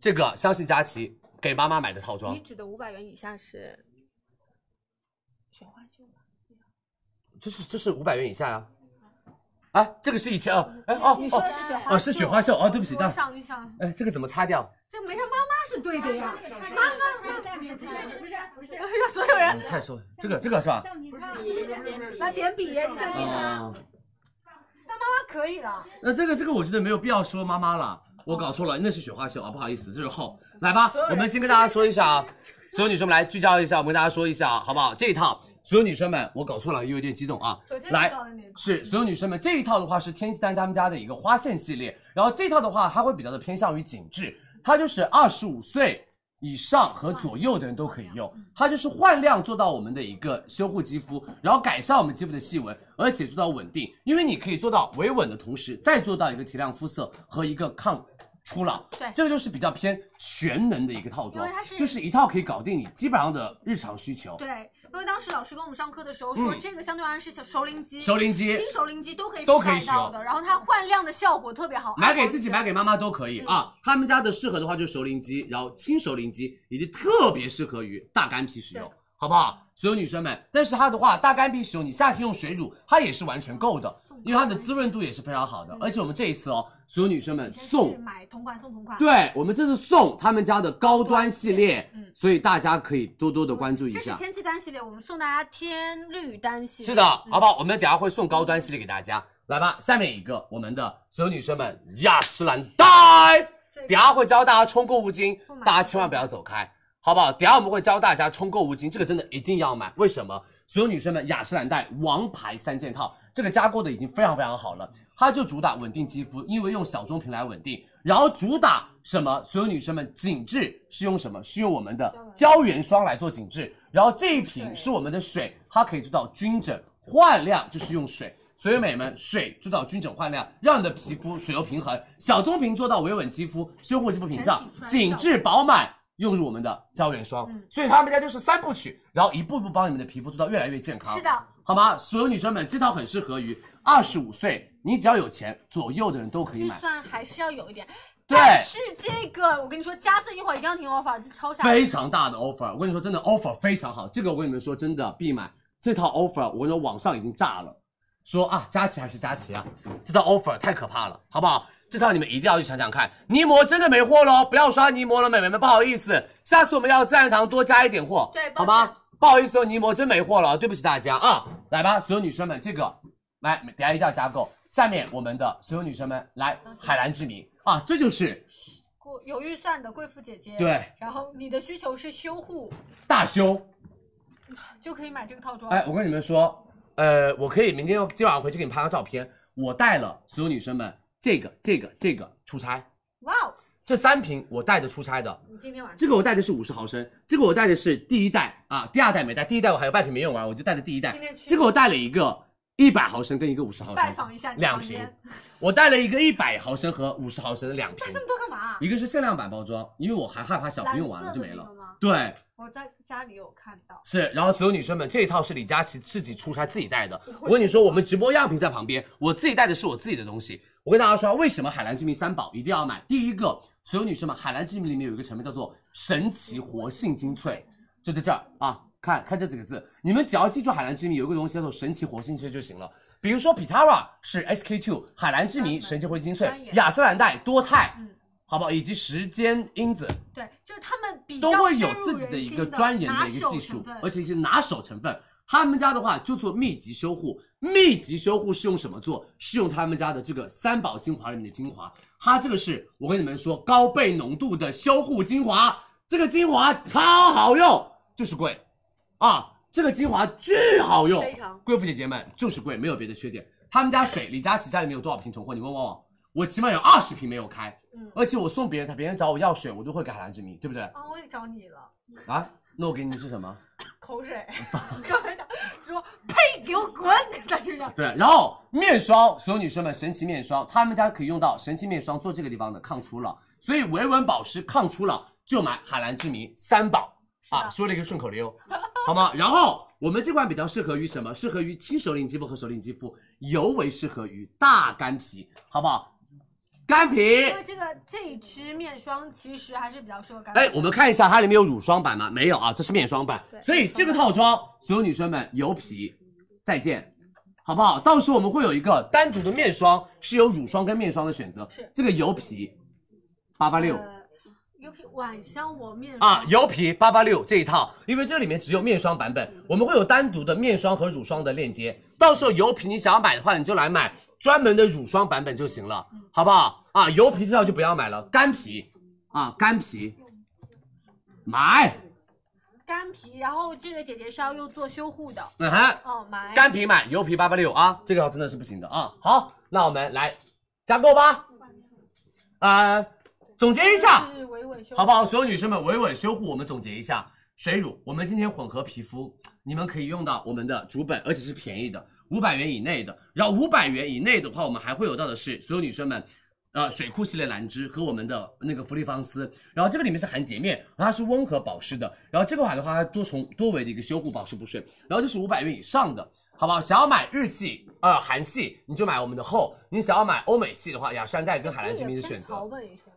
Speaker 7: 这个相信佳琪给妈妈买的套装
Speaker 25: 你，指的五百元以下是雪花秀吗？
Speaker 7: 这是这是五百元以下呀、啊。哎，这个是一千二，哎哦
Speaker 25: 你说
Speaker 7: 哦
Speaker 25: 的是雪花
Speaker 7: 哦是雪花秀哦，对不起，
Speaker 25: 我
Speaker 7: 大
Speaker 25: 想一想，
Speaker 7: 哎这个怎么擦掉？
Speaker 25: 这没事，妈妈啊是对的呀，妈妈妈不是不是不是不 是，
Speaker 18: 哎呀，所有人
Speaker 7: 嗯太瘦了，这个这个是吧？
Speaker 25: 不是来点笔，相一下，
Speaker 7: 啊，
Speaker 25: 那妈妈可以了。
Speaker 7: 那这个这个我觉得没有必要说妈妈了，我搞错了，那是雪花秀啊，不好意思，这是后。来吧，我们先跟大家说一下啊，所有女生们来聚焦一下，我们跟大家说一下啊，好不好？这一套，所有女生们，我搞错了，有点激动啊
Speaker 25: 昨天。
Speaker 7: 来
Speaker 25: 搞的那个，
Speaker 7: 是所有女生们这一套的话是天气丹他们家的一个花线系列，然后这套的话它会比较的偏向于紧致，它就是二十五岁。以上和左右的人都可以用，
Speaker 25: 嗯
Speaker 7: 它就是焕亮做到我们的一个修护肌肤，然后改善我们肌肤的细纹，而且做到稳定，因为你可以做到维稳的同时，再做到一个提亮肤色和一个抗初老。
Speaker 25: 对
Speaker 7: 这个就是比较偏全能的一个套装，
Speaker 25: 因为它是
Speaker 7: 就是一套可以搞定你基本上的日常需求。
Speaker 25: 对，因为当时老师给我们上课的时候说，
Speaker 7: 嗯
Speaker 25: 这个相对而言是小熟龄肌、
Speaker 7: 熟龄肌
Speaker 25: 新熟龄肌都可以
Speaker 7: 都可以
Speaker 25: 覆盖到
Speaker 7: 使
Speaker 25: 的，
Speaker 7: 用
Speaker 25: 然后它焕亮的效果特别好。
Speaker 7: 买给自己、买给妈妈都可以
Speaker 25: 嗯
Speaker 7: 啊。他们家的适合的话就是熟龄肌，然后轻熟龄肌，以及特别适合于大干皮使用，好不好？所有女生们，但是它的话，大干皮使用，你夏天用水乳，它也是完全够的，因为它的滋润度也是非常
Speaker 25: 嗯
Speaker 7: 好的。而且我们这一次哦，所有女生们送
Speaker 25: 去买同款送同款。
Speaker 7: 对我们这次送他们家的高端系列，所以大家可以多多的关注一
Speaker 25: 嗯这是
Speaker 7: 下。
Speaker 25: 天气丹系列，我们送大家天绿丹系列。
Speaker 7: 是的，
Speaker 25: 嗯
Speaker 7: 好不好？我们等一下会送高端系列给大家。来吧，下面一个我们的所有女生们雅诗兰黛，等一下会教大家冲购物金，大家千万不要走开，好不好？等一下我们会教大家冲购物金，这个真的一定要买。为什么？所有女生们雅诗兰黛王牌三件套，这个加购的已经非常非常好了，它就主打稳定肌肤，因为用小棕瓶来稳定，然后主打什么？所有女生们紧致是用什么？是用我们的胶原霜来做紧致，然后这一瓶是我们的水，它可以做到均整焕亮，就是用水。所以美们，水做到均整焕亮，让你的皮肤水油平衡；小棕瓶做到维稳肌肤、修护肌肤屏障，紧致饱满，用入我们的胶原霜。所以他们家就是三部曲，然后一步步帮你们的皮肤做到越来越健康。
Speaker 25: 是的，
Speaker 7: 好吗？所有女生们，这套很适合于二十五岁，你只要有钱，左右的人都可以
Speaker 25: 预
Speaker 7: 买。
Speaker 25: 算还是要有一点。
Speaker 7: 对
Speaker 25: 但是这个我跟你说，加赠一会儿一定要听 offer，超下。
Speaker 7: 非常大的 offer，我跟你说真的 offer 非常好，这个我跟你们说真的必买。这套 offer 我跟你说网上已经炸了，说啊佳琦还是佳琦啊，这套 offer 太可怕了，好不好？这套你们一定要去想想看，泥膜真的没货喽，不要刷泥膜了，美眉们不好意思，下次我们要自然堂多加一点货，
Speaker 25: 对抱
Speaker 7: 好
Speaker 25: 歉
Speaker 7: 吗？不好意思哦，泥膜真没货了，对不起大家啊，来吧，所有女生们，这个来，等一下一定要加购。下面我们的所有女生们来海蓝之谜啊，这就是
Speaker 25: 过有预算的贵妇姐姐。
Speaker 7: 对。
Speaker 25: 然后你的需求是修护，
Speaker 7: 大修。
Speaker 25: 就可以买这个套装。
Speaker 7: 哎，我跟你们说，呃，我可以明天今晚上回去给你拍张照片。我带了所有女生们这个、这个、这个出差，
Speaker 25: 哇哦，
Speaker 7: 这三瓶我带着出差的。
Speaker 25: 你今天晚上
Speaker 7: 这个我带的是五十毫升，这个我带的是第一袋啊，第二袋没带，第一袋我还有半瓶没用完，我就带的第一袋
Speaker 25: 今天。去
Speaker 7: 这个我带了一个一百毫升跟一个五十毫
Speaker 25: 拜
Speaker 7: 升，
Speaker 25: 访一下你
Speaker 7: 两
Speaker 25: 房间
Speaker 7: 瓶。我带了一个一百毫升和五十毫升的两
Speaker 25: 带，
Speaker 7: 瓶
Speaker 25: 这么多干嘛？啊
Speaker 7: 一个是限量版包装，因为我还害怕小朋友玩了就没了
Speaker 25: 蓝色的那个吗。
Speaker 7: 对，
Speaker 25: 我在家里有看到，
Speaker 7: 是，然后所有女生们，这一套是李佳琦自己出差自己带的。我跟你说，我们直播样品在旁边，我自己带的是我自己的东西。我跟大家说，为什么海蓝之谜三宝一定要买？第一个，所有女生们，海蓝之谜里面有一个成分叫做神奇活性精粹，就在这儿啊，看看这几个字，你们只要记住海蓝之谜有一个东西叫做神奇活性精粹就行了。比如说 Pitara 是 SK two，海蓝之谜神奇活性精粹，雅诗兰黛多肽，好不好？以及时间因子，
Speaker 25: 对，就是他们比较
Speaker 7: 都会
Speaker 25: 深
Speaker 7: 有
Speaker 25: 入
Speaker 7: 自己
Speaker 25: 人
Speaker 7: 的一
Speaker 25: 心
Speaker 7: 个
Speaker 25: 的
Speaker 7: 钻研
Speaker 25: 拿
Speaker 7: 的一个
Speaker 25: 手
Speaker 7: 技
Speaker 25: 成
Speaker 7: 术
Speaker 25: 分，
Speaker 7: 而且是拿手成分。他们家的话就做密集修护，密集修护是用什么做？是用他们家的这个三宝精华里面的精华，它这个是我跟你们说高倍浓度的修护精华，这个精华超好用，就是贵啊，这个精华巨好用，
Speaker 25: 非常
Speaker 7: 贵妇姐姐们就是贵，没有别的缺点。他们家水，李佳琦家里面有多少瓶囤货？你问旺旺，我起码有二十瓶没有开，
Speaker 25: 嗯
Speaker 7: 而且我送别人，他别人找我要水，我都会给海蓝之谜，对不对？
Speaker 25: 啊，我也找你了，
Speaker 7: 啊，那我给你的是什么？
Speaker 25: 口水，刚才想说呸，给我滚，在身上。
Speaker 7: 对，然后面霜，所有女生们，神奇面霜，他们家可以用到神奇面霜做这个地方的抗初老，所以维稳保湿、抗初老就买海蓝之谜三宝啊，说了一个顺口溜， 好吗？然后我们这款比较适合于什么？适合于轻熟龄肌肤和熟龄肌肤，尤为适合于大干皮，好不好？干皮
Speaker 10: 因为这个这一支面霜其实还是比较适合干皮。
Speaker 7: 哎，我们看一下它里面有乳霜版吗？没有啊，这是面霜版。所以这个套装，所有女生们油皮，再见，好不好？到时候我们会有一个单独的面霜，是有乳霜跟面霜的选择。
Speaker 10: 是
Speaker 7: 这个油皮，八八六
Speaker 10: 呃油皮晚上我面霜
Speaker 7: 啊，油皮八八六这一套，因为这里面只有面霜版本，我们会有单独的面霜和乳霜的链接。到时候油皮你想要买的话，你就来买专门的乳霜版本就行了，好不好？啊，油皮这套就不要买了，干皮啊，干皮买。
Speaker 10: 干皮，然后这个姐姐是要用做修护的。
Speaker 7: 嗯哼
Speaker 10: 哦，买
Speaker 7: 干皮买油皮八八六啊，这个真的是不行的啊。好，那我们来加购吧。啊、总结一下，
Speaker 10: 是维稳修护
Speaker 7: 好不好？所有女生们，维稳修护，我们总结一下，水乳，我们今天混合皮肤，你们可以用到我们的主本，而且是便宜的，五百元以内的。然后五百元以内的话，我们还会有到的是所有女生们。呃，水库系列兰芝和我们的那个芙丽芳丝，然后这个里面是含洁面，然后它是温和保湿的，然后这个款的话，它多重多维的一个修护保湿补水，然后这是五百元以上的，好不好？想要买日系、呃韩系，你就买我们的厚；你想要买欧美系的话，雅诗兰黛跟海蓝之谜的选择。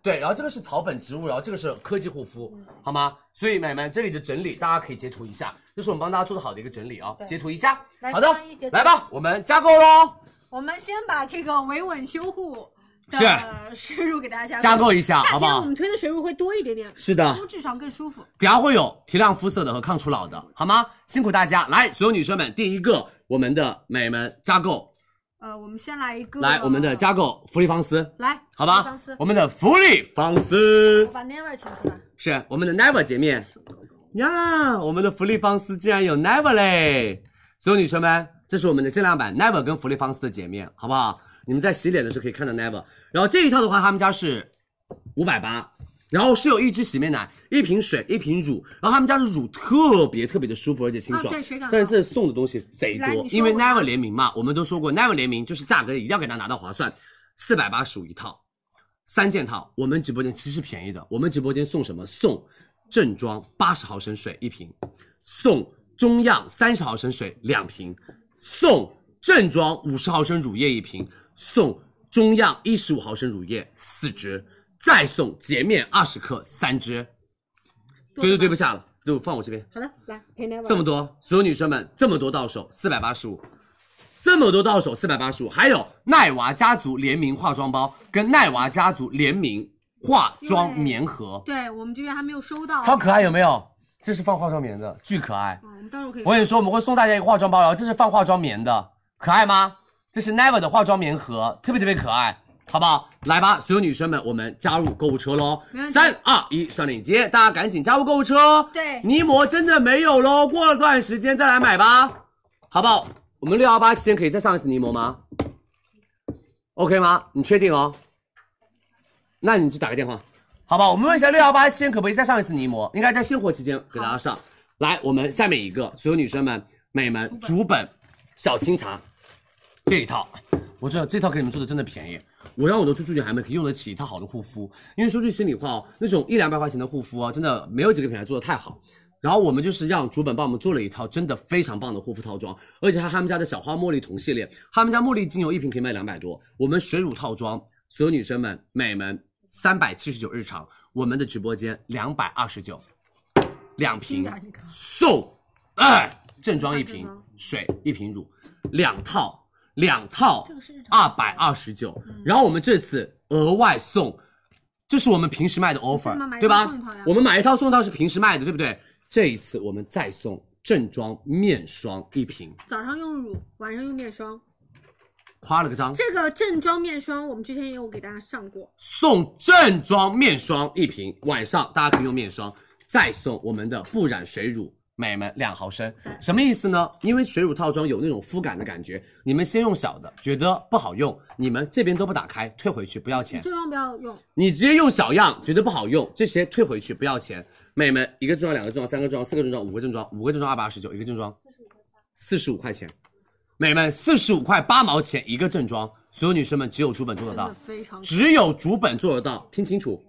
Speaker 7: 对，然后这个是草本植物，然后这个是科技护肤，
Speaker 10: 嗯
Speaker 7: 好吗？所以美们这里的整理大家可以截图一下，这是我们帮大家做的好的一个整理啊、
Speaker 10: 对
Speaker 7: 截图一下。
Speaker 10: 来
Speaker 7: 好的
Speaker 10: 张一截，图
Speaker 7: 来吧，我们加购喽，
Speaker 10: 我们先把这个维稳修护的
Speaker 7: 是
Speaker 10: 水乳给大家
Speaker 7: 加购一下好不好
Speaker 10: 夏天我们推的水乳会多一点点，
Speaker 7: 是的
Speaker 10: 肤质上更舒服。
Speaker 7: 等下会有提亮肤色的和抗初老的，好吗？辛苦大家，来，所有女生们，第一个我们的美们加购，
Speaker 10: 呃，我们先来一个，
Speaker 7: 来我们
Speaker 10: 啊
Speaker 7: 的加购芙丽芳丝，
Speaker 10: 来，
Speaker 7: 好
Speaker 10: 芙丽
Speaker 7: 吧
Speaker 10: 芳丝？
Speaker 7: 我们的芙丽芳丝
Speaker 10: 我把 Never 请出来，
Speaker 7: 是我们的 Never 洁面呀，我们的芙丽芳丝竟然有 Never 嘞！所有女生们，这是我们的限量版 Never 跟芙丽芳丝的洁面，好不好？你们在洗脸的时候可以看到 Never，然后这一套的话，他们家是五百八，然后是有一支洗面奶、一瓶水、一瓶乳，然后他们家的乳特别特别的舒服，而且清爽。
Speaker 10: 啊对水感好
Speaker 7: 但是这送的东西贼
Speaker 10: 来你
Speaker 7: 多
Speaker 10: 说，
Speaker 7: 因为
Speaker 10: 我
Speaker 7: Never 联名嘛，我们都说过 Never 联名就是价格一定要给大家拿到划算，四百八十五一套，三件套，我们直播间其实便宜的，我们直播间送什么？送正装八十毫升水一瓶，送中样三十毫升水两瓶，送正装五十毫升乳液一瓶，送中样一十五毫升乳液四支，再送洁面二十克三支。
Speaker 10: 多
Speaker 7: 堆
Speaker 10: 吗
Speaker 7: 都堆不下了，就放我这边。
Speaker 10: 好的，来陪 Never
Speaker 7: 这么多，所有女生们这么多到手四百八十五，这么多到手四百八十五，还有奈娃家族联名化妆包跟奈娃家族联名化妆棉盒，
Speaker 10: 对我们这边还没有收到，啊
Speaker 7: 超可爱，有没有？这是放化妆棉的，巨可爱。
Speaker 10: 我们到时候可以。
Speaker 7: 我跟你说，我们会送大家一个化妆包，然后这是放化妆棉的，可爱吗？这是 Never 的化妆棉盒，特别特别可爱，好不好？来吧，所有女生们，我们加入购物车喽
Speaker 10: 没问！题
Speaker 7: 三二一，上链接，大家赶紧加入购物车哦。
Speaker 10: 对
Speaker 7: 泥膜真的没有喽，过了段时间再来买吧，好不好？我们六幺八期间可以再上一次泥膜吗？OK 吗？你确定哦？那你就打个电话，好吧？我们问一下六幺八期间可不可以再上一次泥膜？应该在现货期间给大家上。来，我们下面一个，所有女生们、美们，主本小清茶这一套，我知道这套给你们做的真的便宜。我让我的住住姐孩们可以用得起一套好的护肤，因为说句心里话哦，那种一两百块钱的护肤啊，真的没有几个品牌做的太好。然后我们就是让主本帮我们做了一套真的非常棒的护肤套装，而且还有他们家的小花茉莉同系列，他们家茉莉精油一瓶可以卖两百多，我们水乳套装，所有女生们、美们三百七十九日常，我们的直播间两百二十九，两瓶送，哎、正装一瓶，水一瓶乳，两套两套二百二十九，
Speaker 10: 嗯
Speaker 7: 然后我们这次额外送，这是我们平时卖的 offer，
Speaker 10: 是吗买一
Speaker 7: 对
Speaker 10: 套
Speaker 7: 吧
Speaker 10: 送一套呀？
Speaker 7: 我们买一套送一套是平时卖的，对不对？这一次我们再送正装面霜一瓶，
Speaker 10: 早上用乳，晚上用面霜。
Speaker 7: 夸了个张，
Speaker 10: 这个正装面霜我们之前也有给大家上过，
Speaker 7: 送正装面霜一瓶，晚上大家可以用面霜，再送我们的不染水乳。美们两毫升，什么意思呢？因为水乳套装有那种肤感的感觉，你们先用小的，觉得不好用，你们这边都不打开，退回去不要钱。
Speaker 10: 正装不要用。
Speaker 7: 你直接用小样，觉得不好用，这些退回去不要钱。美们，一个正装、两个正装、三个正装、四个正装、五个正装，五个正装二百二十九，一个正装四十五块钱。美们，四十五块八毛钱一个正装，所有女生们只有主本做得
Speaker 10: 真的
Speaker 7: 到，
Speaker 10: 非常
Speaker 7: 只有主本做得到，听清楚，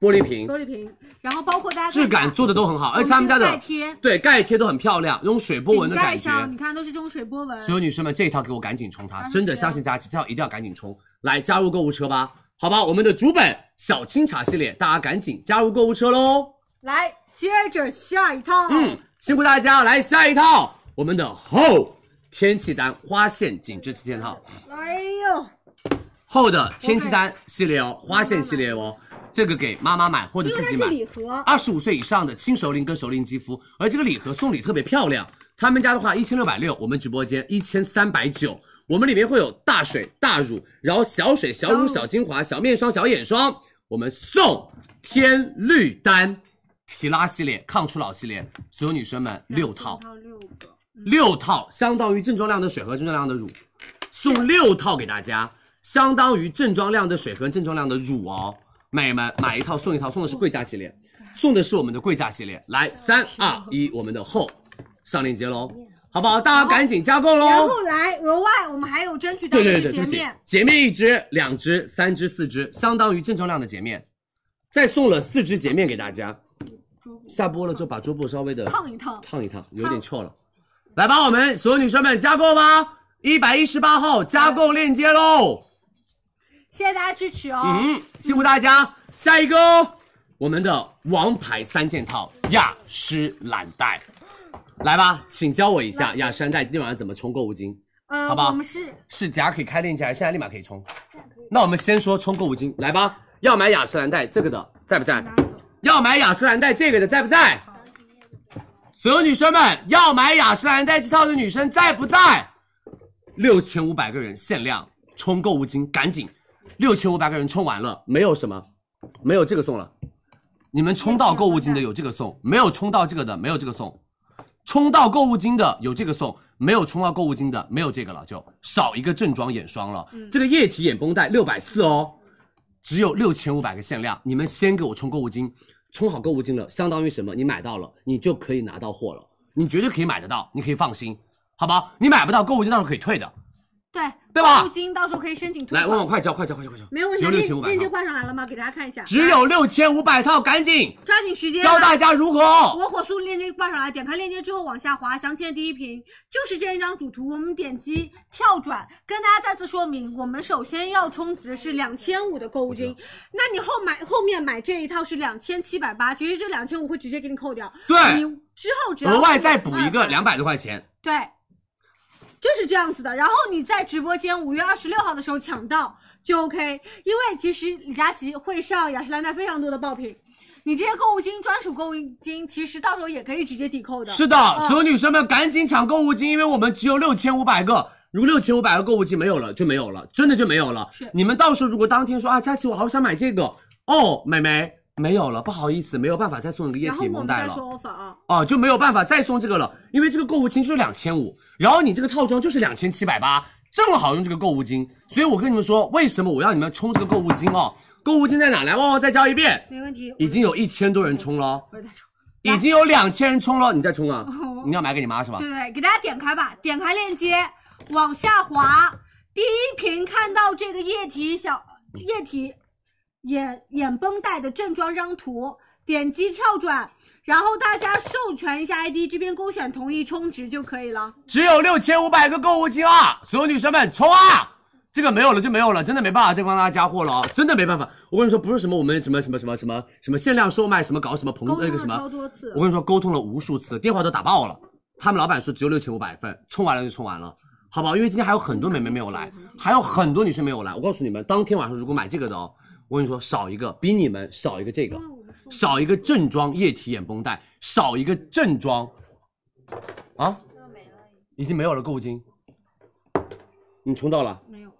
Speaker 7: 玻璃瓶
Speaker 10: 玻璃瓶，然后包括大家
Speaker 7: 质感做的都很好，而且他们家
Speaker 10: 我
Speaker 7: 的
Speaker 10: 们这个盖贴
Speaker 7: 对盖贴都很漂亮，那种水波纹的感
Speaker 10: 盖
Speaker 7: 觉。
Speaker 10: 上，你看都是这种水波纹。
Speaker 7: 所有女生们，这一套给我赶紧冲它，
Speaker 10: 当然
Speaker 7: 真的
Speaker 10: 是啊
Speaker 7: 相信佳琪，这套一定要赶紧冲！来加入购物车吧，好吧，我们的主本小清茶系列，大家赶紧加入购物车喽！
Speaker 10: 来，接着下一套。
Speaker 7: 嗯，辛苦大家，来下一套，我们的厚天气单花线紧致旗舰套，
Speaker 10: 哎呦，
Speaker 7: 厚的天气单系列哦，花线系列哦，这个给妈妈买或者
Speaker 10: 因为
Speaker 7: 自
Speaker 10: 它
Speaker 7: 己
Speaker 10: 是
Speaker 7: 买。
Speaker 10: 礼盒，
Speaker 7: 二十五岁以上的轻熟龄跟熟龄肌肤，而这个礼盒送礼特别漂亮。他们家的话一千六百六，我们直播间一千三百九。我们里面会有大水、大乳，然后小水、小乳、小精华、小面霜、小眼霜。我们送天绿丹、提拉系列、抗初老系列，所有女生们六套，
Speaker 10: 六个，
Speaker 7: 六套相当于正装量的水和正装量的乳，送六套给大家，相当于正装量的水和正装量的乳哦。美们买一套送一套，送的是贵价系列，送的是我们的贵价系列。来，三二一，我们的厚上链接喽，好不好？大家赶紧加购
Speaker 10: 然
Speaker 7: 喽！
Speaker 10: 后来额外我们还有争取到
Speaker 7: 对
Speaker 10: 一
Speaker 7: 对
Speaker 10: 些
Speaker 7: 对，对
Speaker 10: 洁
Speaker 7: 不起
Speaker 10: 面，，
Speaker 7: 洁面一支、两支、三支、四支，相当于正装量的洁面，再送了四支洁面给大家。下播了之后把桌布稍微的
Speaker 10: 烫一烫
Speaker 7: 烫一烫，有点翘了。来吧，我们所有女生们加购吧，一百一十八号加购链接喽。
Speaker 10: 谢谢大家支持哦。
Speaker 7: 嗯，辛苦大家。下一个哦，我们的王牌三件套雅诗兰黛，来吧，请教我一下雅诗兰黛今天晚上怎么冲购物金，
Speaker 10: 呃，
Speaker 7: 好不好？
Speaker 10: 我们是
Speaker 7: 是，等下可以开链接，还是现在立马可以冲？那我们先说冲购物金，来吧，要买雅诗兰黛这个的在不在？要买雅诗兰黛这个的在不在？所有女生们要买雅诗兰黛这套的女生在不在？六千五百个人限量冲购物金，赶紧！六千五百个人冲完了，没有什么，没有这个送了。你们冲到购物金的有这个送，没有冲到这个的没有这个送，冲到购物金的有这个送，没有冲到购物金的没有这个了，就少一个正装眼霜了。这个液体眼绷带六百四哦，只有六千五百个限量，你们先给我冲购物金，冲好购物金了，相当于什么？你买到了，你就可以拿到货了，你绝对可以买得到，你可以放心，好不好？你买不到购物金到时候可以退的。
Speaker 10: 对
Speaker 7: 对吧
Speaker 10: 购物金到时候可以申请退
Speaker 7: 来，
Speaker 10: 款
Speaker 7: 问我快交，快交，快交，快交！
Speaker 10: 没有问
Speaker 7: 只
Speaker 10: 题，
Speaker 7: 有六
Speaker 10: 链
Speaker 7: 千五百
Speaker 10: 链接
Speaker 7: 套，
Speaker 10: 换上来了吗？给大家看一下，
Speaker 7: 只有六千五百套，赶紧！
Speaker 10: 抓紧时间啊
Speaker 7: 教大家如何
Speaker 10: 我火速链接挂上来，点开链接之后往下滑，详情页第一屏就是这一张主图，我们点击跳转，跟大家再次说明，我们首先要充值是两千五的购物金，那你后买后面买这一套是两千七百八，其实这两千五会直接给你扣掉，
Speaker 7: 对
Speaker 10: 你之后只要嗯
Speaker 7: 额外再补一个两百多块钱，
Speaker 10: 对，就是这样子的。然后你在直播间五月二十六号的时候抢到就 OK，因为其实李佳琦会上雅诗兰黛非常多的爆品，你这些购物金专属购物金，其实到时候也可以直接抵扣的。
Speaker 7: 是的，
Speaker 10: 嗯
Speaker 7: 所有女生们赶紧抢购物金，因为我们只有六千五百个。如果六千五百个购物金没有了，就没有了，真的就没有了。
Speaker 10: 是
Speaker 7: 你们到时候如果当天说啊，佳琪，我好想买这个哦，美眉没有了，不好意思，没有办法再送你个液
Speaker 10: 然后
Speaker 7: 体
Speaker 10: 我
Speaker 7: 绷
Speaker 10: 们
Speaker 7: 带
Speaker 10: 再
Speaker 7: 了
Speaker 10: 说 offer 啊，
Speaker 7: 哦，就没有办法再送这个了，因为这个购物金就是两千五，然后你这个套装就是两千七百八，正好用这个购物金。所以我跟你们说，为什么我要你们冲这个购物金哦？购物金在哪？来，旺旺再教一遍，
Speaker 10: 没问题。
Speaker 7: 已经有一千多人冲了哦，
Speaker 10: 我再说，
Speaker 7: 已经有两千人冲了，你再冲啊
Speaker 10: 哦？
Speaker 7: 你要买给你妈是吧
Speaker 10: 对？对对，给大家点开吧，点开链接往下滑，第一屏看到这个液体小液体眼眼绷带的正装张图，点击跳转，然后大家授权一下 ID，这边勾选同意充值就可以了。
Speaker 7: 只有六千五百个购物金啊！所有女生们冲啊！这个没有了就没有了，真的没办法再帮大家加货了啊！真的没办法，我跟你说，不是什么我们什么什么什么什么什么限量售卖，什么搞什么棚
Speaker 10: 沟通
Speaker 7: 那个
Speaker 10: 了
Speaker 7: 什
Speaker 10: 超
Speaker 7: 么，
Speaker 10: 多次，
Speaker 7: 我跟你说，沟通了无数次，电话都打爆了。他们老板说只有六千五百份，冲完了就冲完了，好不好？因为今天还有很多美眉没有来，
Speaker 10: 嗯
Speaker 7: 还有很多女生没有来。我告诉你们，当天晚上如果买这个的哦，我跟你说，少一个比你们少一个这个，少一个正装液体眼绷带，少一个正装，啊，已经没有了购物金，你冲到了，
Speaker 10: 没有，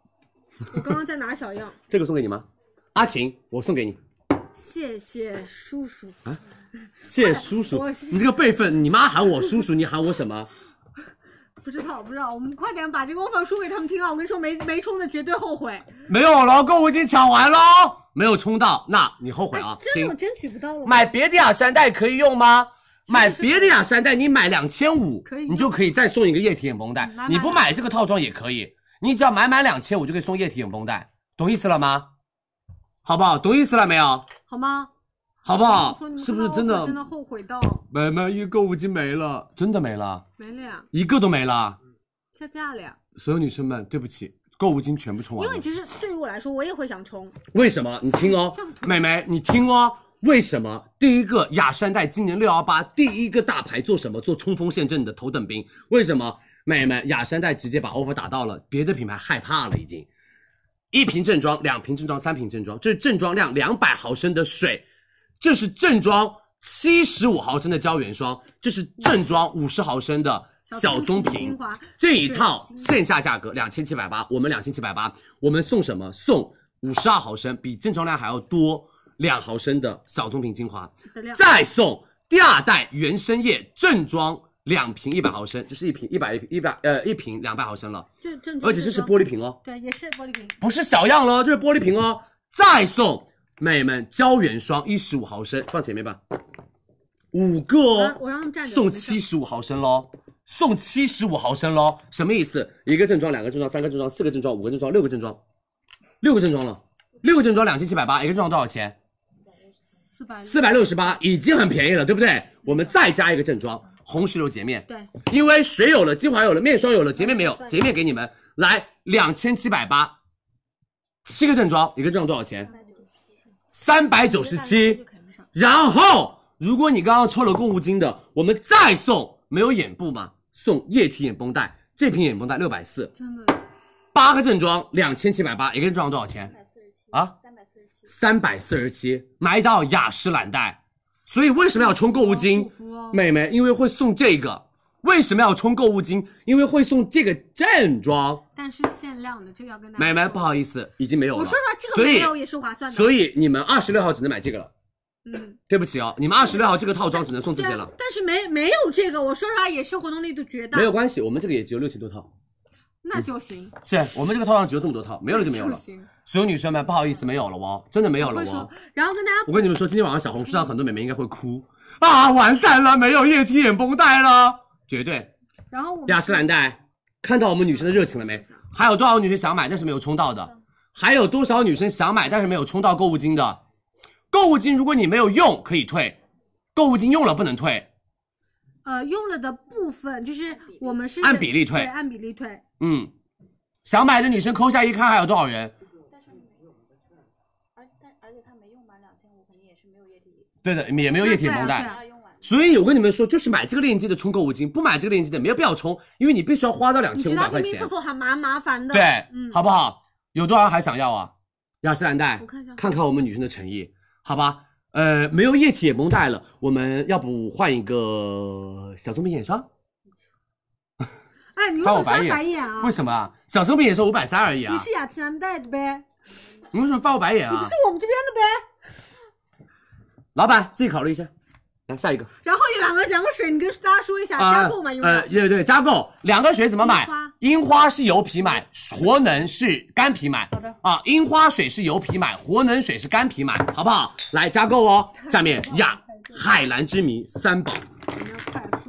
Speaker 10: 我刚刚在拿小样，
Speaker 7: 这个送给你吗？阿晴，我送给你。
Speaker 10: 谢谢叔叔。
Speaker 7: 谢谢叔叔
Speaker 10: 我，
Speaker 7: 你这个辈分，你妈喊我叔叔，你喊我什么？
Speaker 10: 不知道，不知道，我们快点把这个 offer 说给他们听啊！我跟你说，没没充的绝对后悔，
Speaker 7: 没有了，购物金抢完喽，没有冲到，那你后悔啊！
Speaker 10: 真的我
Speaker 7: 亲
Speaker 10: 争取不到了。
Speaker 7: 买别的雅诗兰黛可以用吗？买别的雅诗兰黛，你买两千五
Speaker 10: 可以，嗯
Speaker 7: 你就可以再送一个液体眼绷带
Speaker 10: 买买。
Speaker 7: 你不买这个套装也可以，你只要买满两千五就可以送液体眼绷带，懂意思了吗？好不好？懂意思了没有？
Speaker 10: 好吗？
Speaker 7: 好不好
Speaker 10: 我跟你？说
Speaker 7: 是
Speaker 10: 你
Speaker 7: 不是
Speaker 10: 们
Speaker 7: 真
Speaker 10: 看到
Speaker 7: 的
Speaker 10: 我真的后悔到
Speaker 7: 买卖一购物金没了？真的没了，
Speaker 10: 没了呀，
Speaker 7: 一个都没了。
Speaker 10: 下架了呀？
Speaker 7: 所有女生们，对不起，购物金全部充完
Speaker 25: 因
Speaker 7: 了
Speaker 25: 为。其实对于我来说，我也会想冲。
Speaker 7: 为什么？你听哦，美眉，你听哦。为什么？第一个，雅诗兰黛今年六幺八第一个大牌做什么？做冲锋陷阵你的头等兵。为什么？美眉，雅诗兰黛直接把 offer 打到了，别的品牌害怕了已经。一瓶正装，两瓶正装，三瓶正装，这是正装量两百毫升的水，这是正装七十五毫升的胶原霜，这是正装五十毫升的小棕瓶
Speaker 25: 精。华
Speaker 7: 这一套线下价格两千七百八，我们两千七百八，我们送什么？送五十二毫升，比正常量还要多两毫升的小棕瓶精华，
Speaker 25: 的量
Speaker 7: 再送第二代原生液正装两瓶一百毫升，就是一瓶一百一瓶一百呃一瓶两百毫升了，
Speaker 25: 嗯就正
Speaker 7: 而且这是玻璃瓶哦，
Speaker 25: 对，也是玻璃瓶。
Speaker 7: 不是小样喽，这是玻璃瓶哦。再送美们胶原霜一十五毫升，放前面吧，五个哦
Speaker 25: 啊，我让他们站着
Speaker 7: 送
Speaker 25: 没事
Speaker 7: 七十五毫升喽，送七十五毫升喽，什么意思？一个正装，两个正装，三个正装，四个正装，五个正装，六个正装，六个正装了，六个正装两千七百八，一个正装多少钱？
Speaker 25: 四百
Speaker 7: 四百六十八，已经很便宜了，对不对？我们再加一个正装，红石榴洁面，
Speaker 25: 对，嗯
Speaker 7: 因为水有了，精华有了，面霜有了，洁面没有，洁面给你们，来两千七百八，七个正装，一个正装多少钱？三百九十七。然后，如果你刚刚抽了购物金的，我们再送没有眼部嘛，送液体眼绷带，这瓶眼绷带六百四，
Speaker 25: 真的
Speaker 7: 八个正装两千七百八，一个正装多少钱？啊，三百四十七，买到雅诗兰黛。所以为什么要充购物金？
Speaker 25: 哦
Speaker 7: 美眉，因为会送这个。为什么要充购物金？因为会送这个正装。
Speaker 25: 但是限量的，这个要跟大家。
Speaker 7: 美眉，不好意思，已经没有了。
Speaker 25: 我说实话，这个
Speaker 7: 所以
Speaker 25: 没有也是划算的。
Speaker 7: 所以你们二十六号只能买这个了。
Speaker 25: 嗯，
Speaker 7: 对不起哦，你们二十六号这个套装只能送这
Speaker 25: 对
Speaker 7: 些
Speaker 25: 啊
Speaker 7: 了。，
Speaker 25: 但是没没有这个，我说实话也是活动力度绝大，
Speaker 7: 没有关系，我们这个也只有六千多套。
Speaker 25: 那就行。
Speaker 7: 是我们这个套装只有这么多套，没有了就没有了
Speaker 25: 就。行
Speaker 7: 所有女生们，不好意思，没有了哦，真的没有了
Speaker 25: 会
Speaker 7: 哦
Speaker 25: 说。，然后跟大家
Speaker 7: 我跟你们说，今天晚上小红书上很多美眉应该会哭啊，完蛋了，没有液体眼绷带了，绝对。
Speaker 25: 然后我们
Speaker 7: 雅诗兰黛，看到我们女生的热情了没？还有多少女生想买但是没有冲到的？还有多少女生想买但是没有冲到购物金的？购物金如果你没有用可以退，购物金用了不能退。
Speaker 25: 呃用了的部分就是我们是
Speaker 7: 按比例退
Speaker 25: 对，按比例退。
Speaker 7: 嗯，想买的女生扣下一看还有多少人？对的，也没有液
Speaker 25: 啊
Speaker 7: 体绷带。所以我跟你们说，就是买这个链接的充购物金，不买这个链接的没有必要充，因为你必须要花到两
Speaker 25: 你
Speaker 7: 千
Speaker 25: 知
Speaker 7: 五百
Speaker 25: 道
Speaker 7: 块
Speaker 25: 明明
Speaker 7: 钱
Speaker 25: 厕。所还蛮麻烦的，
Speaker 7: 对，
Speaker 25: 嗯，
Speaker 7: 好不好？有多少人还想要啊？雅诗兰黛
Speaker 25: 我看一下，
Speaker 7: 看看我们女生的诚意，好吧？呃，没有液体眼绷带了，我们要不换一个小棕瓶眼霜？
Speaker 25: 哎，你为
Speaker 7: 翻
Speaker 25: 什
Speaker 7: 我
Speaker 25: 么
Speaker 7: 白
Speaker 25: 翻
Speaker 7: 眼？
Speaker 25: 白眼啊？
Speaker 7: 为什么啊？小棕瓶眼霜五百三而已啊
Speaker 25: 你！是雅诗兰黛的呗，
Speaker 7: 你为什么翻我白眼
Speaker 25: 你不
Speaker 7: 啊
Speaker 25: 是？我们这边的呗。
Speaker 7: 老板自己考虑一下。来下一个
Speaker 25: 然后有两个两个水，你跟大家说一下，
Speaker 7: 啊
Speaker 25: 加购买用
Speaker 7: 呃，
Speaker 25: 的。
Speaker 7: 对对，加购两个水怎么买
Speaker 25: 樱花？
Speaker 7: 樱花是油皮买，活能是干皮买。
Speaker 25: 好的
Speaker 7: 啊，樱花水是油皮买，活能水是干皮买，好不好？来加购哦。下面呀，海蓝之谜三宝，
Speaker 25: 啊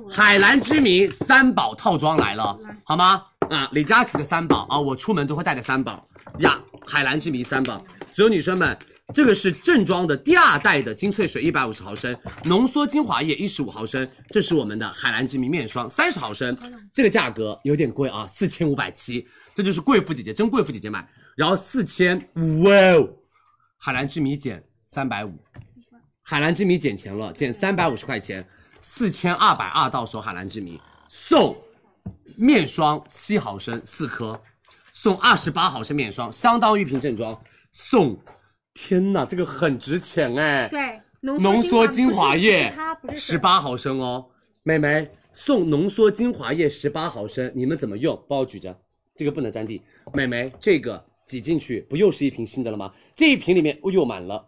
Speaker 7: 海蓝之谜三宝套装来了，好吗？啊，李佳琦的三宝啊，我出门都会带的三宝呀，海蓝之谜三宝。所有女生们，这个是正装的第二代的精粹水一百五十毫升，浓缩精华液一十五毫升，这是我们的海蓝之谜面霜三十毫升，这个价格有点贵啊，四千五百七，这就是贵妇姐姐，真贵妇姐姐买，然后四千五，哇哦，海蓝之谜减三百五。海蓝之谜减钱了，减三百五十块钱，四千二百二到手海蓝之谜送面霜七毫升四颗，送二十八毫升面霜，相当于一瓶正装，送，天哪，这个很值钱
Speaker 10: 啊
Speaker 7: 哎，
Speaker 25: 对，
Speaker 7: 浓缩
Speaker 25: 缩
Speaker 7: 精华液
Speaker 25: 它不是
Speaker 7: 十
Speaker 25: 水
Speaker 7: 八毫升哦，美眉送浓缩精华液十八毫升，你们怎么用？帮我举着，这个不能沾地。美眉，这个挤进去不又是一瓶新的了吗？这一瓶里面哦又满了。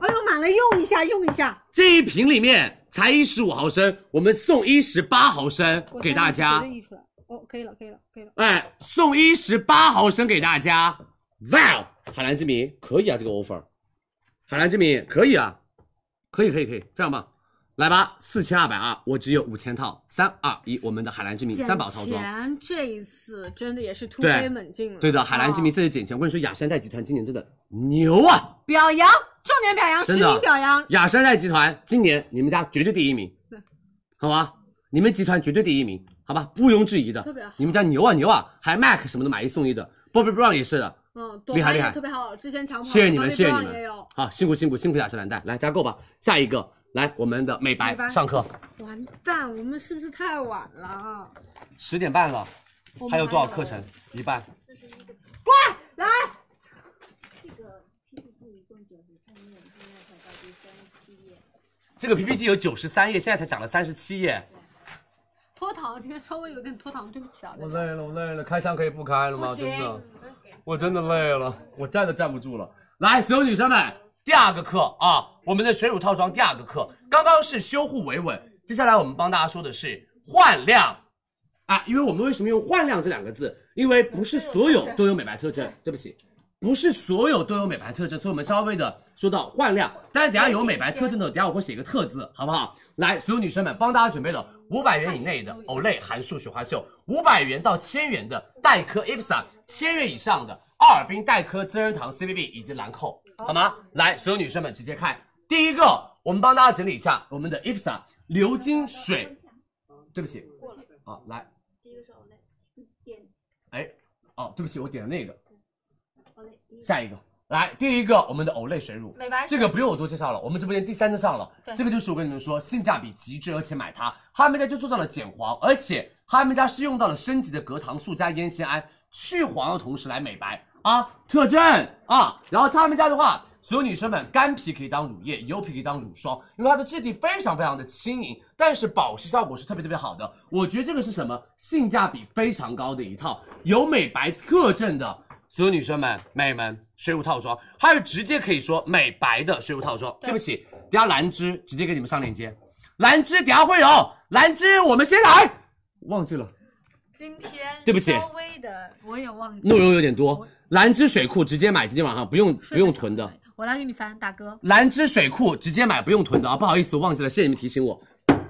Speaker 25: 哎呦，满了用一下，用一下。
Speaker 7: 这一瓶里面才一十五毫升，我们送一十八毫升
Speaker 25: 我
Speaker 7: 给大
Speaker 25: 三
Speaker 7: 家
Speaker 25: 十，九就溢出来哦，可以了，可以了，可以了。
Speaker 7: 哎，送一十八毫升给大家，哇哦！海蓝之谜可以啊，这个 offer，海蓝之谜可以啊，可以可以可以，非常棒，来吧，四千二百二，我只有五千套，三二一，我们的海蓝之谜三宝套装。
Speaker 25: 钱这一次真的也是突
Speaker 7: 对
Speaker 25: 飞猛进了。
Speaker 7: 对的，海蓝之谜
Speaker 25: 哦
Speaker 7: 这是减钱。我跟你说，雅诗兰黛集团今年真的牛啊！
Speaker 25: 表扬，重点表扬，实
Speaker 7: 真的
Speaker 25: 名表扬。
Speaker 7: 雅诗兰黛集团今年你们家绝对第一名
Speaker 25: 对，
Speaker 7: 好吧？你们集团绝对第一名，好吧？毋庸置疑的
Speaker 25: 特别好，
Speaker 7: 你们家牛啊牛啊，还 MAC 什么的买一送一的， ，Bobbi Brown 也是的，
Speaker 25: 嗯，
Speaker 7: 厉害厉害
Speaker 25: 特别好，之前抢跑，
Speaker 7: 谢谢你们，
Speaker 25: Bobbi
Speaker 7: 谢谢
Speaker 25: Brown
Speaker 7: 你
Speaker 25: 也
Speaker 7: 们
Speaker 25: 有，
Speaker 7: 好，辛苦辛苦辛苦雅诗兰黛，来加购吧，下一个，来我们的美白
Speaker 25: 美白
Speaker 7: 上课，
Speaker 25: 完蛋，我们是不是太晚了？
Speaker 7: 十点半了
Speaker 25: 我，们
Speaker 7: 还有多少
Speaker 25: 还有
Speaker 7: 课程？一半，
Speaker 25: 过来，来
Speaker 27: 这个 PPT 一共九十三页，你现在才到第三十七页。
Speaker 7: 这个 PPT 有九十三页，现在才讲了三十七页，
Speaker 25: 拖堂，今天稍微有点拖堂，对不起啊。
Speaker 7: 我累了，我累了，开箱可以不开了吗？
Speaker 25: 不行
Speaker 7: 真的，我真的累了，我站都站不住了。来，所有女生们，第二个课啊，我们的水乳套装第二个课，刚刚是修护维稳，接下来我们帮大家说的是焕亮啊，因为我们为什么用焕亮这两个字？因为不是所有都有美白特征，对不起。不是所有都有美白特征，所以我们稍微的说到焕亮。但是等一下有美白特征的，等一下我会写一个特字，好不好？来，所有女生们，帮大家准备了五百元以内的 Olay 韩束雪花秀，五百元到千元的黛珂 Ipsa，千元以上的奥尔滨黛珂资生堂 CBB 以及兰蔻，好吗？来，所有女生们直接看第一个，我们帮大家整理一下我们的 Ipsa 流金水，对不起，
Speaker 27: 过了，
Speaker 7: 啊，来，
Speaker 27: 第一个是 Olay，你点
Speaker 7: 哎，哦，对不起，我点了那个，
Speaker 27: Olay 第一。
Speaker 7: 下一个，来第一个我们的 Olay 水乳，
Speaker 27: 美白水
Speaker 7: 这个不用我多介绍了，我们直播间第三次上了
Speaker 27: 对，
Speaker 7: 这个就是我跟你们说性价比极致，而且买它，哈密家就做到了减黄，而且哈密家是用到了升级的隔糖素加烟酰胺去黄的同时来美白啊特征啊，然后他们家的话。所有女生们，干皮可以当乳液，油皮可以当乳霜，因为它的质地非常非常的轻盈，但是保湿效果是特别特别好的。我觉得这个是什么性价比非常高的一套有美白特征的所有女生们、美们，水乳套装，还有直接可以说美白的水乳套装。对不起，等下兰芝直接给你们上链接，兰芝等下会有，兰芝我们先来，忘记了，
Speaker 25: 今天
Speaker 7: 对不起
Speaker 25: 稍微的我也忘记
Speaker 7: 内容有点多，兰芝水库直接买，今天晚上不用不用囤的，
Speaker 25: 我来给你翻，大哥。
Speaker 7: 兰芝水库直接买不用囤的啊，不好意思，我忘记了，谢谢你们提醒我。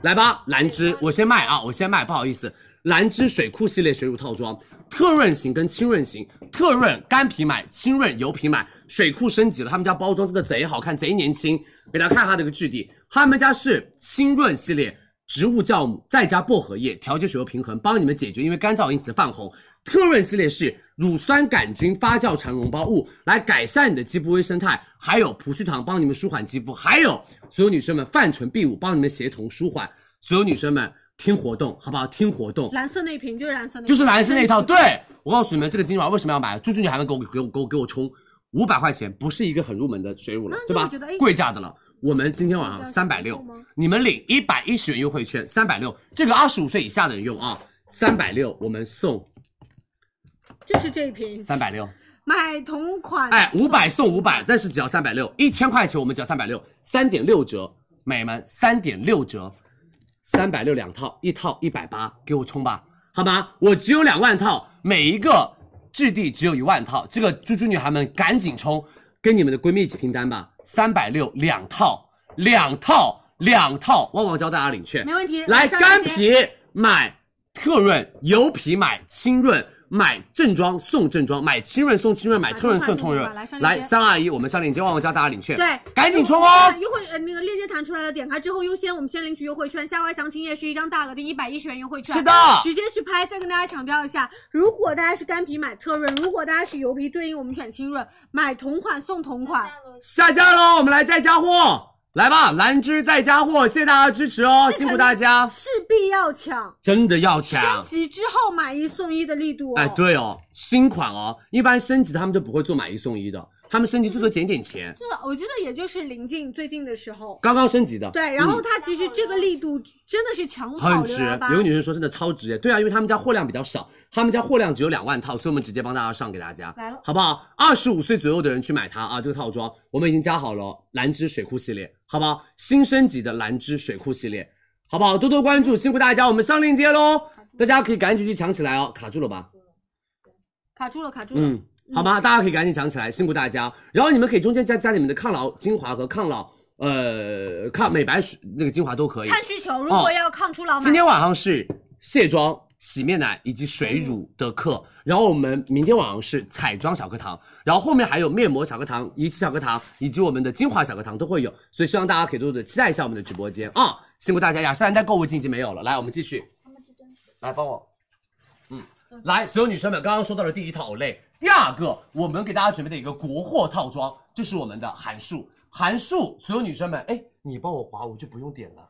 Speaker 7: 来吧，兰芝，我先卖啊，我先卖，不好意思。兰芝水库系列水乳套装，特润型跟清润型，特润干皮买，清润油皮买，水库升级了，他们家包装真的贼好看，贼年轻。给大家看它这个质地，他们家是清润系列，植物酵母再加薄荷叶，调节水油平衡，帮你们解决因为干燥引起的泛红。特润系列是乳酸杆菌发酵产绒包物，来改善你的肌肤微生态，还有葡聚糖帮你们舒缓肌肤，还有所有女生们泛醇 B 五帮你们协同舒缓。所有女生们听活动好不好？听活动，
Speaker 25: 蓝色那瓶就是蓝色那瓶，
Speaker 7: 就是蓝色那一套。对我告诉你们，这个精华为什么要买？猪猪女孩们给我给我给我给我冲，五百块钱不是一个很入门的水乳了，对吧
Speaker 25: 我觉得哎？
Speaker 7: 贵价的了。我们今天晚上三百六，你们领一百一十元优惠券，三百六，这个二十五岁以下的人用啊，三百六我们送
Speaker 25: 就是这一瓶，
Speaker 7: 三百六，
Speaker 25: 买同款，
Speaker 7: 哎，五百送五百，但是只要三百六，一千块钱我们只要三百六，三点六折，美们三点六折，三百六两套，一套一百八，给我冲吧，好吗？我只有两万套，每一个质地只有一万套，这个猪猪女孩们赶紧冲，跟你们的闺蜜一起拼单吧，三百六两套，两套两套，旺旺教大家领券，
Speaker 25: 没问题
Speaker 7: 来
Speaker 25: 上
Speaker 7: 干
Speaker 25: 链接
Speaker 7: 皮买特润，油皮买清润，买正装送正装，买清润送清润，买特润送特润
Speaker 25: 来上。链
Speaker 7: 来，
Speaker 25: 接
Speaker 7: 三二一，我们上链接，旺旺教大家领券，
Speaker 25: 对，
Speaker 7: 赶紧冲哦！
Speaker 25: 优惠呃那个链接弹出来了，点开之后优先我们先领取优惠券，下滑详情页是一张大额的一百一十元优惠券，
Speaker 7: 是的
Speaker 25: 直接去拍。再跟大家强调一下，如果大家是干皮买特润，如果大家是油皮，对应我们选清润，买同款送同款。
Speaker 7: 下架喽，我们来再加货，来吧，兰芝再加货，谢谢大家支持哦，辛苦大家，
Speaker 25: 势必要抢，
Speaker 7: 真的要抢
Speaker 25: 升。级之后买一送一的力度哦。
Speaker 7: 哎，对哦，新款哦，一般升级他们就不会做买一送一的，他们升级最多减点钱。
Speaker 25: 这我记得也就是临近最近的时候，
Speaker 7: 刚刚升级的，
Speaker 25: 对，然后
Speaker 7: 嗯
Speaker 25: 它其实这个力度真的是强跑
Speaker 7: 很
Speaker 25: 六
Speaker 7: 值
Speaker 25: 幺八，。
Speaker 7: 有个女生说真的超值耶，对啊，因为他们家货量比较少，他们家货量只有两万套，所以我们直接帮大家上给大家，
Speaker 25: 来了
Speaker 7: 好不好？二十五岁左右的人去买它啊，这个套装我们已经加好了兰芝水库系列，好不好？新升级的兰芝水库系列，好不好？多多关注，辛苦大家，我们上链接喽，大家可以赶紧去抢起来哦，卡住了吧？
Speaker 25: 卡住了，卡住了。
Speaker 7: 嗯，好吗？大家可以赶紧抢起来，辛苦大家。然后你们可以中间加加你们的抗老精华和抗老呃抗美白水那个精华都可以，
Speaker 25: 看需求，如果要抗初老，
Speaker 7: 哦今天晚上是卸妆、洗面奶以及水乳的课，然后我们明天晚上是彩妆小课堂，然后后面还有面膜小课堂、仪器小课堂以及我们的精华小课堂都会有，所以希望大家可以多多的期待一下我们的直播间啊、辛苦大家！雅诗兰黛购物镜已经没有了，来我们继续，来帮我，嗯，来所有女生们，刚刚说到了第一套 Olay，第二个，我们给大家准备的一个国货套装，就是我们的韩束。韩束，所有女生们，哎，你帮我划，我就不用点了。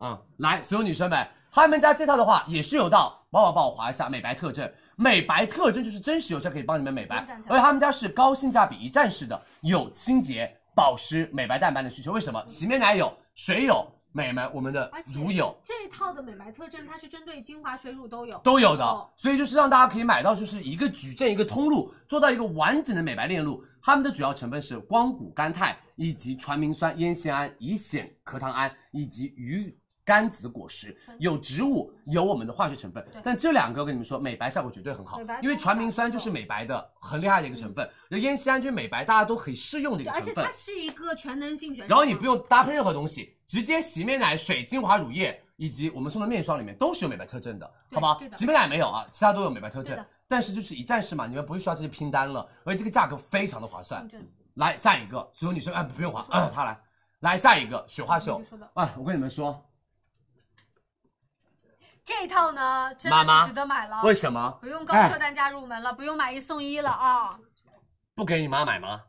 Speaker 7: 嗯，来，所有女生们，他们家这套的话也是有到，帮我帮我划一下美白特征，美白特征就是真实有效，可以帮你们美白，而且他们家是高性价比一站式的，有清洁、保湿、美白、淡斑的需求。为什么？洗面奶有，水有，美们我们的乳有
Speaker 25: 这一套的美白特征，它是针对精华、水乳都有，哦
Speaker 7: 都有哦的，所以就是让大家可以买到就是一个矩阵一个通路，做到一个完整的美白链路。它们的主要成分是光谷甘肽以及传明酸、烟酰胺、乙酰壳糖胺以及鱼。甘子果实有植物，有我们的化学成分，但这两个我跟你们说，美白效果绝对很好，因为传明酸就是美白的很嗯厉害的一个成分，而烟酰胺就是美白大家都可以适用的一个成分，
Speaker 25: 而且它是一个全能性选手。
Speaker 7: 然后你不用搭配任何东西，直接洗面奶、水、精华、乳液以及我们送的面霜里面都是有美白特征的，好不好？洗面奶没有啊，其他都有美白特征，但是就是一站式嘛，你们不会需要这些拼单了，而且这个价格非常的划
Speaker 10: 嗯
Speaker 7: 算。来下一个，所有女生哎不用划，啊她来，来下一个雪花秀，
Speaker 10: 嗯
Speaker 7: 哎我跟你们说。
Speaker 25: 这一套呢，真的是值得买了。
Speaker 10: 啊
Speaker 7: 妈妈为什么？
Speaker 25: 不用高客单价入门了，哎、不用买一送一了啊！
Speaker 7: 不给你妈买吗？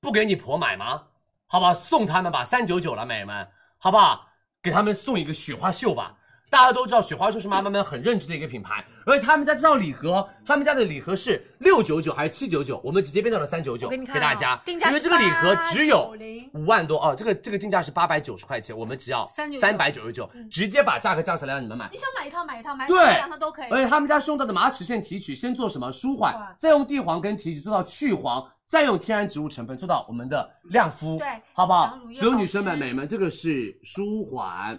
Speaker 7: 不给你婆买吗？好不好？送他们吧，三九九了，美们，好不好？给他们送一个雪花秀吧。大家都知道雪花秀是妈妈们很认知的一个品牌，而且他们家这套礼盒，他们家的礼盒是六九九还是七九九？我们直接变到了三九九给哦大家，
Speaker 25: 啊定价
Speaker 7: 因为这个礼盒只有五万多哦，这个这个定价是八百九十块钱，我们只要三百九十嗯九，直接把价格降下来让你们买。
Speaker 25: 你想买一套买一套，买
Speaker 7: 对
Speaker 25: 两套都可以。
Speaker 7: 而且他们家是用到的马齿苋提取，先做什么哎舒缓，再用地黄根提取做到去黄。再用天然植物成分做到我们的亮肤，
Speaker 25: 对，
Speaker 7: 好不好？所有女生们、美们，这个是舒缓。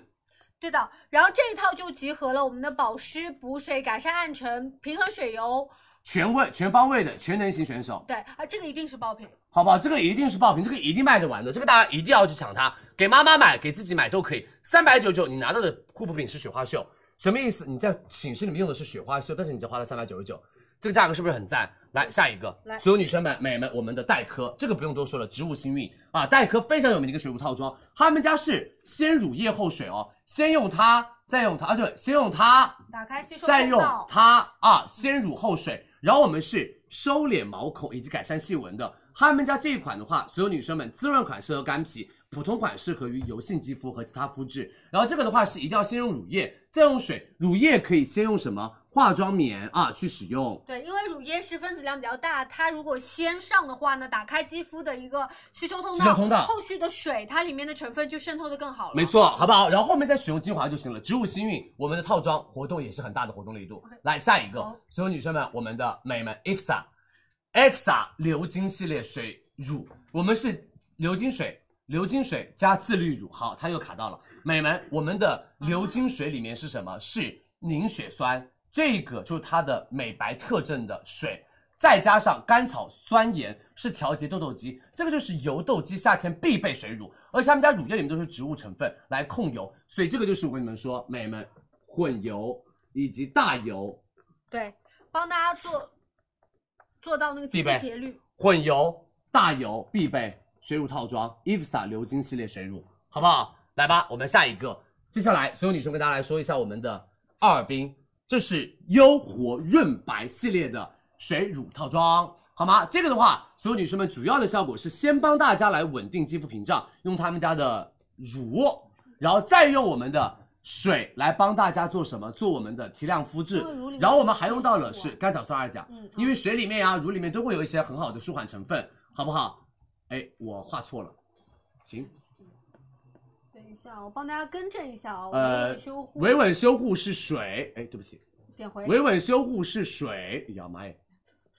Speaker 25: 对的，然后这一套就集合了我们的保湿、补水、改善暗沉、平衡水油，
Speaker 7: 全位全方位的全能型选手。
Speaker 25: 对啊，这个一定是爆品，
Speaker 7: 好不好？这个一定是爆品，这个一定卖得完的，这个大家一定要去抢它，给妈妈买，给自己买都可以。三百九九，你拿到的护肤品是雪花秀，什么意思？你在寝室里面用的是雪花秀，但是你只花了三百九十九，这个价格是不是很赞？来下一个，
Speaker 25: 来
Speaker 7: 所有女生们、美们，我们的黛珂，这个不用多说了，植物新韵啊，黛珂非常有名的一个水乳套装，他们家是先乳液后水哦，先用它，再用它啊，对，先用它，
Speaker 25: 打开吸收
Speaker 7: 再
Speaker 25: 通
Speaker 7: 用
Speaker 25: 道
Speaker 7: 它啊，先乳后水，然后我们是收敛毛孔以及改善细纹的，他们家这一款的话，所有女生们，滋润款适合干皮，普通款适合于油性肌肤和其他肤质，然后这个的话是一定要先用乳液，再用水，乳液可以先用什么化妆棉啊去使用。
Speaker 25: 对，因为乳液是分子量比较大，它如果先上的话呢，打开肌肤的一个吸收通道，
Speaker 7: 吸收通道
Speaker 25: 后续的水它里面的成分就渗透的更好了。
Speaker 7: 没错，好不好？然后后面再使用精华就行了。植物新韵，我们的套装活动也是很大的活动力度。来下一个，所有女生们，我们的美们 IFSA，IFSA 流金系列水乳，我们是流金水。流金水加自律乳，好，它又卡到了。美们，我们的流金水里面是什么？是凝血酸，这个就是它的美白特征的水，再加上甘草酸盐是调节痘痘肌，这个就是油痘肌夏天必备水乳，而且他们家乳液里面都是植物成分来控油，所以这个就是我跟你们说，美们混油以及大油
Speaker 25: 对，帮大家做做到那个
Speaker 7: 必
Speaker 25: 肌
Speaker 7: 备
Speaker 25: 肤节律。
Speaker 7: 混油、大油必备水乳套装，IFSA 流金系列水乳，好不好？来吧，我们下一个。接下来，所有女生跟大家来说一下我们的哈尔滨，这是优活润白系列的水乳套装，好吗？这个的话，所有女生们主要的效果是先帮大家来稳定肌肤屏障，用他们家的乳，然后再用我们的水来帮大家做什么？做我们的提亮肤质
Speaker 25: 这哦个乳里。面
Speaker 7: 然后我们还用到了是甘草酸二钾，
Speaker 25: 嗯
Speaker 7: 因为水里面啊、乳里面都会有一些很好的舒缓成分，好不好？哎，我画错了，
Speaker 25: 嗯
Speaker 7: 行，
Speaker 25: 等一下，我帮大家更正一下啊、维
Speaker 7: 呃
Speaker 25: 稳修，护，
Speaker 7: 维稳修护是水，哎，对不起，
Speaker 25: 点回
Speaker 7: 维稳修护是水，哎呀妈耶，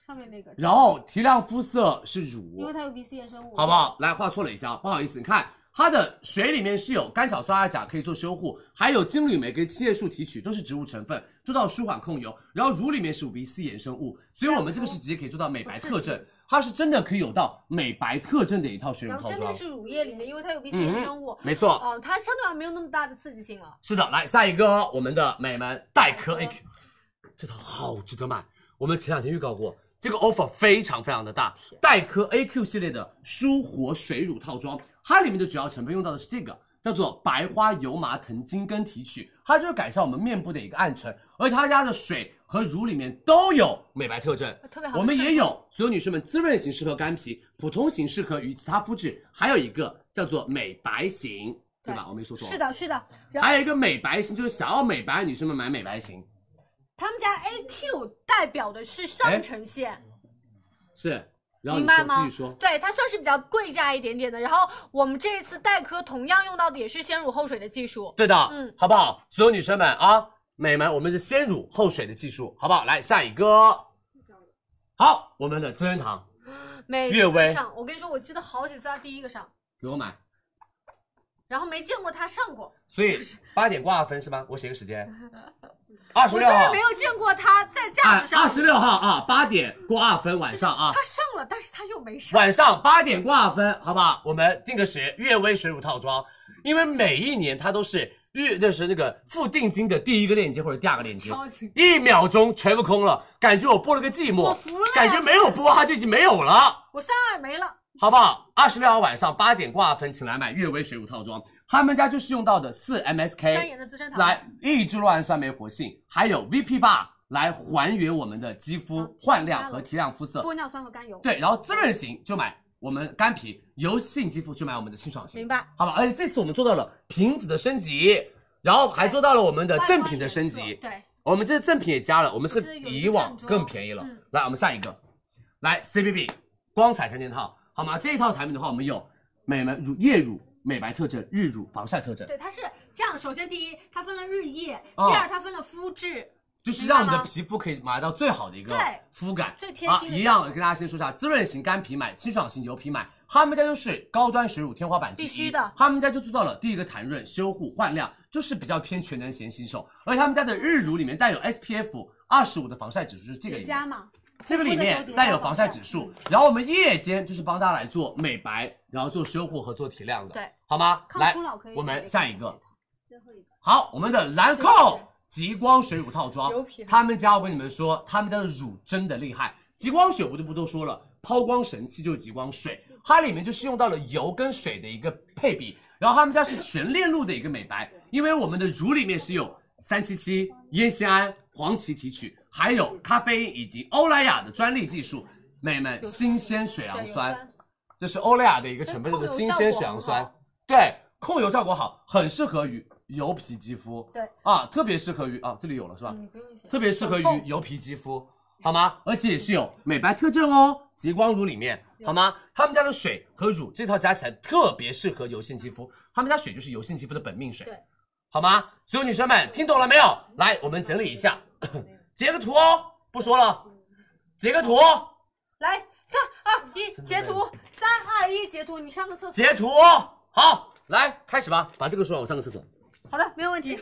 Speaker 25: 上面那个，
Speaker 7: 然后提亮肤色是
Speaker 25: 因
Speaker 7: 乳
Speaker 25: 为，它有 B C 衍生物，
Speaker 7: 好不？好？来，画错了一下，不好意思，你看它的水里面是有甘草酸二钾可以做修护，还有金缕梅跟青叶树提取都是植物成分，做到舒缓控油。然后乳里面是五 B 四衍生物，所以我们这个是直接可以做到美
Speaker 25: 哦
Speaker 7: 白特征，它是真的可以有到美白特征的一套水乳
Speaker 25: 然后
Speaker 7: 套
Speaker 25: 真的
Speaker 7: 装。
Speaker 25: 是乳液里面，因为它有 B C
Speaker 7: 嗯
Speaker 25: 衍生物，
Speaker 7: 没错
Speaker 25: 哦、它相对还没有那么大的刺激性了。
Speaker 7: 是的，来下一个哦，我们的美们黛珂 A Q，这套好值得买。我们前两天预告过，这个 offer 非常非常的大。黛珂 A Q 系列的舒活水乳套装，它里面的主要成分用到的是这个，叫做白花油麻藤精根提取，它就是改善我们面部的一个暗沉，而且他家的水和乳里面都有美白特征，
Speaker 10: 特别好
Speaker 7: 我们也有，所有女生们滋润型适合干皮，普通型适合于其他肤质，还有一个叫做美白型，对吧？我没说错。
Speaker 10: 是。的，是的。然后
Speaker 7: 还有一个美白型，就是想要美白的女生们买美白型，
Speaker 10: 他们家 AQ 代表的是
Speaker 7: 哎
Speaker 10: 上城线，
Speaker 7: 是。然后
Speaker 10: 明
Speaker 7: 你
Speaker 10: 白
Speaker 7: 说
Speaker 10: 吗？
Speaker 7: 继续说，
Speaker 10: 对，它算是比较贵价一点点的。然后我们这一次黛珂同样用到的也是先乳后水的技术。
Speaker 7: 对的，
Speaker 10: 嗯，
Speaker 7: 好不好？所有女生们啊，美们，我们是先乳后水的技术，好不好？来下一个，好，我们的资生堂
Speaker 10: 每
Speaker 7: 阅微
Speaker 10: 次上，我跟你说，我记得好几次他第一个上，
Speaker 7: 给我买，
Speaker 10: 然后没见过他上过，
Speaker 7: 所以八点过二分是吗？我写个时 间，二十
Speaker 10: 我
Speaker 7: 六
Speaker 10: 真
Speaker 7: 号
Speaker 10: 的没，有见过他在架
Speaker 7: 哎
Speaker 10: 子，上。
Speaker 7: 二十六号啊，八点过二分晚上啊
Speaker 10: 他，上了，但是他又没上。
Speaker 7: 晚上八点过二分，好不好？我们定个时，悦薇水乳套装，因为每一年它都是月，就是那个付定金的第一个链接或者第二个链接
Speaker 10: 超级，
Speaker 7: 一秒钟全部空了，感觉我播了个寂寞，感觉没有播它就已经没有了。
Speaker 10: 我三二没了，
Speaker 7: 好不好？二十六号晚上八点挂分，请来买悦薇水乳套装，他们家就是用到的四 MSK
Speaker 10: 专研的资生堂
Speaker 7: 来抑制酪氨酸酶活性，还有 VP Bar 来还原我们的肌肤焕亮和提亮肤色。
Speaker 10: 啊玻尿酸和甘油。
Speaker 7: 对，然后滋润型就买我们干皮，油性肌肤就买我们的清爽型，
Speaker 10: 明白。
Speaker 7: 好吧？而且这次我们做到了瓶子的升级，然后还做到了我们的赠品的升级。
Speaker 10: 对，
Speaker 7: 我们这次赠品也加了，我们是
Speaker 10: 我记得有一个
Speaker 7: 以往
Speaker 10: 正装
Speaker 7: 更便宜了。
Speaker 10: 嗯
Speaker 7: 来，我们下一个，来 CBB 光彩三件套，好吗？这一套产品的话，我们有美门乳、夜乳、美白特征、日乳、防晒特征，
Speaker 10: 对，它是这样。首先第一，它分了日夜；
Speaker 7: 哦
Speaker 10: 第二，它分了肤质。
Speaker 7: 就是
Speaker 10: 明白
Speaker 7: 让你的
Speaker 10: 吗
Speaker 7: 皮肤可以买到最好的一个
Speaker 10: 对
Speaker 7: 肤感，
Speaker 10: 最贴心的
Speaker 7: 啊。一样的，跟大家先说一下，滋润型干皮买，清爽型油皮买，他们家就是高端水乳天花板之一
Speaker 10: 必须的
Speaker 7: 他们家就做到了第一个弹润、修护、焕亮，就是比较偏全能型新手，而且他们家的日乳里面带有 SPF 二十五的防晒指数，就是这个里面
Speaker 10: 叠加嘛，
Speaker 7: 这个里面带有防晒指数，然后我们夜间就是帮大家来做美白，然后做修护和做提亮的，
Speaker 10: 对
Speaker 7: 好吗？
Speaker 10: 抗
Speaker 7: 来
Speaker 10: 初老可以，
Speaker 7: 我们下一个，
Speaker 27: 最后一个
Speaker 7: 好，我们的兰蔻极光水乳套装
Speaker 27: 油皮，
Speaker 7: 他们家我跟你们说，他们家的乳真的厉害，极光水我就不多说了，抛光神器就是极光水，它里面就是用到了油跟水的一个配比，然后他们家是全链路的一个美白，因为我们的乳里面是有三七七、烟酰胺、黄芪提取，还有咖啡因以及欧莱雅的专利技术，美们新鲜水杨酸。这是欧莱雅的一个成分，叫做新鲜水杨酸，对，控油效果好，很适合于油皮肌肤，
Speaker 10: 对嗯
Speaker 7: 啊，特别适合于啊，这里有了是吧？特别适合于油皮肌肤，好吗？而且也是
Speaker 10: 嗯
Speaker 7: 有美白特征哦，极光乳里面，好吗？他们家的水和乳这套加起来特别适合油性肌肤，他们家水就是油性肌肤的本命水，
Speaker 10: 对，嗯
Speaker 7: 好吗？所有女生们听懂了没有？来，我们整理一下， 截个图哦，不说了，截个图哦，
Speaker 10: 来三二一，截图，三二一，截图，你上个厕所。
Speaker 7: 截图哦，好，来开始吧，把这个说完，我上个厕所。
Speaker 10: 好的，没有问题。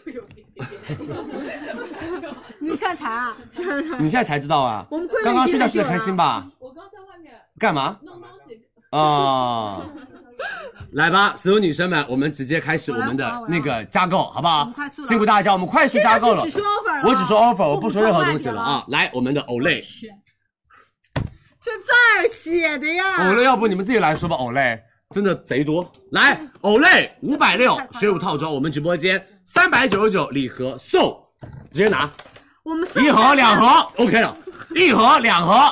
Speaker 10: 你善财啊！
Speaker 7: 你现在才知道啊？
Speaker 10: 我们贵妃
Speaker 7: 刚刚睡觉
Speaker 10: 接
Speaker 7: 睡
Speaker 10: 着
Speaker 7: 得开心吧？
Speaker 27: 我刚在外面
Speaker 7: 干嘛？
Speaker 27: 弄东西，
Speaker 7: 哦，来吧，所有女生们，我们直接开始我们的那个加购，好不好？辛苦大家，我们快速加购了。
Speaker 10: 这个只 说 offer 了
Speaker 7: 我只说 offer，我
Speaker 10: 不
Speaker 7: 不
Speaker 10: 补
Speaker 7: 说任何
Speaker 10: 充
Speaker 7: 东西
Speaker 10: 半
Speaker 7: 了
Speaker 10: 点
Speaker 7: 啊
Speaker 10: 了。
Speaker 7: 来，我们的 Olay，Olay，
Speaker 10: 这字儿写的呀。
Speaker 7: 要不你们自己来说吧，Olay。真的贼多，来，Olay 五百六水乳套装，我们直播间三百九十九礼盒送，直接拿，
Speaker 10: 我们
Speaker 7: 一盒两盒 OK 了，一盒两盒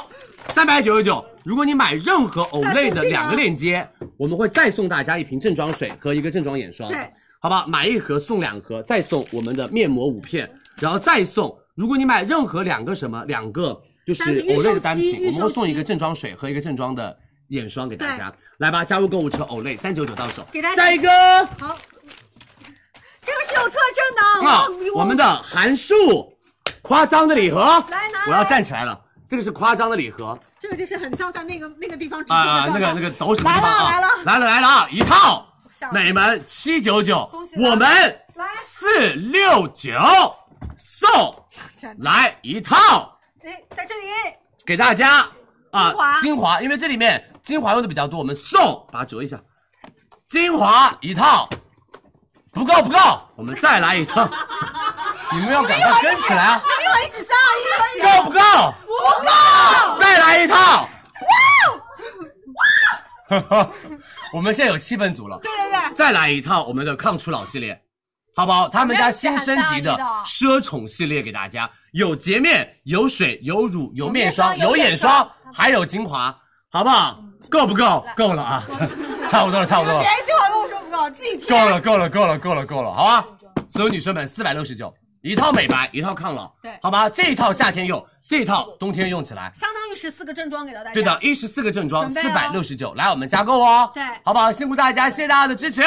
Speaker 7: 三百九十九。如果你买任何 Olay 的两个链接，我们会再送大家一瓶正装水和一个正装眼霜，
Speaker 10: 对，
Speaker 7: 好吧？买一盒送两盒，再送我们的面膜五片，然后再送。如果你买任何两个什么两个就是
Speaker 10: 单品预售
Speaker 7: Olay 的单
Speaker 10: 期
Speaker 7: 品，我
Speaker 10: 预
Speaker 7: 们
Speaker 10: 售
Speaker 7: 会
Speaker 10: 期
Speaker 7: 送一个正装水和一个正装的眼霜给大家。来吧，加入购物车 Olay 三九九到手。
Speaker 10: 给大家
Speaker 7: 下一个
Speaker 10: 好，这个是有特征的
Speaker 7: 啊
Speaker 10: 啊。我，
Speaker 7: 我们的韩束夸张的礼盒，
Speaker 10: 来拿来
Speaker 7: 我要站起来了。这个是夸张的礼盒，
Speaker 10: 这个就是很像在那个那个地方直播
Speaker 7: 啊、
Speaker 10: 的
Speaker 7: 那个
Speaker 10: 状
Speaker 7: 那
Speaker 10: 态
Speaker 7: 个抖什么地方啊？
Speaker 10: 来了
Speaker 7: 来了来了啊！一套
Speaker 10: 吓我
Speaker 7: 美门七九九，
Speaker 10: 大家
Speaker 7: 我们四六九送 来一套
Speaker 10: 哎，在这里
Speaker 7: 给大家啊
Speaker 10: 精华
Speaker 7: 精华，因为这里面精华用的比较多，我们送把它折一下，精华一套不够不够，我们再来一 套，你们要赶快跟起来啊！
Speaker 10: 一会儿一起上，一会儿一起
Speaker 7: 够不够？
Speaker 10: 不够，
Speaker 7: 再来一套！
Speaker 10: 哇哦！
Speaker 7: 我们现在有气氛组了，
Speaker 10: 对对对，
Speaker 7: 再来一套我们的抗初老系列，好不好？他们家新升级的奢宠系列给大家，有洁面、有水、有乳、有面霜、有眼霜，还有精华，好不好？够不够？够了 啊，差不多了，差不多了。
Speaker 10: 别对我跟我说不够，自己
Speaker 7: 够了，够了，够了，够了，够了，好吧？所有女生们，四百六十九，一套美白，一套抗老，
Speaker 10: 对
Speaker 7: 好吧？这一套夏天用，这一套冬天用起来。
Speaker 10: 相当于十四个正装给到大家。
Speaker 7: 对的，一十四个正装，四
Speaker 10: 准备
Speaker 7: 百
Speaker 10: 哦
Speaker 7: 六十九，来我们加购哦，
Speaker 10: 对
Speaker 7: 好不好？辛苦大家，谢谢大家的支持。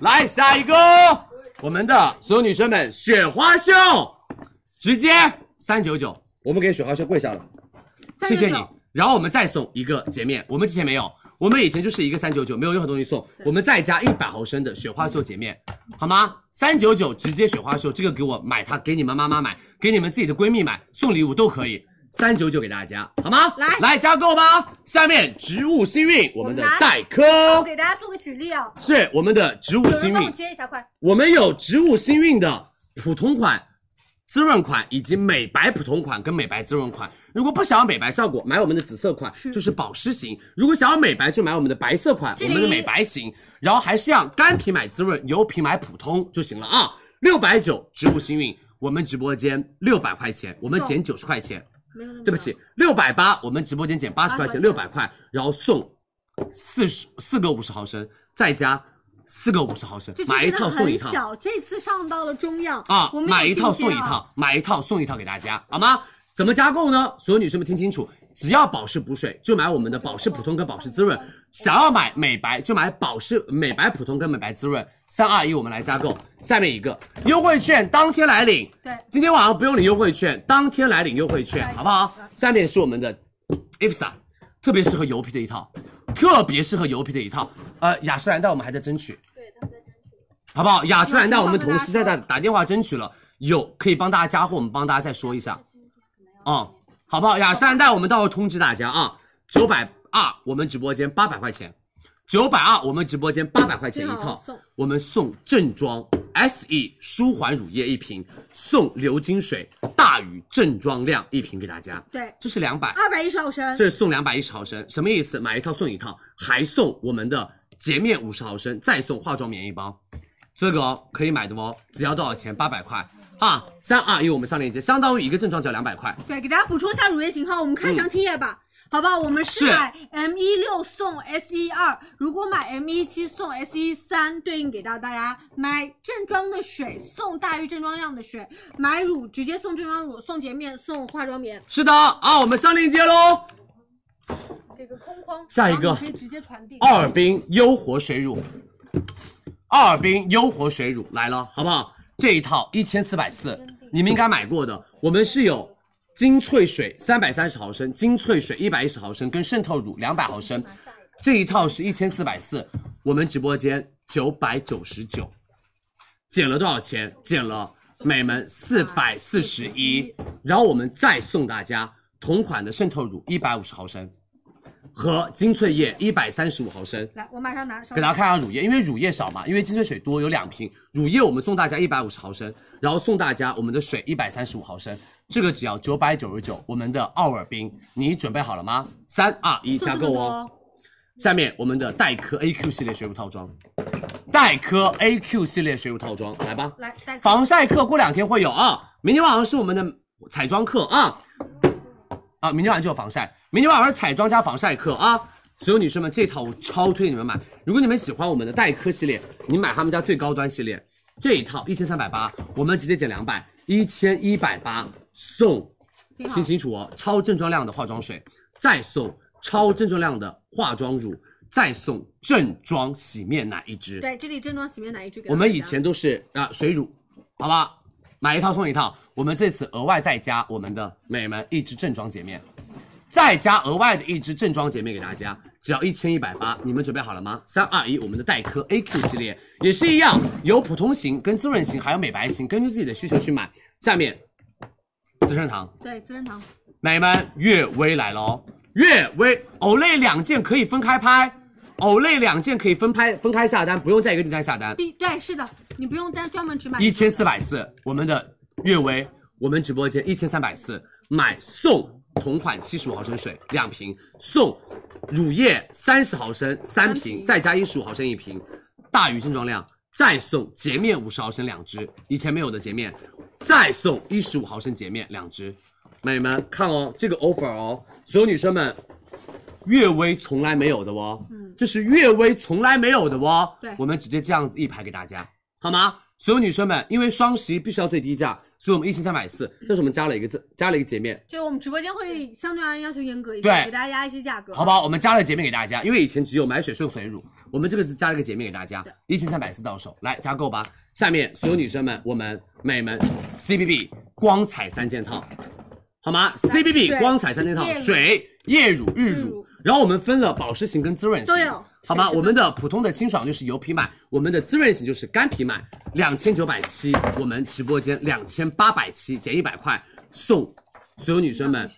Speaker 7: 来下一个哦，我们的所有女生们，雪花秀，直接三九九，我们给雪花秀跪下了，谢谢你。然后我们再送一个洁面，我们之前没有，我们以前就是一个三九九，没有任何东西送，我们再加一百毫升的雪花秀洁面，好吗？三九九直接雪花秀，这个给我买它，给你们妈妈买，给你们自己的闺蜜买，送礼物都可以。三九九给大家，好吗？
Speaker 10: 来
Speaker 7: 来加购吧。下面植物星韵，我们的黛
Speaker 10: 我
Speaker 7: 珂
Speaker 10: 给大家做个举例啊，
Speaker 7: 是我们的植物
Speaker 10: 有
Speaker 7: 星
Speaker 10: 人帮
Speaker 7: 韵
Speaker 10: 我，接一下，快！
Speaker 7: 我们有植物星韵的普通款、滋润款以及美白普通款跟美白滋润款。如果不想要美白效果，买我们的紫色款，就是保湿型；如果想要美白，就买我们的白色款，
Speaker 26: 这
Speaker 7: 我
Speaker 26: 里
Speaker 7: 们的美白型。然后还是要干皮买滋润，油皮买普通就行了啊。六百九植物星韵，我们直播间六百块钱，我们减九十块钱。对不起，六百八，我们直播间减八十块钱，六百块，然后送四十四个五十毫升，再加四个五十毫升
Speaker 25: 就，
Speaker 7: 买一
Speaker 25: 真的
Speaker 7: 套送一
Speaker 25: 很
Speaker 7: 套
Speaker 25: 小，这次上到了中药
Speaker 7: 啊
Speaker 25: 我，们
Speaker 7: 买
Speaker 25: 有
Speaker 7: 一套
Speaker 25: 进
Speaker 7: 送
Speaker 25: 阶
Speaker 7: 一
Speaker 25: 啊
Speaker 7: 套，买一套送一套给大家，好吗？怎么加购呢？所有女生们听清楚，只要保湿补水就买我们的保湿普通跟保湿滋润，想要买美白就买保湿美白普通跟美白滋润。三二一，我们来加购。下面一个优惠券当天来领，
Speaker 10: 对，
Speaker 7: 今天晚上不用领优惠券，当天来领优惠券，好不好？下面是我们的 IFSA，特别适合油皮的一套，特别适合油皮的一套。呃，雅诗兰黛我们还在争取，好不好？雅诗兰黛我们同时在打打电话争取了，有可以帮大家加货，我们帮大家再说一下，啊、好不好？雅诗兰黛我们到时候通知大家啊，九百二我们直播间八百块钱，九百二我们直播间八百块钱一
Speaker 26: 这个好
Speaker 7: 套
Speaker 26: 送，
Speaker 7: 我们送正装 SE 舒缓乳液一瓶，送流金水大于正装量一瓶给大家，
Speaker 25: 对，
Speaker 7: 这是两百，
Speaker 25: 二百一十毫升，
Speaker 7: 这是送两百一十毫升，什么意思？买一套送一套，还送我们的洁面五十毫升，再送化妆棉一包，这个哦可以买的哦，只要多少钱？八百块啊！三二一，我们上链接，相当于一个正装只要两百块。
Speaker 25: 对，给大家补充一下乳液型号，我们看
Speaker 7: 嗯
Speaker 25: 详情页吧。好不好？我们是
Speaker 7: 是
Speaker 25: 买 M 一六送 S 一二，如果买 M 一七送 S 一三，对应给到大家买正装的水送大于正装量的水，买乳直接送正装乳，送洁面送化妆棉。
Speaker 7: 是的啊，我们上链接喽。
Speaker 25: 给个空框，
Speaker 7: 下一个
Speaker 25: 然后你可以直接传递。
Speaker 7: 奥尔滨优活水乳，奥尔滨优活水乳来了，好不好？这一套一千四百四，你们应该买过的。我们是有精粹水三百三十毫升、精粹水一百一十毫升跟渗透乳两百毫升，这一套是一千四百四，我们直播间九百九十九，减了多少钱？减了每门四百四十一，然后我们再送大家同款的渗透乳一百五十毫升和精粹液一百三十五毫升。
Speaker 25: 来，我马上拿。稍
Speaker 7: 给
Speaker 25: 等
Speaker 7: 大家看一下乳液，因为乳液少嘛，因为精粹水多，有两瓶乳液，我们送大家一百五十毫升，然后送大家我们的水一百三十五毫升，这个只要九百九十九，我们的奥尔滨，你准备好了吗？三二一，加购哦。下面我们的黛珂 AQ 系列水乳套装，黛珂 AQ 系列水乳套装，来吧，
Speaker 25: 来，戴克
Speaker 7: 防晒课过两天会有啊，明天晚上是我们的彩妆课啊，啊，明天晚上就有防晒，明天晚上是彩妆加防晒课啊。所有女生们，这套我超推荐你们买。如果你们喜欢我们的黛珂系列，你买他们家最高端系列这一套一千三百八，我们直接减两百，一千一百八送，
Speaker 26: 挺好
Speaker 7: 听清楚哦，超正装量的化妆水，再送超正装量的化妆乳，再送正装洗面奶一支。
Speaker 25: 对，这里正装洗面奶一支给到
Speaker 7: 我
Speaker 25: 大家。
Speaker 7: 们以前都是啊、水乳，好吧，买一套送一套。我们这次额外再加我们的美们一支正装洁面，再加额外的一支正装洁面给大家，只要一千一百八，你们准备好了吗？三二一，我们的黛珂 AQ 系列也是一样，有普通型、跟滋润型，还有美白型，根据自己的需求去买。下面资生堂，
Speaker 25: 对资生堂，
Speaker 7: 奶们，悦薇来了哦！悦薇，Olay 两件可以分开拍，Olay 两件可以分拍分开下单，不用在一个订单下单。
Speaker 25: 必对是的，你不用单专门只买
Speaker 7: 一千四百四，我们的悦薇，我们直播间一千三百四，买送同款七十五毫升水两瓶，送乳液三十毫升三瓶，再加一十五毫升一瓶，大于正装量，再送洁面五十毫升两支，以前没有的洁面，再送一十五毫升洁面两支。美女们看哦，这个 offer 哦，所有女生们，悦薇从来没有的哦，嗯，这是悦薇从来没有的哦，
Speaker 10: 对
Speaker 7: 我们直接这样子一排给大家，好吗？所有女生们，因为双十一必须要最低价，所以我们一千三百四，但是我们加了一个字，加了一个洁面，
Speaker 10: 就我们直播间会相对而言要求严格一些，
Speaker 7: 对
Speaker 10: 给大家压一些价格，
Speaker 7: 好不好？？我们加了洁面给大家，因为以前只有买水顺水乳，我们这个是加了个洁面给大家，一千三百四到手，来加购吧。下面所有女生们，我们美们 C B B 光彩三件套，好吗？C B B
Speaker 10: 水
Speaker 7: 光彩三件套，
Speaker 10: 夜乳
Speaker 7: 水、夜乳、日乳，然后我们分了保湿型跟滋润型
Speaker 10: 都有，
Speaker 7: 好吗？
Speaker 10: 水是
Speaker 7: 我们的普通的清爽就是油皮买，我们的滋润型就是干皮买，两千九百七，我们直播间两千八百七，减一百块送所有女生们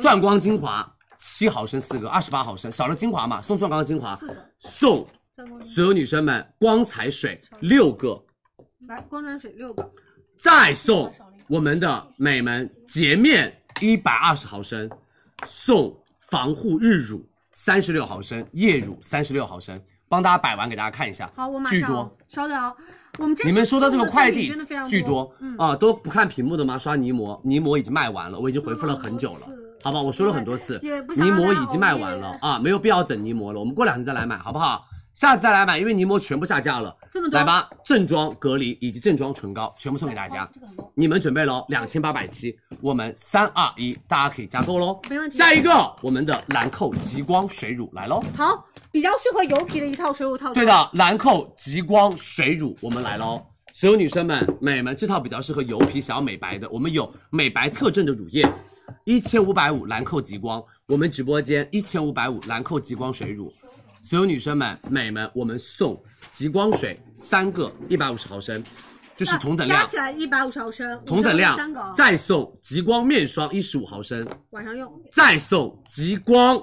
Speaker 7: 钻光精华七毫升四个，二十八毫升，少了精华嘛，送钻光精华
Speaker 10: 四个，
Speaker 7: 送
Speaker 10: 三公斤
Speaker 7: 所有女生们光彩水六个，
Speaker 10: 来光转水六个，
Speaker 7: 再送我们的美们洁面一百二十毫升，送防护日乳三十六毫升，夜乳三十六毫升，帮大家摆完给大家看一下，
Speaker 10: 好，我马
Speaker 7: 巨
Speaker 10: 上
Speaker 7: 多
Speaker 10: 哦，。稍等哦，我们这
Speaker 7: 你们收到这个快递
Speaker 10: 真的非常
Speaker 7: 巨
Speaker 10: 多
Speaker 7: 多，
Speaker 10: 嗯
Speaker 7: 啊，都不看屏幕的吗？刷泥膜，泥膜已经卖完了，我已经回复了很久了，好吧？我说了很多次
Speaker 10: 嗯也不，想
Speaker 7: 泥
Speaker 10: 让
Speaker 7: 膜
Speaker 10: 大家
Speaker 7: 已经卖完了啊，没有必要等泥膜了，我们过两天再来买，好不好？下次再来买，因为泥膜全部下架了。
Speaker 10: 这么多
Speaker 7: 来吧，正装隔离以及正装唇膏全部送给大
Speaker 10: 哦
Speaker 7: 家，你们准备喽，两千八百七，我们三二一，大家可以加购喽。
Speaker 10: 没问题
Speaker 7: 下一个我们的兰蔻极光水乳来喽。
Speaker 10: 好，比较适合油皮的一套水乳套装。
Speaker 7: 对的，兰蔻极光水乳我们来喽。所有女生们、美们，这套比较适合油皮想要美白的，我们有美白特证的乳液，一千五百五兰蔻极光，我们直播间一千五百五兰蔻极光水乳。所有女生们、美们，我们送极光水三个，一百五十毫升，就是同等量
Speaker 10: 加起，来一百五十毫升，
Speaker 7: 同等量
Speaker 10: 三个哦，
Speaker 7: 再送极光面霜一十五毫升，
Speaker 10: 晚上用。
Speaker 7: 再送极光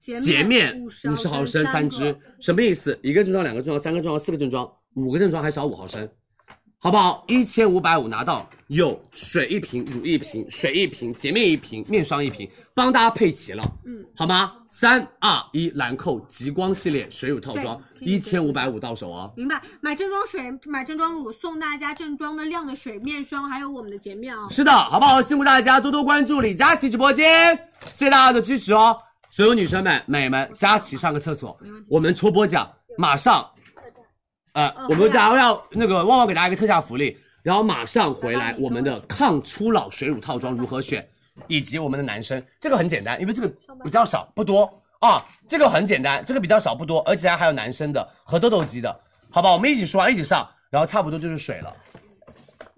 Speaker 10: 洁
Speaker 7: 洁
Speaker 10: 面
Speaker 7: 面
Speaker 10: 50
Speaker 7: 50
Speaker 10: 毫
Speaker 7: 毫
Speaker 10: 升
Speaker 7: 升
Speaker 10: 三
Speaker 7: 三
Speaker 10: 支
Speaker 7: 支，什么意思？一个正装，两个正装，三个正装，四个正装，五个正装还少五毫升，好不好？一千五百五拿到，有水一瓶，乳一瓶，水一瓶，洁面一瓶，面霜一瓶，帮大家配齐了，
Speaker 10: 嗯，
Speaker 7: 好吗？三二一，兰蔻极光系列水乳套装
Speaker 10: 对
Speaker 7: 一千五百五到手哦。
Speaker 10: 明白，买正装水，买正装乳，送大家正装的亮的水面霜，还有我们的洁面啊、
Speaker 7: 是的，好不好？辛苦大家多多关注李佳琦直播间，谢谢大家的支持哦！所有女生们、美们，佳琦上个厕所，我们抽波奖，马上，呃，我们大家要那个旺旺给大家一个特价福利，然后马上回来我们的抗初老水乳套装如何选，以及我们的男生，这个很简单，因为这个比较少不多啊，这个很简单，这个比较少不多，而且还有男生的和痘痘肌的，好吧？我们一起说完一起上，然后差不多就是水了，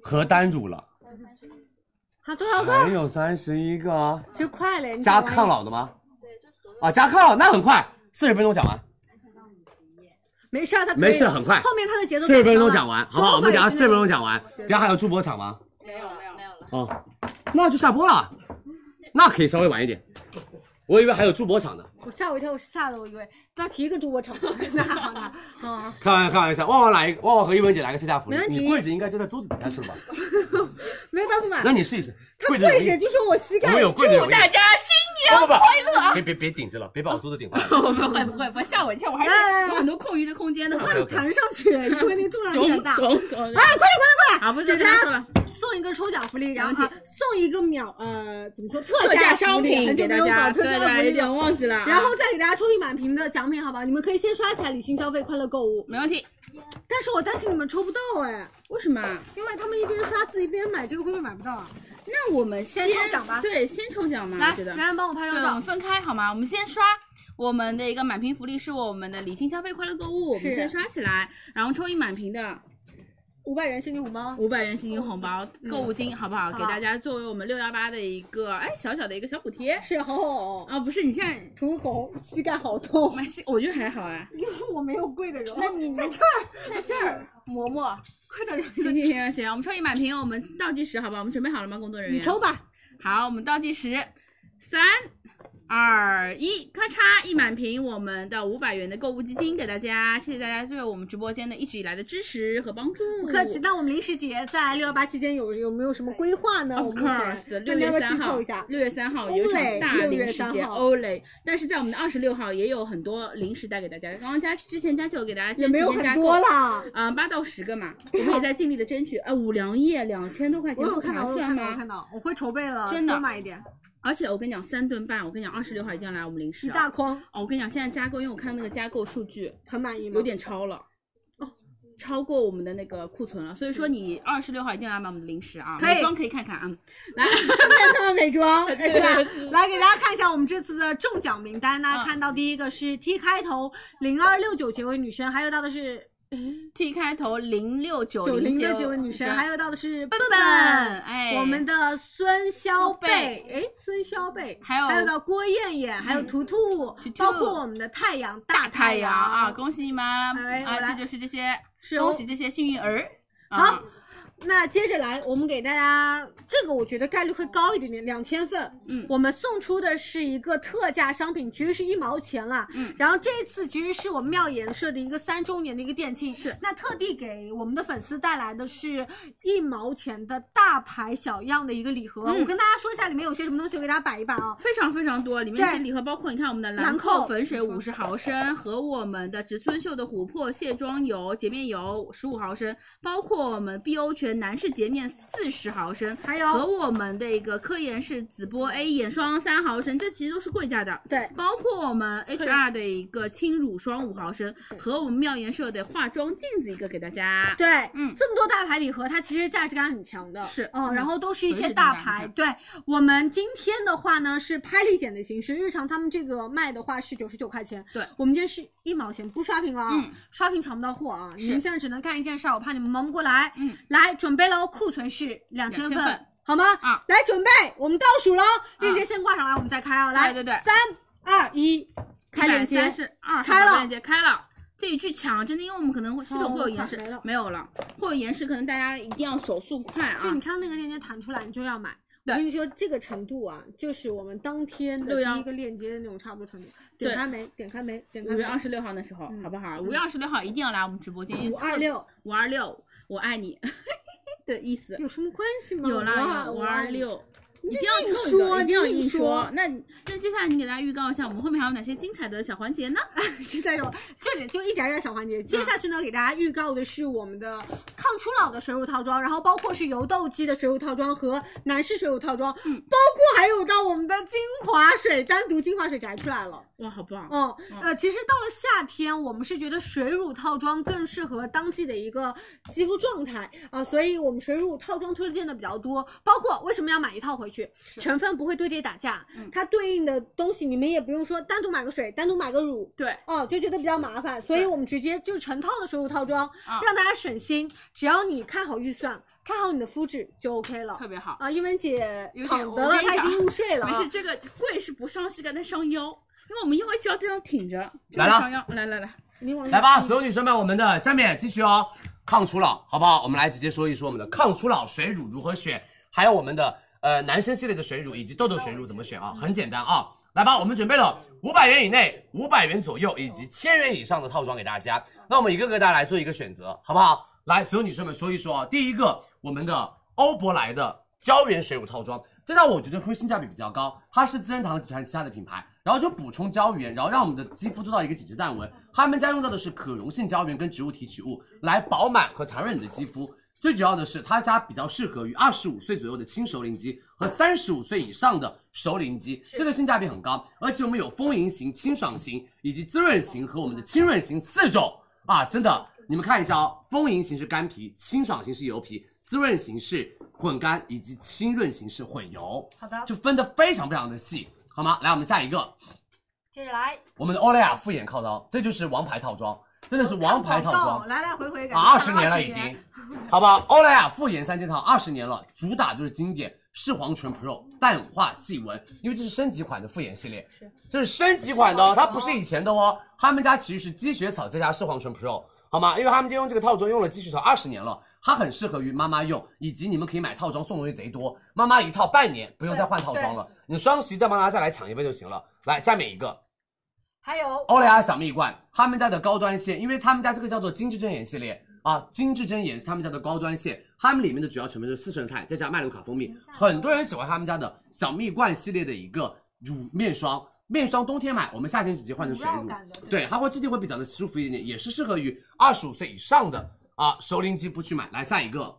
Speaker 7: 和丹乳了。
Speaker 10: 好多少
Speaker 7: 还
Speaker 10: 个？
Speaker 7: 有三十一个啊，
Speaker 10: 就快了，你
Speaker 7: 加
Speaker 10: 讲完
Speaker 7: 抗老的吗？啊，加抗老那很快，四十分钟讲完，
Speaker 10: 没事儿，啊他可以
Speaker 7: 没事，很快，
Speaker 10: 后面他的节奏
Speaker 7: 四十分钟讲完，好不好？我们等下四十分钟讲
Speaker 10: 完。
Speaker 7: 完，等下还有助播场吗？
Speaker 9: 没有没有没有了，
Speaker 7: 哦，那就下播了，那可以稍微晚一点，我以为还有助播场呢，
Speaker 10: 我吓我一跳，我吓得我以为再提一个主播场，那好呢， 啊，
Speaker 7: 开玩笑，开玩笑，旺旺来一个，旺旺和一文姐来个特价福利
Speaker 10: 没，问题
Speaker 7: 你跪着应该就在桌子底下 是吧？
Speaker 10: 没有到这么晚。
Speaker 7: 那你试一试，
Speaker 10: 他
Speaker 7: 跪
Speaker 10: 跪
Speaker 7: 着容易
Speaker 10: 着就说我膝盖
Speaker 7: 我们有跪着有
Speaker 9: 祝大家新年快乐啊
Speaker 7: 别别别顶着了，别把我桌子顶坏 了。
Speaker 9: 不会不会不会，吓我一跳，我还
Speaker 7: 哎
Speaker 9: 是有很多空余的 空间的。
Speaker 10: 我怕你弹上去，因为那个重量有点大。
Speaker 9: 肿肿
Speaker 10: 哎，快点，快点，
Speaker 9: 肿
Speaker 10: 快点！
Speaker 9: 啊不是
Speaker 10: 给大家
Speaker 9: 说了
Speaker 10: 送一个抽奖福利，然后
Speaker 9: 了
Speaker 10: 啊送一个秒呃怎么说
Speaker 9: 特价
Speaker 10: 价
Speaker 9: 商
Speaker 10: 福利
Speaker 9: 品
Speaker 10: 很久
Speaker 9: 给
Speaker 10: 没
Speaker 9: 大
Speaker 10: 有
Speaker 9: 家
Speaker 10: 搞特价
Speaker 9: 对对
Speaker 10: 福
Speaker 9: 有
Speaker 10: 利
Speaker 9: 点忘记了啊
Speaker 10: 然后再给大家抽一满屏的奖品，好不好？你们可以先刷起来，理性消费，快乐购物，
Speaker 9: 没问题。
Speaker 10: 但是我担心你们抽不到哎，
Speaker 9: 为什么啊？
Speaker 10: 因为他们一边刷字一边买，这个会不会买不到啊？
Speaker 9: 那我们
Speaker 10: 先抽奖吧
Speaker 9: 对，先抽奖嘛。
Speaker 10: 来
Speaker 9: 我觉得
Speaker 10: 圆圆帮我拍张
Speaker 9: 对
Speaker 10: 照
Speaker 9: 我们分开好吗？我们先刷。我们的一个满屏福利是我们的理性消费快乐购物，我们
Speaker 10: 是
Speaker 9: 先刷起来，然后抽一满屏的
Speaker 10: 五百元现金红包，
Speaker 9: 五百元现金红包
Speaker 10: 嗯
Speaker 9: 购物金，好不好？
Speaker 10: 好
Speaker 9: 给大家作为我们六幺八的一个哎小小的一个小补贴。
Speaker 10: 是好好哦，
Speaker 9: 啊，不是你现在
Speaker 10: 涂口膝盖好痛，
Speaker 9: 没事，我觉得还好啊。
Speaker 10: 因为我没有跪的时候。
Speaker 9: 那你
Speaker 10: 在这儿，
Speaker 9: 在这 儿，嬷嬷，
Speaker 10: 快点让
Speaker 9: 行行行行，我们抽一满屏，我们倒计时，好吧？我们准备好了吗，工作人员？
Speaker 10: 你抽吧。
Speaker 9: 好，我们倒计时，三、二、二一，咔嚓一满屏我们的五百元的购物基金给大家，谢谢大家对我们直播间的一直以来的支持和帮助。
Speaker 10: 不客气。那我们零食节在六幺八期间有有没有什么规划呢
Speaker 9: Of
Speaker 10: 我们目
Speaker 9: course，
Speaker 10: 前
Speaker 9: 六月
Speaker 10: 跟大
Speaker 9: 三
Speaker 10: 家剧
Speaker 9: 号
Speaker 10: 透一下，
Speaker 9: 六月三号有一场大零食节
Speaker 10: Olay，6
Speaker 9: Olay，但是在我们的二十六号也有很多零食带给大家。刚刚佳之前佳琪有给大家
Speaker 10: 也没有很多啦
Speaker 9: 啦，嗯，八到十个嘛，我们也在尽力的争取。啊，五粮液两千多块钱
Speaker 10: 我有
Speaker 9: 不
Speaker 10: 看到
Speaker 9: 划
Speaker 10: 我有看
Speaker 9: 算
Speaker 10: 到我
Speaker 9: 吗？
Speaker 10: 有看到，我会筹备了，
Speaker 9: 真的
Speaker 10: 多买一点。
Speaker 9: 而且我跟你讲，三顿半，我跟你讲，二十六号一定要来我们零食、啊，
Speaker 10: 一大筐。
Speaker 9: 哦，我跟你讲，现在加购，因为我看到那个加购数据，
Speaker 10: 很满意吗哦
Speaker 9: 有 点超了。超过我们的那个库存了，所以说你二十六号一定要来买我们的零食啊！
Speaker 10: 嗯可以
Speaker 9: 美妆可以看看啊， 来，
Speaker 10: 顺便看看美 妆，
Speaker 9: 对
Speaker 10: 是吧嗯
Speaker 9: 是？
Speaker 10: 来给大家看一下我们这次的中奖名单，大家看到第一个是 T 开头零二六九结尾女生，还有到的是
Speaker 9: T 开头零六九
Speaker 10: 九零的
Speaker 9: 的
Speaker 10: 结尾女生，还有到的是笨
Speaker 9: 笨笨哎
Speaker 10: 我们的孙肖贝，
Speaker 9: 贝
Speaker 10: 哎，孙肖贝，
Speaker 9: 还有
Speaker 10: 还有到郭艳艳，还有图嗯图，包括我们的太阳大
Speaker 9: 太
Speaker 10: 阳
Speaker 9: 阳啊，恭喜你们
Speaker 10: 哎我
Speaker 9: 啊！
Speaker 10: 来
Speaker 9: 这就是这些，
Speaker 10: 是
Speaker 9: 恭
Speaker 10: 哦
Speaker 9: 喜这些幸运儿。啊
Speaker 10: 好，那接着来，我们给大家这个，我觉得概率会高一点点，两千份。
Speaker 9: 嗯，
Speaker 10: 我们送出的是一个特价商品，其实是一毛钱啦。
Speaker 9: 嗯，
Speaker 10: 然后这次其实是我们妙颜社的一个三周年的一个店庆，是那特地给我们的粉丝带来的是一毛钱的大牌小样的一个礼盒。
Speaker 9: 嗯
Speaker 10: 我跟大家说一下里面有些什么东西，我给大家摆一摆啊。
Speaker 9: 非常非常多，里面一些
Speaker 10: 对
Speaker 9: 礼盒包括你看我们的
Speaker 10: 兰
Speaker 9: 兰
Speaker 10: 蔻
Speaker 9: 蔻粉水五十毫升和我们的植村秀的琥珀卸妆油、洁面油十五毫升，包括我们碧欧泉男士洁面四十毫升，
Speaker 10: 还有
Speaker 9: 和我们的一个科颜氏紫波 A 眼霜三毫升，这其实都是贵价的。
Speaker 10: 对，
Speaker 9: 包括我们 HR 的一个轻乳霜五毫升和我们妙颜社的化妆镜子一个给大家。
Speaker 10: 对，嗯，这么多大牌礼盒，它其实价值感很强的，
Speaker 9: 是
Speaker 10: 哦，
Speaker 9: 嗯
Speaker 10: 然后都是一
Speaker 9: 所以
Speaker 10: 些
Speaker 9: 是
Speaker 10: 大
Speaker 9: 这么大
Speaker 10: 牌
Speaker 9: 牌。
Speaker 10: 对我们今天的话呢是拍立减的形式，日常他们这个卖的话是九十九块钱，
Speaker 9: 对
Speaker 10: 我们今天是一毛钱，不刷屏了啊，
Speaker 9: 嗯
Speaker 10: 刷屏抢不到货啊，
Speaker 9: 是
Speaker 10: 你们现在只能干一件事儿，我怕你们忙不过来，
Speaker 9: 嗯，
Speaker 10: 来准备喽，库存是两千
Speaker 9: 2000份啊
Speaker 10: 好吗？啊，来准备，我们倒数喽，链接先挂上来，我们再开啊，来，
Speaker 9: 对对对
Speaker 10: 三二一，开链接，
Speaker 9: 三十二
Speaker 10: 开了
Speaker 9: 链接开了。这一句抢，真的，因为我们可能会系统会有延时
Speaker 10: 哦我看没了，
Speaker 9: 没有了，会有延时，可能大家一定要手速快啊。
Speaker 10: 就你看到那个链接弹出来，你就要买。我跟你说，这个程度啊，就是我们当天的
Speaker 9: 61
Speaker 10: 第一个链接的那种差不多程度。
Speaker 9: 对
Speaker 10: 点开没？点开没？点开
Speaker 9: 五
Speaker 10: 没？
Speaker 9: 月二十六号那时候，
Speaker 10: 嗯
Speaker 9: 好不好？五月二十六号一定要来我们直播间。
Speaker 10: 526，
Speaker 9: 五二六，我爱你 的意思。
Speaker 10: 有什么关系吗？
Speaker 9: 有啦，有五
Speaker 10: 我
Speaker 9: 二六。
Speaker 10: 你
Speaker 9: 一
Speaker 10: 就
Speaker 9: 定要
Speaker 10: 硬
Speaker 9: 凑一
Speaker 10: 说
Speaker 9: 个，一定要
Speaker 10: 你硬
Speaker 9: 硬
Speaker 10: 说
Speaker 9: 那那接下来你给大家预告一下，我们后面还有哪些精彩的小环节呢？
Speaker 10: 现在有，这里就一点点小环节。接下
Speaker 9: 嗯
Speaker 10: 去呢，给大家预告的是我们的抗初老的水乳套装，然后包括是油痘肌的水乳套装和男士水乳套装，
Speaker 9: 嗯
Speaker 10: 包括还有到我们的精华水，单独精华水摘出来了。
Speaker 9: 哇，好棒！
Speaker 10: 哦，呃，其实到了夏天，我们是觉得水乳套装更适合当季的一个肌肤状态啊、所以我们水乳套装推荐的比较多。包括为什么要买一套回去，成分不会对跌打架，它对应的东西你们也不用说单独买个水，单独买个乳，
Speaker 9: 对，
Speaker 10: 哦，就觉得比较麻烦，所以我们直接就成套的水乳套装，让大家省心。只要你看好预算，看好你的肤质就 OK 了，特
Speaker 9: 别好
Speaker 10: 啊。英文姐
Speaker 9: 有点
Speaker 10: 躺
Speaker 9: 我
Speaker 10: 得
Speaker 9: 跟
Speaker 10: 了，
Speaker 9: 你
Speaker 10: 她已
Speaker 9: 讲
Speaker 10: 经入睡了啊，
Speaker 9: 没事，这个跪是不伤膝盖，但伤腰，因为我们一会儿就要这样挺着，这
Speaker 7: 来
Speaker 9: 个
Speaker 7: 了
Speaker 9: 伤腰。来来来，
Speaker 10: 你往
Speaker 7: 来吧，所有女生们，我们的下面继续哦，抗初老，好不好？我们来直接说一说我们的抗初老水乳如何选，还有我们的呃男生系列的水乳以及痘痘水乳怎么选啊？很简单啊，来吧，我们准备了五百元以内、五百元左右以及千元以上的套装给大家，那我们一个个大家来做一个选择，好不好？来，所有女生们说一说啊，第一个我们的欧珀莱的胶原水乳套装，这套我觉得会性价比比较高，它是资生堂集团旗下的品牌，然后就补充胶原，然后让我们的肌肤做到一个紧致淡纹。他们家用到的是可溶性胶原跟植物提取物来饱满和弹润你的肌肤。最主要的是，它家比较适合于二十五岁左右的轻熟龄肌和三十五岁以上的熟龄肌，这个性价比很高。而且我们有丰盈型、清爽型以及滋润型和我们的清润型四种啊，真的，你们看一下哦，丰盈型是干皮，清爽型是油皮，滋润型是混干，以及清润型是混油。
Speaker 10: 好的
Speaker 7: 就分的非常非常的细，好吗？来，我们下一个，
Speaker 10: 接着来。
Speaker 7: 我们的欧莱雅复眼靠腰，这就是王牌套装，真的是王牌套装。
Speaker 10: 来来回回感觉
Speaker 7: 啊，二十
Speaker 10: 看
Speaker 7: 年了
Speaker 10: 20
Speaker 7: 已经，好不好？欧莱雅复颜三件套二十年了，主打就是经典视黄醇 Pro 淡化细纹，因为这是升级款的复颜系列，这是升级款的哦，它不是以前的哦。他们家其实是积雪草再加视黄醇 Pro，好吗？因为他们家用这个套装用了积雪草二十年了。它很适合于妈妈用，以及你们可以买套装送东西贼多，妈妈一套半年不用再换套装了，你双十一再帮大家再来抢一份就行了。来，下面一个，
Speaker 10: 还有
Speaker 7: 欧莱雅小蜜罐，他们家的高端线，因为他们家这个叫做精致针眼系列啊，精致针眼是他们家的高端线，他们里面的主要成分就是四神肽，再加麦卢卡蜂蜜，很多人喜欢他们家的小蜜罐系列的一个乳面霜。面霜冬天买，我们夏天直接换成水乳，
Speaker 10: 乳
Speaker 7: 对，它会质地会比较的舒服一点点，也是适合于二十五岁以上的啊熟龄肌肤去买。来下一个，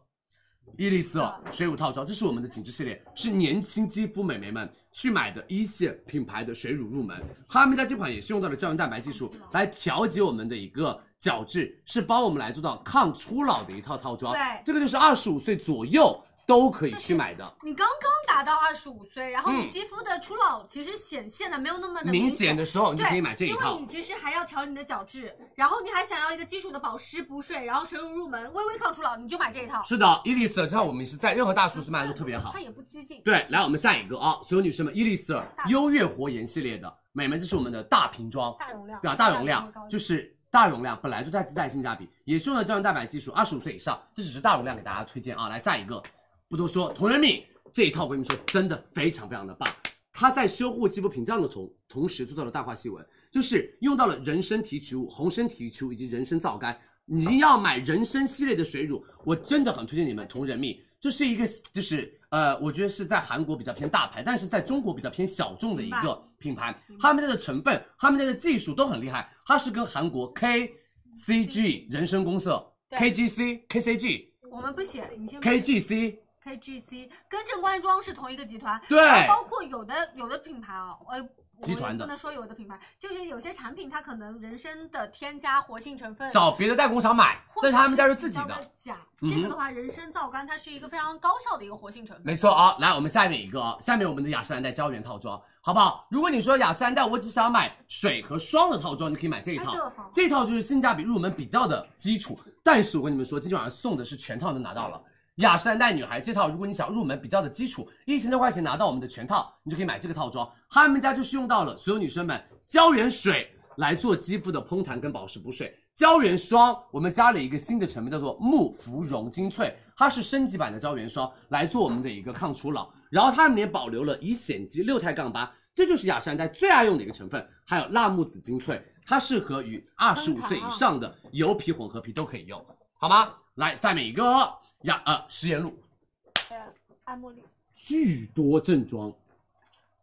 Speaker 7: 伊丽丝哦
Speaker 10: 啊
Speaker 7: 水乳套装，这是我们的紧致系列，是年轻肌肤美眉们去买的一线品牌的水乳入门。他们家这款也是用到了胶原蛋白技
Speaker 10: 嗯
Speaker 7: 术来调节我们的一个角质，是帮我们来做到抗初老的一套套装。
Speaker 10: 对
Speaker 7: 这个就是二十五岁左右都可以去买的。
Speaker 10: 你刚刚达到二十五岁，然后你
Speaker 7: 嗯
Speaker 10: 肌肤的初老其实显现的没有那么的
Speaker 7: 明
Speaker 10: 显
Speaker 7: 显的时候你就
Speaker 10: 对
Speaker 7: 可以买这一套
Speaker 10: 因为你其实还要调你的角质，然后你还想要一个基础的保湿补水，然后水乳入门，微微抗初老，你就买这一套。
Speaker 7: 是的，伊丽丝，这套我们是在任何大促市卖都特别好
Speaker 10: 它。也不激进。
Speaker 7: 对，来我们下一个啊，所有女生们，伊丽丝尔优越活颜系列的，美们，这是我们的大瓶装，
Speaker 10: 大容量
Speaker 7: 对啊，大容量就是大容量，本来就带自带性价比，也是用了胶原蛋白技术，二十五岁以上，这只是大容量给大家推荐啊。来下一个，不多说，同仁蜜这一套我跟你们说，真的非常非常的棒，它在修护肌肤屏障的同同时做到了淡化细纹，就是用到了人参提取物、红参提取物以及人参皂苷。你要买人参系列的水乳，我真的很推荐你们同仁蜜，这是一个就是呃，我觉得是在韩国比较偏大牌，但是在中国比较偏小众的一
Speaker 23: 明
Speaker 10: 嗯
Speaker 7: 个品牌。他们家的成分、他们家的技术都很厉害，它是跟韩国 KCG 人参公社、
Speaker 10: 对
Speaker 7: KGC、KCG、
Speaker 10: 我们不写，你先不写
Speaker 7: KGC。
Speaker 10: KGC 跟正官庄是同一个集团，
Speaker 7: 对
Speaker 10: 然后包括有的有的品牌啊，呃。我
Speaker 7: 哎集团的
Speaker 10: 也不能说有的品牌，就是有些产品它可能人参的添加活性成分，
Speaker 7: 找别的代工厂买
Speaker 10: 或者
Speaker 7: 但是他们家是自己的
Speaker 10: 比较假。
Speaker 7: 嗯哼
Speaker 10: 这个的话，人参皂苷它是一个非常高效的一个活性成分。
Speaker 7: 没错啊，来我们下面一个啊，下面我们的雅诗兰黛胶原套装，好不好？如果你说雅诗兰黛，我只想买水和霜的套装，你可以买这一套
Speaker 10: 哎这个好，
Speaker 7: 这套就是性价比入门比较的基础。但是我跟你们说，今天晚上送的是全套能拿到了。雅诗兰黛女孩这套，如果你想入门比较的基础，一千多块钱拿到我们的全套，你就可以买这个套装。他们家就是用到了所有女生们胶原水来做肌肤的嘭弹跟保湿补水，胶原霜我们加了一个新的成分叫做木芙蓉精粹，它是升级版的胶原霜来做我们的一个抗初老，然后它里面保留了乙酰基六肽杠八，这就是雅诗兰黛最爱用的一个成分，还有辣木籽精粹，它适合于二十五岁以上的油皮混合皮都可以用，好吗？来，下面一个雅呃食盐露，
Speaker 10: 爱茉莉
Speaker 7: 巨多正装，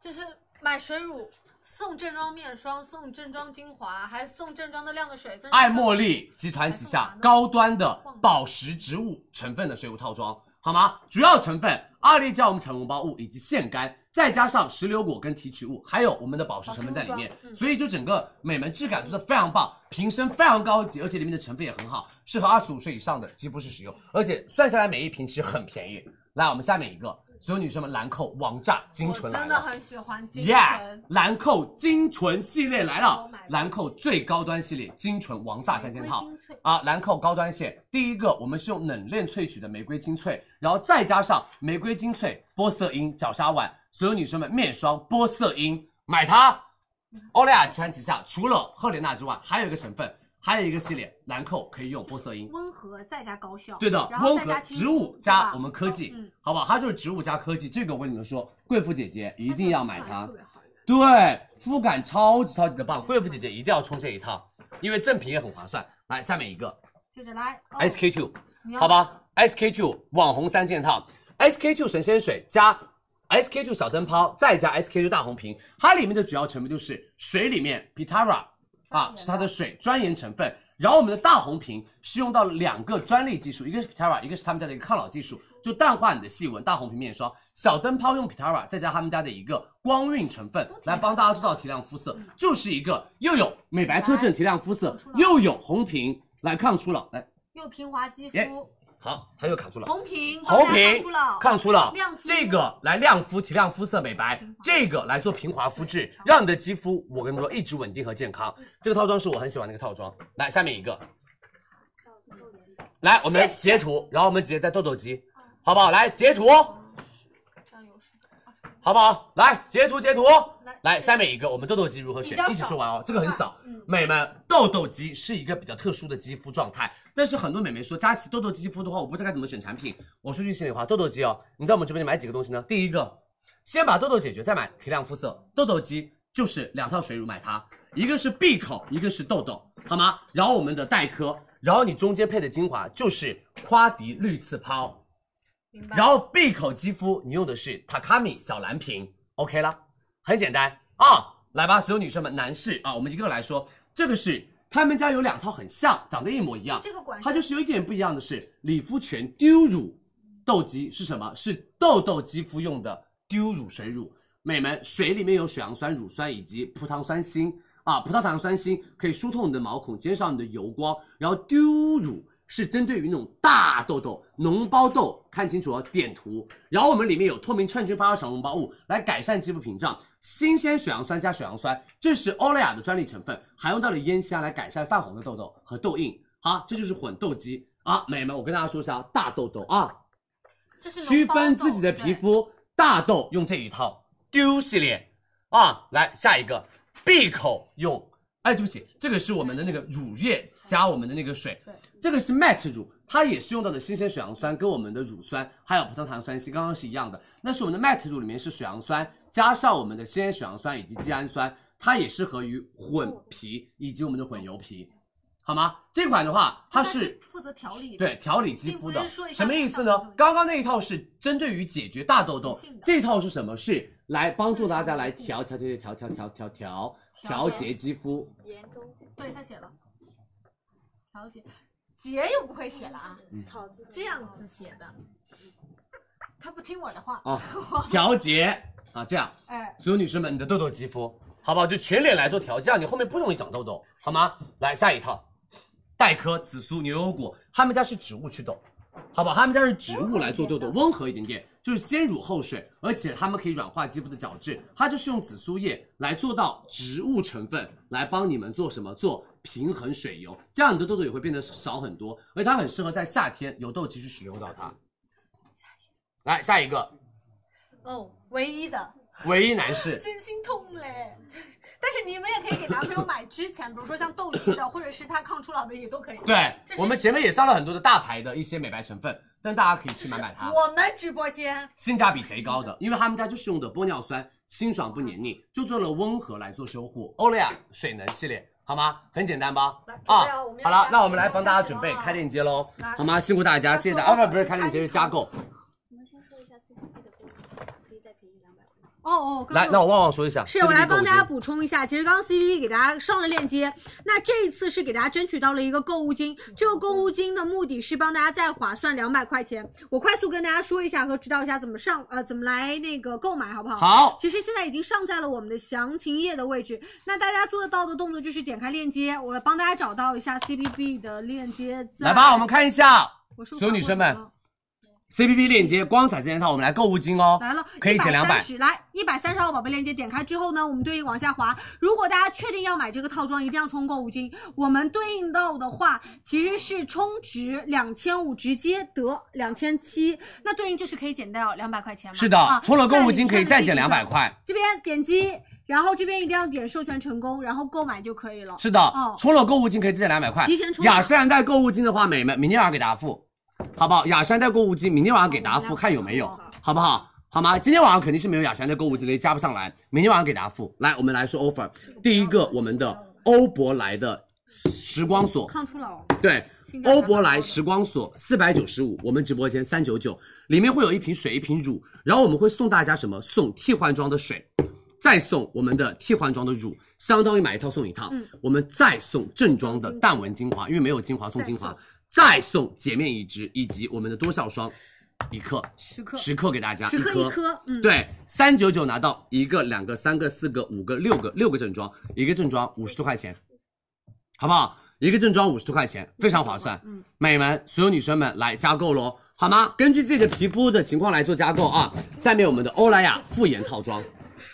Speaker 10: 就是买水乳送正装面霜，送正装精华，还送正装的亮的水。增
Speaker 7: 爱茉莉集团旗下高端的宝石植物成分的水乳套装，好吗？主要成分二裂酵母产绒包物以及腺苷，再加上石榴果跟提取物，还有我们的宝石成分在里面
Speaker 23: 宝石，露妆嗯
Speaker 7: 所以就整个美门质感做的非常棒，瓶身非常高级，而且里面的成分也很好，适合二十五岁以上的肌肤去使用，而且算下来每一瓶其实很便宜。来，我们下面一个，所有女生们，兰蔻王炸精
Speaker 10: 我
Speaker 7: 纯
Speaker 23: 哦
Speaker 7: 来
Speaker 10: 真的
Speaker 7: 了。
Speaker 10: 很喜欢精
Speaker 7: 耶
Speaker 10: 纯。！
Speaker 7: 兰蔻精纯系列来了
Speaker 10: 我买，
Speaker 7: 兰蔻最高端系列精纯王炸三件套
Speaker 10: 玫瑰精粹
Speaker 7: 啊！兰蔻高端线，第一个我们是用冷链萃取的玫瑰精粹，然后再加上玫瑰精粹、玻色因、角鲨烷，所有女生们面霜玻色因买它。
Speaker 10: 嗯
Speaker 7: 欧莱雅集团旗下除了赫莲娜之外，还有一个成分，还有一个系列兰蔻可以用玻色因。
Speaker 10: 温和再加高效，
Speaker 7: 对的
Speaker 10: 然，后
Speaker 7: 温
Speaker 10: 再
Speaker 7: 和
Speaker 10: 加清
Speaker 7: 植物
Speaker 10: 爽
Speaker 7: 加
Speaker 10: 对吧
Speaker 7: 我们科技
Speaker 10: 嗯，
Speaker 7: 好不好？它就是植物加科技，这个我跟你们说，贵妇姐姐一定要买它
Speaker 10: 特别。
Speaker 7: 对，肤感超级超级的棒，贵妇姐姐一定要冲这一套，因为赠品也很划算。来，下面一个
Speaker 10: 接着来哦
Speaker 7: SK two，
Speaker 10: 你要
Speaker 7: 好吧，SK two 网红三件套，SK two 神仙水加 SK two 小灯泡，再加 SK two 大红瓶，它里面的主要成分就是水里面 Pitara 啊是它的水专研成分，然后我们的大红瓶是用到了两个专利技术，一个是 Pitara，一个是他们家的一个抗老技术，就淡化你的细纹。大红瓶面霜，小灯泡用 Pitara，再加他们家的一个光晕成分来帮大家做到提亮肤色，就是一个又有嗯美白特证提亮肤色，又有红瓶来抗初老，来。
Speaker 10: 又平滑肌
Speaker 7: 耶
Speaker 10: 肤，
Speaker 7: 好，它又卡住了。
Speaker 10: 红瓶
Speaker 7: 红瓶
Speaker 10: 抗初老，
Speaker 7: 抗初老
Speaker 10: 亮，肤
Speaker 7: 这个来亮肤、提亮肤色、美白，这个来做平滑肤质，让你的肌肤，我跟你们说，一直稳定和健康。这个套装是我很喜欢的一个套装。来，下面一个，来，我们截图，然后我们直接在痘痘肌，好不好？来截图，哦好不好？来截图截图，来下面一个，我们痘痘肌如何选
Speaker 23: 比较？少
Speaker 7: 一起说完哦，这个很少
Speaker 23: 嗯。
Speaker 7: 美们，痘痘肌是一个比较特殊的肌肤状态，但是很多美眉说佳琪痘痘肌肤的话，我不知道该怎么选产品。我说句心里话，痘痘肌哦，你在我们直播间买几个东西呢？第一个，先把痘痘解决，再买提亮肤色。痘痘肌就是两套水乳买它，一个是闭口，一个是痘痘，好吗？然后我们的黛珂，然后你中间配的精华就是夸迪绿刺抛，
Speaker 18: 明白
Speaker 7: 然后闭口肌肤你用的是 Takami 小蓝瓶，OK 啦，很简单啊。来吧，所有女生们，男士啊，我们一个个来说，这个是他们家有两套很像，长得一模一样，
Speaker 10: 这个管
Speaker 7: 它就是有一点不一样的是，理肤泉丢乳痘肌是什么？是痘痘肌肤用的丢乳水乳。美们，水里面有水杨酸、乳酸以及葡糖酸锌啊，葡萄糖酸锌可以疏通你的毛孔，减少你的油光。然后丢乳是针对于那种大痘痘、脓包痘，看清楚哦，点涂。然后我们里面有透明串菌发酵小脓包物来改善肌肤屏障，新鲜水杨酸加水杨酸，这是欧莱雅的专利成分，还用到了烟酰胺来改善泛红的痘痘和痘印。好，这就是混痘肌啊，美们，我跟大家说一下大痘痘啊，
Speaker 10: 这是
Speaker 7: 区分自己的皮肤大痘用这一套丢系列啊，来下一个闭口用，哎，对不起，这个是我们的那个乳液加我们的那个水，这个是 matte 乳，它也是用到的新鲜水杨酸跟我们的乳酸还有葡萄糖酸锌刚刚是一样的，那是我们的 matte 乳里面是水杨酸加上我们的新鲜水杨酸以及肌氨酸，它也适合于混皮以及我们的混油皮，好吗？这款的话它是。
Speaker 10: 负责调理的，
Speaker 7: 对，调理肌肤的
Speaker 10: 并不是说一，下
Speaker 7: 什么意思呢？刚刚那一套是针对于解决大痘痘，这套是什么？是来帮助大家来调调调调调调调调调节肌肤。
Speaker 27: 研中
Speaker 10: 对他写了，调节，姐又不会写了啊，
Speaker 27: 草字
Speaker 10: 这样子写的，他不听我的话
Speaker 7: 啊， 调节啊，这样，
Speaker 10: 哎，
Speaker 7: 所有女生们，你的痘痘肌肤，好不好？就全脸来做调教，你后面不容易长痘痘，好吗？来下一套，黛珂、紫苏、牛油果，他们家是植物祛痘，好不好？他们家是植物来做痘痘，温和一点点，就是先乳后水，而且他们可以软化肌肤的角质，它就是用紫苏叶来做到植物成分来帮你们做什么？做平衡水油，这样你的痘痘也会变得少很多，而且它很适合在夏天有痘肌去使用到它。来下一个，
Speaker 10: 哦，唯一的，
Speaker 7: 唯一男 士，
Speaker 10: 真心痛嘞。但是你们也可以给男朋友买之前，比如说像痘肌的，或者是他抗初老的也都可以。
Speaker 7: 对
Speaker 10: 这，是
Speaker 7: 我们前面也上了很多的大牌的一些美白成分，但大家可以去买买它，
Speaker 10: 我们直播间
Speaker 7: 性价比贼高的，因为他们家就是用的玻尿酸，清爽不黏腻，就做了温和来做修护。欧莱雅水能系列，好吗？很简单吧？啊，好了，那我们来帮大家准备开链接喽，好吗？辛苦大家，谢谢大家。啊，不不是开链接，是加购。
Speaker 27: 我们先说一下 CCP 的功能，可以再便宜两百。
Speaker 10: 哦哦，刚刚
Speaker 7: 来，那我旺旺说一下，
Speaker 10: 是我来帮大家
Speaker 7: 补。
Speaker 10: 补充一下，其实刚刚 C P P 给大家上了链接，那这一次是给大家争取到了一个购物金，这个购物金的目的是帮大家再划算两百块钱。我快速跟大家说一下和指导一下怎么上呃怎么来那个购买好不好？
Speaker 7: 好
Speaker 10: 其实现在已经上在了我们的详情页的位置，那大家做得到的动作就是点开链接，我帮大家找到一下 C P P 的链接在。
Speaker 7: 来吧，我们看一下，
Speaker 10: 我是
Speaker 7: 所
Speaker 10: 不是
Speaker 7: 有女生
Speaker 10: 划
Speaker 7: 们
Speaker 10: 过了
Speaker 7: ，CPP 链接光彩三件套，我们来购物金哦，
Speaker 10: 来了，
Speaker 7: 可以减两百。
Speaker 10: 130来一百三十号宝贝链接点开之后呢，我们对应往下滑。如果大家确定要买这个套装，一定要充购物金。我们对应到的话，其实是充值两千五，直接得两千七，那对应就是可以减掉两百块钱嘛。
Speaker 7: 是的
Speaker 10: 啊，
Speaker 7: 充了购物金可以再减
Speaker 10: 在你
Speaker 7: 两
Speaker 10: 上
Speaker 7: 百
Speaker 10: 的
Speaker 7: 块。
Speaker 10: 这边点击，然后这边一定要点授权成功，然后购买就可以了。
Speaker 7: 是的
Speaker 10: 哦，，
Speaker 7: 充了购物金可以再减两百块。
Speaker 10: 提前充
Speaker 7: 雅诗兰黛购物金的话，美们明天晚上给答复，好不好？雅诗兰黛购物金明天晚上给答复，看有没有，好不好？好吗？今天晚上肯定是没有雅诗兰黛购物金的，加不上来。明天晚上给答复。来，我们来说 offer。第一个，我们的欧珀莱的时光锁，
Speaker 10: 抗初老。
Speaker 7: 对，欧珀莱时光锁四百九十五，我们直播间三九九，里面会有一瓶水，一瓶乳，然后我们会送大家什么？送替换装的水，再送我们的替换装的乳，相当于买一套送一套。
Speaker 23: 嗯
Speaker 7: 我们再送正装的淡纹精华，因为没有精华送精华，再送洁面一支以及我们的多效霜一克，
Speaker 10: 十克
Speaker 7: 十克给大家，
Speaker 10: 十克
Speaker 7: 一
Speaker 10: 一颗嗯
Speaker 7: 对，三九九拿到一个、两个、三个、四个、五个、六个，六个正装，一个正装五十多块钱，好不好？一个正装五十多块钱，非常划算。
Speaker 10: 嗯，
Speaker 7: 美们，所有女生们来加购喽，好吗？根据自己的皮肤的情况来做加购啊。下面我们的欧莱雅复颜套装，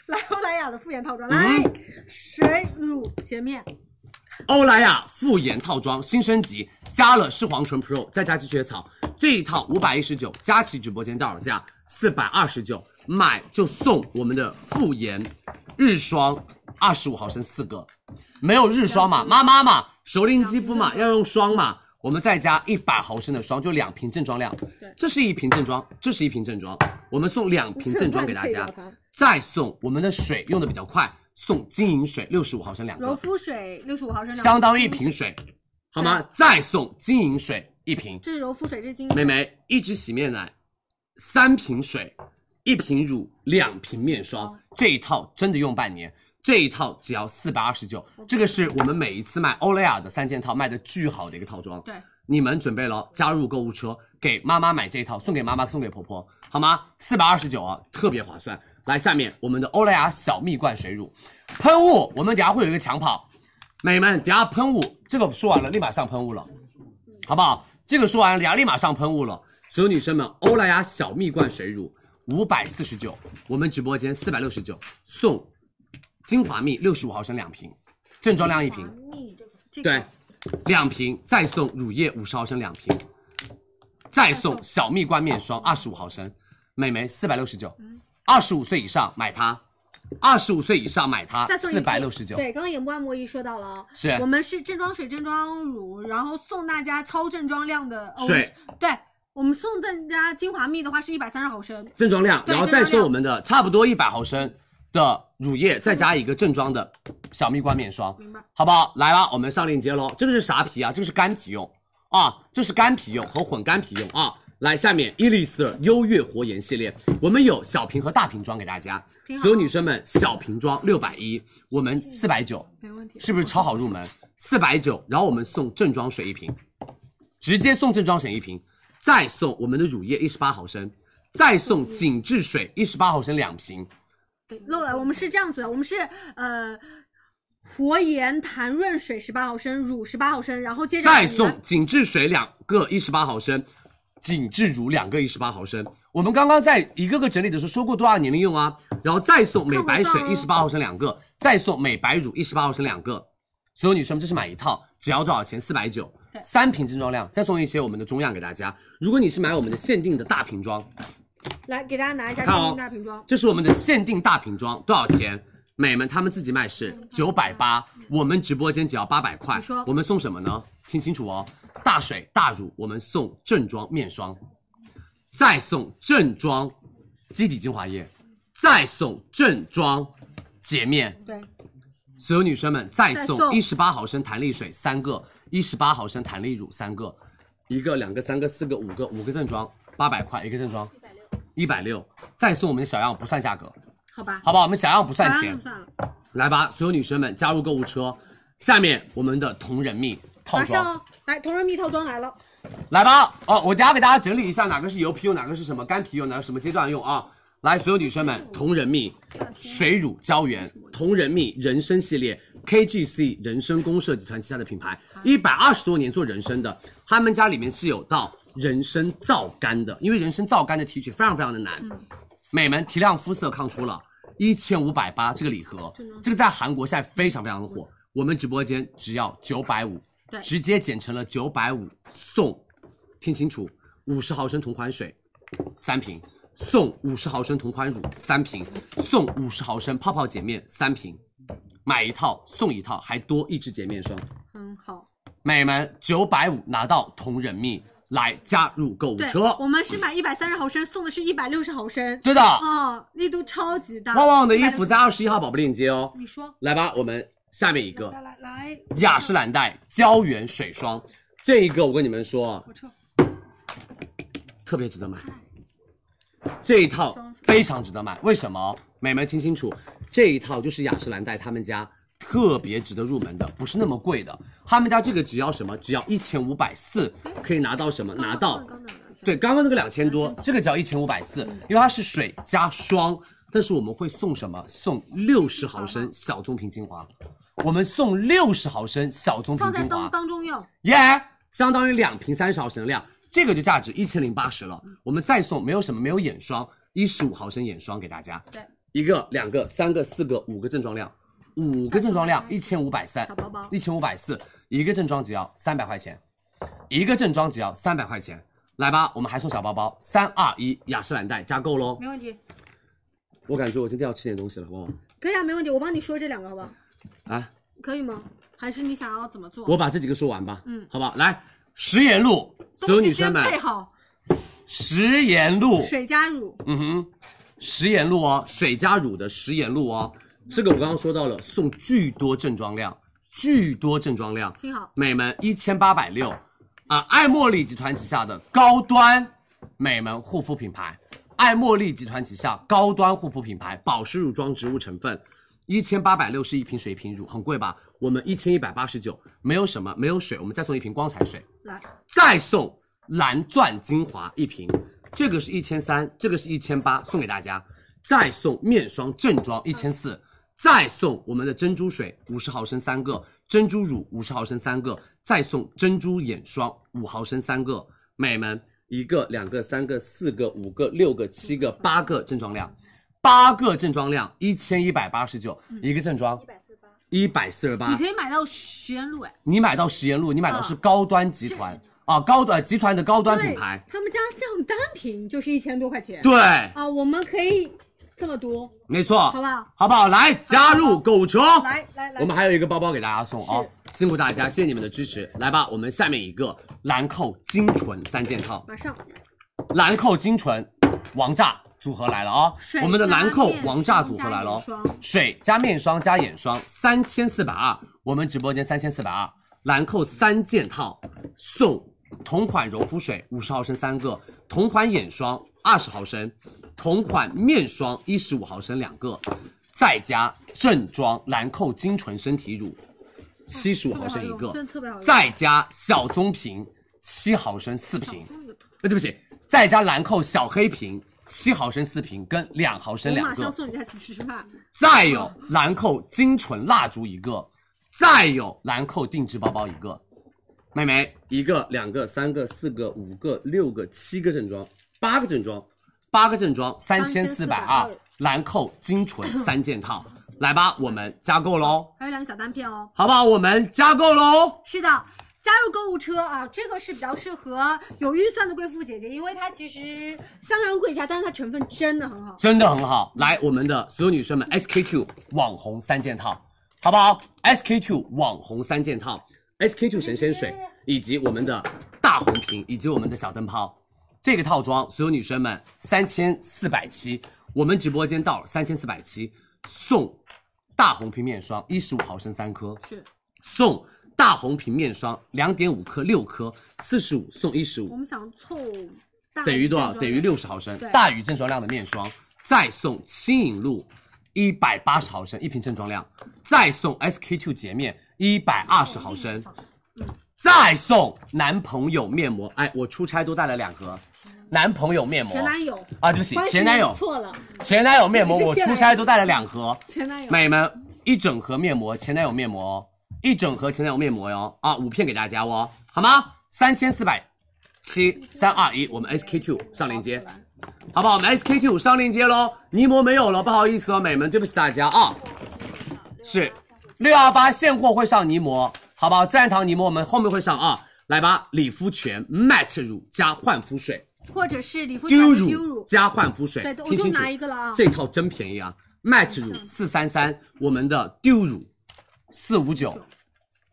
Speaker 10: 来欧莱雅的复颜套
Speaker 7: 嗯
Speaker 10: 装，来、水乳洁面，
Speaker 7: 欧莱雅复颜套装新升级，加了视黄醇 Pro，再加积雪草，这一套五百一十九，佳琦直播间到手价四百二十九，买就送我们的复颜日霜二十五毫升四个，没有日霜嘛，妈妈嘛，熟龄肌肤嘛，要用霜嘛。我们再加一百毫升的霜，就两瓶正装量。这是一瓶正装，这是一瓶正装，我们送两瓶正装给大
Speaker 23: 这
Speaker 7: 家
Speaker 23: 个太好看，
Speaker 7: 再送我们的水用的比较快，送金银水六十五毫升两
Speaker 25: 柔
Speaker 7: 个，
Speaker 25: 肤水六十五毫升，
Speaker 7: 相当于一瓶水，好吗？再送金银水一瓶。
Speaker 25: 这是柔肤水，这是精油。
Speaker 7: 美眉一支洗面奶，三瓶水，一瓶乳，两瓶面霜，这一套真的用半年。这一套只要四百二十九，这个是我们每一次卖欧莱雅的三件套卖的巨好的一个套装。
Speaker 25: 对，
Speaker 7: 你们准备了加入购物车，给妈妈买这一套，送给妈妈，送给婆婆，好吗？四百二十九啊，特别划算。来，下面我们的欧莱雅小蜜罐水乳喷雾，我们等下会有一个抢跑，美们，等下喷雾这个说完了，立马上喷雾了，好不好？这个说完了，等下立马上喷雾了。所有女生们，欧莱雅小蜜罐水乳五百四十九，我们直播间四百六十九送精华蜜六十五毫升两瓶，正装量一瓶，对，两瓶再送乳液五十毫升两瓶，再送小蜜罐面霜二十五毫升，美眉四百六十九，
Speaker 25: 嗯
Speaker 7: 二十五岁以上买它，二十五岁以上买它
Speaker 25: 再送一
Speaker 7: 四
Speaker 25: 瓶
Speaker 7: 百六十九，
Speaker 25: 对，刚刚眼部按摩仪说到了啊，
Speaker 7: 是
Speaker 25: 我们是正装水、正装乳，然后送大家超正装量的哦
Speaker 7: 水
Speaker 25: 对，我们送大家精华蜜的话是一百三十毫升，
Speaker 7: 正装量，
Speaker 25: 对
Speaker 7: 然后
Speaker 25: 正
Speaker 7: 再
Speaker 25: 装
Speaker 7: 送
Speaker 25: 量
Speaker 7: 我们的差不多一百毫升的乳液，再加一个正装的小蜜罐面霜，
Speaker 25: 明白？
Speaker 7: 好不好？来吧，我们上链接喽。这个是啥皮啊？这个是干皮用啊，这是干皮用和混干皮用啊。来，下面伊丽丝尔优越活颜系列，我们有小瓶和大瓶装给大家
Speaker 25: 挺，好
Speaker 7: 所有女生们，小瓶装六百一，我们四百九，
Speaker 25: 没问题，
Speaker 7: 是不是超好入门？四百九，然后我们送正装水一瓶，直接送正装水一瓶，再送我们的乳液一十八毫升，再送紧致水一十八毫升两瓶，
Speaker 25: 对，漏了，我们是这样子的，我们是呃。活颜弹润水十八毫升，乳十八毫升，然后接着
Speaker 7: 再
Speaker 25: 我
Speaker 7: 送
Speaker 25: 们
Speaker 7: 紧致水两个一十八毫升，紧致乳两个一十八毫升。我们刚刚在一个个整理的时候说过多少年龄用啊，然后再送美白水
Speaker 25: 看不
Speaker 7: 一
Speaker 25: 啊
Speaker 7: 十
Speaker 25: 到
Speaker 7: 八毫升两个，再送美白乳一十八毫升两个。所有女生们，这是买一套，只要多少钱？四百九，三瓶正装量，再送一些我们的中样给大家。如果你是买我们的限定的大瓶装，
Speaker 25: 来给大家拿一下
Speaker 7: 看
Speaker 25: 这
Speaker 7: 哦
Speaker 25: 瓶大瓶装，
Speaker 7: 这是我们的限定大瓶装，多少钱？美们他们自己卖是九百八，我们直播间只要八百块
Speaker 25: 你说。
Speaker 7: 我们送什么呢？听清楚哦，大水大乳，我们送正装面霜，再送正装基底精华液，再送正装洁面。
Speaker 25: 对，
Speaker 7: 所有女生们再
Speaker 25: 再
Speaker 7: 送
Speaker 25: 送
Speaker 7: 一十八毫升弹力水三个，一十八毫升弹力乳三个，一个、两个、三个、四个、五个，五个正装，八百块一个正装，一百六，再送我们的小样不算价格，
Speaker 25: 好吧？
Speaker 7: 好不好？我们小样不算
Speaker 25: 好吧啊
Speaker 7: 钱
Speaker 25: 那，算了，
Speaker 7: 来吧，所有女生们加入购物车，下面我们的同人蜜套
Speaker 25: 马上
Speaker 7: 装
Speaker 25: 哦，来同仁蜜套装来了，
Speaker 7: 来吧，哦，我等下给大家整理一下哪个是油皮用，哪个是什么干皮用，哪个什么阶段用啊。来，所有女生们，同人蜜、水乳胶原、同人蜜人参系列，KGC 人参公社集团旗下的品牌，一百二十多年做人参的，他们家里面是有到人参皂苷的，因为人参皂苷的提取非常非常的难。美们提亮肤色抗初老，一千五百八这个礼盒，这个在韩国现在非常非常的火，我们直播间只要九百五，
Speaker 25: 对
Speaker 7: 直接减成了九百五送，听清楚，五十毫升同款水三瓶，送五十毫升同款乳三瓶，送五十毫升泡泡洁面三瓶，买一套送一套，还多一支洁面霜。
Speaker 25: 很嗯好。
Speaker 7: 美们，九百五拿到同人蜜，来加入购物
Speaker 25: 对，
Speaker 7: 车。
Speaker 25: 我们是买一百三十毫升，送的是一百六十毫升。
Speaker 7: 对的
Speaker 25: 哦，力度超级大。
Speaker 7: 旺旺的衣服在二十一号宝贝链接哦。
Speaker 25: 你说
Speaker 7: 来吧，我们下面一个
Speaker 25: 来来来，
Speaker 7: 雅诗兰黛胶原水霜，这一个我跟你们说，啊特别值得买，这一套非常值得买。为什么？美眉听清楚，这一套就是雅诗兰黛他们家特别值得入门的，不是那么贵的。他们家这个只要什么？只要一千五百四，可以拿到什么？拿到对，哎刚刚那个两千多，这个只要一千五百四，因为它是水加霜，但是我们会送什么？送六十毫升小棕瓶精华，我们送六十毫升小棕瓶
Speaker 25: 放在
Speaker 7: 精华
Speaker 25: 当，当中用。
Speaker 7: 耶相当于两瓶三十毫升的量，这个就价值一千零八十了。我们再送没有什么没有眼霜，一十五毫升眼霜给大家，
Speaker 25: 对，
Speaker 7: 一个、两个、三个、四个、五个正装量，五个正装量一千五百三，
Speaker 25: 小包包
Speaker 7: 一千五百四，一个正装只要三百块钱，一个正装只要三百块钱。来吧，我们还送小包包，三二一，雅诗兰黛加购喽！
Speaker 25: 没问题，
Speaker 7: 我感觉我今天要吃点东西了，好不好？
Speaker 25: 可以啊，没问题。我帮你说这两个，好不好？嗯
Speaker 7: 啊，
Speaker 25: 可以吗？还是你想要怎么做？
Speaker 7: 我把这几个说完吧，
Speaker 25: 嗯
Speaker 7: 好不好？来，食盐露，所有女生们
Speaker 25: 东西先，配好
Speaker 7: 食盐露，
Speaker 25: 水加乳，
Speaker 7: 嗯哼，食盐露哦，水加乳的食盐露哦，这个我刚刚说到了，送巨多正装量，巨多正装量，
Speaker 25: 挺好。
Speaker 7: 美们一千八百六，啊，爱茉莉集团旗下的高端美们护肤品牌，爱茉莉集团旗下高端护肤品牌保湿乳妆植物成分，一千八百六是一瓶水瓶乳，很贵吧？我们一千一百八十九，没有什么，没有水，我们再送一瓶光彩水，
Speaker 25: 来，
Speaker 7: 再送蓝钻精华一瓶，这个是一千三，这个是一千八，送给大家。再送面霜正装一千四，再送我们的珍珠水五十毫升三个，珍珠乳五十毫升三个，再送珍珠眼霜五毫升三个。美们，一个、两个、三个、四个、五个、六个、七个、八个正装量，八个正装量一千一百八十九，嗯一个正装一百四十八，
Speaker 25: 你可以买到食盐露哎，
Speaker 7: 你买到食盐露，你
Speaker 25: 嗯
Speaker 7: 买的是高端集团啊，高端集团的高端品牌
Speaker 25: 对，他们家这样单品就是一千多块钱。
Speaker 7: 对
Speaker 25: 啊，我们可以这么多，
Speaker 7: 没错，
Speaker 25: 好不好？
Speaker 7: 好不好？来加入购物车，
Speaker 25: 来来来，
Speaker 7: 我们还有一个包包给大家送啊、辛苦大家，谢谢你们的支持。来吧，我们下面一个兰蔻精纯三件套，
Speaker 25: 马上
Speaker 7: 兰蔻精纯王炸组合来了啊、
Speaker 25: 水
Speaker 7: 我们的兰蔻
Speaker 25: 加面
Speaker 7: 王炸组合来
Speaker 25: 加
Speaker 7: 了
Speaker 25: 眼
Speaker 7: 哦
Speaker 25: 霜，
Speaker 7: 水加面霜加眼霜三千四百二，我们直播间三千四百二，兰蔻三件套送同款柔肤水五十毫升三个，同款眼霜二十毫升，同款面霜一十五毫升两个，再加正装兰蔻精纯身体乳七十五毫升一个，
Speaker 25: 真的特别好用
Speaker 7: 再加小棕瓶七毫升四瓶，呃，对不起，再加兰蔻小黑瓶七毫升四瓶跟两毫升
Speaker 25: 我
Speaker 7: 两
Speaker 25: 马
Speaker 7: 个
Speaker 25: 上，送你家去吃吃饭。
Speaker 7: 再有兰蔻精纯蜡烛一个，再有兰蔻定制包包一个。妹妹，一个、两个、三个、四个、五个、六个、七个正装，八个正装，八个正装三千四百二，兰蔻精纯三件套，来吧，我们加购喽，
Speaker 25: 还有两个小单片哦。
Speaker 7: 好不好？我们加购喽。
Speaker 25: 是的，加入购物车啊，这个是比较适合有预算的贵妇姐姐，因为它其实相对来说贵一下，但是它成分真的很好。
Speaker 7: 真的很好。来，我们的所有女生们，SK two 网红三件套，好不好？SK two 网红三件套，SK two 神仙水，以及我们的大红瓶，以及我们的小灯泡，这个套装，所有女生们三千四百七，我们直播间到三千四百七，送大红瓶面霜一十五毫升三颗，
Speaker 25: 是
Speaker 7: 送。大红瓶面霜两点五颗六颗，四十五送一十五
Speaker 25: 我，们想凑大
Speaker 7: 等于多少？
Speaker 25: 正装
Speaker 7: 等于六十毫升
Speaker 25: 对，
Speaker 7: 大于正装量的面霜，再送轻盈露一百八十毫升一瓶正装量，再送 SK two 洁面一百二十毫
Speaker 25: 哦
Speaker 7: 升，
Speaker 25: 嗯
Speaker 7: 再送男朋友面膜。哎，我出差都带了两盒，男朋友面膜，
Speaker 25: 前男友
Speaker 7: 啊，对不起
Speaker 25: 关，系
Speaker 7: 前男友
Speaker 25: 你，错了，
Speaker 7: 前男友面膜，
Speaker 25: 你是
Speaker 7: 我
Speaker 25: 现
Speaker 7: 出
Speaker 25: 任
Speaker 7: 差都带了两盒，
Speaker 25: 前男友
Speaker 7: 美们一整盒面膜，前男友面膜哦，一整盒前男友面膜哟啊，五片给大家哦，好吗？三千四百七三二一，我们 SK two 上链接，好不好？我们 SK two 上链接喽，泥膜没有了，不好意思哦，美们，对不起大家啊。是六幺八现货会上泥膜，好不好？自然堂泥膜我们后面会上啊，来吧，理肤泉 matte 乳加焕肤水。
Speaker 25: 或者是理肤泉
Speaker 7: 丢
Speaker 25: 的丢
Speaker 7: 乳
Speaker 25: 乳
Speaker 7: 加焕肤水
Speaker 25: 对，，我
Speaker 7: 听
Speaker 25: 就
Speaker 7: 清楚，
Speaker 25: 拿一个了啊。
Speaker 7: 这套真便宜啊，Matte
Speaker 25: 嗯
Speaker 7: 乳四三三，我们的丢乳四五九，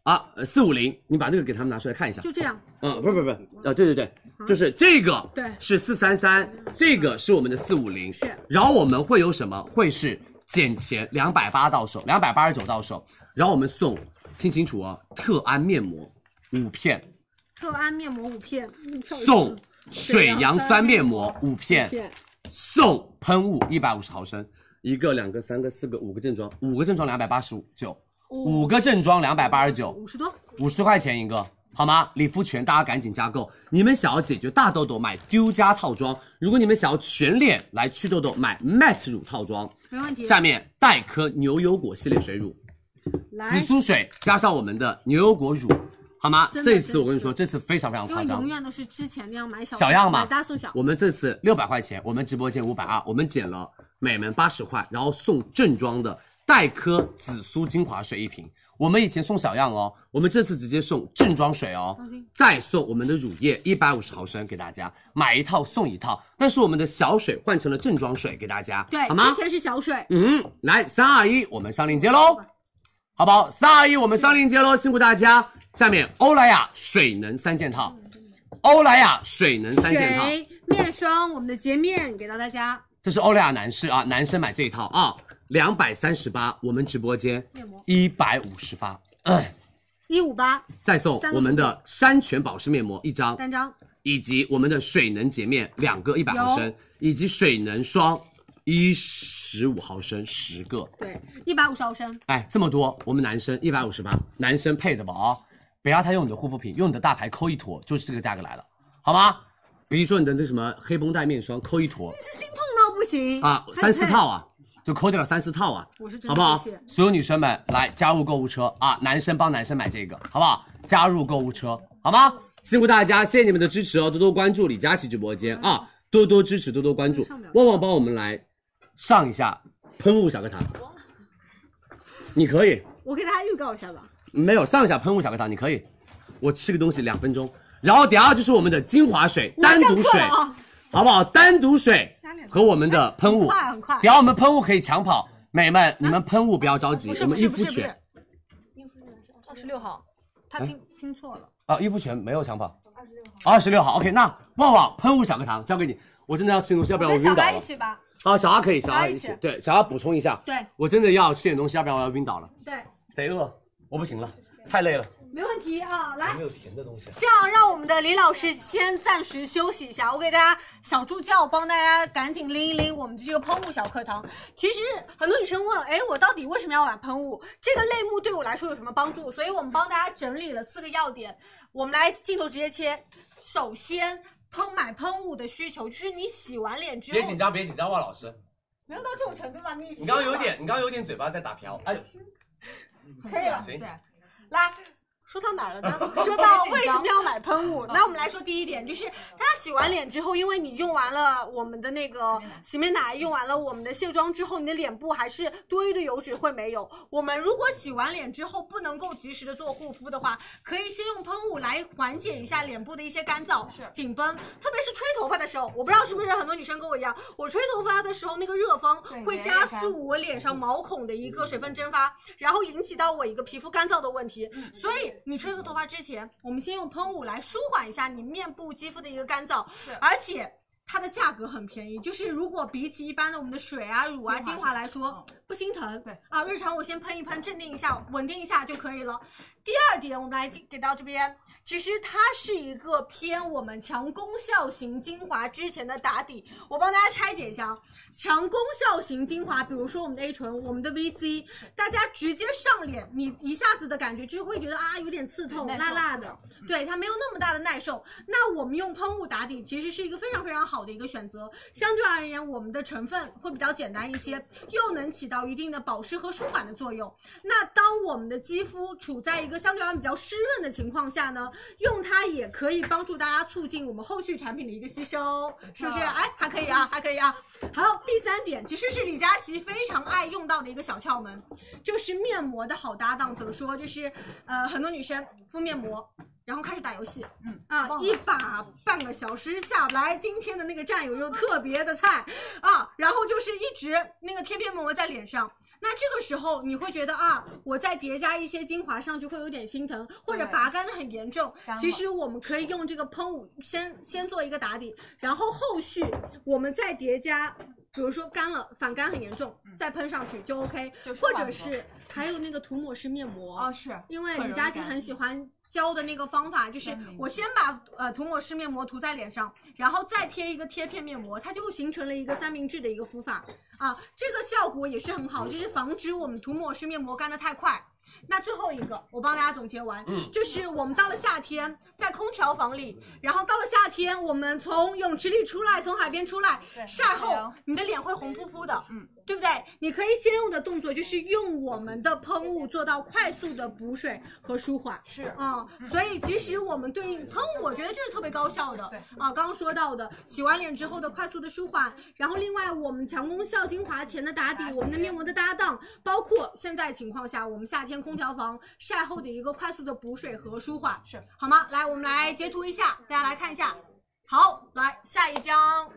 Speaker 7: 啊，四五零，你把这个给他们拿出来看一下。
Speaker 25: 就这样，
Speaker 7: 嗯，不是不是不是，呃，对对对，就是这个，
Speaker 25: 对
Speaker 7: 是四三三，这个是我们的四五零，
Speaker 25: 是
Speaker 7: 然后我们会有什么？会是减钱两百八到手，两百八十九到手，然后我们送，听清楚哦，特安面膜五片，
Speaker 25: 特安面膜五片，
Speaker 7: 送水杨酸面膜五片，
Speaker 25: 片
Speaker 7: 送喷雾一百五十毫升，一个、两个、三个、四个、五个正装，五个正装两百八十五九，五个正装两百八十九，
Speaker 25: 五十多，
Speaker 7: 五十块钱一个，好吗？理肤泉大家赶紧加购，你们想要解决大痘痘买丢家套装，如果你们想要全脸来祛痘痘买 Matte 乳套装，
Speaker 25: 没问题。
Speaker 7: 下面黛珂牛油果系列水乳，紫
Speaker 25: 来，
Speaker 7: 苏水加上我们的牛油果乳，好吗？
Speaker 25: 真的
Speaker 7: 这次我跟你说，这次非常非常
Speaker 25: 因
Speaker 7: 夸
Speaker 25: 为
Speaker 7: 张
Speaker 25: 永。远都是之前那样买小
Speaker 7: 小样嘛
Speaker 25: 买大送小。
Speaker 7: 我们这次六百块钱，我们直播间五百二，我们减了每门八十块，然后送正装的黛珂紫苏精华水一瓶。我们以前送小样哦，我们这次直接送正装水哦，再送我们的乳液一百五十毫升给大家，买一套送一套。但是我们的小水换成了正装水给大家，
Speaker 25: 对，
Speaker 7: 好吗
Speaker 25: 之？前是小水，
Speaker 7: 嗯，来三二一，我们上链接喽，好不好？三二一，我们上链接喽，辛苦大家。下面欧莱雅水能三件套，欧莱雅水能三件套，
Speaker 25: 水、面霜，我们的洁面给到大家，
Speaker 7: 这是欧莱雅男士啊，男生买这一套啊。两百三十八，我们直播间
Speaker 10: 面膜
Speaker 7: 一百五十八，哎
Speaker 10: 一五八，
Speaker 7: 再送我们的山泉保湿面膜一张，
Speaker 10: 三张，
Speaker 7: 以及我们的水能洁面两个一百毫升
Speaker 10: 有，
Speaker 7: 以及水能霜一十五毫升十个。
Speaker 10: 对，一百五十毫升，
Speaker 7: 哎，这么多，我们男生一百五十八，男生配的吧啊、不要太用你的护肤品，用你的大牌抠一坨，就是这个价格来了，好吗？比如说你的那什么黑绷带面霜，抠一坨
Speaker 10: 这心痛到不行哎
Speaker 7: 啊，三四套，啊，就抠掉了三四套啊，
Speaker 10: 我是真
Speaker 7: 好不好
Speaker 10: 谢谢？
Speaker 7: 所有女生们来加入购物车啊，男生帮男生买这个，好不好？加入购物车，好吗？辛苦大家，谢谢你们的支持哦，多多关注李佳琦直播间啊，多多支持，多多关注。旺旺帮我们来上一下喷雾小课堂，你可以。
Speaker 10: 我给大家预告一下吧，
Speaker 7: 没有上一下喷雾小课堂，你可以。我吃个东西两分钟，然后等下就是我们的精华水单独水，好不好？单独水和我们的喷雾，
Speaker 10: 很快很快
Speaker 7: 等下我们喷雾可以抢跑，美们你们喷雾不要着急，
Speaker 10: 不是
Speaker 7: 我
Speaker 10: 啊不
Speaker 7: 们
Speaker 10: 是
Speaker 7: 一
Speaker 10: 不是
Speaker 7: 肤
Speaker 10: 不是
Speaker 7: 泉，
Speaker 10: 二十六号，他听听错了，
Speaker 7: 啊一肤泉没有抢跑，二十六号 OK，那旺旺喷雾小课堂交给你，我真的要吃点东西，要不然我
Speaker 10: 跟
Speaker 7: 晕
Speaker 10: 小
Speaker 7: 倒
Speaker 10: 孩
Speaker 7: 了
Speaker 10: 一。起吧，
Speaker 7: 啊，小阿可以，
Speaker 10: 小
Speaker 7: 小
Speaker 10: 阿
Speaker 7: 阿
Speaker 10: 一
Speaker 7: 一
Speaker 10: 起
Speaker 7: 起，对，小阿补充一下，
Speaker 10: 对
Speaker 7: 我真的要吃点东西，要不然我要晕倒了，
Speaker 10: 对，
Speaker 7: 贼饿，我不行了，太累了，
Speaker 10: 没问题啊，来
Speaker 7: 有没。有甜的东西啊？
Speaker 10: 这样，让我们的李老师先暂时休息一下，我给大家小助教帮大家赶紧拎一拎我们的这个喷雾小课堂。其实很多女生问，哎，我到底为什么要买喷雾？这个类目对我来说有什么帮助？所以我们帮大家整理了四个要点，我们来镜头直接切。首先，喷买喷雾的需求就是你洗完脸之后，
Speaker 7: 别紧，张，别紧张，万老师，
Speaker 10: 没有到这种程度吧？你
Speaker 7: 你刚刚有点，你刚刚有点嘴巴在打瓢，哎，
Speaker 10: 可以了，
Speaker 7: 行
Speaker 10: 对，来。说到哪儿了 呢？说到为什么要买喷雾？那我们来说第一点，就是大家洗完脸之后，因为你用完了我们的那个洗面奶，用完了我们的卸妆之后，你的脸部还是多余的油脂会没有。我们如果洗完脸之后不能够及时的做护肤的话，可以先用喷雾来缓解一下脸部的一些干燥、紧绷，特别是吹头发的时候，我不知道是不是很多女生跟我一样，我吹头发的时候那个热风会加速我脸上毛孔的一个水分蒸发，然后引起到我一个皮肤干燥的问题。所以你吹个头发之前，我们先用喷雾来舒缓一下你面部肌肤的一个干燥，而且。它的价格很便宜，就是如果比起一般的我们的水啊、乳啊、精华来说，不心疼。对啊，日常我先喷一喷，镇定一下，稳定一下就可以了。第二点，我们来给到这边，其实它是一个偏我们强功效型精华之前的打底。我帮大家拆解一下啊，强功效型精华，比如说我们的 A 醇、我们的 VC，大家直接上脸，你一下子的感觉就是会觉得啊有点刺痛、
Speaker 2: 耐受
Speaker 10: 辣辣的，对它没有那么大的耐受。那我们用喷雾打底，其实是一个非常非常好的一个选择。相对而言，我们的成分会比较简单一些，又能起到一定的保湿和舒缓的作用。那当我们的肌肤处在一个相对而言比较湿润的情况下呢，用它也可以帮助大家促进我们后续产品的一个吸收，是不是？哎，还可以啊，还可以啊。好，第三点其实是李佳琦非常爱用到的一个小窍门，就是面膜的好搭档。怎么说？就是呃，很多女生敷面膜，然后开始打游戏，嗯啊，一把半个小时下不来，今天的那个战友又特别的菜啊，然后就是一直那个贴片膜在脸上。那这个时候你会觉得啊，我再叠加一些精华上去会有点心疼，或者拔干的很严重
Speaker 2: 干。了
Speaker 10: 其实我们可以用这个喷雾先先做一个打底，然后后续我们再叠加，比如说干了反干很严重，再喷上去嗯就 OK，或者是还有那个涂抹式面膜哦，是因为
Speaker 2: 很容
Speaker 10: 李
Speaker 2: 易
Speaker 10: 佳琦
Speaker 2: 干
Speaker 10: 很喜欢教的那个方法，就是
Speaker 2: 明
Speaker 10: 我先把呃涂抹式面膜涂在脸上，然后再贴一个贴片面膜，它就形成了一个三明治的一个敷法啊，这个效果也是很好，就是防止我们涂抹式面膜干的太快。那最后一个，我帮大家总结完，
Speaker 2: 嗯
Speaker 10: 就是我们到了夏天，在空调房里，然后到了夏天，我们从泳池里出来，从海边出来，晒
Speaker 2: 对
Speaker 10: 后
Speaker 2: 啊，
Speaker 10: 你的脸会红扑扑的，嗯，对不对？你可以先用的动作就是用我们的喷雾做到快速的补水和舒缓，是啊、所以其实我们对应喷雾，我觉得这是特别高效的，啊，刚刚说到的，洗完脸之后的快速的舒缓，然后另外我们强功效精华前的打底，我们的面膜的搭档，包括现在情况下我们夏天空调房晒后的一个快速的补水和舒缓，是好吗？来，我们来截图一下，大家来看一下。好，来下一张。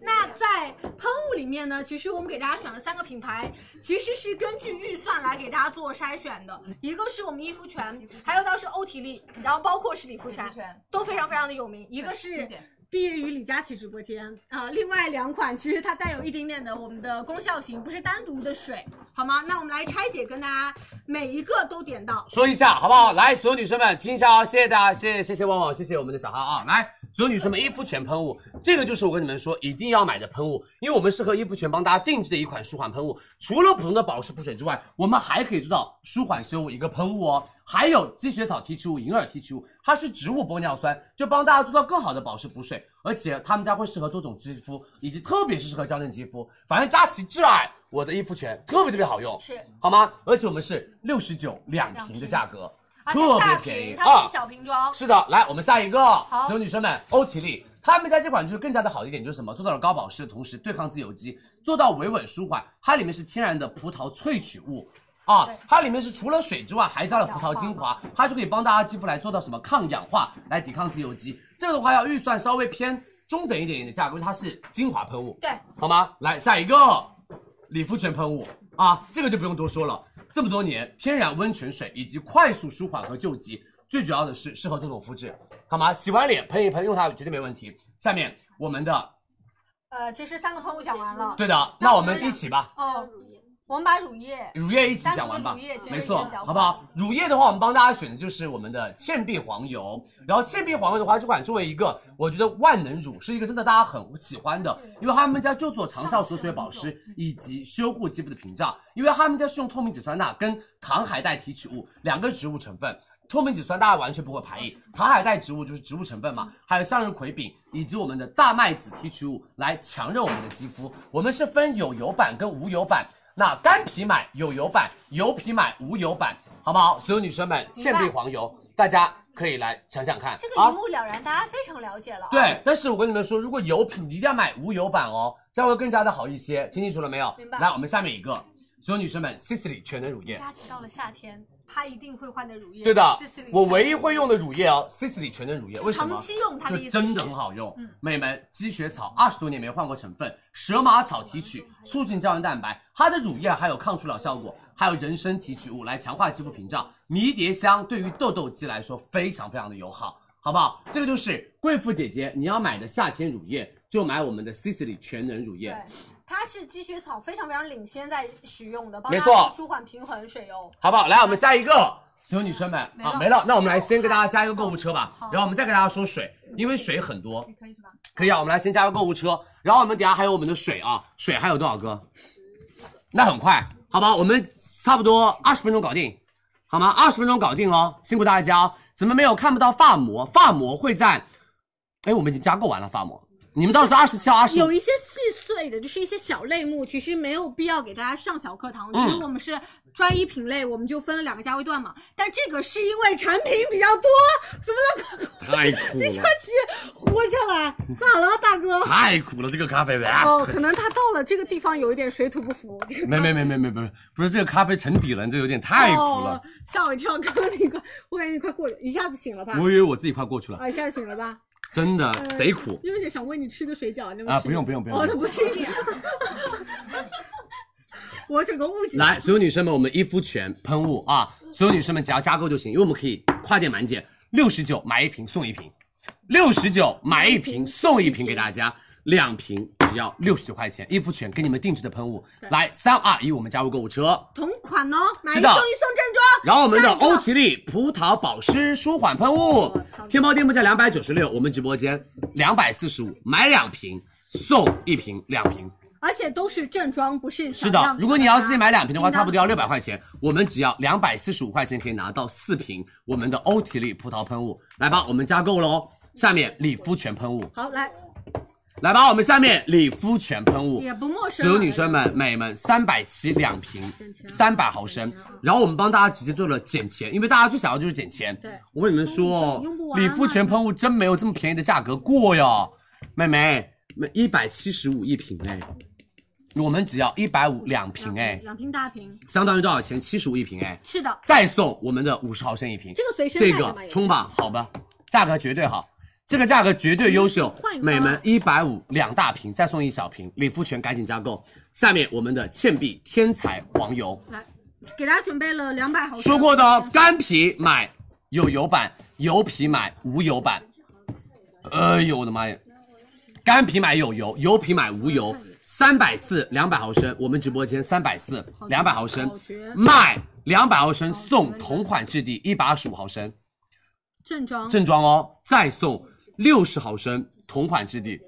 Speaker 10: 那在喷雾里面呢，其实我们给大家选了三个品牌，其实是根据预算来给大家做筛选的。一个是我们伊肤
Speaker 2: 嗯
Speaker 10: 泉，还有到是欧缇丽，然后包括是理肤泉，都非常非常的有名。一个是
Speaker 2: 经典
Speaker 10: 毕业于李佳琦直播间啊、另外两款其实它带有一点点的我们的功效型，不是单独的水，好吗？那我们来拆解，跟大家每一个都点到。
Speaker 7: 说一下好不好？来，所有女生们听一下啊！谢谢大家，谢谢谢谢旺旺，谢谢我们的小哈啊！来，所有女生们，一肤泉喷雾，这个就是我跟你们说一定要买的喷雾，因为我们是和一肤泉帮大家定制的一款舒缓喷雾。除了普通的保湿补水之外，我们还可以做到舒缓修复一个喷雾哦，还有积雪草提取物、银耳提取物，它是植物玻尿酸，就帮大家做到更好的保湿补水，而且他们家会适合多种肌肤，以及特别是适合娇嫩肌肤。反正佳琦挚爱我的一肤泉，特别特别好用，
Speaker 10: 是
Speaker 7: 好吗？而且我们是六十九两瓶的价格，
Speaker 10: 啊
Speaker 7: 特别
Speaker 10: 它是大
Speaker 7: 便宜
Speaker 10: 瓶它
Speaker 7: 啊
Speaker 10: 是！小瓶装，
Speaker 7: 是的，来我们下一个，所有女生们，欧缇丽。他们家这款就是更加的好一点，就是什么，做到了高保湿的同时对抗自由基，做到维稳舒缓。它里面是天然的葡萄萃取物，啊，它里面是除了水之外还加了葡萄精华，它就可以帮大家肌肤来做到什么抗氧化，来抵抗自由基。这个的话要预算稍微偏中等一点点的价格，因为它是精华喷雾。
Speaker 10: 对，
Speaker 7: 好吗？来下一个，理肤泉喷雾啊，这个就不用多说了。这么多年，天然温泉水以及快速舒缓和救急，最主要的是适合多种肤质，好吗？洗完脸喷一喷，用它绝对没问题。下面我们的，
Speaker 10: 呃，其实三个喷雾讲完了。
Speaker 7: 对的，那我们一起吧，
Speaker 10: 哦，我们把乳液，
Speaker 7: 乳液一起讲完吧
Speaker 10: 单独的乳液，
Speaker 7: 没错
Speaker 10: 其实也讲，完
Speaker 7: 好不好？乳液的话，我们帮大家选的就是我们的倩碧黄油。然后倩碧黄油的话，这款作为一个我觉得万能乳，是一个真的大家很喜欢的，因为他们家就做长效锁水保湿以及修护肌肤的屏障，因为他们家是用透明质酸钠跟糖海带提取物两个植物成分。透明质酸大家完全不会排
Speaker 10: 哦
Speaker 7: 异，糖海带植物就是植物成分嘛，还有向日葵饼以及我们的大麦子提取物来强韧我们的肌肤。我们是分有油版跟无油版，那干皮买有油版，油皮买无油版，好不好？所有女生们，倩碧黄油，大家可以来想想看
Speaker 10: 这个
Speaker 7: 啊
Speaker 10: 一。目了然，大家非常了解了。啊
Speaker 7: 对，但是我跟你们说，如果油品你一定要买无油版哦，这样会更加的好一些。听清楚了没有？
Speaker 10: 明白
Speaker 7: 来，我们下面一个，所有女生们，Sisley 全能乳液。
Speaker 10: 佳琦到了夏天，她一定会换的乳液。
Speaker 7: 对的
Speaker 10: 四四零，
Speaker 7: 我唯一会用的乳液哦，Sisley 全能乳液，为什么？
Speaker 10: 长期用它的
Speaker 7: 就
Speaker 10: 意思
Speaker 7: 真的很好用
Speaker 10: 嗯。
Speaker 7: 美们，积雪草二十多年没换过成分，蛇麻草提取促进胶原蛋白，它的乳液还有抗初老效果，还有人参提取物来强化肌肤屏障。迷迭香对于痘痘肌来说非常非常的友好，好不好？这个就是贵妇姐姐你要买的夏天乳液，就买我们的 Sisley 全能乳液
Speaker 10: 对。，它是积雪草非常非常领先在使用的，帮
Speaker 7: 没
Speaker 10: 大
Speaker 7: 错
Speaker 10: 家舒缓平衡水油。
Speaker 7: 好不好？来，我们下一个，所有女生们
Speaker 10: 没
Speaker 7: 啊，
Speaker 10: 了
Speaker 7: 没了，那我们来先给大家加一个购物车吧
Speaker 10: 好，
Speaker 7: 然后我们再给大家说水，因为水很多，
Speaker 10: 可以是吧？
Speaker 7: 可以啊，我们来先加个购物车，然后我们等下还有我们的水啊，水还有多少个？那很快，好吧，我们差不多二十分钟搞定，好吗？二十分钟搞定哦，辛苦大家哦。怎么没有看不到发膜？发膜会在，哎，我们已经加购完了发膜，你们到时候二十七号、二十
Speaker 10: 有一些细碎的，就是一些小类目，其实没有必要给大家上小课堂。
Speaker 7: 嗯
Speaker 10: 其实我们是专一品类，我们就分了两个价位段嘛。但这个是因为产品比较多，怎么能
Speaker 7: 太苦
Speaker 10: 李佳
Speaker 7: 了，
Speaker 10: 琦活下 来？咋了，大哥？
Speaker 7: 太苦了，这个咖啡呗。
Speaker 10: 哦，可能他到了这个地方有一点水土不服。这 个
Speaker 7: 没没没没没没，不是这个咖啡沉底了，你这有点太苦了
Speaker 10: 哦。，吓我一跳！刚刚那个，我感觉你快过去，一下子醒了吧？
Speaker 7: 我以为我自己快过去了，
Speaker 10: 啊，一下子醒了吧？
Speaker 7: 真的
Speaker 10: 嗯
Speaker 7: 贼苦。
Speaker 10: 因为就想问你吃的水饺，你有没有
Speaker 7: 啊
Speaker 10: 吃
Speaker 7: 不用不用不用
Speaker 10: 哦，他不是。 我整个误解。
Speaker 7: 来，所有女生们，我们一肤泉喷雾啊，所有女生们只要加购就行，因为我们可以跨店满减，六十九买一瓶送一瓶，六十九买一瓶送一瓶给大家，两瓶只要六十九块钱，一肤泉给你们定制的喷雾
Speaker 10: 对。
Speaker 7: 来，三二一，我们加入购物车。
Speaker 10: 同款哦，买一
Speaker 7: 知
Speaker 10: 送一送
Speaker 7: 道
Speaker 10: 正装。
Speaker 7: 然后我们的
Speaker 10: 下一个哦
Speaker 7: 欧缇丽葡萄保湿舒缓喷雾，天猫店铺价两百九十六，我们直播间两百四十五，买两瓶送一瓶，两瓶。
Speaker 10: 而且都是正装，不是小
Speaker 7: 是
Speaker 10: 样
Speaker 7: 的，
Speaker 10: 子啊
Speaker 7: 如果你要自己买两瓶的话，
Speaker 10: 应该
Speaker 7: 差不多要六百块钱，我们只要两百四十五块钱可以拿到四瓶我们的欧缇丽葡萄喷雾。来吧，我们加购喽。下面理肤泉喷雾，
Speaker 10: 好来，
Speaker 7: 来吧，我们下面理肤泉喷雾，
Speaker 10: 也不陌生
Speaker 7: 所
Speaker 10: 了。
Speaker 7: 有女生们、美们，三百七两瓶，三百毫升。然后我们帮大家直接做了减钱，因为大家最想要就是减钱。
Speaker 10: 对，
Speaker 7: 我跟你们说
Speaker 10: 用不，完啊
Speaker 7: 理肤泉喷雾真没有这么便宜的价格过哟，妹妹，一百七十五一瓶哎，我们只要一百五两瓶哎，
Speaker 10: 两瓶大瓶，
Speaker 7: 相当于多少钱？七十五一瓶哎，
Speaker 10: 是的，
Speaker 7: 再送我们的五十毫升一瓶，
Speaker 10: 这个随身
Speaker 7: 这
Speaker 10: 带着嘛
Speaker 7: 个
Speaker 10: 也是
Speaker 7: 冲吧，好吧，价格绝对好。这个价格绝对优秀，
Speaker 10: 嗯换一个
Speaker 7: 美们一百五两大瓶，再送一小瓶，理肤泉赶紧加购。下面我们的倩碧天才黄油，
Speaker 10: 来给大家准备了两百毫升。
Speaker 7: 说过的哦，干皮买有油版，油皮买无油版。哎呦我的妈呀，干皮买有油，油皮买无油，三百四两百毫升，我们直播间三百四两百毫升，卖两百毫升送同款质地一百二十五毫升
Speaker 25: 正装
Speaker 7: 正装哦，再送六十毫升同款质地，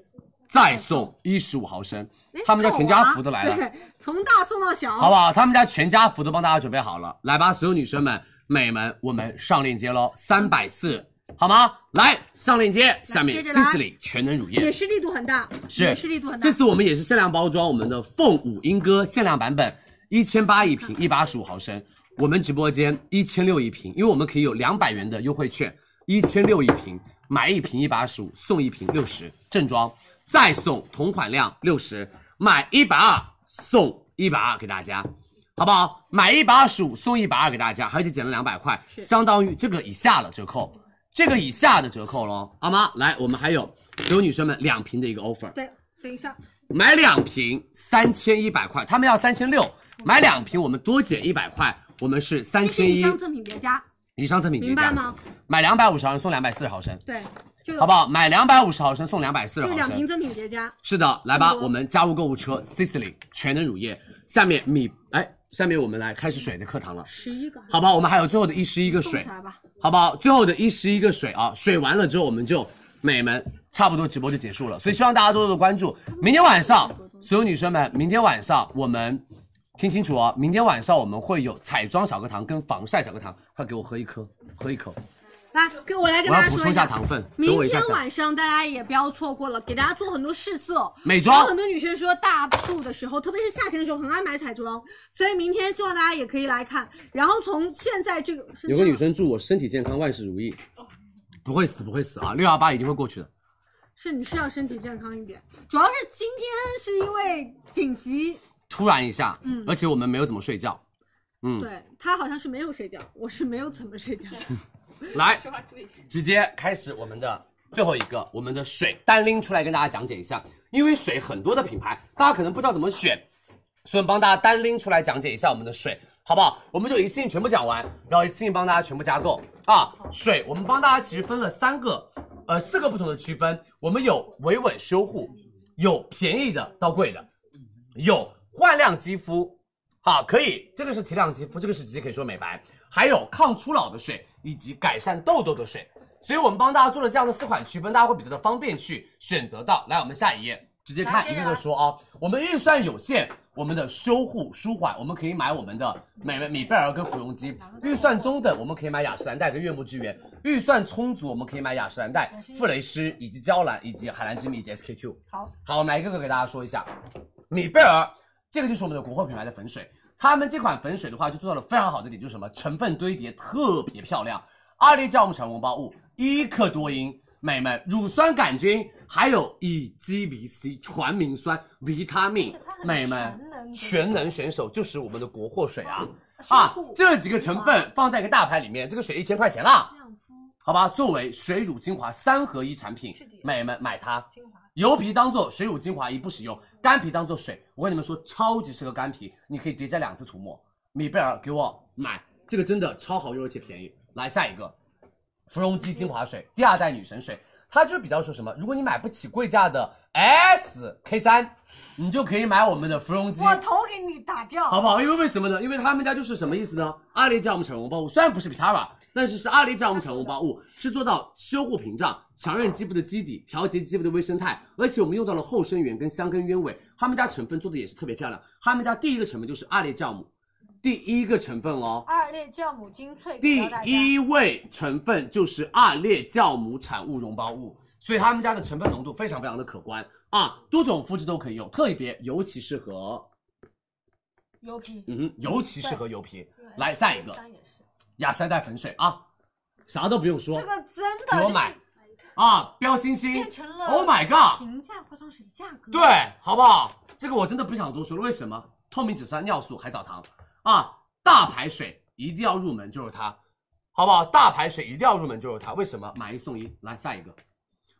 Speaker 7: 再送一十五毫升，
Speaker 25: 哎
Speaker 7: 他们家全家福都来了，
Speaker 25: 啊对从大送到小，
Speaker 7: 好不？好？他们家全家福都帮大家准备好了，来吧，所有女生们、美们，我们上链接喽，三百四。好吗？来上链接，下面
Speaker 25: 接着
Speaker 7: c
Speaker 25: 来
Speaker 7: i c i l y 全能乳
Speaker 25: 也
Speaker 7: 液
Speaker 25: 是力度很大，也是力度很大。
Speaker 7: 这次我们也是限量包装我们的凤舞莺歌限量版本，一千八一瓶，一百二十五毫升。我们直播间一千六一瓶，因为我们可以有两百元的优惠券，一千六一瓶，买一瓶一百二十五，送一瓶六十正装，再送同款量六十，买一百二送一百二给大家。好不好？买一百二十五送一百二给大家，而且减了两百块，相当于这个以下的折扣，这个以下的折扣喽，好吗？来，我们还有所有女生们两瓶的一个 offer，
Speaker 25: 对，等一下，
Speaker 7: 买两瓶三千一百块，他们要三千六，买两瓶我们多减一百块，我们是三
Speaker 25: 这是
Speaker 7: 千
Speaker 25: 以
Speaker 7: 一
Speaker 25: 上赠品叠加，
Speaker 7: 以上赠品叠
Speaker 25: 明白
Speaker 7: 加，
Speaker 25: 吗？
Speaker 7: 买两百五十毫升送两百四十毫升，
Speaker 25: 对，就
Speaker 7: 好不？好？买两百五十毫升送两百四十
Speaker 25: 就
Speaker 7: 毫
Speaker 25: 两
Speaker 7: 升
Speaker 25: 瓶，赠品叠加，
Speaker 7: 是的，来吧，
Speaker 25: 更多
Speaker 7: 我们加入购物车 Sisley 全能乳液，下面米哎，下面我们来开始水的课堂了。
Speaker 25: 十一个，
Speaker 7: 好不好？我们还有最后的一十一个
Speaker 25: 动
Speaker 7: 水
Speaker 25: 起，来吧。
Speaker 7: 好不好？最后的一十一个水啊，水完了之后我们就美们差不多直播就结束了，所以希望大家多多的关注。明天晚上，所有女生们，明天晚上我们听清楚哦，明天晚上我们会有彩妆小课堂跟防晒小课堂，快给我喝一颗，喝一口，
Speaker 25: 来，给我来跟
Speaker 7: 我
Speaker 25: 大家
Speaker 7: 要补
Speaker 25: 说
Speaker 7: 充
Speaker 25: 一
Speaker 7: 一下糖分，等
Speaker 25: 明
Speaker 7: 我一下
Speaker 25: 天
Speaker 7: 下。
Speaker 25: 晚上大家也不要错过了，给大家做很多试色哦
Speaker 7: 美妆
Speaker 25: 有很多女生说大促的时候，特别是夏天的时候，很爱买彩妆，所以明天希望大家也可以来看。然后从现在这个是
Speaker 7: 有个女生祝我身体健康，万事如意，不会死不会死啊，六幺八一定会过去的。
Speaker 25: 是你是要身体健康一点，主要是今天是因为紧急，
Speaker 7: 突然一下，
Speaker 25: 嗯
Speaker 7: 而且我们没有怎么睡觉，嗯，
Speaker 25: 对她好像是没有睡觉，我是没有怎么睡觉。
Speaker 10: 嗯
Speaker 7: 来，直接开始我们的最后一个，我们的水单拎出来跟大家讲解一下，因为水很多的品牌，大家可能不知道怎么选，所以我们帮大家单拎出来讲解一下我们的水，好不好？我们就一次性全部讲完，然后一次性帮大家全部加购啊。水我们帮大家其实分了三个，呃，四个不同的区分，我们有维稳修护，有便宜的到贵的，有焕亮肌肤，好，可以，这个是提亮肌肤，这个是直接可以说美白，还有抗初老的水以及改善痘痘的水，所以我们帮大家做了这样的四款区分，大家会比较的方便去选择到。来，我们下一页直接看，
Speaker 23: 来
Speaker 7: 一个个说啊、我们预算有限，我们的修护舒缓，我们可以买我们的美美米贝儿跟芙蓉肌；预算中等，我们可以买雅诗兰黛跟悦木之源；预算充足，我们可以买雅诗兰黛、馥蕾诗以及娇兰以及海蓝之谜以及 SK2。
Speaker 25: 好，
Speaker 7: 好，我们来一个个给大家说一下。米贝尔，这个就是我们的国货品牌的粉水。他们这款粉水的话，就做到了非常好的点，就是什么成分堆叠特别漂亮，二裂酵母产红包物，一克多因，美们，乳酸杆菌，还有乙基维 C、传明酸、维他命，美们，全能选手就是我们的国货水啊啊！这几个成分放在一个大牌里面，这个水一千块钱啦，好吧，作为水乳精华三合一产品，美们买它。油皮当做水乳精华一步使用，干皮当做水。我跟你们说，超级适合干皮，你可以叠加两次涂抹。米贝尔给我买，这个真的超好用而且便宜。来下一个，芙蓉肌精华水，第二代女神水，它就是比较说什么，如果你买不起贵价的 S K 三，你就可以买我们的芙蓉肌。
Speaker 10: 我头给你打掉，
Speaker 7: 好不好？因为为什么呢？因为他们家就是什么意思呢？阿丽酵母产绒包物虽然不是 Pitara，但是是阿丽酵母产绒包物，是做到修护屏障、强韧肌肤的基底、调节肌肤的微生态，而且我们用到了后生源跟香根鸢尾，他们家成分做的也是特别漂亮。他们家第一个成分就是阿丽酵母，第一个成分哦，
Speaker 25: 二裂酵母精粹
Speaker 7: 第一位成分就是二裂酵母产物溶胞物，所以他们家的成分浓度非常非常的可观啊，多种肤质都可以用，特别尤其适合
Speaker 10: 油皮，
Speaker 7: 嗯哼，尤其适合油皮
Speaker 10: 对。
Speaker 7: 来下一个，雅诗兰黛粉水啊，啥都不用说，
Speaker 10: 这个真的
Speaker 7: 给我买啊，标星星，
Speaker 10: 变成了
Speaker 7: Oh my god，
Speaker 25: 平价化妆水价格
Speaker 7: 对，好不好？这个我真的不想多说了，为什么？透明质酸、尿素、海藻糖啊，大牌水一定要入门就是它，好不好？大牌水一定要入门就是它，为什么？买一送一，来下一个。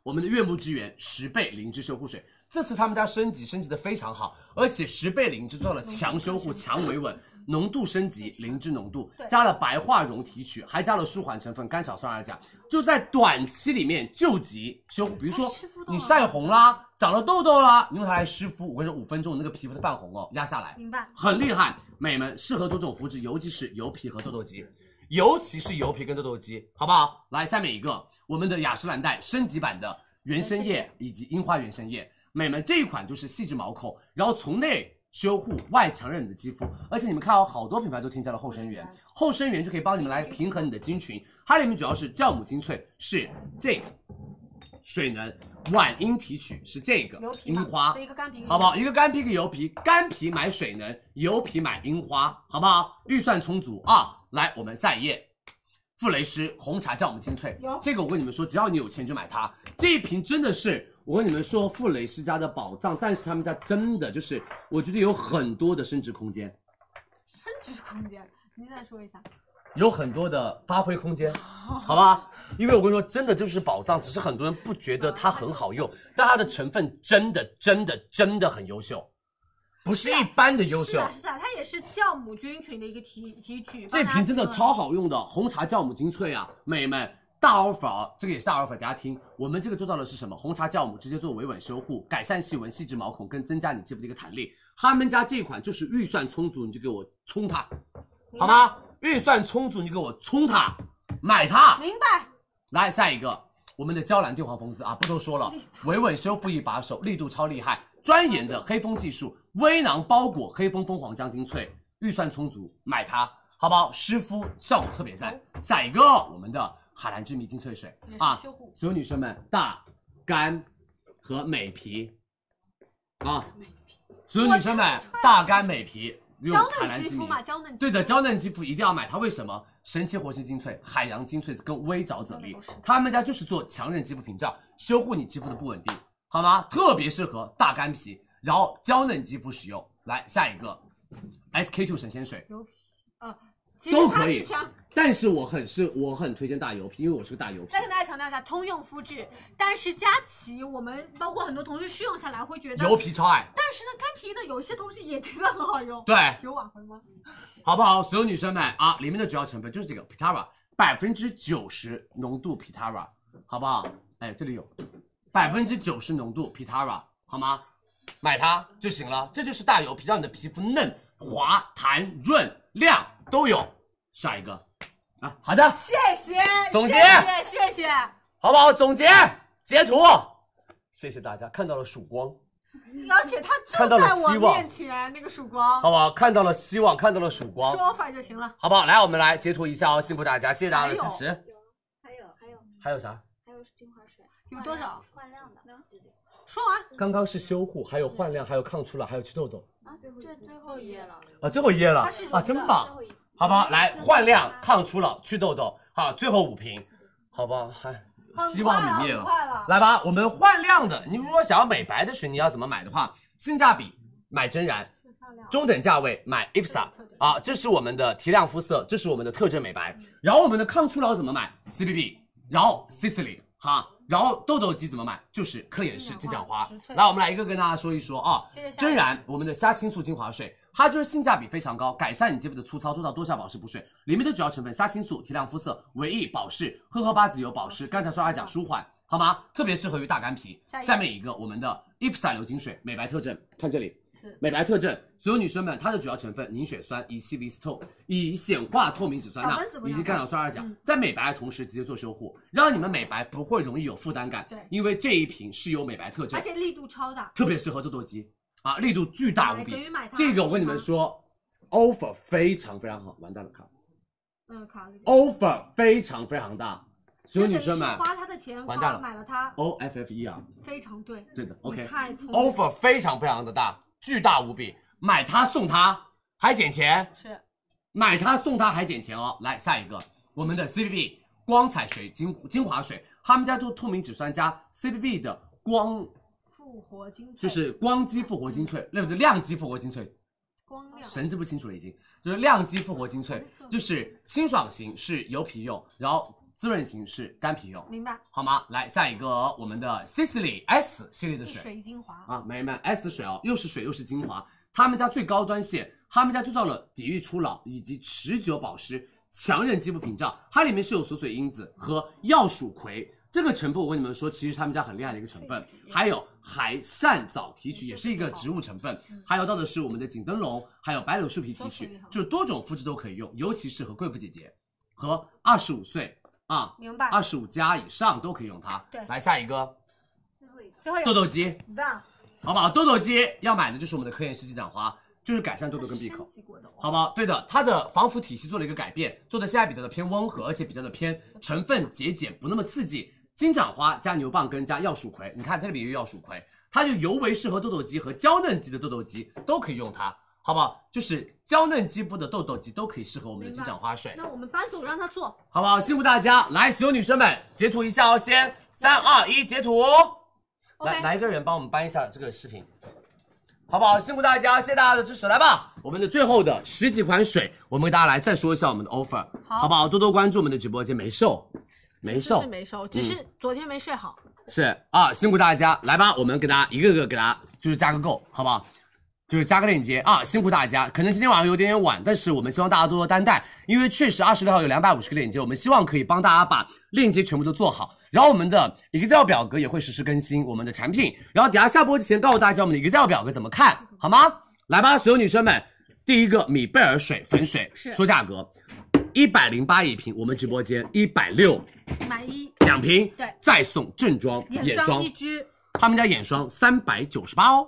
Speaker 7: 我们的悦木之源十倍灵芝修护水，
Speaker 10: 嗯
Speaker 7: 这次他们家升级升级的非常好，而且十倍灵芝做到了强修护、强维稳，浓度升级，灵芝浓度
Speaker 23: 对，
Speaker 7: 加了白化溶提取，还加了舒缓成分甘草酸二钾，就在短期里面救急修复。比如说你晒红啦，长了痘痘啦，你用它来湿敷，我跟你说，五分钟你那个皮肤的泛红哦压下来，
Speaker 10: 明白
Speaker 7: 很厉害。美们适合多种肤质，尤其是油皮和痘痘肌，尤其是油皮跟痘痘肌，好不好？来，下面一个我们的雅诗兰黛升级版的原生液以及樱花原生液，美们这一款就是细致毛孔，然后从内。修护外强韧你的肌肤，而且你们看哦，好多品牌都添加了后生元，后生元就可以帮你们来平衡你的菌群。它里面主要是酵母精粹，是这个水能，晚樱提取是这个
Speaker 10: 油皮
Speaker 7: 樱
Speaker 10: 嘛
Speaker 7: 花
Speaker 10: 对一个干皮一个
Speaker 7: 好不好？
Speaker 10: 油皮
Speaker 7: 一个干皮，一个油皮，干皮买水能，油皮买樱花，好不好？预算充足啊！来，我们下一页，傅雷诗红茶酵母精粹
Speaker 23: 有，
Speaker 7: 这个我跟你们说，只要你有钱就买它，这一瓶真的是。我跟你们说，傅雷诗家的宝藏，但是他们家真的就是，我觉得有很多的升值空间，
Speaker 10: 升值空间，你再说一下。
Speaker 7: 有很多的发挥空间， 好吧？因为我跟你说，真的就是宝藏，只是很多人不觉得它很好用，但它的成分真的真的真的很优秀，不是一般的优
Speaker 10: 是
Speaker 7: 秀
Speaker 10: 啊。是啊，它也是酵母菌群的一个提提取。
Speaker 7: 这瓶真的超好用的，红茶酵母精粹啊，美们。大 offer 啊，这个也是大 offer，大家听，我们这个做到的是什么？红茶酵母直接做维稳修护，改善细纹、细致毛孔，跟增加你肌肤的一个弹力。他们家这款就是预算充足，你就给我冲它，好吗？预算充足，你就给我冲它，买它。
Speaker 10: 明白。
Speaker 7: 来下一个，我们的娇兰地黄蜂姿啊，不多说了，维稳修复一把手，力度超厉害，专研的黑蜂技术，微囊包裹黑蜂蜂皇浆精粹，预算充足买它，好不好？湿敷效果特别赞。下一个，我们的海蓝之谜精粹水
Speaker 23: 也是
Speaker 7: 啊
Speaker 23: 修护，
Speaker 7: 所有女生们大干和美皮啊，所有女生们大干美皮用
Speaker 10: 娇
Speaker 7: 海
Speaker 10: 嫩
Speaker 7: 蓝
Speaker 10: 肌
Speaker 7: 之
Speaker 10: 肤
Speaker 7: 谜。
Speaker 10: 嘛，娇嫩肌肤
Speaker 7: 对的，娇嫩肌肤一定要买它，为什么？神奇活性精粹、海洋精粹跟微沼啫喱，他们家就是做强韧肌肤屏障，修护你肌肤的不稳定，好吗？特别适合大干皮，然后娇嫩肌肤使用。来下一个，SK two 神仙水
Speaker 10: 油皮，呃，其实
Speaker 7: 都
Speaker 10: 它
Speaker 7: 可
Speaker 10: 是
Speaker 7: 以
Speaker 10: 这样。，
Speaker 7: 但是我很是我很推荐大油皮，因为我是个大油皮。
Speaker 10: 再跟大家强调一下，通用肤质。但是佳琦，我们包括很多同事试用下来会觉得
Speaker 7: 油皮超爱
Speaker 10: 但是呢，干皮的有一些同事也觉得很好用。
Speaker 7: 对
Speaker 10: 有挽回吗？
Speaker 7: 好不好？所有女生们啊，里面的主要成分就是这个 Pitara，百分之九十浓度 Pitara，好不好？哎，这里有百分之九十浓度 Pitara，好吗？买它就行了，这就是大油皮，让你的皮肤嫩、滑、弹、润、亮都有。下一个啊，好的，
Speaker 10: 谢谢，
Speaker 7: 总结
Speaker 10: 谢谢谢谢。
Speaker 7: 好不好？总结截图，谢谢大家，看到了曙光，
Speaker 10: 而且它
Speaker 7: 看
Speaker 10: 就
Speaker 7: 到了
Speaker 10: 在我
Speaker 7: 希望
Speaker 10: 面前，那个曙光，
Speaker 7: 好不好？看到了希望，看到了曙光，
Speaker 10: 说反就行了。
Speaker 7: 好不好？来，我们来截图一下哦，辛苦大家，谢谢大家的支持。
Speaker 27: 还有还有
Speaker 7: 还有啥？
Speaker 27: 还有精华水，
Speaker 10: 有多少？
Speaker 27: 焕亮的，对对
Speaker 10: 说完
Speaker 7: 刚刚是修护，还有焕亮，还有抗初老，还有祛痘痘。
Speaker 27: 啊，这最后一页了，
Speaker 7: 啊，最后一页了
Speaker 27: 它是
Speaker 7: 啊，
Speaker 27: 融
Speaker 7: 真
Speaker 27: 的
Speaker 7: 棒
Speaker 27: 最后一页，
Speaker 7: 好不好？来，焕亮、抗初老、祛痘痘，好，最后五瓶，好不好？还希望泯灭了
Speaker 10: 很快了
Speaker 7: 来吧，我们焕亮的，你如果想要美白的水，你要怎么买的话，性价比买真然，中等价位买 IFSA 啊，这是我们的提亮肤色，这是我们的特征美白。然后我们的抗初老怎么买？CBB，然后 Sicily 哈，然后痘痘肌怎么买？就是科颜氏金盏花。来，我们来一个跟大家说一说啊
Speaker 23: 接着下一，个
Speaker 7: 真然我们的虾青素精华水。它就是性价比非常高，改善你肌肤的粗糙，做到多效保湿补水。里面的主要成分虾青素提亮肤色、维 E 保湿、荷荷巴籽油保湿、甘草酸二钾舒缓，好吗？特别适合于大干皮。
Speaker 23: 下一个
Speaker 7: 下面一个我们的 IPSA 流金水美白特征，看这里，
Speaker 23: 是
Speaker 7: 美白特征，所有女生们，它的主要成分凝血酸、乙烯维斯透、以显化透明质酸
Speaker 23: 小
Speaker 7: 钠
Speaker 23: 蚊子不
Speaker 7: 以
Speaker 23: 要
Speaker 7: 及甘草酸二钾
Speaker 23: 嗯，
Speaker 7: 在美白的同时直接做修护，让你们美白不会容易有负担感。
Speaker 10: 对
Speaker 7: 因为这一瓶是有美白特征，
Speaker 10: 而且力度超大，
Speaker 7: 特别适合痘痘肌啊，力度巨大无比
Speaker 10: 买等于买它。
Speaker 7: 这个我跟你
Speaker 10: 嗯
Speaker 7: 们说，offer 非常非常好，完蛋了，卡
Speaker 10: 嗯，卡了一个。
Speaker 7: ，offer 非常非常大，所哦有女生们
Speaker 10: 这等于是花他的钱，
Speaker 7: 完蛋了
Speaker 10: 买了它，
Speaker 7: ，O F F E 啊，
Speaker 10: 非常对。
Speaker 7: 对的，OK
Speaker 10: 太聪。明
Speaker 7: offer 非常非常的大，巨大无比，买它送它还减钱，
Speaker 10: 是
Speaker 7: 买它送它还减钱哦。来下一个，我们的 CBB 光彩水精精华水，他们家做透明质酸加 CBB 的光，
Speaker 10: 复活精粹
Speaker 7: 就是光肌复活精粹，那不是亮肌复活精粹，
Speaker 10: 光亮。
Speaker 7: 神志不清楚了已经。就是亮肌复活精粹，就是清爽型是油皮用，然后滋润型是干皮用，
Speaker 10: 明白。
Speaker 7: 好吗？来下一个，哦我们的 Sisley S 系列的
Speaker 10: 一水精华，
Speaker 7: 啊啊，美眉们，S 水哦，又是水又是精华，他们家最高端线他们家铸造了抵御初老以及持久保湿、强韧肌肤屏障。它里面是有锁水因子和药鼠葵这个成分，我跟你们说，其实他们家很厉害的一个成分。还有海扇藻提取也是一个植物成分，还有到的是我们的锦灯笼，还有白柳树皮提取，就是多种肤质都可以用，尤其适合贵妇姐姐和二十五岁啊，
Speaker 10: 明白
Speaker 7: 二十五加以上都可以用它。
Speaker 10: 对
Speaker 7: 来下一个
Speaker 10: 最后一个啊
Speaker 7: 痘痘肌。
Speaker 10: 那
Speaker 7: 好不好？豆豆肌要买的就是我们的科颜氏金盏花，就是改善痘痘跟闭口，好不好？对的，它的防腐体系做了一个改变，做的现在比较的偏温和，而且比较的偏成分节俭，不那么刺激。金盏花加牛蒡根加药鼠葵，你看这里面有药鼠葵，它就尤为适合痘痘肌和娇嫩肌的痘痘肌都可以用它，好不好？就是娇嫩肌肤的痘痘肌都可以适合我们的金盏花水，
Speaker 10: 那我们班总让他做，
Speaker 7: 好不好？辛苦大家，来，所有女生们截图一下哦，先三二一截图。来
Speaker 10: OK
Speaker 7: 来一个人帮我们搬一下这个视频，好不好？辛苦大家，谢谢大家的支持，来吧！我们的最后的十几款水，我们给大家来再说一下我们的 offer，
Speaker 10: 好
Speaker 7: 不好？多多关注我们的直播间，没瘦，没嗯
Speaker 10: 是
Speaker 7: 瘦
Speaker 10: 没瘦，只是昨天没睡好。
Speaker 7: 是啊，辛苦大家，来吧，我们给大家一个个给大家就是加个够，好不好？就是加个链接啊，辛苦大家。可能今天晚上有点点晚，但是我们希望大家多多担待，因为确实二十六号有两百五十个链接，我们希望可以帮大家把链接全部都做好。然后我们的 Excel 表格也会实时更新我们的产品。然后等下下播之前告诉大家我们的 Excel 表格怎么看，好吗？来吧，所有女生们，第一个米贝尔水粉水，
Speaker 10: 是
Speaker 7: 说价格，一百零八一瓶，我们直播间一百六
Speaker 10: 买一
Speaker 7: 两瓶，
Speaker 10: 对
Speaker 7: 再送正装
Speaker 10: 眼
Speaker 7: 霜
Speaker 10: 一支，
Speaker 7: 他们家眼霜三百九十八哦，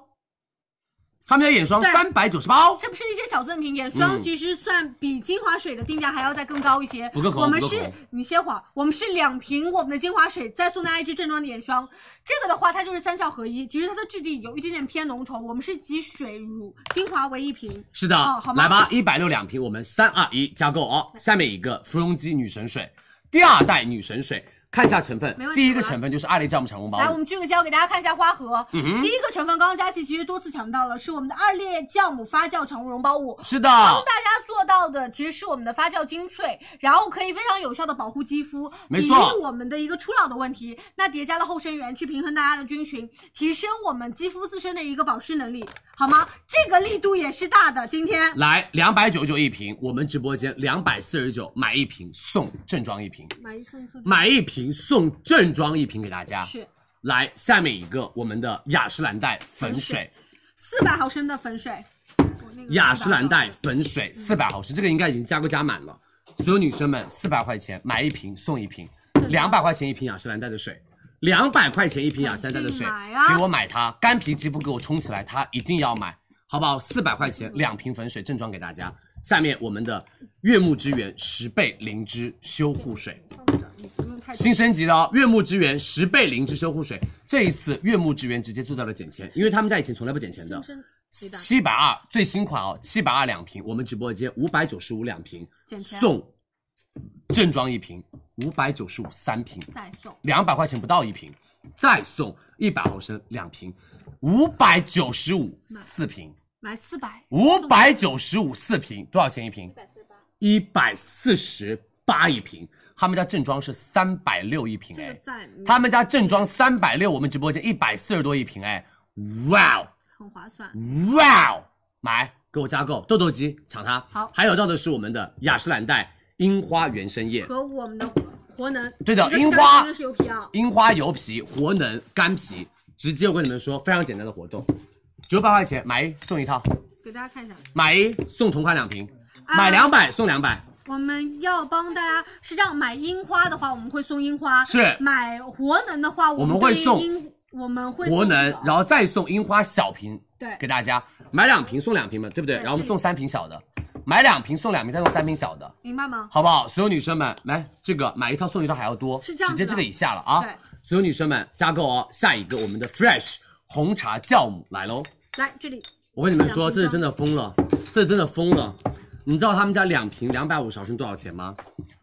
Speaker 7: 他们家眼霜
Speaker 10: 对
Speaker 7: 三百九十八哦，
Speaker 10: 这不是一些小赠品，眼霜
Speaker 7: 嗯
Speaker 10: 其实算比精华水的定价还要再更高一些。
Speaker 7: 不够口
Speaker 10: 我们
Speaker 7: 不够
Speaker 10: 是
Speaker 7: 口，
Speaker 10: 你歇会儿，我们是两瓶我们的精华水，再送大家一支正装的眼霜。这个的话，它就是三效合一，其实它的质地有一点点偏浓稠。我们是集水乳、精华为一瓶。
Speaker 7: 是的，
Speaker 10: 哦、好吗？
Speaker 7: 来吧，一百六两瓶，我们三二一加购哦。下面一个芙蓉肌女神水，第二代女神水，看一下成分
Speaker 10: 没问，题
Speaker 7: 第一个成分就是阿丽酵母产红
Speaker 10: 来，我
Speaker 7: 包，
Speaker 10: 们聚个焦，给大家看一下花盒。
Speaker 7: 嗯哼
Speaker 10: 第一个成分，刚刚佳琪其实多次强调了，是我们的二裂酵母发酵常温溶胞物。
Speaker 7: 是的
Speaker 10: 帮大家做到的其实是我们的发酵精粹，然后可以非常有效的保护肌肤，
Speaker 7: 没错
Speaker 10: 抵御我们的一个初老的问题。那叠加了后生元，去平衡大家的菌群，提升我们肌肤自身的一个保湿能力，好吗？这个力度也是大的。今天
Speaker 7: 来两百九十九一瓶，我们直播间两百四十九买一瓶送正装一瓶，
Speaker 10: 买一送一送，
Speaker 7: 买一瓶送正装一瓶给大家。
Speaker 10: 是
Speaker 7: 来，下面一个我们的雅诗兰黛粉
Speaker 10: 粉
Speaker 7: 水
Speaker 10: 水，四百毫升的粉水，我那个
Speaker 7: 雅诗兰黛粉
Speaker 10: 嗯
Speaker 7: 水四百毫升，这个应该已经加购加满了。所有女生们，四百块钱买一瓶送一瓶，两百块钱一瓶雅诗兰黛的水，两百块钱一瓶雅诗兰黛的水
Speaker 10: 肯定买，啊
Speaker 7: 给我买它，干皮肌肤给我冲起来，它一定要买，好不好？四百块
Speaker 10: 嗯
Speaker 7: 钱两瓶粉水正装给大家。下面我们的悦木之源十倍灵芝修护水，新升级的哦，悦木之源十倍灵芝修护水，这一次悦木之源直接做到了减钱，因为他们家以前从来不减钱的。七百二最新款哦，七百二两瓶，我们直播间五百九十五两瓶，
Speaker 10: 减钱
Speaker 7: 送正装一瓶，五百九十五三瓶，
Speaker 10: 再送。
Speaker 7: 两百块钱不到一瓶，再送一百毫升两瓶，五百九十五四瓶，
Speaker 10: 买四百，
Speaker 7: 五百九十五四瓶多少钱一瓶？一百四十八一瓶，他们家正装是三百六一瓶
Speaker 24: 这个
Speaker 7: 哎，
Speaker 24: 在
Speaker 7: 他们家正装三百六，我们直播间一百四十多一瓶哎，哇哦！
Speaker 24: 很划算。
Speaker 7: 哇哦，买给我加购痘痘肌，抢它。
Speaker 10: 好
Speaker 7: 还有到的是我们的雅诗兰黛樱花原生叶，
Speaker 10: 和我们的活能。
Speaker 7: 对的
Speaker 10: 一个是
Speaker 7: 樱花
Speaker 10: 干皮一个是油皮啊。
Speaker 7: 樱花油皮活能干皮，直接我跟你们说，非常简单的活动，九百块钱买一送一套，
Speaker 10: 给大家看一下，
Speaker 7: 买一送同款两瓶，
Speaker 10: 啊
Speaker 7: 买两百送两百。
Speaker 10: 我们要帮大家是这样，买樱花的话，我们会送樱花；
Speaker 7: 是
Speaker 10: 买活能的话，
Speaker 7: 我们
Speaker 10: 们
Speaker 7: 会
Speaker 10: 对
Speaker 7: 送
Speaker 10: 樱，我们会
Speaker 7: 活
Speaker 10: 送
Speaker 7: 能
Speaker 10: 这个，
Speaker 7: 然后再送樱花小瓶，
Speaker 10: 对
Speaker 7: 给大家买两瓶送两瓶嘛，对不对？
Speaker 10: 对
Speaker 7: 然后我们
Speaker 10: 这
Speaker 7: 送三瓶小的，买两瓶送两瓶，再送三瓶小的，
Speaker 10: 明白吗？
Speaker 7: 好不好？所有女生们，来这个买一套送一套还要多，
Speaker 10: 是这样子
Speaker 7: 直
Speaker 10: 的
Speaker 7: 接这个以下了啊。
Speaker 10: 对，
Speaker 7: 所有女生们加购哦。下一个我们的 Fresh 红茶酵母来喽，
Speaker 10: 来这里，
Speaker 7: 我跟你们说，这是真的疯了，这是真的疯了。你知道他们家两瓶两百五十毫升多少钱吗？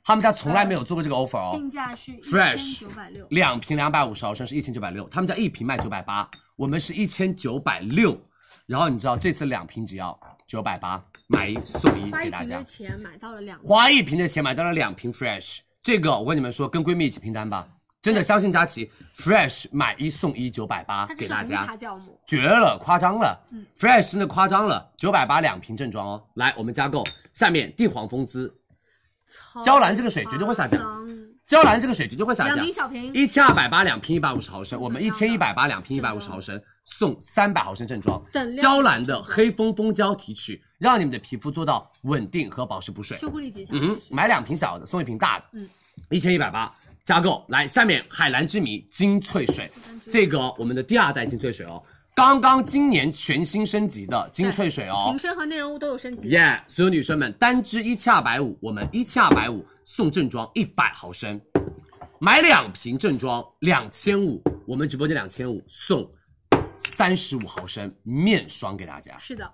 Speaker 7: 他们家从来没有做过这个 offer 哦。
Speaker 10: 定价是一千
Speaker 7: Fresh
Speaker 10: 九百六，
Speaker 7: 两瓶两百五十毫升是一千九百六，他们家一瓶卖九百八，我们是一千九百六。然后你知道这次两瓶只要九百八，买一送一
Speaker 24: 花
Speaker 7: 给
Speaker 24: 一
Speaker 7: 大
Speaker 24: 瓶
Speaker 7: 家
Speaker 24: 的。钱买到了两个，
Speaker 7: 花一瓶的钱买到了两瓶 fresh，这个我跟你们说，跟闺蜜一起拼单吧，真的相信佳琪，Fresh 买一送一九百八给大家，
Speaker 10: 酵母，
Speaker 7: 绝了，夸张了、
Speaker 10: 嗯
Speaker 7: f r e s h 真的夸张了，九百八两瓶正装哦。来，我们加购，下面地黄蜂姿，娇兰这个水绝对会下降，娇兰这个水绝对会下
Speaker 10: 两
Speaker 7: 降
Speaker 10: 瓶。小瓶，
Speaker 7: 一千二百八两瓶一百五十毫升，我们一千一百八两瓶一百五十毫升送三百毫升正装
Speaker 10: 等，量
Speaker 7: 娇兰的黑蜂蜂胶提取，让你们的皮肤做到稳定和保湿补水。
Speaker 10: 修护力极强。
Speaker 7: 嗯，买两瓶小的送一瓶大的，
Speaker 10: 嗯，
Speaker 7: 一千一百八加购。来，下面海蓝之谜精粹水，
Speaker 10: 嗯
Speaker 7: 这个、我们的第二代精粹水哦，刚刚今年全新升级的精粹水哦
Speaker 28: 瓶，身和内容物都有升级。
Speaker 7: 耶所有女生们单支一千二百五，我们一千二百五送正装一百毫升，买两瓶正装两千五，我们直播间两千五送三十五毫升面霜给大家。
Speaker 10: 是的，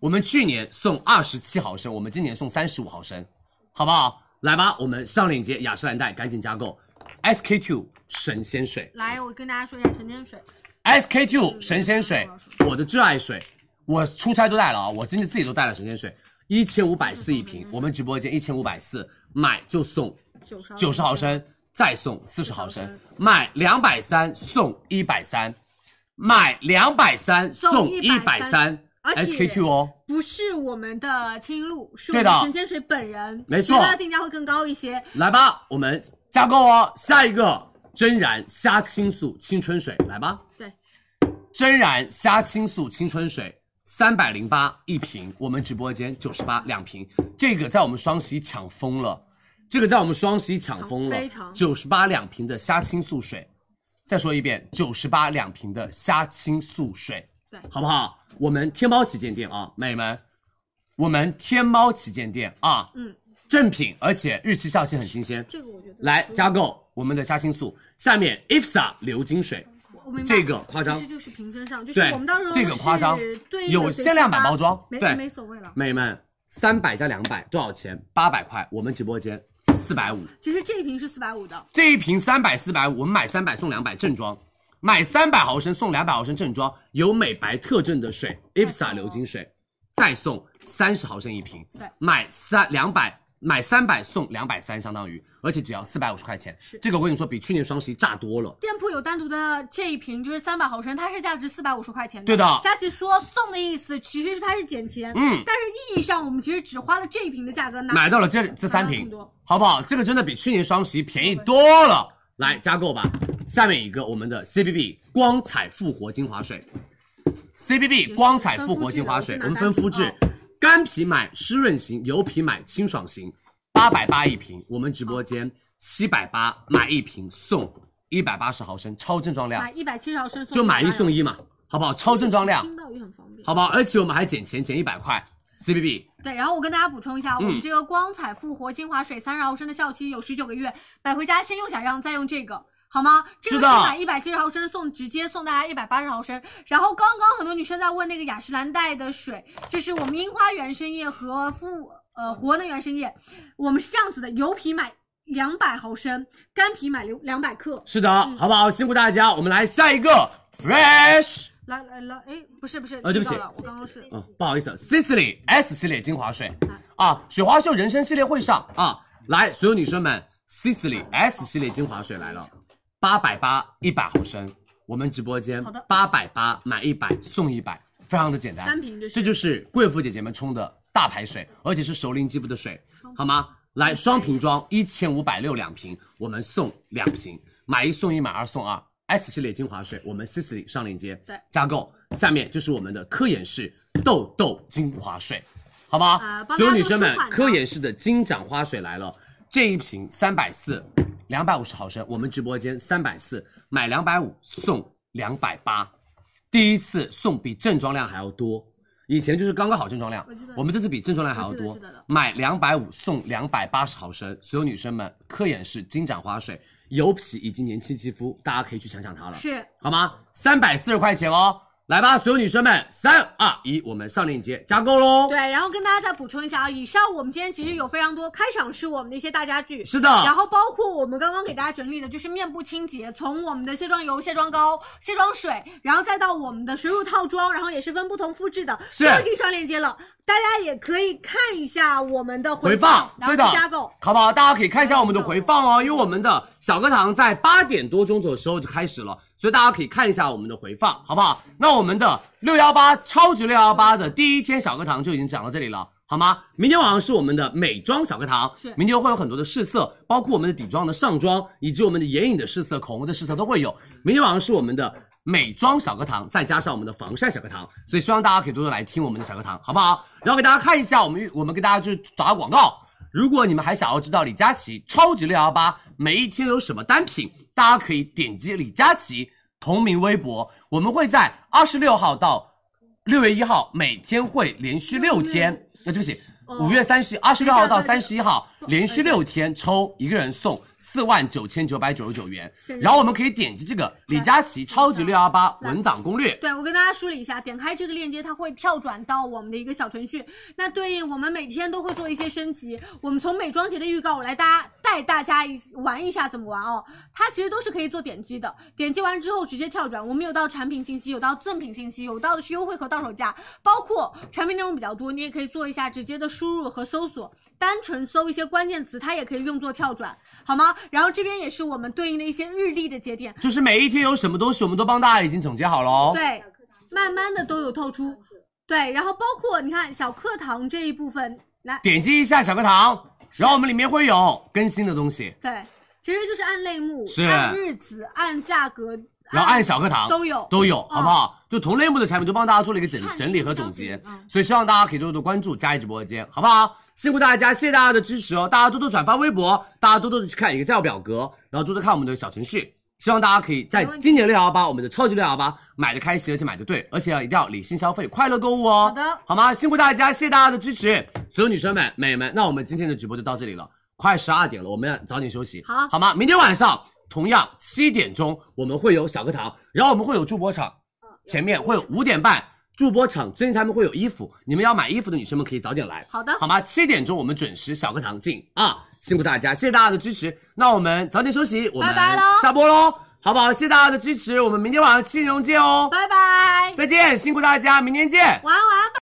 Speaker 7: 我们去年送二十七毫升，我们今年送三十五毫升，好不好？来吧，我们上链接雅诗兰黛赶紧加购，SK two 神仙水
Speaker 10: 来，我跟大家说一下神仙水，
Speaker 7: ，SK two 神仙水，我的挚爱水，我出差都带了啊，我今天自己都带了神仙水，一千五百四一瓶，我们直播间一千五百四，买就送
Speaker 10: 九十
Speaker 7: 嗯九十毫升，再送四十毫升，买两百三送一百三，买两百三送一百三
Speaker 10: 而且
Speaker 7: ，SK two 哦。
Speaker 10: 不是我们的清音露，是我
Speaker 7: 对
Speaker 10: 们
Speaker 7: 的
Speaker 10: 神仙水本人，
Speaker 7: 没错
Speaker 10: 所以它的定价会更高一些。
Speaker 7: 来吧，我们加购哦。下一个真然虾青素青春水，来吧。
Speaker 10: 对，
Speaker 7: 真然虾青素青春水三百零八一瓶，我们直播间九十八两瓶，这个在我们双十一抢疯了，这个在我们双十一抢疯了
Speaker 10: 非常，
Speaker 7: 九十八两瓶的虾青素水。再说一遍，九十八两瓶的虾青素水，
Speaker 10: 对，
Speaker 7: 好不好？我们天猫旗舰店啊，美们，我们天猫旗舰店啊，
Speaker 10: 嗯，
Speaker 7: 正品，而且日期效期很新鲜。
Speaker 10: 这个我觉得
Speaker 7: 来加购我们的虾青素，下面 IFSA 流金水，
Speaker 10: 我明白
Speaker 7: 这个夸张
Speaker 10: 其实就是瓶身上，就是
Speaker 7: 对
Speaker 10: 我们到时候
Speaker 7: 这个夸张
Speaker 10: 是对应的
Speaker 7: 有
Speaker 10: 随机
Speaker 7: 限量版
Speaker 10: 发
Speaker 7: 包装
Speaker 10: 没
Speaker 7: 对
Speaker 10: 没所谓了。
Speaker 7: 美们，三百加两百多少钱？八百块，我们直播间四百五，
Speaker 10: 其实这一瓶是四百五的，
Speaker 7: 这一瓶三百四百五，我们买三百送两百正装，买三百毫升送两百毫升正装，有美白特证的水 IFSA 流金水，再送三十毫升一瓶，
Speaker 10: 对
Speaker 7: 买三两百买三百送两百三，相当于，而且只要四百五十块钱，这个我跟你说比去年双十一炸多了。
Speaker 10: 店铺有单独的这一瓶就是三百毫升，它是价值四百五十块钱的。
Speaker 7: 对的
Speaker 10: 佳琪说送的意思其实是它是减钱，
Speaker 7: 嗯
Speaker 10: 但是意义上我们其实只花了这一瓶的价格拿
Speaker 7: 买到了这这三
Speaker 10: 买到
Speaker 7: 瓶
Speaker 10: 更多，
Speaker 7: 好不好？这个真的比去年双十一便宜多了，来加购吧。下面一个我们的 CBB 光彩复活精华水，CBB 光彩复活精华水，我
Speaker 29: 分
Speaker 7: 们
Speaker 29: 肤质的
Speaker 7: 分肤质，干皮买湿润型，油皮买清爽型，八百八一瓶，我们直播间七百八买一瓶送一百八十毫升，超正装量
Speaker 10: 买，一百七十毫升送
Speaker 7: 啊就买一送
Speaker 10: 一，
Speaker 7: 一嘛，好不好？超正装量，
Speaker 10: 听到也很方便。
Speaker 7: 好不好？而且我们还减钱，减一百块，CBB
Speaker 10: 对，然后我跟大家补充一下，我们
Speaker 7: 嗯
Speaker 10: 这个光彩复活精华水三十毫升的效期有十九个月，买回家先用享让，再用这个。好吗？这个
Speaker 7: 是的
Speaker 10: 是买一百七十毫升送，直接送大家一百八十毫升。然后刚刚很多女生在问那个雅诗兰黛的水，就是我们樱花原生液和复呃活能原生液，我们是这样子的，油皮买两百毫升，干皮买两两百克。
Speaker 7: 是的，好不好？辛苦大家，我们来下一个 Fresh。
Speaker 10: 来来来，哎，不是不是，
Speaker 7: 呃对不起
Speaker 10: 听到了我刚刚是
Speaker 7: 嗯，不好意思，Sisley S 系列精华水啊，雪花秀人参系列会上啊。来，所有女生们，Sisley S 系列精华水来了，八百八一百毫升，我们直播间
Speaker 10: 好的
Speaker 7: 八百八买一百送一百，非常的简单，
Speaker 10: 单瓶就是
Speaker 7: 这就是贵妇姐姐们冲的大牌水，而且是熟龄肌肤的水，好吗？来，双瓶装一千五百六两瓶，我们送两瓶，买一送一，买二送二。S 系列精华水，我们 Sisley 上链接，
Speaker 10: 对
Speaker 7: 加购。下面就是我们的科颜氏痘痘精华水，好不好？
Speaker 10: 呃帮大家
Speaker 7: 所有女生们
Speaker 10: 做舒缓，的
Speaker 7: 科颜氏的金盏花水来了，这一瓶三百四，两百五十毫升，我们直播间三百四，买两百五送两百八，第一次送比正装量还要多。以前就是刚刚好正装量
Speaker 10: 我记得，
Speaker 7: 我们这次比正装量还要
Speaker 10: 我
Speaker 7: 多
Speaker 10: 记得记得的，
Speaker 7: 买两百五送两百八十毫升。所有女生们，科颜氏金盏花水，油皮以及年轻肌肤，大家可以去抢抢它了。
Speaker 10: 是
Speaker 7: 好吗？三百四十块钱哦。来吧，所有女生们，三二一，我们上链接加购喽。
Speaker 10: 对，然后跟大家再补充一下啊，以上我们今天其实有非常多开场是我们的一些大家具，
Speaker 7: 是的
Speaker 10: 然后包括我们刚刚给大家整理的就是面部清洁，从我们的卸妆油、卸妆膏、卸妆水，然后再到我们的水乳套装，然后也是分不同肤质的，
Speaker 7: 是
Speaker 10: 都可以上链接了。大家也可以看一下我们的
Speaker 7: 回
Speaker 10: 放
Speaker 7: 放，，
Speaker 10: 然后
Speaker 7: 对
Speaker 10: 去
Speaker 7: 的，
Speaker 10: 加购。
Speaker 7: 好不好？大家可以看一下我们的回放哦，因为我们的小课堂在八点多钟左右的时候就开始了，所以大家可以看一下我们的回放，好不好？那我们的六幺八超值六幺八的第一天小课堂就已经讲到这里了。好吗？明天晚上是我们的美妆小课堂
Speaker 10: 是，
Speaker 7: 明天会有很多的试色，包括我们的底妆的上妆，以及我们的眼影的试色、口红的试色都会有。明天晚上是我们的美妆小课堂，再加上我们的防晒小课堂，所以希望大家可以多多来听我们的小课堂，好不好？然后给大家看一下我们我们给大家就是打个广告，如果你们还想要知道李佳琦超级六幺八每一天有什么单品，大家可以点击李佳琦同名微博，我们会在二十六号到六月一号每天会连续六天，呃，对不起，五月三十、二十六号到三十一号连续六天抽一个人送四万九千九百九十九元
Speaker 10: 现，在
Speaker 7: 然后我们可以点击这个李佳琦超级六幺八文档攻略，
Speaker 10: 对，我跟大家梳理一下，点开这个链接，它会跳转到我们的一个小程序，那对应我们每天都会做一些升级。我们从美妆节的预告，我来大家带大家一玩一下怎么玩哦。它其实都是可以做点击的，点击完之后直接跳转。我们有到产品信息，有到赠品信息，有到的是优惠和到手价，包括产品内容比较多，你也可以做一下直接的输入和搜索，单纯搜一些关键词，它也可以用作跳转，好吗？然后这边也是我们对应的一些日历的节点，
Speaker 7: 就是每一天有什么东西，我们都帮大家已经总结好了哦。
Speaker 10: 对，慢慢的都有透出。对，然后包括你看小课堂这一部分，来，
Speaker 7: 点击一下小课堂，然后我们里面会有更新的东西，
Speaker 10: 对，其实就是按类目、
Speaker 7: 是
Speaker 10: 按日子、按价格，
Speaker 7: 然后按小课堂
Speaker 10: 啊都有
Speaker 7: 都有，
Speaker 10: 嗯
Speaker 7: 好不好？就同类目的产品都帮大家做了一个整
Speaker 10: 看
Speaker 7: 整理和总结，
Speaker 10: 嗯
Speaker 7: 所以希望大家可以多多关注佳怡直播间，好不好？辛苦大家，谢谢大家的支持哦！大家多多转发微博，大家多多的去看 Excel 表格，然后多多看我们的小程序。希望大家可以在今年六幺八，我们的超级六幺八买的开心，而且买的对，而且要一定要理性消费，快乐购物哦。好
Speaker 10: 的，
Speaker 7: 好吗？辛苦大家，谢谢大家的支持，所有女生们、美们，那我们今天的直播就到这里了，快十二点了，我们要早点休息，
Speaker 10: 好
Speaker 7: 好吗？明天晚上同样七点钟我们会有小课堂，然后我们会有助播场，
Speaker 10: 嗯
Speaker 7: 前面会有五点半助播场，真他们会有衣服，你们要买衣服的女生们可以早点来，
Speaker 10: 好的
Speaker 7: 好吗？七点钟我们准时小课堂进啊，辛苦大家，谢谢大家的支持，那我们早点休息，我们
Speaker 10: 拜拜喽
Speaker 7: 下播喽，好不好？谢谢大家的支持，我们明天晚上七点钟见哦，
Speaker 10: 拜拜，
Speaker 7: 再见，辛苦大家，明天见。
Speaker 10: 晚安晚安。